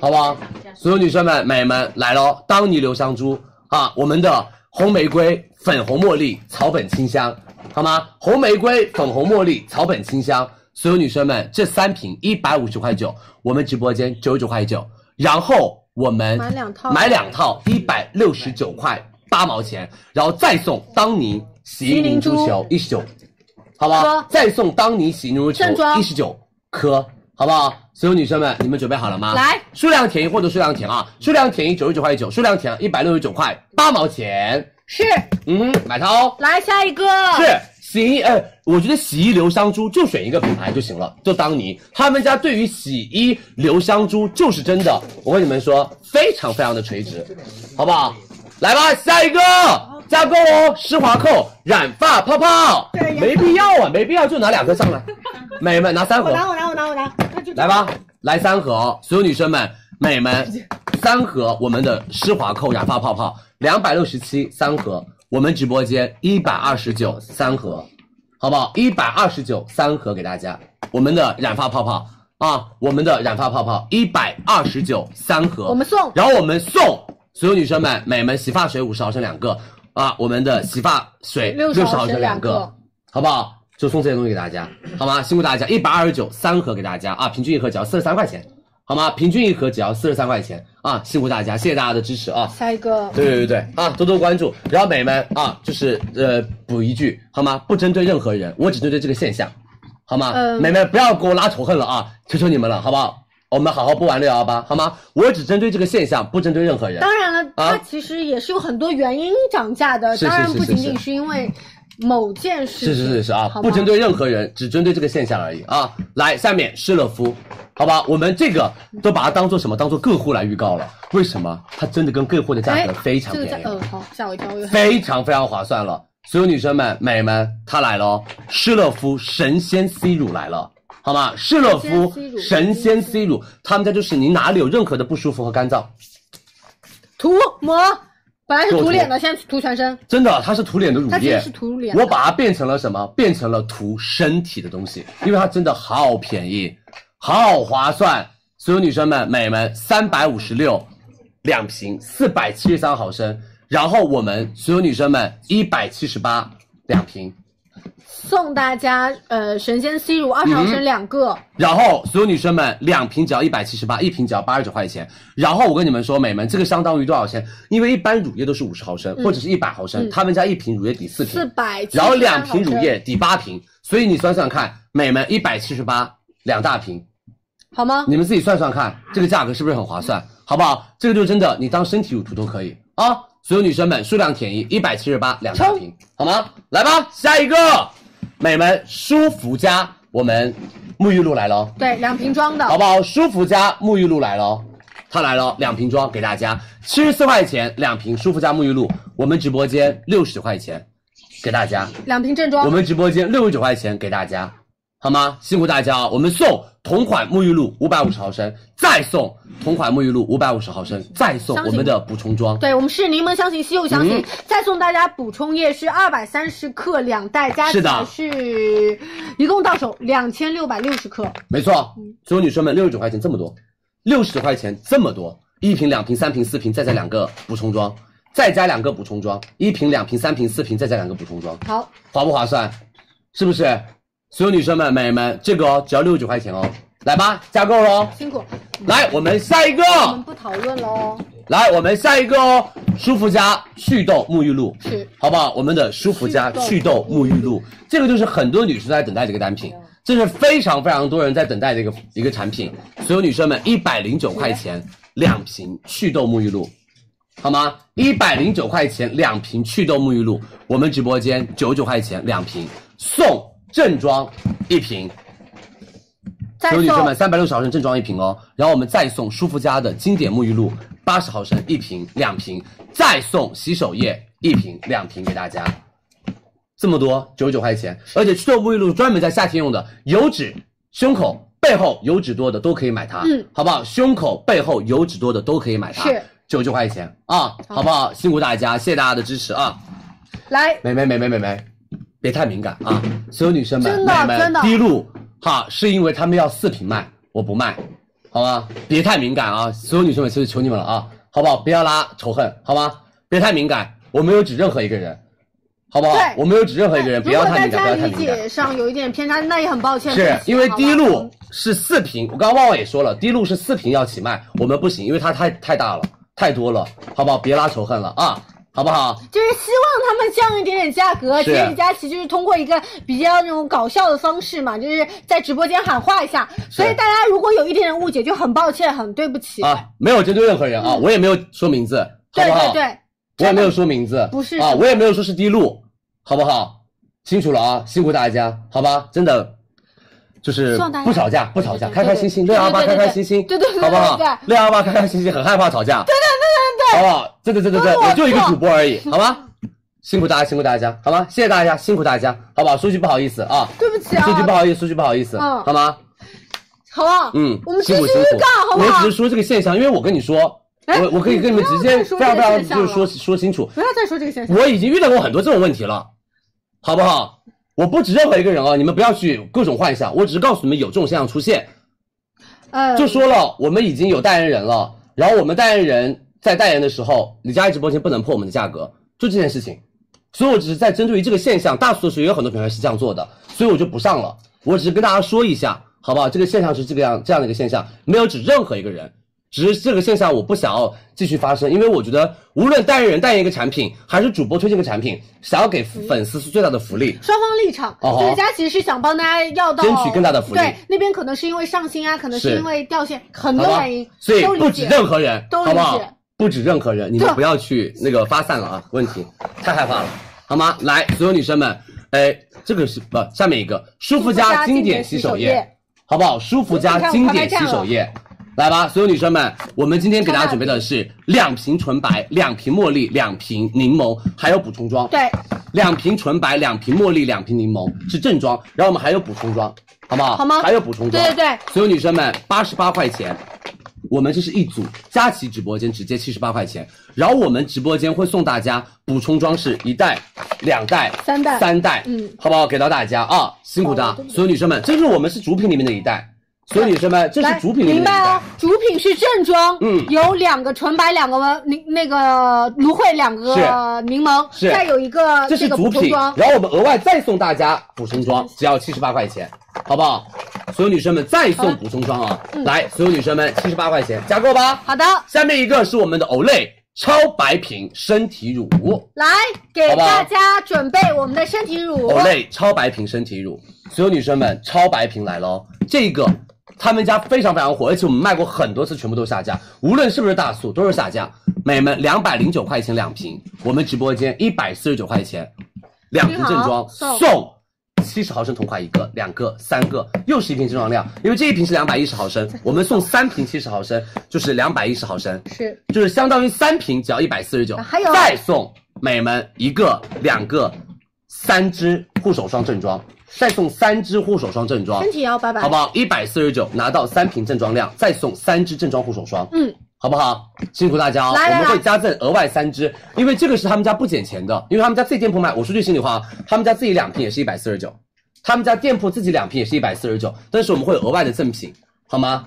S5: 好不好？所有女生们、美们来喽！当你留香珠啊，我们的红玫瑰、粉红茉莉、草本清香，好吗？红玫瑰、粉红茉莉、草本清香，所有女生们，这三瓶一百五十块九，我们直播间九十九块九，然后我们
S6: 买两套
S5: 买两套一百六十九块八毛钱，然后再送当妮洗衣凝珠球一十九，好不好
S6: 哥？
S5: 再送当妮洗衣凝珠球
S6: 正装
S5: 一十九颗，好不好？所有女生们，你们准备好了吗？
S6: 来，
S5: 数量填一或者数量填啊，数量填一九十九块九，数量填一百六十九块八毛钱。
S6: 是
S5: 嗯哼，买它哦。
S6: 来下一个，
S5: 是洗衣，呃，我觉得洗衣留香珠就选一个品牌就行了，就当妮。他们家对于洗衣留香珠就是真的，我跟你们说，非常非常的垂直，好不好？来吧，下一个加购哦，施华蔻染发泡泡，没必要啊，没必要就拿两颗上来，美们拿三盒
S8: 我，拿我拿我拿我拿，那就
S5: 来吧，来三盒哦，所有女生们、美们，三盒我们的施华蔻染发泡泡，两百六十七三盒，我们直播间一百二十九三盒，好不好？一百二十九三盒给大家，我们的染发泡泡啊，我们的染发泡泡一百二十九三盒，
S6: 我们送
S5: 然后我们送所有女生们、美们洗发水五十毫升两个啊，我们的洗发水六
S6: 60
S5: 十
S6: 毫
S5: 毫
S6: 升
S5: 升
S6: 两
S5: 两
S6: 个
S5: 个，好不好？就送这些东西给大家，好吗？辛苦大家，一百二十九三盒给大家啊，平均一盒只要四十三块钱，好吗？平均一盒只要四十三块钱啊，辛苦大家，谢谢大家的支持啊！
S6: 下一个
S5: 对对对对啊，多多关注。然后美们啊，就是呃补一句好吗？不针对任何人，我只针对这个现象，好吗？
S6: 嗯
S5: 美们不要给我拉仇恨了啊，求求你们了，好不好？我们好好播完六幺八，好吗？我只针对这个现象，不针对任何人。
S6: 当然了，
S5: 啊
S6: 它其实也是有很多原因涨价的，
S5: 是是
S6: 当然
S5: 是
S6: 不
S5: 是
S6: 仅仅
S5: 是
S6: 是因为某件事
S5: 是
S6: 情，
S5: 是是是啊
S6: 好，
S5: 不
S6: 吗
S5: 针对任何人，只针对这个现象而已啊。来，下面施乐夫，好吧，我们这个都把它当做什么？当做个护来预告了。为什么？它真的跟个护的价格
S6: 哎
S5: 非常
S6: 这个
S5: 便
S6: 价，
S5: 宜，
S6: 呃，好，吓我一跳，我以为
S5: 非常非常划算了。所有女生们、美们，它来了哦，施乐夫神仙 C 乳来了。好吗？施乐夫神仙 C 乳，他们家就是你哪里有任何的不舒服和干燥，
S6: 涂抹，本来是
S5: 给我
S6: 涂
S5: 涂
S6: 脸的，现在涂全身，
S5: 真的，它是涂脸的乳
S6: 它其
S5: 液
S6: 实是，涂脸的。
S5: 我把它变成了什么？变成了涂身体的东西，因为它真的好便宜，好划算。所有女生们、美们，三百五十六两瓶，四百七十三毫升。然后我们所有女生们，一百七十八两瓶。
S6: 送大家呃神仙 C 乳二十
S5: 嗯
S6: 毫升两个，
S5: 然后所有女生们，两瓶只要一百七十八，一瓶只要八十九块钱。然后我跟你们说，美们，这个相当于多少钱？因为一般乳液都是五十毫升、或者是一百毫升，他们家一瓶乳液抵四瓶，
S6: 四百，
S5: 然后两瓶乳液抵八瓶，所以你算算看，美们一百七十八两大瓶，
S6: 好吗？
S5: 你们自己算算看，这个价格是不是很划算？好不好？这个就真的，你当身体乳涂都可以啊！所有女生们，数量便宜，一百七十八两大瓶，好吗？来吧，下一个，美们舒肤佳，我们沐浴露来了哦。
S6: 对，两瓶装的
S5: 好，不好？舒肤佳沐浴露来了哦，它来了哦，两瓶装给大家，七十四块钱两瓶舒肤佳沐浴露，我们直播间六十块钱给大家，
S6: 两瓶正
S5: 我
S6: 装，
S5: 们直播间六十九块钱给大家，好吗？辛苦大家啊！我们送同款沐浴露五百五十毫升，再送同款沐浴露五百五十毫升，再送我们的补充装。
S6: 对我们是柠檬香型、西柚香型，
S5: 嗯
S6: 再送大家补充液是二百三十克两袋，加起
S5: 是的
S6: 来是一共到手两千六百六十克。
S5: 没错，所有女生们，六十九块钱这么多，六十九块钱这么多，一瓶、两瓶、三瓶、四瓶，再加两个补充装，再加两个补充装，一瓶、两瓶、三瓶、四瓶，再加两个补充装，
S6: 好，
S5: 划不划算？是不是？所有女生们、美人们，这个哦，只要六十九块钱哦，来吧，加购喽！
S6: 辛苦，
S5: 来，我们下一个，
S6: 我们不讨论喽。哦
S5: 来，我们下一个哦，舒肤佳祛痘沐浴露，
S6: 是
S5: 好不好？我们的舒肤佳祛痘沐浴露，这个就是很多女生在等待这个单品，这是非常非常多人在等待的一个一个产品。所有女生们，一百零九块钱两瓶祛痘沐浴露，好吗？一百零九块钱两瓶祛痘沐浴露，我们直播间九九块钱两瓶，送正装一瓶。
S6: 再
S5: 所有女生们，
S6: 送
S5: 三百六十毫升正装一瓶哦，然后我们再送舒肤佳的经典沐浴露八十毫升一瓶两瓶，再送洗手液一瓶两瓶给大家。这么多九十九块钱，而且祛痘沐浴露专门在夏天用的，油脂、胸口、背后油脂多的都可以买它，
S6: 嗯，
S5: 好不好？胸口、背后油脂多的都可以买它，
S6: 是
S5: 九十九块钱啊，好不好？辛苦大家，谢谢大家的支持啊！
S6: 来
S5: 美眉美眉美眉，别太敏感啊！所有女生们，
S6: 真的
S5: 美眉们
S6: 真的
S5: 滴露哈，是因为他们要四瓶卖，我不卖，好吗？别太敏感啊！所有女生们，求求你们了啊，好不好？不要拉仇恨，好吗？别太敏感，我没有指任何一个人，好不好
S6: 对？
S5: 我没有指任何一个人，不
S6: 如
S5: 要
S6: 果
S5: 太
S6: 大
S5: 敏感，不
S6: 家
S5: 要太
S6: 理
S5: 敏感。
S6: 解上有一点偏差，那也很抱歉。对
S5: 是
S6: 不起
S5: 因为
S6: 好吧
S5: 滴露是四瓶，我刚刚旺旺也说了，滴露是四瓶要起卖，我们不行，因为它太太大了，太多了，好不好？别拉仇恨了啊，好不好？
S6: 就是希望他们降一点点价格。
S5: 是
S6: 其实佳琪就是通过一个比较那种搞笑的方式嘛，就是在直播间喊话一下。所以大家如果有一点点误解，就很抱歉，很对不起。
S5: 啊，没有针对任何人啊，我也没有说名字，好
S6: 对
S5: 不好？
S6: 对
S5: 我
S6: 对，
S5: 也没有说名字，
S6: 不是
S5: 啊，
S6: 什么
S5: 我也没有说是滴露，好不好？清楚了啊，辛苦大家，好吧？真的。就是
S6: 希望大家
S5: 不吵架，不吵架，
S6: 对对
S5: 开开心心，
S6: 对
S5: 六
S6: 对
S5: 幺八
S6: 对
S5: 开
S6: 对
S5: 开心心，
S6: 对对对对
S5: 好不好
S6: 对对对？
S5: 六幺八开开心心，很害怕吵架，对对对对对，好不好？对对对对对，
S6: 都是我
S5: 我就一个
S6: 错
S5: 主播而已，好吗？辛苦大家，辛苦大家，好吗？谢谢大家，辛苦大家，好不好？说句不好意思啊，
S6: 对不起啊
S5: 说句不好意思，说句不好意思，
S6: 嗯
S5: 好吗？
S6: 好不好？
S5: 嗯，
S6: 我们
S5: 辛
S6: 只
S5: 苦
S6: 是
S5: 辛
S6: 预
S5: 苦
S6: 告，好不好
S5: 我只？是说这个现象，因为我跟你说，
S6: 哎
S5: 我我可以跟你们直
S6: 你不要
S5: 接非
S6: 再说
S5: 常非
S6: 这个
S5: 常
S6: 现象
S5: 就是
S6: 了
S5: 说说清楚，
S6: 不要再说这个现象。
S5: 我已经遇到过很多这种问题了，好不好？我不指任何一个人啊，你们不要去各种幻想，我只是告诉你们有这种现象出现，
S6: 呃，
S5: 就说了我们已经有代言人了，然后我们代言人在代言的时候，李佳琦直播间不能破我们的价格，就这件事情，所以我只是在针对于这个现象，大促的时候也有很多品牌是这样做的，所以我就不上了，我只是跟大家说一下，好不好？这个现象是这个样这样的一个现象，没有指任何一个人，只是这个现象我不想要继续发生，因为我觉得无论代言人代言一个产品，还是主播推荐一个产品，想要给粉丝是最大的福利，
S6: 双方立场，
S5: 哦
S6: 就是佳琪是想帮大家要到
S5: 争取更大的福利
S6: 对，那边可能是因为上新啊，可能
S5: 是
S6: 是因为掉线，很
S5: 好
S6: 多
S5: 吧
S6: 原因，？
S5: 所以
S6: 都
S5: 不止
S6: 理解。
S5: 任何人，
S6: 都理
S5: 好
S6: 解
S5: 不好？不止任何人，你们
S6: 对啊
S5: 不要去那个发散了啊，问题太害怕了，好吗？来，所有女生们，哎，这个是不、下面一个舒肤
S6: 舒肤
S5: 佳
S6: 佳
S5: 经
S6: 经
S5: 典
S6: 典
S5: 洗
S6: 洗
S5: 手
S6: 手
S5: 液
S6: 液，
S5: 好不好？舒肤
S6: 你
S5: 佳
S6: 看
S5: 经
S6: 我拍
S5: 典
S6: 拍
S5: 洗
S6: 照
S5: 手液。来吧，所有女生们，我们今天给大家准备的是两瓶纯白、两瓶茉莉、两瓶柠檬，还有补充装。
S6: 对，
S5: 两瓶纯白、两瓶茉莉、两瓶柠檬是正装，然后我们还有补充装，好不好？
S6: 好吗
S5: 还有补充装。
S6: 对对对，
S5: 所有女生们，八十八块钱，我们这是一组，佳琦直播间直接七十八块钱，然后我们直播间会送大家补充装饰一袋、两袋、
S6: 三袋
S5: 三袋，
S6: 嗯，
S5: 好不好？给到大家啊，辛苦的所有女生们，这是我们是主品里面的一袋，所有女生们，这是
S6: 来，
S5: 主品里面的
S6: 明
S5: 一
S6: 白
S5: 袋
S6: 哦，，主品是正装，
S5: 嗯
S6: 有两个纯白，两个柠那个芦荟，两个
S5: 是
S6: 柠檬，
S5: 是
S6: 再有一个
S5: 这是
S6: 个
S5: 主
S6: 补充
S5: 品，
S6: 装，嗯
S5: 然后我们额外再送大家补充装，只要七十八块钱，好不好？所有女生们再送补充装啊！来，所有女生们七十八块钱加购吧。
S6: 嗯好的，
S5: 下面一个是我们的 Olay 超白瓶身体乳
S6: 来给
S5: 好吧
S6: 大家准备我们的身体乳，
S5: ，Olay 超白瓶身体乳，所有女生们超白瓶来了哦，这个。他们家非常非常火，而且我们卖过很多次，全部都下架，无论是不是大促都是下架。美们，两百零九块钱两瓶，我们直播间一百四十九块钱两瓶正装
S6: 送
S5: 送七十毫升同款一个、两个、三个，又是一瓶正装量，因为这一瓶是两百一十毫升，我们送三瓶七十毫升，就是两百一十毫升，
S6: 是
S5: 就是相当于三瓶只要一百四十九，
S6: 啊还有
S5: 再送美们一个、两个、三支护手霜正装，再送三支护手霜正装，
S6: 身体要拜拜，
S5: 好不好？一百四十九拿到三瓶正装量，再送三支正装护手霜，
S6: 嗯，
S5: 好不好？辛苦大家哦，
S6: 来来
S5: 我们会
S6: 来
S5: 加赠额外三支，因为这个是他们家不减钱的，因为他们家自己店铺卖。我说句心里话啊，他们家自己两瓶也是一百四十九，他们家店铺自己两瓶也是一百四十九，但是我们会有额外的赠品，好吗？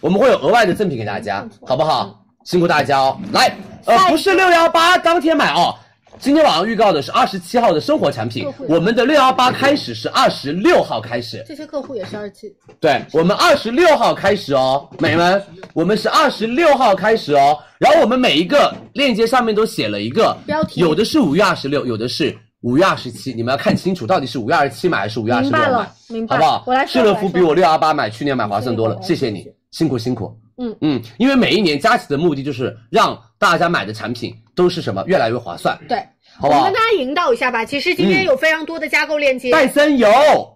S5: 我们会有额外的赠品给大家，好不好？辛苦大家哦，来，呃，
S6: 下一个
S5: 不是六幺八当天买哦。今天晚上预告的是二十七号的生活产品
S6: 客户，
S5: 我们的六幺八开始是二十六号开始，
S6: 这些客户也是二七，
S5: 对我们二十六号开始哦，美们，我们是二十六号开始哦。然后我们每一个链接上面都写了一个
S6: 标题
S5: 有的是五月二十六，有的是五月二十七，你们要看清楚到底是五月二十七买还是五月二十
S6: 明
S5: 六
S6: 白
S5: 买
S6: 了，，明白。
S5: 好不好？
S6: 我来
S5: 施
S6: 说，
S5: 乐
S6: 我来
S5: 福
S6: 说
S5: 比我六幺八买去年买划算多了，
S6: 谢
S5: 谢
S6: 谢
S5: 谢你，辛苦辛苦。
S6: 嗯
S5: 嗯，因为每一年佳琦的目的就是让大家买的产品都是什么越来越划算，
S8: 对，
S5: 好
S8: 我
S5: 不
S8: 们
S5: 好
S8: 跟大？家引导一下吧。其实今天
S5: 嗯
S8: 有非常多的加购链接，
S5: 戴森油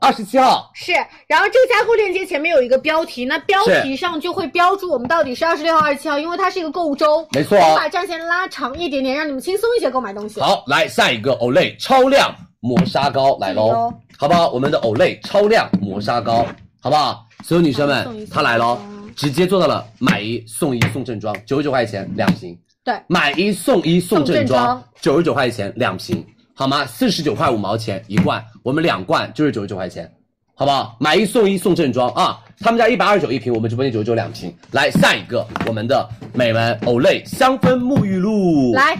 S5: 二十七号，
S8: 是，然后这个加购链接前面有一个标题，那标题上就会标注我们到底是二十六号、二十七号，因为它是一个购物周，
S5: 没错
S8: 我
S5: 哦
S8: 们把战线拉长一点点，让你们轻松一些购买东西。
S5: 好，来下一个 Olay 超亮磨砂膏来
S6: 这里
S5: 喽
S6: 哦，
S5: 好不好？我们的 Olay 超亮磨砂膏，好不好？所有女生
S6: 送一
S5: 们，
S6: 送
S5: 它来喽
S6: 赠一，
S5: 直接做到了买一送一送正装，九十九块钱两瓶。
S6: 对
S5: 买一送一送正装
S6: 送，
S5: 九十九块钱两瓶，好吗？四十九块五毛钱一罐，我们两罐就是九十九块钱，好不好？买一送一送正装啊！他们家一百二十九一瓶，我们直播间九十九两瓶。来下一个，我们的美们 Olay 香氛沐浴露，
S6: 来，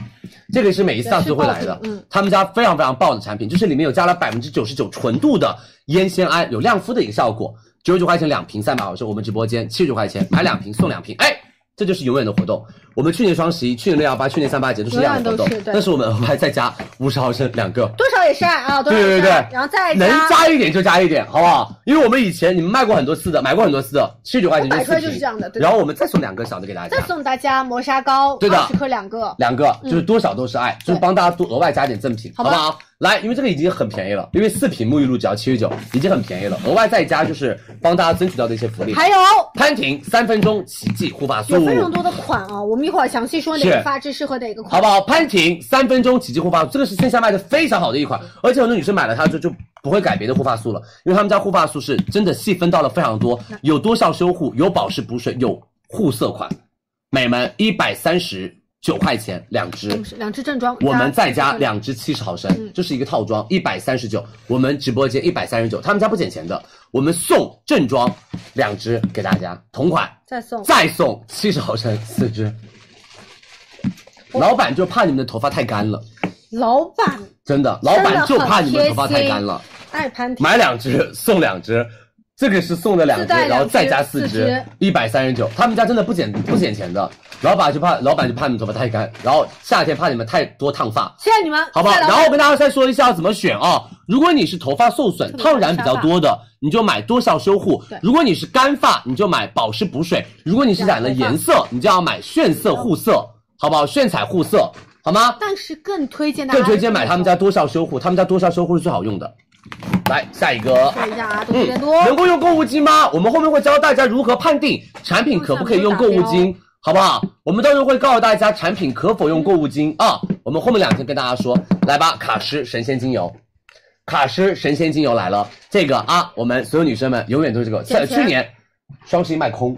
S5: 这个是每一次大促会来的，嗯，他们家非常非常爆的产品，就是里面有加了百分之九十九纯度的烟酰胺，有亮肤的一个效果，九十九块钱两瓶，三百毫升，我们直播间七十九块钱买两瓶送两瓶，哎。这就是永远的活动。我们去年双十一、去年六幺八、去年三八节都是这样的活动
S6: 永远都是，对
S5: 但是我们额外再加五十毫升两个，
S6: 多少也是爱啊，多
S5: 对
S6: 少也
S5: 对
S6: 是
S5: 对
S6: 爱，然后再
S5: 能
S6: 加，
S5: 加一点就加一点，好不好？因为我们以前你们卖过很多次的，买过很多次的，七十九块钱
S6: 摆出
S5: 四
S6: 来就
S5: 瓶
S6: 是这样的，对
S5: 然后我们再送两个小的给大家，
S6: 再送大家磨砂膏，
S5: 对的
S6: 二十克两个，
S5: 两个，就是多少都是
S6: 嗯
S5: 爱，就是帮大家多额外加点赠品，好不好？来，因为这个已经很便宜了，因为四瓶沐浴露只要七十九，已经很便宜了，额外再加就是帮大家争取到的一些福利。
S6: 还有
S5: 潘婷三分钟奇迹护发素，
S6: 有非常多的款啊，我们一会儿详细说哪
S5: 是
S6: 个发质适合哪个款。
S5: 好不好？潘婷三分钟奇迹护发素，这个是线下卖的非常好的一款，而且很多女生买了它之后就不会改别的护发素了，因为他们家护发素是真的细分到了非常多，有多效修护，有保湿补水，有护色款，美们一百三十九块钱两支，
S6: 嗯是两支正装，
S5: 我们再加
S6: 两。
S5: 两支七十毫升，这是一个套装，一百三十九。我们直播间一百三十九，他们家不减钱的，我们送正装两支给大家，同款
S6: 再送
S5: 再送七十毫升四支。老板就怕你们的头发太干了，
S6: 老板
S5: 真的，老板就怕你们的头发太干了，
S6: 爱潘婷，
S5: 买两支送两支。这个是送了两
S6: 自
S5: 支，
S6: 带两支
S5: 然后再加四
S6: 四支，
S5: 一百三十九。他们家真的不减不减钱的，老板就怕老板就怕你们头发太干，然后夏天怕你们太多烫发，
S6: 谢谢你们，
S5: 好不好？
S6: 谢谢
S5: 然
S6: 老
S5: 后
S6: 板
S5: 我跟大家再说一下怎么选啊。如果你是头发受损、烫染比较多的，你就买多效修护；如果你是干发，你就买保湿补水；如果你是染了颜色，你就要买炫色护色，好不好？炫彩护色，好吗？
S6: 但是更推荐大家
S5: 更推荐买他们家多效修护，他们家多效修护是最好用的。来下一个，
S6: 看一下啊，都特
S5: 嗯
S6: 别多，，
S5: 能够用购物金吗？我们后面会教大家如何判定产品可不可以用购物金，好不好？我们到时候会告诉大家产品可否用购物金啊。我们后面两天跟大家说，来吧，卡诗神仙精油。卡诗神仙精油来了，这个啊，我们所有女生们永远都是这个。在去年双十一卖空，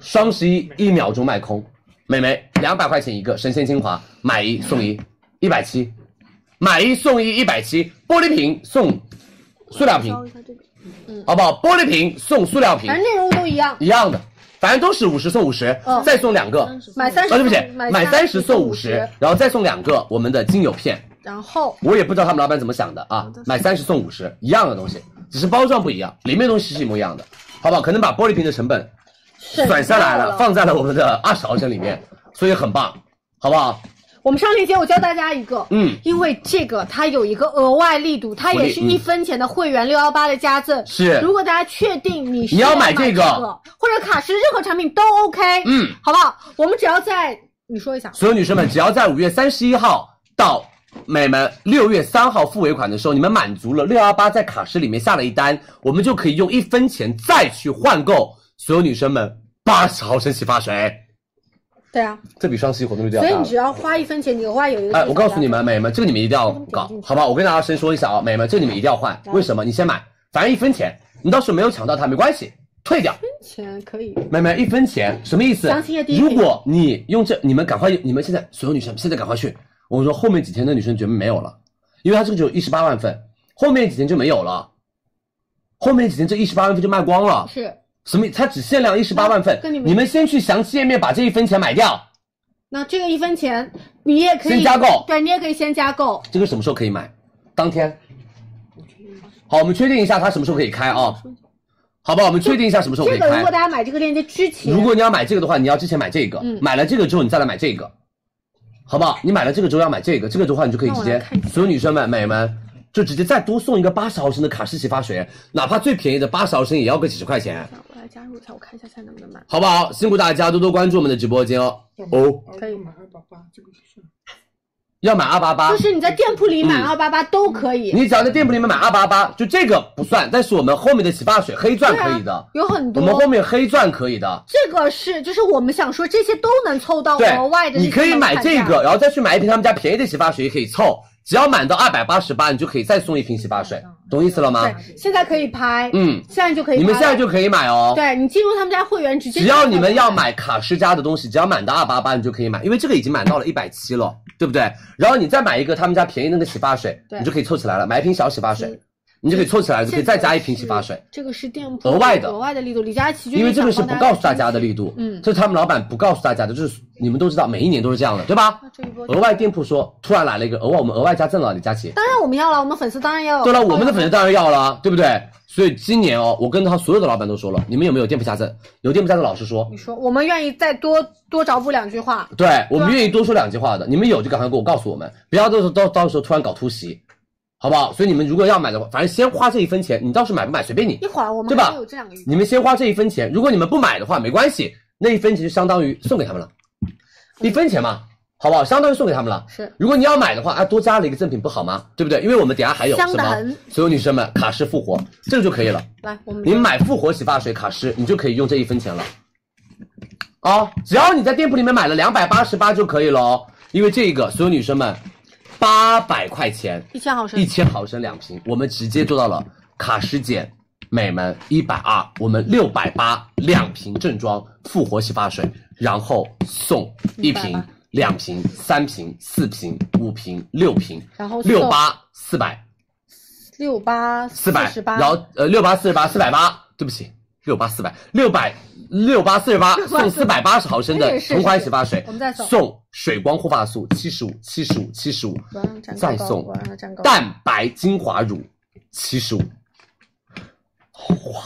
S5: 双十一一秒钟卖空，美眉两百块钱一个神仙精华，买一送一，一百七，买一送一一百七，玻璃瓶送塑料瓶，好不好？玻璃瓶送塑料瓶
S6: 反正内容物都一样，
S5: 一样的，反正都是五十送五十、
S6: 嗯
S5: 再送两个，
S6: 买三
S5: 啊对
S6: 十
S5: 不起，买
S6: 买
S5: 三
S6: 十
S5: 十送五十，，然后再送两个我们的精油片，
S6: 然后
S5: 我也不知道他们老板怎么想的啊，买三十送五十一样的东西，只是包装不一样，里面的东西是一模一样的，好不好？可能把玻璃瓶的成本省下来了，放在了我们的二十毫升里面，所以很棒，好不好？
S6: 我们上链接，我教大家一个，
S5: 嗯，
S6: 因为这个它有一个额外力度，它也是
S5: 福利嗯
S6: 一分钱的会员六幺八的加赠。
S5: 是
S6: 如果大家确定你是
S5: 你要买
S6: 这
S5: 这个
S6: 或者卡诗任何产品都 OK，
S5: 嗯，
S6: 好不好？我们只要在你说一下，
S5: 所有女生们，只要在五月三十一号到美们六月三号付尾款的时候，你们满足了六幺八在卡诗里面下了一单，我们就可以用一分钱再去换购所有女生们八十毫升洗发水，
S6: 对啊，
S5: 这比双十一活动力度要
S6: 所以
S5: 大
S6: 你
S5: 了
S6: 只。要花一分钱，你额外有一个。
S5: 哎，我告诉你们，，美们，这个你们一定要搞，好吧？我跟大家先说一下啊，美们，这个你们一定要换，为什么？你先买，反正一分钱，你到时候没有抢到它没关系，退掉。
S6: 钱可以
S5: 妹妹，一分钱什么意思
S6: 详情页第？一
S5: 如果你用这，你们赶快，你们现在所有女生现在赶快去。我跟你说后面几天的女生绝对没有了，因为它这个只有一十八万份，后面几天就没有了。后面几天这一十八万份就卖光了，
S6: 是。
S5: 什么？它只限量一十八万份
S6: 那跟你，们
S5: 你们先去详细页面把这一分钱买掉。
S6: 那这个一分钱，你也可以
S5: 先加购
S6: 对你也可以先加购。
S5: 这个什么时候可以买？当天。好，我们确定一下它什么时候可以开啊？好吧，我们确定一下什么时候可
S6: 这
S5: 以
S6: 个如
S5: 开
S6: 果。大家买这个链接之前，
S5: 如果你要买这个的话，你要之前买这
S8: 嗯
S5: 个，买了这个之后你再来买这个，好不好？你买了这个之后要买这个，这个的话你就可以直接，所有女生们、美们就直接再多送一个八十毫升的卡诗奇发水，哪怕最便宜的八十毫升也要个几十块钱，
S8: 我来加入一下，我看一下现在能不能买。
S5: 好不好？辛苦大家多多关注我们的直播间哦。哦，
S8: 可以吗？
S5: 要买二八八
S6: 就，是你在店铺里买二八八都可以，
S5: 嗯你只要在店铺里面买二八八，就这个不算，但是我们后面的洗发水黑钻
S8: 啊
S5: 可以的，
S6: 啊有很
S5: 我们
S6: 多
S5: 后。面黑钻可以的。
S6: 这个是就是我们想说这些都能凑到
S5: 对
S6: 额哦外的，那
S5: 你
S6: 些
S5: 可以买
S6: 门槛
S5: 这
S6: 价
S5: 个，然后再去买一瓶他们家便宜的洗发水，也可以凑，只要满到二百八十八，你就可以再送一瓶洗发水，懂意思了吗？
S6: 嗯对，现在可以拍，
S5: 嗯，
S6: 现在就可以拍
S5: 你
S6: 了。
S5: 们现在就可以买哦。
S6: 对你进入他们家会员，直接
S5: 只要你们要买卡诗家的东西，只要满到二八八，你就可以买，因为这个已经满到了一百七了，对不对？然后你再买一个他们家便宜那个洗发水，你就可以凑起来了，买一瓶小洗发水，你就可以凑起来，就可以再加一瓶洗发水。
S6: 这个是店铺
S5: 额外的
S6: 额外的力度，李佳琦就
S5: 因为这个是
S6: 想
S5: 不
S6: 帮
S5: 告诉大家的力度，
S6: 嗯
S5: 这是他们老板不告诉大家的，就是你们都知道，每一年都是这样的，对
S6: 嗯
S5: 吧？额外店铺说突然来了一个额外，我们额外加赠了李佳琦，
S6: 当然我们要了，我们粉丝当然要。
S5: 对了，我们的粉丝当然要了，对不对？所以今年哦，我跟他所有的老板都说了，你们有没有店铺加赠？有店铺加赠，老师说，
S6: 你说，我们愿意再多多找补两句话。
S5: 对啊我们愿意多说两句话的，你们有就赶快给我告诉我们，不要到时候到到时候突然搞突袭，好不好？所以你们如果要买的话，反正先花这一分钱，你到时候买不买随便你
S6: 一。会儿我们
S5: 对吧
S6: 还会有这两个语，
S5: 你们先花这一分钱，如果你们不买的话，没关系，那一分钱就相当于送给他们了，一分钱嘛，好不好？相当于送给他们了。
S6: 是，
S5: 如果你要买的话，啊，多加了一个赠品不好吗？对不对？因为我们等一下还有
S6: 香
S5: 什
S6: 得
S5: 么
S6: 很？
S5: 所有女生们，卡诗复活这个就可以了。
S6: 来我们
S5: 你买复活洗发水卡诗，你就可以用这一分钱了。哦，只要你在店铺里面买了两百八十八就可以了哦，因为这个所有女生们，八百块钱
S6: 一千毫升
S5: 一，千毫升两瓶，我们直接做到了卡诗减美们一百二，我们六百八两瓶正装复活洗发水，然后送一瓶、两瓶、三瓶、四瓶、五瓶、六瓶，
S6: 然后
S5: 六八四百
S6: 六八
S5: 四百
S6: 十，八，
S5: 然后呃六八四十八四百八，对不起，六八四百六百六八四十八送四百八十毫升
S6: 哎
S5: 的
S6: 是是
S5: 同款
S6: 是
S5: 洗发水，
S6: 我们再送
S5: 水光护发素七十五七十五七十五
S6: 我让它
S5: 再
S6: 站，高高
S5: 送
S6: 我让它站高
S5: 蛋白精华乳七十五，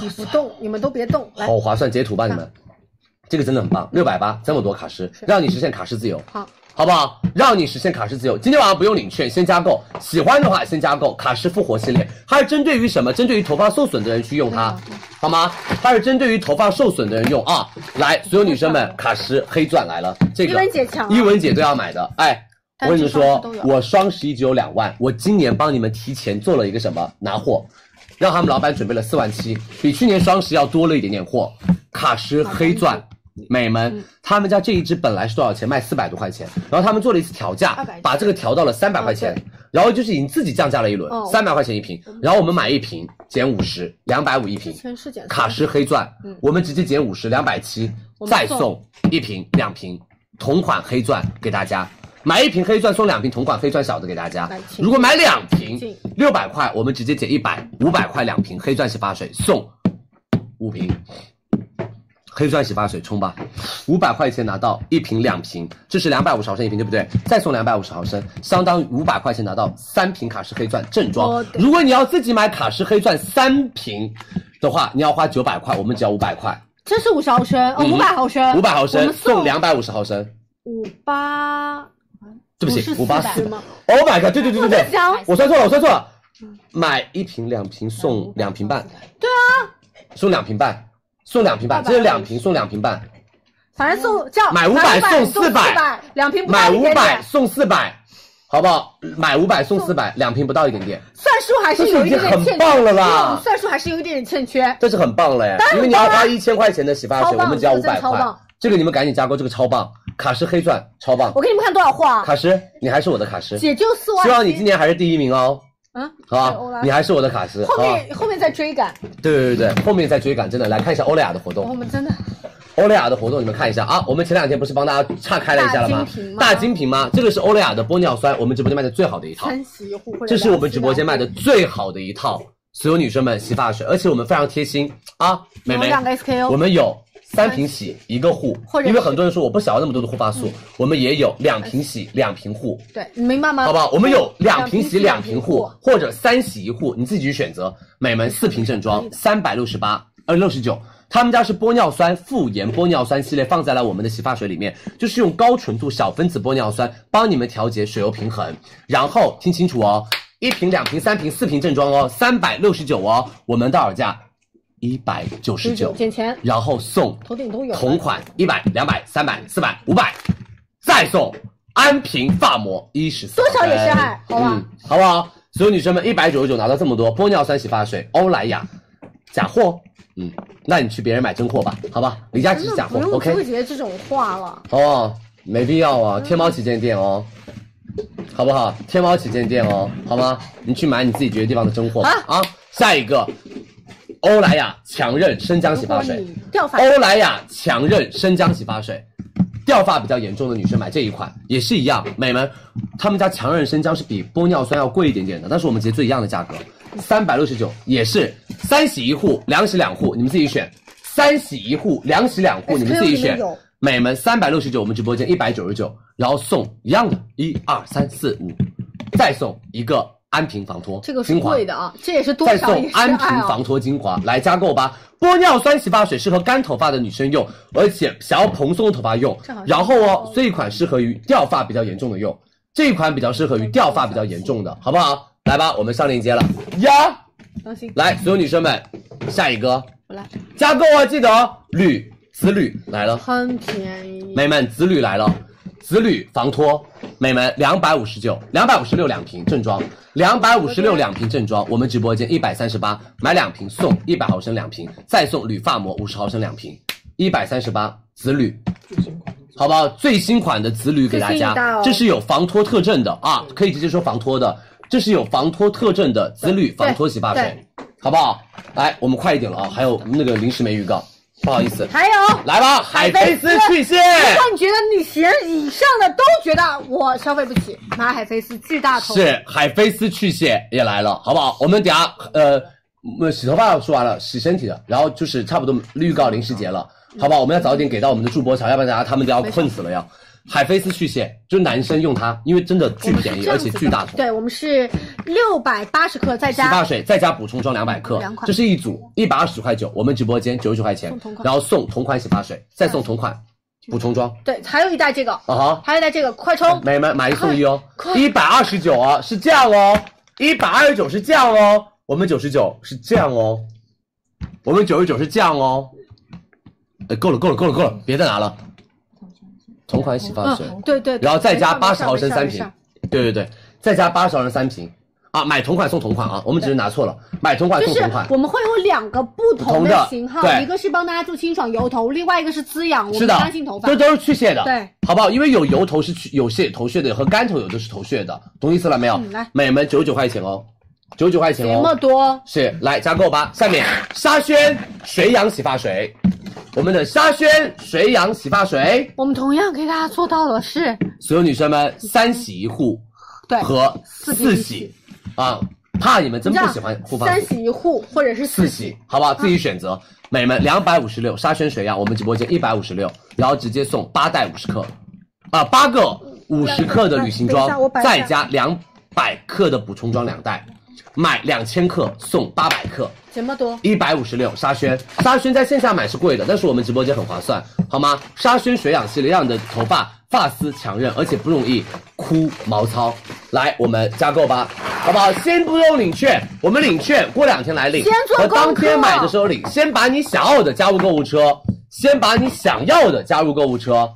S6: 你不动，你们都别动，来
S5: 好划算，截图吧你们，这个真的很棒，六百八这么多卡诗，让你实现卡诗自由。
S6: 好。
S5: 好不好？让你实现卡诗自由。今天晚上不用领券，先加购。喜欢的话先加购卡诗复活系列，它是针对于什么？针对于头发受损的人去用它，
S6: 嗯
S5: 好吗？它是针对于头发受损的人用啊。来，所有女 生们，卡诗黑钻来了，这个
S6: 一文姐抢啊
S5: 一文姐都要买的。哎，我跟你们说
S6: 单只双十都，有
S5: 我双十一只有两万，我今年帮你们提前做了一个什么拿货，让他们老板准备了四万七，比去年双十要多了一点点货。卡诗黑钻。美们，他们家这一支本来是多少钱？卖四百多块钱，然后他们做了一次调价，把这个调到了三百块钱，然后就是已经自己降价了一轮，三百块钱一瓶，然哦后我们买一瓶减五十，两百五一瓶。
S6: 全是减
S5: 卡诗黑钻，我们直接减五十，两百七，再嗯送一瓶、两瓶同款黑钻给大家。买一瓶黑钻送两瓶同款黑钻小的给大家
S6: 来，请
S5: 如果买两瓶
S6: 请
S5: 六百块，我们直接减一百，五百块两瓶黑钻洗发水送五瓶黑钻洗发水冲吧，五百块钱拿到一瓶两瓶，这是两百五十毫升一瓶，对不对？再送两百五十毫升，相当于五百块钱拿到三瓶卡诗黑钻正装。如果你要自己买卡诗黑钻三瓶的话，你要花九百块，我们只要五百块，
S6: 这是五十毫升，哦，
S5: 嗯
S6: 五百毫升，
S5: 五百毫
S6: 我
S5: 升
S6: 们
S5: 送
S6: 送
S5: 两百五十毫升，
S6: 五八，
S5: 对不起，五八四
S6: 是吗？
S5: Oh my god！对对对对对，
S6: 想
S5: 我算错了，我算错了，买一瓶两瓶送两瓶半，对啊，送两瓶半，送两瓶半，这是两瓶送两瓶半，
S6: 反正送这样，
S5: 嗯买
S6: 五
S5: 500送
S6: 送
S5: 400，
S6: 两瓶不到
S5: 买
S6: 一
S5: 五
S6: 点
S5: 百
S6: 点，
S5: 送四百，好不好？买五百送四百，两瓶不到一点点，
S6: 算术还是有一点
S5: 这是
S6: 点
S5: 已
S6: 欠
S5: 经很
S6: 缺，
S5: 棒了啦
S6: 因为我们算术还是有一点点欠缺。
S5: 这是很棒了哎，因为你要花一千块钱的洗发水，
S6: 超棒
S5: 我们只要
S6: 这
S5: 五
S6: 个真
S5: 百
S6: 的超
S5: 块
S6: 棒，
S5: 这个你们赶紧加购，这个超棒，卡诗黑钻超棒，
S6: 我给你们看多少货啊？
S5: 卡诗你还是我的卡诗，
S6: 姐就四万
S5: 希
S6: 七，
S5: 望你今年还是第一名哦，
S6: 啊，
S5: 好
S6: 是欧
S5: 吧
S6: 莱，
S5: 你还是我的卡诗，好
S6: 后
S5: 不好？
S6: 面后面再追赶，
S5: 对对对对，后面再追赶，真的来看一下欧莱雅的活动
S6: 我。们真的
S5: 欧莱雅的活动，你们看一下啊！我们前两天不是帮大家岔开了一下了吗
S6: 大金瓶？吗
S5: 大金瓶吗？这个是欧莱雅的玻尿酸，我们直播间卖的最好的一套，
S6: 三喜一护或者
S5: 这是我们直播间卖
S6: 的
S5: 的最好的一套，所有女生们洗发水，而且我们非常贴心啊，美
S6: 有
S5: 眉，
S6: 两个 SKU，
S5: 我们有三瓶洗一个护，
S6: 或者嗯呃
S5: 因为很多人说我不想要那么多的护发素，我们也有两瓶洗两瓶护，
S6: 对，你明白吗？嗯
S5: 好不好？我们有呃两瓶洗两瓶护
S6: 两瓶，
S5: 或者三洗一护，你自己去选择。美门四瓶正装，三百六十八，呃，六十九。他们家是玻尿酸复颜玻尿酸系列，放在了我们的洗发水里面，就是用高纯度小分子玻尿酸帮你们调节水油平衡。然后听清楚哦，一瓶、两瓶、三瓶、四瓶正装哦，三百六十九哦，我们到手价一百九十九，
S6: 捡钱，
S5: 然后送
S6: 头顶都有。
S5: 同款一百、两百、三百、四百、五百，再送安瓶发膜一十四，
S6: 多少也是爱好吧
S5: 嗯，好不好？所有女生们，一百九十九拿到这么多玻尿酸洗发水，欧莱雅假货，嗯，那你去别人买真货吧，好吧？李佳琦是假货
S6: 真啊的不用
S5: ，OK，
S6: 纠结这种话了。
S5: 好不好？没必要啊，天猫旗舰店哦，好不好？天猫旗舰店哦，好吗？你去买你自己觉得地方的真货吧啊！下一个，欧莱雅强韧生姜洗
S6: 如
S5: 发
S6: 果
S5: 水，
S6: 你掉发，
S5: 欧莱雅强韧生姜洗发水，掉发比较严重的女生买这一款也是一样。美们，他们家强韧生姜是比玻尿酸要贵一点点的，但是我们直接做一样的价格，三百六十九，也是三洗一护，两洗两护，你们自己选。三洗一护，两洗两
S6: 哎
S5: 护，你们自己选。美们三百六十九，我们直播间一百九十九，然后送一样的，一二三四五，再送一个安瓶防脱，
S6: 这个是
S5: 精华
S6: 贵的啊，这也是多
S5: 再
S6: 少
S5: 送
S6: 也是爱
S5: 安
S6: 啊。
S5: 瓶防脱精华来加购吧。玻尿酸洗发水适合干头发的女生用，而且想要蓬松的头发用
S6: 这好。像
S5: 然后哦，这一款适合于掉发比较严重的用，这一款比较适合于掉发比较严重的，好不好？来吧，我们上链接了呀！
S6: 当心，
S5: 来，所有女生们，下一个
S6: 我来，
S5: 加购啊，记得哦，铝紫铝来了。
S6: 很便宜，
S5: 美们，紫铝来了，紫铝防脱，美们两百五十九，两百五十六两瓶正装，两百五十六两瓶正装，我们直播间一百三十八，买两瓶送一百毫升两瓶，再送铝发膜五十毫升两瓶，一百三十八紫铝。好不好？最新款的紫铝给大
S6: 最新
S5: 家，
S6: 一代哦
S5: 这是有防脱特征的啊，可以直接说防脱的，这是有防脱特征的紫铝防脱洗发水，好不好？来，我们快一点了啊，还有那个临时没预告，不好意思，
S6: 还有。
S5: 来吧，海飞丝去线。
S6: 如果你觉得你嫌以上的都觉得我消费不起，买海飞丝巨大头，
S5: 是海飞丝去屑也来了，好不好？我们等下呃，我们洗头发说完了，洗身体的，然后就是差不多预告零食节了，
S6: 嗯
S5: 好吧？我们要早点给到我们的助播潮，要不然大家他们都要困死了要。
S6: 嗯
S5: 海飞丝去屑就是男生用它，因为真的巨便宜，
S6: 这样
S5: 而
S6: 子
S5: 且
S6: 的
S5: 巨大桶。
S6: 对我们是六百八十克，再
S5: 洗发
S6: 加
S5: 水再加补充装两百克
S6: 两，款
S5: 这是一组一百二十块九，我们直播间九十九块钱
S6: 送同，款
S5: 然后送同款洗发水，再送同款补充装
S6: 对，还有一袋这个，
S5: 啊哈。
S6: 还有一袋这个，快冲！
S5: 每买买一送一哦，一百二十九啊，是这样哦，一百二十九是这样哦，我们九十九是这样哦，我们九十九是这样哦，呃，够了够了够了够了，别再拿了，同款洗发水，
S6: 嗯，对对，对
S5: 然后再加
S6: 没
S5: 八
S6: 事
S5: 十
S6: 儿
S5: 毫升三
S6: 没事
S5: 瓶
S6: 儿没事儿，
S5: 对对对，再加八十毫升三瓶啊，买同款送同款啊，我们只是拿错了，买同款
S6: 就
S5: 送
S6: 是
S5: 同款，
S6: 我们会有两个不
S5: 呃
S6: 同
S5: 不同的
S6: 型号，
S5: 对
S6: 一个是帮大家做清爽油头，另外一个是滋养我
S5: 是
S6: 们
S5: 的
S6: 干性头，发
S5: 这。都是去屑的，
S6: 对，
S5: 好不好？因为有油头是去有屑头屑的，和干头有的是头屑的，懂意思了没有？
S6: 嗯来
S5: 美们九十九块钱哦，九十九块钱
S6: 这么
S5: 哦，
S6: 多，
S5: 是来加购吧。下面沙宣水养洗发水，我们的沙宣水养洗发水，
S6: 我们同样给大家做到了是，
S5: 所有女生们三洗一护
S6: 对，
S5: 和四
S6: 四
S5: 洗啊，怕你们真
S6: 你知
S5: 不
S6: 道
S5: 喜欢护发
S6: 三
S5: 素。
S6: 洗嗯一护或者是
S5: 四
S6: 四
S5: 喜，好不好？自己选择。美们两百五十六，沙宣水养，我们直播间一百五十六，然后直接送八袋五十克，啊，八个五十克的旅行
S6: 等一下
S5: 装
S6: 我，摆一下
S5: 再加两百克的补充装两袋，买两千克送八百克，
S6: 这么多，
S5: 一百五十六沙宣，沙宣在线下买是贵的，但是我们直播间很划算，好吗？沙宣水养系列让你的头发发丝强韧，而且不容易枯毛糙。来，我们加购吧，好不好？先不用领券，我们领券过两天来领，
S6: 先做
S5: 和
S6: 功课
S5: 当天买的时候领，先把你想要的加入购物车，先把你想要的加入购物车，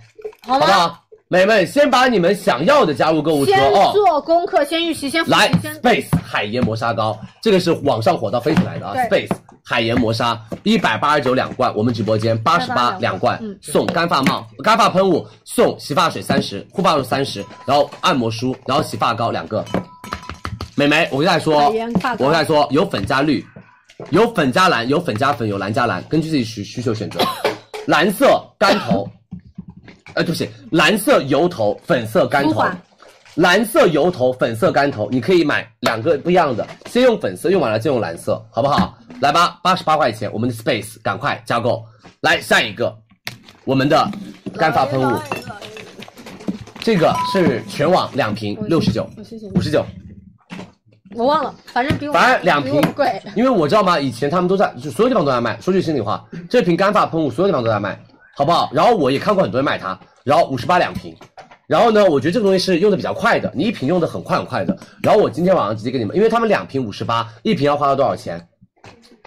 S6: 好
S5: 好不
S6: 吗？
S5: 好？美们，先把你们想要的加入购物车
S6: 先
S5: 哦。
S6: 做功课，先预习，先复
S5: 来
S6: 习，先
S5: Space 海盐磨砂膏，这个是网上火到飞起来的啊
S6: 对
S5: ！Space 海盐磨砂一百八十九两罐，我们直播间八十八
S6: 88
S5: 两罐，送干发帽、干发喷雾，送洗发水三十，护发露三十，然后按摩梳，然后洗发膏两个。美眉，我跟大家说
S6: 海盐发，
S5: 我
S6: 膏
S5: 跟大家说，有粉加绿，有粉加蓝，有粉加粉，有蓝加蓝，根据自己需需求选择。蓝色干头，呃，对不起，蓝色油头，粉色干
S6: 舒
S5: 头
S6: 缓，
S5: 蓝色油头，粉色干头，你可以买两个不一样的，先用粉色，用完了再用蓝色，好不好？来吧，八十八块钱，我们的 Space 赶快加购。来下一个，我们的干发喷雾，这个是全网两瓶六十
S6: 嗯
S5: 九，五十九，
S6: 我忘了，反正比我
S5: 反正两
S6: 比
S5: 瓶
S6: 我贵。
S5: 因为我知道嘛，以前他们都在，就所有地方都在卖。说句心里话，这瓶干发喷雾所有地方都在卖，好不好？然后我也看过很多人买它，然后五十八两瓶。然后呢，我觉得这个东西是用的比较快的，你一瓶用的很快很快的。然后我今天晚上直接给你们，因为他们两瓶五十八，一瓶要花到多少钱？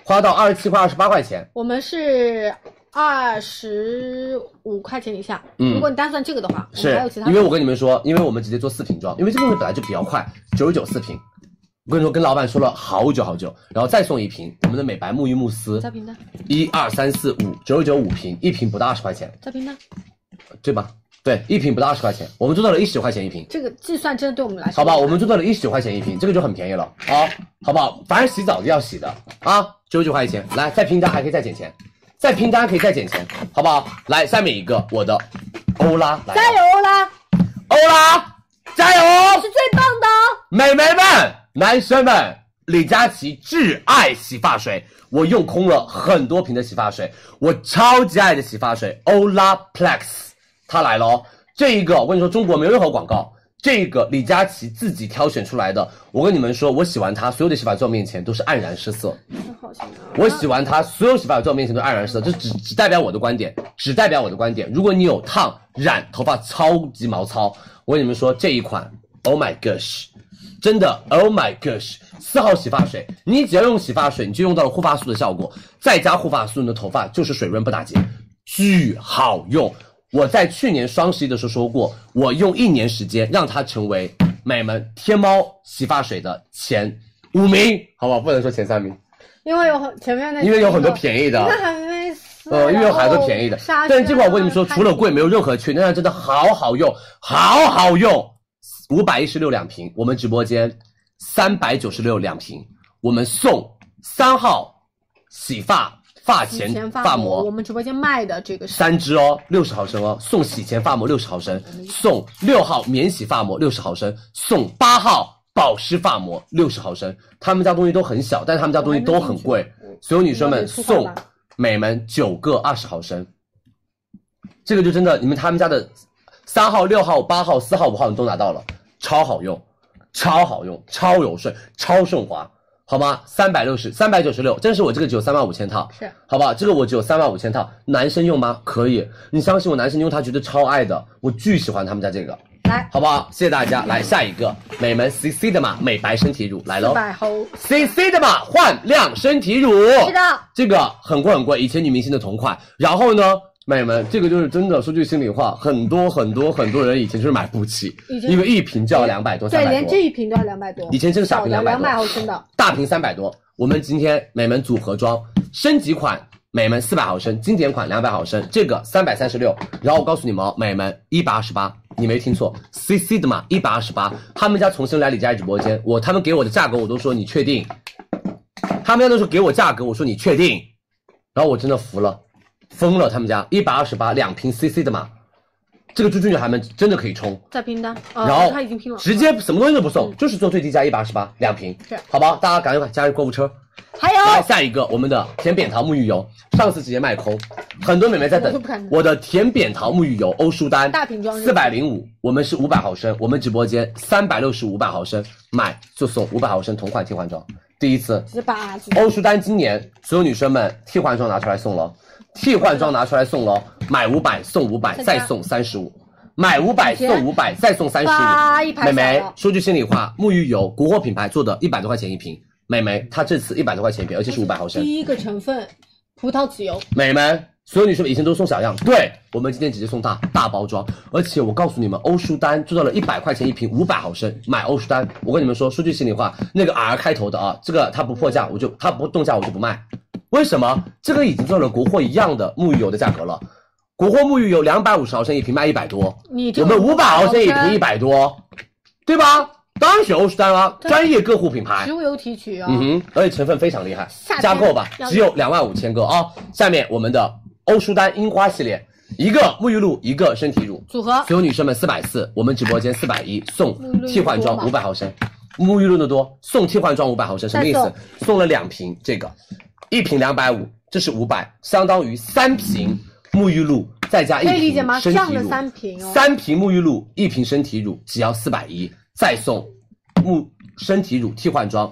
S5: 花到二十七块、二十八块钱。
S6: 我们是二十五块钱以下，
S5: 嗯
S6: 如果你单算这个的话，我
S5: 是
S6: 们还有其他
S5: 因为我跟你们说，因为我们直接做四瓶装，因为这个东西本来就比较快，九十九四瓶。我跟你说，跟老板说了好久好久，然后再送一瓶我们的美白沐浴慕斯，
S6: 再平单，
S5: 一二三四五九十九五瓶，一瓶不到二十块钱，
S6: 再平单，
S5: 对吧？对，一瓶不到二十块钱，我们做到了一十九块钱一瓶，
S6: 这个计算真的对我们来说
S5: 好吧？我们做到了一十九块钱一瓶，这个就很便宜了啊，好不好？反正洗澡要洗的啊，九十九块钱，来再拼单还可以再减钱，再拼单可以再减钱，好不好？来，下面一个我的欧拉，来
S6: 加油啦，
S5: 欧拉，加油！
S6: 是最棒的哦！
S5: 美眉们、男生们，李佳琦挚爱洗发水，我用空了很多瓶的洗发水，我超级爱的洗发水 Olaplex，它来了哦。这一个我跟你说，中国没有任何广告，这个李佳琦自己挑选出来的。我跟你们说，我洗完它，所有的洗发水在我面前都是黯然失色。我洗完它，所有洗发水在我面前都黯然失色，这只只代表我的观点，只代表我的观点。如果你有烫染，头发超级毛糙，我跟你们说这一款，Oh my gosh！真的，Oh my gosh！四号洗发水，你只要用洗发水，你就用到了护发素的效果，再加护发素，你的头发就是水润不打结，巨好用。我在去年双十一的时候说过，我用一年时间让它成为美们天猫洗发水的前五名，好不好？不能说前三名，
S6: 因为有很前面那
S5: 因为有很多便宜 的。
S6: 那海飞丝，
S5: 呃，因为有很多便宜的
S6: 然后啊纱，
S5: 但是这款我跟你们说，
S6: 纱
S5: 除了贵没有任何缺，但是真的好好用，好好用，五百一十六两瓶，我们直播间三百九十六两瓶，我们送三号洗发发
S6: 洗
S5: 前
S6: 前
S5: 发
S6: 发膜，
S5: 膜
S6: 我们直播间卖的这个是
S5: 三支哦，六十毫升哦，送洗前发膜六十毫升，送六号免洗发膜六十毫升，送八号保湿发膜六十毫升。他们家东西都很小，但是他们家东西都很贵。所有女生们送每门九个二十毫升，这个就真的你们他们家的三号、六号、八号、四号、五号你都拿到了，超好用，超好用，超柔顺，超顺滑。好吗？三百六十，三百九十六，但是我这个只有三万五千套，
S6: 是，
S5: 好不好？这个我只有三万五千套，男生用吗？可以，你相信我，男生用它绝对超爱的，我巨喜欢他们家这个，
S6: 来
S5: 好不好？谢谢大家，来下一个美门 CC 的嘛美白身体乳来喽
S6: 四百毫，
S5: 哦，CC 的嘛焕亮身体乳，
S6: 是的，
S5: 这个很贵很贵，以前女明星的同款。然后呢，美们，这个就是真的，说句心里话，很多很多很多人以前就是买不起，因为一瓶就要两百多，三
S6: 对，
S5: 百
S6: 连
S5: 多。
S6: 这一瓶都要两百多，
S5: 以前这个傻
S6: 小
S5: 瓶
S6: 的
S5: 百
S6: 两
S5: 多
S6: 百，毫升的，
S5: 大瓶三百多。我们今天美门组合装升级款，美门四百毫升，经典款两百毫升，这个三百三十六。然后我告诉你们哦，美门一百二十八，你没听错，CC 的嘛一百二十八。他们家重新来李佳琦直播间，我他们给我的价格我都说你确定，他们家都说给我价格，我说你确定，然后我真的服了，疯了，他们家一百二十八两瓶 CC 的嘛，这个追剧女孩们真的可以冲。
S6: 再拼单，啊
S5: 然后
S6: 他已经拼了，嗯
S5: 直接什么东西都不送，就是做最低价一百二十八两瓶，
S6: 是哦
S5: 好吧？大家赶快加入购物车。
S6: 还有
S5: 来下一个，我们的甜扁桃沐浴油，上次直接卖空，很多美眉在
S6: 我都
S5: 等
S6: 不敢拿。
S5: 我的甜扁桃沐浴油欧舒丹
S6: 大瓶装
S5: 四百零五，我们是五百毫升，我们直播间三百六十五百毫升，买就送五百毫升同款替换装，第一次。
S6: 十八，
S5: 欧舒丹今年所有女生们替换装拿出来送了，替换装拿出来送了，买五百送五百，再送三十五。买五百送五百，再送三
S6: 哇一
S5: 十五。美
S6: 排小的
S5: 眉，说句心里话，沐浴油国货品牌做的，一百多块钱一瓶。美眉，她这次一百多块钱一瓶，而且是五百毫升。
S6: 第一个成分葡萄籽油，
S5: 美们，所有女生们以前都送小样，对我们今天直接送大大包装，而且我告诉你们，欧舒丹做到了一百块钱一瓶，五百毫升，买欧舒丹，我跟你们说，说句心里话，那个 R 开头的啊，这个它不破价，我就它不动价，我就不卖，为什么？这个已经做了国货一样的沐浴油的价格了。国货沐浴油两百五十毫升一瓶卖一百多，
S6: 你这
S5: 我们五百毫升一
S6: 毫
S5: 瓶一百多，对吧？当然选欧舒丹啦、专业个护品牌。
S6: 植物油提取啊，
S5: 嗯哼，而且成分非常厉害
S6: 夏，天
S5: 加购吧，
S6: 要
S5: 只有两万五千个啊、下面我们的欧舒丹樱花系列，一个沐浴露，一个身体乳
S6: 组合
S5: 所有女生们四百四，我们直播间四百一送替换装
S6: 多
S5: 五
S6: 吗
S5: 百毫升，沐浴露的多送替换装五百毫升，什么意
S6: 再
S5: 思
S6: 送？
S5: 送了两瓶这个，一瓶两百五，这是五百，相当于三瓶沐浴露再加一
S6: 可
S5: 瓶
S6: 以理解吗？这
S5: 身
S6: 样
S5: 体
S6: 的
S5: 乳，
S6: 三瓶哦，
S5: 三瓶沐浴露，一瓶身体乳，只要四百一，再送沐身体乳替换装，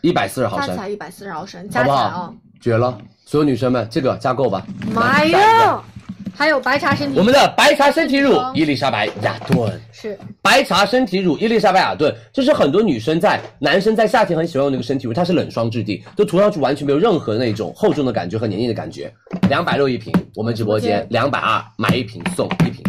S5: 一百四十毫
S6: 加
S5: 升
S6: 起，来一百四十毫升，
S5: 好
S6: 加起
S5: 不
S6: 来
S5: 好
S6: 啊，？
S5: 绝了！所有女生们，这个加购吧。
S6: 妈
S5: 来下一个
S6: 呀！还有白茶身体
S5: 我们的白茶身体乳
S6: 嗯
S5: 伊丽莎白雅顿，
S6: 是
S5: 白茶身体乳伊丽莎白雅顿，这是很多女生在男生在夏天很喜欢用的一个身体乳，它是冷霜质地，就涂上去完全没有任何那种厚重的感觉和黏腻的感觉。两百六一瓶，我们直播间两百二买一瓶送一瓶。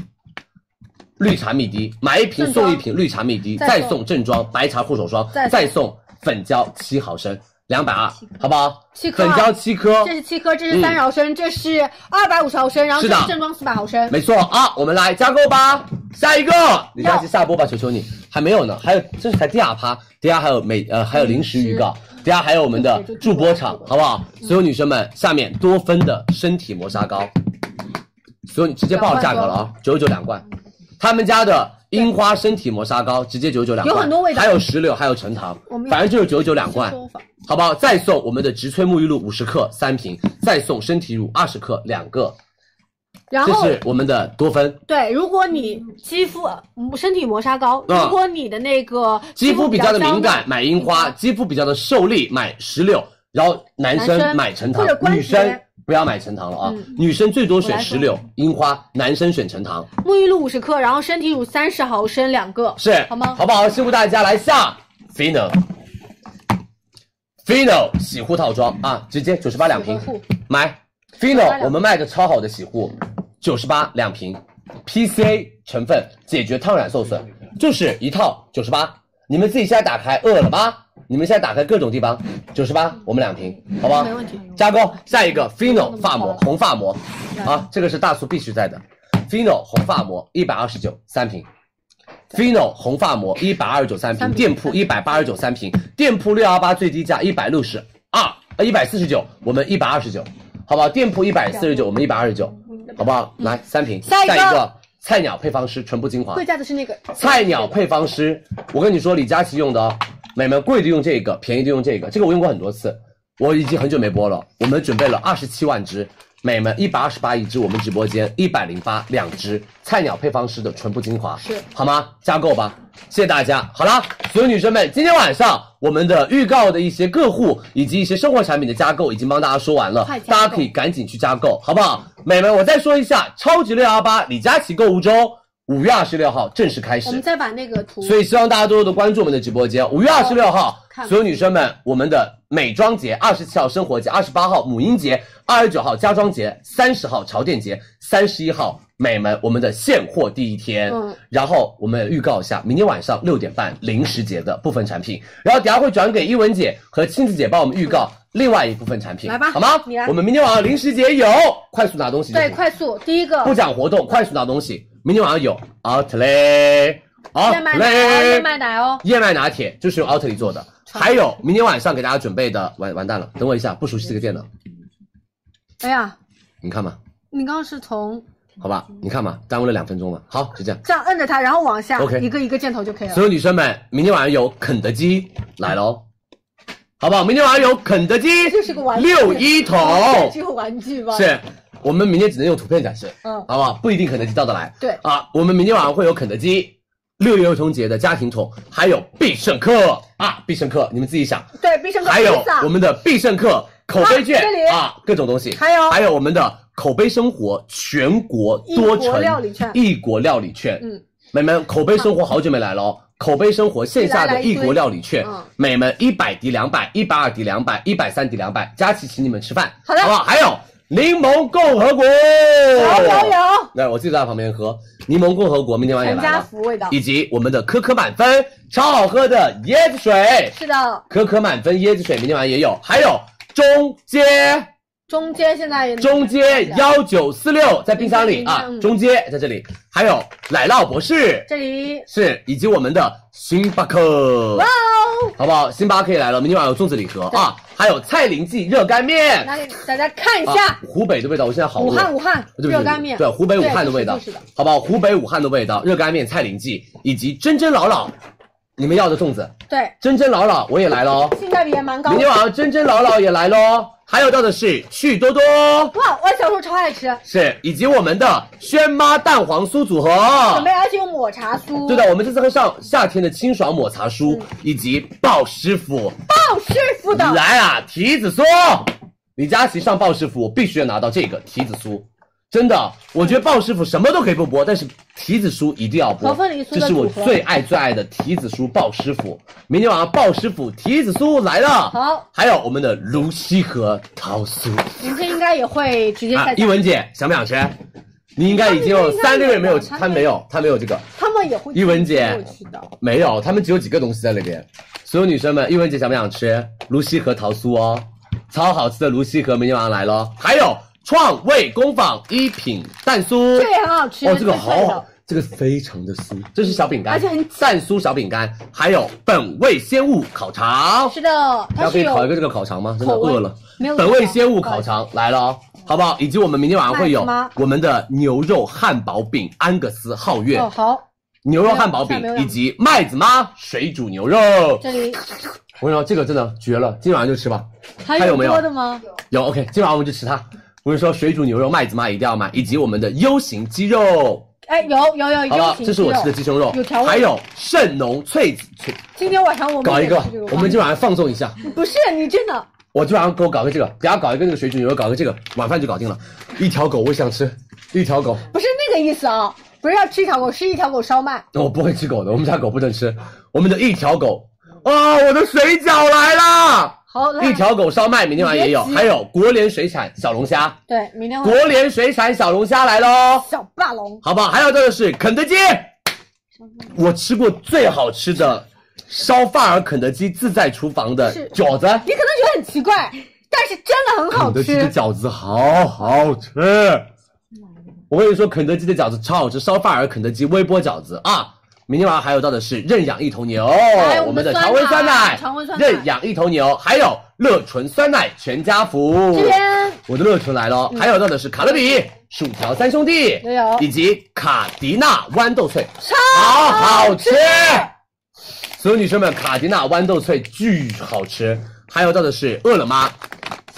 S5: 绿茶蜜滴买一瓶送一瓶绿茶蜜滴，
S6: 再
S5: 再
S6: 送
S5: 送正装白茶护手霜，
S6: 再送
S5: 再送粉胶七毫升，两百二，好不好？
S6: 七颗
S5: 粉
S6: 啊
S5: 胶七颗，
S6: 这是七颗，这是三十毫升，这是二百五十毫升，然后
S5: 是
S6: 这
S5: 的
S6: 是正装四百毫升。
S5: 没错啊，我们来加购吧。下一个，李佳琦下播吧，求求你，还没有呢，还有这是才第二趴，第二还有美呃还有临时预告，
S6: 嗯
S5: 第二还有我们的助播场，好不好？所有女生们，下面多芬的身体磨砂膏，所有你直接报好价格了啊，九九两罐，他们家的樱花身体磨砂膏直接九九两罐，
S6: 有很多味道
S5: 还有石榴，还有橙糖
S6: 我们，要
S5: 反正就是九九两罐
S6: 说法，
S5: 好不好？再送我们的植萃沐浴露五十克三瓶，再送身体乳二十克两个。
S6: 然
S5: 这
S6: 后
S5: 是我们的多芬，
S6: 对，如果你肌肤嗯身体磨砂膏，
S5: 嗯
S6: 如果你的那个
S5: 肌肤比较的敏感，买樱
S6: 花
S5: 花；肌肤比较的受力，买石榴。然后男
S6: 男
S5: 生
S6: 生
S5: 买橙糖
S6: 或者，关节
S5: 女生不要买橙糖了啊！女生最多选石榴、樱花，男生选橙糖，
S6: 沐浴露五十克，然后身体乳三十毫升两个，
S5: 是
S6: 好吗
S5: 好不好？辛苦大家来下 Fino。Fino 洗护套装啊，直接九十八两瓶
S6: 洗护，
S5: 买
S6: 两
S5: Fino，
S6: 瓶
S5: 我们卖个超好的洗护，九十八两瓶，PCA 成分解决烫染受损，就是一套九十八。你们自己现在打开饿了么，你们现在打开各种地方，九十八，我们两瓶，好不好？
S6: 没问题。
S5: 加购下一个 Fino 发膜，红发膜，啊，这个是大促必须在的，Fino 红发膜一百二十九三瓶。Fino 红发膜一百二十九三瓶，店铺一百八十九三瓶，店铺六幺八最低价一百六十二，呃一百四十九，我们一百二十九，好不好？店铺一百四十九，我们一百二十九，好不好？来三瓶，
S6: 嗯下一个
S5: 菜鸟配方师唇部精华
S6: 贵，价的是那个
S5: 菜鸟配方师，我跟你说，李佳琦用的哦，美们贵的用这个，便宜的用这个，这个我用过很多次，我已经很久没播了。我们准备了二十七万支，美们一百二十八一支，我们直播间一百零八两支，菜鸟配方师的唇部精华，是好吗？加购吧，谢谢大家。好啦，所有女生们，今天晚上我们的预告的一些个户以及一些生活产品的加购已经帮大家说完了
S6: 快，加购
S5: 大家可以赶紧去加购，好不好？美们，我再说一下，超级六幺八李佳琦购物周。五月二十六号正式开始，
S6: 我们再把那个图
S5: 所以希望大家多多的关注我们的直播间。五月二十六号
S6: 看，
S5: 所有女生们，我们的美妆节、二十七号生活节、二十八号母婴节、二十九号家装节、三十号潮店节、三十一号美们我们的现货第一天。
S6: 嗯
S5: 然后我们预告一下，明天晚上六点半零食节的部分产品，然后等下会转给一文姐和亲子姐帮我们预告另外一部分产品，
S6: 来吧
S5: 好吗
S6: 你来？
S5: 我们明天晚上零食节有，快速拿东西就
S6: 对
S5: 行
S6: 快速第一个
S5: 不讲活动，快速拿东西。明天晚上有 Outlay
S6: 燕麦奶哦，燕
S5: Outlay
S6: 麦奶哦，
S5: 燕麦拿铁，就是用 Outlay 做的。还有明天晚上给大家准备的，完完蛋了，等我一下，不熟悉这个店
S6: 嗯
S5: 的，
S6: 哎呀，
S5: 你看嘛，
S6: 你刚刚是从
S5: 好吧，
S6: 嗯
S5: 你看嘛，耽误了两分钟嘛，好，就这样。
S6: 这样摁着它，然后往下
S5: OK
S6: 一个一个箭头就可以了
S5: 所。有女生们，明天晚上有肯德基来喽，好不好？明天晚上有肯德基
S6: 就是个玩具
S5: 六一 头，
S6: 只有玩具吧？
S5: 是我们明天只能用图片展示，
S6: 嗯
S5: 好不好？不一定肯德基到得来。
S6: 对
S5: 啊，我们明天晚上会有肯德基。六一儿童节的家庭桶，还有必胜客啊，必胜客，你们自己想。
S6: 对，必胜客
S5: 还有
S6: 披萨
S5: 我们的必胜客口碑券
S6: 啊这里
S5: 啊，各种东西。
S6: 还有
S5: 还有我们的口碑生活全国多
S6: 异国
S5: 城
S6: 料理券
S5: 异国料理券。
S6: 嗯，
S5: 美们，口碑生活好久没来了哦。口碑生活线下的异国料理券
S6: 嗯，
S5: 美们一百抵两百，一百二抵两百，一百三抵两百。佳琪请你们吃饭，
S6: 好的
S5: 好不好？还有柠檬共和国，
S6: 有有有，
S5: 那我自己在旁边喝柠檬共和国，明天晚上
S6: 全
S5: 哎也来
S6: 家
S5: 了，
S6: 福味道。
S5: 以及我们的可可满分超好喝的椰子水，
S6: 是的，
S5: 可可满分椰子水明天晚上也有，还有中街。
S6: 中间现在也
S5: 中街幺九四六在冰箱里啊，中街在这里，还有奶酪博士，
S6: 这里
S5: 是，以及我们的星巴克，哇哦，好不好？星巴克也来了，明天晚上有粽子礼盒啊，还有蔡林记热干面，
S6: 拿给大家看一
S5: 啊
S6: 下，
S5: 湖北的味道，我现在好饿。
S6: 武汉武汉
S5: 对不对
S6: 热干面，
S5: 对湖北武汉的味道
S6: 对是的是的，
S5: 好不好？湖北武汉的味道，热干面、蔡林记以及真真老老你们要的粽子，
S6: 对，
S5: 真真老老我也来了哦，
S6: 性价比也蛮高
S5: 明天晚上真真老老也来喽，还有到的是趣多多，
S6: 哇，我小时候超爱吃，
S5: 是以及我们的轩妈蛋黄酥组合，
S6: 准备而且有抹茶酥，
S5: 对的，我们这次会上夏天的清爽抹茶酥，
S6: 嗯
S5: 以及鲍师傅。
S6: 鲍师傅的
S5: 来啊，提子酥！李佳琦上鲍师傅，我必须要拿到这个提子酥。真的，我觉得鲍师傅什么都可以不播，但是提子酥一定要播。
S6: 和凤梨酥的
S5: 这是我
S6: 组合
S5: 最爱最爱的提子酥鲍师傅。明天晚上鲍师傅提子酥来了。
S6: 好，
S5: 还有我们的泸溪河桃酥
S6: 明天应该也会直接
S5: 啊
S6: 下，
S5: 一
S6: 架，
S5: 文姐想不想吃？你应该已经有
S6: 他们应该
S5: 三个月没有，
S6: 有吧
S5: 他没有，他没有这个。
S6: 他们也会
S5: 一文姐
S6: 过去的，
S5: 没有，他们只有几个东西在那边。所有女生们，一文姐想不想吃泸溪河桃酥哦？超好吃的泸溪河，明天晚上来咯。还有创味工坊一品蛋酥，
S6: 这个也很好吃，
S5: 哦，这个
S6: 最
S5: 好
S6: 脆的
S5: 好，这个非常的酥，这是小饼干，
S6: 而且很
S5: 蛋酥小饼干，还有本味鲜物烤肠，
S6: 是的，
S5: 然
S6: 它
S5: 后可
S6: 是
S5: 以烤一
S6: 有
S5: 个这个烤肠吗？真的
S6: 口味
S5: 饿了。
S6: 没有
S5: 本味
S6: 馅
S5: 鲜物烤肠来了哦，好不好？以及我们明天晚上会有
S6: 卖什么
S5: 我们的牛肉汉堡饼、安格斯、皓月
S6: 哦，好，
S5: 牛肉汉堡饼
S6: 没有没有
S5: 以及麦子妈水煮牛肉。
S6: 这里
S5: 我跟你说，这个真的绝了，今晚上就吃吧。
S6: 还
S5: 还有没有
S6: 多的吗？
S5: 有 OK，今晚上我们就吃它。我跟你说，水煮牛肉麦子妈一定要买，以及我们的 U 型鸡肉，
S6: 哎，有有有，
S5: 好不
S6: 有
S5: 好？这是我吃的鸡胸肉，
S6: 有调味
S5: 还有圣浓脆子脆，
S6: 今天晚上我们
S5: 搞一个
S6: 也是这，
S5: 我们今晚上放纵一下。
S6: 不是你真的，
S5: 我今晚上给我搞个这个，等下搞一个那个水煮牛肉，搞个这个，晚饭就搞定了。一条狗我想吃，一条狗，
S6: 不是那个意思啊，不是要吃一条狗，是一条狗烧麦。
S5: 那我不会吃狗的，我们家狗不能吃。我们的一条狗，啊，我的水饺来啦！
S6: 好，来
S5: 一条狗烧麦，明天晚上也有，
S6: 别急哦
S5: 还有国联水产小龙虾，
S6: 对，明天
S5: 国
S6: 会
S5: 联水产小龙虾来喽，
S6: 小霸龙，
S5: 好不好？还有这个是肯德基，我吃过最好吃的烧饭儿肯德基自在厨房的
S6: 是
S5: 饺子，
S6: 你可能觉得很奇怪，但是真的很好
S5: 肯德基的
S6: 吃。
S5: 饺子好好吃。我跟你说，肯德基的饺子超好吃，烧饭儿肯德基微波饺子啊！明天晚上还有到的是认养一头牛，
S6: 哎我们
S5: 们的
S6: 的
S5: 常温
S6: 酸
S5: 酸
S6: 奶
S5: 奶，
S6: 常温酸奶
S5: 认养一头牛，还有乐纯酸奶全家福。
S6: 这边
S5: 我的乐纯来了，还有到的是卡乐比、薯条三兄弟，
S6: 都嗯有
S5: 以及卡迪娜豌豆脆，
S6: 超
S5: 好好吃。所有女生们，卡迪娜豌豆脆巨好吃。还有到的是饿了么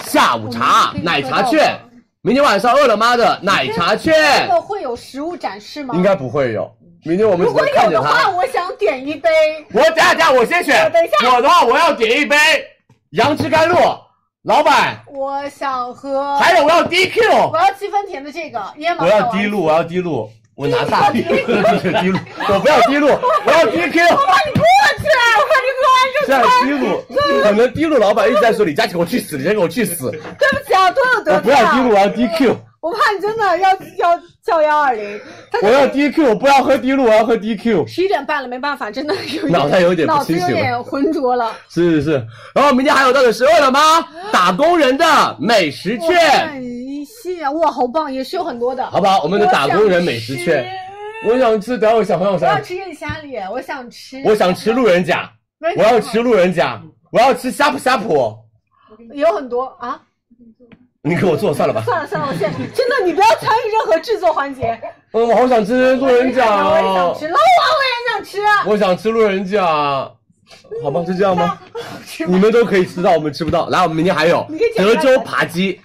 S5: 下午茶
S6: 哦我们可以
S5: 奶茶
S6: 喝到
S5: 券
S6: 吗，
S5: 明天晚上饿了么的奶茶券
S6: 这个会有食物展示吗？
S5: 应该不会有，明天我们
S6: 如
S5: 只
S6: 果
S5: 能看
S6: 有
S5: 着
S6: 的话，
S5: 它。
S6: 我想点一杯。
S5: 我等下等下，我先选。
S6: 我等一下
S5: 我的话我要点一杯杨枝甘露，老板，
S6: 我想喝，
S5: 还有我要 DQ。
S6: 我要七分甜的这个椰
S5: 我
S6: 芒。
S5: 要滴露，我要滴露，我拿大滴， 滴露，我不要滴露，我要 DQ，
S6: 我怕你过去，我怕你过
S5: 这样滴露，可能滴露老板一直在说李佳琦给我去死，李佳琦给我去死，
S6: 去。对不起啊，多有
S5: 我
S6: 得
S5: 不
S6: 罪
S5: 要
S6: 啊
S5: 滴露，我要 DQ，
S6: 我怕你真的要要叫幺二零。
S5: 我要 DQ，我不要喝滴露，我要喝 DQ，
S6: 十一点半了，没办法，真的有
S5: 脑袋有点不
S6: 脑子
S5: 清
S6: 有
S5: 醒了
S6: 点浑浊了。
S5: 是是是，然后明天还有到底是饿了么打工人的美食
S6: 我
S5: 券，
S6: 看一下，哇，好棒，也是有很多的。
S5: 好不好？我们的打工人美食券，我想吃，等下我想我
S6: 我要
S5: 想，
S6: 吃夜虾里，我想吃。
S5: 我想吃路人甲，我要吃路人甲，我要吃呷哺呷哺，
S6: 有很多啊！
S5: 你给我做算了吧。
S6: 算了算了，我现在真的，你不要参与任何制作环节。
S5: 嗯，我好想吃路人甲
S6: 我也想
S5: 哦，
S6: 吃，老王我也想吃。
S5: 我想吃路人甲，好吧，就这样吧。你们都可以吃到，我们吃不到。来，我们明天还有
S6: 你可以讲
S5: 德州扒鸡，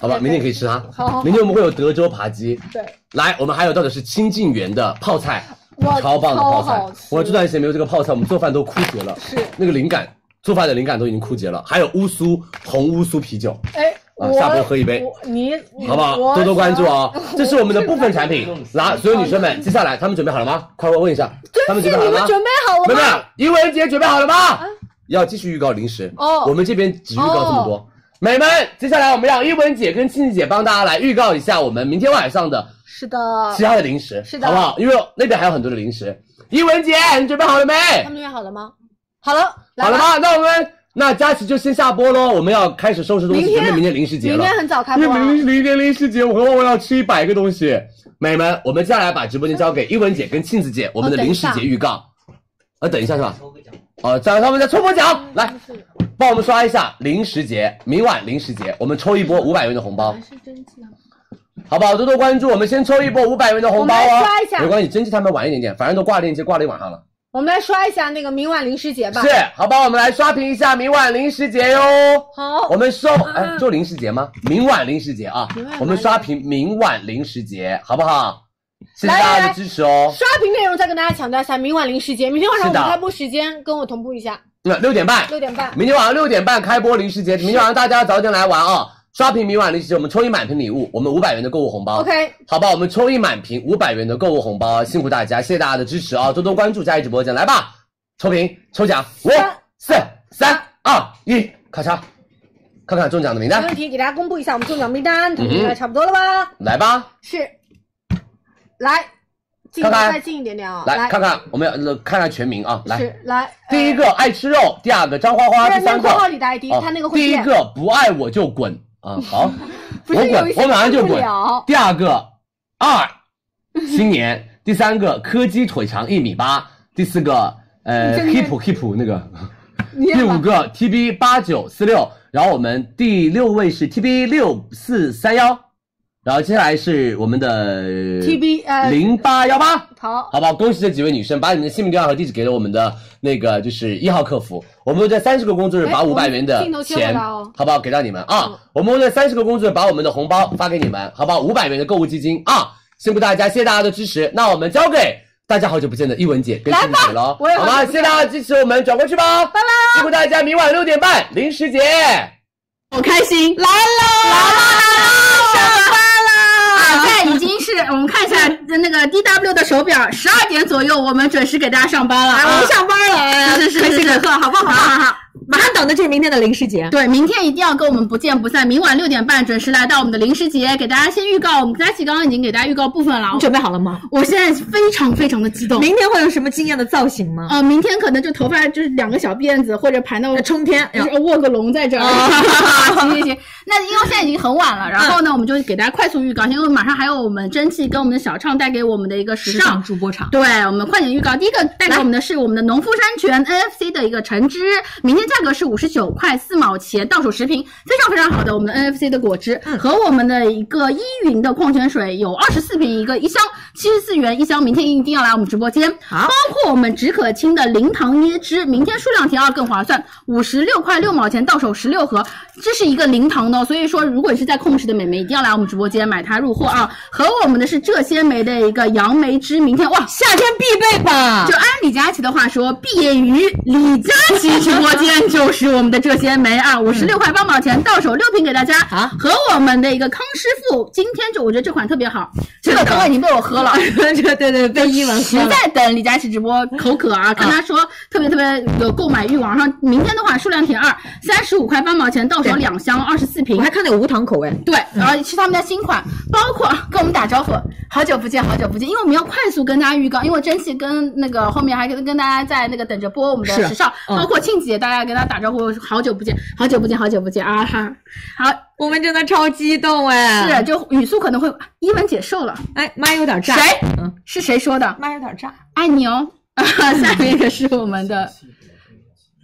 S5: 好吧，明天可以吃它。
S6: 好好
S5: 明天我们会有德州扒鸡。
S6: 对，
S5: 来，我们还有到的是清静园的泡菜，
S6: 哇
S5: 超棒的泡菜
S6: 超好吃。
S5: 我这段时间没有这个泡菜，我们做饭都枯竭了，
S6: 是
S5: 那个灵感，做饭的灵感都已经枯竭了。还有乌苏红乌苏啤酒，
S6: 哎，
S5: 啊
S6: 我
S5: 下播喝一杯
S6: 嗯我你
S5: 好不好？多多关注。啊、 这是我们的部分产 品。来，所有女生们，接下来他们准备好了吗？快快问一下，他
S6: 我
S5: 们
S6: 对
S5: 准
S6: 不
S5: 备
S6: 起，
S5: 好了吗
S6: 你们？准备好了
S5: 妹妹
S6: 吗？，
S5: 一文姐准备好了吗？要继续预告零食
S6: 哦
S5: 我们这边只预告这么多。美们，接下来我们让一文姐跟庆庆姐帮大家来预告一下我们明天晚上的
S6: 是的，
S5: 其他的零食，
S6: 啊是的
S5: 好不好？因为那边还有很多的零食。一文姐，你准备好了没？
S6: 他们准备好了吗？好了，来
S5: 好了
S6: 吧？
S5: 吗？那我们那佳琪就先下播喽，我们要开始收拾东西，
S6: 明
S5: 准
S6: 天
S5: 备明天零食节了。
S6: 明天很早开
S5: 因为
S6: 播啊。
S5: 明明天零食节，我和旺旺要吃一百个东西。美们，我们接下来把直播间交给一文姐跟庆子姐，我
S6: 哦
S5: 们的零食节预告。啊，等一下是吧？哦，让他们再抽波奖，
S6: 哎
S5: 来，帮我们刷一下零食节，明晚零食节，我们抽一波五百元的红包，
S6: 是真气啊
S5: 好不好？多多关注，我们先抽一波五百元的红包
S6: 我们
S5: 哦
S6: 来刷一下。
S5: 没关系，蒸汽他们晚一点点，反正都挂链接挂了一晚上了。
S6: 我们来刷一下那个明晚零食节吧。
S5: 是，好吧，我们来刷屏一下明晚零食节哟。
S6: 好，
S5: 我们收哎，就零食节吗？明晚零食节啊，我们刷屏明晚零食节，好不好？谢谢大家的支持哦。
S6: 刷屏内容再跟大家强调一下，明晚零食节，明天晚上我
S5: 是
S6: 们
S5: 的
S6: 开播时间跟我同步一下，
S5: 那嗯六点半，
S6: 六点半。
S5: 明天晚上六点半开播零食节，明天晚上大家早点来玩啊！刷屏明晚零食节，我们抽一满屏礼物，我们五百元的购物红包。
S6: OK，
S5: 好吧，我们抽一满屏五百元的购物红包，辛苦大家，谢谢大家的支持啊！多多关注佳怡直播间，来吧，抽屏抽奖，五四三二一，咔嚓，看看中奖的名
S6: 没
S5: 单
S6: 问，题，给大家公布一下我们中奖名单，统
S5: 嗯
S6: 计出
S5: 哼
S6: 来差不多了吧？
S5: 来吧，
S6: 是，来，近
S5: 看看
S6: 再近一点点啊，
S5: 来看看我们要呃看看全名啊，来，
S6: 是来
S5: 第一个爱吃肉，第二个张花花，
S6: 不
S5: 第
S6: 是那
S5: 三个
S6: 括号里的 ID，
S5: 哦
S6: 他那个会
S5: 第一
S6: 变，
S5: 个不爱我就滚 啊，好，
S6: 不
S5: 我
S6: 是有
S5: 滚，
S6: 一些
S5: 我马上就
S6: 受不
S5: 滚。
S6: 了。
S5: 第二个二新年，第三个柯基腿长一米八，第四个呃
S6: 你真
S5: hip
S6: 的
S5: hip 那个，
S6: 你也
S5: 第
S6: 把
S5: 五个 TB 八九四六，然后我们第六位是 TB 六四三幺，然后接下来是我们的
S6: TB 呃
S5: 零八幺八。
S6: 好，
S5: 好不好？恭喜这几位女生，把你们的姓名、电话和地址给了我们的那个就是一号客服，我们会在三十个工作日把
S6: 哎
S5: 五百元
S6: 我
S5: 的
S6: 们镜头切回
S5: 钱，
S6: 来哦
S5: 好不好？给到你们
S6: 嗯
S5: 啊，我们会在三十个工作日把我们的红包发给你们，好不好？五百元的购物基金啊，辛苦大家，谢谢大家的支持。那我们交给大家好久不见的一文姐跟静姐了，
S6: 我也
S5: 好
S6: 好
S5: 吗？
S6: 久
S5: 谢
S6: 不见
S5: 谢大家的支持，我们转过去吧，拜拜，辛苦大家，明晚六点半零食节，
S13: 好开心！来喽，来喽，上班啦！啊，现在已经是我们看一下那个 D W 的手表，十二点左右我们准时给大家上班了。我们啊上班了，哎，是是是是，课好不好？好好好。马上等的就是明天的零食节，对，明天一定要跟我们不见不散。明晚六点半准时来到我们的零食节，给大家先预告，我们佳琪刚刚已经给大家预告部分了。
S14: 你准备好了吗？
S13: 我现在非常非常的激动，
S14: 明天会有什么惊艳的造型吗？
S13: 呃，明天可能就头发就是两个小辫子，或者盘到
S14: 冲天！哎哦
S13: 就是卧个龙在这儿。 行行行，那因为现在已经很晚了，然后
S14: 嗯
S13: 呢，我们就给大家快速预告，因为马上还有我们蒸汽跟我们的小畅带给我们的一个时
S14: 时
S13: 尚
S14: 尚主播场，
S13: 对我们快点预告，第一个带给我们的是我们的农夫山泉 NFC 的一个橙汁，明天价格是五十九块四毛钱，到手十瓶，非常非常好的我们的 NFC 的果汁、
S14: 嗯
S13: 和我们的一个依云的矿泉水有二十四瓶一个一箱，七十四元一箱，明天一定要来我们直播间。
S14: 好
S13: 包括我们止可清的零糖椰汁，明天数量填二更划算，五十六块六毛钱到手十六盒，这是一个零糖的哦，所以说如果你是在控制的美眉，一定要来我们直播间买它入货啊。和我们的是浙鲜梅的一个杨梅汁，明天哇。
S14: 夏天必备吧
S13: 就？按李佳琦的话说，毕业于李佳琦直播间就是我们的这些梅啊，五十六块八毛钱到手六瓶给大家。
S14: 啊
S13: 和我们的一个康师傅，今天就我觉得这款特别好，这个刚刚已经被我 喝了。
S14: 这 对对被一文
S13: 实在等李佳琦直播口渴啊，看他说特别特别有购买欲望。然后明天的话，数量填二，三十五块八毛钱到手两箱，二十四瓶
S14: 我。还看到有无糖口味，
S13: 对，然后是他们家新款，包括跟我们打招呼，好久不见，好久不见，因为我们要快速跟大家预告，因为蒸汽跟那个后面还跟跟大家在那个等着播我们的
S14: 是
S13: 时尚，
S14: 嗯
S13: 包括庆姐，大家跟大家打招呼，好久不见，好久不见，好久不见啊哈，好
S14: 我们真的超激动哎！
S13: 是，就语速可能会，一文姐瘦了，
S14: 哎，妈有点
S13: 谁
S14: 炸，嗯
S13: 是谁说的？
S14: 妈有点炸，
S13: 爱你哦。 下面一个是我们的，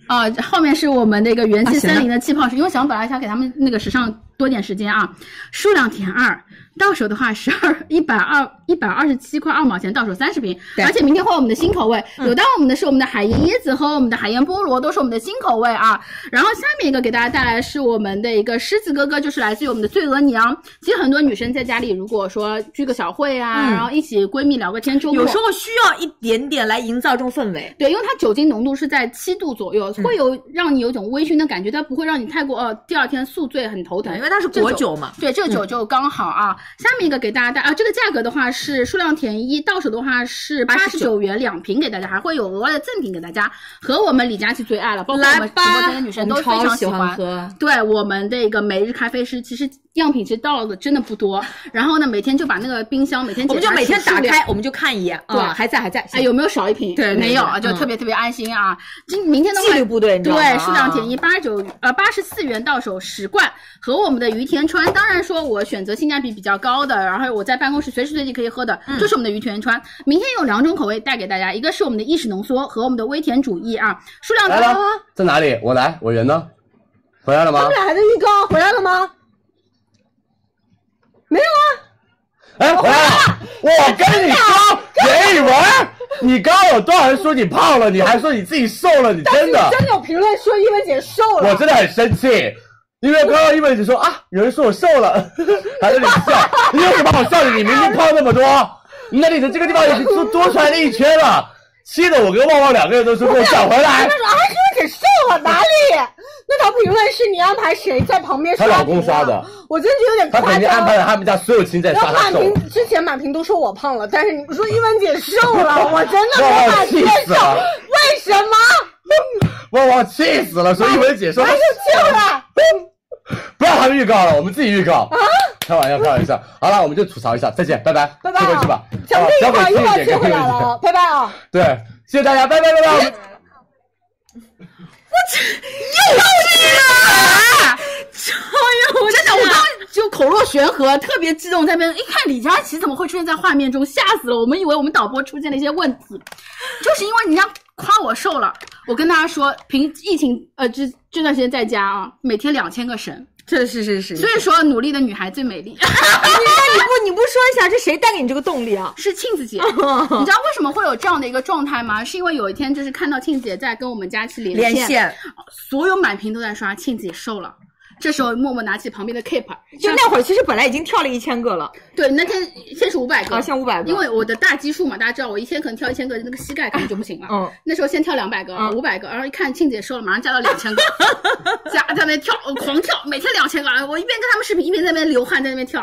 S13: 啊，后面是我们的一个
S14: 啊
S13: 元气森林的气泡水，因为想本来想给他们那个时尚多点时间啊，数量填二，到手的话十二一百二一百二十七块二毛钱，到手三十瓶，
S14: 对嗯
S13: 而且明天会有我们的新口味，有到我们的是我们的海盐椰子和我们的海盐菠萝，都是我们的新口味啊。然后下面一个给大家带来的是我们的一个狮子哥哥，就是来自于我们的醉鹅娘。其实很多女生在家里如果说聚个小会啊，
S14: 嗯
S13: 然后一起闺蜜聊个天，周末
S14: 有时候需要一点点来营造这种氛围。
S13: 对，因为它酒精浓度是在七度左右，
S14: 嗯
S13: 会有让你有一种微醺的感觉，但不会让你太过呃第二天宿醉很头疼，
S14: 对，嗯因为它是
S13: 这
S14: 果酒嘛，
S13: 对，这个酒就刚好啊。下面一个给大家带啊，这个价格的话是数量填一，到手的话是八十九元两瓶给大家，还会有额外的赠品给大家，和我们李佳琦最爱了，包括我
S14: 来
S13: 们直播
S14: 吧
S13: 间的女，
S14: 我
S13: 生都
S14: 们
S13: 非
S14: 超
S13: 常
S14: 喜
S13: 欢
S14: 欢。喝。
S13: 对我们的一个每日咖啡师，其实样品其实到的真的不多，然后呢，每天就把那个冰箱每天
S14: 我们
S13: 检
S14: 就
S13: 查
S14: 每天
S13: 数
S14: 打
S13: 量
S14: 开，我们就看一眼
S13: 对
S14: 啊，还在还在，
S13: 哎，有没有少一瓶？
S14: 对对对
S13: 没有，啊，就
S14: 嗯
S13: 特别特别安心啊。今明天的话
S14: 哎纪律部队，你知道吗？
S13: 对，数量填
S14: 啊
S13: 一，八十九呃八十四元到手十罐，和我们的于田川，当然说我选择性价比比较高的，然后我在办公室随时随地可以喝的，
S14: 嗯
S13: 就是我们的于田川。明天有两种口味带给大家，一个是我们的意式浓缩和我们的微甜主义啊，数量
S5: 来
S13: 填
S6: 嗯
S5: 了，在哪里？我来，我人呢？回来了吗？
S6: 俩还在预告，回来了吗？啊
S5: 哎，回来了！我跟你说，严艺文，你你刚刚有多少人说你胖了，你还说你自己瘦了，你
S6: 但是
S5: 真的，
S6: 真的有评论说伊文姐瘦了，
S5: 我真的很生气。因为刚刚一文姐说啊，有人说我瘦了，还在那里笑，你为什么好笑的？你明明胖那么多，那你的这个地方已经多多出来了一圈了，气得我跟旺旺两个人都说给我转回来
S6: 他。说啊，伊文姐瘦了哪里？那条评论是你安排谁在旁边刷
S5: 她
S6: 屏啊？
S5: 老公刷的，
S6: 我真觉得有点
S5: 她
S6: 夸
S5: 肯定
S6: 张。
S5: 安排了他们家所有亲在
S6: 然后
S5: 刷她
S6: 满
S5: 瘦。
S6: 屏之前满屏都说我胖了，但是你说伊文姐瘦 了，我真的
S5: 旺
S6: 无
S5: 旺
S6: 法接
S5: 气死
S6: 受，
S5: 了，
S6: 为什么？
S5: 旺旺气死了，说一文姐说
S6: 还 是救了？
S5: 不要他们预告了，我们自己预告。
S6: 啊
S5: 开玩笑，开玩笑。好了，我们就吐槽一下，再见，拜拜，
S6: 拜拜啊
S5: 退回去吧。
S6: 讲
S5: 好
S6: 这
S5: 交
S6: 一块
S5: 给
S6: 又
S5: 一文
S6: 要
S5: 姐，
S6: 接
S5: 给
S6: 回
S5: 一
S6: 来
S5: 文 姐。
S6: 了，拜拜啊！
S5: 对，谢谢大家，拜拜，拜拜。我们
S13: 哎
S14: 啊
S13: 我真的，我刚刚就口若悬河，特别激动，在那边一看李佳琦怎么会出现在画面中，吓死了！我们以为我们导播出现了一些问题，就是因为人家夸我瘦了。我跟大家说，凭疫情呃这这段时间在家啊，每天两千个神，
S14: 这是是是，
S13: 所以说努力的女孩最美丽。
S14: 啊你不你不说一下这谁带给你这个动力啊？
S13: 是庆子姐，你知道为什么会有这样的一个状态吗？是因为有一天就是看到庆子姐在跟我们佳琦连
S14: 连线，
S13: 所有满屏都在刷庆子姐瘦了。这时候默默拿起旁边的 keep，
S14: 就那会儿其实本来已经跳了一千个了
S13: 对，那天先是五百个，
S14: 啊，像五百个，
S13: 因为我的大基数嘛，大家知道我一天可能跳一千个，那个膝盖可能就不行了。
S14: 嗯，
S13: 那时候先跳两百个
S14: 嗯、
S13: 五百个，然后一看庆姐瘦了，马上加到两千 个，加在那跳，我狂跳，每天两千个。我一边跟他们视频，一边在那边流汗，在那边跳。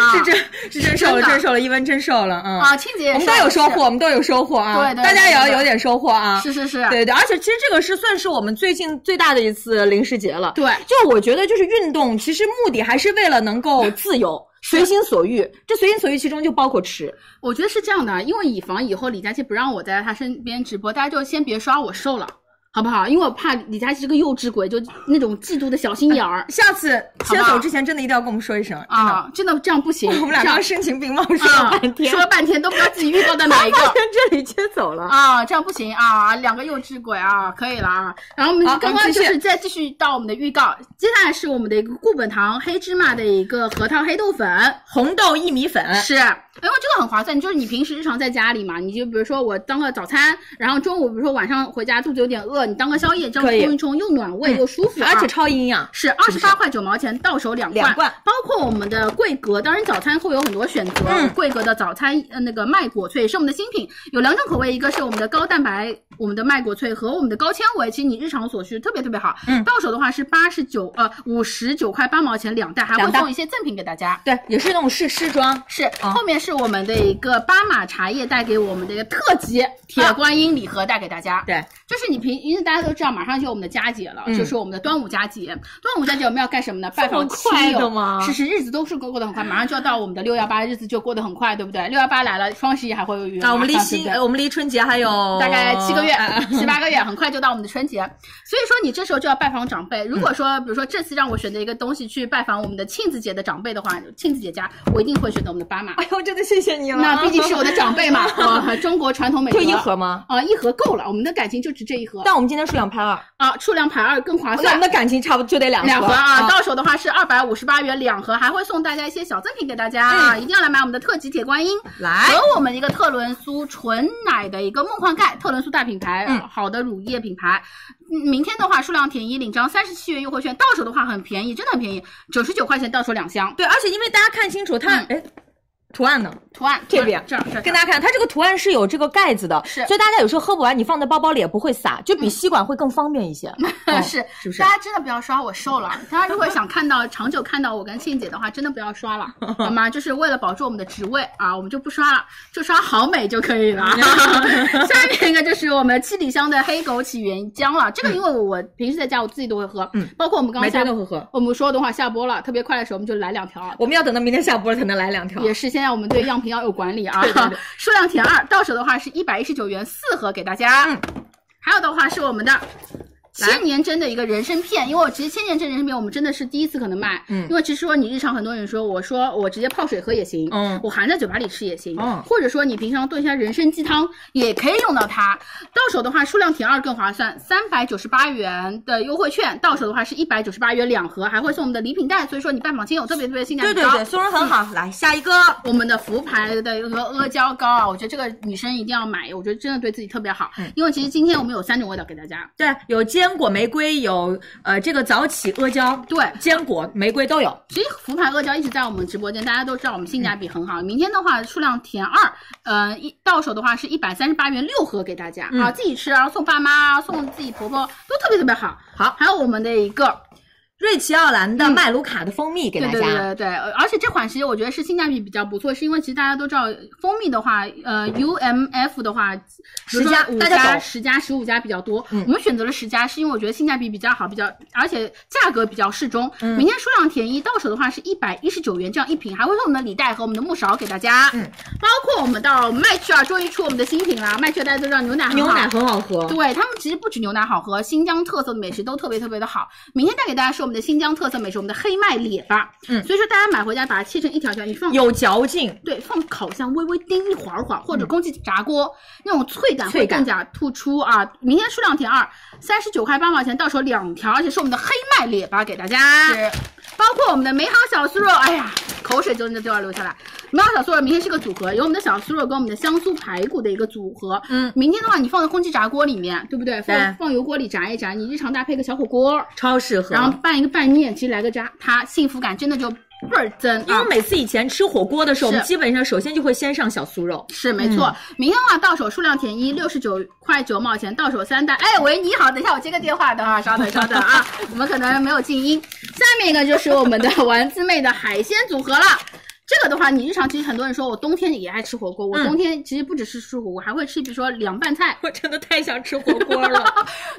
S13: 啊，
S14: 是真是真瘦了，
S13: 真的
S14: 真瘦了，一文真瘦了，嗯，
S13: 啊，庆姐
S14: 我们都有收获，我们都有收获啊，
S13: 对对
S14: 大家也要
S13: 对对
S14: 有点收获啊，
S13: 是，是是是，
S14: 对对，而且其实这个是算是我们最近最大的一次零食节了，
S13: 对
S14: 就我觉得，就是运动，其实目的还是为了能 够自由，随心所欲。这随心所欲其中就包括吃。
S13: 我觉得是这样的，因为以防以后李佳琦不让我在他身边直播，大家就先别刷我瘦了，好不好？因为我怕李佳琦是个幼稚鬼，就那种嫉妒的小心眼 儿
S14: 下次
S13: 好吧
S14: 先走之前，真的一定要跟我们说一声，真的。
S13: 啊，真的这样不行。
S14: 我们俩
S13: 这
S14: 刚
S13: 样
S14: 刚深情并茂 说
S13: 啊
S14: 了半天，
S13: 说了半天都不知道自己遇到的 哪一个
S14: 把这里接走了。
S13: 啊，这样不行啊，两个幼稚鬼啊，可以了啊。然后我们
S14: 好
S13: 刚刚就
S14: 我们
S13: 是再继续到我们的预告，接下来是我们的一个固本堂黑芝麻的一个核桃黑豆粉，
S14: 红豆薏米粉，
S13: 是，因哎为这个很划算，就是你平时日常在家里嘛，你就比如说我当个早餐，然后中午比如说晚上回家肚子有点饿，你当个宵夜，这样
S14: 可以
S13: 冲一冲又暖胃
S14: 嗯
S13: 又舒服啊、
S14: 而且超营养。
S13: 是二十八块九毛钱，到手两罐，
S14: 两罐
S13: 包括我们的桂格，当然早餐会有很多选择，
S14: 嗯
S13: 桂格的早餐呃那个麦果脆是我们的新品，有两种口味，一个是我们的高蛋白，我们的麦果脆和我们的高纤维，其实你日常所需特别特别好，
S14: 嗯
S13: 到手的话是八十九呃五十九块八毛钱两袋，还会
S14: 两袋
S13: 送一些赠品给大家。
S14: 对，也是那种试吃装，
S13: 是，后面是我们的一个巴马茶叶带给我们的一个特级铁观音礼盒带给大家。
S14: 对，
S13: 就是你平，因为大家都知道，马上就我们的佳节了，
S14: 嗯
S13: 就是我们的端午佳节。端午佳节我们要干什么呢？拜访
S14: 么
S13: 亲
S14: 快的
S13: 友
S14: 吗
S13: 是是，日子都是过过得很快，马上就要到我们的六幺八，日子就过得很快，对不对？六幺八来了，双十一还会有余额
S14: 啊，我们离
S13: 马上
S14: 新，
S13: 对不对
S14: 呃我们离春节还有
S13: 大概七个月
S14: 哎哎、
S13: 七八个月，很快就到我们的春节。所以说，你这时候就要拜访长辈。如果说，
S14: 嗯
S13: 比如说这次让我选择一个东西去拜访我们的庆子姐的长辈的话，庆子姐家，我一定会选择我们的巴马。
S14: 哎呦，真的谢谢你了。
S13: 那毕竟是我的长辈 嘛，啊，中国传统美
S14: 就
S13: 德。
S14: 一盒吗？
S13: 啊，一盒够了，我们的感情就值这一盒
S14: 但我们今天数量拍二，
S13: 啊，数量排二更划
S14: 那我
S13: 算
S14: 们。的感情差不多就得两
S13: 两
S14: 盒
S13: 盒啊，到手的话是二百五十八元两盒，还会送大家一些小赠品给大家啊！一定要来买我们的特级铁观音，
S14: 嗯来
S13: 和我们一个特仑苏纯奶的一个梦幻盖，特仑苏大品牌，
S14: 嗯
S13: 好的乳业品牌。嗯明天的话数量便宜，领张三十七元优惠券，到手的话很便宜，真的很便宜，九十九块钱到手两箱。
S14: 对，而且因为大家看清楚它，哎、图案呢？
S13: 图案
S14: 这边
S13: 这儿这儿
S14: 跟大家看，它这个图案是有这个盖子的，
S13: 是
S14: 所以大家有时候喝不完，你放在包包里也不会洒，就比吸管会更方便一些。嗯
S13: 是
S14: 是不是
S13: 大？家真的不要刷我瘦了，大家如果想看到长久看到我跟庆姐的话，真的不要刷 了，好吗？就是为了保住我们的职位啊，我们就不刷了，就刷好美就可 以了。下面一个就是我们七里香的黑枸杞原浆了，这个因为我我平时在家我自己都会喝，
S14: 嗯
S13: 包括我们刚
S14: 每
S13: 刚下
S14: 天都会喝。
S13: 我们说的话下播了，特别快的时候我们就来两条啊。
S14: 我们要等到明天下播了才能来两条。
S13: 也是，现在我们对样品要有管理啊，
S14: 对对对
S13: 数量填二，到手的话是一百一十九元四盒给大家。
S14: 嗯
S13: 还有的话是我们的千年针的一个人参片，因为我其实千年针人参片我们真的是第一次可能卖，
S14: 嗯
S13: 因为其实说你日常很多人说，我说我直接泡水喝也行，
S14: 嗯
S13: 我含在嘴巴里吃也行，
S14: 嗯
S13: 或者说你平常炖一下人参鸡汤也可以用到它。到手的话数量挺二更划算，三百九十八元的优惠券，到手的话是一百九十八元两盒，还会送我们的礼品袋，所以说你拜访亲友特别特别性价
S14: 对
S13: 比
S14: 对
S13: 高。
S14: 对，松茸很好。来下一个，
S13: 我们的福牌的一个阿胶糕啊，我觉得这个女生一定要买，我觉得真的对自己特别好。
S14: 嗯
S13: 因为其实今天我们有三种味道给大家，
S14: 对，有坚果玫瑰，有呃这个早起阿胶，
S13: 对，
S14: 坚果玫瑰都有。
S13: 其实福牌阿胶一直在我们直播间，大家都知道我们性价比很
S14: 嗯
S13: 好。明天的话数量填二，呃，一到手的话是一百三十八元六盒给大家、啊，
S14: 嗯
S13: 自己吃，然后送爸妈，啊送自己婆婆，都特别特别好。
S14: 好，
S13: 还有我们的一个
S14: 瑞奇奥兰的麦卢卡的蜂蜜给大家。
S13: 对对对对对，呃而且这款其实我觉得是性价比比较不错，是因为其实大家都知道蜂蜜的话，呃，UMF 的话，
S14: 嗯十家
S13: 五
S14: 大家
S13: 家、
S14: 懂
S13: 十家、十五家比较多。
S14: 嗯
S13: 我们选择了十家，是因为我觉得性价比比较好，比较而且价格比较适中。
S14: 嗯
S13: 明天数量填一，到手的话是一百一十九元这样一瓶，还会送我们的礼袋和我们的木勺给大家。
S14: 嗯，
S13: 包括我们到麦趣尔终于出我们的新品了，麦趣尔大家都知道牛奶很好
S14: 牛奶很好喝。
S13: 对他们其实不止牛奶好喝，新疆特色的美食都特别特别的好。明天带给大家是我们的新疆特色美食，我们的黑麦列巴。
S14: 嗯
S13: 所以说大家买回家把它切成一条条，你放
S14: 有嚼劲，
S13: 对放烤箱微微叮一会儿会儿，或者空气炸锅、那种脆感
S14: 嗯脆
S13: 会
S14: 感
S13: 更加突出啊。明天数量填二，三十九块八毛钱，到手两条，而且是我们的黑麦列巴给大家。
S14: 是
S13: 包括我们的美好小酥肉，哎呀，口水真的都要流下来。美好小酥肉明天是个组合，有我们的小酥肉跟我们的香酥排骨的一个组合。
S14: 嗯，
S13: 明天的话，你放在空气炸锅里面，对不对？放
S14: 对
S13: 放油锅里炸一炸，你日常搭配个小火锅，
S14: 超适合。
S13: 然后拌一个拌面，其实来个炸，它幸福感真的就倍儿增
S14: 因为
S13: 啊！
S14: 每次以前吃火锅的时候，我
S13: 是
S14: 们基本上首先就会先上小酥肉。
S13: 是没
S14: 嗯
S13: 错，明天的话到手数量填一，六十九块九毛钱，到手三袋。哎，喂，你好，等一下我接个电话，等会儿 稍等稍等啊，我们可能没有静音。下面一个就是我们的丸子妹的海鲜组合了。这个的话，你日常其实很多人说我冬天也爱吃火锅，我
S14: 嗯
S13: 冬天其实不只是吃火锅，还会吃比如说凉拌菜。
S14: 我真的太想吃火锅了。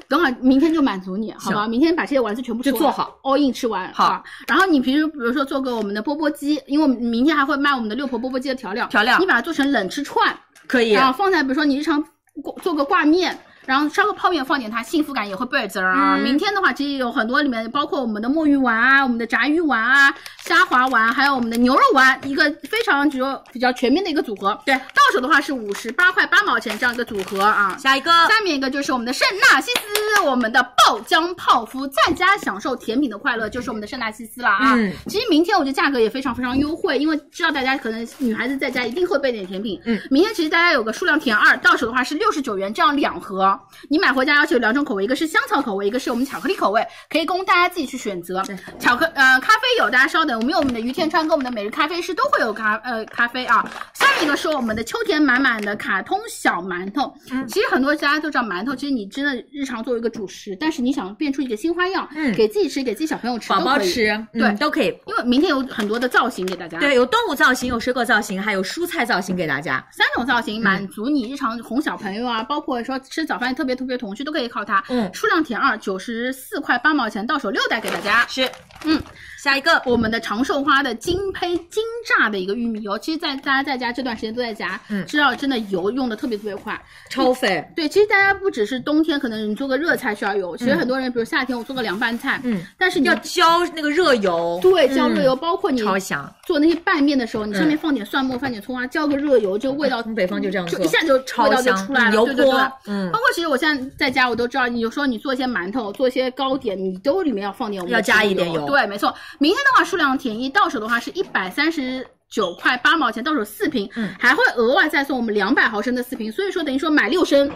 S13: 等会儿明天就满足你，好吧？明天把这些丸子全部吃
S14: 就
S13: 完
S14: 做好
S13: ，all in 吃完。
S14: 好
S13: 啊，然后你平时比如说做个我们的钵钵鸡，因为我们明天还会卖我们的六婆钵钵鸡的调料，
S14: 调料
S13: 你把它做成冷吃串，
S14: 可以，
S13: 然后放在比如说你日常过做个挂面。然后烧个泡面放点它，幸福感也会倍儿滋儿啊！
S14: 嗯
S13: 明天的话，其实有很多里面包括我们的墨鱼丸啊、我们的炸鱼丸啊、虾滑丸，还有我们的牛肉丸，一个非常只有比较全面的一个组合。
S14: 对
S13: 到手的话是五十八块八毛钱这样一个组合啊。
S14: 下一个
S13: 下面一个就是我们的圣纳西斯，我们的爆浆泡芙，在家享受甜品的快乐，就是我们的圣纳西斯了啊。
S14: 嗯
S13: 其实明天我觉得价格也非常非常优惠，因为知道大家可能女孩子在家一定会备点甜品。
S14: 嗯，
S13: 明天其实大家有个数量填二，到手的话是六十九元，这样两盒。你买回家要求有两种口味，一个是香草口味，一个是我们巧克力口味，可以供大家自己去选择。巧克呃咖啡有，大家稍等，我们有我们的于天川跟我们的每日咖啡师都会有咖呃咖啡啊。下面一个是我们的秋田满满的卡通小馒头，
S14: 嗯
S13: 其实很多大家都知道馒头，其实你真的日常作为一个主食，但是你想变出一个新花样，
S14: 嗯
S13: 给自己吃，给自己小朋友吃，
S14: 宝宝。吃，嗯
S13: 对
S14: 都可以。
S13: 因为明天有很多的造型给大家，
S14: 对，有动物造型，有水果造型，还有蔬菜造型给大家。
S13: 三种造
S14: 嗯
S13: 型满足你日常哄小朋友啊，包括说吃早饭特别特别童趣都可以靠它。
S14: 嗯
S13: 数量填二，九十四块八毛钱，到手六袋给大家。
S14: 是，
S13: 嗯，
S14: 下一个
S13: 我们的长寿花的金胚金榨的一个玉米油，其实在大家在家这段时间都在家，
S14: 嗯
S13: 知道真的油用的特别特别快。
S14: 超肥，
S13: 对，其实大家不只是冬天，可能你做个热菜需要油，其实很多人，比如夏天我做个凉拌菜，
S14: 嗯，
S13: 但是你
S14: 要浇那个热油，
S13: 对浇热油，
S14: 嗯
S13: 包括你
S14: 超香。
S13: 做那些拌面的时候，你上面放点蒜末，放点葱花，浇个热油，这个味道
S14: 我们嗯北方就这样做
S13: 就一下就
S14: 超
S13: 味道就
S14: 香嗯
S13: 出来了，
S14: 油
S13: 对对
S14: 泼
S13: 对。
S14: 嗯
S13: 包括其实我现在在家，我都知道，你有时候你做一些馒头，做一些糕点，你都里面要放点我们的
S14: 要加
S13: 植物
S14: 一点油
S13: 对，没错。明天的话数量填一，到手的话是一百三十。九块八毛钱，到手四瓶，
S14: 嗯
S13: 还会额外再送我们两百毫升的四瓶，所以说等于说买六升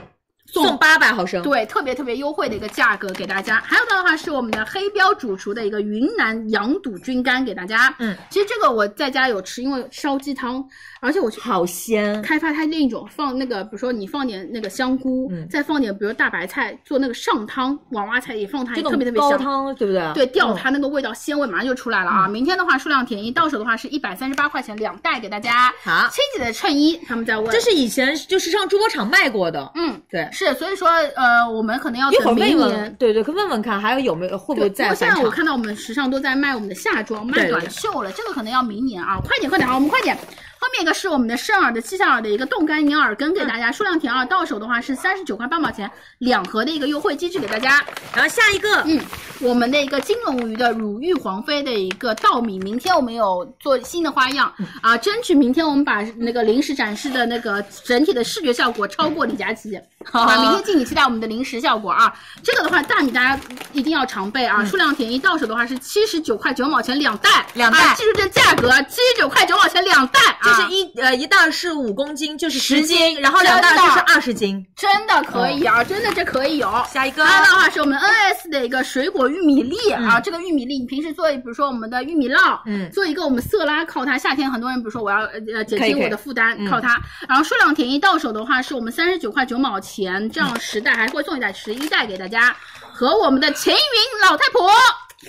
S14: 送八百毫升。
S13: 对，特别特别优惠的一个价格给大家。还有的话是我们的黑标主厨的一个云南羊肚菌干给大家。
S14: 嗯，
S13: 其实这个我在家有吃，因为烧鸡汤，而且我去
S14: 好鲜，
S13: 开发它另一种放那个，比如说你放点那个香菇，
S14: 嗯
S13: 再放点比如大白菜做那个上汤，娃娃菜也放它，
S14: 这
S13: 也
S14: 种
S13: 特别特别
S14: 高
S13: 香。
S14: 汤对不对？
S13: 对，吊
S14: 嗯
S13: 它那个味道鲜味马上就出来了啊！明天的话数量便宜，到手的话是一百三十八块钱两袋给大家。
S14: 好
S13: 亲姐的衬衣他们在问，
S14: 这是以前就是上猪播场卖过的，
S13: 嗯
S14: 对。
S13: 是，所以说呃，我们可能要
S14: 一会儿
S13: 等
S14: 问一
S13: 明年
S14: 问，对对，可以问问看，还有有没有会不
S13: 对，
S14: 会
S13: 不
S14: 再
S13: 过现
S14: 返
S13: 在我
S14: 场？
S13: 看到我们时尚都在卖我们的夏装，
S14: 对
S13: 卖
S14: 对
S13: 短袖了，这个可能要明年啊，快点快点啊，我们快点。后面一个是我们的圣耳的七香耳的一个冻干银耳
S14: 嗯
S13: 根，给大家数量填二，啊到手的话是三十九块半毛钱两盒的一个优惠机制给大家。
S14: 然后下一个，
S13: 嗯，我们的一个金龙鱼的乳玉皇妃的一个稻米，明天我们有做新的花样
S14: 嗯
S13: 啊，争取明天我们把那个零食展示的那个整体的视觉效果超过李佳琦，好吧？明天敬请期待我们的零食效果啊！这个的话，大米大家一定要常备
S14: 嗯
S13: 啊，数量便宜，到手的话是七十九块九毛钱两袋，
S14: 两袋
S13: 啊记住这价格，七十九块九毛钱两袋啊！
S14: 这是一呃一袋是五公斤，就是十
S13: 十斤
S14: 斤，然后两袋
S13: 真的
S14: 就是二十斤。
S13: 真的可以
S14: 哦
S13: 啊，真的这可以有。
S14: 下一个，
S13: 还有的话是我们 NS 的一个水果玉米粒啊，这个玉米粒你平时做，比如说我们的玉米酪，
S14: 嗯
S13: 做一个我们色拉靠它，夏天很多人比如说我要呃呃减
S14: 可以
S13: 轻
S14: 可以
S13: 我的负担
S14: 嗯
S13: 靠它，然后数量便宜，到手的话是我们三十九块九毛钱，这样十袋还会送一袋十一袋给大家，和我们的秦云老太婆，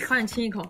S14: 快点亲一口，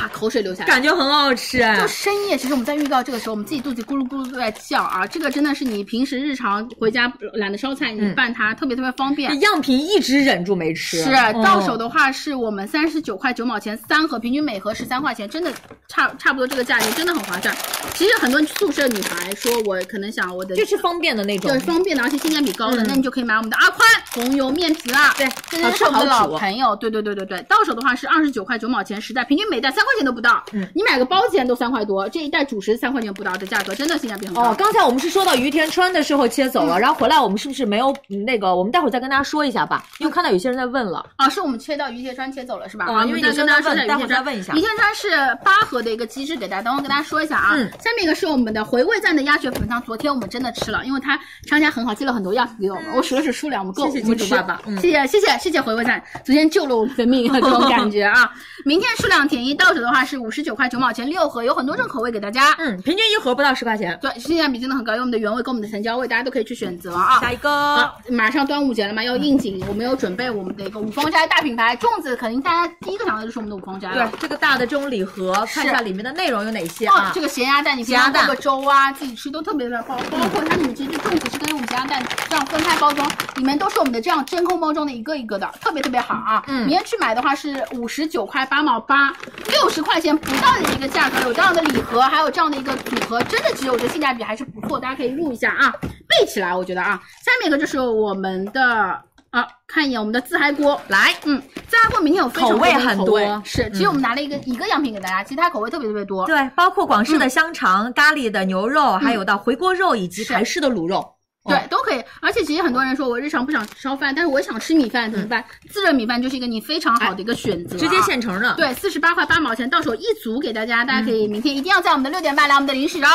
S13: 啊口水流下来，
S14: 感觉很好吃。
S13: 就深夜，其实我们在预告这个时候，我们自己肚子咕噜咕噜都在叫啊！这个真的是你平时日常回家懒得烧菜，你
S14: 嗯
S13: 拌它、特别特别方便
S14: 这。样品一直忍住没吃，
S13: 是啊
S14: 嗯
S13: 到手的话是我们三十九块九毛钱三盒，平均每盒十三块钱，真的差差不多这个价钱，真的很划算。其实很多宿舍女孩说，我可能想我的。
S14: 就是方便的那种
S13: 对，。方便的，而且性价比高的，
S14: 嗯
S13: 那你就可以买我们的阿宽红油面啊皮啦。
S14: 对
S13: 真的是我
S14: 好吃好
S13: 们老
S14: 煮
S13: 朋友。对对对对对，到手的话是二十九块九毛钱十袋，平均每袋三块钱都不到。
S14: 嗯
S13: 你买个包间都三块多，这一袋主食三块钱不到的价格，真的性价比很高。
S14: 哦，刚才我们是说到于田川的时候切走了，然后回来我们是不是没有嗯那个？我们待会儿再跟大家说一下吧，因为我看到有些人在问了。
S13: 啊，是我们切到于铁川切走了是吧？
S14: 哦
S13: 啊，
S14: 因为
S13: 我们
S14: 你
S13: 再跟
S14: 说
S13: 大
S14: 在
S13: 家说一下于铁
S14: 问待会儿再
S13: 川
S14: 问一下
S13: 于铁川是八盒的一个机制给大家，等会儿跟大家说一下啊。
S14: 嗯
S13: 下面一个是我们的回味赞的鸭血粉汤，昨天我们真的吃了，因为它商家很好，寄了很多样子给我们，我数了数数量，我们够
S14: 谢谢
S13: 我们
S14: 金主
S13: 吃
S14: 爸爸嗯
S13: 谢谢谢谢谢谢回味赞，昨天救了我们的命，这种感觉啊。明天数量便宜，到手的话是五十九块九毛钱六盒，有很多种口味给大家。
S14: 嗯，平均一盒不到十块钱。
S13: 对，性价比真的很高，有我们的原味跟我们的藤椒味，大家都可以去选择啊。
S14: 下一
S13: 啊
S14: 个，，
S13: 马上端午节了嘛，要应景，我们有准备我们的一个五芳斋大品牌粽子，肯定大家第一个想到就是我们的五芳斋了。
S14: 对这个大的这种礼盒，看一下里面的内容有哪些
S13: 哦
S14: 啊，
S13: 这？个咸鸭蛋，你平
S14: 咸鸭
S13: 常
S14: 蛋嗯
S13: 做个粥啊，自己吃都特别的包，包括它里面其实粽子是跟我们咸鸭蛋这样分开包装，里面都是我们的这样真空包装的一个一个的，特别特别好啊。
S14: 嗯
S13: 明天去买的话是五十九块八毛八，六十块钱不到的一个价格，有这样的礼盒，还有这样的一个组合，真的只有这性价比还是不错，大家可以入一下啊，备起来，我觉得啊。下面一个就是我们的。啊，看一眼我们的自嗨锅，来，嗯，自嗨锅明天有非常
S14: 口味
S13: 多的
S14: 很
S13: 口
S14: 多嗯
S13: 味是，只有我们拿了一个、一个样品给大家，其他口味特别特别多，
S14: 对，包括广式的香肠、咖喱的牛肉，还有到回锅肉以及台式的卤肉。
S13: 对
S14: 哦，
S13: 都可以。而且其实很多人说我日常不想吃烧饭，但是我想吃米饭怎么办？自热米饭就是一个你非常好的一个选择啊、
S14: 嗯哎直接现成的。
S13: 对，四十八块八毛钱，到手一组给大家，大家可
S14: 嗯
S13: 以明天一定要在我们的六点半来我们的零食哦，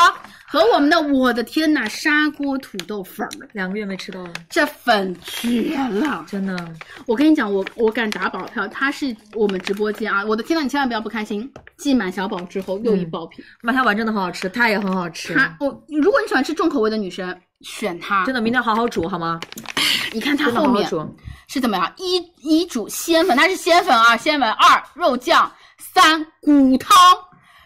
S13: 和我们的我的天呐，砂锅土豆粉儿，
S14: 两个月没吃到了，
S13: 这粉绝了！
S14: 真的。
S13: 我跟你讲，我我敢打保票，它是我们直播间啊！我的天呐，你千万不要不开心，记满小宝之后又
S14: 嗯
S13: 一爆品。
S14: 麦香丸真的很好吃，它也很好吃，
S13: 它，我、如果你喜欢吃重口味的女生，选它。
S14: 真的，明天好好煮好吗？
S13: 你看它
S14: 真的
S13: 后
S14: 好好
S13: 面，
S14: 煮。
S13: 是怎么样？一一煮鲜粉，它是鲜粉啊，鲜粉二肉酱三骨汤。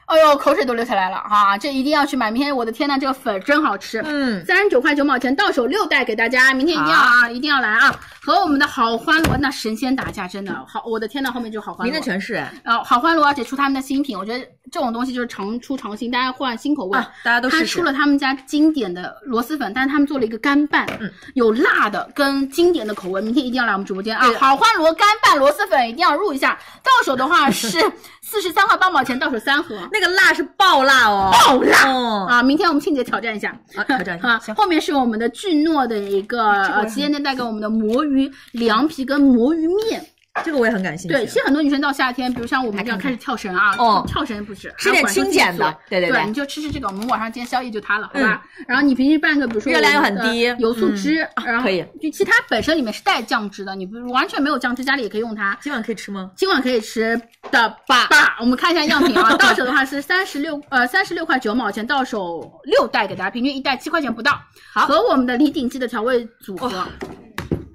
S13: 哎呦，口水都流下来了啊！这一定要去买，明天我的天呐，这个粉真好吃。
S14: 嗯，
S13: 三十九块九毛钱，到手六袋给大家，明天一定要啊，一定要来啊！和我们的好欢螺那神仙打架，真的好，我的天呐，后面就是好欢
S14: 明
S13: 螺
S14: 天。全是哎
S13: 呃，好欢螺，而且出他们的新品，我觉得这种东西就是常出常新，大家换新口味。
S14: 啊，大家都
S13: 他
S14: 试
S13: 出
S14: 试。
S13: 了他们家经典的螺蛳粉，但是他们做了一个干拌，
S14: 嗯
S13: 有辣的跟经典的口味，明天一定要来我们直播间啊
S14: 对！的
S13: 好欢螺干拌螺蛳粉一定要入一下，到手的话 是四十三块八毛钱，到手三盒。
S14: 那个辣是爆辣哦，爆辣哦，
S13: 啊，明天我们庆姐挑战一下
S14: 啊挑战一下
S13: 啊！
S14: 行
S13: 后面是我们的巨诺的一个
S14: 这个我
S13: 呃
S14: 也
S13: 旗舰店带给我们的魔芋凉皮跟魔芋面，
S14: 这个我也很感兴趣。啊
S13: 对，其实很多女生到夏天，比如像我们这样开始跳绳啊，
S14: 哦
S13: 跳绳不是，
S14: 吃点清简
S13: 还有
S14: 的
S13: 管住自己
S14: 对对
S13: 对
S14: 对嗯
S13: 你就吃吃这个，我们晚上今天宵夜就它了，好吧？然后你平时拌个，比如说
S14: 热量又很
S13: 我们的
S14: 低
S13: 油醋
S14: 嗯
S13: 汁，
S14: 啊
S13: 然后
S14: 可以
S13: 就其实它本身里面是带酱汁的，你不完全没有酱汁，家里也可以用它。
S14: 今晚可以吃吗？
S13: 今晚可以吃的吧？吧，我们看一下样品 啊，到手的话是三十六呃三十六块九毛钱，到手六袋给大家，平均一袋七块钱不到。
S14: 好
S13: 和我们的李鼎记的调味组合。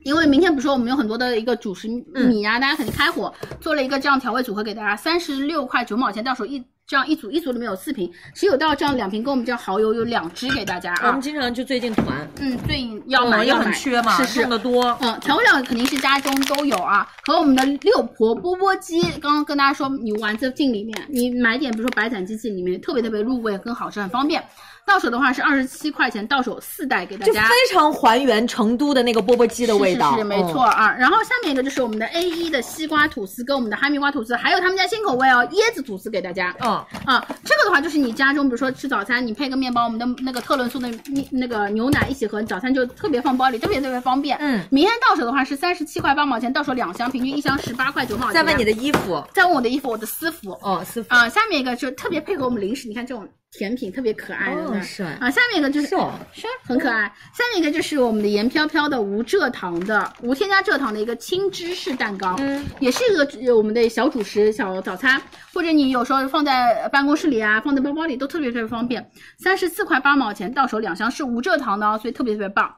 S13: 因为明天不是说我们有很多的一个主食
S14: 嗯
S13: 米啊呀、大家肯定开火做了一个这样调味组合给大家，三十六块九毛钱，到手一这样一组，一组里面有四瓶，其实有到这样两瓶，跟我们这样蚝油有两支给大家
S14: 我们
S13: 啊，
S14: 经常就最近团，
S13: 嗯，最近要买
S14: 也
S13: 要
S14: 哦很
S13: 买，
S14: 缺嘛，
S13: 是是
S14: 用的多。
S13: 嗯，调味料肯定是家中都有啊，和我们的六婆钵钵鸡，刚刚跟大家说，你丸子进里面，你买点，比如说白斩鸡进里面，特别特别入味，很好吃，很方便。到手的话是二十七块钱，到手四袋给大
S14: 就
S13: 家
S14: 非。常还原成都的那个钵钵鸡的味道，
S13: 是是是，没错
S14: 嗯。
S13: 啊。然后下面一个就是我们的 A 一的西瓜吐司跟我们的哈密瓜吐司，还有他们家新口味哦，椰子吐司给大家。
S14: 嗯，
S13: 啊，这个的话就是你家中，比如说吃早餐，你配个面包，我们的那个特仑苏的那那个牛奶一起喝，早餐就特别放包里，特别特别方便。
S14: 嗯，
S13: 明天到手的话是三十七块八毛钱，到手两箱，平均一箱十八块九毛钱。
S14: 再问你的，衣服，
S13: 再问我的衣服，我的私服。
S14: 哦，师傅，
S13: 啊，下面一个就特别配合我们零食，你看这种甜品特别可爱，对不对？
S14: 哦是
S13: 啊，下面一个就是
S14: 是哦
S13: 是啊很可爱。下面一个就是我们的盐飘飘的无蔗糖的无添加蔗糖的一个轻芝士蛋糕，嗯，也是一个呃我们的小主食小早餐，或者你有时候放在办公室里啊，放在包包里都特别特别方便。三十四块八毛钱，到手两箱是无蔗糖的哦，所以特别特别棒。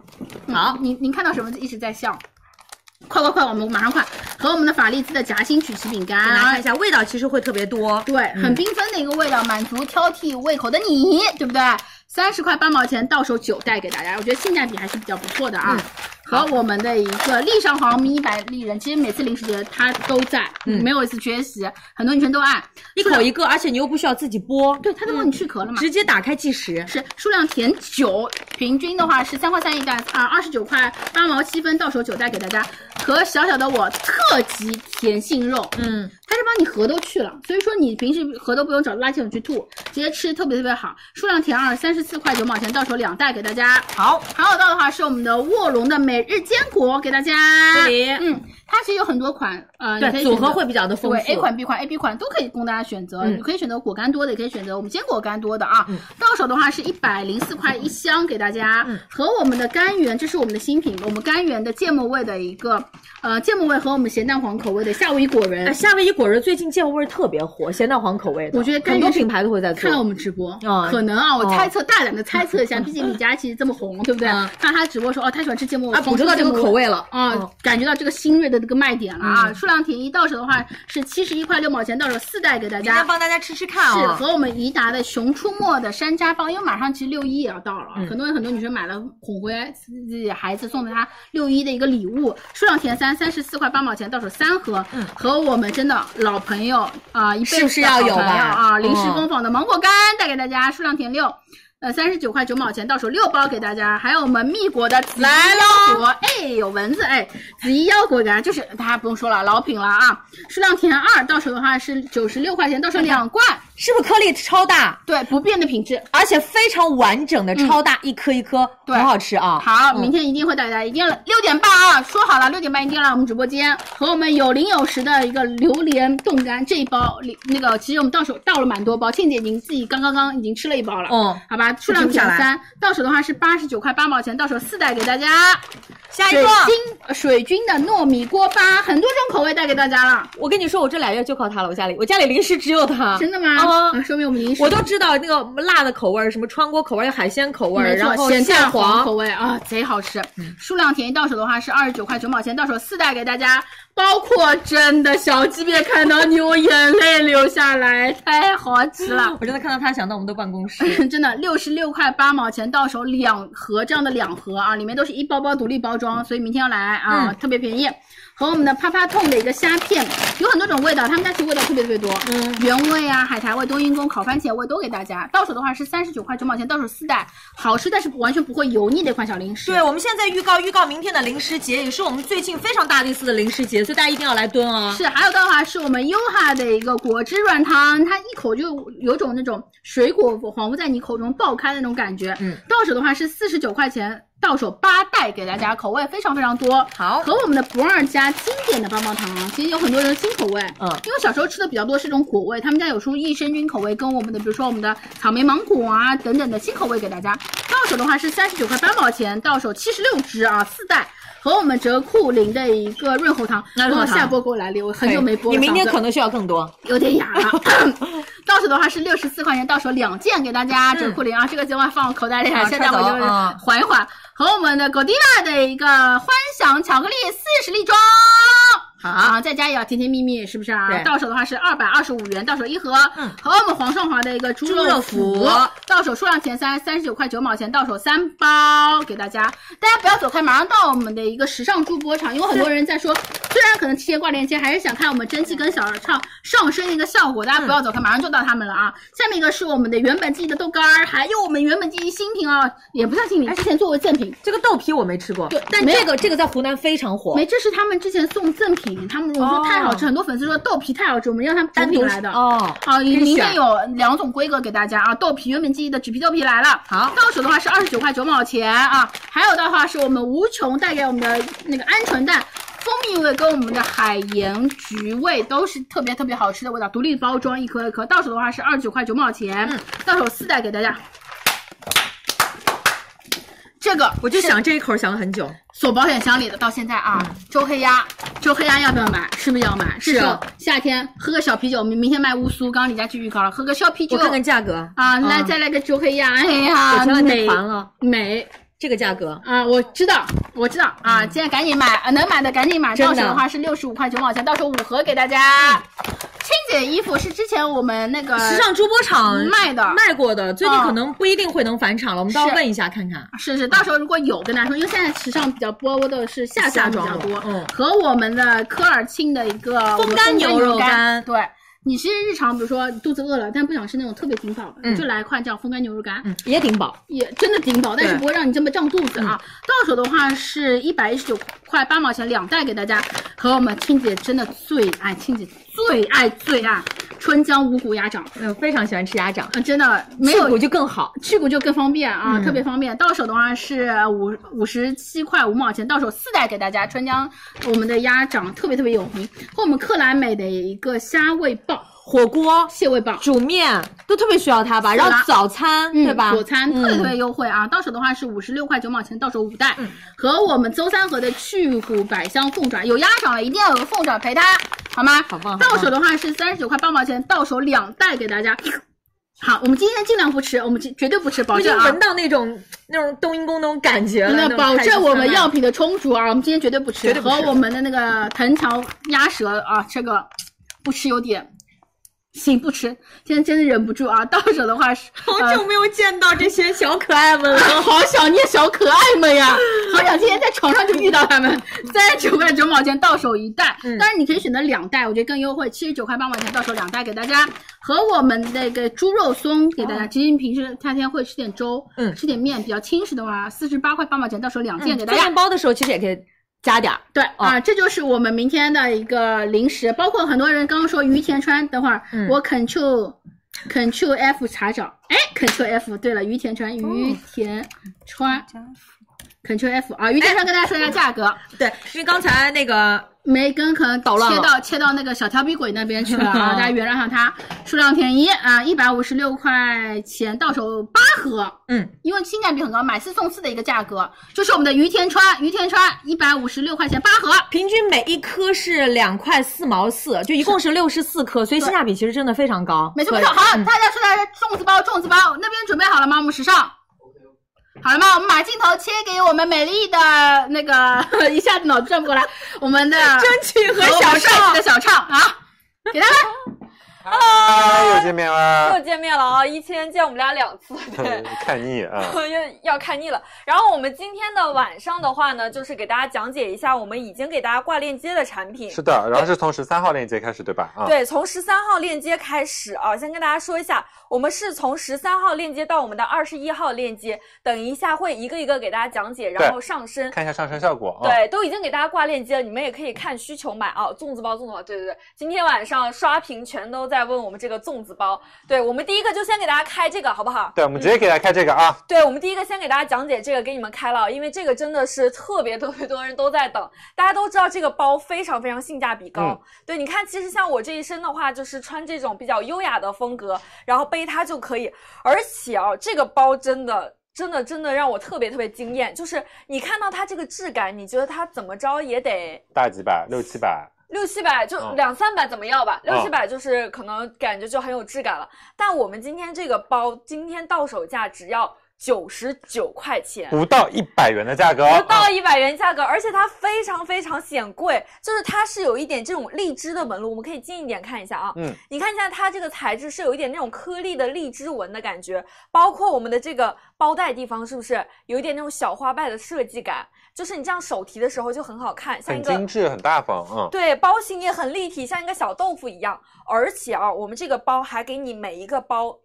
S13: 好，您您看到什么一直在笑？快快快，我们马上快和我们的法力兹的夹心曲奇饼干，
S14: 给大家看一下，啊味道其实会特别多。
S13: 对，很缤纷的一个味道，满足挑剔胃口的你，对不对？三十块八毛钱，到手九袋给大家，我觉得性价比还是比较不错的啊。和我们的一个丽尚皇迷你版丽人，其实每次零食节它都在，
S14: 嗯
S13: 没有一次缺席，很多女生都爱。
S14: 一口一个，而且你又不需要自己剥，
S13: 对，它都帮你去壳了嘛。
S14: 直接打开计时。
S13: 是数量填九，平均的话是三块三一袋啊，二十九块八毛七分，到手九袋给大家。和小小的我特级甜杏肉，
S14: 嗯，
S13: 它是帮你核都去了，所以说你平时核都不用找垃圾桶去吐，直接吃特别特别好。数量填二，三十四块九毛钱，到手两袋给大家。
S14: 好，
S13: 还有到的话是我们的卧龙的每日坚果给大家。
S14: 这里
S13: 嗯，它其实有很多款，呃，你可
S14: 对，
S13: 以
S14: 组
S13: 选择
S14: 合会比较的丰
S13: 对
S14: 富。
S13: A 款、B 款、A B 款都可以供大家选择，
S14: 嗯
S13: 你可以选择果干多的，也可以选择我们坚果干多的啊。到手的话是一百零四块一箱给大家，
S14: 嗯
S13: 和我们的甘源，这是我们的新品，我们甘源的芥末味的一个，呃，芥末味和我们咸蛋黄口味的夏威夷果
S14: 哎，
S13: 仁。
S14: 夏威夷果仁最近芥末味儿特别火，咸蛋黄口味的，
S13: 我觉得
S14: 很
S13: 甘
S14: 多
S13: 源是
S14: 品牌都会在做
S13: 看。到我们直播
S14: 嗯，
S13: 可能啊，我
S14: 哦
S13: 猜测大胆的猜测一下，毕竟李佳琦这么红，对不对
S14: 嗯？
S13: 看他直播说哦，他喜欢吃芥末，
S14: 啊，捕捉到这个
S13: 口
S14: 口
S13: 味。
S14: 味了。
S13: 啊、
S14: 嗯
S13: 感觉到这个新锐的这个卖点了啊！
S14: 嗯
S13: 数量填一，到手的话是七十一块六毛钱，到手四袋给大
S14: 明
S13: 家
S14: 天。帮大家吃吃看
S13: 是
S14: 啊。
S13: 和我们宜达的《熊出没》的山楂包，因为马上其实六一也要到了，
S14: 嗯
S13: 很多人很多女生买了哄回来自己孩子，送给他六一的一个礼物，数量填三，三十四块八毛钱，到手三盒，和我们真的老朋友啊、一辈子
S14: 嗯是不是要有吧
S13: 的好朋友啊，
S14: 嗯
S13: 零食工坊的芒果干带给大家，数量填六。呃，三十九块九毛钱，到手六包给大家，还有我们蜜果的紫衣腰果，哎，有蚊子，哎，紫衣腰果给大家，就是大家不用说了，老品了啊，数量填二，到手的话是九十六块钱，到手两罐，
S14: 是不是颗粒超大，
S13: 对，不变的品质。
S14: 而且非常完整的，超大，一颗一颗，
S13: 对
S14: 很好吃啊。
S13: 好，
S14: 嗯
S13: 明天一定会带大家，一定要六点半啊！说好了，六点半一定要来我们直播间，和我们有零有实的一个榴莲冻干这一包，里那个其实我们到手到了蛮多包，倩姐已经自己刚刚刚已经吃了一包了，
S14: 嗯
S13: 好吧，数量
S14: 停不
S13: 减
S14: 下来
S13: 三，到手的话是八十九块八毛钱，到手四袋给大家。
S14: 下一
S13: 水
S14: 个，
S13: 晶呃水晶的糯米锅巴，很多种口味带给大家了，
S14: 我跟你说，我这俩月就靠它了，我家里我家里零食只有它。
S13: 真的
S14: 啊
S13: 吗？啊，说明我们零食
S14: 我都知道那个辣的口味儿，什么川锅口味儿、海鲜口味儿，
S13: 没错
S14: 然，后
S13: 咸
S14: 蛋
S13: 蛋黄
S14: 黄嗯
S13: 口味啊，贼好吃。数量填一到手的话是二十九块九毛钱，到手四袋给大家，包括真的小鸡便看到你，我眼泪流下来，太好吃了。
S14: 我真的看到它想到我们的办公室。
S13: 真的六十六块八毛钱，到手两盒这样的两盒啊，里面都是一包包独立包装，所以明天要来啊，特别便宜。和我们的啪啪痛的一个虾片，有很多种味道，他们家其实味道特别特别多，嗯，原味啊、海苔味、冬阴功、烤番茄味都给大家。到手的话是三十九块九毛钱，到手四袋，好吃但是完全不会油腻的一款小零食。
S14: 对，我们现在预告预告明天的零食节，也是我们最近非常大的一次的零食节，所以大家一定要来蹲啊！
S13: 是，还有的话是我们优哈的一个果汁软糖，它一口就有种那种水果恍惚在你口中爆开的那种感觉。
S14: 嗯，
S13: 到手的话是四十九块钱，到手八袋给大家，口味非常非常多。
S14: 好
S13: 和我们的不二家经典的棒棒糖，其实有很多人新口味。
S14: 嗯
S13: 因为小时候吃的比较多是这种果味，他们家有出益生菌口味，跟我们的比如说我们的草莓芒果啊等等的新口味给大家。到手的话是三十九块八毛钱，到手七十六支啊，四袋。和我们折库林的一个润喉糖，
S14: 那润喉
S13: 哇
S14: 糖
S13: 下播给我来了，我很久
S14: 对
S13: 没播
S14: 你
S13: 了，
S14: 明天
S13: 嗓子
S14: 可能需要更多。
S13: 有点 哑了。到手的话是六十四块钱，到手两件给大家，
S14: 嗯
S13: 折库林啊，这个今晚放我口袋里
S14: 啊
S13: 啊，现在我
S14: 揣走
S13: 就是
S14: 啊
S13: 缓一缓。和我们的 Godiva 的一个欢享巧克力四十粒装。
S14: 好，
S13: 啊，在家也要甜甜蜜蜜，是不是啊
S14: 对？
S13: 到手的话是二百二十五元，到手一盒。
S14: 嗯
S13: 和我们黄尚华的一个猪
S14: 猪肉
S13: 肉
S14: 脯
S13: 到手数量前三，三十九块九毛钱，到手三包给大家。大家不要走开，马上到我们的一个时尚助播场，因为很多人在说，虽然可能提前挂链接，还是想看我们蒸汽跟小畅上身的一个效果。大家不要走开，马上就到他们了啊！下面一个是我们的原本记忆的豆干儿，还有我们原本记忆新品啊，也不算新品，之前做过赠品。
S14: 这个豆皮我没吃过，
S13: 对，但
S8: 没
S13: 这
S8: 有这个这个在湖南非常
S14: 哦
S8: 火，
S13: 没，这是他们之前送赠品，他们我说太好吃，很多粉丝说豆皮太好吃，我们让他们单品来的。
S8: 哦，
S13: 好，里里面
S14: 选
S13: 有两种规格给大家啊，豆皮原本记忆的纸皮豆皮来了，好，到手的话是二十九块九毛钱啊，还有的话是我们无穷带给我们的那个鹌鹑蛋。蜂蜜味跟我们的海盐菊味都是特别特别好吃的味道，独立包装一颗一颗，到手的话是二十九块九毛钱，到手四袋给大家。这个
S14: 我就想这一口想了很久。
S13: 锁保险箱里的，到现在啊，周黑鸭，周黑鸭要不要买？是不是要买？
S14: 嗯是啊
S13: 这时候夏天喝个小啤酒，明明天卖乌苏，刚刚李佳琦预告了，喝个小啤酒
S14: 我看看价格，
S13: 啊，来再来个周黑鸭，哎呀，
S14: 我前两天
S13: 美
S14: 盘了
S13: 美
S14: 这个价格，
S13: 啊，我知道，我知道啊，现在赶紧买，啊能买的赶紧买，
S14: 嗯真
S13: 到
S14: 的
S13: 手的话是六十五块九毛钱，到手五盒给大家。青姐衣服是之前我们那个
S14: 时尚珠播场
S13: 卖的
S14: 哎卖过的，最近
S13: 嗯
S14: 可能不一定会能返场了，我们到时
S13: 是
S14: 候问一下看看。
S13: 是是，到时候如果有跟大家说，因为现在时尚比较播的是夏装比较
S14: 夏装
S13: 多
S14: 了，嗯
S13: 和我们的科尔沁的一个
S14: 风干牛肉
S13: 干，
S14: 干
S13: 对。你是日常，比如说肚子饿了，但不想吃那种特别顶饱的，
S14: 嗯
S13: 你就来一块这样风干牛肉干，
S14: 嗯，也挺饱。
S13: 也真的顶饱，但是
S14: 对嗯
S13: 不会让你这么胀肚子啊。到手的话是一百一十九块八毛钱两袋给大家，和我们青姐真的最爱，青姐最爱最爱春江五谷鸭掌，
S14: 嗯，非常喜欢吃鸭掌，
S13: 嗯，真的没有
S14: 去骨就更好。
S13: 去过就更方便啊，
S14: 嗯
S13: 特别方便。到手的话是五五十七块五毛钱，到手四袋给大家。川江我们的鸭掌特别特别有名，和我们克莱美的一个虾味棒、
S14: 火锅、
S13: 蟹味棒。
S14: 煮面都特别需要它吧，
S13: 是的
S14: 然后早餐
S13: 嗯
S14: 对吧？
S13: 佐餐特别特
S14: 嗯
S13: 别优惠啊！到手的话是五十六块九毛钱，到手五袋，和我们周三河的去骨百香凤爪有鸭掌了，一定要有个凤爪陪它，好吗？
S14: 好棒好棒
S13: 到手的话是三十九块八毛钱，到手两袋给大家。好，我们今天尽量不吃，我们绝绝对不吃，保
S14: 我已经
S13: 证啊！
S14: 闻到那种那种冬阴功那种感觉了，
S13: 那
S14: 那种
S13: 保
S14: 太
S13: 证我们
S14: 香了
S13: 药品的充足啊，我们今天绝对不吃，
S14: 绝对不吃
S13: 和我们的那个藤条鸭舌啊，这个不吃有点。行，不吃，今天真的忍不住啊！到手的话是，
S14: 好
S13: 呃
S14: 久没有见到这些小可爱们了。
S13: 好想念小可爱们 呀！好想今天在床上就遇到他们，三十九块九毛钱到手一袋，
S14: 嗯
S13: 当然你可以选择两袋，我觉得更优惠，七十九块八毛钱到手两袋给大家，和我们那个猪肉松给大家。其实平时夏天会吃点粥，
S14: 哦嗯
S13: 吃点面比较轻食的话，四十八块八毛钱到手 两件给
S14: 嗯做
S13: 大家。
S14: 面包的时候其实也可以加点儿。
S13: 对啊，这就是我们明天的一个零食，包括很多人刚刚说于田川，等会儿
S14: 嗯
S13: 我 Ctrl Ctrl F 查找，哎，Ctrl F，对了，于田川，于
S14: 哦
S13: 田川，Ctrl F 啊，于田川跟大家说一下价格，
S14: 对，因为刚才那个
S13: 梅根可能
S14: 捣乱
S13: 切
S14: 了
S13: 到切到那个小调皮鬼那边去了 啊，大家原谅下他，数量便宜啊，一百五十六块钱到手八盒，
S14: 嗯，
S13: 因为性价比很高，买四送四的一个价格，就是我们的于田川，于田川一百五十六块钱八盒。
S14: 平均每一颗是两块四毛四，就一共是六十四颗，所以性价比其实真的非常高。
S13: 没错
S14: 对
S13: 没错，好，
S14: 嗯
S13: 大家说大家粽子包，粽子包那边准备好了吗？我们时尚。好了吗？我们把镜头切给我们美丽的那个， 一下子脑子转不过来，我们的
S14: 争取和
S13: 我
S14: 小
S13: 们帅气
S14: 少
S13: 的小畅啊，给他们
S3: 嗨，又见面啦
S2: 又！见面了啊！一千见我们俩两次， 对。
S3: 看腻 啊！
S2: 又要看腻了。然后我们今天的晚上的话呢，就是给大家讲解一下我们已经给大家挂链接的产品。
S3: 是的，然后是从十三号链接开始，对吧？啊，
S2: 对，从十三号链接开始啊，先跟大家说一下，我们是从十三号链接到我们的二十一号链接，等一下会一个一个给大家讲解，然后上身。
S3: 看一下上身效果啊。
S2: 对，都已经给大家挂链接了，你们也可以看需求买啊。粽子包，粽子包，对对对，今天晚上刷屏全都在问我们这个粽子包。对，我们第一个就先给大家开这个，好不好？
S3: 对，我们直接给大家看这个啊，
S2: 对，我们第一个先给大家讲解这个，给你们开了，因为这个真的是特别特别多人都在等。大家都知道这个包非常非常性价比高，
S3: 嗯
S2: 对，你看，其实像我这一身的话，就是穿这种比较优雅的风格，然后背它就可以。而且啊，这个包真的。真的真的让我特别特别惊艳，就是你看到它这个质感，你觉得它怎么着也得
S3: 大几百，六七百，
S2: 六七百就
S3: 嗯
S2: 两三百怎么要吧，
S3: 嗯
S2: 六七百就是可能感觉就很有质感了。但我们今天这个包，今天到手价只要九十九块钱，
S3: 不到一百元的价格，哦
S2: 不到一百元价格，而且它非常非常显贵，就是它是有一点这种荔枝的纹路，我们可以近一点看一下啊。
S3: 嗯，
S2: 你看一下它这个材质是有一点那种颗粒的荔枝纹的感觉，包括我们的这个包带地方是不是有一点那种小花瓣的设计感？就是你这样手提的时候就很好看，像一
S3: 很
S2: 个
S3: 精致，很大方，嗯。
S2: 对，包型也很立体，像一个小豆腐一样。而且啊，我们这个包还给你每一个包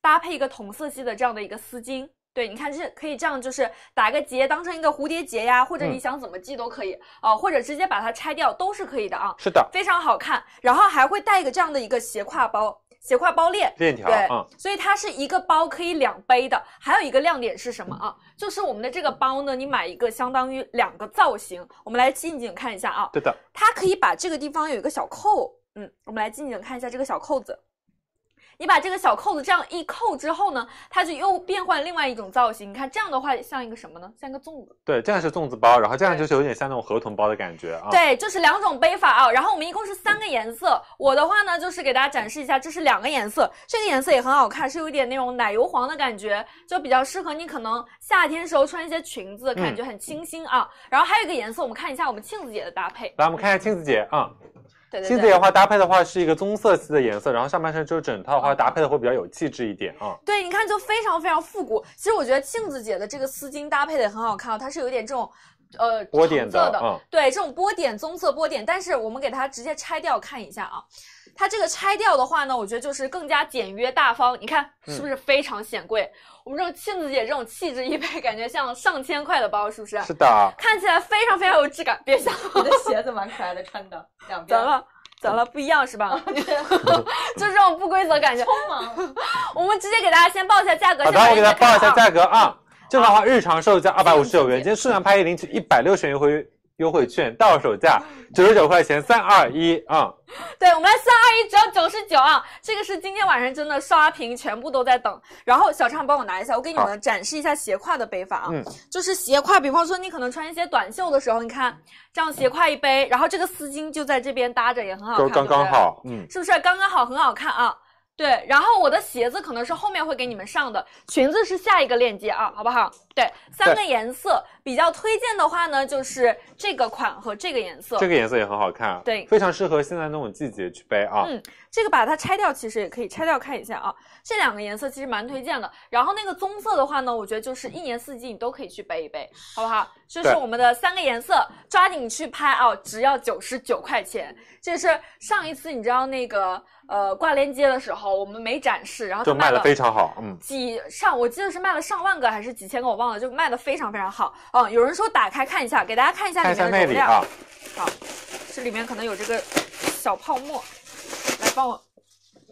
S2: 搭配一个同色系的这样的一个丝巾。对，你看这可以这样，就是打个结当成一个蝴蝶结呀，或者你
S3: 嗯
S2: 想怎么系都可以啊、或者直接把它拆掉都是可以的啊，
S3: 是的，
S2: 非常好看。然后还会带一个这样的一个斜挎包，斜挎包链，
S3: 链条
S2: 对，
S3: 嗯
S2: 所以它是一个包可以两背的。还有一个亮点是什么啊？就是我们的这个包呢，你买一个相当于两个造型。我们来近景看一下啊，
S3: 对的，
S2: 它可以把这个地方有一个小扣，嗯，我们来近景看一下这个小扣子。你把这个小扣子这样一扣之后呢，它就又变换另外一种造型。你看这样的话像一个什么呢？像一个粽子。
S3: 对，这样是粽子包，然后这样就是有点像那种合同包的感觉啊。，
S2: 对，就是两种背法啊。然后我们一共是三个颜色，我的话呢就是给大家展示一下，这是两个颜色，这个颜色也很好看，是有一点那种奶油黄的感觉，就比较适合你可能夏天时候穿一些裙子，
S3: 嗯
S2: 感觉很清新啊。然后还有一个颜色，我们看一下我们庆子姐的搭配，
S3: 来我们看一下庆子姐啊，
S2: 对对对，
S3: 庆子姐的话搭配的话是一个棕色系的颜色，然后上半身就是整套的
S2: 嗯
S3: 话搭配的会比较有气质一点啊。
S2: 对，你看就非常非常复古。其实我觉得庆子姐的这个丝巾搭配的也很好看哦，它是有一点这种。呃，
S3: 波
S2: 橙
S3: 点
S2: 色
S3: 的嗯
S2: 对，这种波点棕色波点，但是我们给它直接拆掉看一下啊。它这个拆掉的话呢，我觉得就是更加简约大方，你看是不
S3: 嗯
S2: 是非常显贵？我们这种庆子姐这种气质一配，感觉像上千块的包，是不是？
S3: 是的，
S2: 看起来非常非常有质感，别想
S1: 你的鞋子蛮可爱的，穿的两
S2: 怎
S1: 边。
S2: 么了？怎么了？不一样是吧？ 就这种不规则感觉。 我们直接给大家先报一下价格，
S3: 好
S2: 先
S3: 的，
S2: 把
S3: 我给大
S2: 链
S3: 家
S2: 接看
S3: 报一下
S2: 啊
S3: 价格啊。这个的话日常售价二百五十九元，今天数量拍一领取一百六十元优惠优惠券，到手价
S2: 嗯
S3: 九十九块钱，三二一啊。
S2: 对，我们来三二一，只要九十九啊！这个是今天晚上真的刷屏，全部都在等。然后小畅帮我拿一下，我给你
S3: 好
S2: 们展示一下斜挎的背法啊。
S3: 嗯
S2: 就是斜挎，比方说你可能穿一些短袖的时候，你看这样斜挎一背，然后这个丝巾就在这边搭着，也很好看，
S3: 都刚刚好，
S2: 对
S3: 嗯
S2: 不对，，是不是？刚刚好，很好看啊。对，然后我的鞋子可能是后面会给你们上的，裙子是下一个链接啊，好不好？对，三个
S3: 对
S2: 颜色比较推荐的话呢，就是这个款和这个颜色。
S3: 这个颜色也很好看，
S2: 对
S3: 非常适合现在那种季节去背啊。
S2: 嗯这个把它拆掉，其实也可以拆掉看一下啊。这两个颜色其实蛮推荐的。然后那个棕色的话呢，我觉得就是一年四季你都可以去背一背，好不好？这是
S3: 对
S2: 我们的三个颜色，抓紧去拍啊，只要九十九块钱。这是上一次你知道那个呃挂链接的时候，我们没展示，然后它
S3: 就卖
S2: 了
S3: 的非常好，嗯，
S2: 几上，我记得是卖了上万个还是几千个，我忘了，就卖的非常非常好。嗯，有人说打开看一下，给大家看一下
S3: 看一
S2: 里
S3: 下
S2: 面
S3: 内
S2: 的容
S3: 里
S2: 量。
S3: 啊，
S2: 好，这里面可能有这个小泡沫，来帮我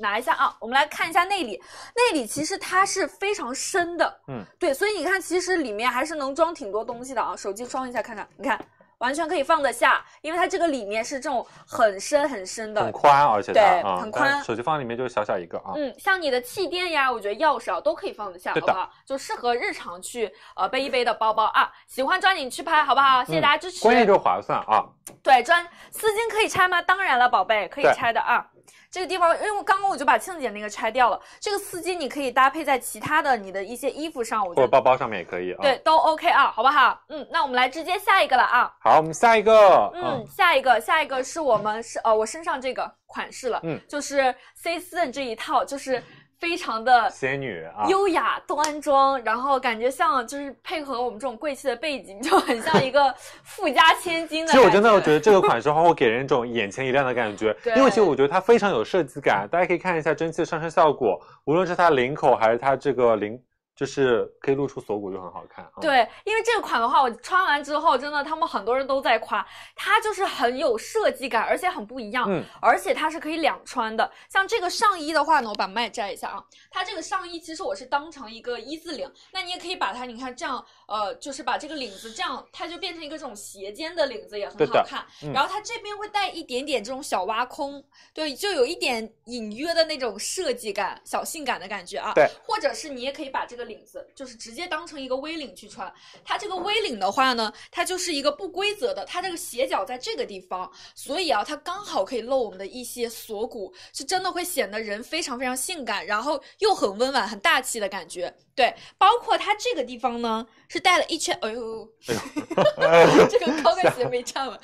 S2: 拿一下啊。我们来看一下内里，内里其实它是非常深的，
S3: 嗯，
S2: 对，所以你看，其实里面还是能装挺多东西的啊。手机装一下看看，你看。完全可以放得下，因为它这个里面是这种很深很深的
S3: 很，宽，而且它
S2: 对
S3: 啊，
S2: 很宽
S3: 但手机放里面就是小小一个啊，
S2: 嗯，像你的气垫呀，我觉得钥匙啊都可以放得下，好
S3: 对的
S2: 不好？就适合日常去呃背一背的包包啊。喜欢抓紧去拍，好不好？谢谢大家支持。
S3: 嗯关键就是划算啊。
S2: 对，专丝巾可以拆吗？当然了，宝贝，可以
S3: 对
S2: 拆的啊。这个地方，因为我刚刚我就把庆姐那个拆掉了。这个丝巾你可以搭配在其他的你的一些衣服上，我
S3: 或
S2: 觉
S3: 者
S2: 得
S3: 包包上面也可以啊。
S2: 对，都 OK 啊，好不好？嗯，那我们来直接下一个了啊。
S3: 好，我们下一个，啊
S2: 嗯，，下一个，下一个是我们是呃我身上这个款式了，
S3: 嗯，
S2: 就是 C 四的这一套，就是非常的
S3: 仙女啊，
S2: 优雅端庄，然后感觉像就是配合我们这种贵气的背景，就很像一个富家千金的感觉。
S3: 其实我真的觉得这个款式的话，会给人一种眼前一亮的 感觉
S2: 对，
S3: 因为其实我觉得它非常有设计感。大家可以看一下蒸汽的上身效果，无论是它领口还是它这个领，就是可以露出锁骨就很好看啊。，
S2: 对，因为这个款的话，我穿完之后，真的他们很多人都在夸，它就是很有设计感，而且很不一样，
S3: 嗯
S2: 而且它是可以两穿的。像这个上衣的话呢，我把麦摘一下啊，它这个上衣其实我是当成一个一字领，那你也可以把它，你看这样，呃，就是把这个领子这样，它就变成一个这种斜肩的领子，也
S3: 对
S2: 很
S3: 的
S2: 好看。
S3: 嗯
S2: 然后它这边会带一点点这种小挖空，对，就有一点隐约的那种设计感、小性感的感觉啊。
S3: 对，
S2: 或者是你也可以把这个领子，就是直接当成一个 V 领去穿。它这个 V 领的话呢，它就是一个不规则的，它这个斜角在这个地方，所以啊，它刚好可以露我们的一些锁骨，是真的会显得人非常非常性感，然后又很温婉、很大气的感觉。对，包括它这个地方呢，是带了一圈，哎呦， 这个高跟鞋没站稳，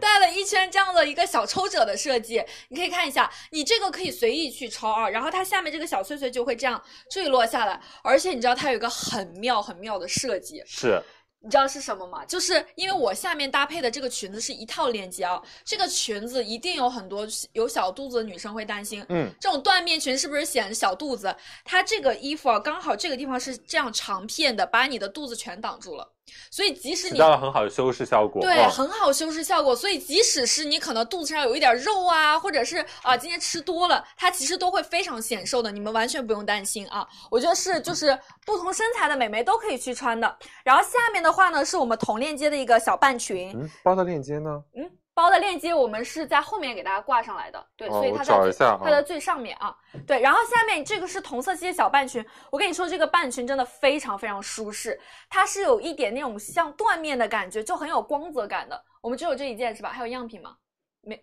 S2: 带了一圈这样的一个小抽褶的设计，你可以看一下，你这个可以随意去抽啊，然后它下面这个小碎碎就会这样坠落下来，而且你知道它有一个很妙很妙的设计，
S3: 是
S2: 你知道是什么吗？就是因为我下面搭配的这个裙子是一套链接啊，这个裙子一定有很多有小肚子的女生会担心，
S3: 嗯
S2: 这种缎面裙是不是显小肚子？它这个衣服啊，刚好这个地方是这样长片的，把你的肚子全挡住了，所以即使
S3: 起
S2: 你
S3: 到了很好的修饰效果。
S2: 对，
S3: 嗯
S2: 很好修饰效果。所以即使是你可能肚子上有一点肉啊，或者是啊、今天吃多了，它其实都会非常显瘦的，你们完全不用担心啊。我觉得是就是不同身材的美眉都可以去穿的。然后下面的话呢，是我们同链接的一个小半裙，
S3: 嗯，包的链接呢？
S2: 嗯，包的链接我们是在后面给大家挂上来的，对，
S3: 哦
S2: 所以它在
S3: 我找
S2: 最
S3: 一下啊
S2: 它的最上面啊，对，然后下面这个是同色系的小半裙，我跟你说这个半裙真的非常非常舒适，它是有一点那种像缎面的感觉，就很有光泽感的。我们只有这一件是吧？还有样品吗？没。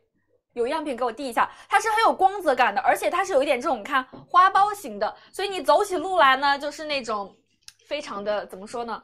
S2: 有样品给我递一下，它是很有光泽感的，而且它是有一点这种你看花苞型的，所以你走起路来呢，就是那种非常的怎么说呢，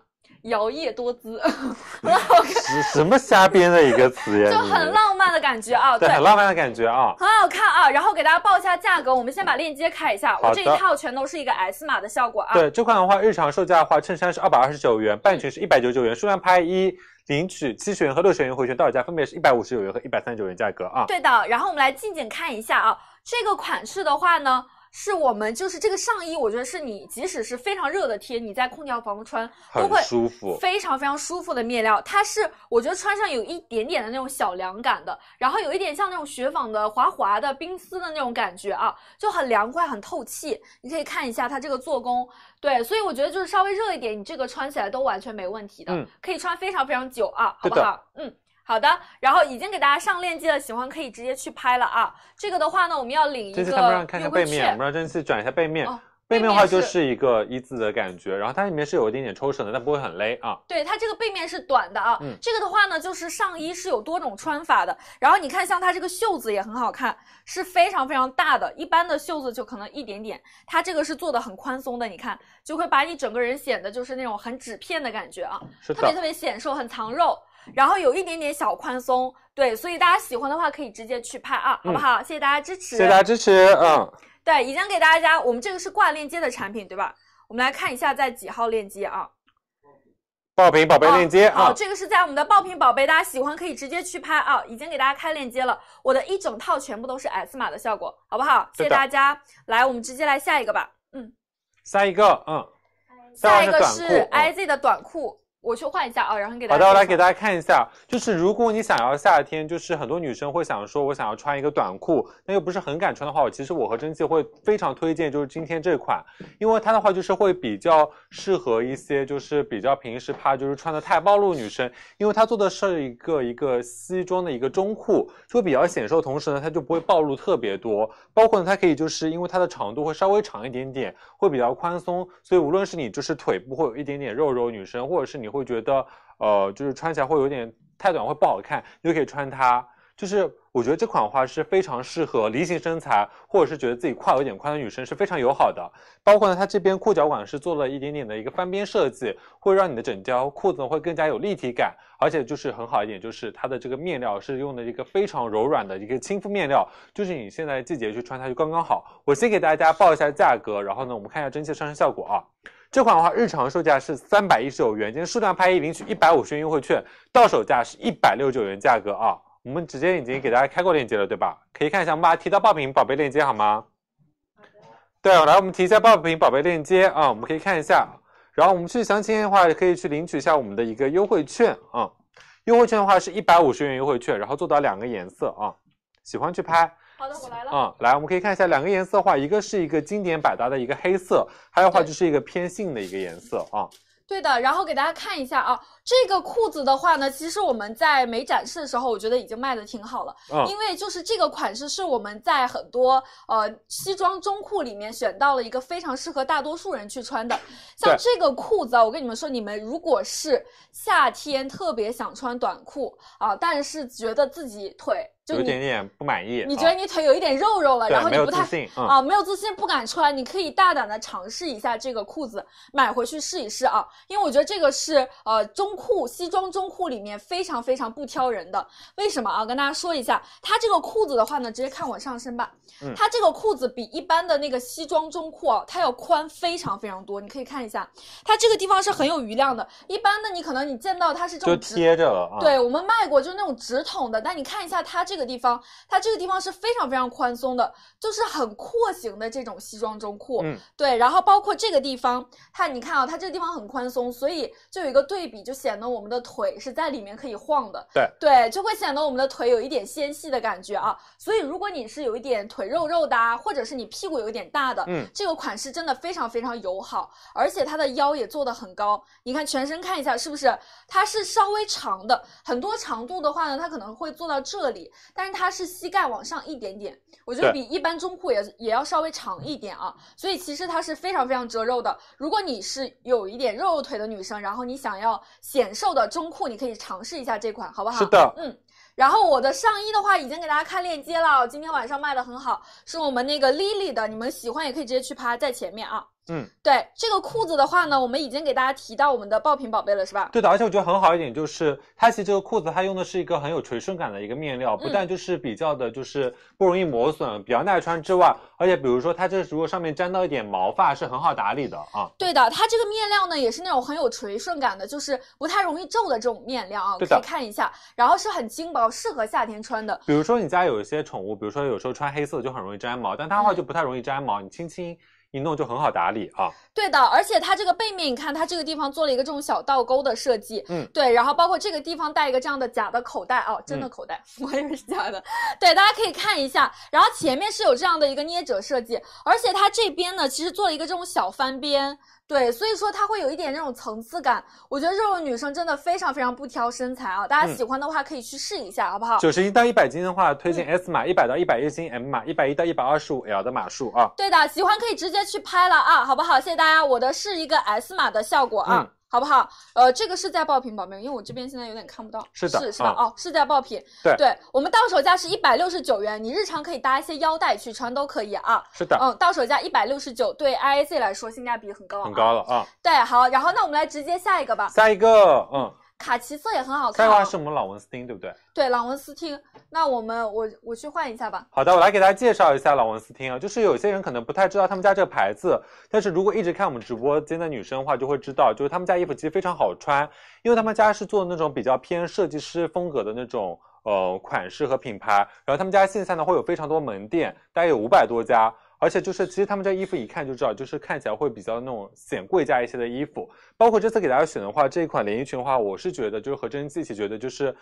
S2: 摇曳多 姿， 很好看，
S3: 什什么瞎编的一个词 呀？
S2: 就
S3: 你
S2: 很浪漫的感觉 啊，
S3: 对，很浪漫的感觉啊。
S2: 很好看啊！然后给大家报一下价格，我们先把链接开一下。我
S3: 好的
S2: 这一套全都是一个 S 码的效果啊。嗯
S3: 对，这款的话，日常售价的话，衬衫是二百二十九元，半裙是一百九十九元，数量拍一，领取七十元和六十元优惠券，到手价分别是一百五十九元和一百三十九元价格啊。
S2: 对的，然后我们来近景看一下啊，这个款式的话呢。是我们就是这个上衣，我觉得是你即使是非常热的天，你在空调房穿都
S3: 很
S2: 会
S3: 舒服
S2: 非常非常舒服的面料。它是我觉得穿上有一点点的那种小凉感的，然后有一点像那种雪纺的滑滑的冰丝的那种感觉啊，就很凉快很透气。你可以看一下它这个做工，对，所以我觉得就是稍微热一点，你这个穿起来都完全没问题的，
S3: 嗯
S2: 可以穿非常非常久啊，好
S3: 对
S2: 不
S3: 的
S2: 好？嗯。好的，然后已经给大家上链接了，喜欢可以直接去拍了啊。这个的话呢，我们要领一
S3: 这
S2: 个
S3: 次他们让看一
S2: 优
S3: 下
S2: 惠
S3: 背面，我
S2: 券
S3: 们，让蒸汽转一下背面。
S2: 哦
S3: 背面
S2: 背
S3: 的
S2: 面
S3: 话就是是一个一字的感觉，然后它里面是有一点点抽绳的，但不会很勒啊。
S2: 对，它这个背面是短的啊。
S3: 嗯
S2: 这个的话呢，就是上衣是有多种穿法的，然后你看像它这个袖子也很好看，是非常非常大的，一般的袖子就可能一点点，它这个是做的很宽松的，你看就会把你整个人显得就是那种很纸片的感觉啊。
S3: 是
S2: 特别
S3: 的
S2: 特，别显瘦，很藏肉，然后有一点点小宽松，对，所以大家喜欢的话可以直接去拍啊，好不好？谢谢大家支持，
S3: 嗯谢谢大家支持，嗯，
S2: 对，已经给大家，我们这个是挂链接的产品，对吧？我们来看一下在几号链接啊？
S3: 爆品宝贝链接
S2: 哦好，
S3: 啊，
S2: 这个是在我们的爆品宝贝，大家喜欢可以直接去拍啊，已经给大家开链接了。我的一整套全部都是 S 码的效果，好不好？谢谢
S3: 对的
S2: 大家。来，我们直接来下一个吧。嗯，
S3: 下一个，嗯，
S2: 下
S3: 下
S2: 一
S3: 一
S2: 个
S3: 个
S2: 是
S3: 短裤啊
S2: IZ 的短裤，我去换一下啊，然后给大
S3: 好
S2: 家介
S3: 的，我来
S2: 绍
S3: 给大家看一下，就是如果你想要夏天，就是很多女生会想说，我想要穿一个短裤，但又不是很敢穿的话，我其实我和蒸汽会非常推荐就是今天这款，因为它的话就是会比较适合一些就是比较平时怕就是穿的太暴露的女生，因为它做的是一个一个西装的一个中裤，就会比较显瘦，同时呢它就不会暴露特别多，包括呢它可以就是因为它的长度会稍微长一点点，会比较宽松，所以无论是你就是腿部会有一点点肉肉女生，或者是你会觉得呃就是穿起来会有点太短会不好看，你就可以穿它。就是我觉得这款的话是非常适合梨形身材，或者是觉得自己胯有点宽的女生是非常友好的。包括呢，它这边裤脚管是做了一点点的一个翻边设计，会让你的整条裤子呢会更加有立体感，而且就是很好一点，就是它的这个面料是用的一个非常柔软的一个亲肤面料，就是你现在季节去穿它就刚刚好。我先给大家报一下价格，然后呢，我们看一下蒸汽的上身效果啊。这款的话，日常售价是三百一十九元，今天数量拍一领取一百五十元优惠券，到手价是一百六十九元价格啊。我们直接已经给大家开过链接了，对吧？可以看一下，我们把它提到爆品宝贝链接好吗？对，来我们提一下爆品宝贝链接啊，我们可以看一下。然后我们去详情页的话，可以去领取一下我们的一个优惠券啊。优惠券的话是一百五十元优惠券，然后做到两个颜色啊，喜欢去拍。
S2: 好的，我来了。
S3: 嗯，来，我们可以看一下两个颜色的话，一个是一个经典百搭的一个黑色，还有的话
S2: 对
S3: 就是一个偏性的一个颜色啊。
S2: 对的，然后给大家看一下啊，这个裤子的话呢，其实我们在没展示的时候，我觉得已经卖的挺好了，
S3: 嗯
S2: 因为就是这个款式是我们在很多呃西装中裤里面选到了一个非常适合大多数人去穿的。像
S3: 对
S2: 这个裤子啊，我跟你们说，你们如果是夏天特别想穿短裤啊，但是觉得自己腿就
S3: 有
S2: 你
S3: 一点点不满意。
S2: 你觉得
S3: 啊
S2: 你腿有一点肉肉了，
S3: 对
S2: 然后你
S3: 没有
S2: 不太
S3: 自信嗯
S2: 啊，没有自信不敢穿，你可以大胆的尝试一下这个裤子，买回去试一试啊，因为我觉得这个是呃中裤西装中裤里面非常非常不挑人的。为什么啊？跟大家说一下，它这个裤子的话呢，直接看我上身吧，
S3: 嗯
S2: 它这个裤子比一般的那个西装中裤啊，它要宽非常非常多，你可以看一下，它这个地方是很有余量的。一般的你可能你见到它是这
S3: 就
S2: 种直
S3: 贴着了啊。
S2: 对，我们卖过，就是那种直筒的。但你看一下它这个地方，它这个地方是非常非常宽松的，就是很廓形的这种西装中裤。
S3: 嗯
S2: 对，然后包括这个地方，它你看啊，它这个地方很宽松，所以就有一个对比，就显得我们的腿是在里面可以晃的。
S3: 对
S2: 对，就会显得我们的腿有一点纤细的感觉啊。所以如果你是有一点腿肉肉的啊，或者是你屁股有一点大的，
S3: 嗯
S2: 这个款式真的非常非常友好，而且它的腰也做得很高。你看全身看一下，是不是？它是稍微长的，很多长度的话呢，它可能会做到这里，但是它是膝盖往上一点点，我觉得
S3: 对
S2: 比一般中裤也也要稍微长一点啊。所以其实它是非常非常遮肉的。如果你是有一点肉肉腿的女生，然后你想要显瘦的中裤，你可以尝试一下这款，好不好？
S3: 是的
S2: 嗯。然后我的上衣的话已经给大家看链接了，今天晚上卖的很好，是我们那个 Lily 的，你们喜欢也可以直接去趴在前面啊。
S3: 嗯，
S2: 对，这个裤子的话呢，我们已经给大家提到我们的爆品宝贝了，是吧？
S3: 对的，而且我觉得很好一点就是，它其实这个裤子它用的是一个很有垂顺感的一个面
S2: 嗯
S3: 料，不但就是比较的就是不容易磨损，比较耐穿之外，而且比如说它这如果上面沾到一点毛发是很好打理的啊。
S2: 对的，它这个面料呢也是那种很有垂顺感的，就是不太容易皱的这种面料啊，可
S3: 对的
S2: 以看一下。然后是很轻薄，适合夏天穿的。
S3: 比如说你家有一些宠物，比如说有时候穿黑色的就很容易粘毛，但它的话就不太容易粘毛，你轻轻一弄就很好打理啊。
S2: 对的，而且它这个背面，你看它这个地方做了一个这种小倒钩的设计，
S3: 嗯
S2: 对，然后包括这个地方带一个这样的假的口袋哦，真的
S3: 嗯
S2: 口袋， 我以为是假的，对，大家可以看一下，然后前面是有这样的一个捏褶设计，而且它这边呢，其实做了一个这种小翻边。对，所以说它会有一点那种层次感，我觉得肉肉女生真的非常非常不挑身材啊，大家
S3: 嗯
S2: 喜欢的话可以去试一下，好不好？
S3: 九十一到一百斤的话，推荐 S 码，一百到一百一斤 M 码，一百一到一百二十五 L 的码数啊。
S2: 对的，喜欢可以直接去拍了啊，好不好？谢谢大家，我的是一个 S 码的效果啊。
S3: 嗯
S2: 好不好？呃，这个是在爆品宝贝，因为我这边现在有点看不到。
S3: 是的
S2: 是吧？
S3: 啊
S2: 哦，是在爆品。
S3: 对
S2: 我们到手价是一百六十九元，你日常可以搭一些腰带去穿都可以啊。
S3: 是的，
S2: 嗯，到手价一百六十九，对 IAC 来说性价比很高、啊。
S3: 很高了啊。
S2: 对，好，然后那我们来直接下一个吧。
S3: 下一个，嗯，
S2: 卡其色也很好
S3: 下
S2: 看、
S3: 一个话
S2: 啊。
S3: 是我们老文斯汀，对不对？
S2: 对，朗文斯汀。那我们我我去换一下吧。
S3: 好的，我来给大家介绍一下老文斯汀啊，就是有些人可能不太知道他们家这个牌子，但是如果一直看我们直播间的女生的话，就会知道，就是他们家衣服其实非常好穿，因为他们家是做那种比较偏设计师风格的那种呃款式和品牌，然后他们家线下呢会有非常多门店，大概有五百多家。而且就是，其实他们这衣服一看就知道，就是看起来会比较那种显贵价一些的衣服。包括这次给大家选的话，这一款连衣裙的话，我是觉得就是和真自己觉得就是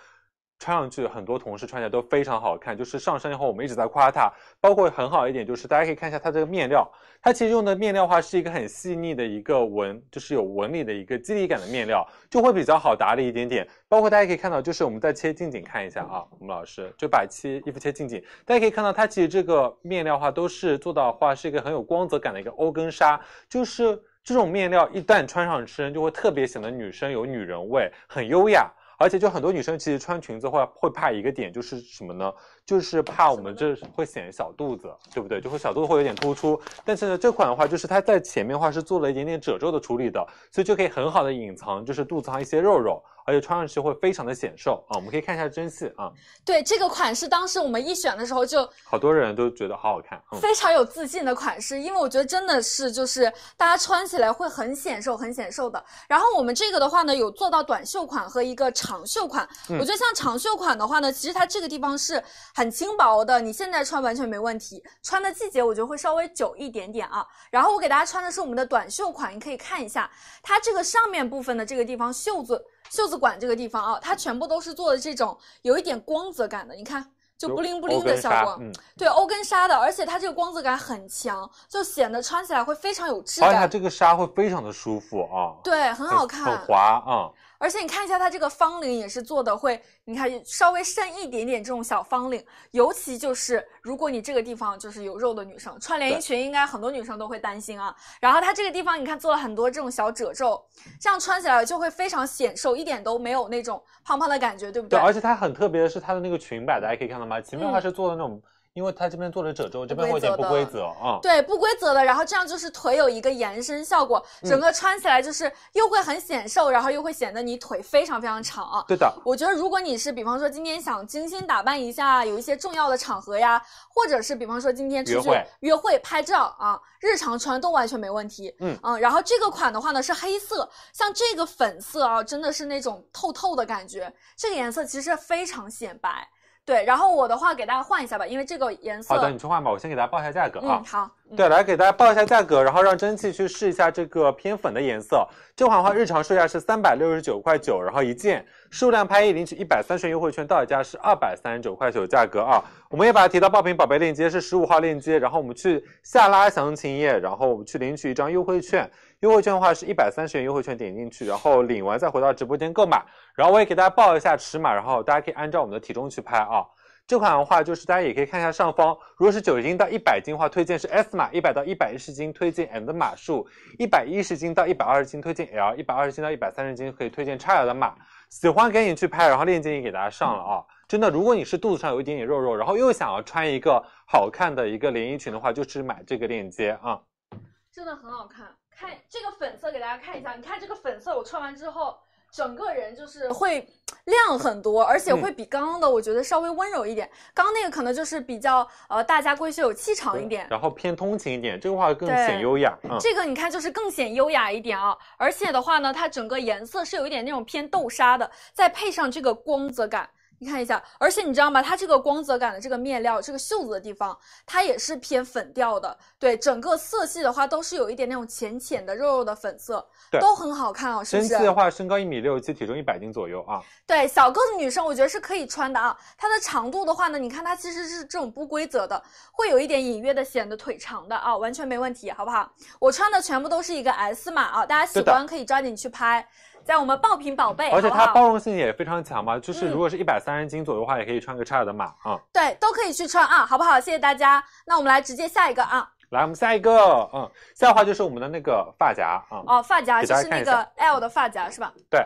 S3: 穿上去，很多同事穿起来都非常好看。就是上身以后，我们一直在夸它，包括很好一点就是大家可以看一下它这个面料，它其实用的面料的话是一个很细腻的一个纹，就是有纹理的一个肌理感的面料，就会比较好打理一点点。包括大家可以看到，就是我们再切近景看一下啊，我们老师就把切衣服切近景，大家可以看到它其实这个面料的话都是做到的话是一个很有光泽感的一个欧根纱，就是这种面料一旦穿上身就会特别显得女生有女人味，很优雅。而且就很多女生其实穿裙子会会怕一个点，就是什么呢？就是怕我们这会显小肚子，对不对？就会小肚子会有点突出。但是呢，这款的话就是它在前面的话是做了一点点褶皱的处理的，所以就可以很好的隐藏就是肚子上一些肉肉，而且穿上去会非常的显瘦啊。我们可以看一下真细啊，
S2: 对，这个款式当时我们一选的时候就
S3: 好多人都觉得好好看，嗯。
S2: 非常有自信的款式，因为我觉得真的是就是大家穿起来会很显瘦，很显瘦的。然后我们这个的话呢，有做到短袖款和一个长袖款。
S3: 嗯
S2: 我觉得像长袖款的话呢，其实它这个地方是很轻薄的，你现在穿完全没问题。穿的季节我觉得会稍微久一点点啊。然后我给大家穿的是我们的短袖款，你可以看一下它这个上面部分的这个地方袖子袖子管这个地方啊，它全部都是做的这种有一点光泽感的，你看。就
S3: 有
S2: 不灵不灵
S3: 欧
S2: 的
S3: 根
S2: 效
S3: 纱
S2: 果，
S3: 嗯，
S2: 对，欧根纱的，而且它这个光泽感很强，就显得穿起来会非常有质
S3: 而且它
S2: 感。
S3: 这个纱会非常的舒服啊，
S2: 对，很好看
S3: 很。滑啊、
S2: 而且你看一下它这个方领也是做的会，你看稍微深一点点这种小方领，尤其就是如果你这个地方就是有肉的女生穿连衣裙，应该很多女生都会担心啊。然后它这个地方你看做了很多这种小褶皱，这样穿起来就会非常显瘦，一点都没有那种胖胖的感觉，对不
S3: 对，
S2: 对？嗯
S3: 而且它很特别的是它的那个裙摆，大家可以看到吗？前面它是做的那种，因为它这边做了褶皱，这边会有点不规则啊。嗯
S2: 对，不规则的，然后这样就是腿有一个延伸效果，整
S3: 嗯
S2: 个穿起来就是又会很显瘦，然后又会显得你腿非常非常长啊。
S3: 对的，
S2: 我觉得如果你是比方说今天想精心打扮一下，有一些重要的场合呀，或者是比方说今天出
S3: 约
S2: 去
S3: 会
S2: 约会拍照啊，日常穿都完全没问题。啊
S3: 嗯
S2: 然后这个款的话呢是黑色，像这个粉色啊，真的是那种透透的感觉，这个颜色其实非常显白。对，然后我的话给大家换一下吧，因为这个颜色，
S3: 好的，你去换吧，我先给大家报一下价格啊
S2: 嗯，。好，
S3: 对，来给大家报一下价格，然后让蒸汽去试一下这个偏粉的颜色。这款的话，日常售价是三百六十九块九，然后一件，数量拍一领取一百三十元优惠券，到手价是二百三十九块九，价格啊，我们也把它提到爆品宝贝链接是十五号链接，然后我们去下拉详情页，然后我们去领取一张优惠券。优惠券的话是一百三十元优惠券，点进去，然后领完再回到直播间购买。然后我也给大家报一下尺码，然后大家可以按照我们的体重去拍啊。这款的话，就是大家也可以看一下上方，如果是九十斤到一百斤的话，推荐是 S 码；一百到一百一十斤推荐 M 的码数；一百一十斤到一百二十斤推荐 L；一百二十斤到一百三十斤可以推荐 XL 的码。喜欢赶紧去拍，然后链接也给大家上了啊！真的，如果你是肚子上有一点点肉肉，然后又想要穿一个好看的一个连衣裙的话，就是买这个链接啊。
S2: 真的很好看。看这个粉色给大家看一下，你看这个粉色，我穿完之后，整个人就是会亮很多，而且会比刚刚的我觉得稍微温柔一点。刚刚那个可能就是比较呃大家闺秀有气场一点。
S3: 然后偏通勤一点，这个话更
S2: 对
S3: 显优雅。嗯，
S2: 这个你看就是更显优雅一点啊，而且的话呢，它整个颜色是有一点那种偏豆沙的，再配上这个光泽感，你看一下，而且你知道吗？它这个光泽感的这个面料，这个袖子的地方，它也是偏粉调的，对，整个色系的话都是有一点那种浅浅的肉肉的粉色，
S3: 对
S2: 都很好看哦，是
S3: 蒸
S2: 不
S3: 汽
S2: 是？
S3: 的话，身高一米六七，体重一百斤左右啊。
S2: 对，小个子女生我觉得是可以穿的啊。它的长度的话呢，你看它其实是这种不规则的，会有一点隐约的显得腿长的啊，完全没问题，好不好？我穿的全部都是一个 S 码啊，大家喜
S3: 对的
S2: 欢可以抓紧去拍，在我们爆品宝贝，
S3: 而且
S2: 好不
S3: 它
S2: 好
S3: 包容性也非常强嘛，
S2: 嗯
S3: 就是如果是一百三十斤左右的话，也可以穿个 XL 的码啊、
S2: 对都可以去穿啊，好不好？谢谢大家，那我们来直接下一个啊，
S3: 来，我们下一个，嗯，下一话就是我们的那个发夹啊、
S2: 哦，发夹
S3: 给
S2: 就
S3: 大家
S2: 是那
S3: 看一
S2: 个
S3: 下
S2: L 的发夹是吧？
S3: 对。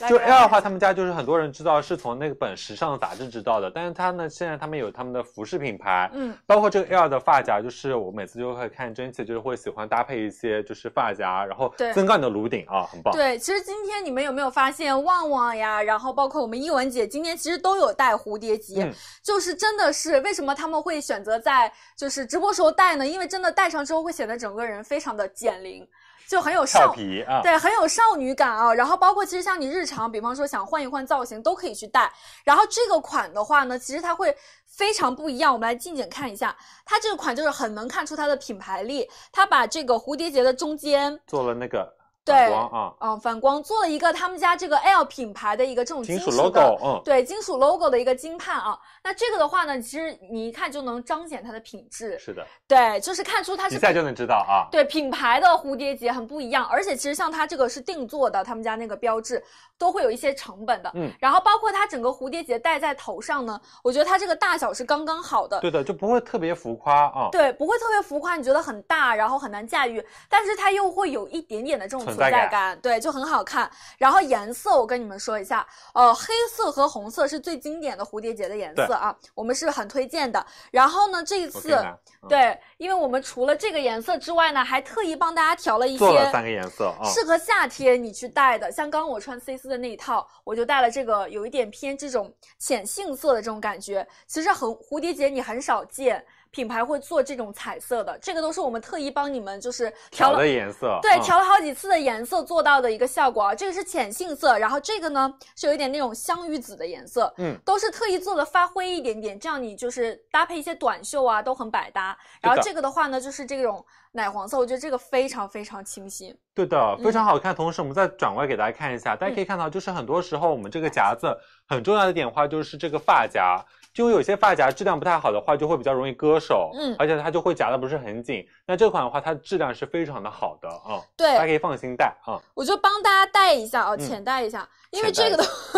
S2: 来
S3: 就
S2: 给
S3: L
S2: 大家看
S3: 的话，他们家就是很多人知道是从那本时尚杂志知道的，但是它呢，现在他们有他们的服饰品牌，
S2: 嗯，
S3: 包括这个 L 的发夹，就是我每次就会看蒸汽，就是会喜欢搭配一些就是发夹，然后
S2: 对
S3: 增高你的颅顶啊，很棒。
S2: 对，其实今天你们有没有发现，旺旺呀，然后包括我们一文姐，今天其实都有带蝴蝶结，
S3: 嗯
S2: 就是真的是为什么他们会选择在就是直播时候戴呢？因为真的戴上之后会显得整个人非常的减龄，就很有
S3: 俏
S2: 少。
S3: 皮啊，
S2: 对，很有少女感啊。然后包括其实像你日常，比方说想换一换造型，都可以去戴。然后这个款的话呢，其实它会非常不一样。我们来近景看一下，它这个款就是很能看出它的品牌力。它把这个蝴蝶结的中间，
S3: 做了那个
S2: 对
S3: 反光啊，
S2: 嗯，反光做了一个他们家这个 L 品牌的一个这种
S3: 金
S2: 金
S3: 属
S2: 属
S3: logo，
S2: 的
S3: 嗯，
S2: 对金属 logo 的一个金帕啊。那这个的话呢，其实你一看就能彰显它的品质，
S3: 是的，
S2: 对，就是看出它
S3: 一
S2: 是
S3: 下就能知道啊。
S2: 对品牌的蝴蝶结很不一样，而且其实像它这个是定做的，他们家那个标志都会有一些成本的。
S3: 嗯
S2: 然后包括它整个蝴蝶结戴在头上呢，我觉得它这个大小是刚刚好的，
S3: 对的，就不会特别浮夸啊，
S2: 对，不会特别浮夸，你觉得很大，然后很难驾驭，但是它又会有一点点的这种
S3: 存
S2: 存
S3: 在
S2: 在
S3: 感
S2: 对，就很好看。然后颜色，我跟你们说一下，呃，黑色和红色是最经典的蝴蝶结的颜色啊，我们是很推荐的。然后呢，这一
S3: 我
S2: 次
S3: 可以拿嗯
S2: 对，因为我们除了这个颜色之外呢，还特意帮大家调了一些
S3: 做了三个颜色啊，
S2: 适合夏天你去戴的，像刚刚我穿 C 四的那一套，我就戴了这个有一点偏这种浅杏色的这种感觉。其实很蝴蝶结你很少见品牌会做这种彩色的，这个都是我们特意帮你们就是调
S3: 调
S2: 了
S3: 的颜色，
S2: 对，
S3: 嗯
S2: 调了好几次的颜色做到的一个效果啊。这个是浅杏色，然后这个呢是有一点那种香芋紫的颜色，
S3: 嗯，
S2: 都是特意做的发灰一点点，这样你就是搭配一些短袖啊都很百搭。然
S3: 是
S2: 后
S3: 的
S2: 这个的话呢，就是这种奶黄色，我觉得这个非常非常清晰。
S3: 对的，
S2: 嗯
S3: 非常好看。同时，我们再转过来给大家看一下，大家可以看到，就是很多时候我们这个夹子很重要的点的话，就是这个发夹，就有些发夹质量不太好的话，就会比较容易割手，
S2: 嗯
S3: 而且它就会夹的不是很紧。那这款的话，它质量是非常的好的啊，嗯
S2: 对
S3: 大家可以放心戴啊。嗯
S2: 我就帮大家带一下啊，
S3: 嗯
S2: 浅带一下，因为
S3: 浅
S2: 这
S3: 带
S2: 个的，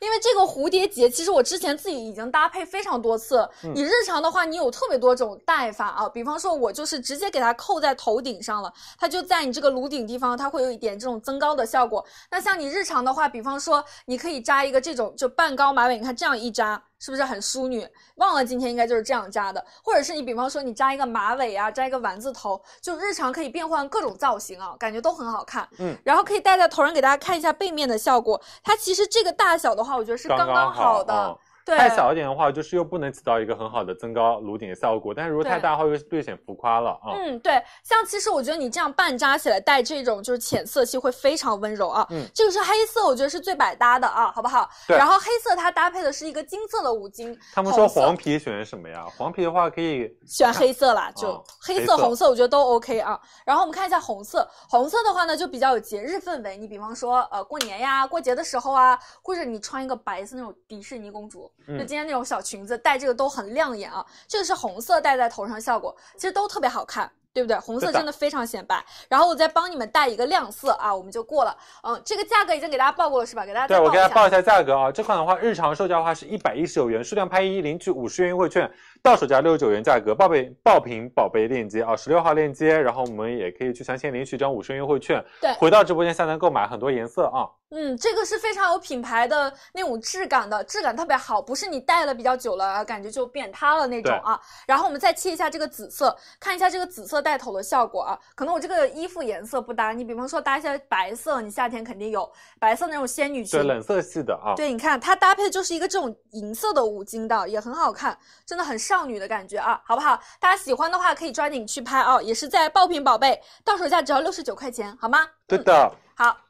S2: 因为这个蝴蝶结，其实我之前自己已经搭配非常多次。
S3: 嗯
S2: 你日常的话，你有特别多种戴法啊，比方说，我就是直接给它扣在头顶上了，它就在你这个颅顶地方，它会有一点这种增高的效果。那像你日常的话，比方说，你可以扎一个这种就半高马尾，你看这样一扎，是不是很淑女？忘了今天应该就是这样扎的，或者是你比方说你扎一个马尾啊，扎一个丸子头，就日常可以变换各种造型啊，感觉都很好看。
S3: 嗯，
S2: 然后可以戴在头上给大家看一下背面的效果。它其实这个大小的话，我觉得是刚
S3: 刚
S2: 好的。
S3: 嗯
S2: 对，
S3: 太小一点的话，就是又不能起到一个很好的增高颅顶的效果，但是如果
S2: 对
S3: 太大的话，又略显浮夸了啊。
S2: 嗯，对，像其实我觉得你这样半扎起来戴这种就是浅色系会非常温柔啊。
S3: 嗯
S2: 这个是黑色，我觉得是最百搭的啊，好不好？
S3: 对
S2: 然后黑色它搭配的是一个金色的五金，
S3: 他们说
S2: 红色
S3: 黄皮选什么呀？黄皮的话可以
S2: 选黑色啦，就、
S3: 哦
S2: 黑
S3: 黑
S2: 色、
S3: 色
S2: 红色，我觉得都 OK 啊。然后我们看一下红色，红色的话呢，就比较有节日氛围。你比方说，呃，过年呀、过节的时候啊，或者你穿一个白色那种迪士尼公主，
S3: 嗯
S2: 就今天那种小裙子，戴这个都很亮眼啊。这个是红色戴在头上效果，其实都特别好看。对不对？红色
S3: 是的
S2: 真的非常显白，然后我再帮你们带一个亮色啊，我们就过了。嗯，这个价格已经给大家报过了是吧？给大家
S3: 对，
S2: 再
S3: 我给大
S2: 一
S3: 家报
S2: 下
S3: 一。下价格啊，这款的话，日常售价的话是一百一十九元，数量拍一，领取五十元优惠券，到手价六十九元价格，爆品爆品宝贝链接啊，十六号链接，然后我们也可以去详情领取一张五十元优惠券，
S2: 对
S3: 回到直播间下单购买很多颜色啊，
S2: 嗯，这个是非常有品牌的那种质感的，质感特别好，不是你戴了比较久了感觉就变塌了那种啊。然后我们再切一下这个紫色，看一下这个紫色带头的效果啊。可能我这个衣服颜色不搭，你比方说搭一下白色，你夏天肯定有白色那种仙女裙
S3: 对，，冷色系的啊，
S2: 对，你看它搭配就是一个这种银色的五金的，也很好看，真的很少女的感觉啊，好不好？大家喜欢的话可以抓紧去拍啊，也是在爆品宝贝，到手价只要六十九块钱，好吗？
S3: 对的，
S2: 好，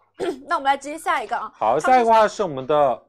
S2: 那我们来直接下一个啊。
S3: 好，
S2: 他们
S3: 下一个话是我们的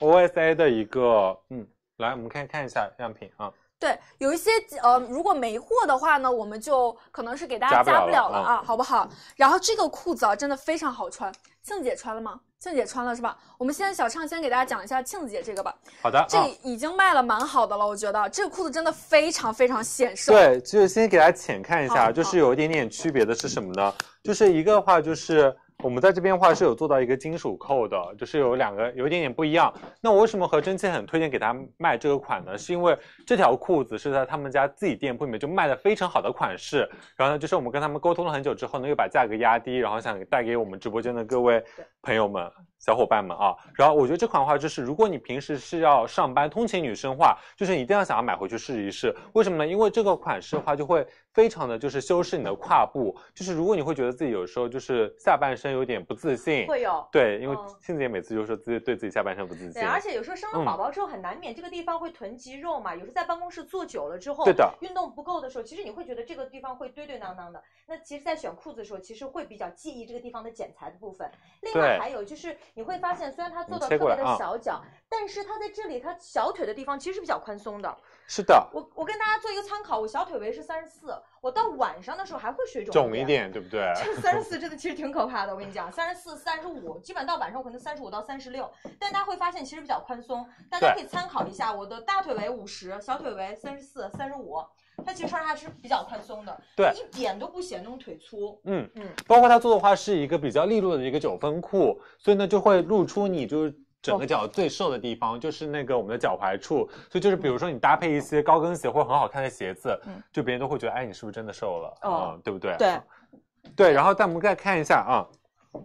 S3: OSA 的一个，嗯，来我们看看一下样品啊，
S2: 对，有一些呃，如果没货的话呢，我们就可能是给大家加
S3: 加
S2: 不
S3: 不了
S2: 了了
S3: 了
S2: 啊，好不好？然后这个裤子啊，真的非常好穿。庆姐穿了吗？庆姐穿了是吧？我们现在小畅先给大家讲一下庆姐这个吧，
S3: 好的，啊。
S2: 这个已经卖了蛮好的了，我觉得这个裤子真的非常非常显瘦。，
S3: 对，就是先给大家浅看一
S2: 好
S3: 下，就是有一点点区别的是什么呢？就是一个的话，就是我们在这边的话是有做到一个金属扣的，就是有两个有一点点不一样。那我为什么和蒸汽很推荐给他卖这个款呢？是因为这条裤子是在他们家自己店铺里面就卖的非常好的款式，然后呢，就是我们跟他们沟通了很久之后呢，又把价格压低，然后想带给我们直播间的各位朋友们、小伙伴们啊。然后我觉得这款的话，就是如果你平时是要上班通勤女生的话，就是你一定要想要买回去试一试。为什么呢？因为这个款式的话，就会非常的就是修饰你的胯部。就是如果你会觉得自己有时候就是下半身有点不自信，
S1: 会有。
S3: 对，因为
S1: 嗯
S3: 庆姐每次就说自己对自己下半身不自信
S1: 对，，而且有时候生了
S3: 嗯
S1: 宝宝之后，很难免这个地方会囤肌肉嘛。有时候在办公室坐久了之后，
S3: 对的
S1: 运动不够的时候，其实你会觉得这个地方会堆堆囊囊的。那其实，在选裤子的时候，其实会比较介意这个地方的剪裁的部分。另外
S3: 对
S1: 还有就是，你会发现虽然它做
S3: 你
S1: 到特
S3: 切过
S1: 别
S3: 来
S1: 的
S3: 啊
S1: 小脚，但是它在这里，它小腿的地方其实是比较宽松的。
S3: 是的，
S1: 我我跟大家做一个参考，我小腿围是三十四，我到晚上的时候还会水肿
S3: 肿一。点，对不对？
S1: 这三十四真的其实挺可怕的，我跟你讲，三十四、三十五，基本到晚上我可能三十五到三十六，但大家会发现其实比较宽松，大家可
S3: 对
S1: 以参考一下，我的大腿围五十，小腿围三十四、三十五，它其实穿上还是比较宽松的，
S3: 对
S1: 一点都不显那种腿粗。
S3: 嗯
S1: 嗯，
S3: 包括它做的话是一个比较利落的一个九分裤，所以呢就会露出你就是整个脚最瘦的地方，就是那个我们的脚踝处。所以就是比如说你搭配一些高跟鞋或者很好看的鞋子，
S1: 嗯
S3: 就别人都会觉得哎你是不是真的瘦了？
S1: 哦
S3: 嗯，对不对？
S1: 对
S3: 对，然后但我们再看一下啊，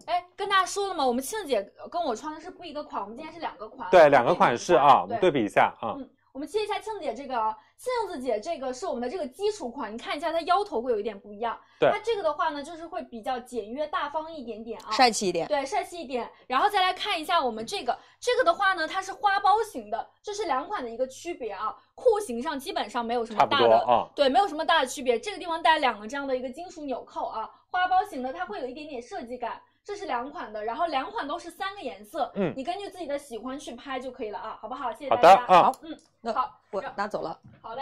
S2: 哎，跟大家说了吗？我们庆姐跟我穿的是不一个款，我们今天是两个款。
S3: 对，两个款式啊，我们
S2: 对
S3: 对比一下啊。
S2: 嗯我们切一下庆姐这个啊，庆子姐这个是我们的这个基础款，你看一下它腰头会有一点不一样。
S3: 对
S2: 它这个的话呢，就是会比较简约大方一点点啊，
S15: 帅气一点。
S2: 对，帅气一点。然后再来看一下我们这个，这个的话呢，它是花苞型的，这是两款的一个区别啊。裤型上基本上没有什么
S3: 差不
S2: 大
S3: 多
S2: 的，
S3: 啊
S2: 对，没有什么大的区别。这个地方带两个这样的一个金属纽扣啊，花苞型的，它会有一点点设计感。这是两款的，然后两款都是三个颜色，
S3: 嗯
S2: 你根据自己的喜欢去拍就可以了啊，好不好？谢谢
S3: 好
S2: 大
S3: 的
S2: 家。
S3: 啊好
S2: 嗯，
S1: 那
S2: 好，
S1: 我拿走了。
S2: 好嘞，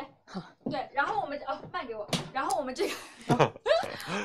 S2: 对，然后我们哦，卖给我，然后我们 这个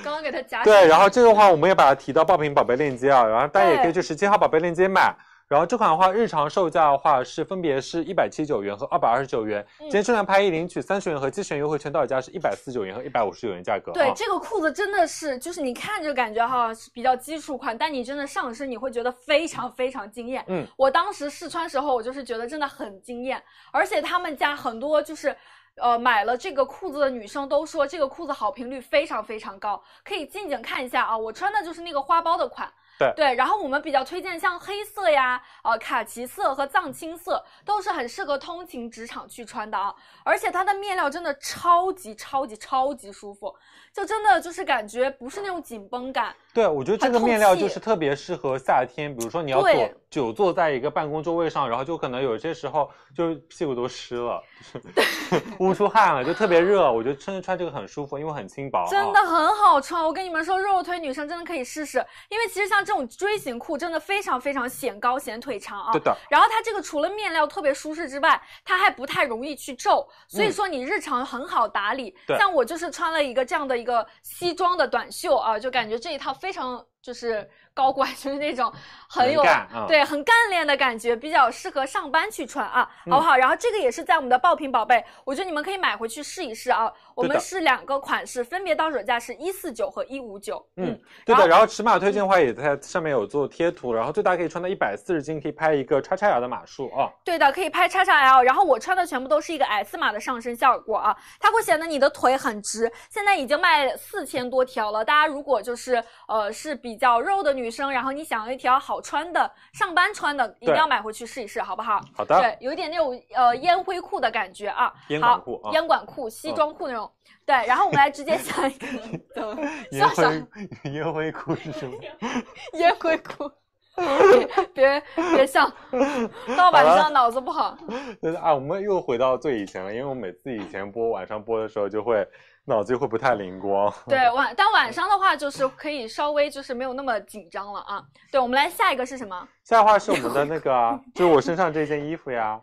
S2: 刚刚给他夹起来
S3: 对，然后这个话我们也把它提到爆品宝贝链接啊，然后大家也可以去十七号宝贝链接买。然后这款的话，日常售价的话是分别是一百七九元和二百二十九元，
S2: 嗯
S3: 今天数量拍一领取三十元和七十元优惠券到手价是一百四九元和一百五十九元价格。
S2: 对
S3: 啊，
S2: 这个裤子真的是，就是你看着感觉哈是比较基础款，但你真的上身你会觉得非常非常惊艳。
S3: 嗯，
S2: 我当时试穿时候，我就是觉得真的很惊艳，而且他们家很多就是。呃，买了这个裤子的女生都说这个裤子好评率非常非常高，可以近景看一下啊。我穿的就是那个花苞的款，
S3: 对
S2: 对。然后我们比较推荐像黑色呀、呃卡其色和藏青色，都是很适合通勤职场去穿的啊。而且它的面料真的超级超级超级舒服，就真的就是感觉不是那种紧绷感，
S3: 对，我觉得这个
S2: 很透
S3: 面料就
S2: 气
S3: 是特别适合夏天，比如说你要坐
S2: 对
S3: 久坐在一个办公座位上，然后就可能有些时候就是屁股都湿 了，就是 捂出汗了，就特别热。我觉得真的穿这个很舒服，因为很轻薄啊。
S2: 真的很好穿。我跟你们说，肉肉腿女生真的可以试试，因为其实像这种锥形裤真的非常非常显高显腿长啊。
S3: 对的。
S2: 然后它这个除了面料特别舒适之外，它还不太容易去皱，所以说你日常很好打理。
S3: 嗯对
S2: 像我就是穿了一个这样的一个西装的短袖啊，就感觉这一套非常就是高管， 就是那种很有
S3: 能干啊
S2: 对很干练的感觉，比较适合上班去穿啊，好
S3: 嗯
S2: 不好？然后这个也是在我们的爆品宝贝，我觉得你们可以买回去试一试啊。我
S3: 对
S2: 们
S3: 的
S2: 是两个款式，分别到手价是一四九和一五九。
S3: 嗯，对的。然后尺码推荐的话，也在上面有做贴图，然后最大可以穿到一百四十斤，可以拍一个叉叉 L 的码数啊。
S2: 对的，可以拍叉叉 L，然后我穿的全部都是一个 S 码的上身效果啊，它会显得你的腿很直。现在已经卖四千多条了，大家如果就是呃是比较肉的女生，然后你想要一条好穿的、上班穿的，一定
S3: 对
S2: 要买回去试一试，好不好？
S3: 好的
S2: 对，有一点那种呃烟灰裤的感觉啊，
S3: 烟
S2: 好
S3: 管裤啊
S2: 烟管裤、西装裤那种。对，然后我们来直接下 一个，等
S3: 烟
S2: 笑
S3: 灰
S2: 啥？
S3: 烟灰裤是什么？
S2: 烟灰裤。 别别 笑，到晚
S3: 好了
S2: 上脑子不好。
S3: 就是啊，我们又回到最以前了，因为我每次以前播晚上播的时候，就会脑子会不太灵光。
S2: 对晚，但晚上的话就是可以稍微就是没有那么紧张了啊。对，我们来下一个是什么？
S3: 下一话是我们的那个啊，就是我身上这件衣服呀。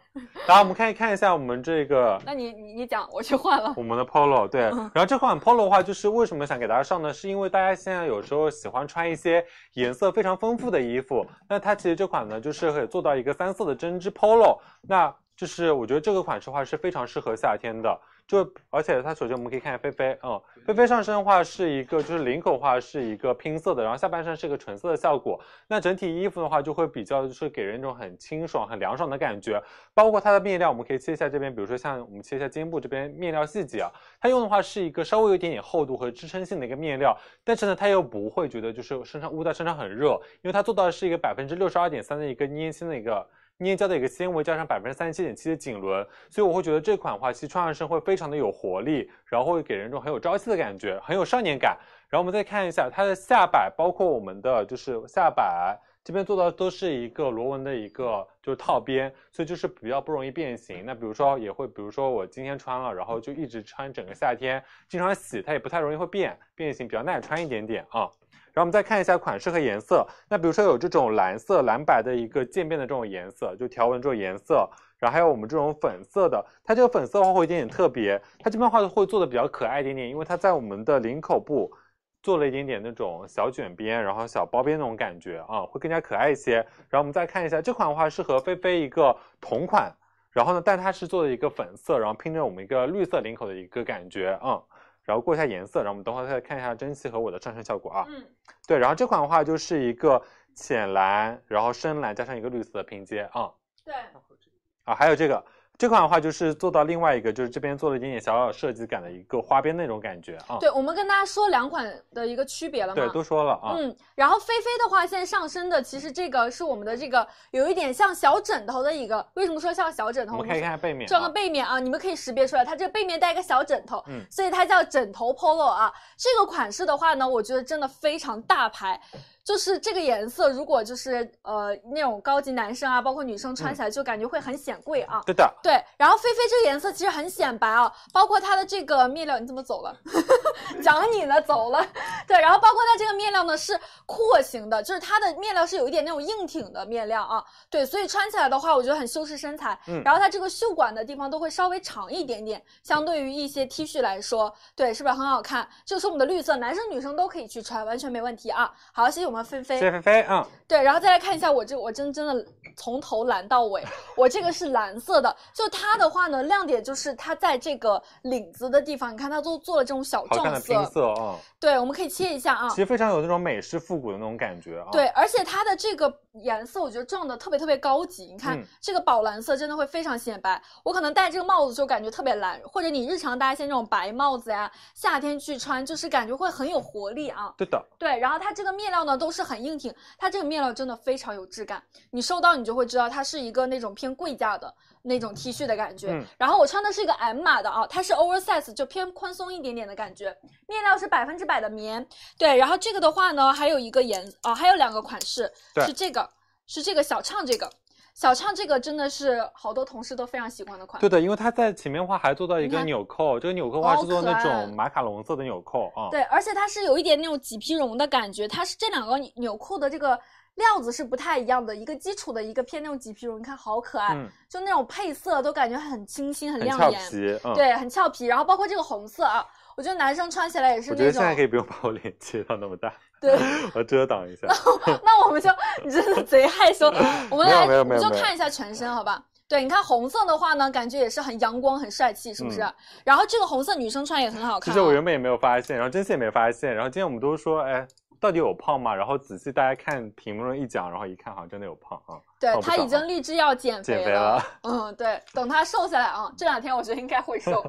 S3: 然后我们看看一下我们 这个
S2: 那你你你讲，我去换了。
S3: 我们的 polo，对。然后这款 polo 的话，就是为什么想给大家上呢？是因为大家现在有时候喜欢穿一些颜色非常丰富的衣服，那它其实这款呢，就是可以做到一个三色的针织 polo。那就是我觉得这个款式的话是非常适合夏天的，就而且它首先我们可以看菲菲，嗯，菲菲上身的话是一个就是领口的话是一个拼色的，然后下半身是一个纯色的效果。那整体衣服的话就会比较就是给人一种很清爽、很凉爽的感觉，包括它的面料，我们可以切一下这边，比如说像我们切一下肩部这边面料细节啊，它用的话是一个稍微有一点点厚度和支撑性的一个面料，但是呢它又不会觉得就是身上捂在身上很热，因为它做到的是一个百分之六十二点三的一个粘性的一个。粘胶的一个纤维加上百分之三十七点七的锦纶，所以我会觉得这款的话，其实穿上身会非常的有活力，然后会给人一种很有朝气的感觉，很有少年感。然后我们再看一下它的下摆，包括我们的就是下摆这边做到都是一个螺纹的一个就是套边，所以就是比较不容易变形。那比如说也会，比如说我今天穿了，然后就一直穿整个夏天，经常洗它也不太容易会变变形，比较耐穿一点点啊。然后我们再看一下款式和颜色，那比如说有这种蓝色、蓝白的一个渐变的这种颜色，就条纹这种颜色，然后还有我们这种粉色的，它这个粉色的话会有一点点特别，它这边的话会做的比较可爱一点点，因为它在我们的领口部做了一点点那种小卷边，然后小包边那种感觉啊，会更加可爱一些。然后我们再看一下这款的话是和菲菲一个同款，然后呢，但它是做的一个粉色，然后拼着我们一个绿色领口的一个感觉啊、嗯然后过一下颜色，然后我们等会儿再看一下蒸汽和我的上身效果啊。
S2: 嗯，
S3: 对，然后这款的话就是一个浅蓝，然后深蓝加上一个绿色的拼接啊、嗯
S2: 对，
S3: 啊，还有这个。这款的话就是做到另外一个，就是这边做了一点点小小设计感的一个花边那种感觉啊。
S2: 对，我们跟大家说两款的一个区别了嘛。
S3: 对，都说了啊。
S2: 嗯，然后菲菲的话，现在上身的其实这个是我们的这个有一点像小枕头的一个，为什么说像小枕头？
S3: 我们看一看背面、啊，
S2: 这个背面啊，你们可以识别出来，它这个背面带一个小枕头，
S3: 嗯
S2: 所以它叫枕头 polo 啊。这个款式的话呢，我觉得真的非常大牌，就是这个颜色，如果就是呃那种高级男生啊，包括女生
S3: 嗯
S2: 穿起来就感觉会很显贵啊。
S3: 对的，
S2: 对，然后菲菲这个颜色其实很显白啊，包括它的这个面料，你怎么走了？ 讲你呢，走了。对，然后包括它这个面料呢是廓形的，就是它的面料是有一点那种硬挺的面料啊。对，所以穿起来的话，我觉得很修饰身材。
S3: 嗯
S2: 然后它这个袖管的地方都会稍微长一点点，相对于一些 T 恤来说，对，是不是很好看？这个是我们的绿色，男生女生都可以去穿，完全没问题啊。好，谢谢我们菲菲。
S3: 谢谢菲菲，嗯，
S2: 对，然后再来看一下我这，我真真的从头蓝到尾，我这个是蓝色的。就它的话呢，亮点就是它在这个领子的地方，你看它都做了这种小
S3: 好看
S2: 撞
S3: 的
S2: 色。
S3: 拼色啊、嗯
S2: 对，我们可以切一下啊
S3: 其。实非常有那种美式复古的那种感觉啊。
S2: 对，，而且它的这个颜色，我觉得撞的特别特别高级。你看、
S3: 嗯
S2: 这个宝蓝色真的会非常显白，我可能戴这个帽子就感觉特别蓝，或者你日常搭一些那种白帽子呀，夏天去穿就是感觉会很有活力啊。
S3: 对的，
S2: 对，然后它这个面料呢都是很硬挺，它这个面料真的非常有质感，你收到你就会知道它是一个那种偏贵价的那种 T 恤的感觉。
S3: 嗯
S2: 然后我穿的是一个 M 码的啊，它是 oversize 就偏宽松一点点的感觉，面料是百分之百的棉。对，然后这个的话呢，还有一个颜啊，还有两个款式
S3: 对
S2: 是这个，是这个小畅这个。小畅这个真的是好多同事都非常喜欢的款，
S3: 对的，因为它在前面的话还做到一
S2: 啊你
S3: 个
S2: 看
S3: 纽扣，这个纽扣的话
S2: 好
S3: 是做那
S2: 可爱
S3: 种马卡龙色的纽扣啊。
S2: 对，而且它是有一点那种麂皮绒的感觉，它是这两个纽纽扣的这个料子是不太一样的，一个基础的一个偏那种麂皮绒，你看好可爱，
S3: 嗯，
S2: 就那种配色都感觉很清新、很
S3: 很
S2: 亮
S3: 俏
S2: 眼，
S3: 皮，嗯，。
S2: 对，很俏皮。然后包括这个红色啊，我觉得男生穿起来也是
S3: 我觉
S2: 那
S3: 得现在可
S2: 种，
S3: 以不用把我脸切到那么大，
S2: 对，
S3: 我遮挡一下。
S2: 那我们就你真的贼害羞，我们
S3: 没有
S2: 来
S3: 没有
S2: 我
S3: 没
S2: 们
S3: 有
S2: 就
S3: 没有
S2: 看一下全身，好吧？对，你看红色的话呢，感觉也是很阳光、很帅气，是不是？
S3: 嗯
S2: 然后这个红色女生穿也很好
S3: 其
S2: 看、啊。
S3: 实我原本也没有发现，然后真心也没发现，然后今天我们都说，哎，到底有胖吗？然后仔细大家看评论一讲，然后一看，好像真的有胖啊。
S2: 对
S3: 哦不
S2: 他
S3: 长
S2: 已经
S3: 了
S2: 立志要减
S3: 减
S2: 肥
S3: 肥了
S2: 嗯，对，等他瘦下来啊，这两天我觉得应该会瘦。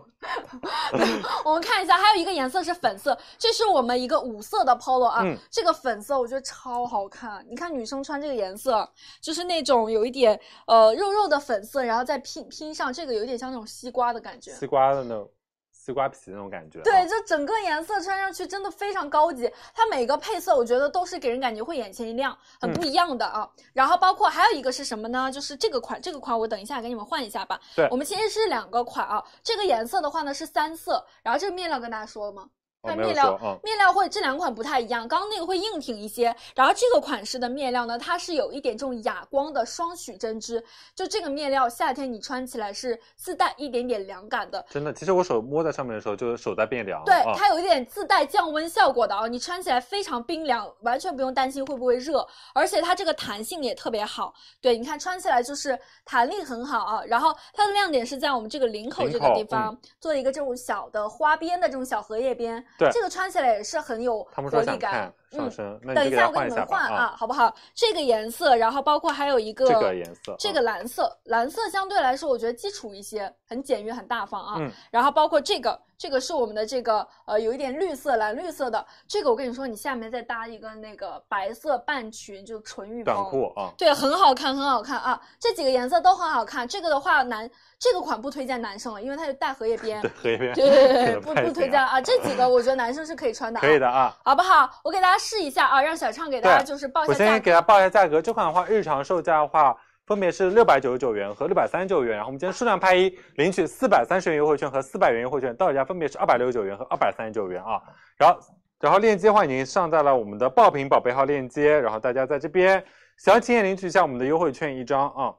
S2: 我们看一下，还有一个颜色是粉色，这是我们一个五色的 polo 啊，
S3: 嗯
S2: 这个粉色我觉得超好看。你看女生穿这个颜色，就是那种有一点呃肉肉的粉色，然后再拼拼上这个，有点像那种西瓜的感觉。
S3: 西瓜的那种西瓜皮那种感觉。
S2: 对，
S3: 啊，
S2: 就整个颜色穿上去真的非常高级，它每个配色我觉得都是给人感觉会眼前一亮，很
S3: 嗯
S2: 不一样的啊。然后包括还有一个是什么呢？就是这个款，这个款我等一下给你们换一下吧。
S3: 对
S2: 我们其实是两个款啊，这个颜色的话呢是三色，然后这个面料跟大家说了吗？
S3: 我
S2: 看
S3: 没有
S2: 面
S3: 说
S2: 料，
S3: 嗯，
S2: 面料会这两款不太一样，刚刚那个会硬挺一些，然后这个款式的面料呢，它是有一点这种哑光的双曲针织，就这个面料夏天你穿起来是自带一点点凉感的，
S3: 真的，其实我手摸在上面的时候，就是手在变凉。
S2: 对，
S3: 啊
S2: 它有一点自带降温效果的啊，你穿起来非常冰凉，完全不用担心会不会热，而且它这个弹性也特别好。对，你看穿起来就是弹力很好啊。然后它的亮点是在我们这个领口
S3: 领
S2: 这
S3: 口嗯
S2: 个地方、做了一个这种小的花边的这种小荷叶边，
S3: 对
S2: 这个穿起来也是很有
S3: 他们
S2: 活
S3: 说
S2: 力
S3: 想
S2: 感
S3: 看。上
S2: 嗯，
S3: 身，那
S2: 等
S3: 你
S2: 一
S3: 就给
S2: 下
S3: 它
S2: 我给
S3: 换
S2: 你
S3: 一下
S2: 们
S3: 吧
S2: 换啊，好不好？这个颜色，然后包括还有一个
S3: 这个颜色，
S2: 这
S3: 嗯
S2: 个蓝色，蓝色相对来说我觉得基础一些，很简约，很大方啊。
S3: 嗯
S2: 然后包括这个，这个是我们的这个呃有一点绿色、蓝绿色的，这个我跟你说，你下面再搭一个那个白色半裙，就纯欲风
S3: 短裤。啊，
S2: 对，很好看，很好看啊！这几个颜色都很好看。这个的话，男这个款不推荐男生了，因为它有带荷叶边
S3: 对，。黑边，
S2: 对对对，
S3: 可
S2: 不
S3: 能
S2: 不
S3: 太
S2: 推
S3: 行
S2: 荐啊！这几个我觉得男生是可以穿的、啊，
S3: 可以的，啊。
S2: 好不好？我给大家试一下啊，让小畅给大家
S3: 对
S2: 就是报一
S3: 我
S2: 下价
S3: 先
S2: 格。
S3: 给大家报一下价格，这款的话日常售价的话分别是六百九十九元和六百三十九元，然后我们今天数量拍一，领取四百三十元优惠券和四百元优惠券，到手价分别是二百六十九元和二百三十九元啊。然后然后链接的话已经上在了我们的爆品宝贝号链接，然后大家在这边详情页领取一下我们的优惠券一张啊。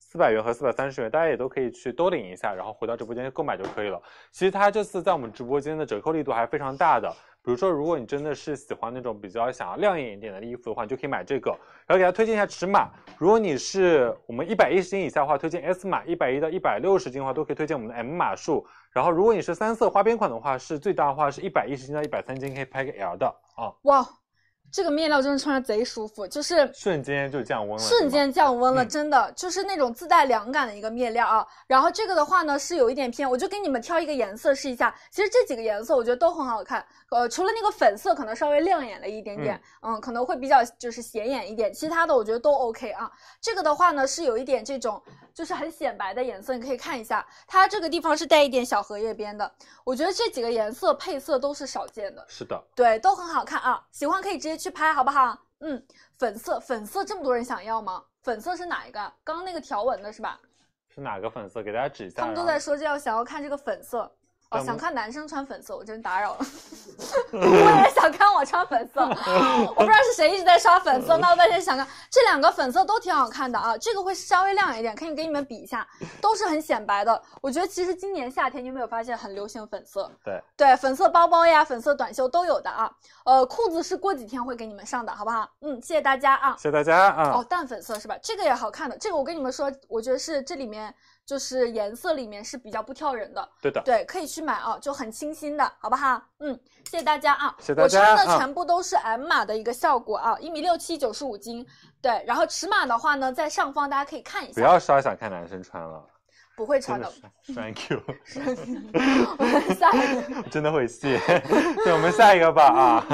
S3: 四百元和四百三十元，大家也都可以去多领一下，然后回到直播间购买就可以了。其实它这次在我们直播间的折扣力度还非常大的，比如说，如果你真的是喜欢那种比较想要亮眼一点的衣服的话，你就可以买这个。然后给大家推荐一下尺码，如果你是我们一百一十斤以下的话，推荐 S 码；一百一到一百六十斤的话，都可以推荐我们的 M 码数。然后，如果你是三色花边款的话，是最大的话是一百一十斤到一百三斤，可以拍个 L 的啊，
S2: 哇，这个面料真的穿着贼舒服，就是
S3: 瞬间就降温了，
S2: 瞬间降温了，
S3: 嗯
S2: 真的就是那种自带凉感的一个面料啊。然后这个的话呢是有一点偏，我就给你们挑一个颜色试一下。其实这几个颜色我觉得都很好看，呃，除了那个粉色可能稍微亮眼了一点点，嗯可能会比较就是显眼一点，其他的我觉得都 OK 啊。这个的话呢是有一点这种就是很显白的颜色，你可以看一下，它这个地方是带一点小荷叶边的，我觉得这几个颜色配色都是少见的。
S3: 是的，
S2: 对，都很好看啊，喜欢可以直接去拍，好不好？嗯，粉色，粉色这么多人想要吗？粉色是哪一个？刚刚那个条纹的是吧？
S3: 是哪个粉色？给大家指一下。啊
S2: 他们都
S3: 然后
S2: 在说这要想要看这个粉色。
S3: 咱
S2: 哦，
S3: 们
S2: 想看男生穿粉色，我真打扰了。 我也想看我穿粉色，我不知道是谁一直在刷粉色，闹半天想看这两个粉色都挺好看的啊，这个会稍微亮眼一点，可以给你们比一下，都是很显白的。我觉得其实今年夏天你有没有发现很流行粉色？
S3: 对，
S2: 对，粉色包包呀，粉色短袖都有的啊。呃，裤子是过几天会给你们上的，好不好？嗯，谢谢大家啊。
S3: 谢谢大家啊。
S2: 哦，淡粉色是吧？这个也好看的，这个我跟你们说，我觉得是这里面就是颜色里面是比较不挑人的，
S3: 对的，
S2: 对，可以去买啊，就很清新的，好不好？嗯，谢谢大家啊，
S3: 谢谢大家
S2: 我穿的
S3: 啊
S2: 全部都是 M 码的一个效果啊，一米六七，九十五斤，对，然后尺码的话呢，在上方大家可以看一
S3: 不
S2: 下，
S3: 要刷想看男生穿了，
S2: 不会
S3: 真
S2: 穿
S3: 的
S2: 的，
S3: 是 thank you，
S2: 下一个
S3: 真的会谢。 对，我们下一个吧啊，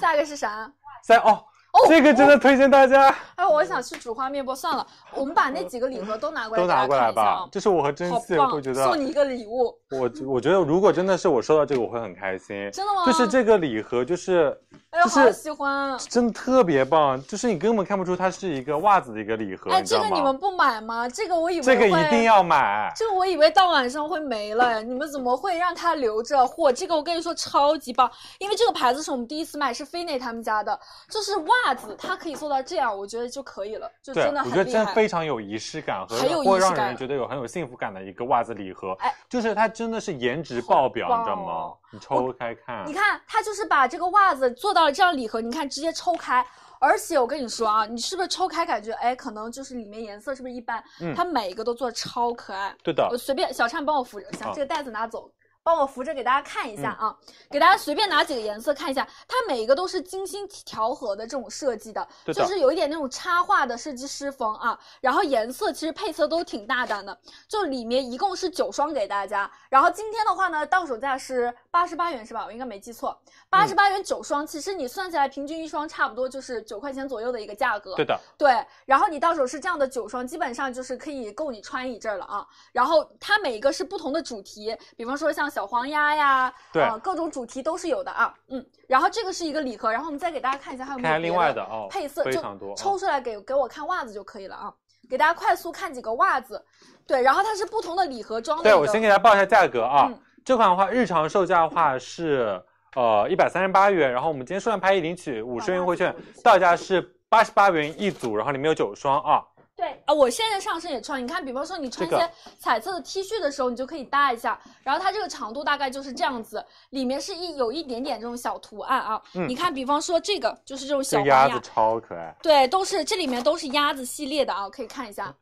S2: 下一个是啥？
S3: 下哦
S2: 哦，
S3: 这个真的推荐大家
S2: 哎，我想吃煮花面包，算了，我们把那几个礼盒都拿过来，
S3: 都拿过来吧
S2: 啊，。
S3: 这是我和真
S2: 好
S3: 气
S2: 棒
S3: 会觉，得
S2: 送你一个礼物，
S3: 我我觉得如果真的是我收到这个，我会很开心。
S2: 真的吗
S3: 就是这个礼盒，就是
S2: 哎呦，
S3: 就是
S2: 好喜欢啊！
S3: 真的特别棒，就是你根本看不出它是一个袜子的一个礼盒，
S2: 哎，
S3: 你知
S2: 这
S3: 道
S2: 个
S3: 吗？
S2: 你们不买吗？这个我以为
S3: 这个
S2: 会
S3: 一定要买。
S2: 这个我以为到晚上会没了，你们怎么会让它留着？嚯，这个我跟你说超级棒，因为这个牌子是我们第一次卖，是菲内他们家的，就是袜子它可以做到这样，我觉得就可以了，就
S3: 对，
S2: 真的
S3: 我觉得
S2: 很厉
S3: 真
S2: 害。
S3: 非常有仪式感和
S2: 很有
S3: 或
S2: 仪式
S3: 让人
S2: 感
S3: 觉得有很有幸福感的一个袜子礼盒，
S2: 哎
S3: 就是它真的是颜值爆表，
S2: 好
S3: 你知道
S2: 棒
S3: 吗
S2: 哦？
S3: 你抽开看，
S2: 你看，它就是把这个袜子做到了这样礼盒，你看直接抽开。而且我跟你说啊，你是不是抽开感觉，哎，可能就是里面颜色是不是一般？
S3: 嗯
S2: 它每一个都做得超可爱。
S3: 对的
S2: 我，随便小畅帮我扶着，行
S3: 啊，嗯
S2: 这个袋子拿走，帮我扶着给大家看一下啊，给大家随便拿几个颜色看一下，它每一个都是精心调和的这种设计的，
S3: 对的
S2: 就是有一点那种插画的设计师风啊，然后颜色其实配色都挺大胆的，就里面一共是九双给大家，然后今天的话呢，到手价是八十八元是吧？我应该没记错，八
S3: 嗯
S2: 十八元九双，其实你算下来平均一双差不多就是九块钱左右的一个价格，
S3: 对的，
S2: 对，然后你到手是这样的九双，基本上就是可以够你穿一阵儿了啊。然后它每一个是不同的主题，比方说像小黄鸭呀，
S3: 对
S2: 啊各种主题都是有的啊。嗯，然后这个是一个礼盒，然后我们再给大家看一下还有没
S3: 看
S2: 有
S3: 看另
S2: 别
S3: 外的哦，
S2: 配色，
S3: 非
S2: 就
S3: 常多，
S2: 抽
S3: 哦
S2: 出来给给我看袜子就可以了啊。给大家快速看几个袜子，对，然后它是不同的礼盒装的一
S3: 对，
S2: 哦个。
S3: 我先给大家报一下价格啊。
S2: 嗯
S3: 这款的话，日常售价的话是呃一百三十八元，然后我们今天数量拍一领取五十元优惠券，到手价是八十八元一组，然后里面有九双啊。
S2: 对啊，我现在上身也穿，你看，比方说你穿一
S3: 这个
S2: 些彩色的 T 恤的时候，你就可以搭一下。然后它这个长度大概就是这样子，里面是一有一点点这种小图案啊。
S3: 嗯
S2: 你看，比方说这个就是这种
S3: 这
S2: 小
S3: 个
S2: 黄
S3: 鸭
S2: 鸭，
S3: 子超可爱，
S2: 对，都是这里面都是鸭子系列的啊，可以看一 下，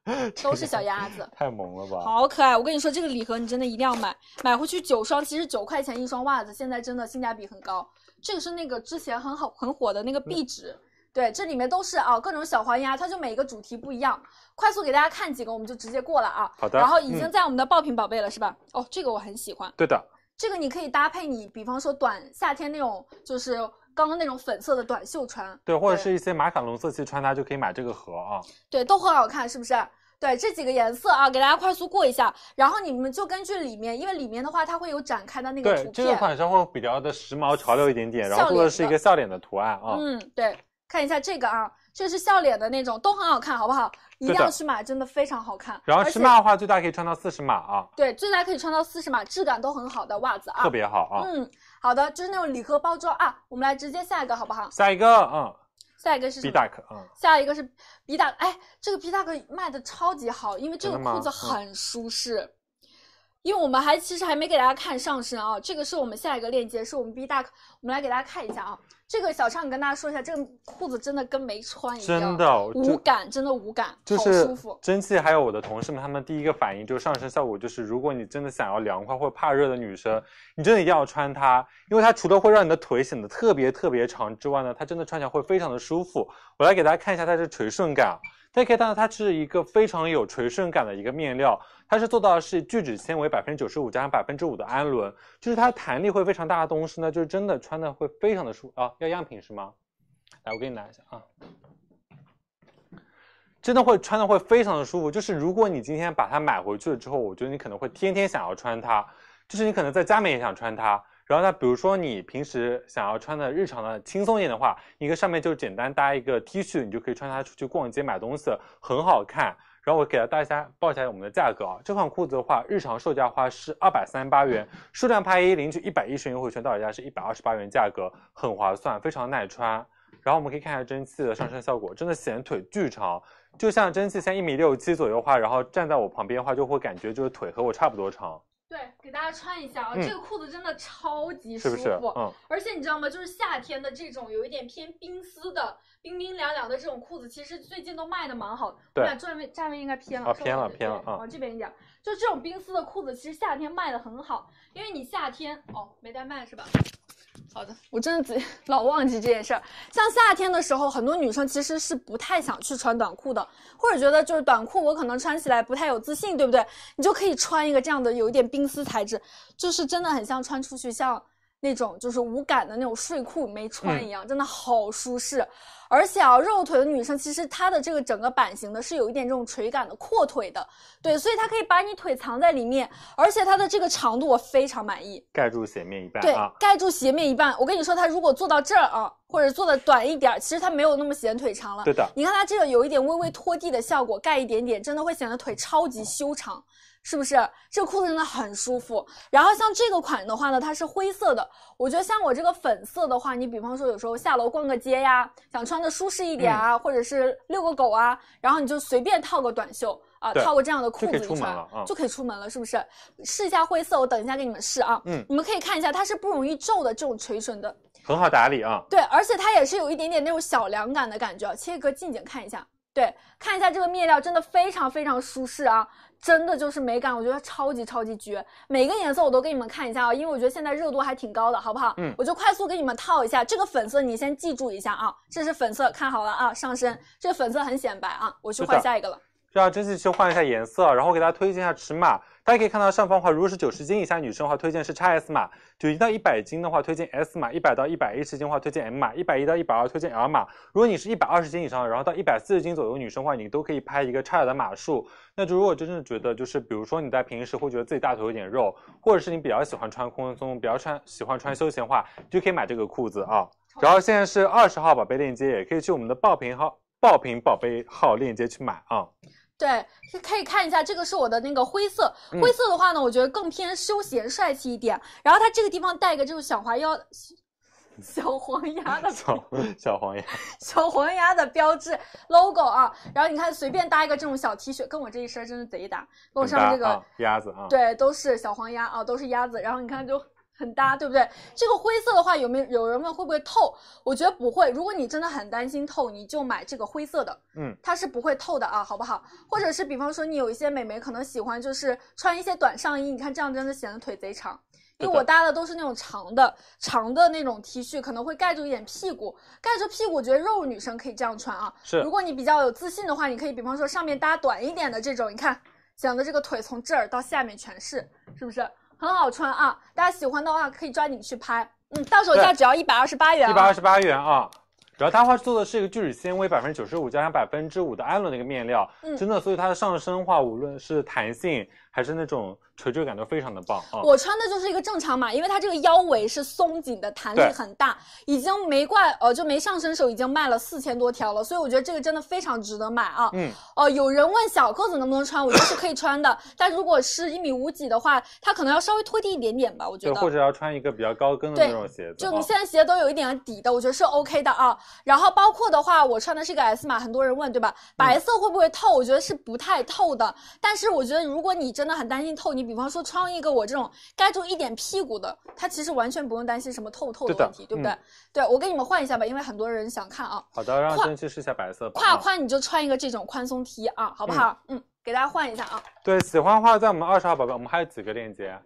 S2: 都是小鸭子。
S3: 太萌了吧？
S2: 好可爱！我跟你说，这个礼盒你真的一定要买，买回去九双，其实九块钱一双袜子，现在真的性价比很高。这个是那个之前很好很火的那个壁纸，对，这里面都是啊各种小黄鸭，它就每个主题不一样。快速给大家看几个，我们就直接过了啊。
S3: 好的
S2: 然后已经
S3: 嗯
S2: 在我们的爆品宝贝了，是吧？哦，这个我很喜欢，
S3: 对的，
S2: 这个你可以搭配你，比方说短夏天那种，就是刚刚那种粉色的短袖穿，
S3: 对，或者是一些马卡龙色系穿搭就可以买这个盒啊。
S2: 对，都很好看，是不是？对，这几个颜色啊，给大家快速过一下，然后你们就根据里面，因为里面的话它会有展开的那个
S3: 对
S2: 图，
S3: 这个
S2: 片，
S3: 款式会比较的时髦潮流一点点，然后做的是一个笑脸的图案啊。
S2: 嗯，对，看一下这个啊，这是笑脸的那种，都很好看，好不好？一定
S3: 对的
S2: 要去买，真的非常好看。
S3: 然后
S2: 而
S3: 尺
S2: 且
S3: 码的话，最大可以穿到四十码啊，
S2: 对，最大可以穿到四十码，质感都很好的袜子啊，
S3: 特别好啊。
S2: 嗯，好的，就是那种礼盒包装啊，我们来直接下一个好不好？
S3: 下一个，嗯
S2: 下一个是什
S3: ，B
S2: 么？
S3: duck，嗯，
S2: 下一个是比大，哎，这个比大哥卖的超级好，因为这个
S3: 真的吗嗯
S2: 裤子很舒适。因为我们还其实还没给大家看上身啊，这个是我们下一个链接，是我们 B 大，我们来给大家看一下啊。这个小畅，你跟大家说一下，这个裤子真的跟没穿一样，
S3: 真的哦
S2: 无感，真的无感，
S3: 就
S2: 好
S3: 是
S2: 舒服。
S3: 蒸汽，还有我的同事们，他们第一个反应就是上身效果，就是如果你真的想要凉快或者怕热的女生，你真的一定要穿它，因为它除了会让你的腿显得特别特别长之外呢，它真的穿起来会非常的舒服。我来给大家看一下它的垂顺感啊，大家可以看到它是一个非常有垂顺感的一个面料，它是做到的是聚酯纤维百分之九十五加上百分之五的氨纶，就是它弹力会非常大的东西呢，就是真的穿的会非常的舒啊。要样品是吗？来，我给你拿一下啊。真的会穿的会非常的舒服。就是如果你今天把它买回去了之后，我觉得你可能会天天想要穿它，就是你可能在家里面也想穿它，然后它比如说你平时想要穿的日常的轻松一点的话，你跟上面就简单搭一个 T 恤，你就可以穿它出去逛街买东西，很好看。然后我给了大家报一下我们的价格啊，这款裤子的话，日常售价的话是二百三十八元，数量拍一领取一百一十元优惠券，到手价是一百二十八元，价格很划算，非常耐穿。然后我们可以看一下蒸汽的上身效果，真的显腿巨长，就像蒸汽现在一米六七左右的话，然后站在我旁边的话，就会感觉就是腿和我差不多长，
S2: 对，给大家穿一下啊，
S3: 嗯
S2: 这个裤子真的超级
S3: 是
S2: 舒
S3: 不
S2: 服，
S3: 是？嗯，
S2: 而且你知道吗？就是夏天的这种有一点偏冰丝的、冰冰凉凉的这种裤子，其实最近都卖的蛮好的。
S3: 对
S2: 我俩站位站位应该偏了，
S3: 啊
S2: 稍微
S3: 偏了
S2: 对
S3: 偏了啊
S2: 往这边一点。就这种冰丝的裤子，其实夏天卖的很好，因为你夏天哦没带麦是吧？好的，我真的只 老忘记这件事儿。像夏天的时候，很多女生其实是不太想去穿短裤的，或者觉得就是短裤我可能穿起来不太有自信，对不对？你就可以穿一个这样的有一点冰丝材质，就是真的很像穿出去像那种就是无感的那种睡裤没穿一样，真的好舒适。而且啊，肉腿的女生其实她的这个整个版型呢是有一点这种垂感的阔腿的，对，所以它可以把你腿藏在里面，而且它的这个长度我非常满意。
S3: 盖住鞋面一半
S2: 对
S3: 啊，，
S2: 盖住鞋面一半。我跟你说，它如果做到这儿啊，或者做的短一点儿，其实它没有那么显腿长了。
S3: 对的
S2: 你看它这个有一点微微拖地的效果，盖一点点，真的会显得腿超级修长。是不是这个裤子真的很舒服？然后像这个款的话呢，它是灰色的。我觉得像我这个粉色的话，你比方说有时候下楼逛个街呀，想穿的舒适一点
S3: 嗯
S2: 啊，或者是遛个狗啊，然后你就随便套个短袖啊，
S3: 对
S2: 套个这样的裤
S3: 就可
S2: 子
S3: 以
S2: 一
S3: 出门
S2: 穿
S3: 了啊
S2: 就可以出门了，是不是？试一下灰色，我等一下给你们试啊。
S3: 嗯
S2: 你们可以看一下，它是不容易皱的这种垂唇的，
S3: 很好打理啊。
S2: 对，而且它也是有一点点那种小凉感的感觉。啊切割近景看一下，对，看一下这个面料真的非常非常舒适啊，真的就是美感，我觉得超级超级绝。每个颜色我都给你们看一下啊，因为我觉得现在热度还挺高的，好不好？
S3: 嗯
S2: 我就快速给你们套一下。这个粉色你先记住一下啊，这是粉色，看好了啊，上身这个粉色很显白啊，我去
S3: 是
S2: 换
S3: 的
S2: 下一个了。
S3: 让蒸汽去换一下颜色，然后给大家推荐一下尺码。大家可以看到上方的话，如果是九十斤以下女生的话，推荐是 XS 码；九十到一百斤的话，推荐 S 码；一百到一百一十斤的话，推荐 M 码；一百一到一百二推荐 L 码。如果你是一百二十斤以上，然后到一百四十斤左右的女生的话，你都可以拍一个 XL 的码数。那就如果真正觉得就是，比如说你在平时会觉得自己大腿有点肉，或者是你比较喜欢穿宽松，比较穿喜欢穿休闲的话，就可以买这个裤子啊。然后现在是二十号宝贝链接，也可以去我们的爆品号爆品宝贝号链接去买啊。
S2: 对，可以看一下，这个是我的那个灰色，
S3: 嗯
S2: 灰色的话呢，我觉得更偏休闲帅气一点。然后它这个地方带一个这种小黄腰、小黄鸭的
S3: 小小黄鸭，
S2: 小黄鸭的标志 logo 啊。然后你看，随便搭一个这种小 T 恤，跟我这一身真的贼搭，跟我哦上面这
S3: 很
S2: 个、
S3: 搭啊鸭子啊，，
S2: 对，都是小黄鸭啊，都是鸭子。然后你看就很搭，对不对？这个灰色的话，有没有有人问会不会透？我觉得不会。如果你真的很担心透，你就买这个灰色的，
S3: 嗯，
S2: 它是不会透的啊，好不好？或者是比方说你有一些美眉可能喜欢就是穿一些短上衣，你看这样真的显得腿贼长。因为
S3: 对的
S2: 我搭的都是那种长的、长的那种 T 恤，可能会盖住一点屁股，盖住屁股，我觉得肉女生可以这样穿啊。
S3: 是
S2: 如果你比较有自信的话，你可以比方说上面搭短一点的这种，你看显得这个腿从这儿到下面全是，是不是很好穿啊？大家喜欢的话可以抓紧去拍，嗯，到手价
S3: 对
S2: 只要一百二十八元、啊，
S3: 一百二十八元啊。然后它话做的是一个聚酯纤维百分之九十五加上百分之五的氨纶的一个面料，
S2: 嗯
S3: 真的，所以它的上身的话，无论是弹性还是那种垂坠感都非常的棒啊。
S2: 我穿的就是一个正常码，因为它这个腰围是松紧的，弹力
S3: 对
S2: 很大，已经没怪呃就没上身手已经卖了四千多条了，所以我觉得这个真的非常值得买啊。
S3: 嗯，
S2: 哦、有人问小个子能不能穿，我觉得是可以穿的，但如果是一米五几的话，它可能要稍微拖地一点点吧，我觉
S3: 对，
S2: 得。
S3: 或者要穿一个比较高跟的
S2: 对
S3: 那种鞋子
S2: 就
S3: 啊。
S2: 你现在鞋都有一点底的，我觉得是 OK 的啊。然后包括的话，我穿的是个 S 码，很多人问对吧？白
S3: 嗯
S2: 色会不会透？我觉得是不太透的。但是我觉得如果你真的很担心透，你比方说穿一个我这种盖住一点屁股的，它其实完全不用担心什么透不透的
S3: 对的
S2: 问题，对不对？
S3: 嗯
S2: 对我给你们换一下吧，因为很多人想看啊。
S3: 好的，让
S2: 跨
S3: 蒸汽试一下白色吧。
S2: 胯
S3: 啊
S2: 宽你就穿一个这种宽松 T 啊，好不好？嗯，给大家换一下啊。
S3: 对，喜欢的话在我们二十号宝贝，我们还有几个链接，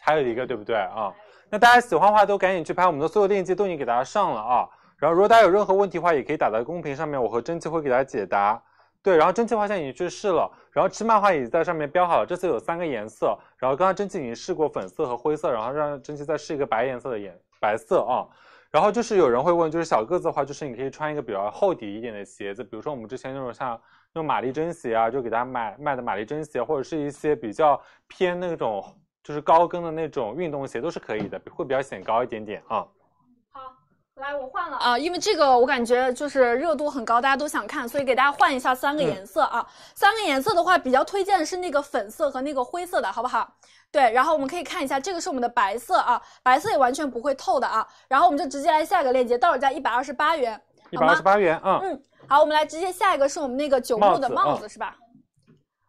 S3: 还有一个对不对啊？那大家喜欢的话都赶紧去拍，我们的所有链接都已经给大家上了啊。然后如果大家有任何问题的话，也可以打在公屏上面，我和蒸汽会给大家解答。对，然后蒸汽的话现在已经去试了，然后尺码的话也在上面标好了，这次有三个颜色，然后刚刚蒸汽已经试过粉色和灰色，然后让蒸汽再试一个白颜色的颜白色啊。然后就是有人会问，就是小个子的话，就是你可以穿一个比较厚底一点的鞋子，比如说我们之前那种像那种玛丽珍鞋啊，就给大家买卖的玛丽珍鞋，或者是一些比较偏那种就是高跟的那种运动鞋都是可以的，会比较显高一点点啊。
S2: 来，我换了啊，因为这个我感觉就是热度很高，大家都想看，所以给大家换一下三个颜色啊。三个颜色的话，比较推荐的是那个粉色和那个灰色的，好不好？对，然后我们可以看一下，这个是我们的白色啊，白色也完全不会透的啊。然后我们就直接来下一个链接，到手价一百二十八元，
S3: 一
S2: 好
S3: 百二
S2: 吗
S3: 十？八元啊，嗯
S2: 嗯，好，我们来直接下一个是我们那个九牧的
S3: 帽子啊
S2: 帽子是吧？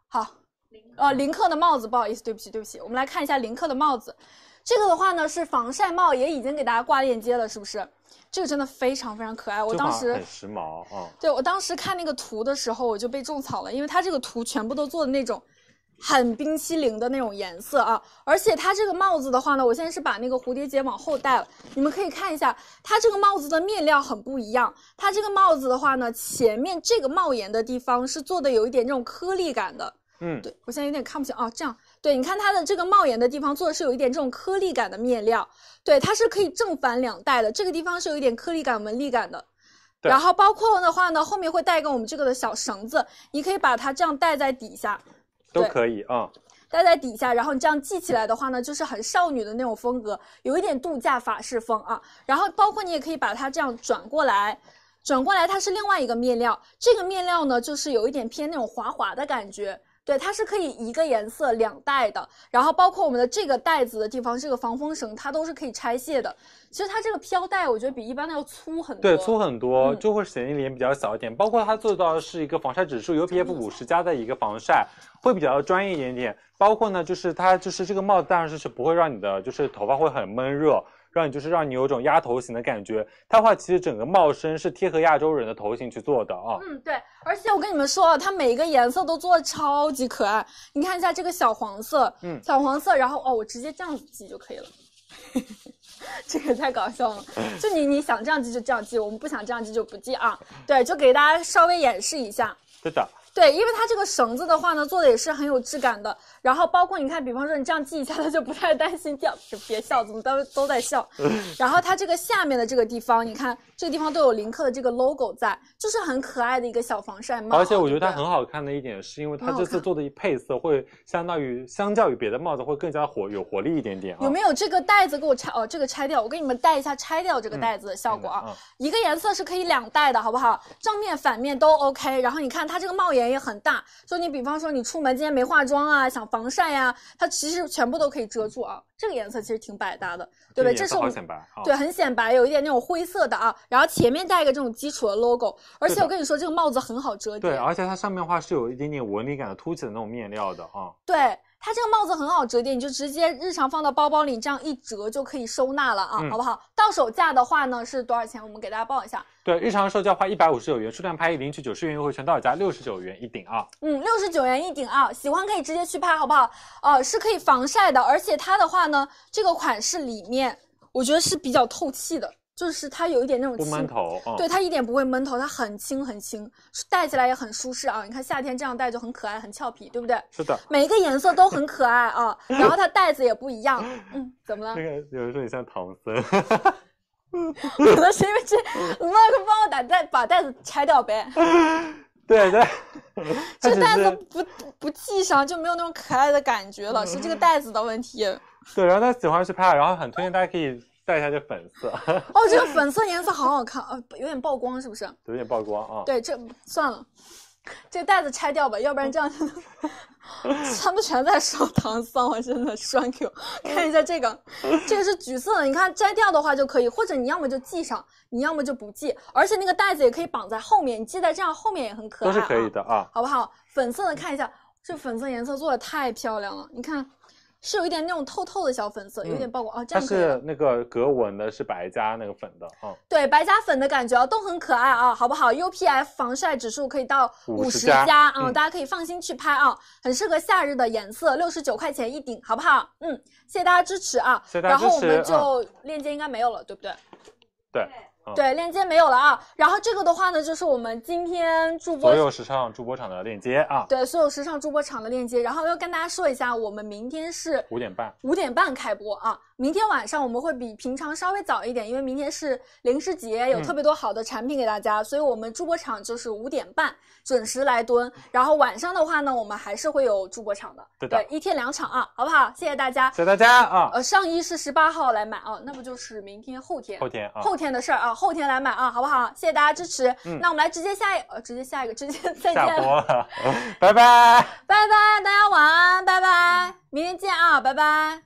S2: 好，呃，林克的帽子，不好意思，对不起，对不起，我们来看一下林克的帽子。这个的话呢是防晒帽，也已经给大家挂链接了，是不是？这个真的非常非常可爱，我
S3: 这
S2: 当
S3: 款
S2: 时
S3: 很时髦啊。
S2: 对我当时看那个图的时候，我就被种草了，因为它这个图全部都做的那种很冰淇淋的那种颜色啊，而且它这个帽子的话呢，我现在是把那个蝴蝶结往后戴了，你们可以看一下，它这个帽子的面料很不一样，它这个帽子的话呢，前面这个帽檐的地方是做的有一点这种颗粒感的，
S3: 嗯，
S2: 对我现在有点看不清啊，这样。对，你看它的这个帽檐的地方做的是有一点这种颗粒感的面料，对，它是可以正反两戴的，这个地方是有一点颗粒感、纹理感的。
S3: 对
S2: 然后包括的话呢，后面会带一个我们这个的小绳子，你可以把它这样戴在底下，
S3: 都
S2: 对
S3: 可以啊。
S2: 戴在底下，然后你这样系起来的话呢，就是很少女的那种风格，有一点度假法式风啊。然后包括你也可以把它这样转过来，转过来它是另外一个面料，这个面料呢就是有一点偏那种滑滑的感觉。对，它是可以一个颜色两戴的，然后包括我们的这个带子的地方，这个防风绳它都是可以拆卸的。其实它这个飘带，我觉得比一般的要粗很多，
S3: 对，粗很多，
S2: 嗯
S3: 就会显得脸比较小一点。包括它做到的是一个防晒指数 UPF
S2: 嗯
S3: 五十加的一个防晒，会比较专业一点点。包括呢，就是它就是这个帽子，当然是不会让你的就是头发会很闷热，让你就是让你有种压头型的感觉。它的话其实整个帽身是贴合亚洲人的头型去做的啊。
S2: 嗯，对，而且我跟你们说，啊它每一个颜色都做的超级可爱。你看一下这个小黄色，
S3: 嗯
S2: 小黄色，然后哦，我直接这样子系就可以了。 这个太搞笑了，就你你想这样系就这样系，我们不想这样系就不系啊。对，就给大家稍微演示一下。
S3: 对的，
S2: 对，因为它这个绳子的话呢，做的也是很有质感的。然后包括你看，比方说你这样系一下，它就不太担心掉。就别笑，怎么都都在 笑。然后它这个下面的这个地方，你看这个地方都有林克的这个 logo 在，就是很可爱的一个小防晒帽。啊
S3: 而且我觉得它
S2: 对不对
S3: 很好看的一点是因为它
S2: 很好
S3: 这次
S2: 看
S3: 做的配色会相当于相较于别的帽子会更加活有活力一点点啊。
S2: 有没有这个袋子给我拆？哦，这个拆掉，我给你们带一下拆掉这个袋子的效果啊。
S3: 嗯
S2: 一个颜色是可以两戴的，好不好？正面反面都 OK。然后你看它这个帽檐也很大，就你比方说你出门今天没化妆啊，想防晒呀、它其实全部都可以遮住啊。这个颜色其实挺百搭的，对不对？
S3: 这
S2: 这
S3: 个颜
S2: 是
S3: 色
S2: 我
S3: 好
S2: 们
S3: 显白啊。
S2: 对，很显白，有一点那种灰色的啊。然后前面带一个这种基础的 logo，而
S3: 对
S2: 且
S3: 的
S2: 我跟你说，这个帽子很好折叠。
S3: 对，啊而且它上面的话是有一点点纹理感的凸起的那种面料的啊。
S2: 对，它这个帽子很好折叠，你就直接日常放到包包里，这样一折就可以收纳了啊，
S3: 嗯
S2: 好不好？到手价的话呢是多少钱？我们给大家报一下，
S3: 对，日常售价花一百五十九元，数量拍一领取九十元优惠券，到手价六十九元一顶啊。
S2: 嗯，六十九元一顶啊，喜欢可以直接去拍，好不好？呃，是可以防晒的，而且它的话呢，这个款式里面我觉得是比较透气的，就是它有一点那种
S3: 不闷
S2: 轻
S3: 头啊。
S2: 对，它一点不会闷头，它很轻很轻，戴起来也很舒适啊。你看夏天这样戴就很可爱，很俏皮，对不对？
S3: 是的。
S2: 每一个颜色都很可爱啊，然后它带子也不一样。嗯，怎么了
S3: 这？个有人说你像唐僧，
S2: 可能是因为这，你妈快帮我把袋把袋子拆掉 呗，
S3: 对对，它
S2: 这
S3: 只
S2: 袋子
S3: 是
S2: 不不不系上就没有那种可爱的感觉了，是这个袋子的问题。
S3: 对，然后他喜欢去拍，然后很推荐大家可以带一下这粉色，
S2: 哦，这个粉色颜色好好看，呃，有点曝光是不是？
S3: 有点曝光啊。
S2: 对，这算了，这个袋子拆掉吧，要不然这样他们全在说唐僧，我真的栓 Q。看一下这个，这个是橘色的，你看摘掉的话就可以，或者你要么就系上，你要么就不系，而且那个袋子也可以绑在后面，你系在这样后面也很可爱、
S3: 都
S2: 啊，
S3: 是可以的啊。
S2: 好不好？粉色的看一下，这粉色颜色做的太漂亮了，你看，是有一点那种透透的小粉色，有点曝光、哦，这
S3: 嗯它
S2: 样可以了
S3: 是那个格纹的，是白加那个粉的啊。
S2: 对白加粉的感觉啊，都很可爱啊，好不好？UPF 防晒指数可以到
S3: 50
S2: 50
S3: 加
S2: 加啊，
S3: 嗯
S2: 大家可以放心去拍啊，很适合夏日的颜色，六十九块钱一顶，好不好？嗯，谢谢大家支持啊，
S3: 谢谢大家
S2: 然后我
S3: 支持
S2: 们就链接应该没有了，对不对？
S3: 对，嗯
S2: 对，链接没有了啊。然后这个的话呢，就是我们今天助播
S3: 所有时尚主播场的链接啊，
S2: 对所有时尚助播场的链接。然后要跟大家说一下，我们明天是
S3: 五点半。
S2: 五点半开播啊！明天晚上我们会比平常稍微早一点，因为明天是零食节，有
S3: 嗯
S2: 特别多好的产品给大家，所以我们助播场就是五点半准时来蹲。然后晚上的话呢，我们还是会有助播场的，
S3: 对的
S2: 一天两场啊，好不好？谢谢大家。
S3: 谢谢大家啊
S2: 呃，上衣是十八号来买啊，那不就是明天后天？
S3: 后天啊
S2: 后天的事儿啊，后天来买啊，好不好？谢谢大家支持。
S3: 嗯
S2: 那我们来直接下一呃，直接下一个，直接 再见
S3: 下
S2: 了。
S3: 播了，拜拜。
S2: 拜拜，大家晚安，拜拜，明天见啊，拜拜。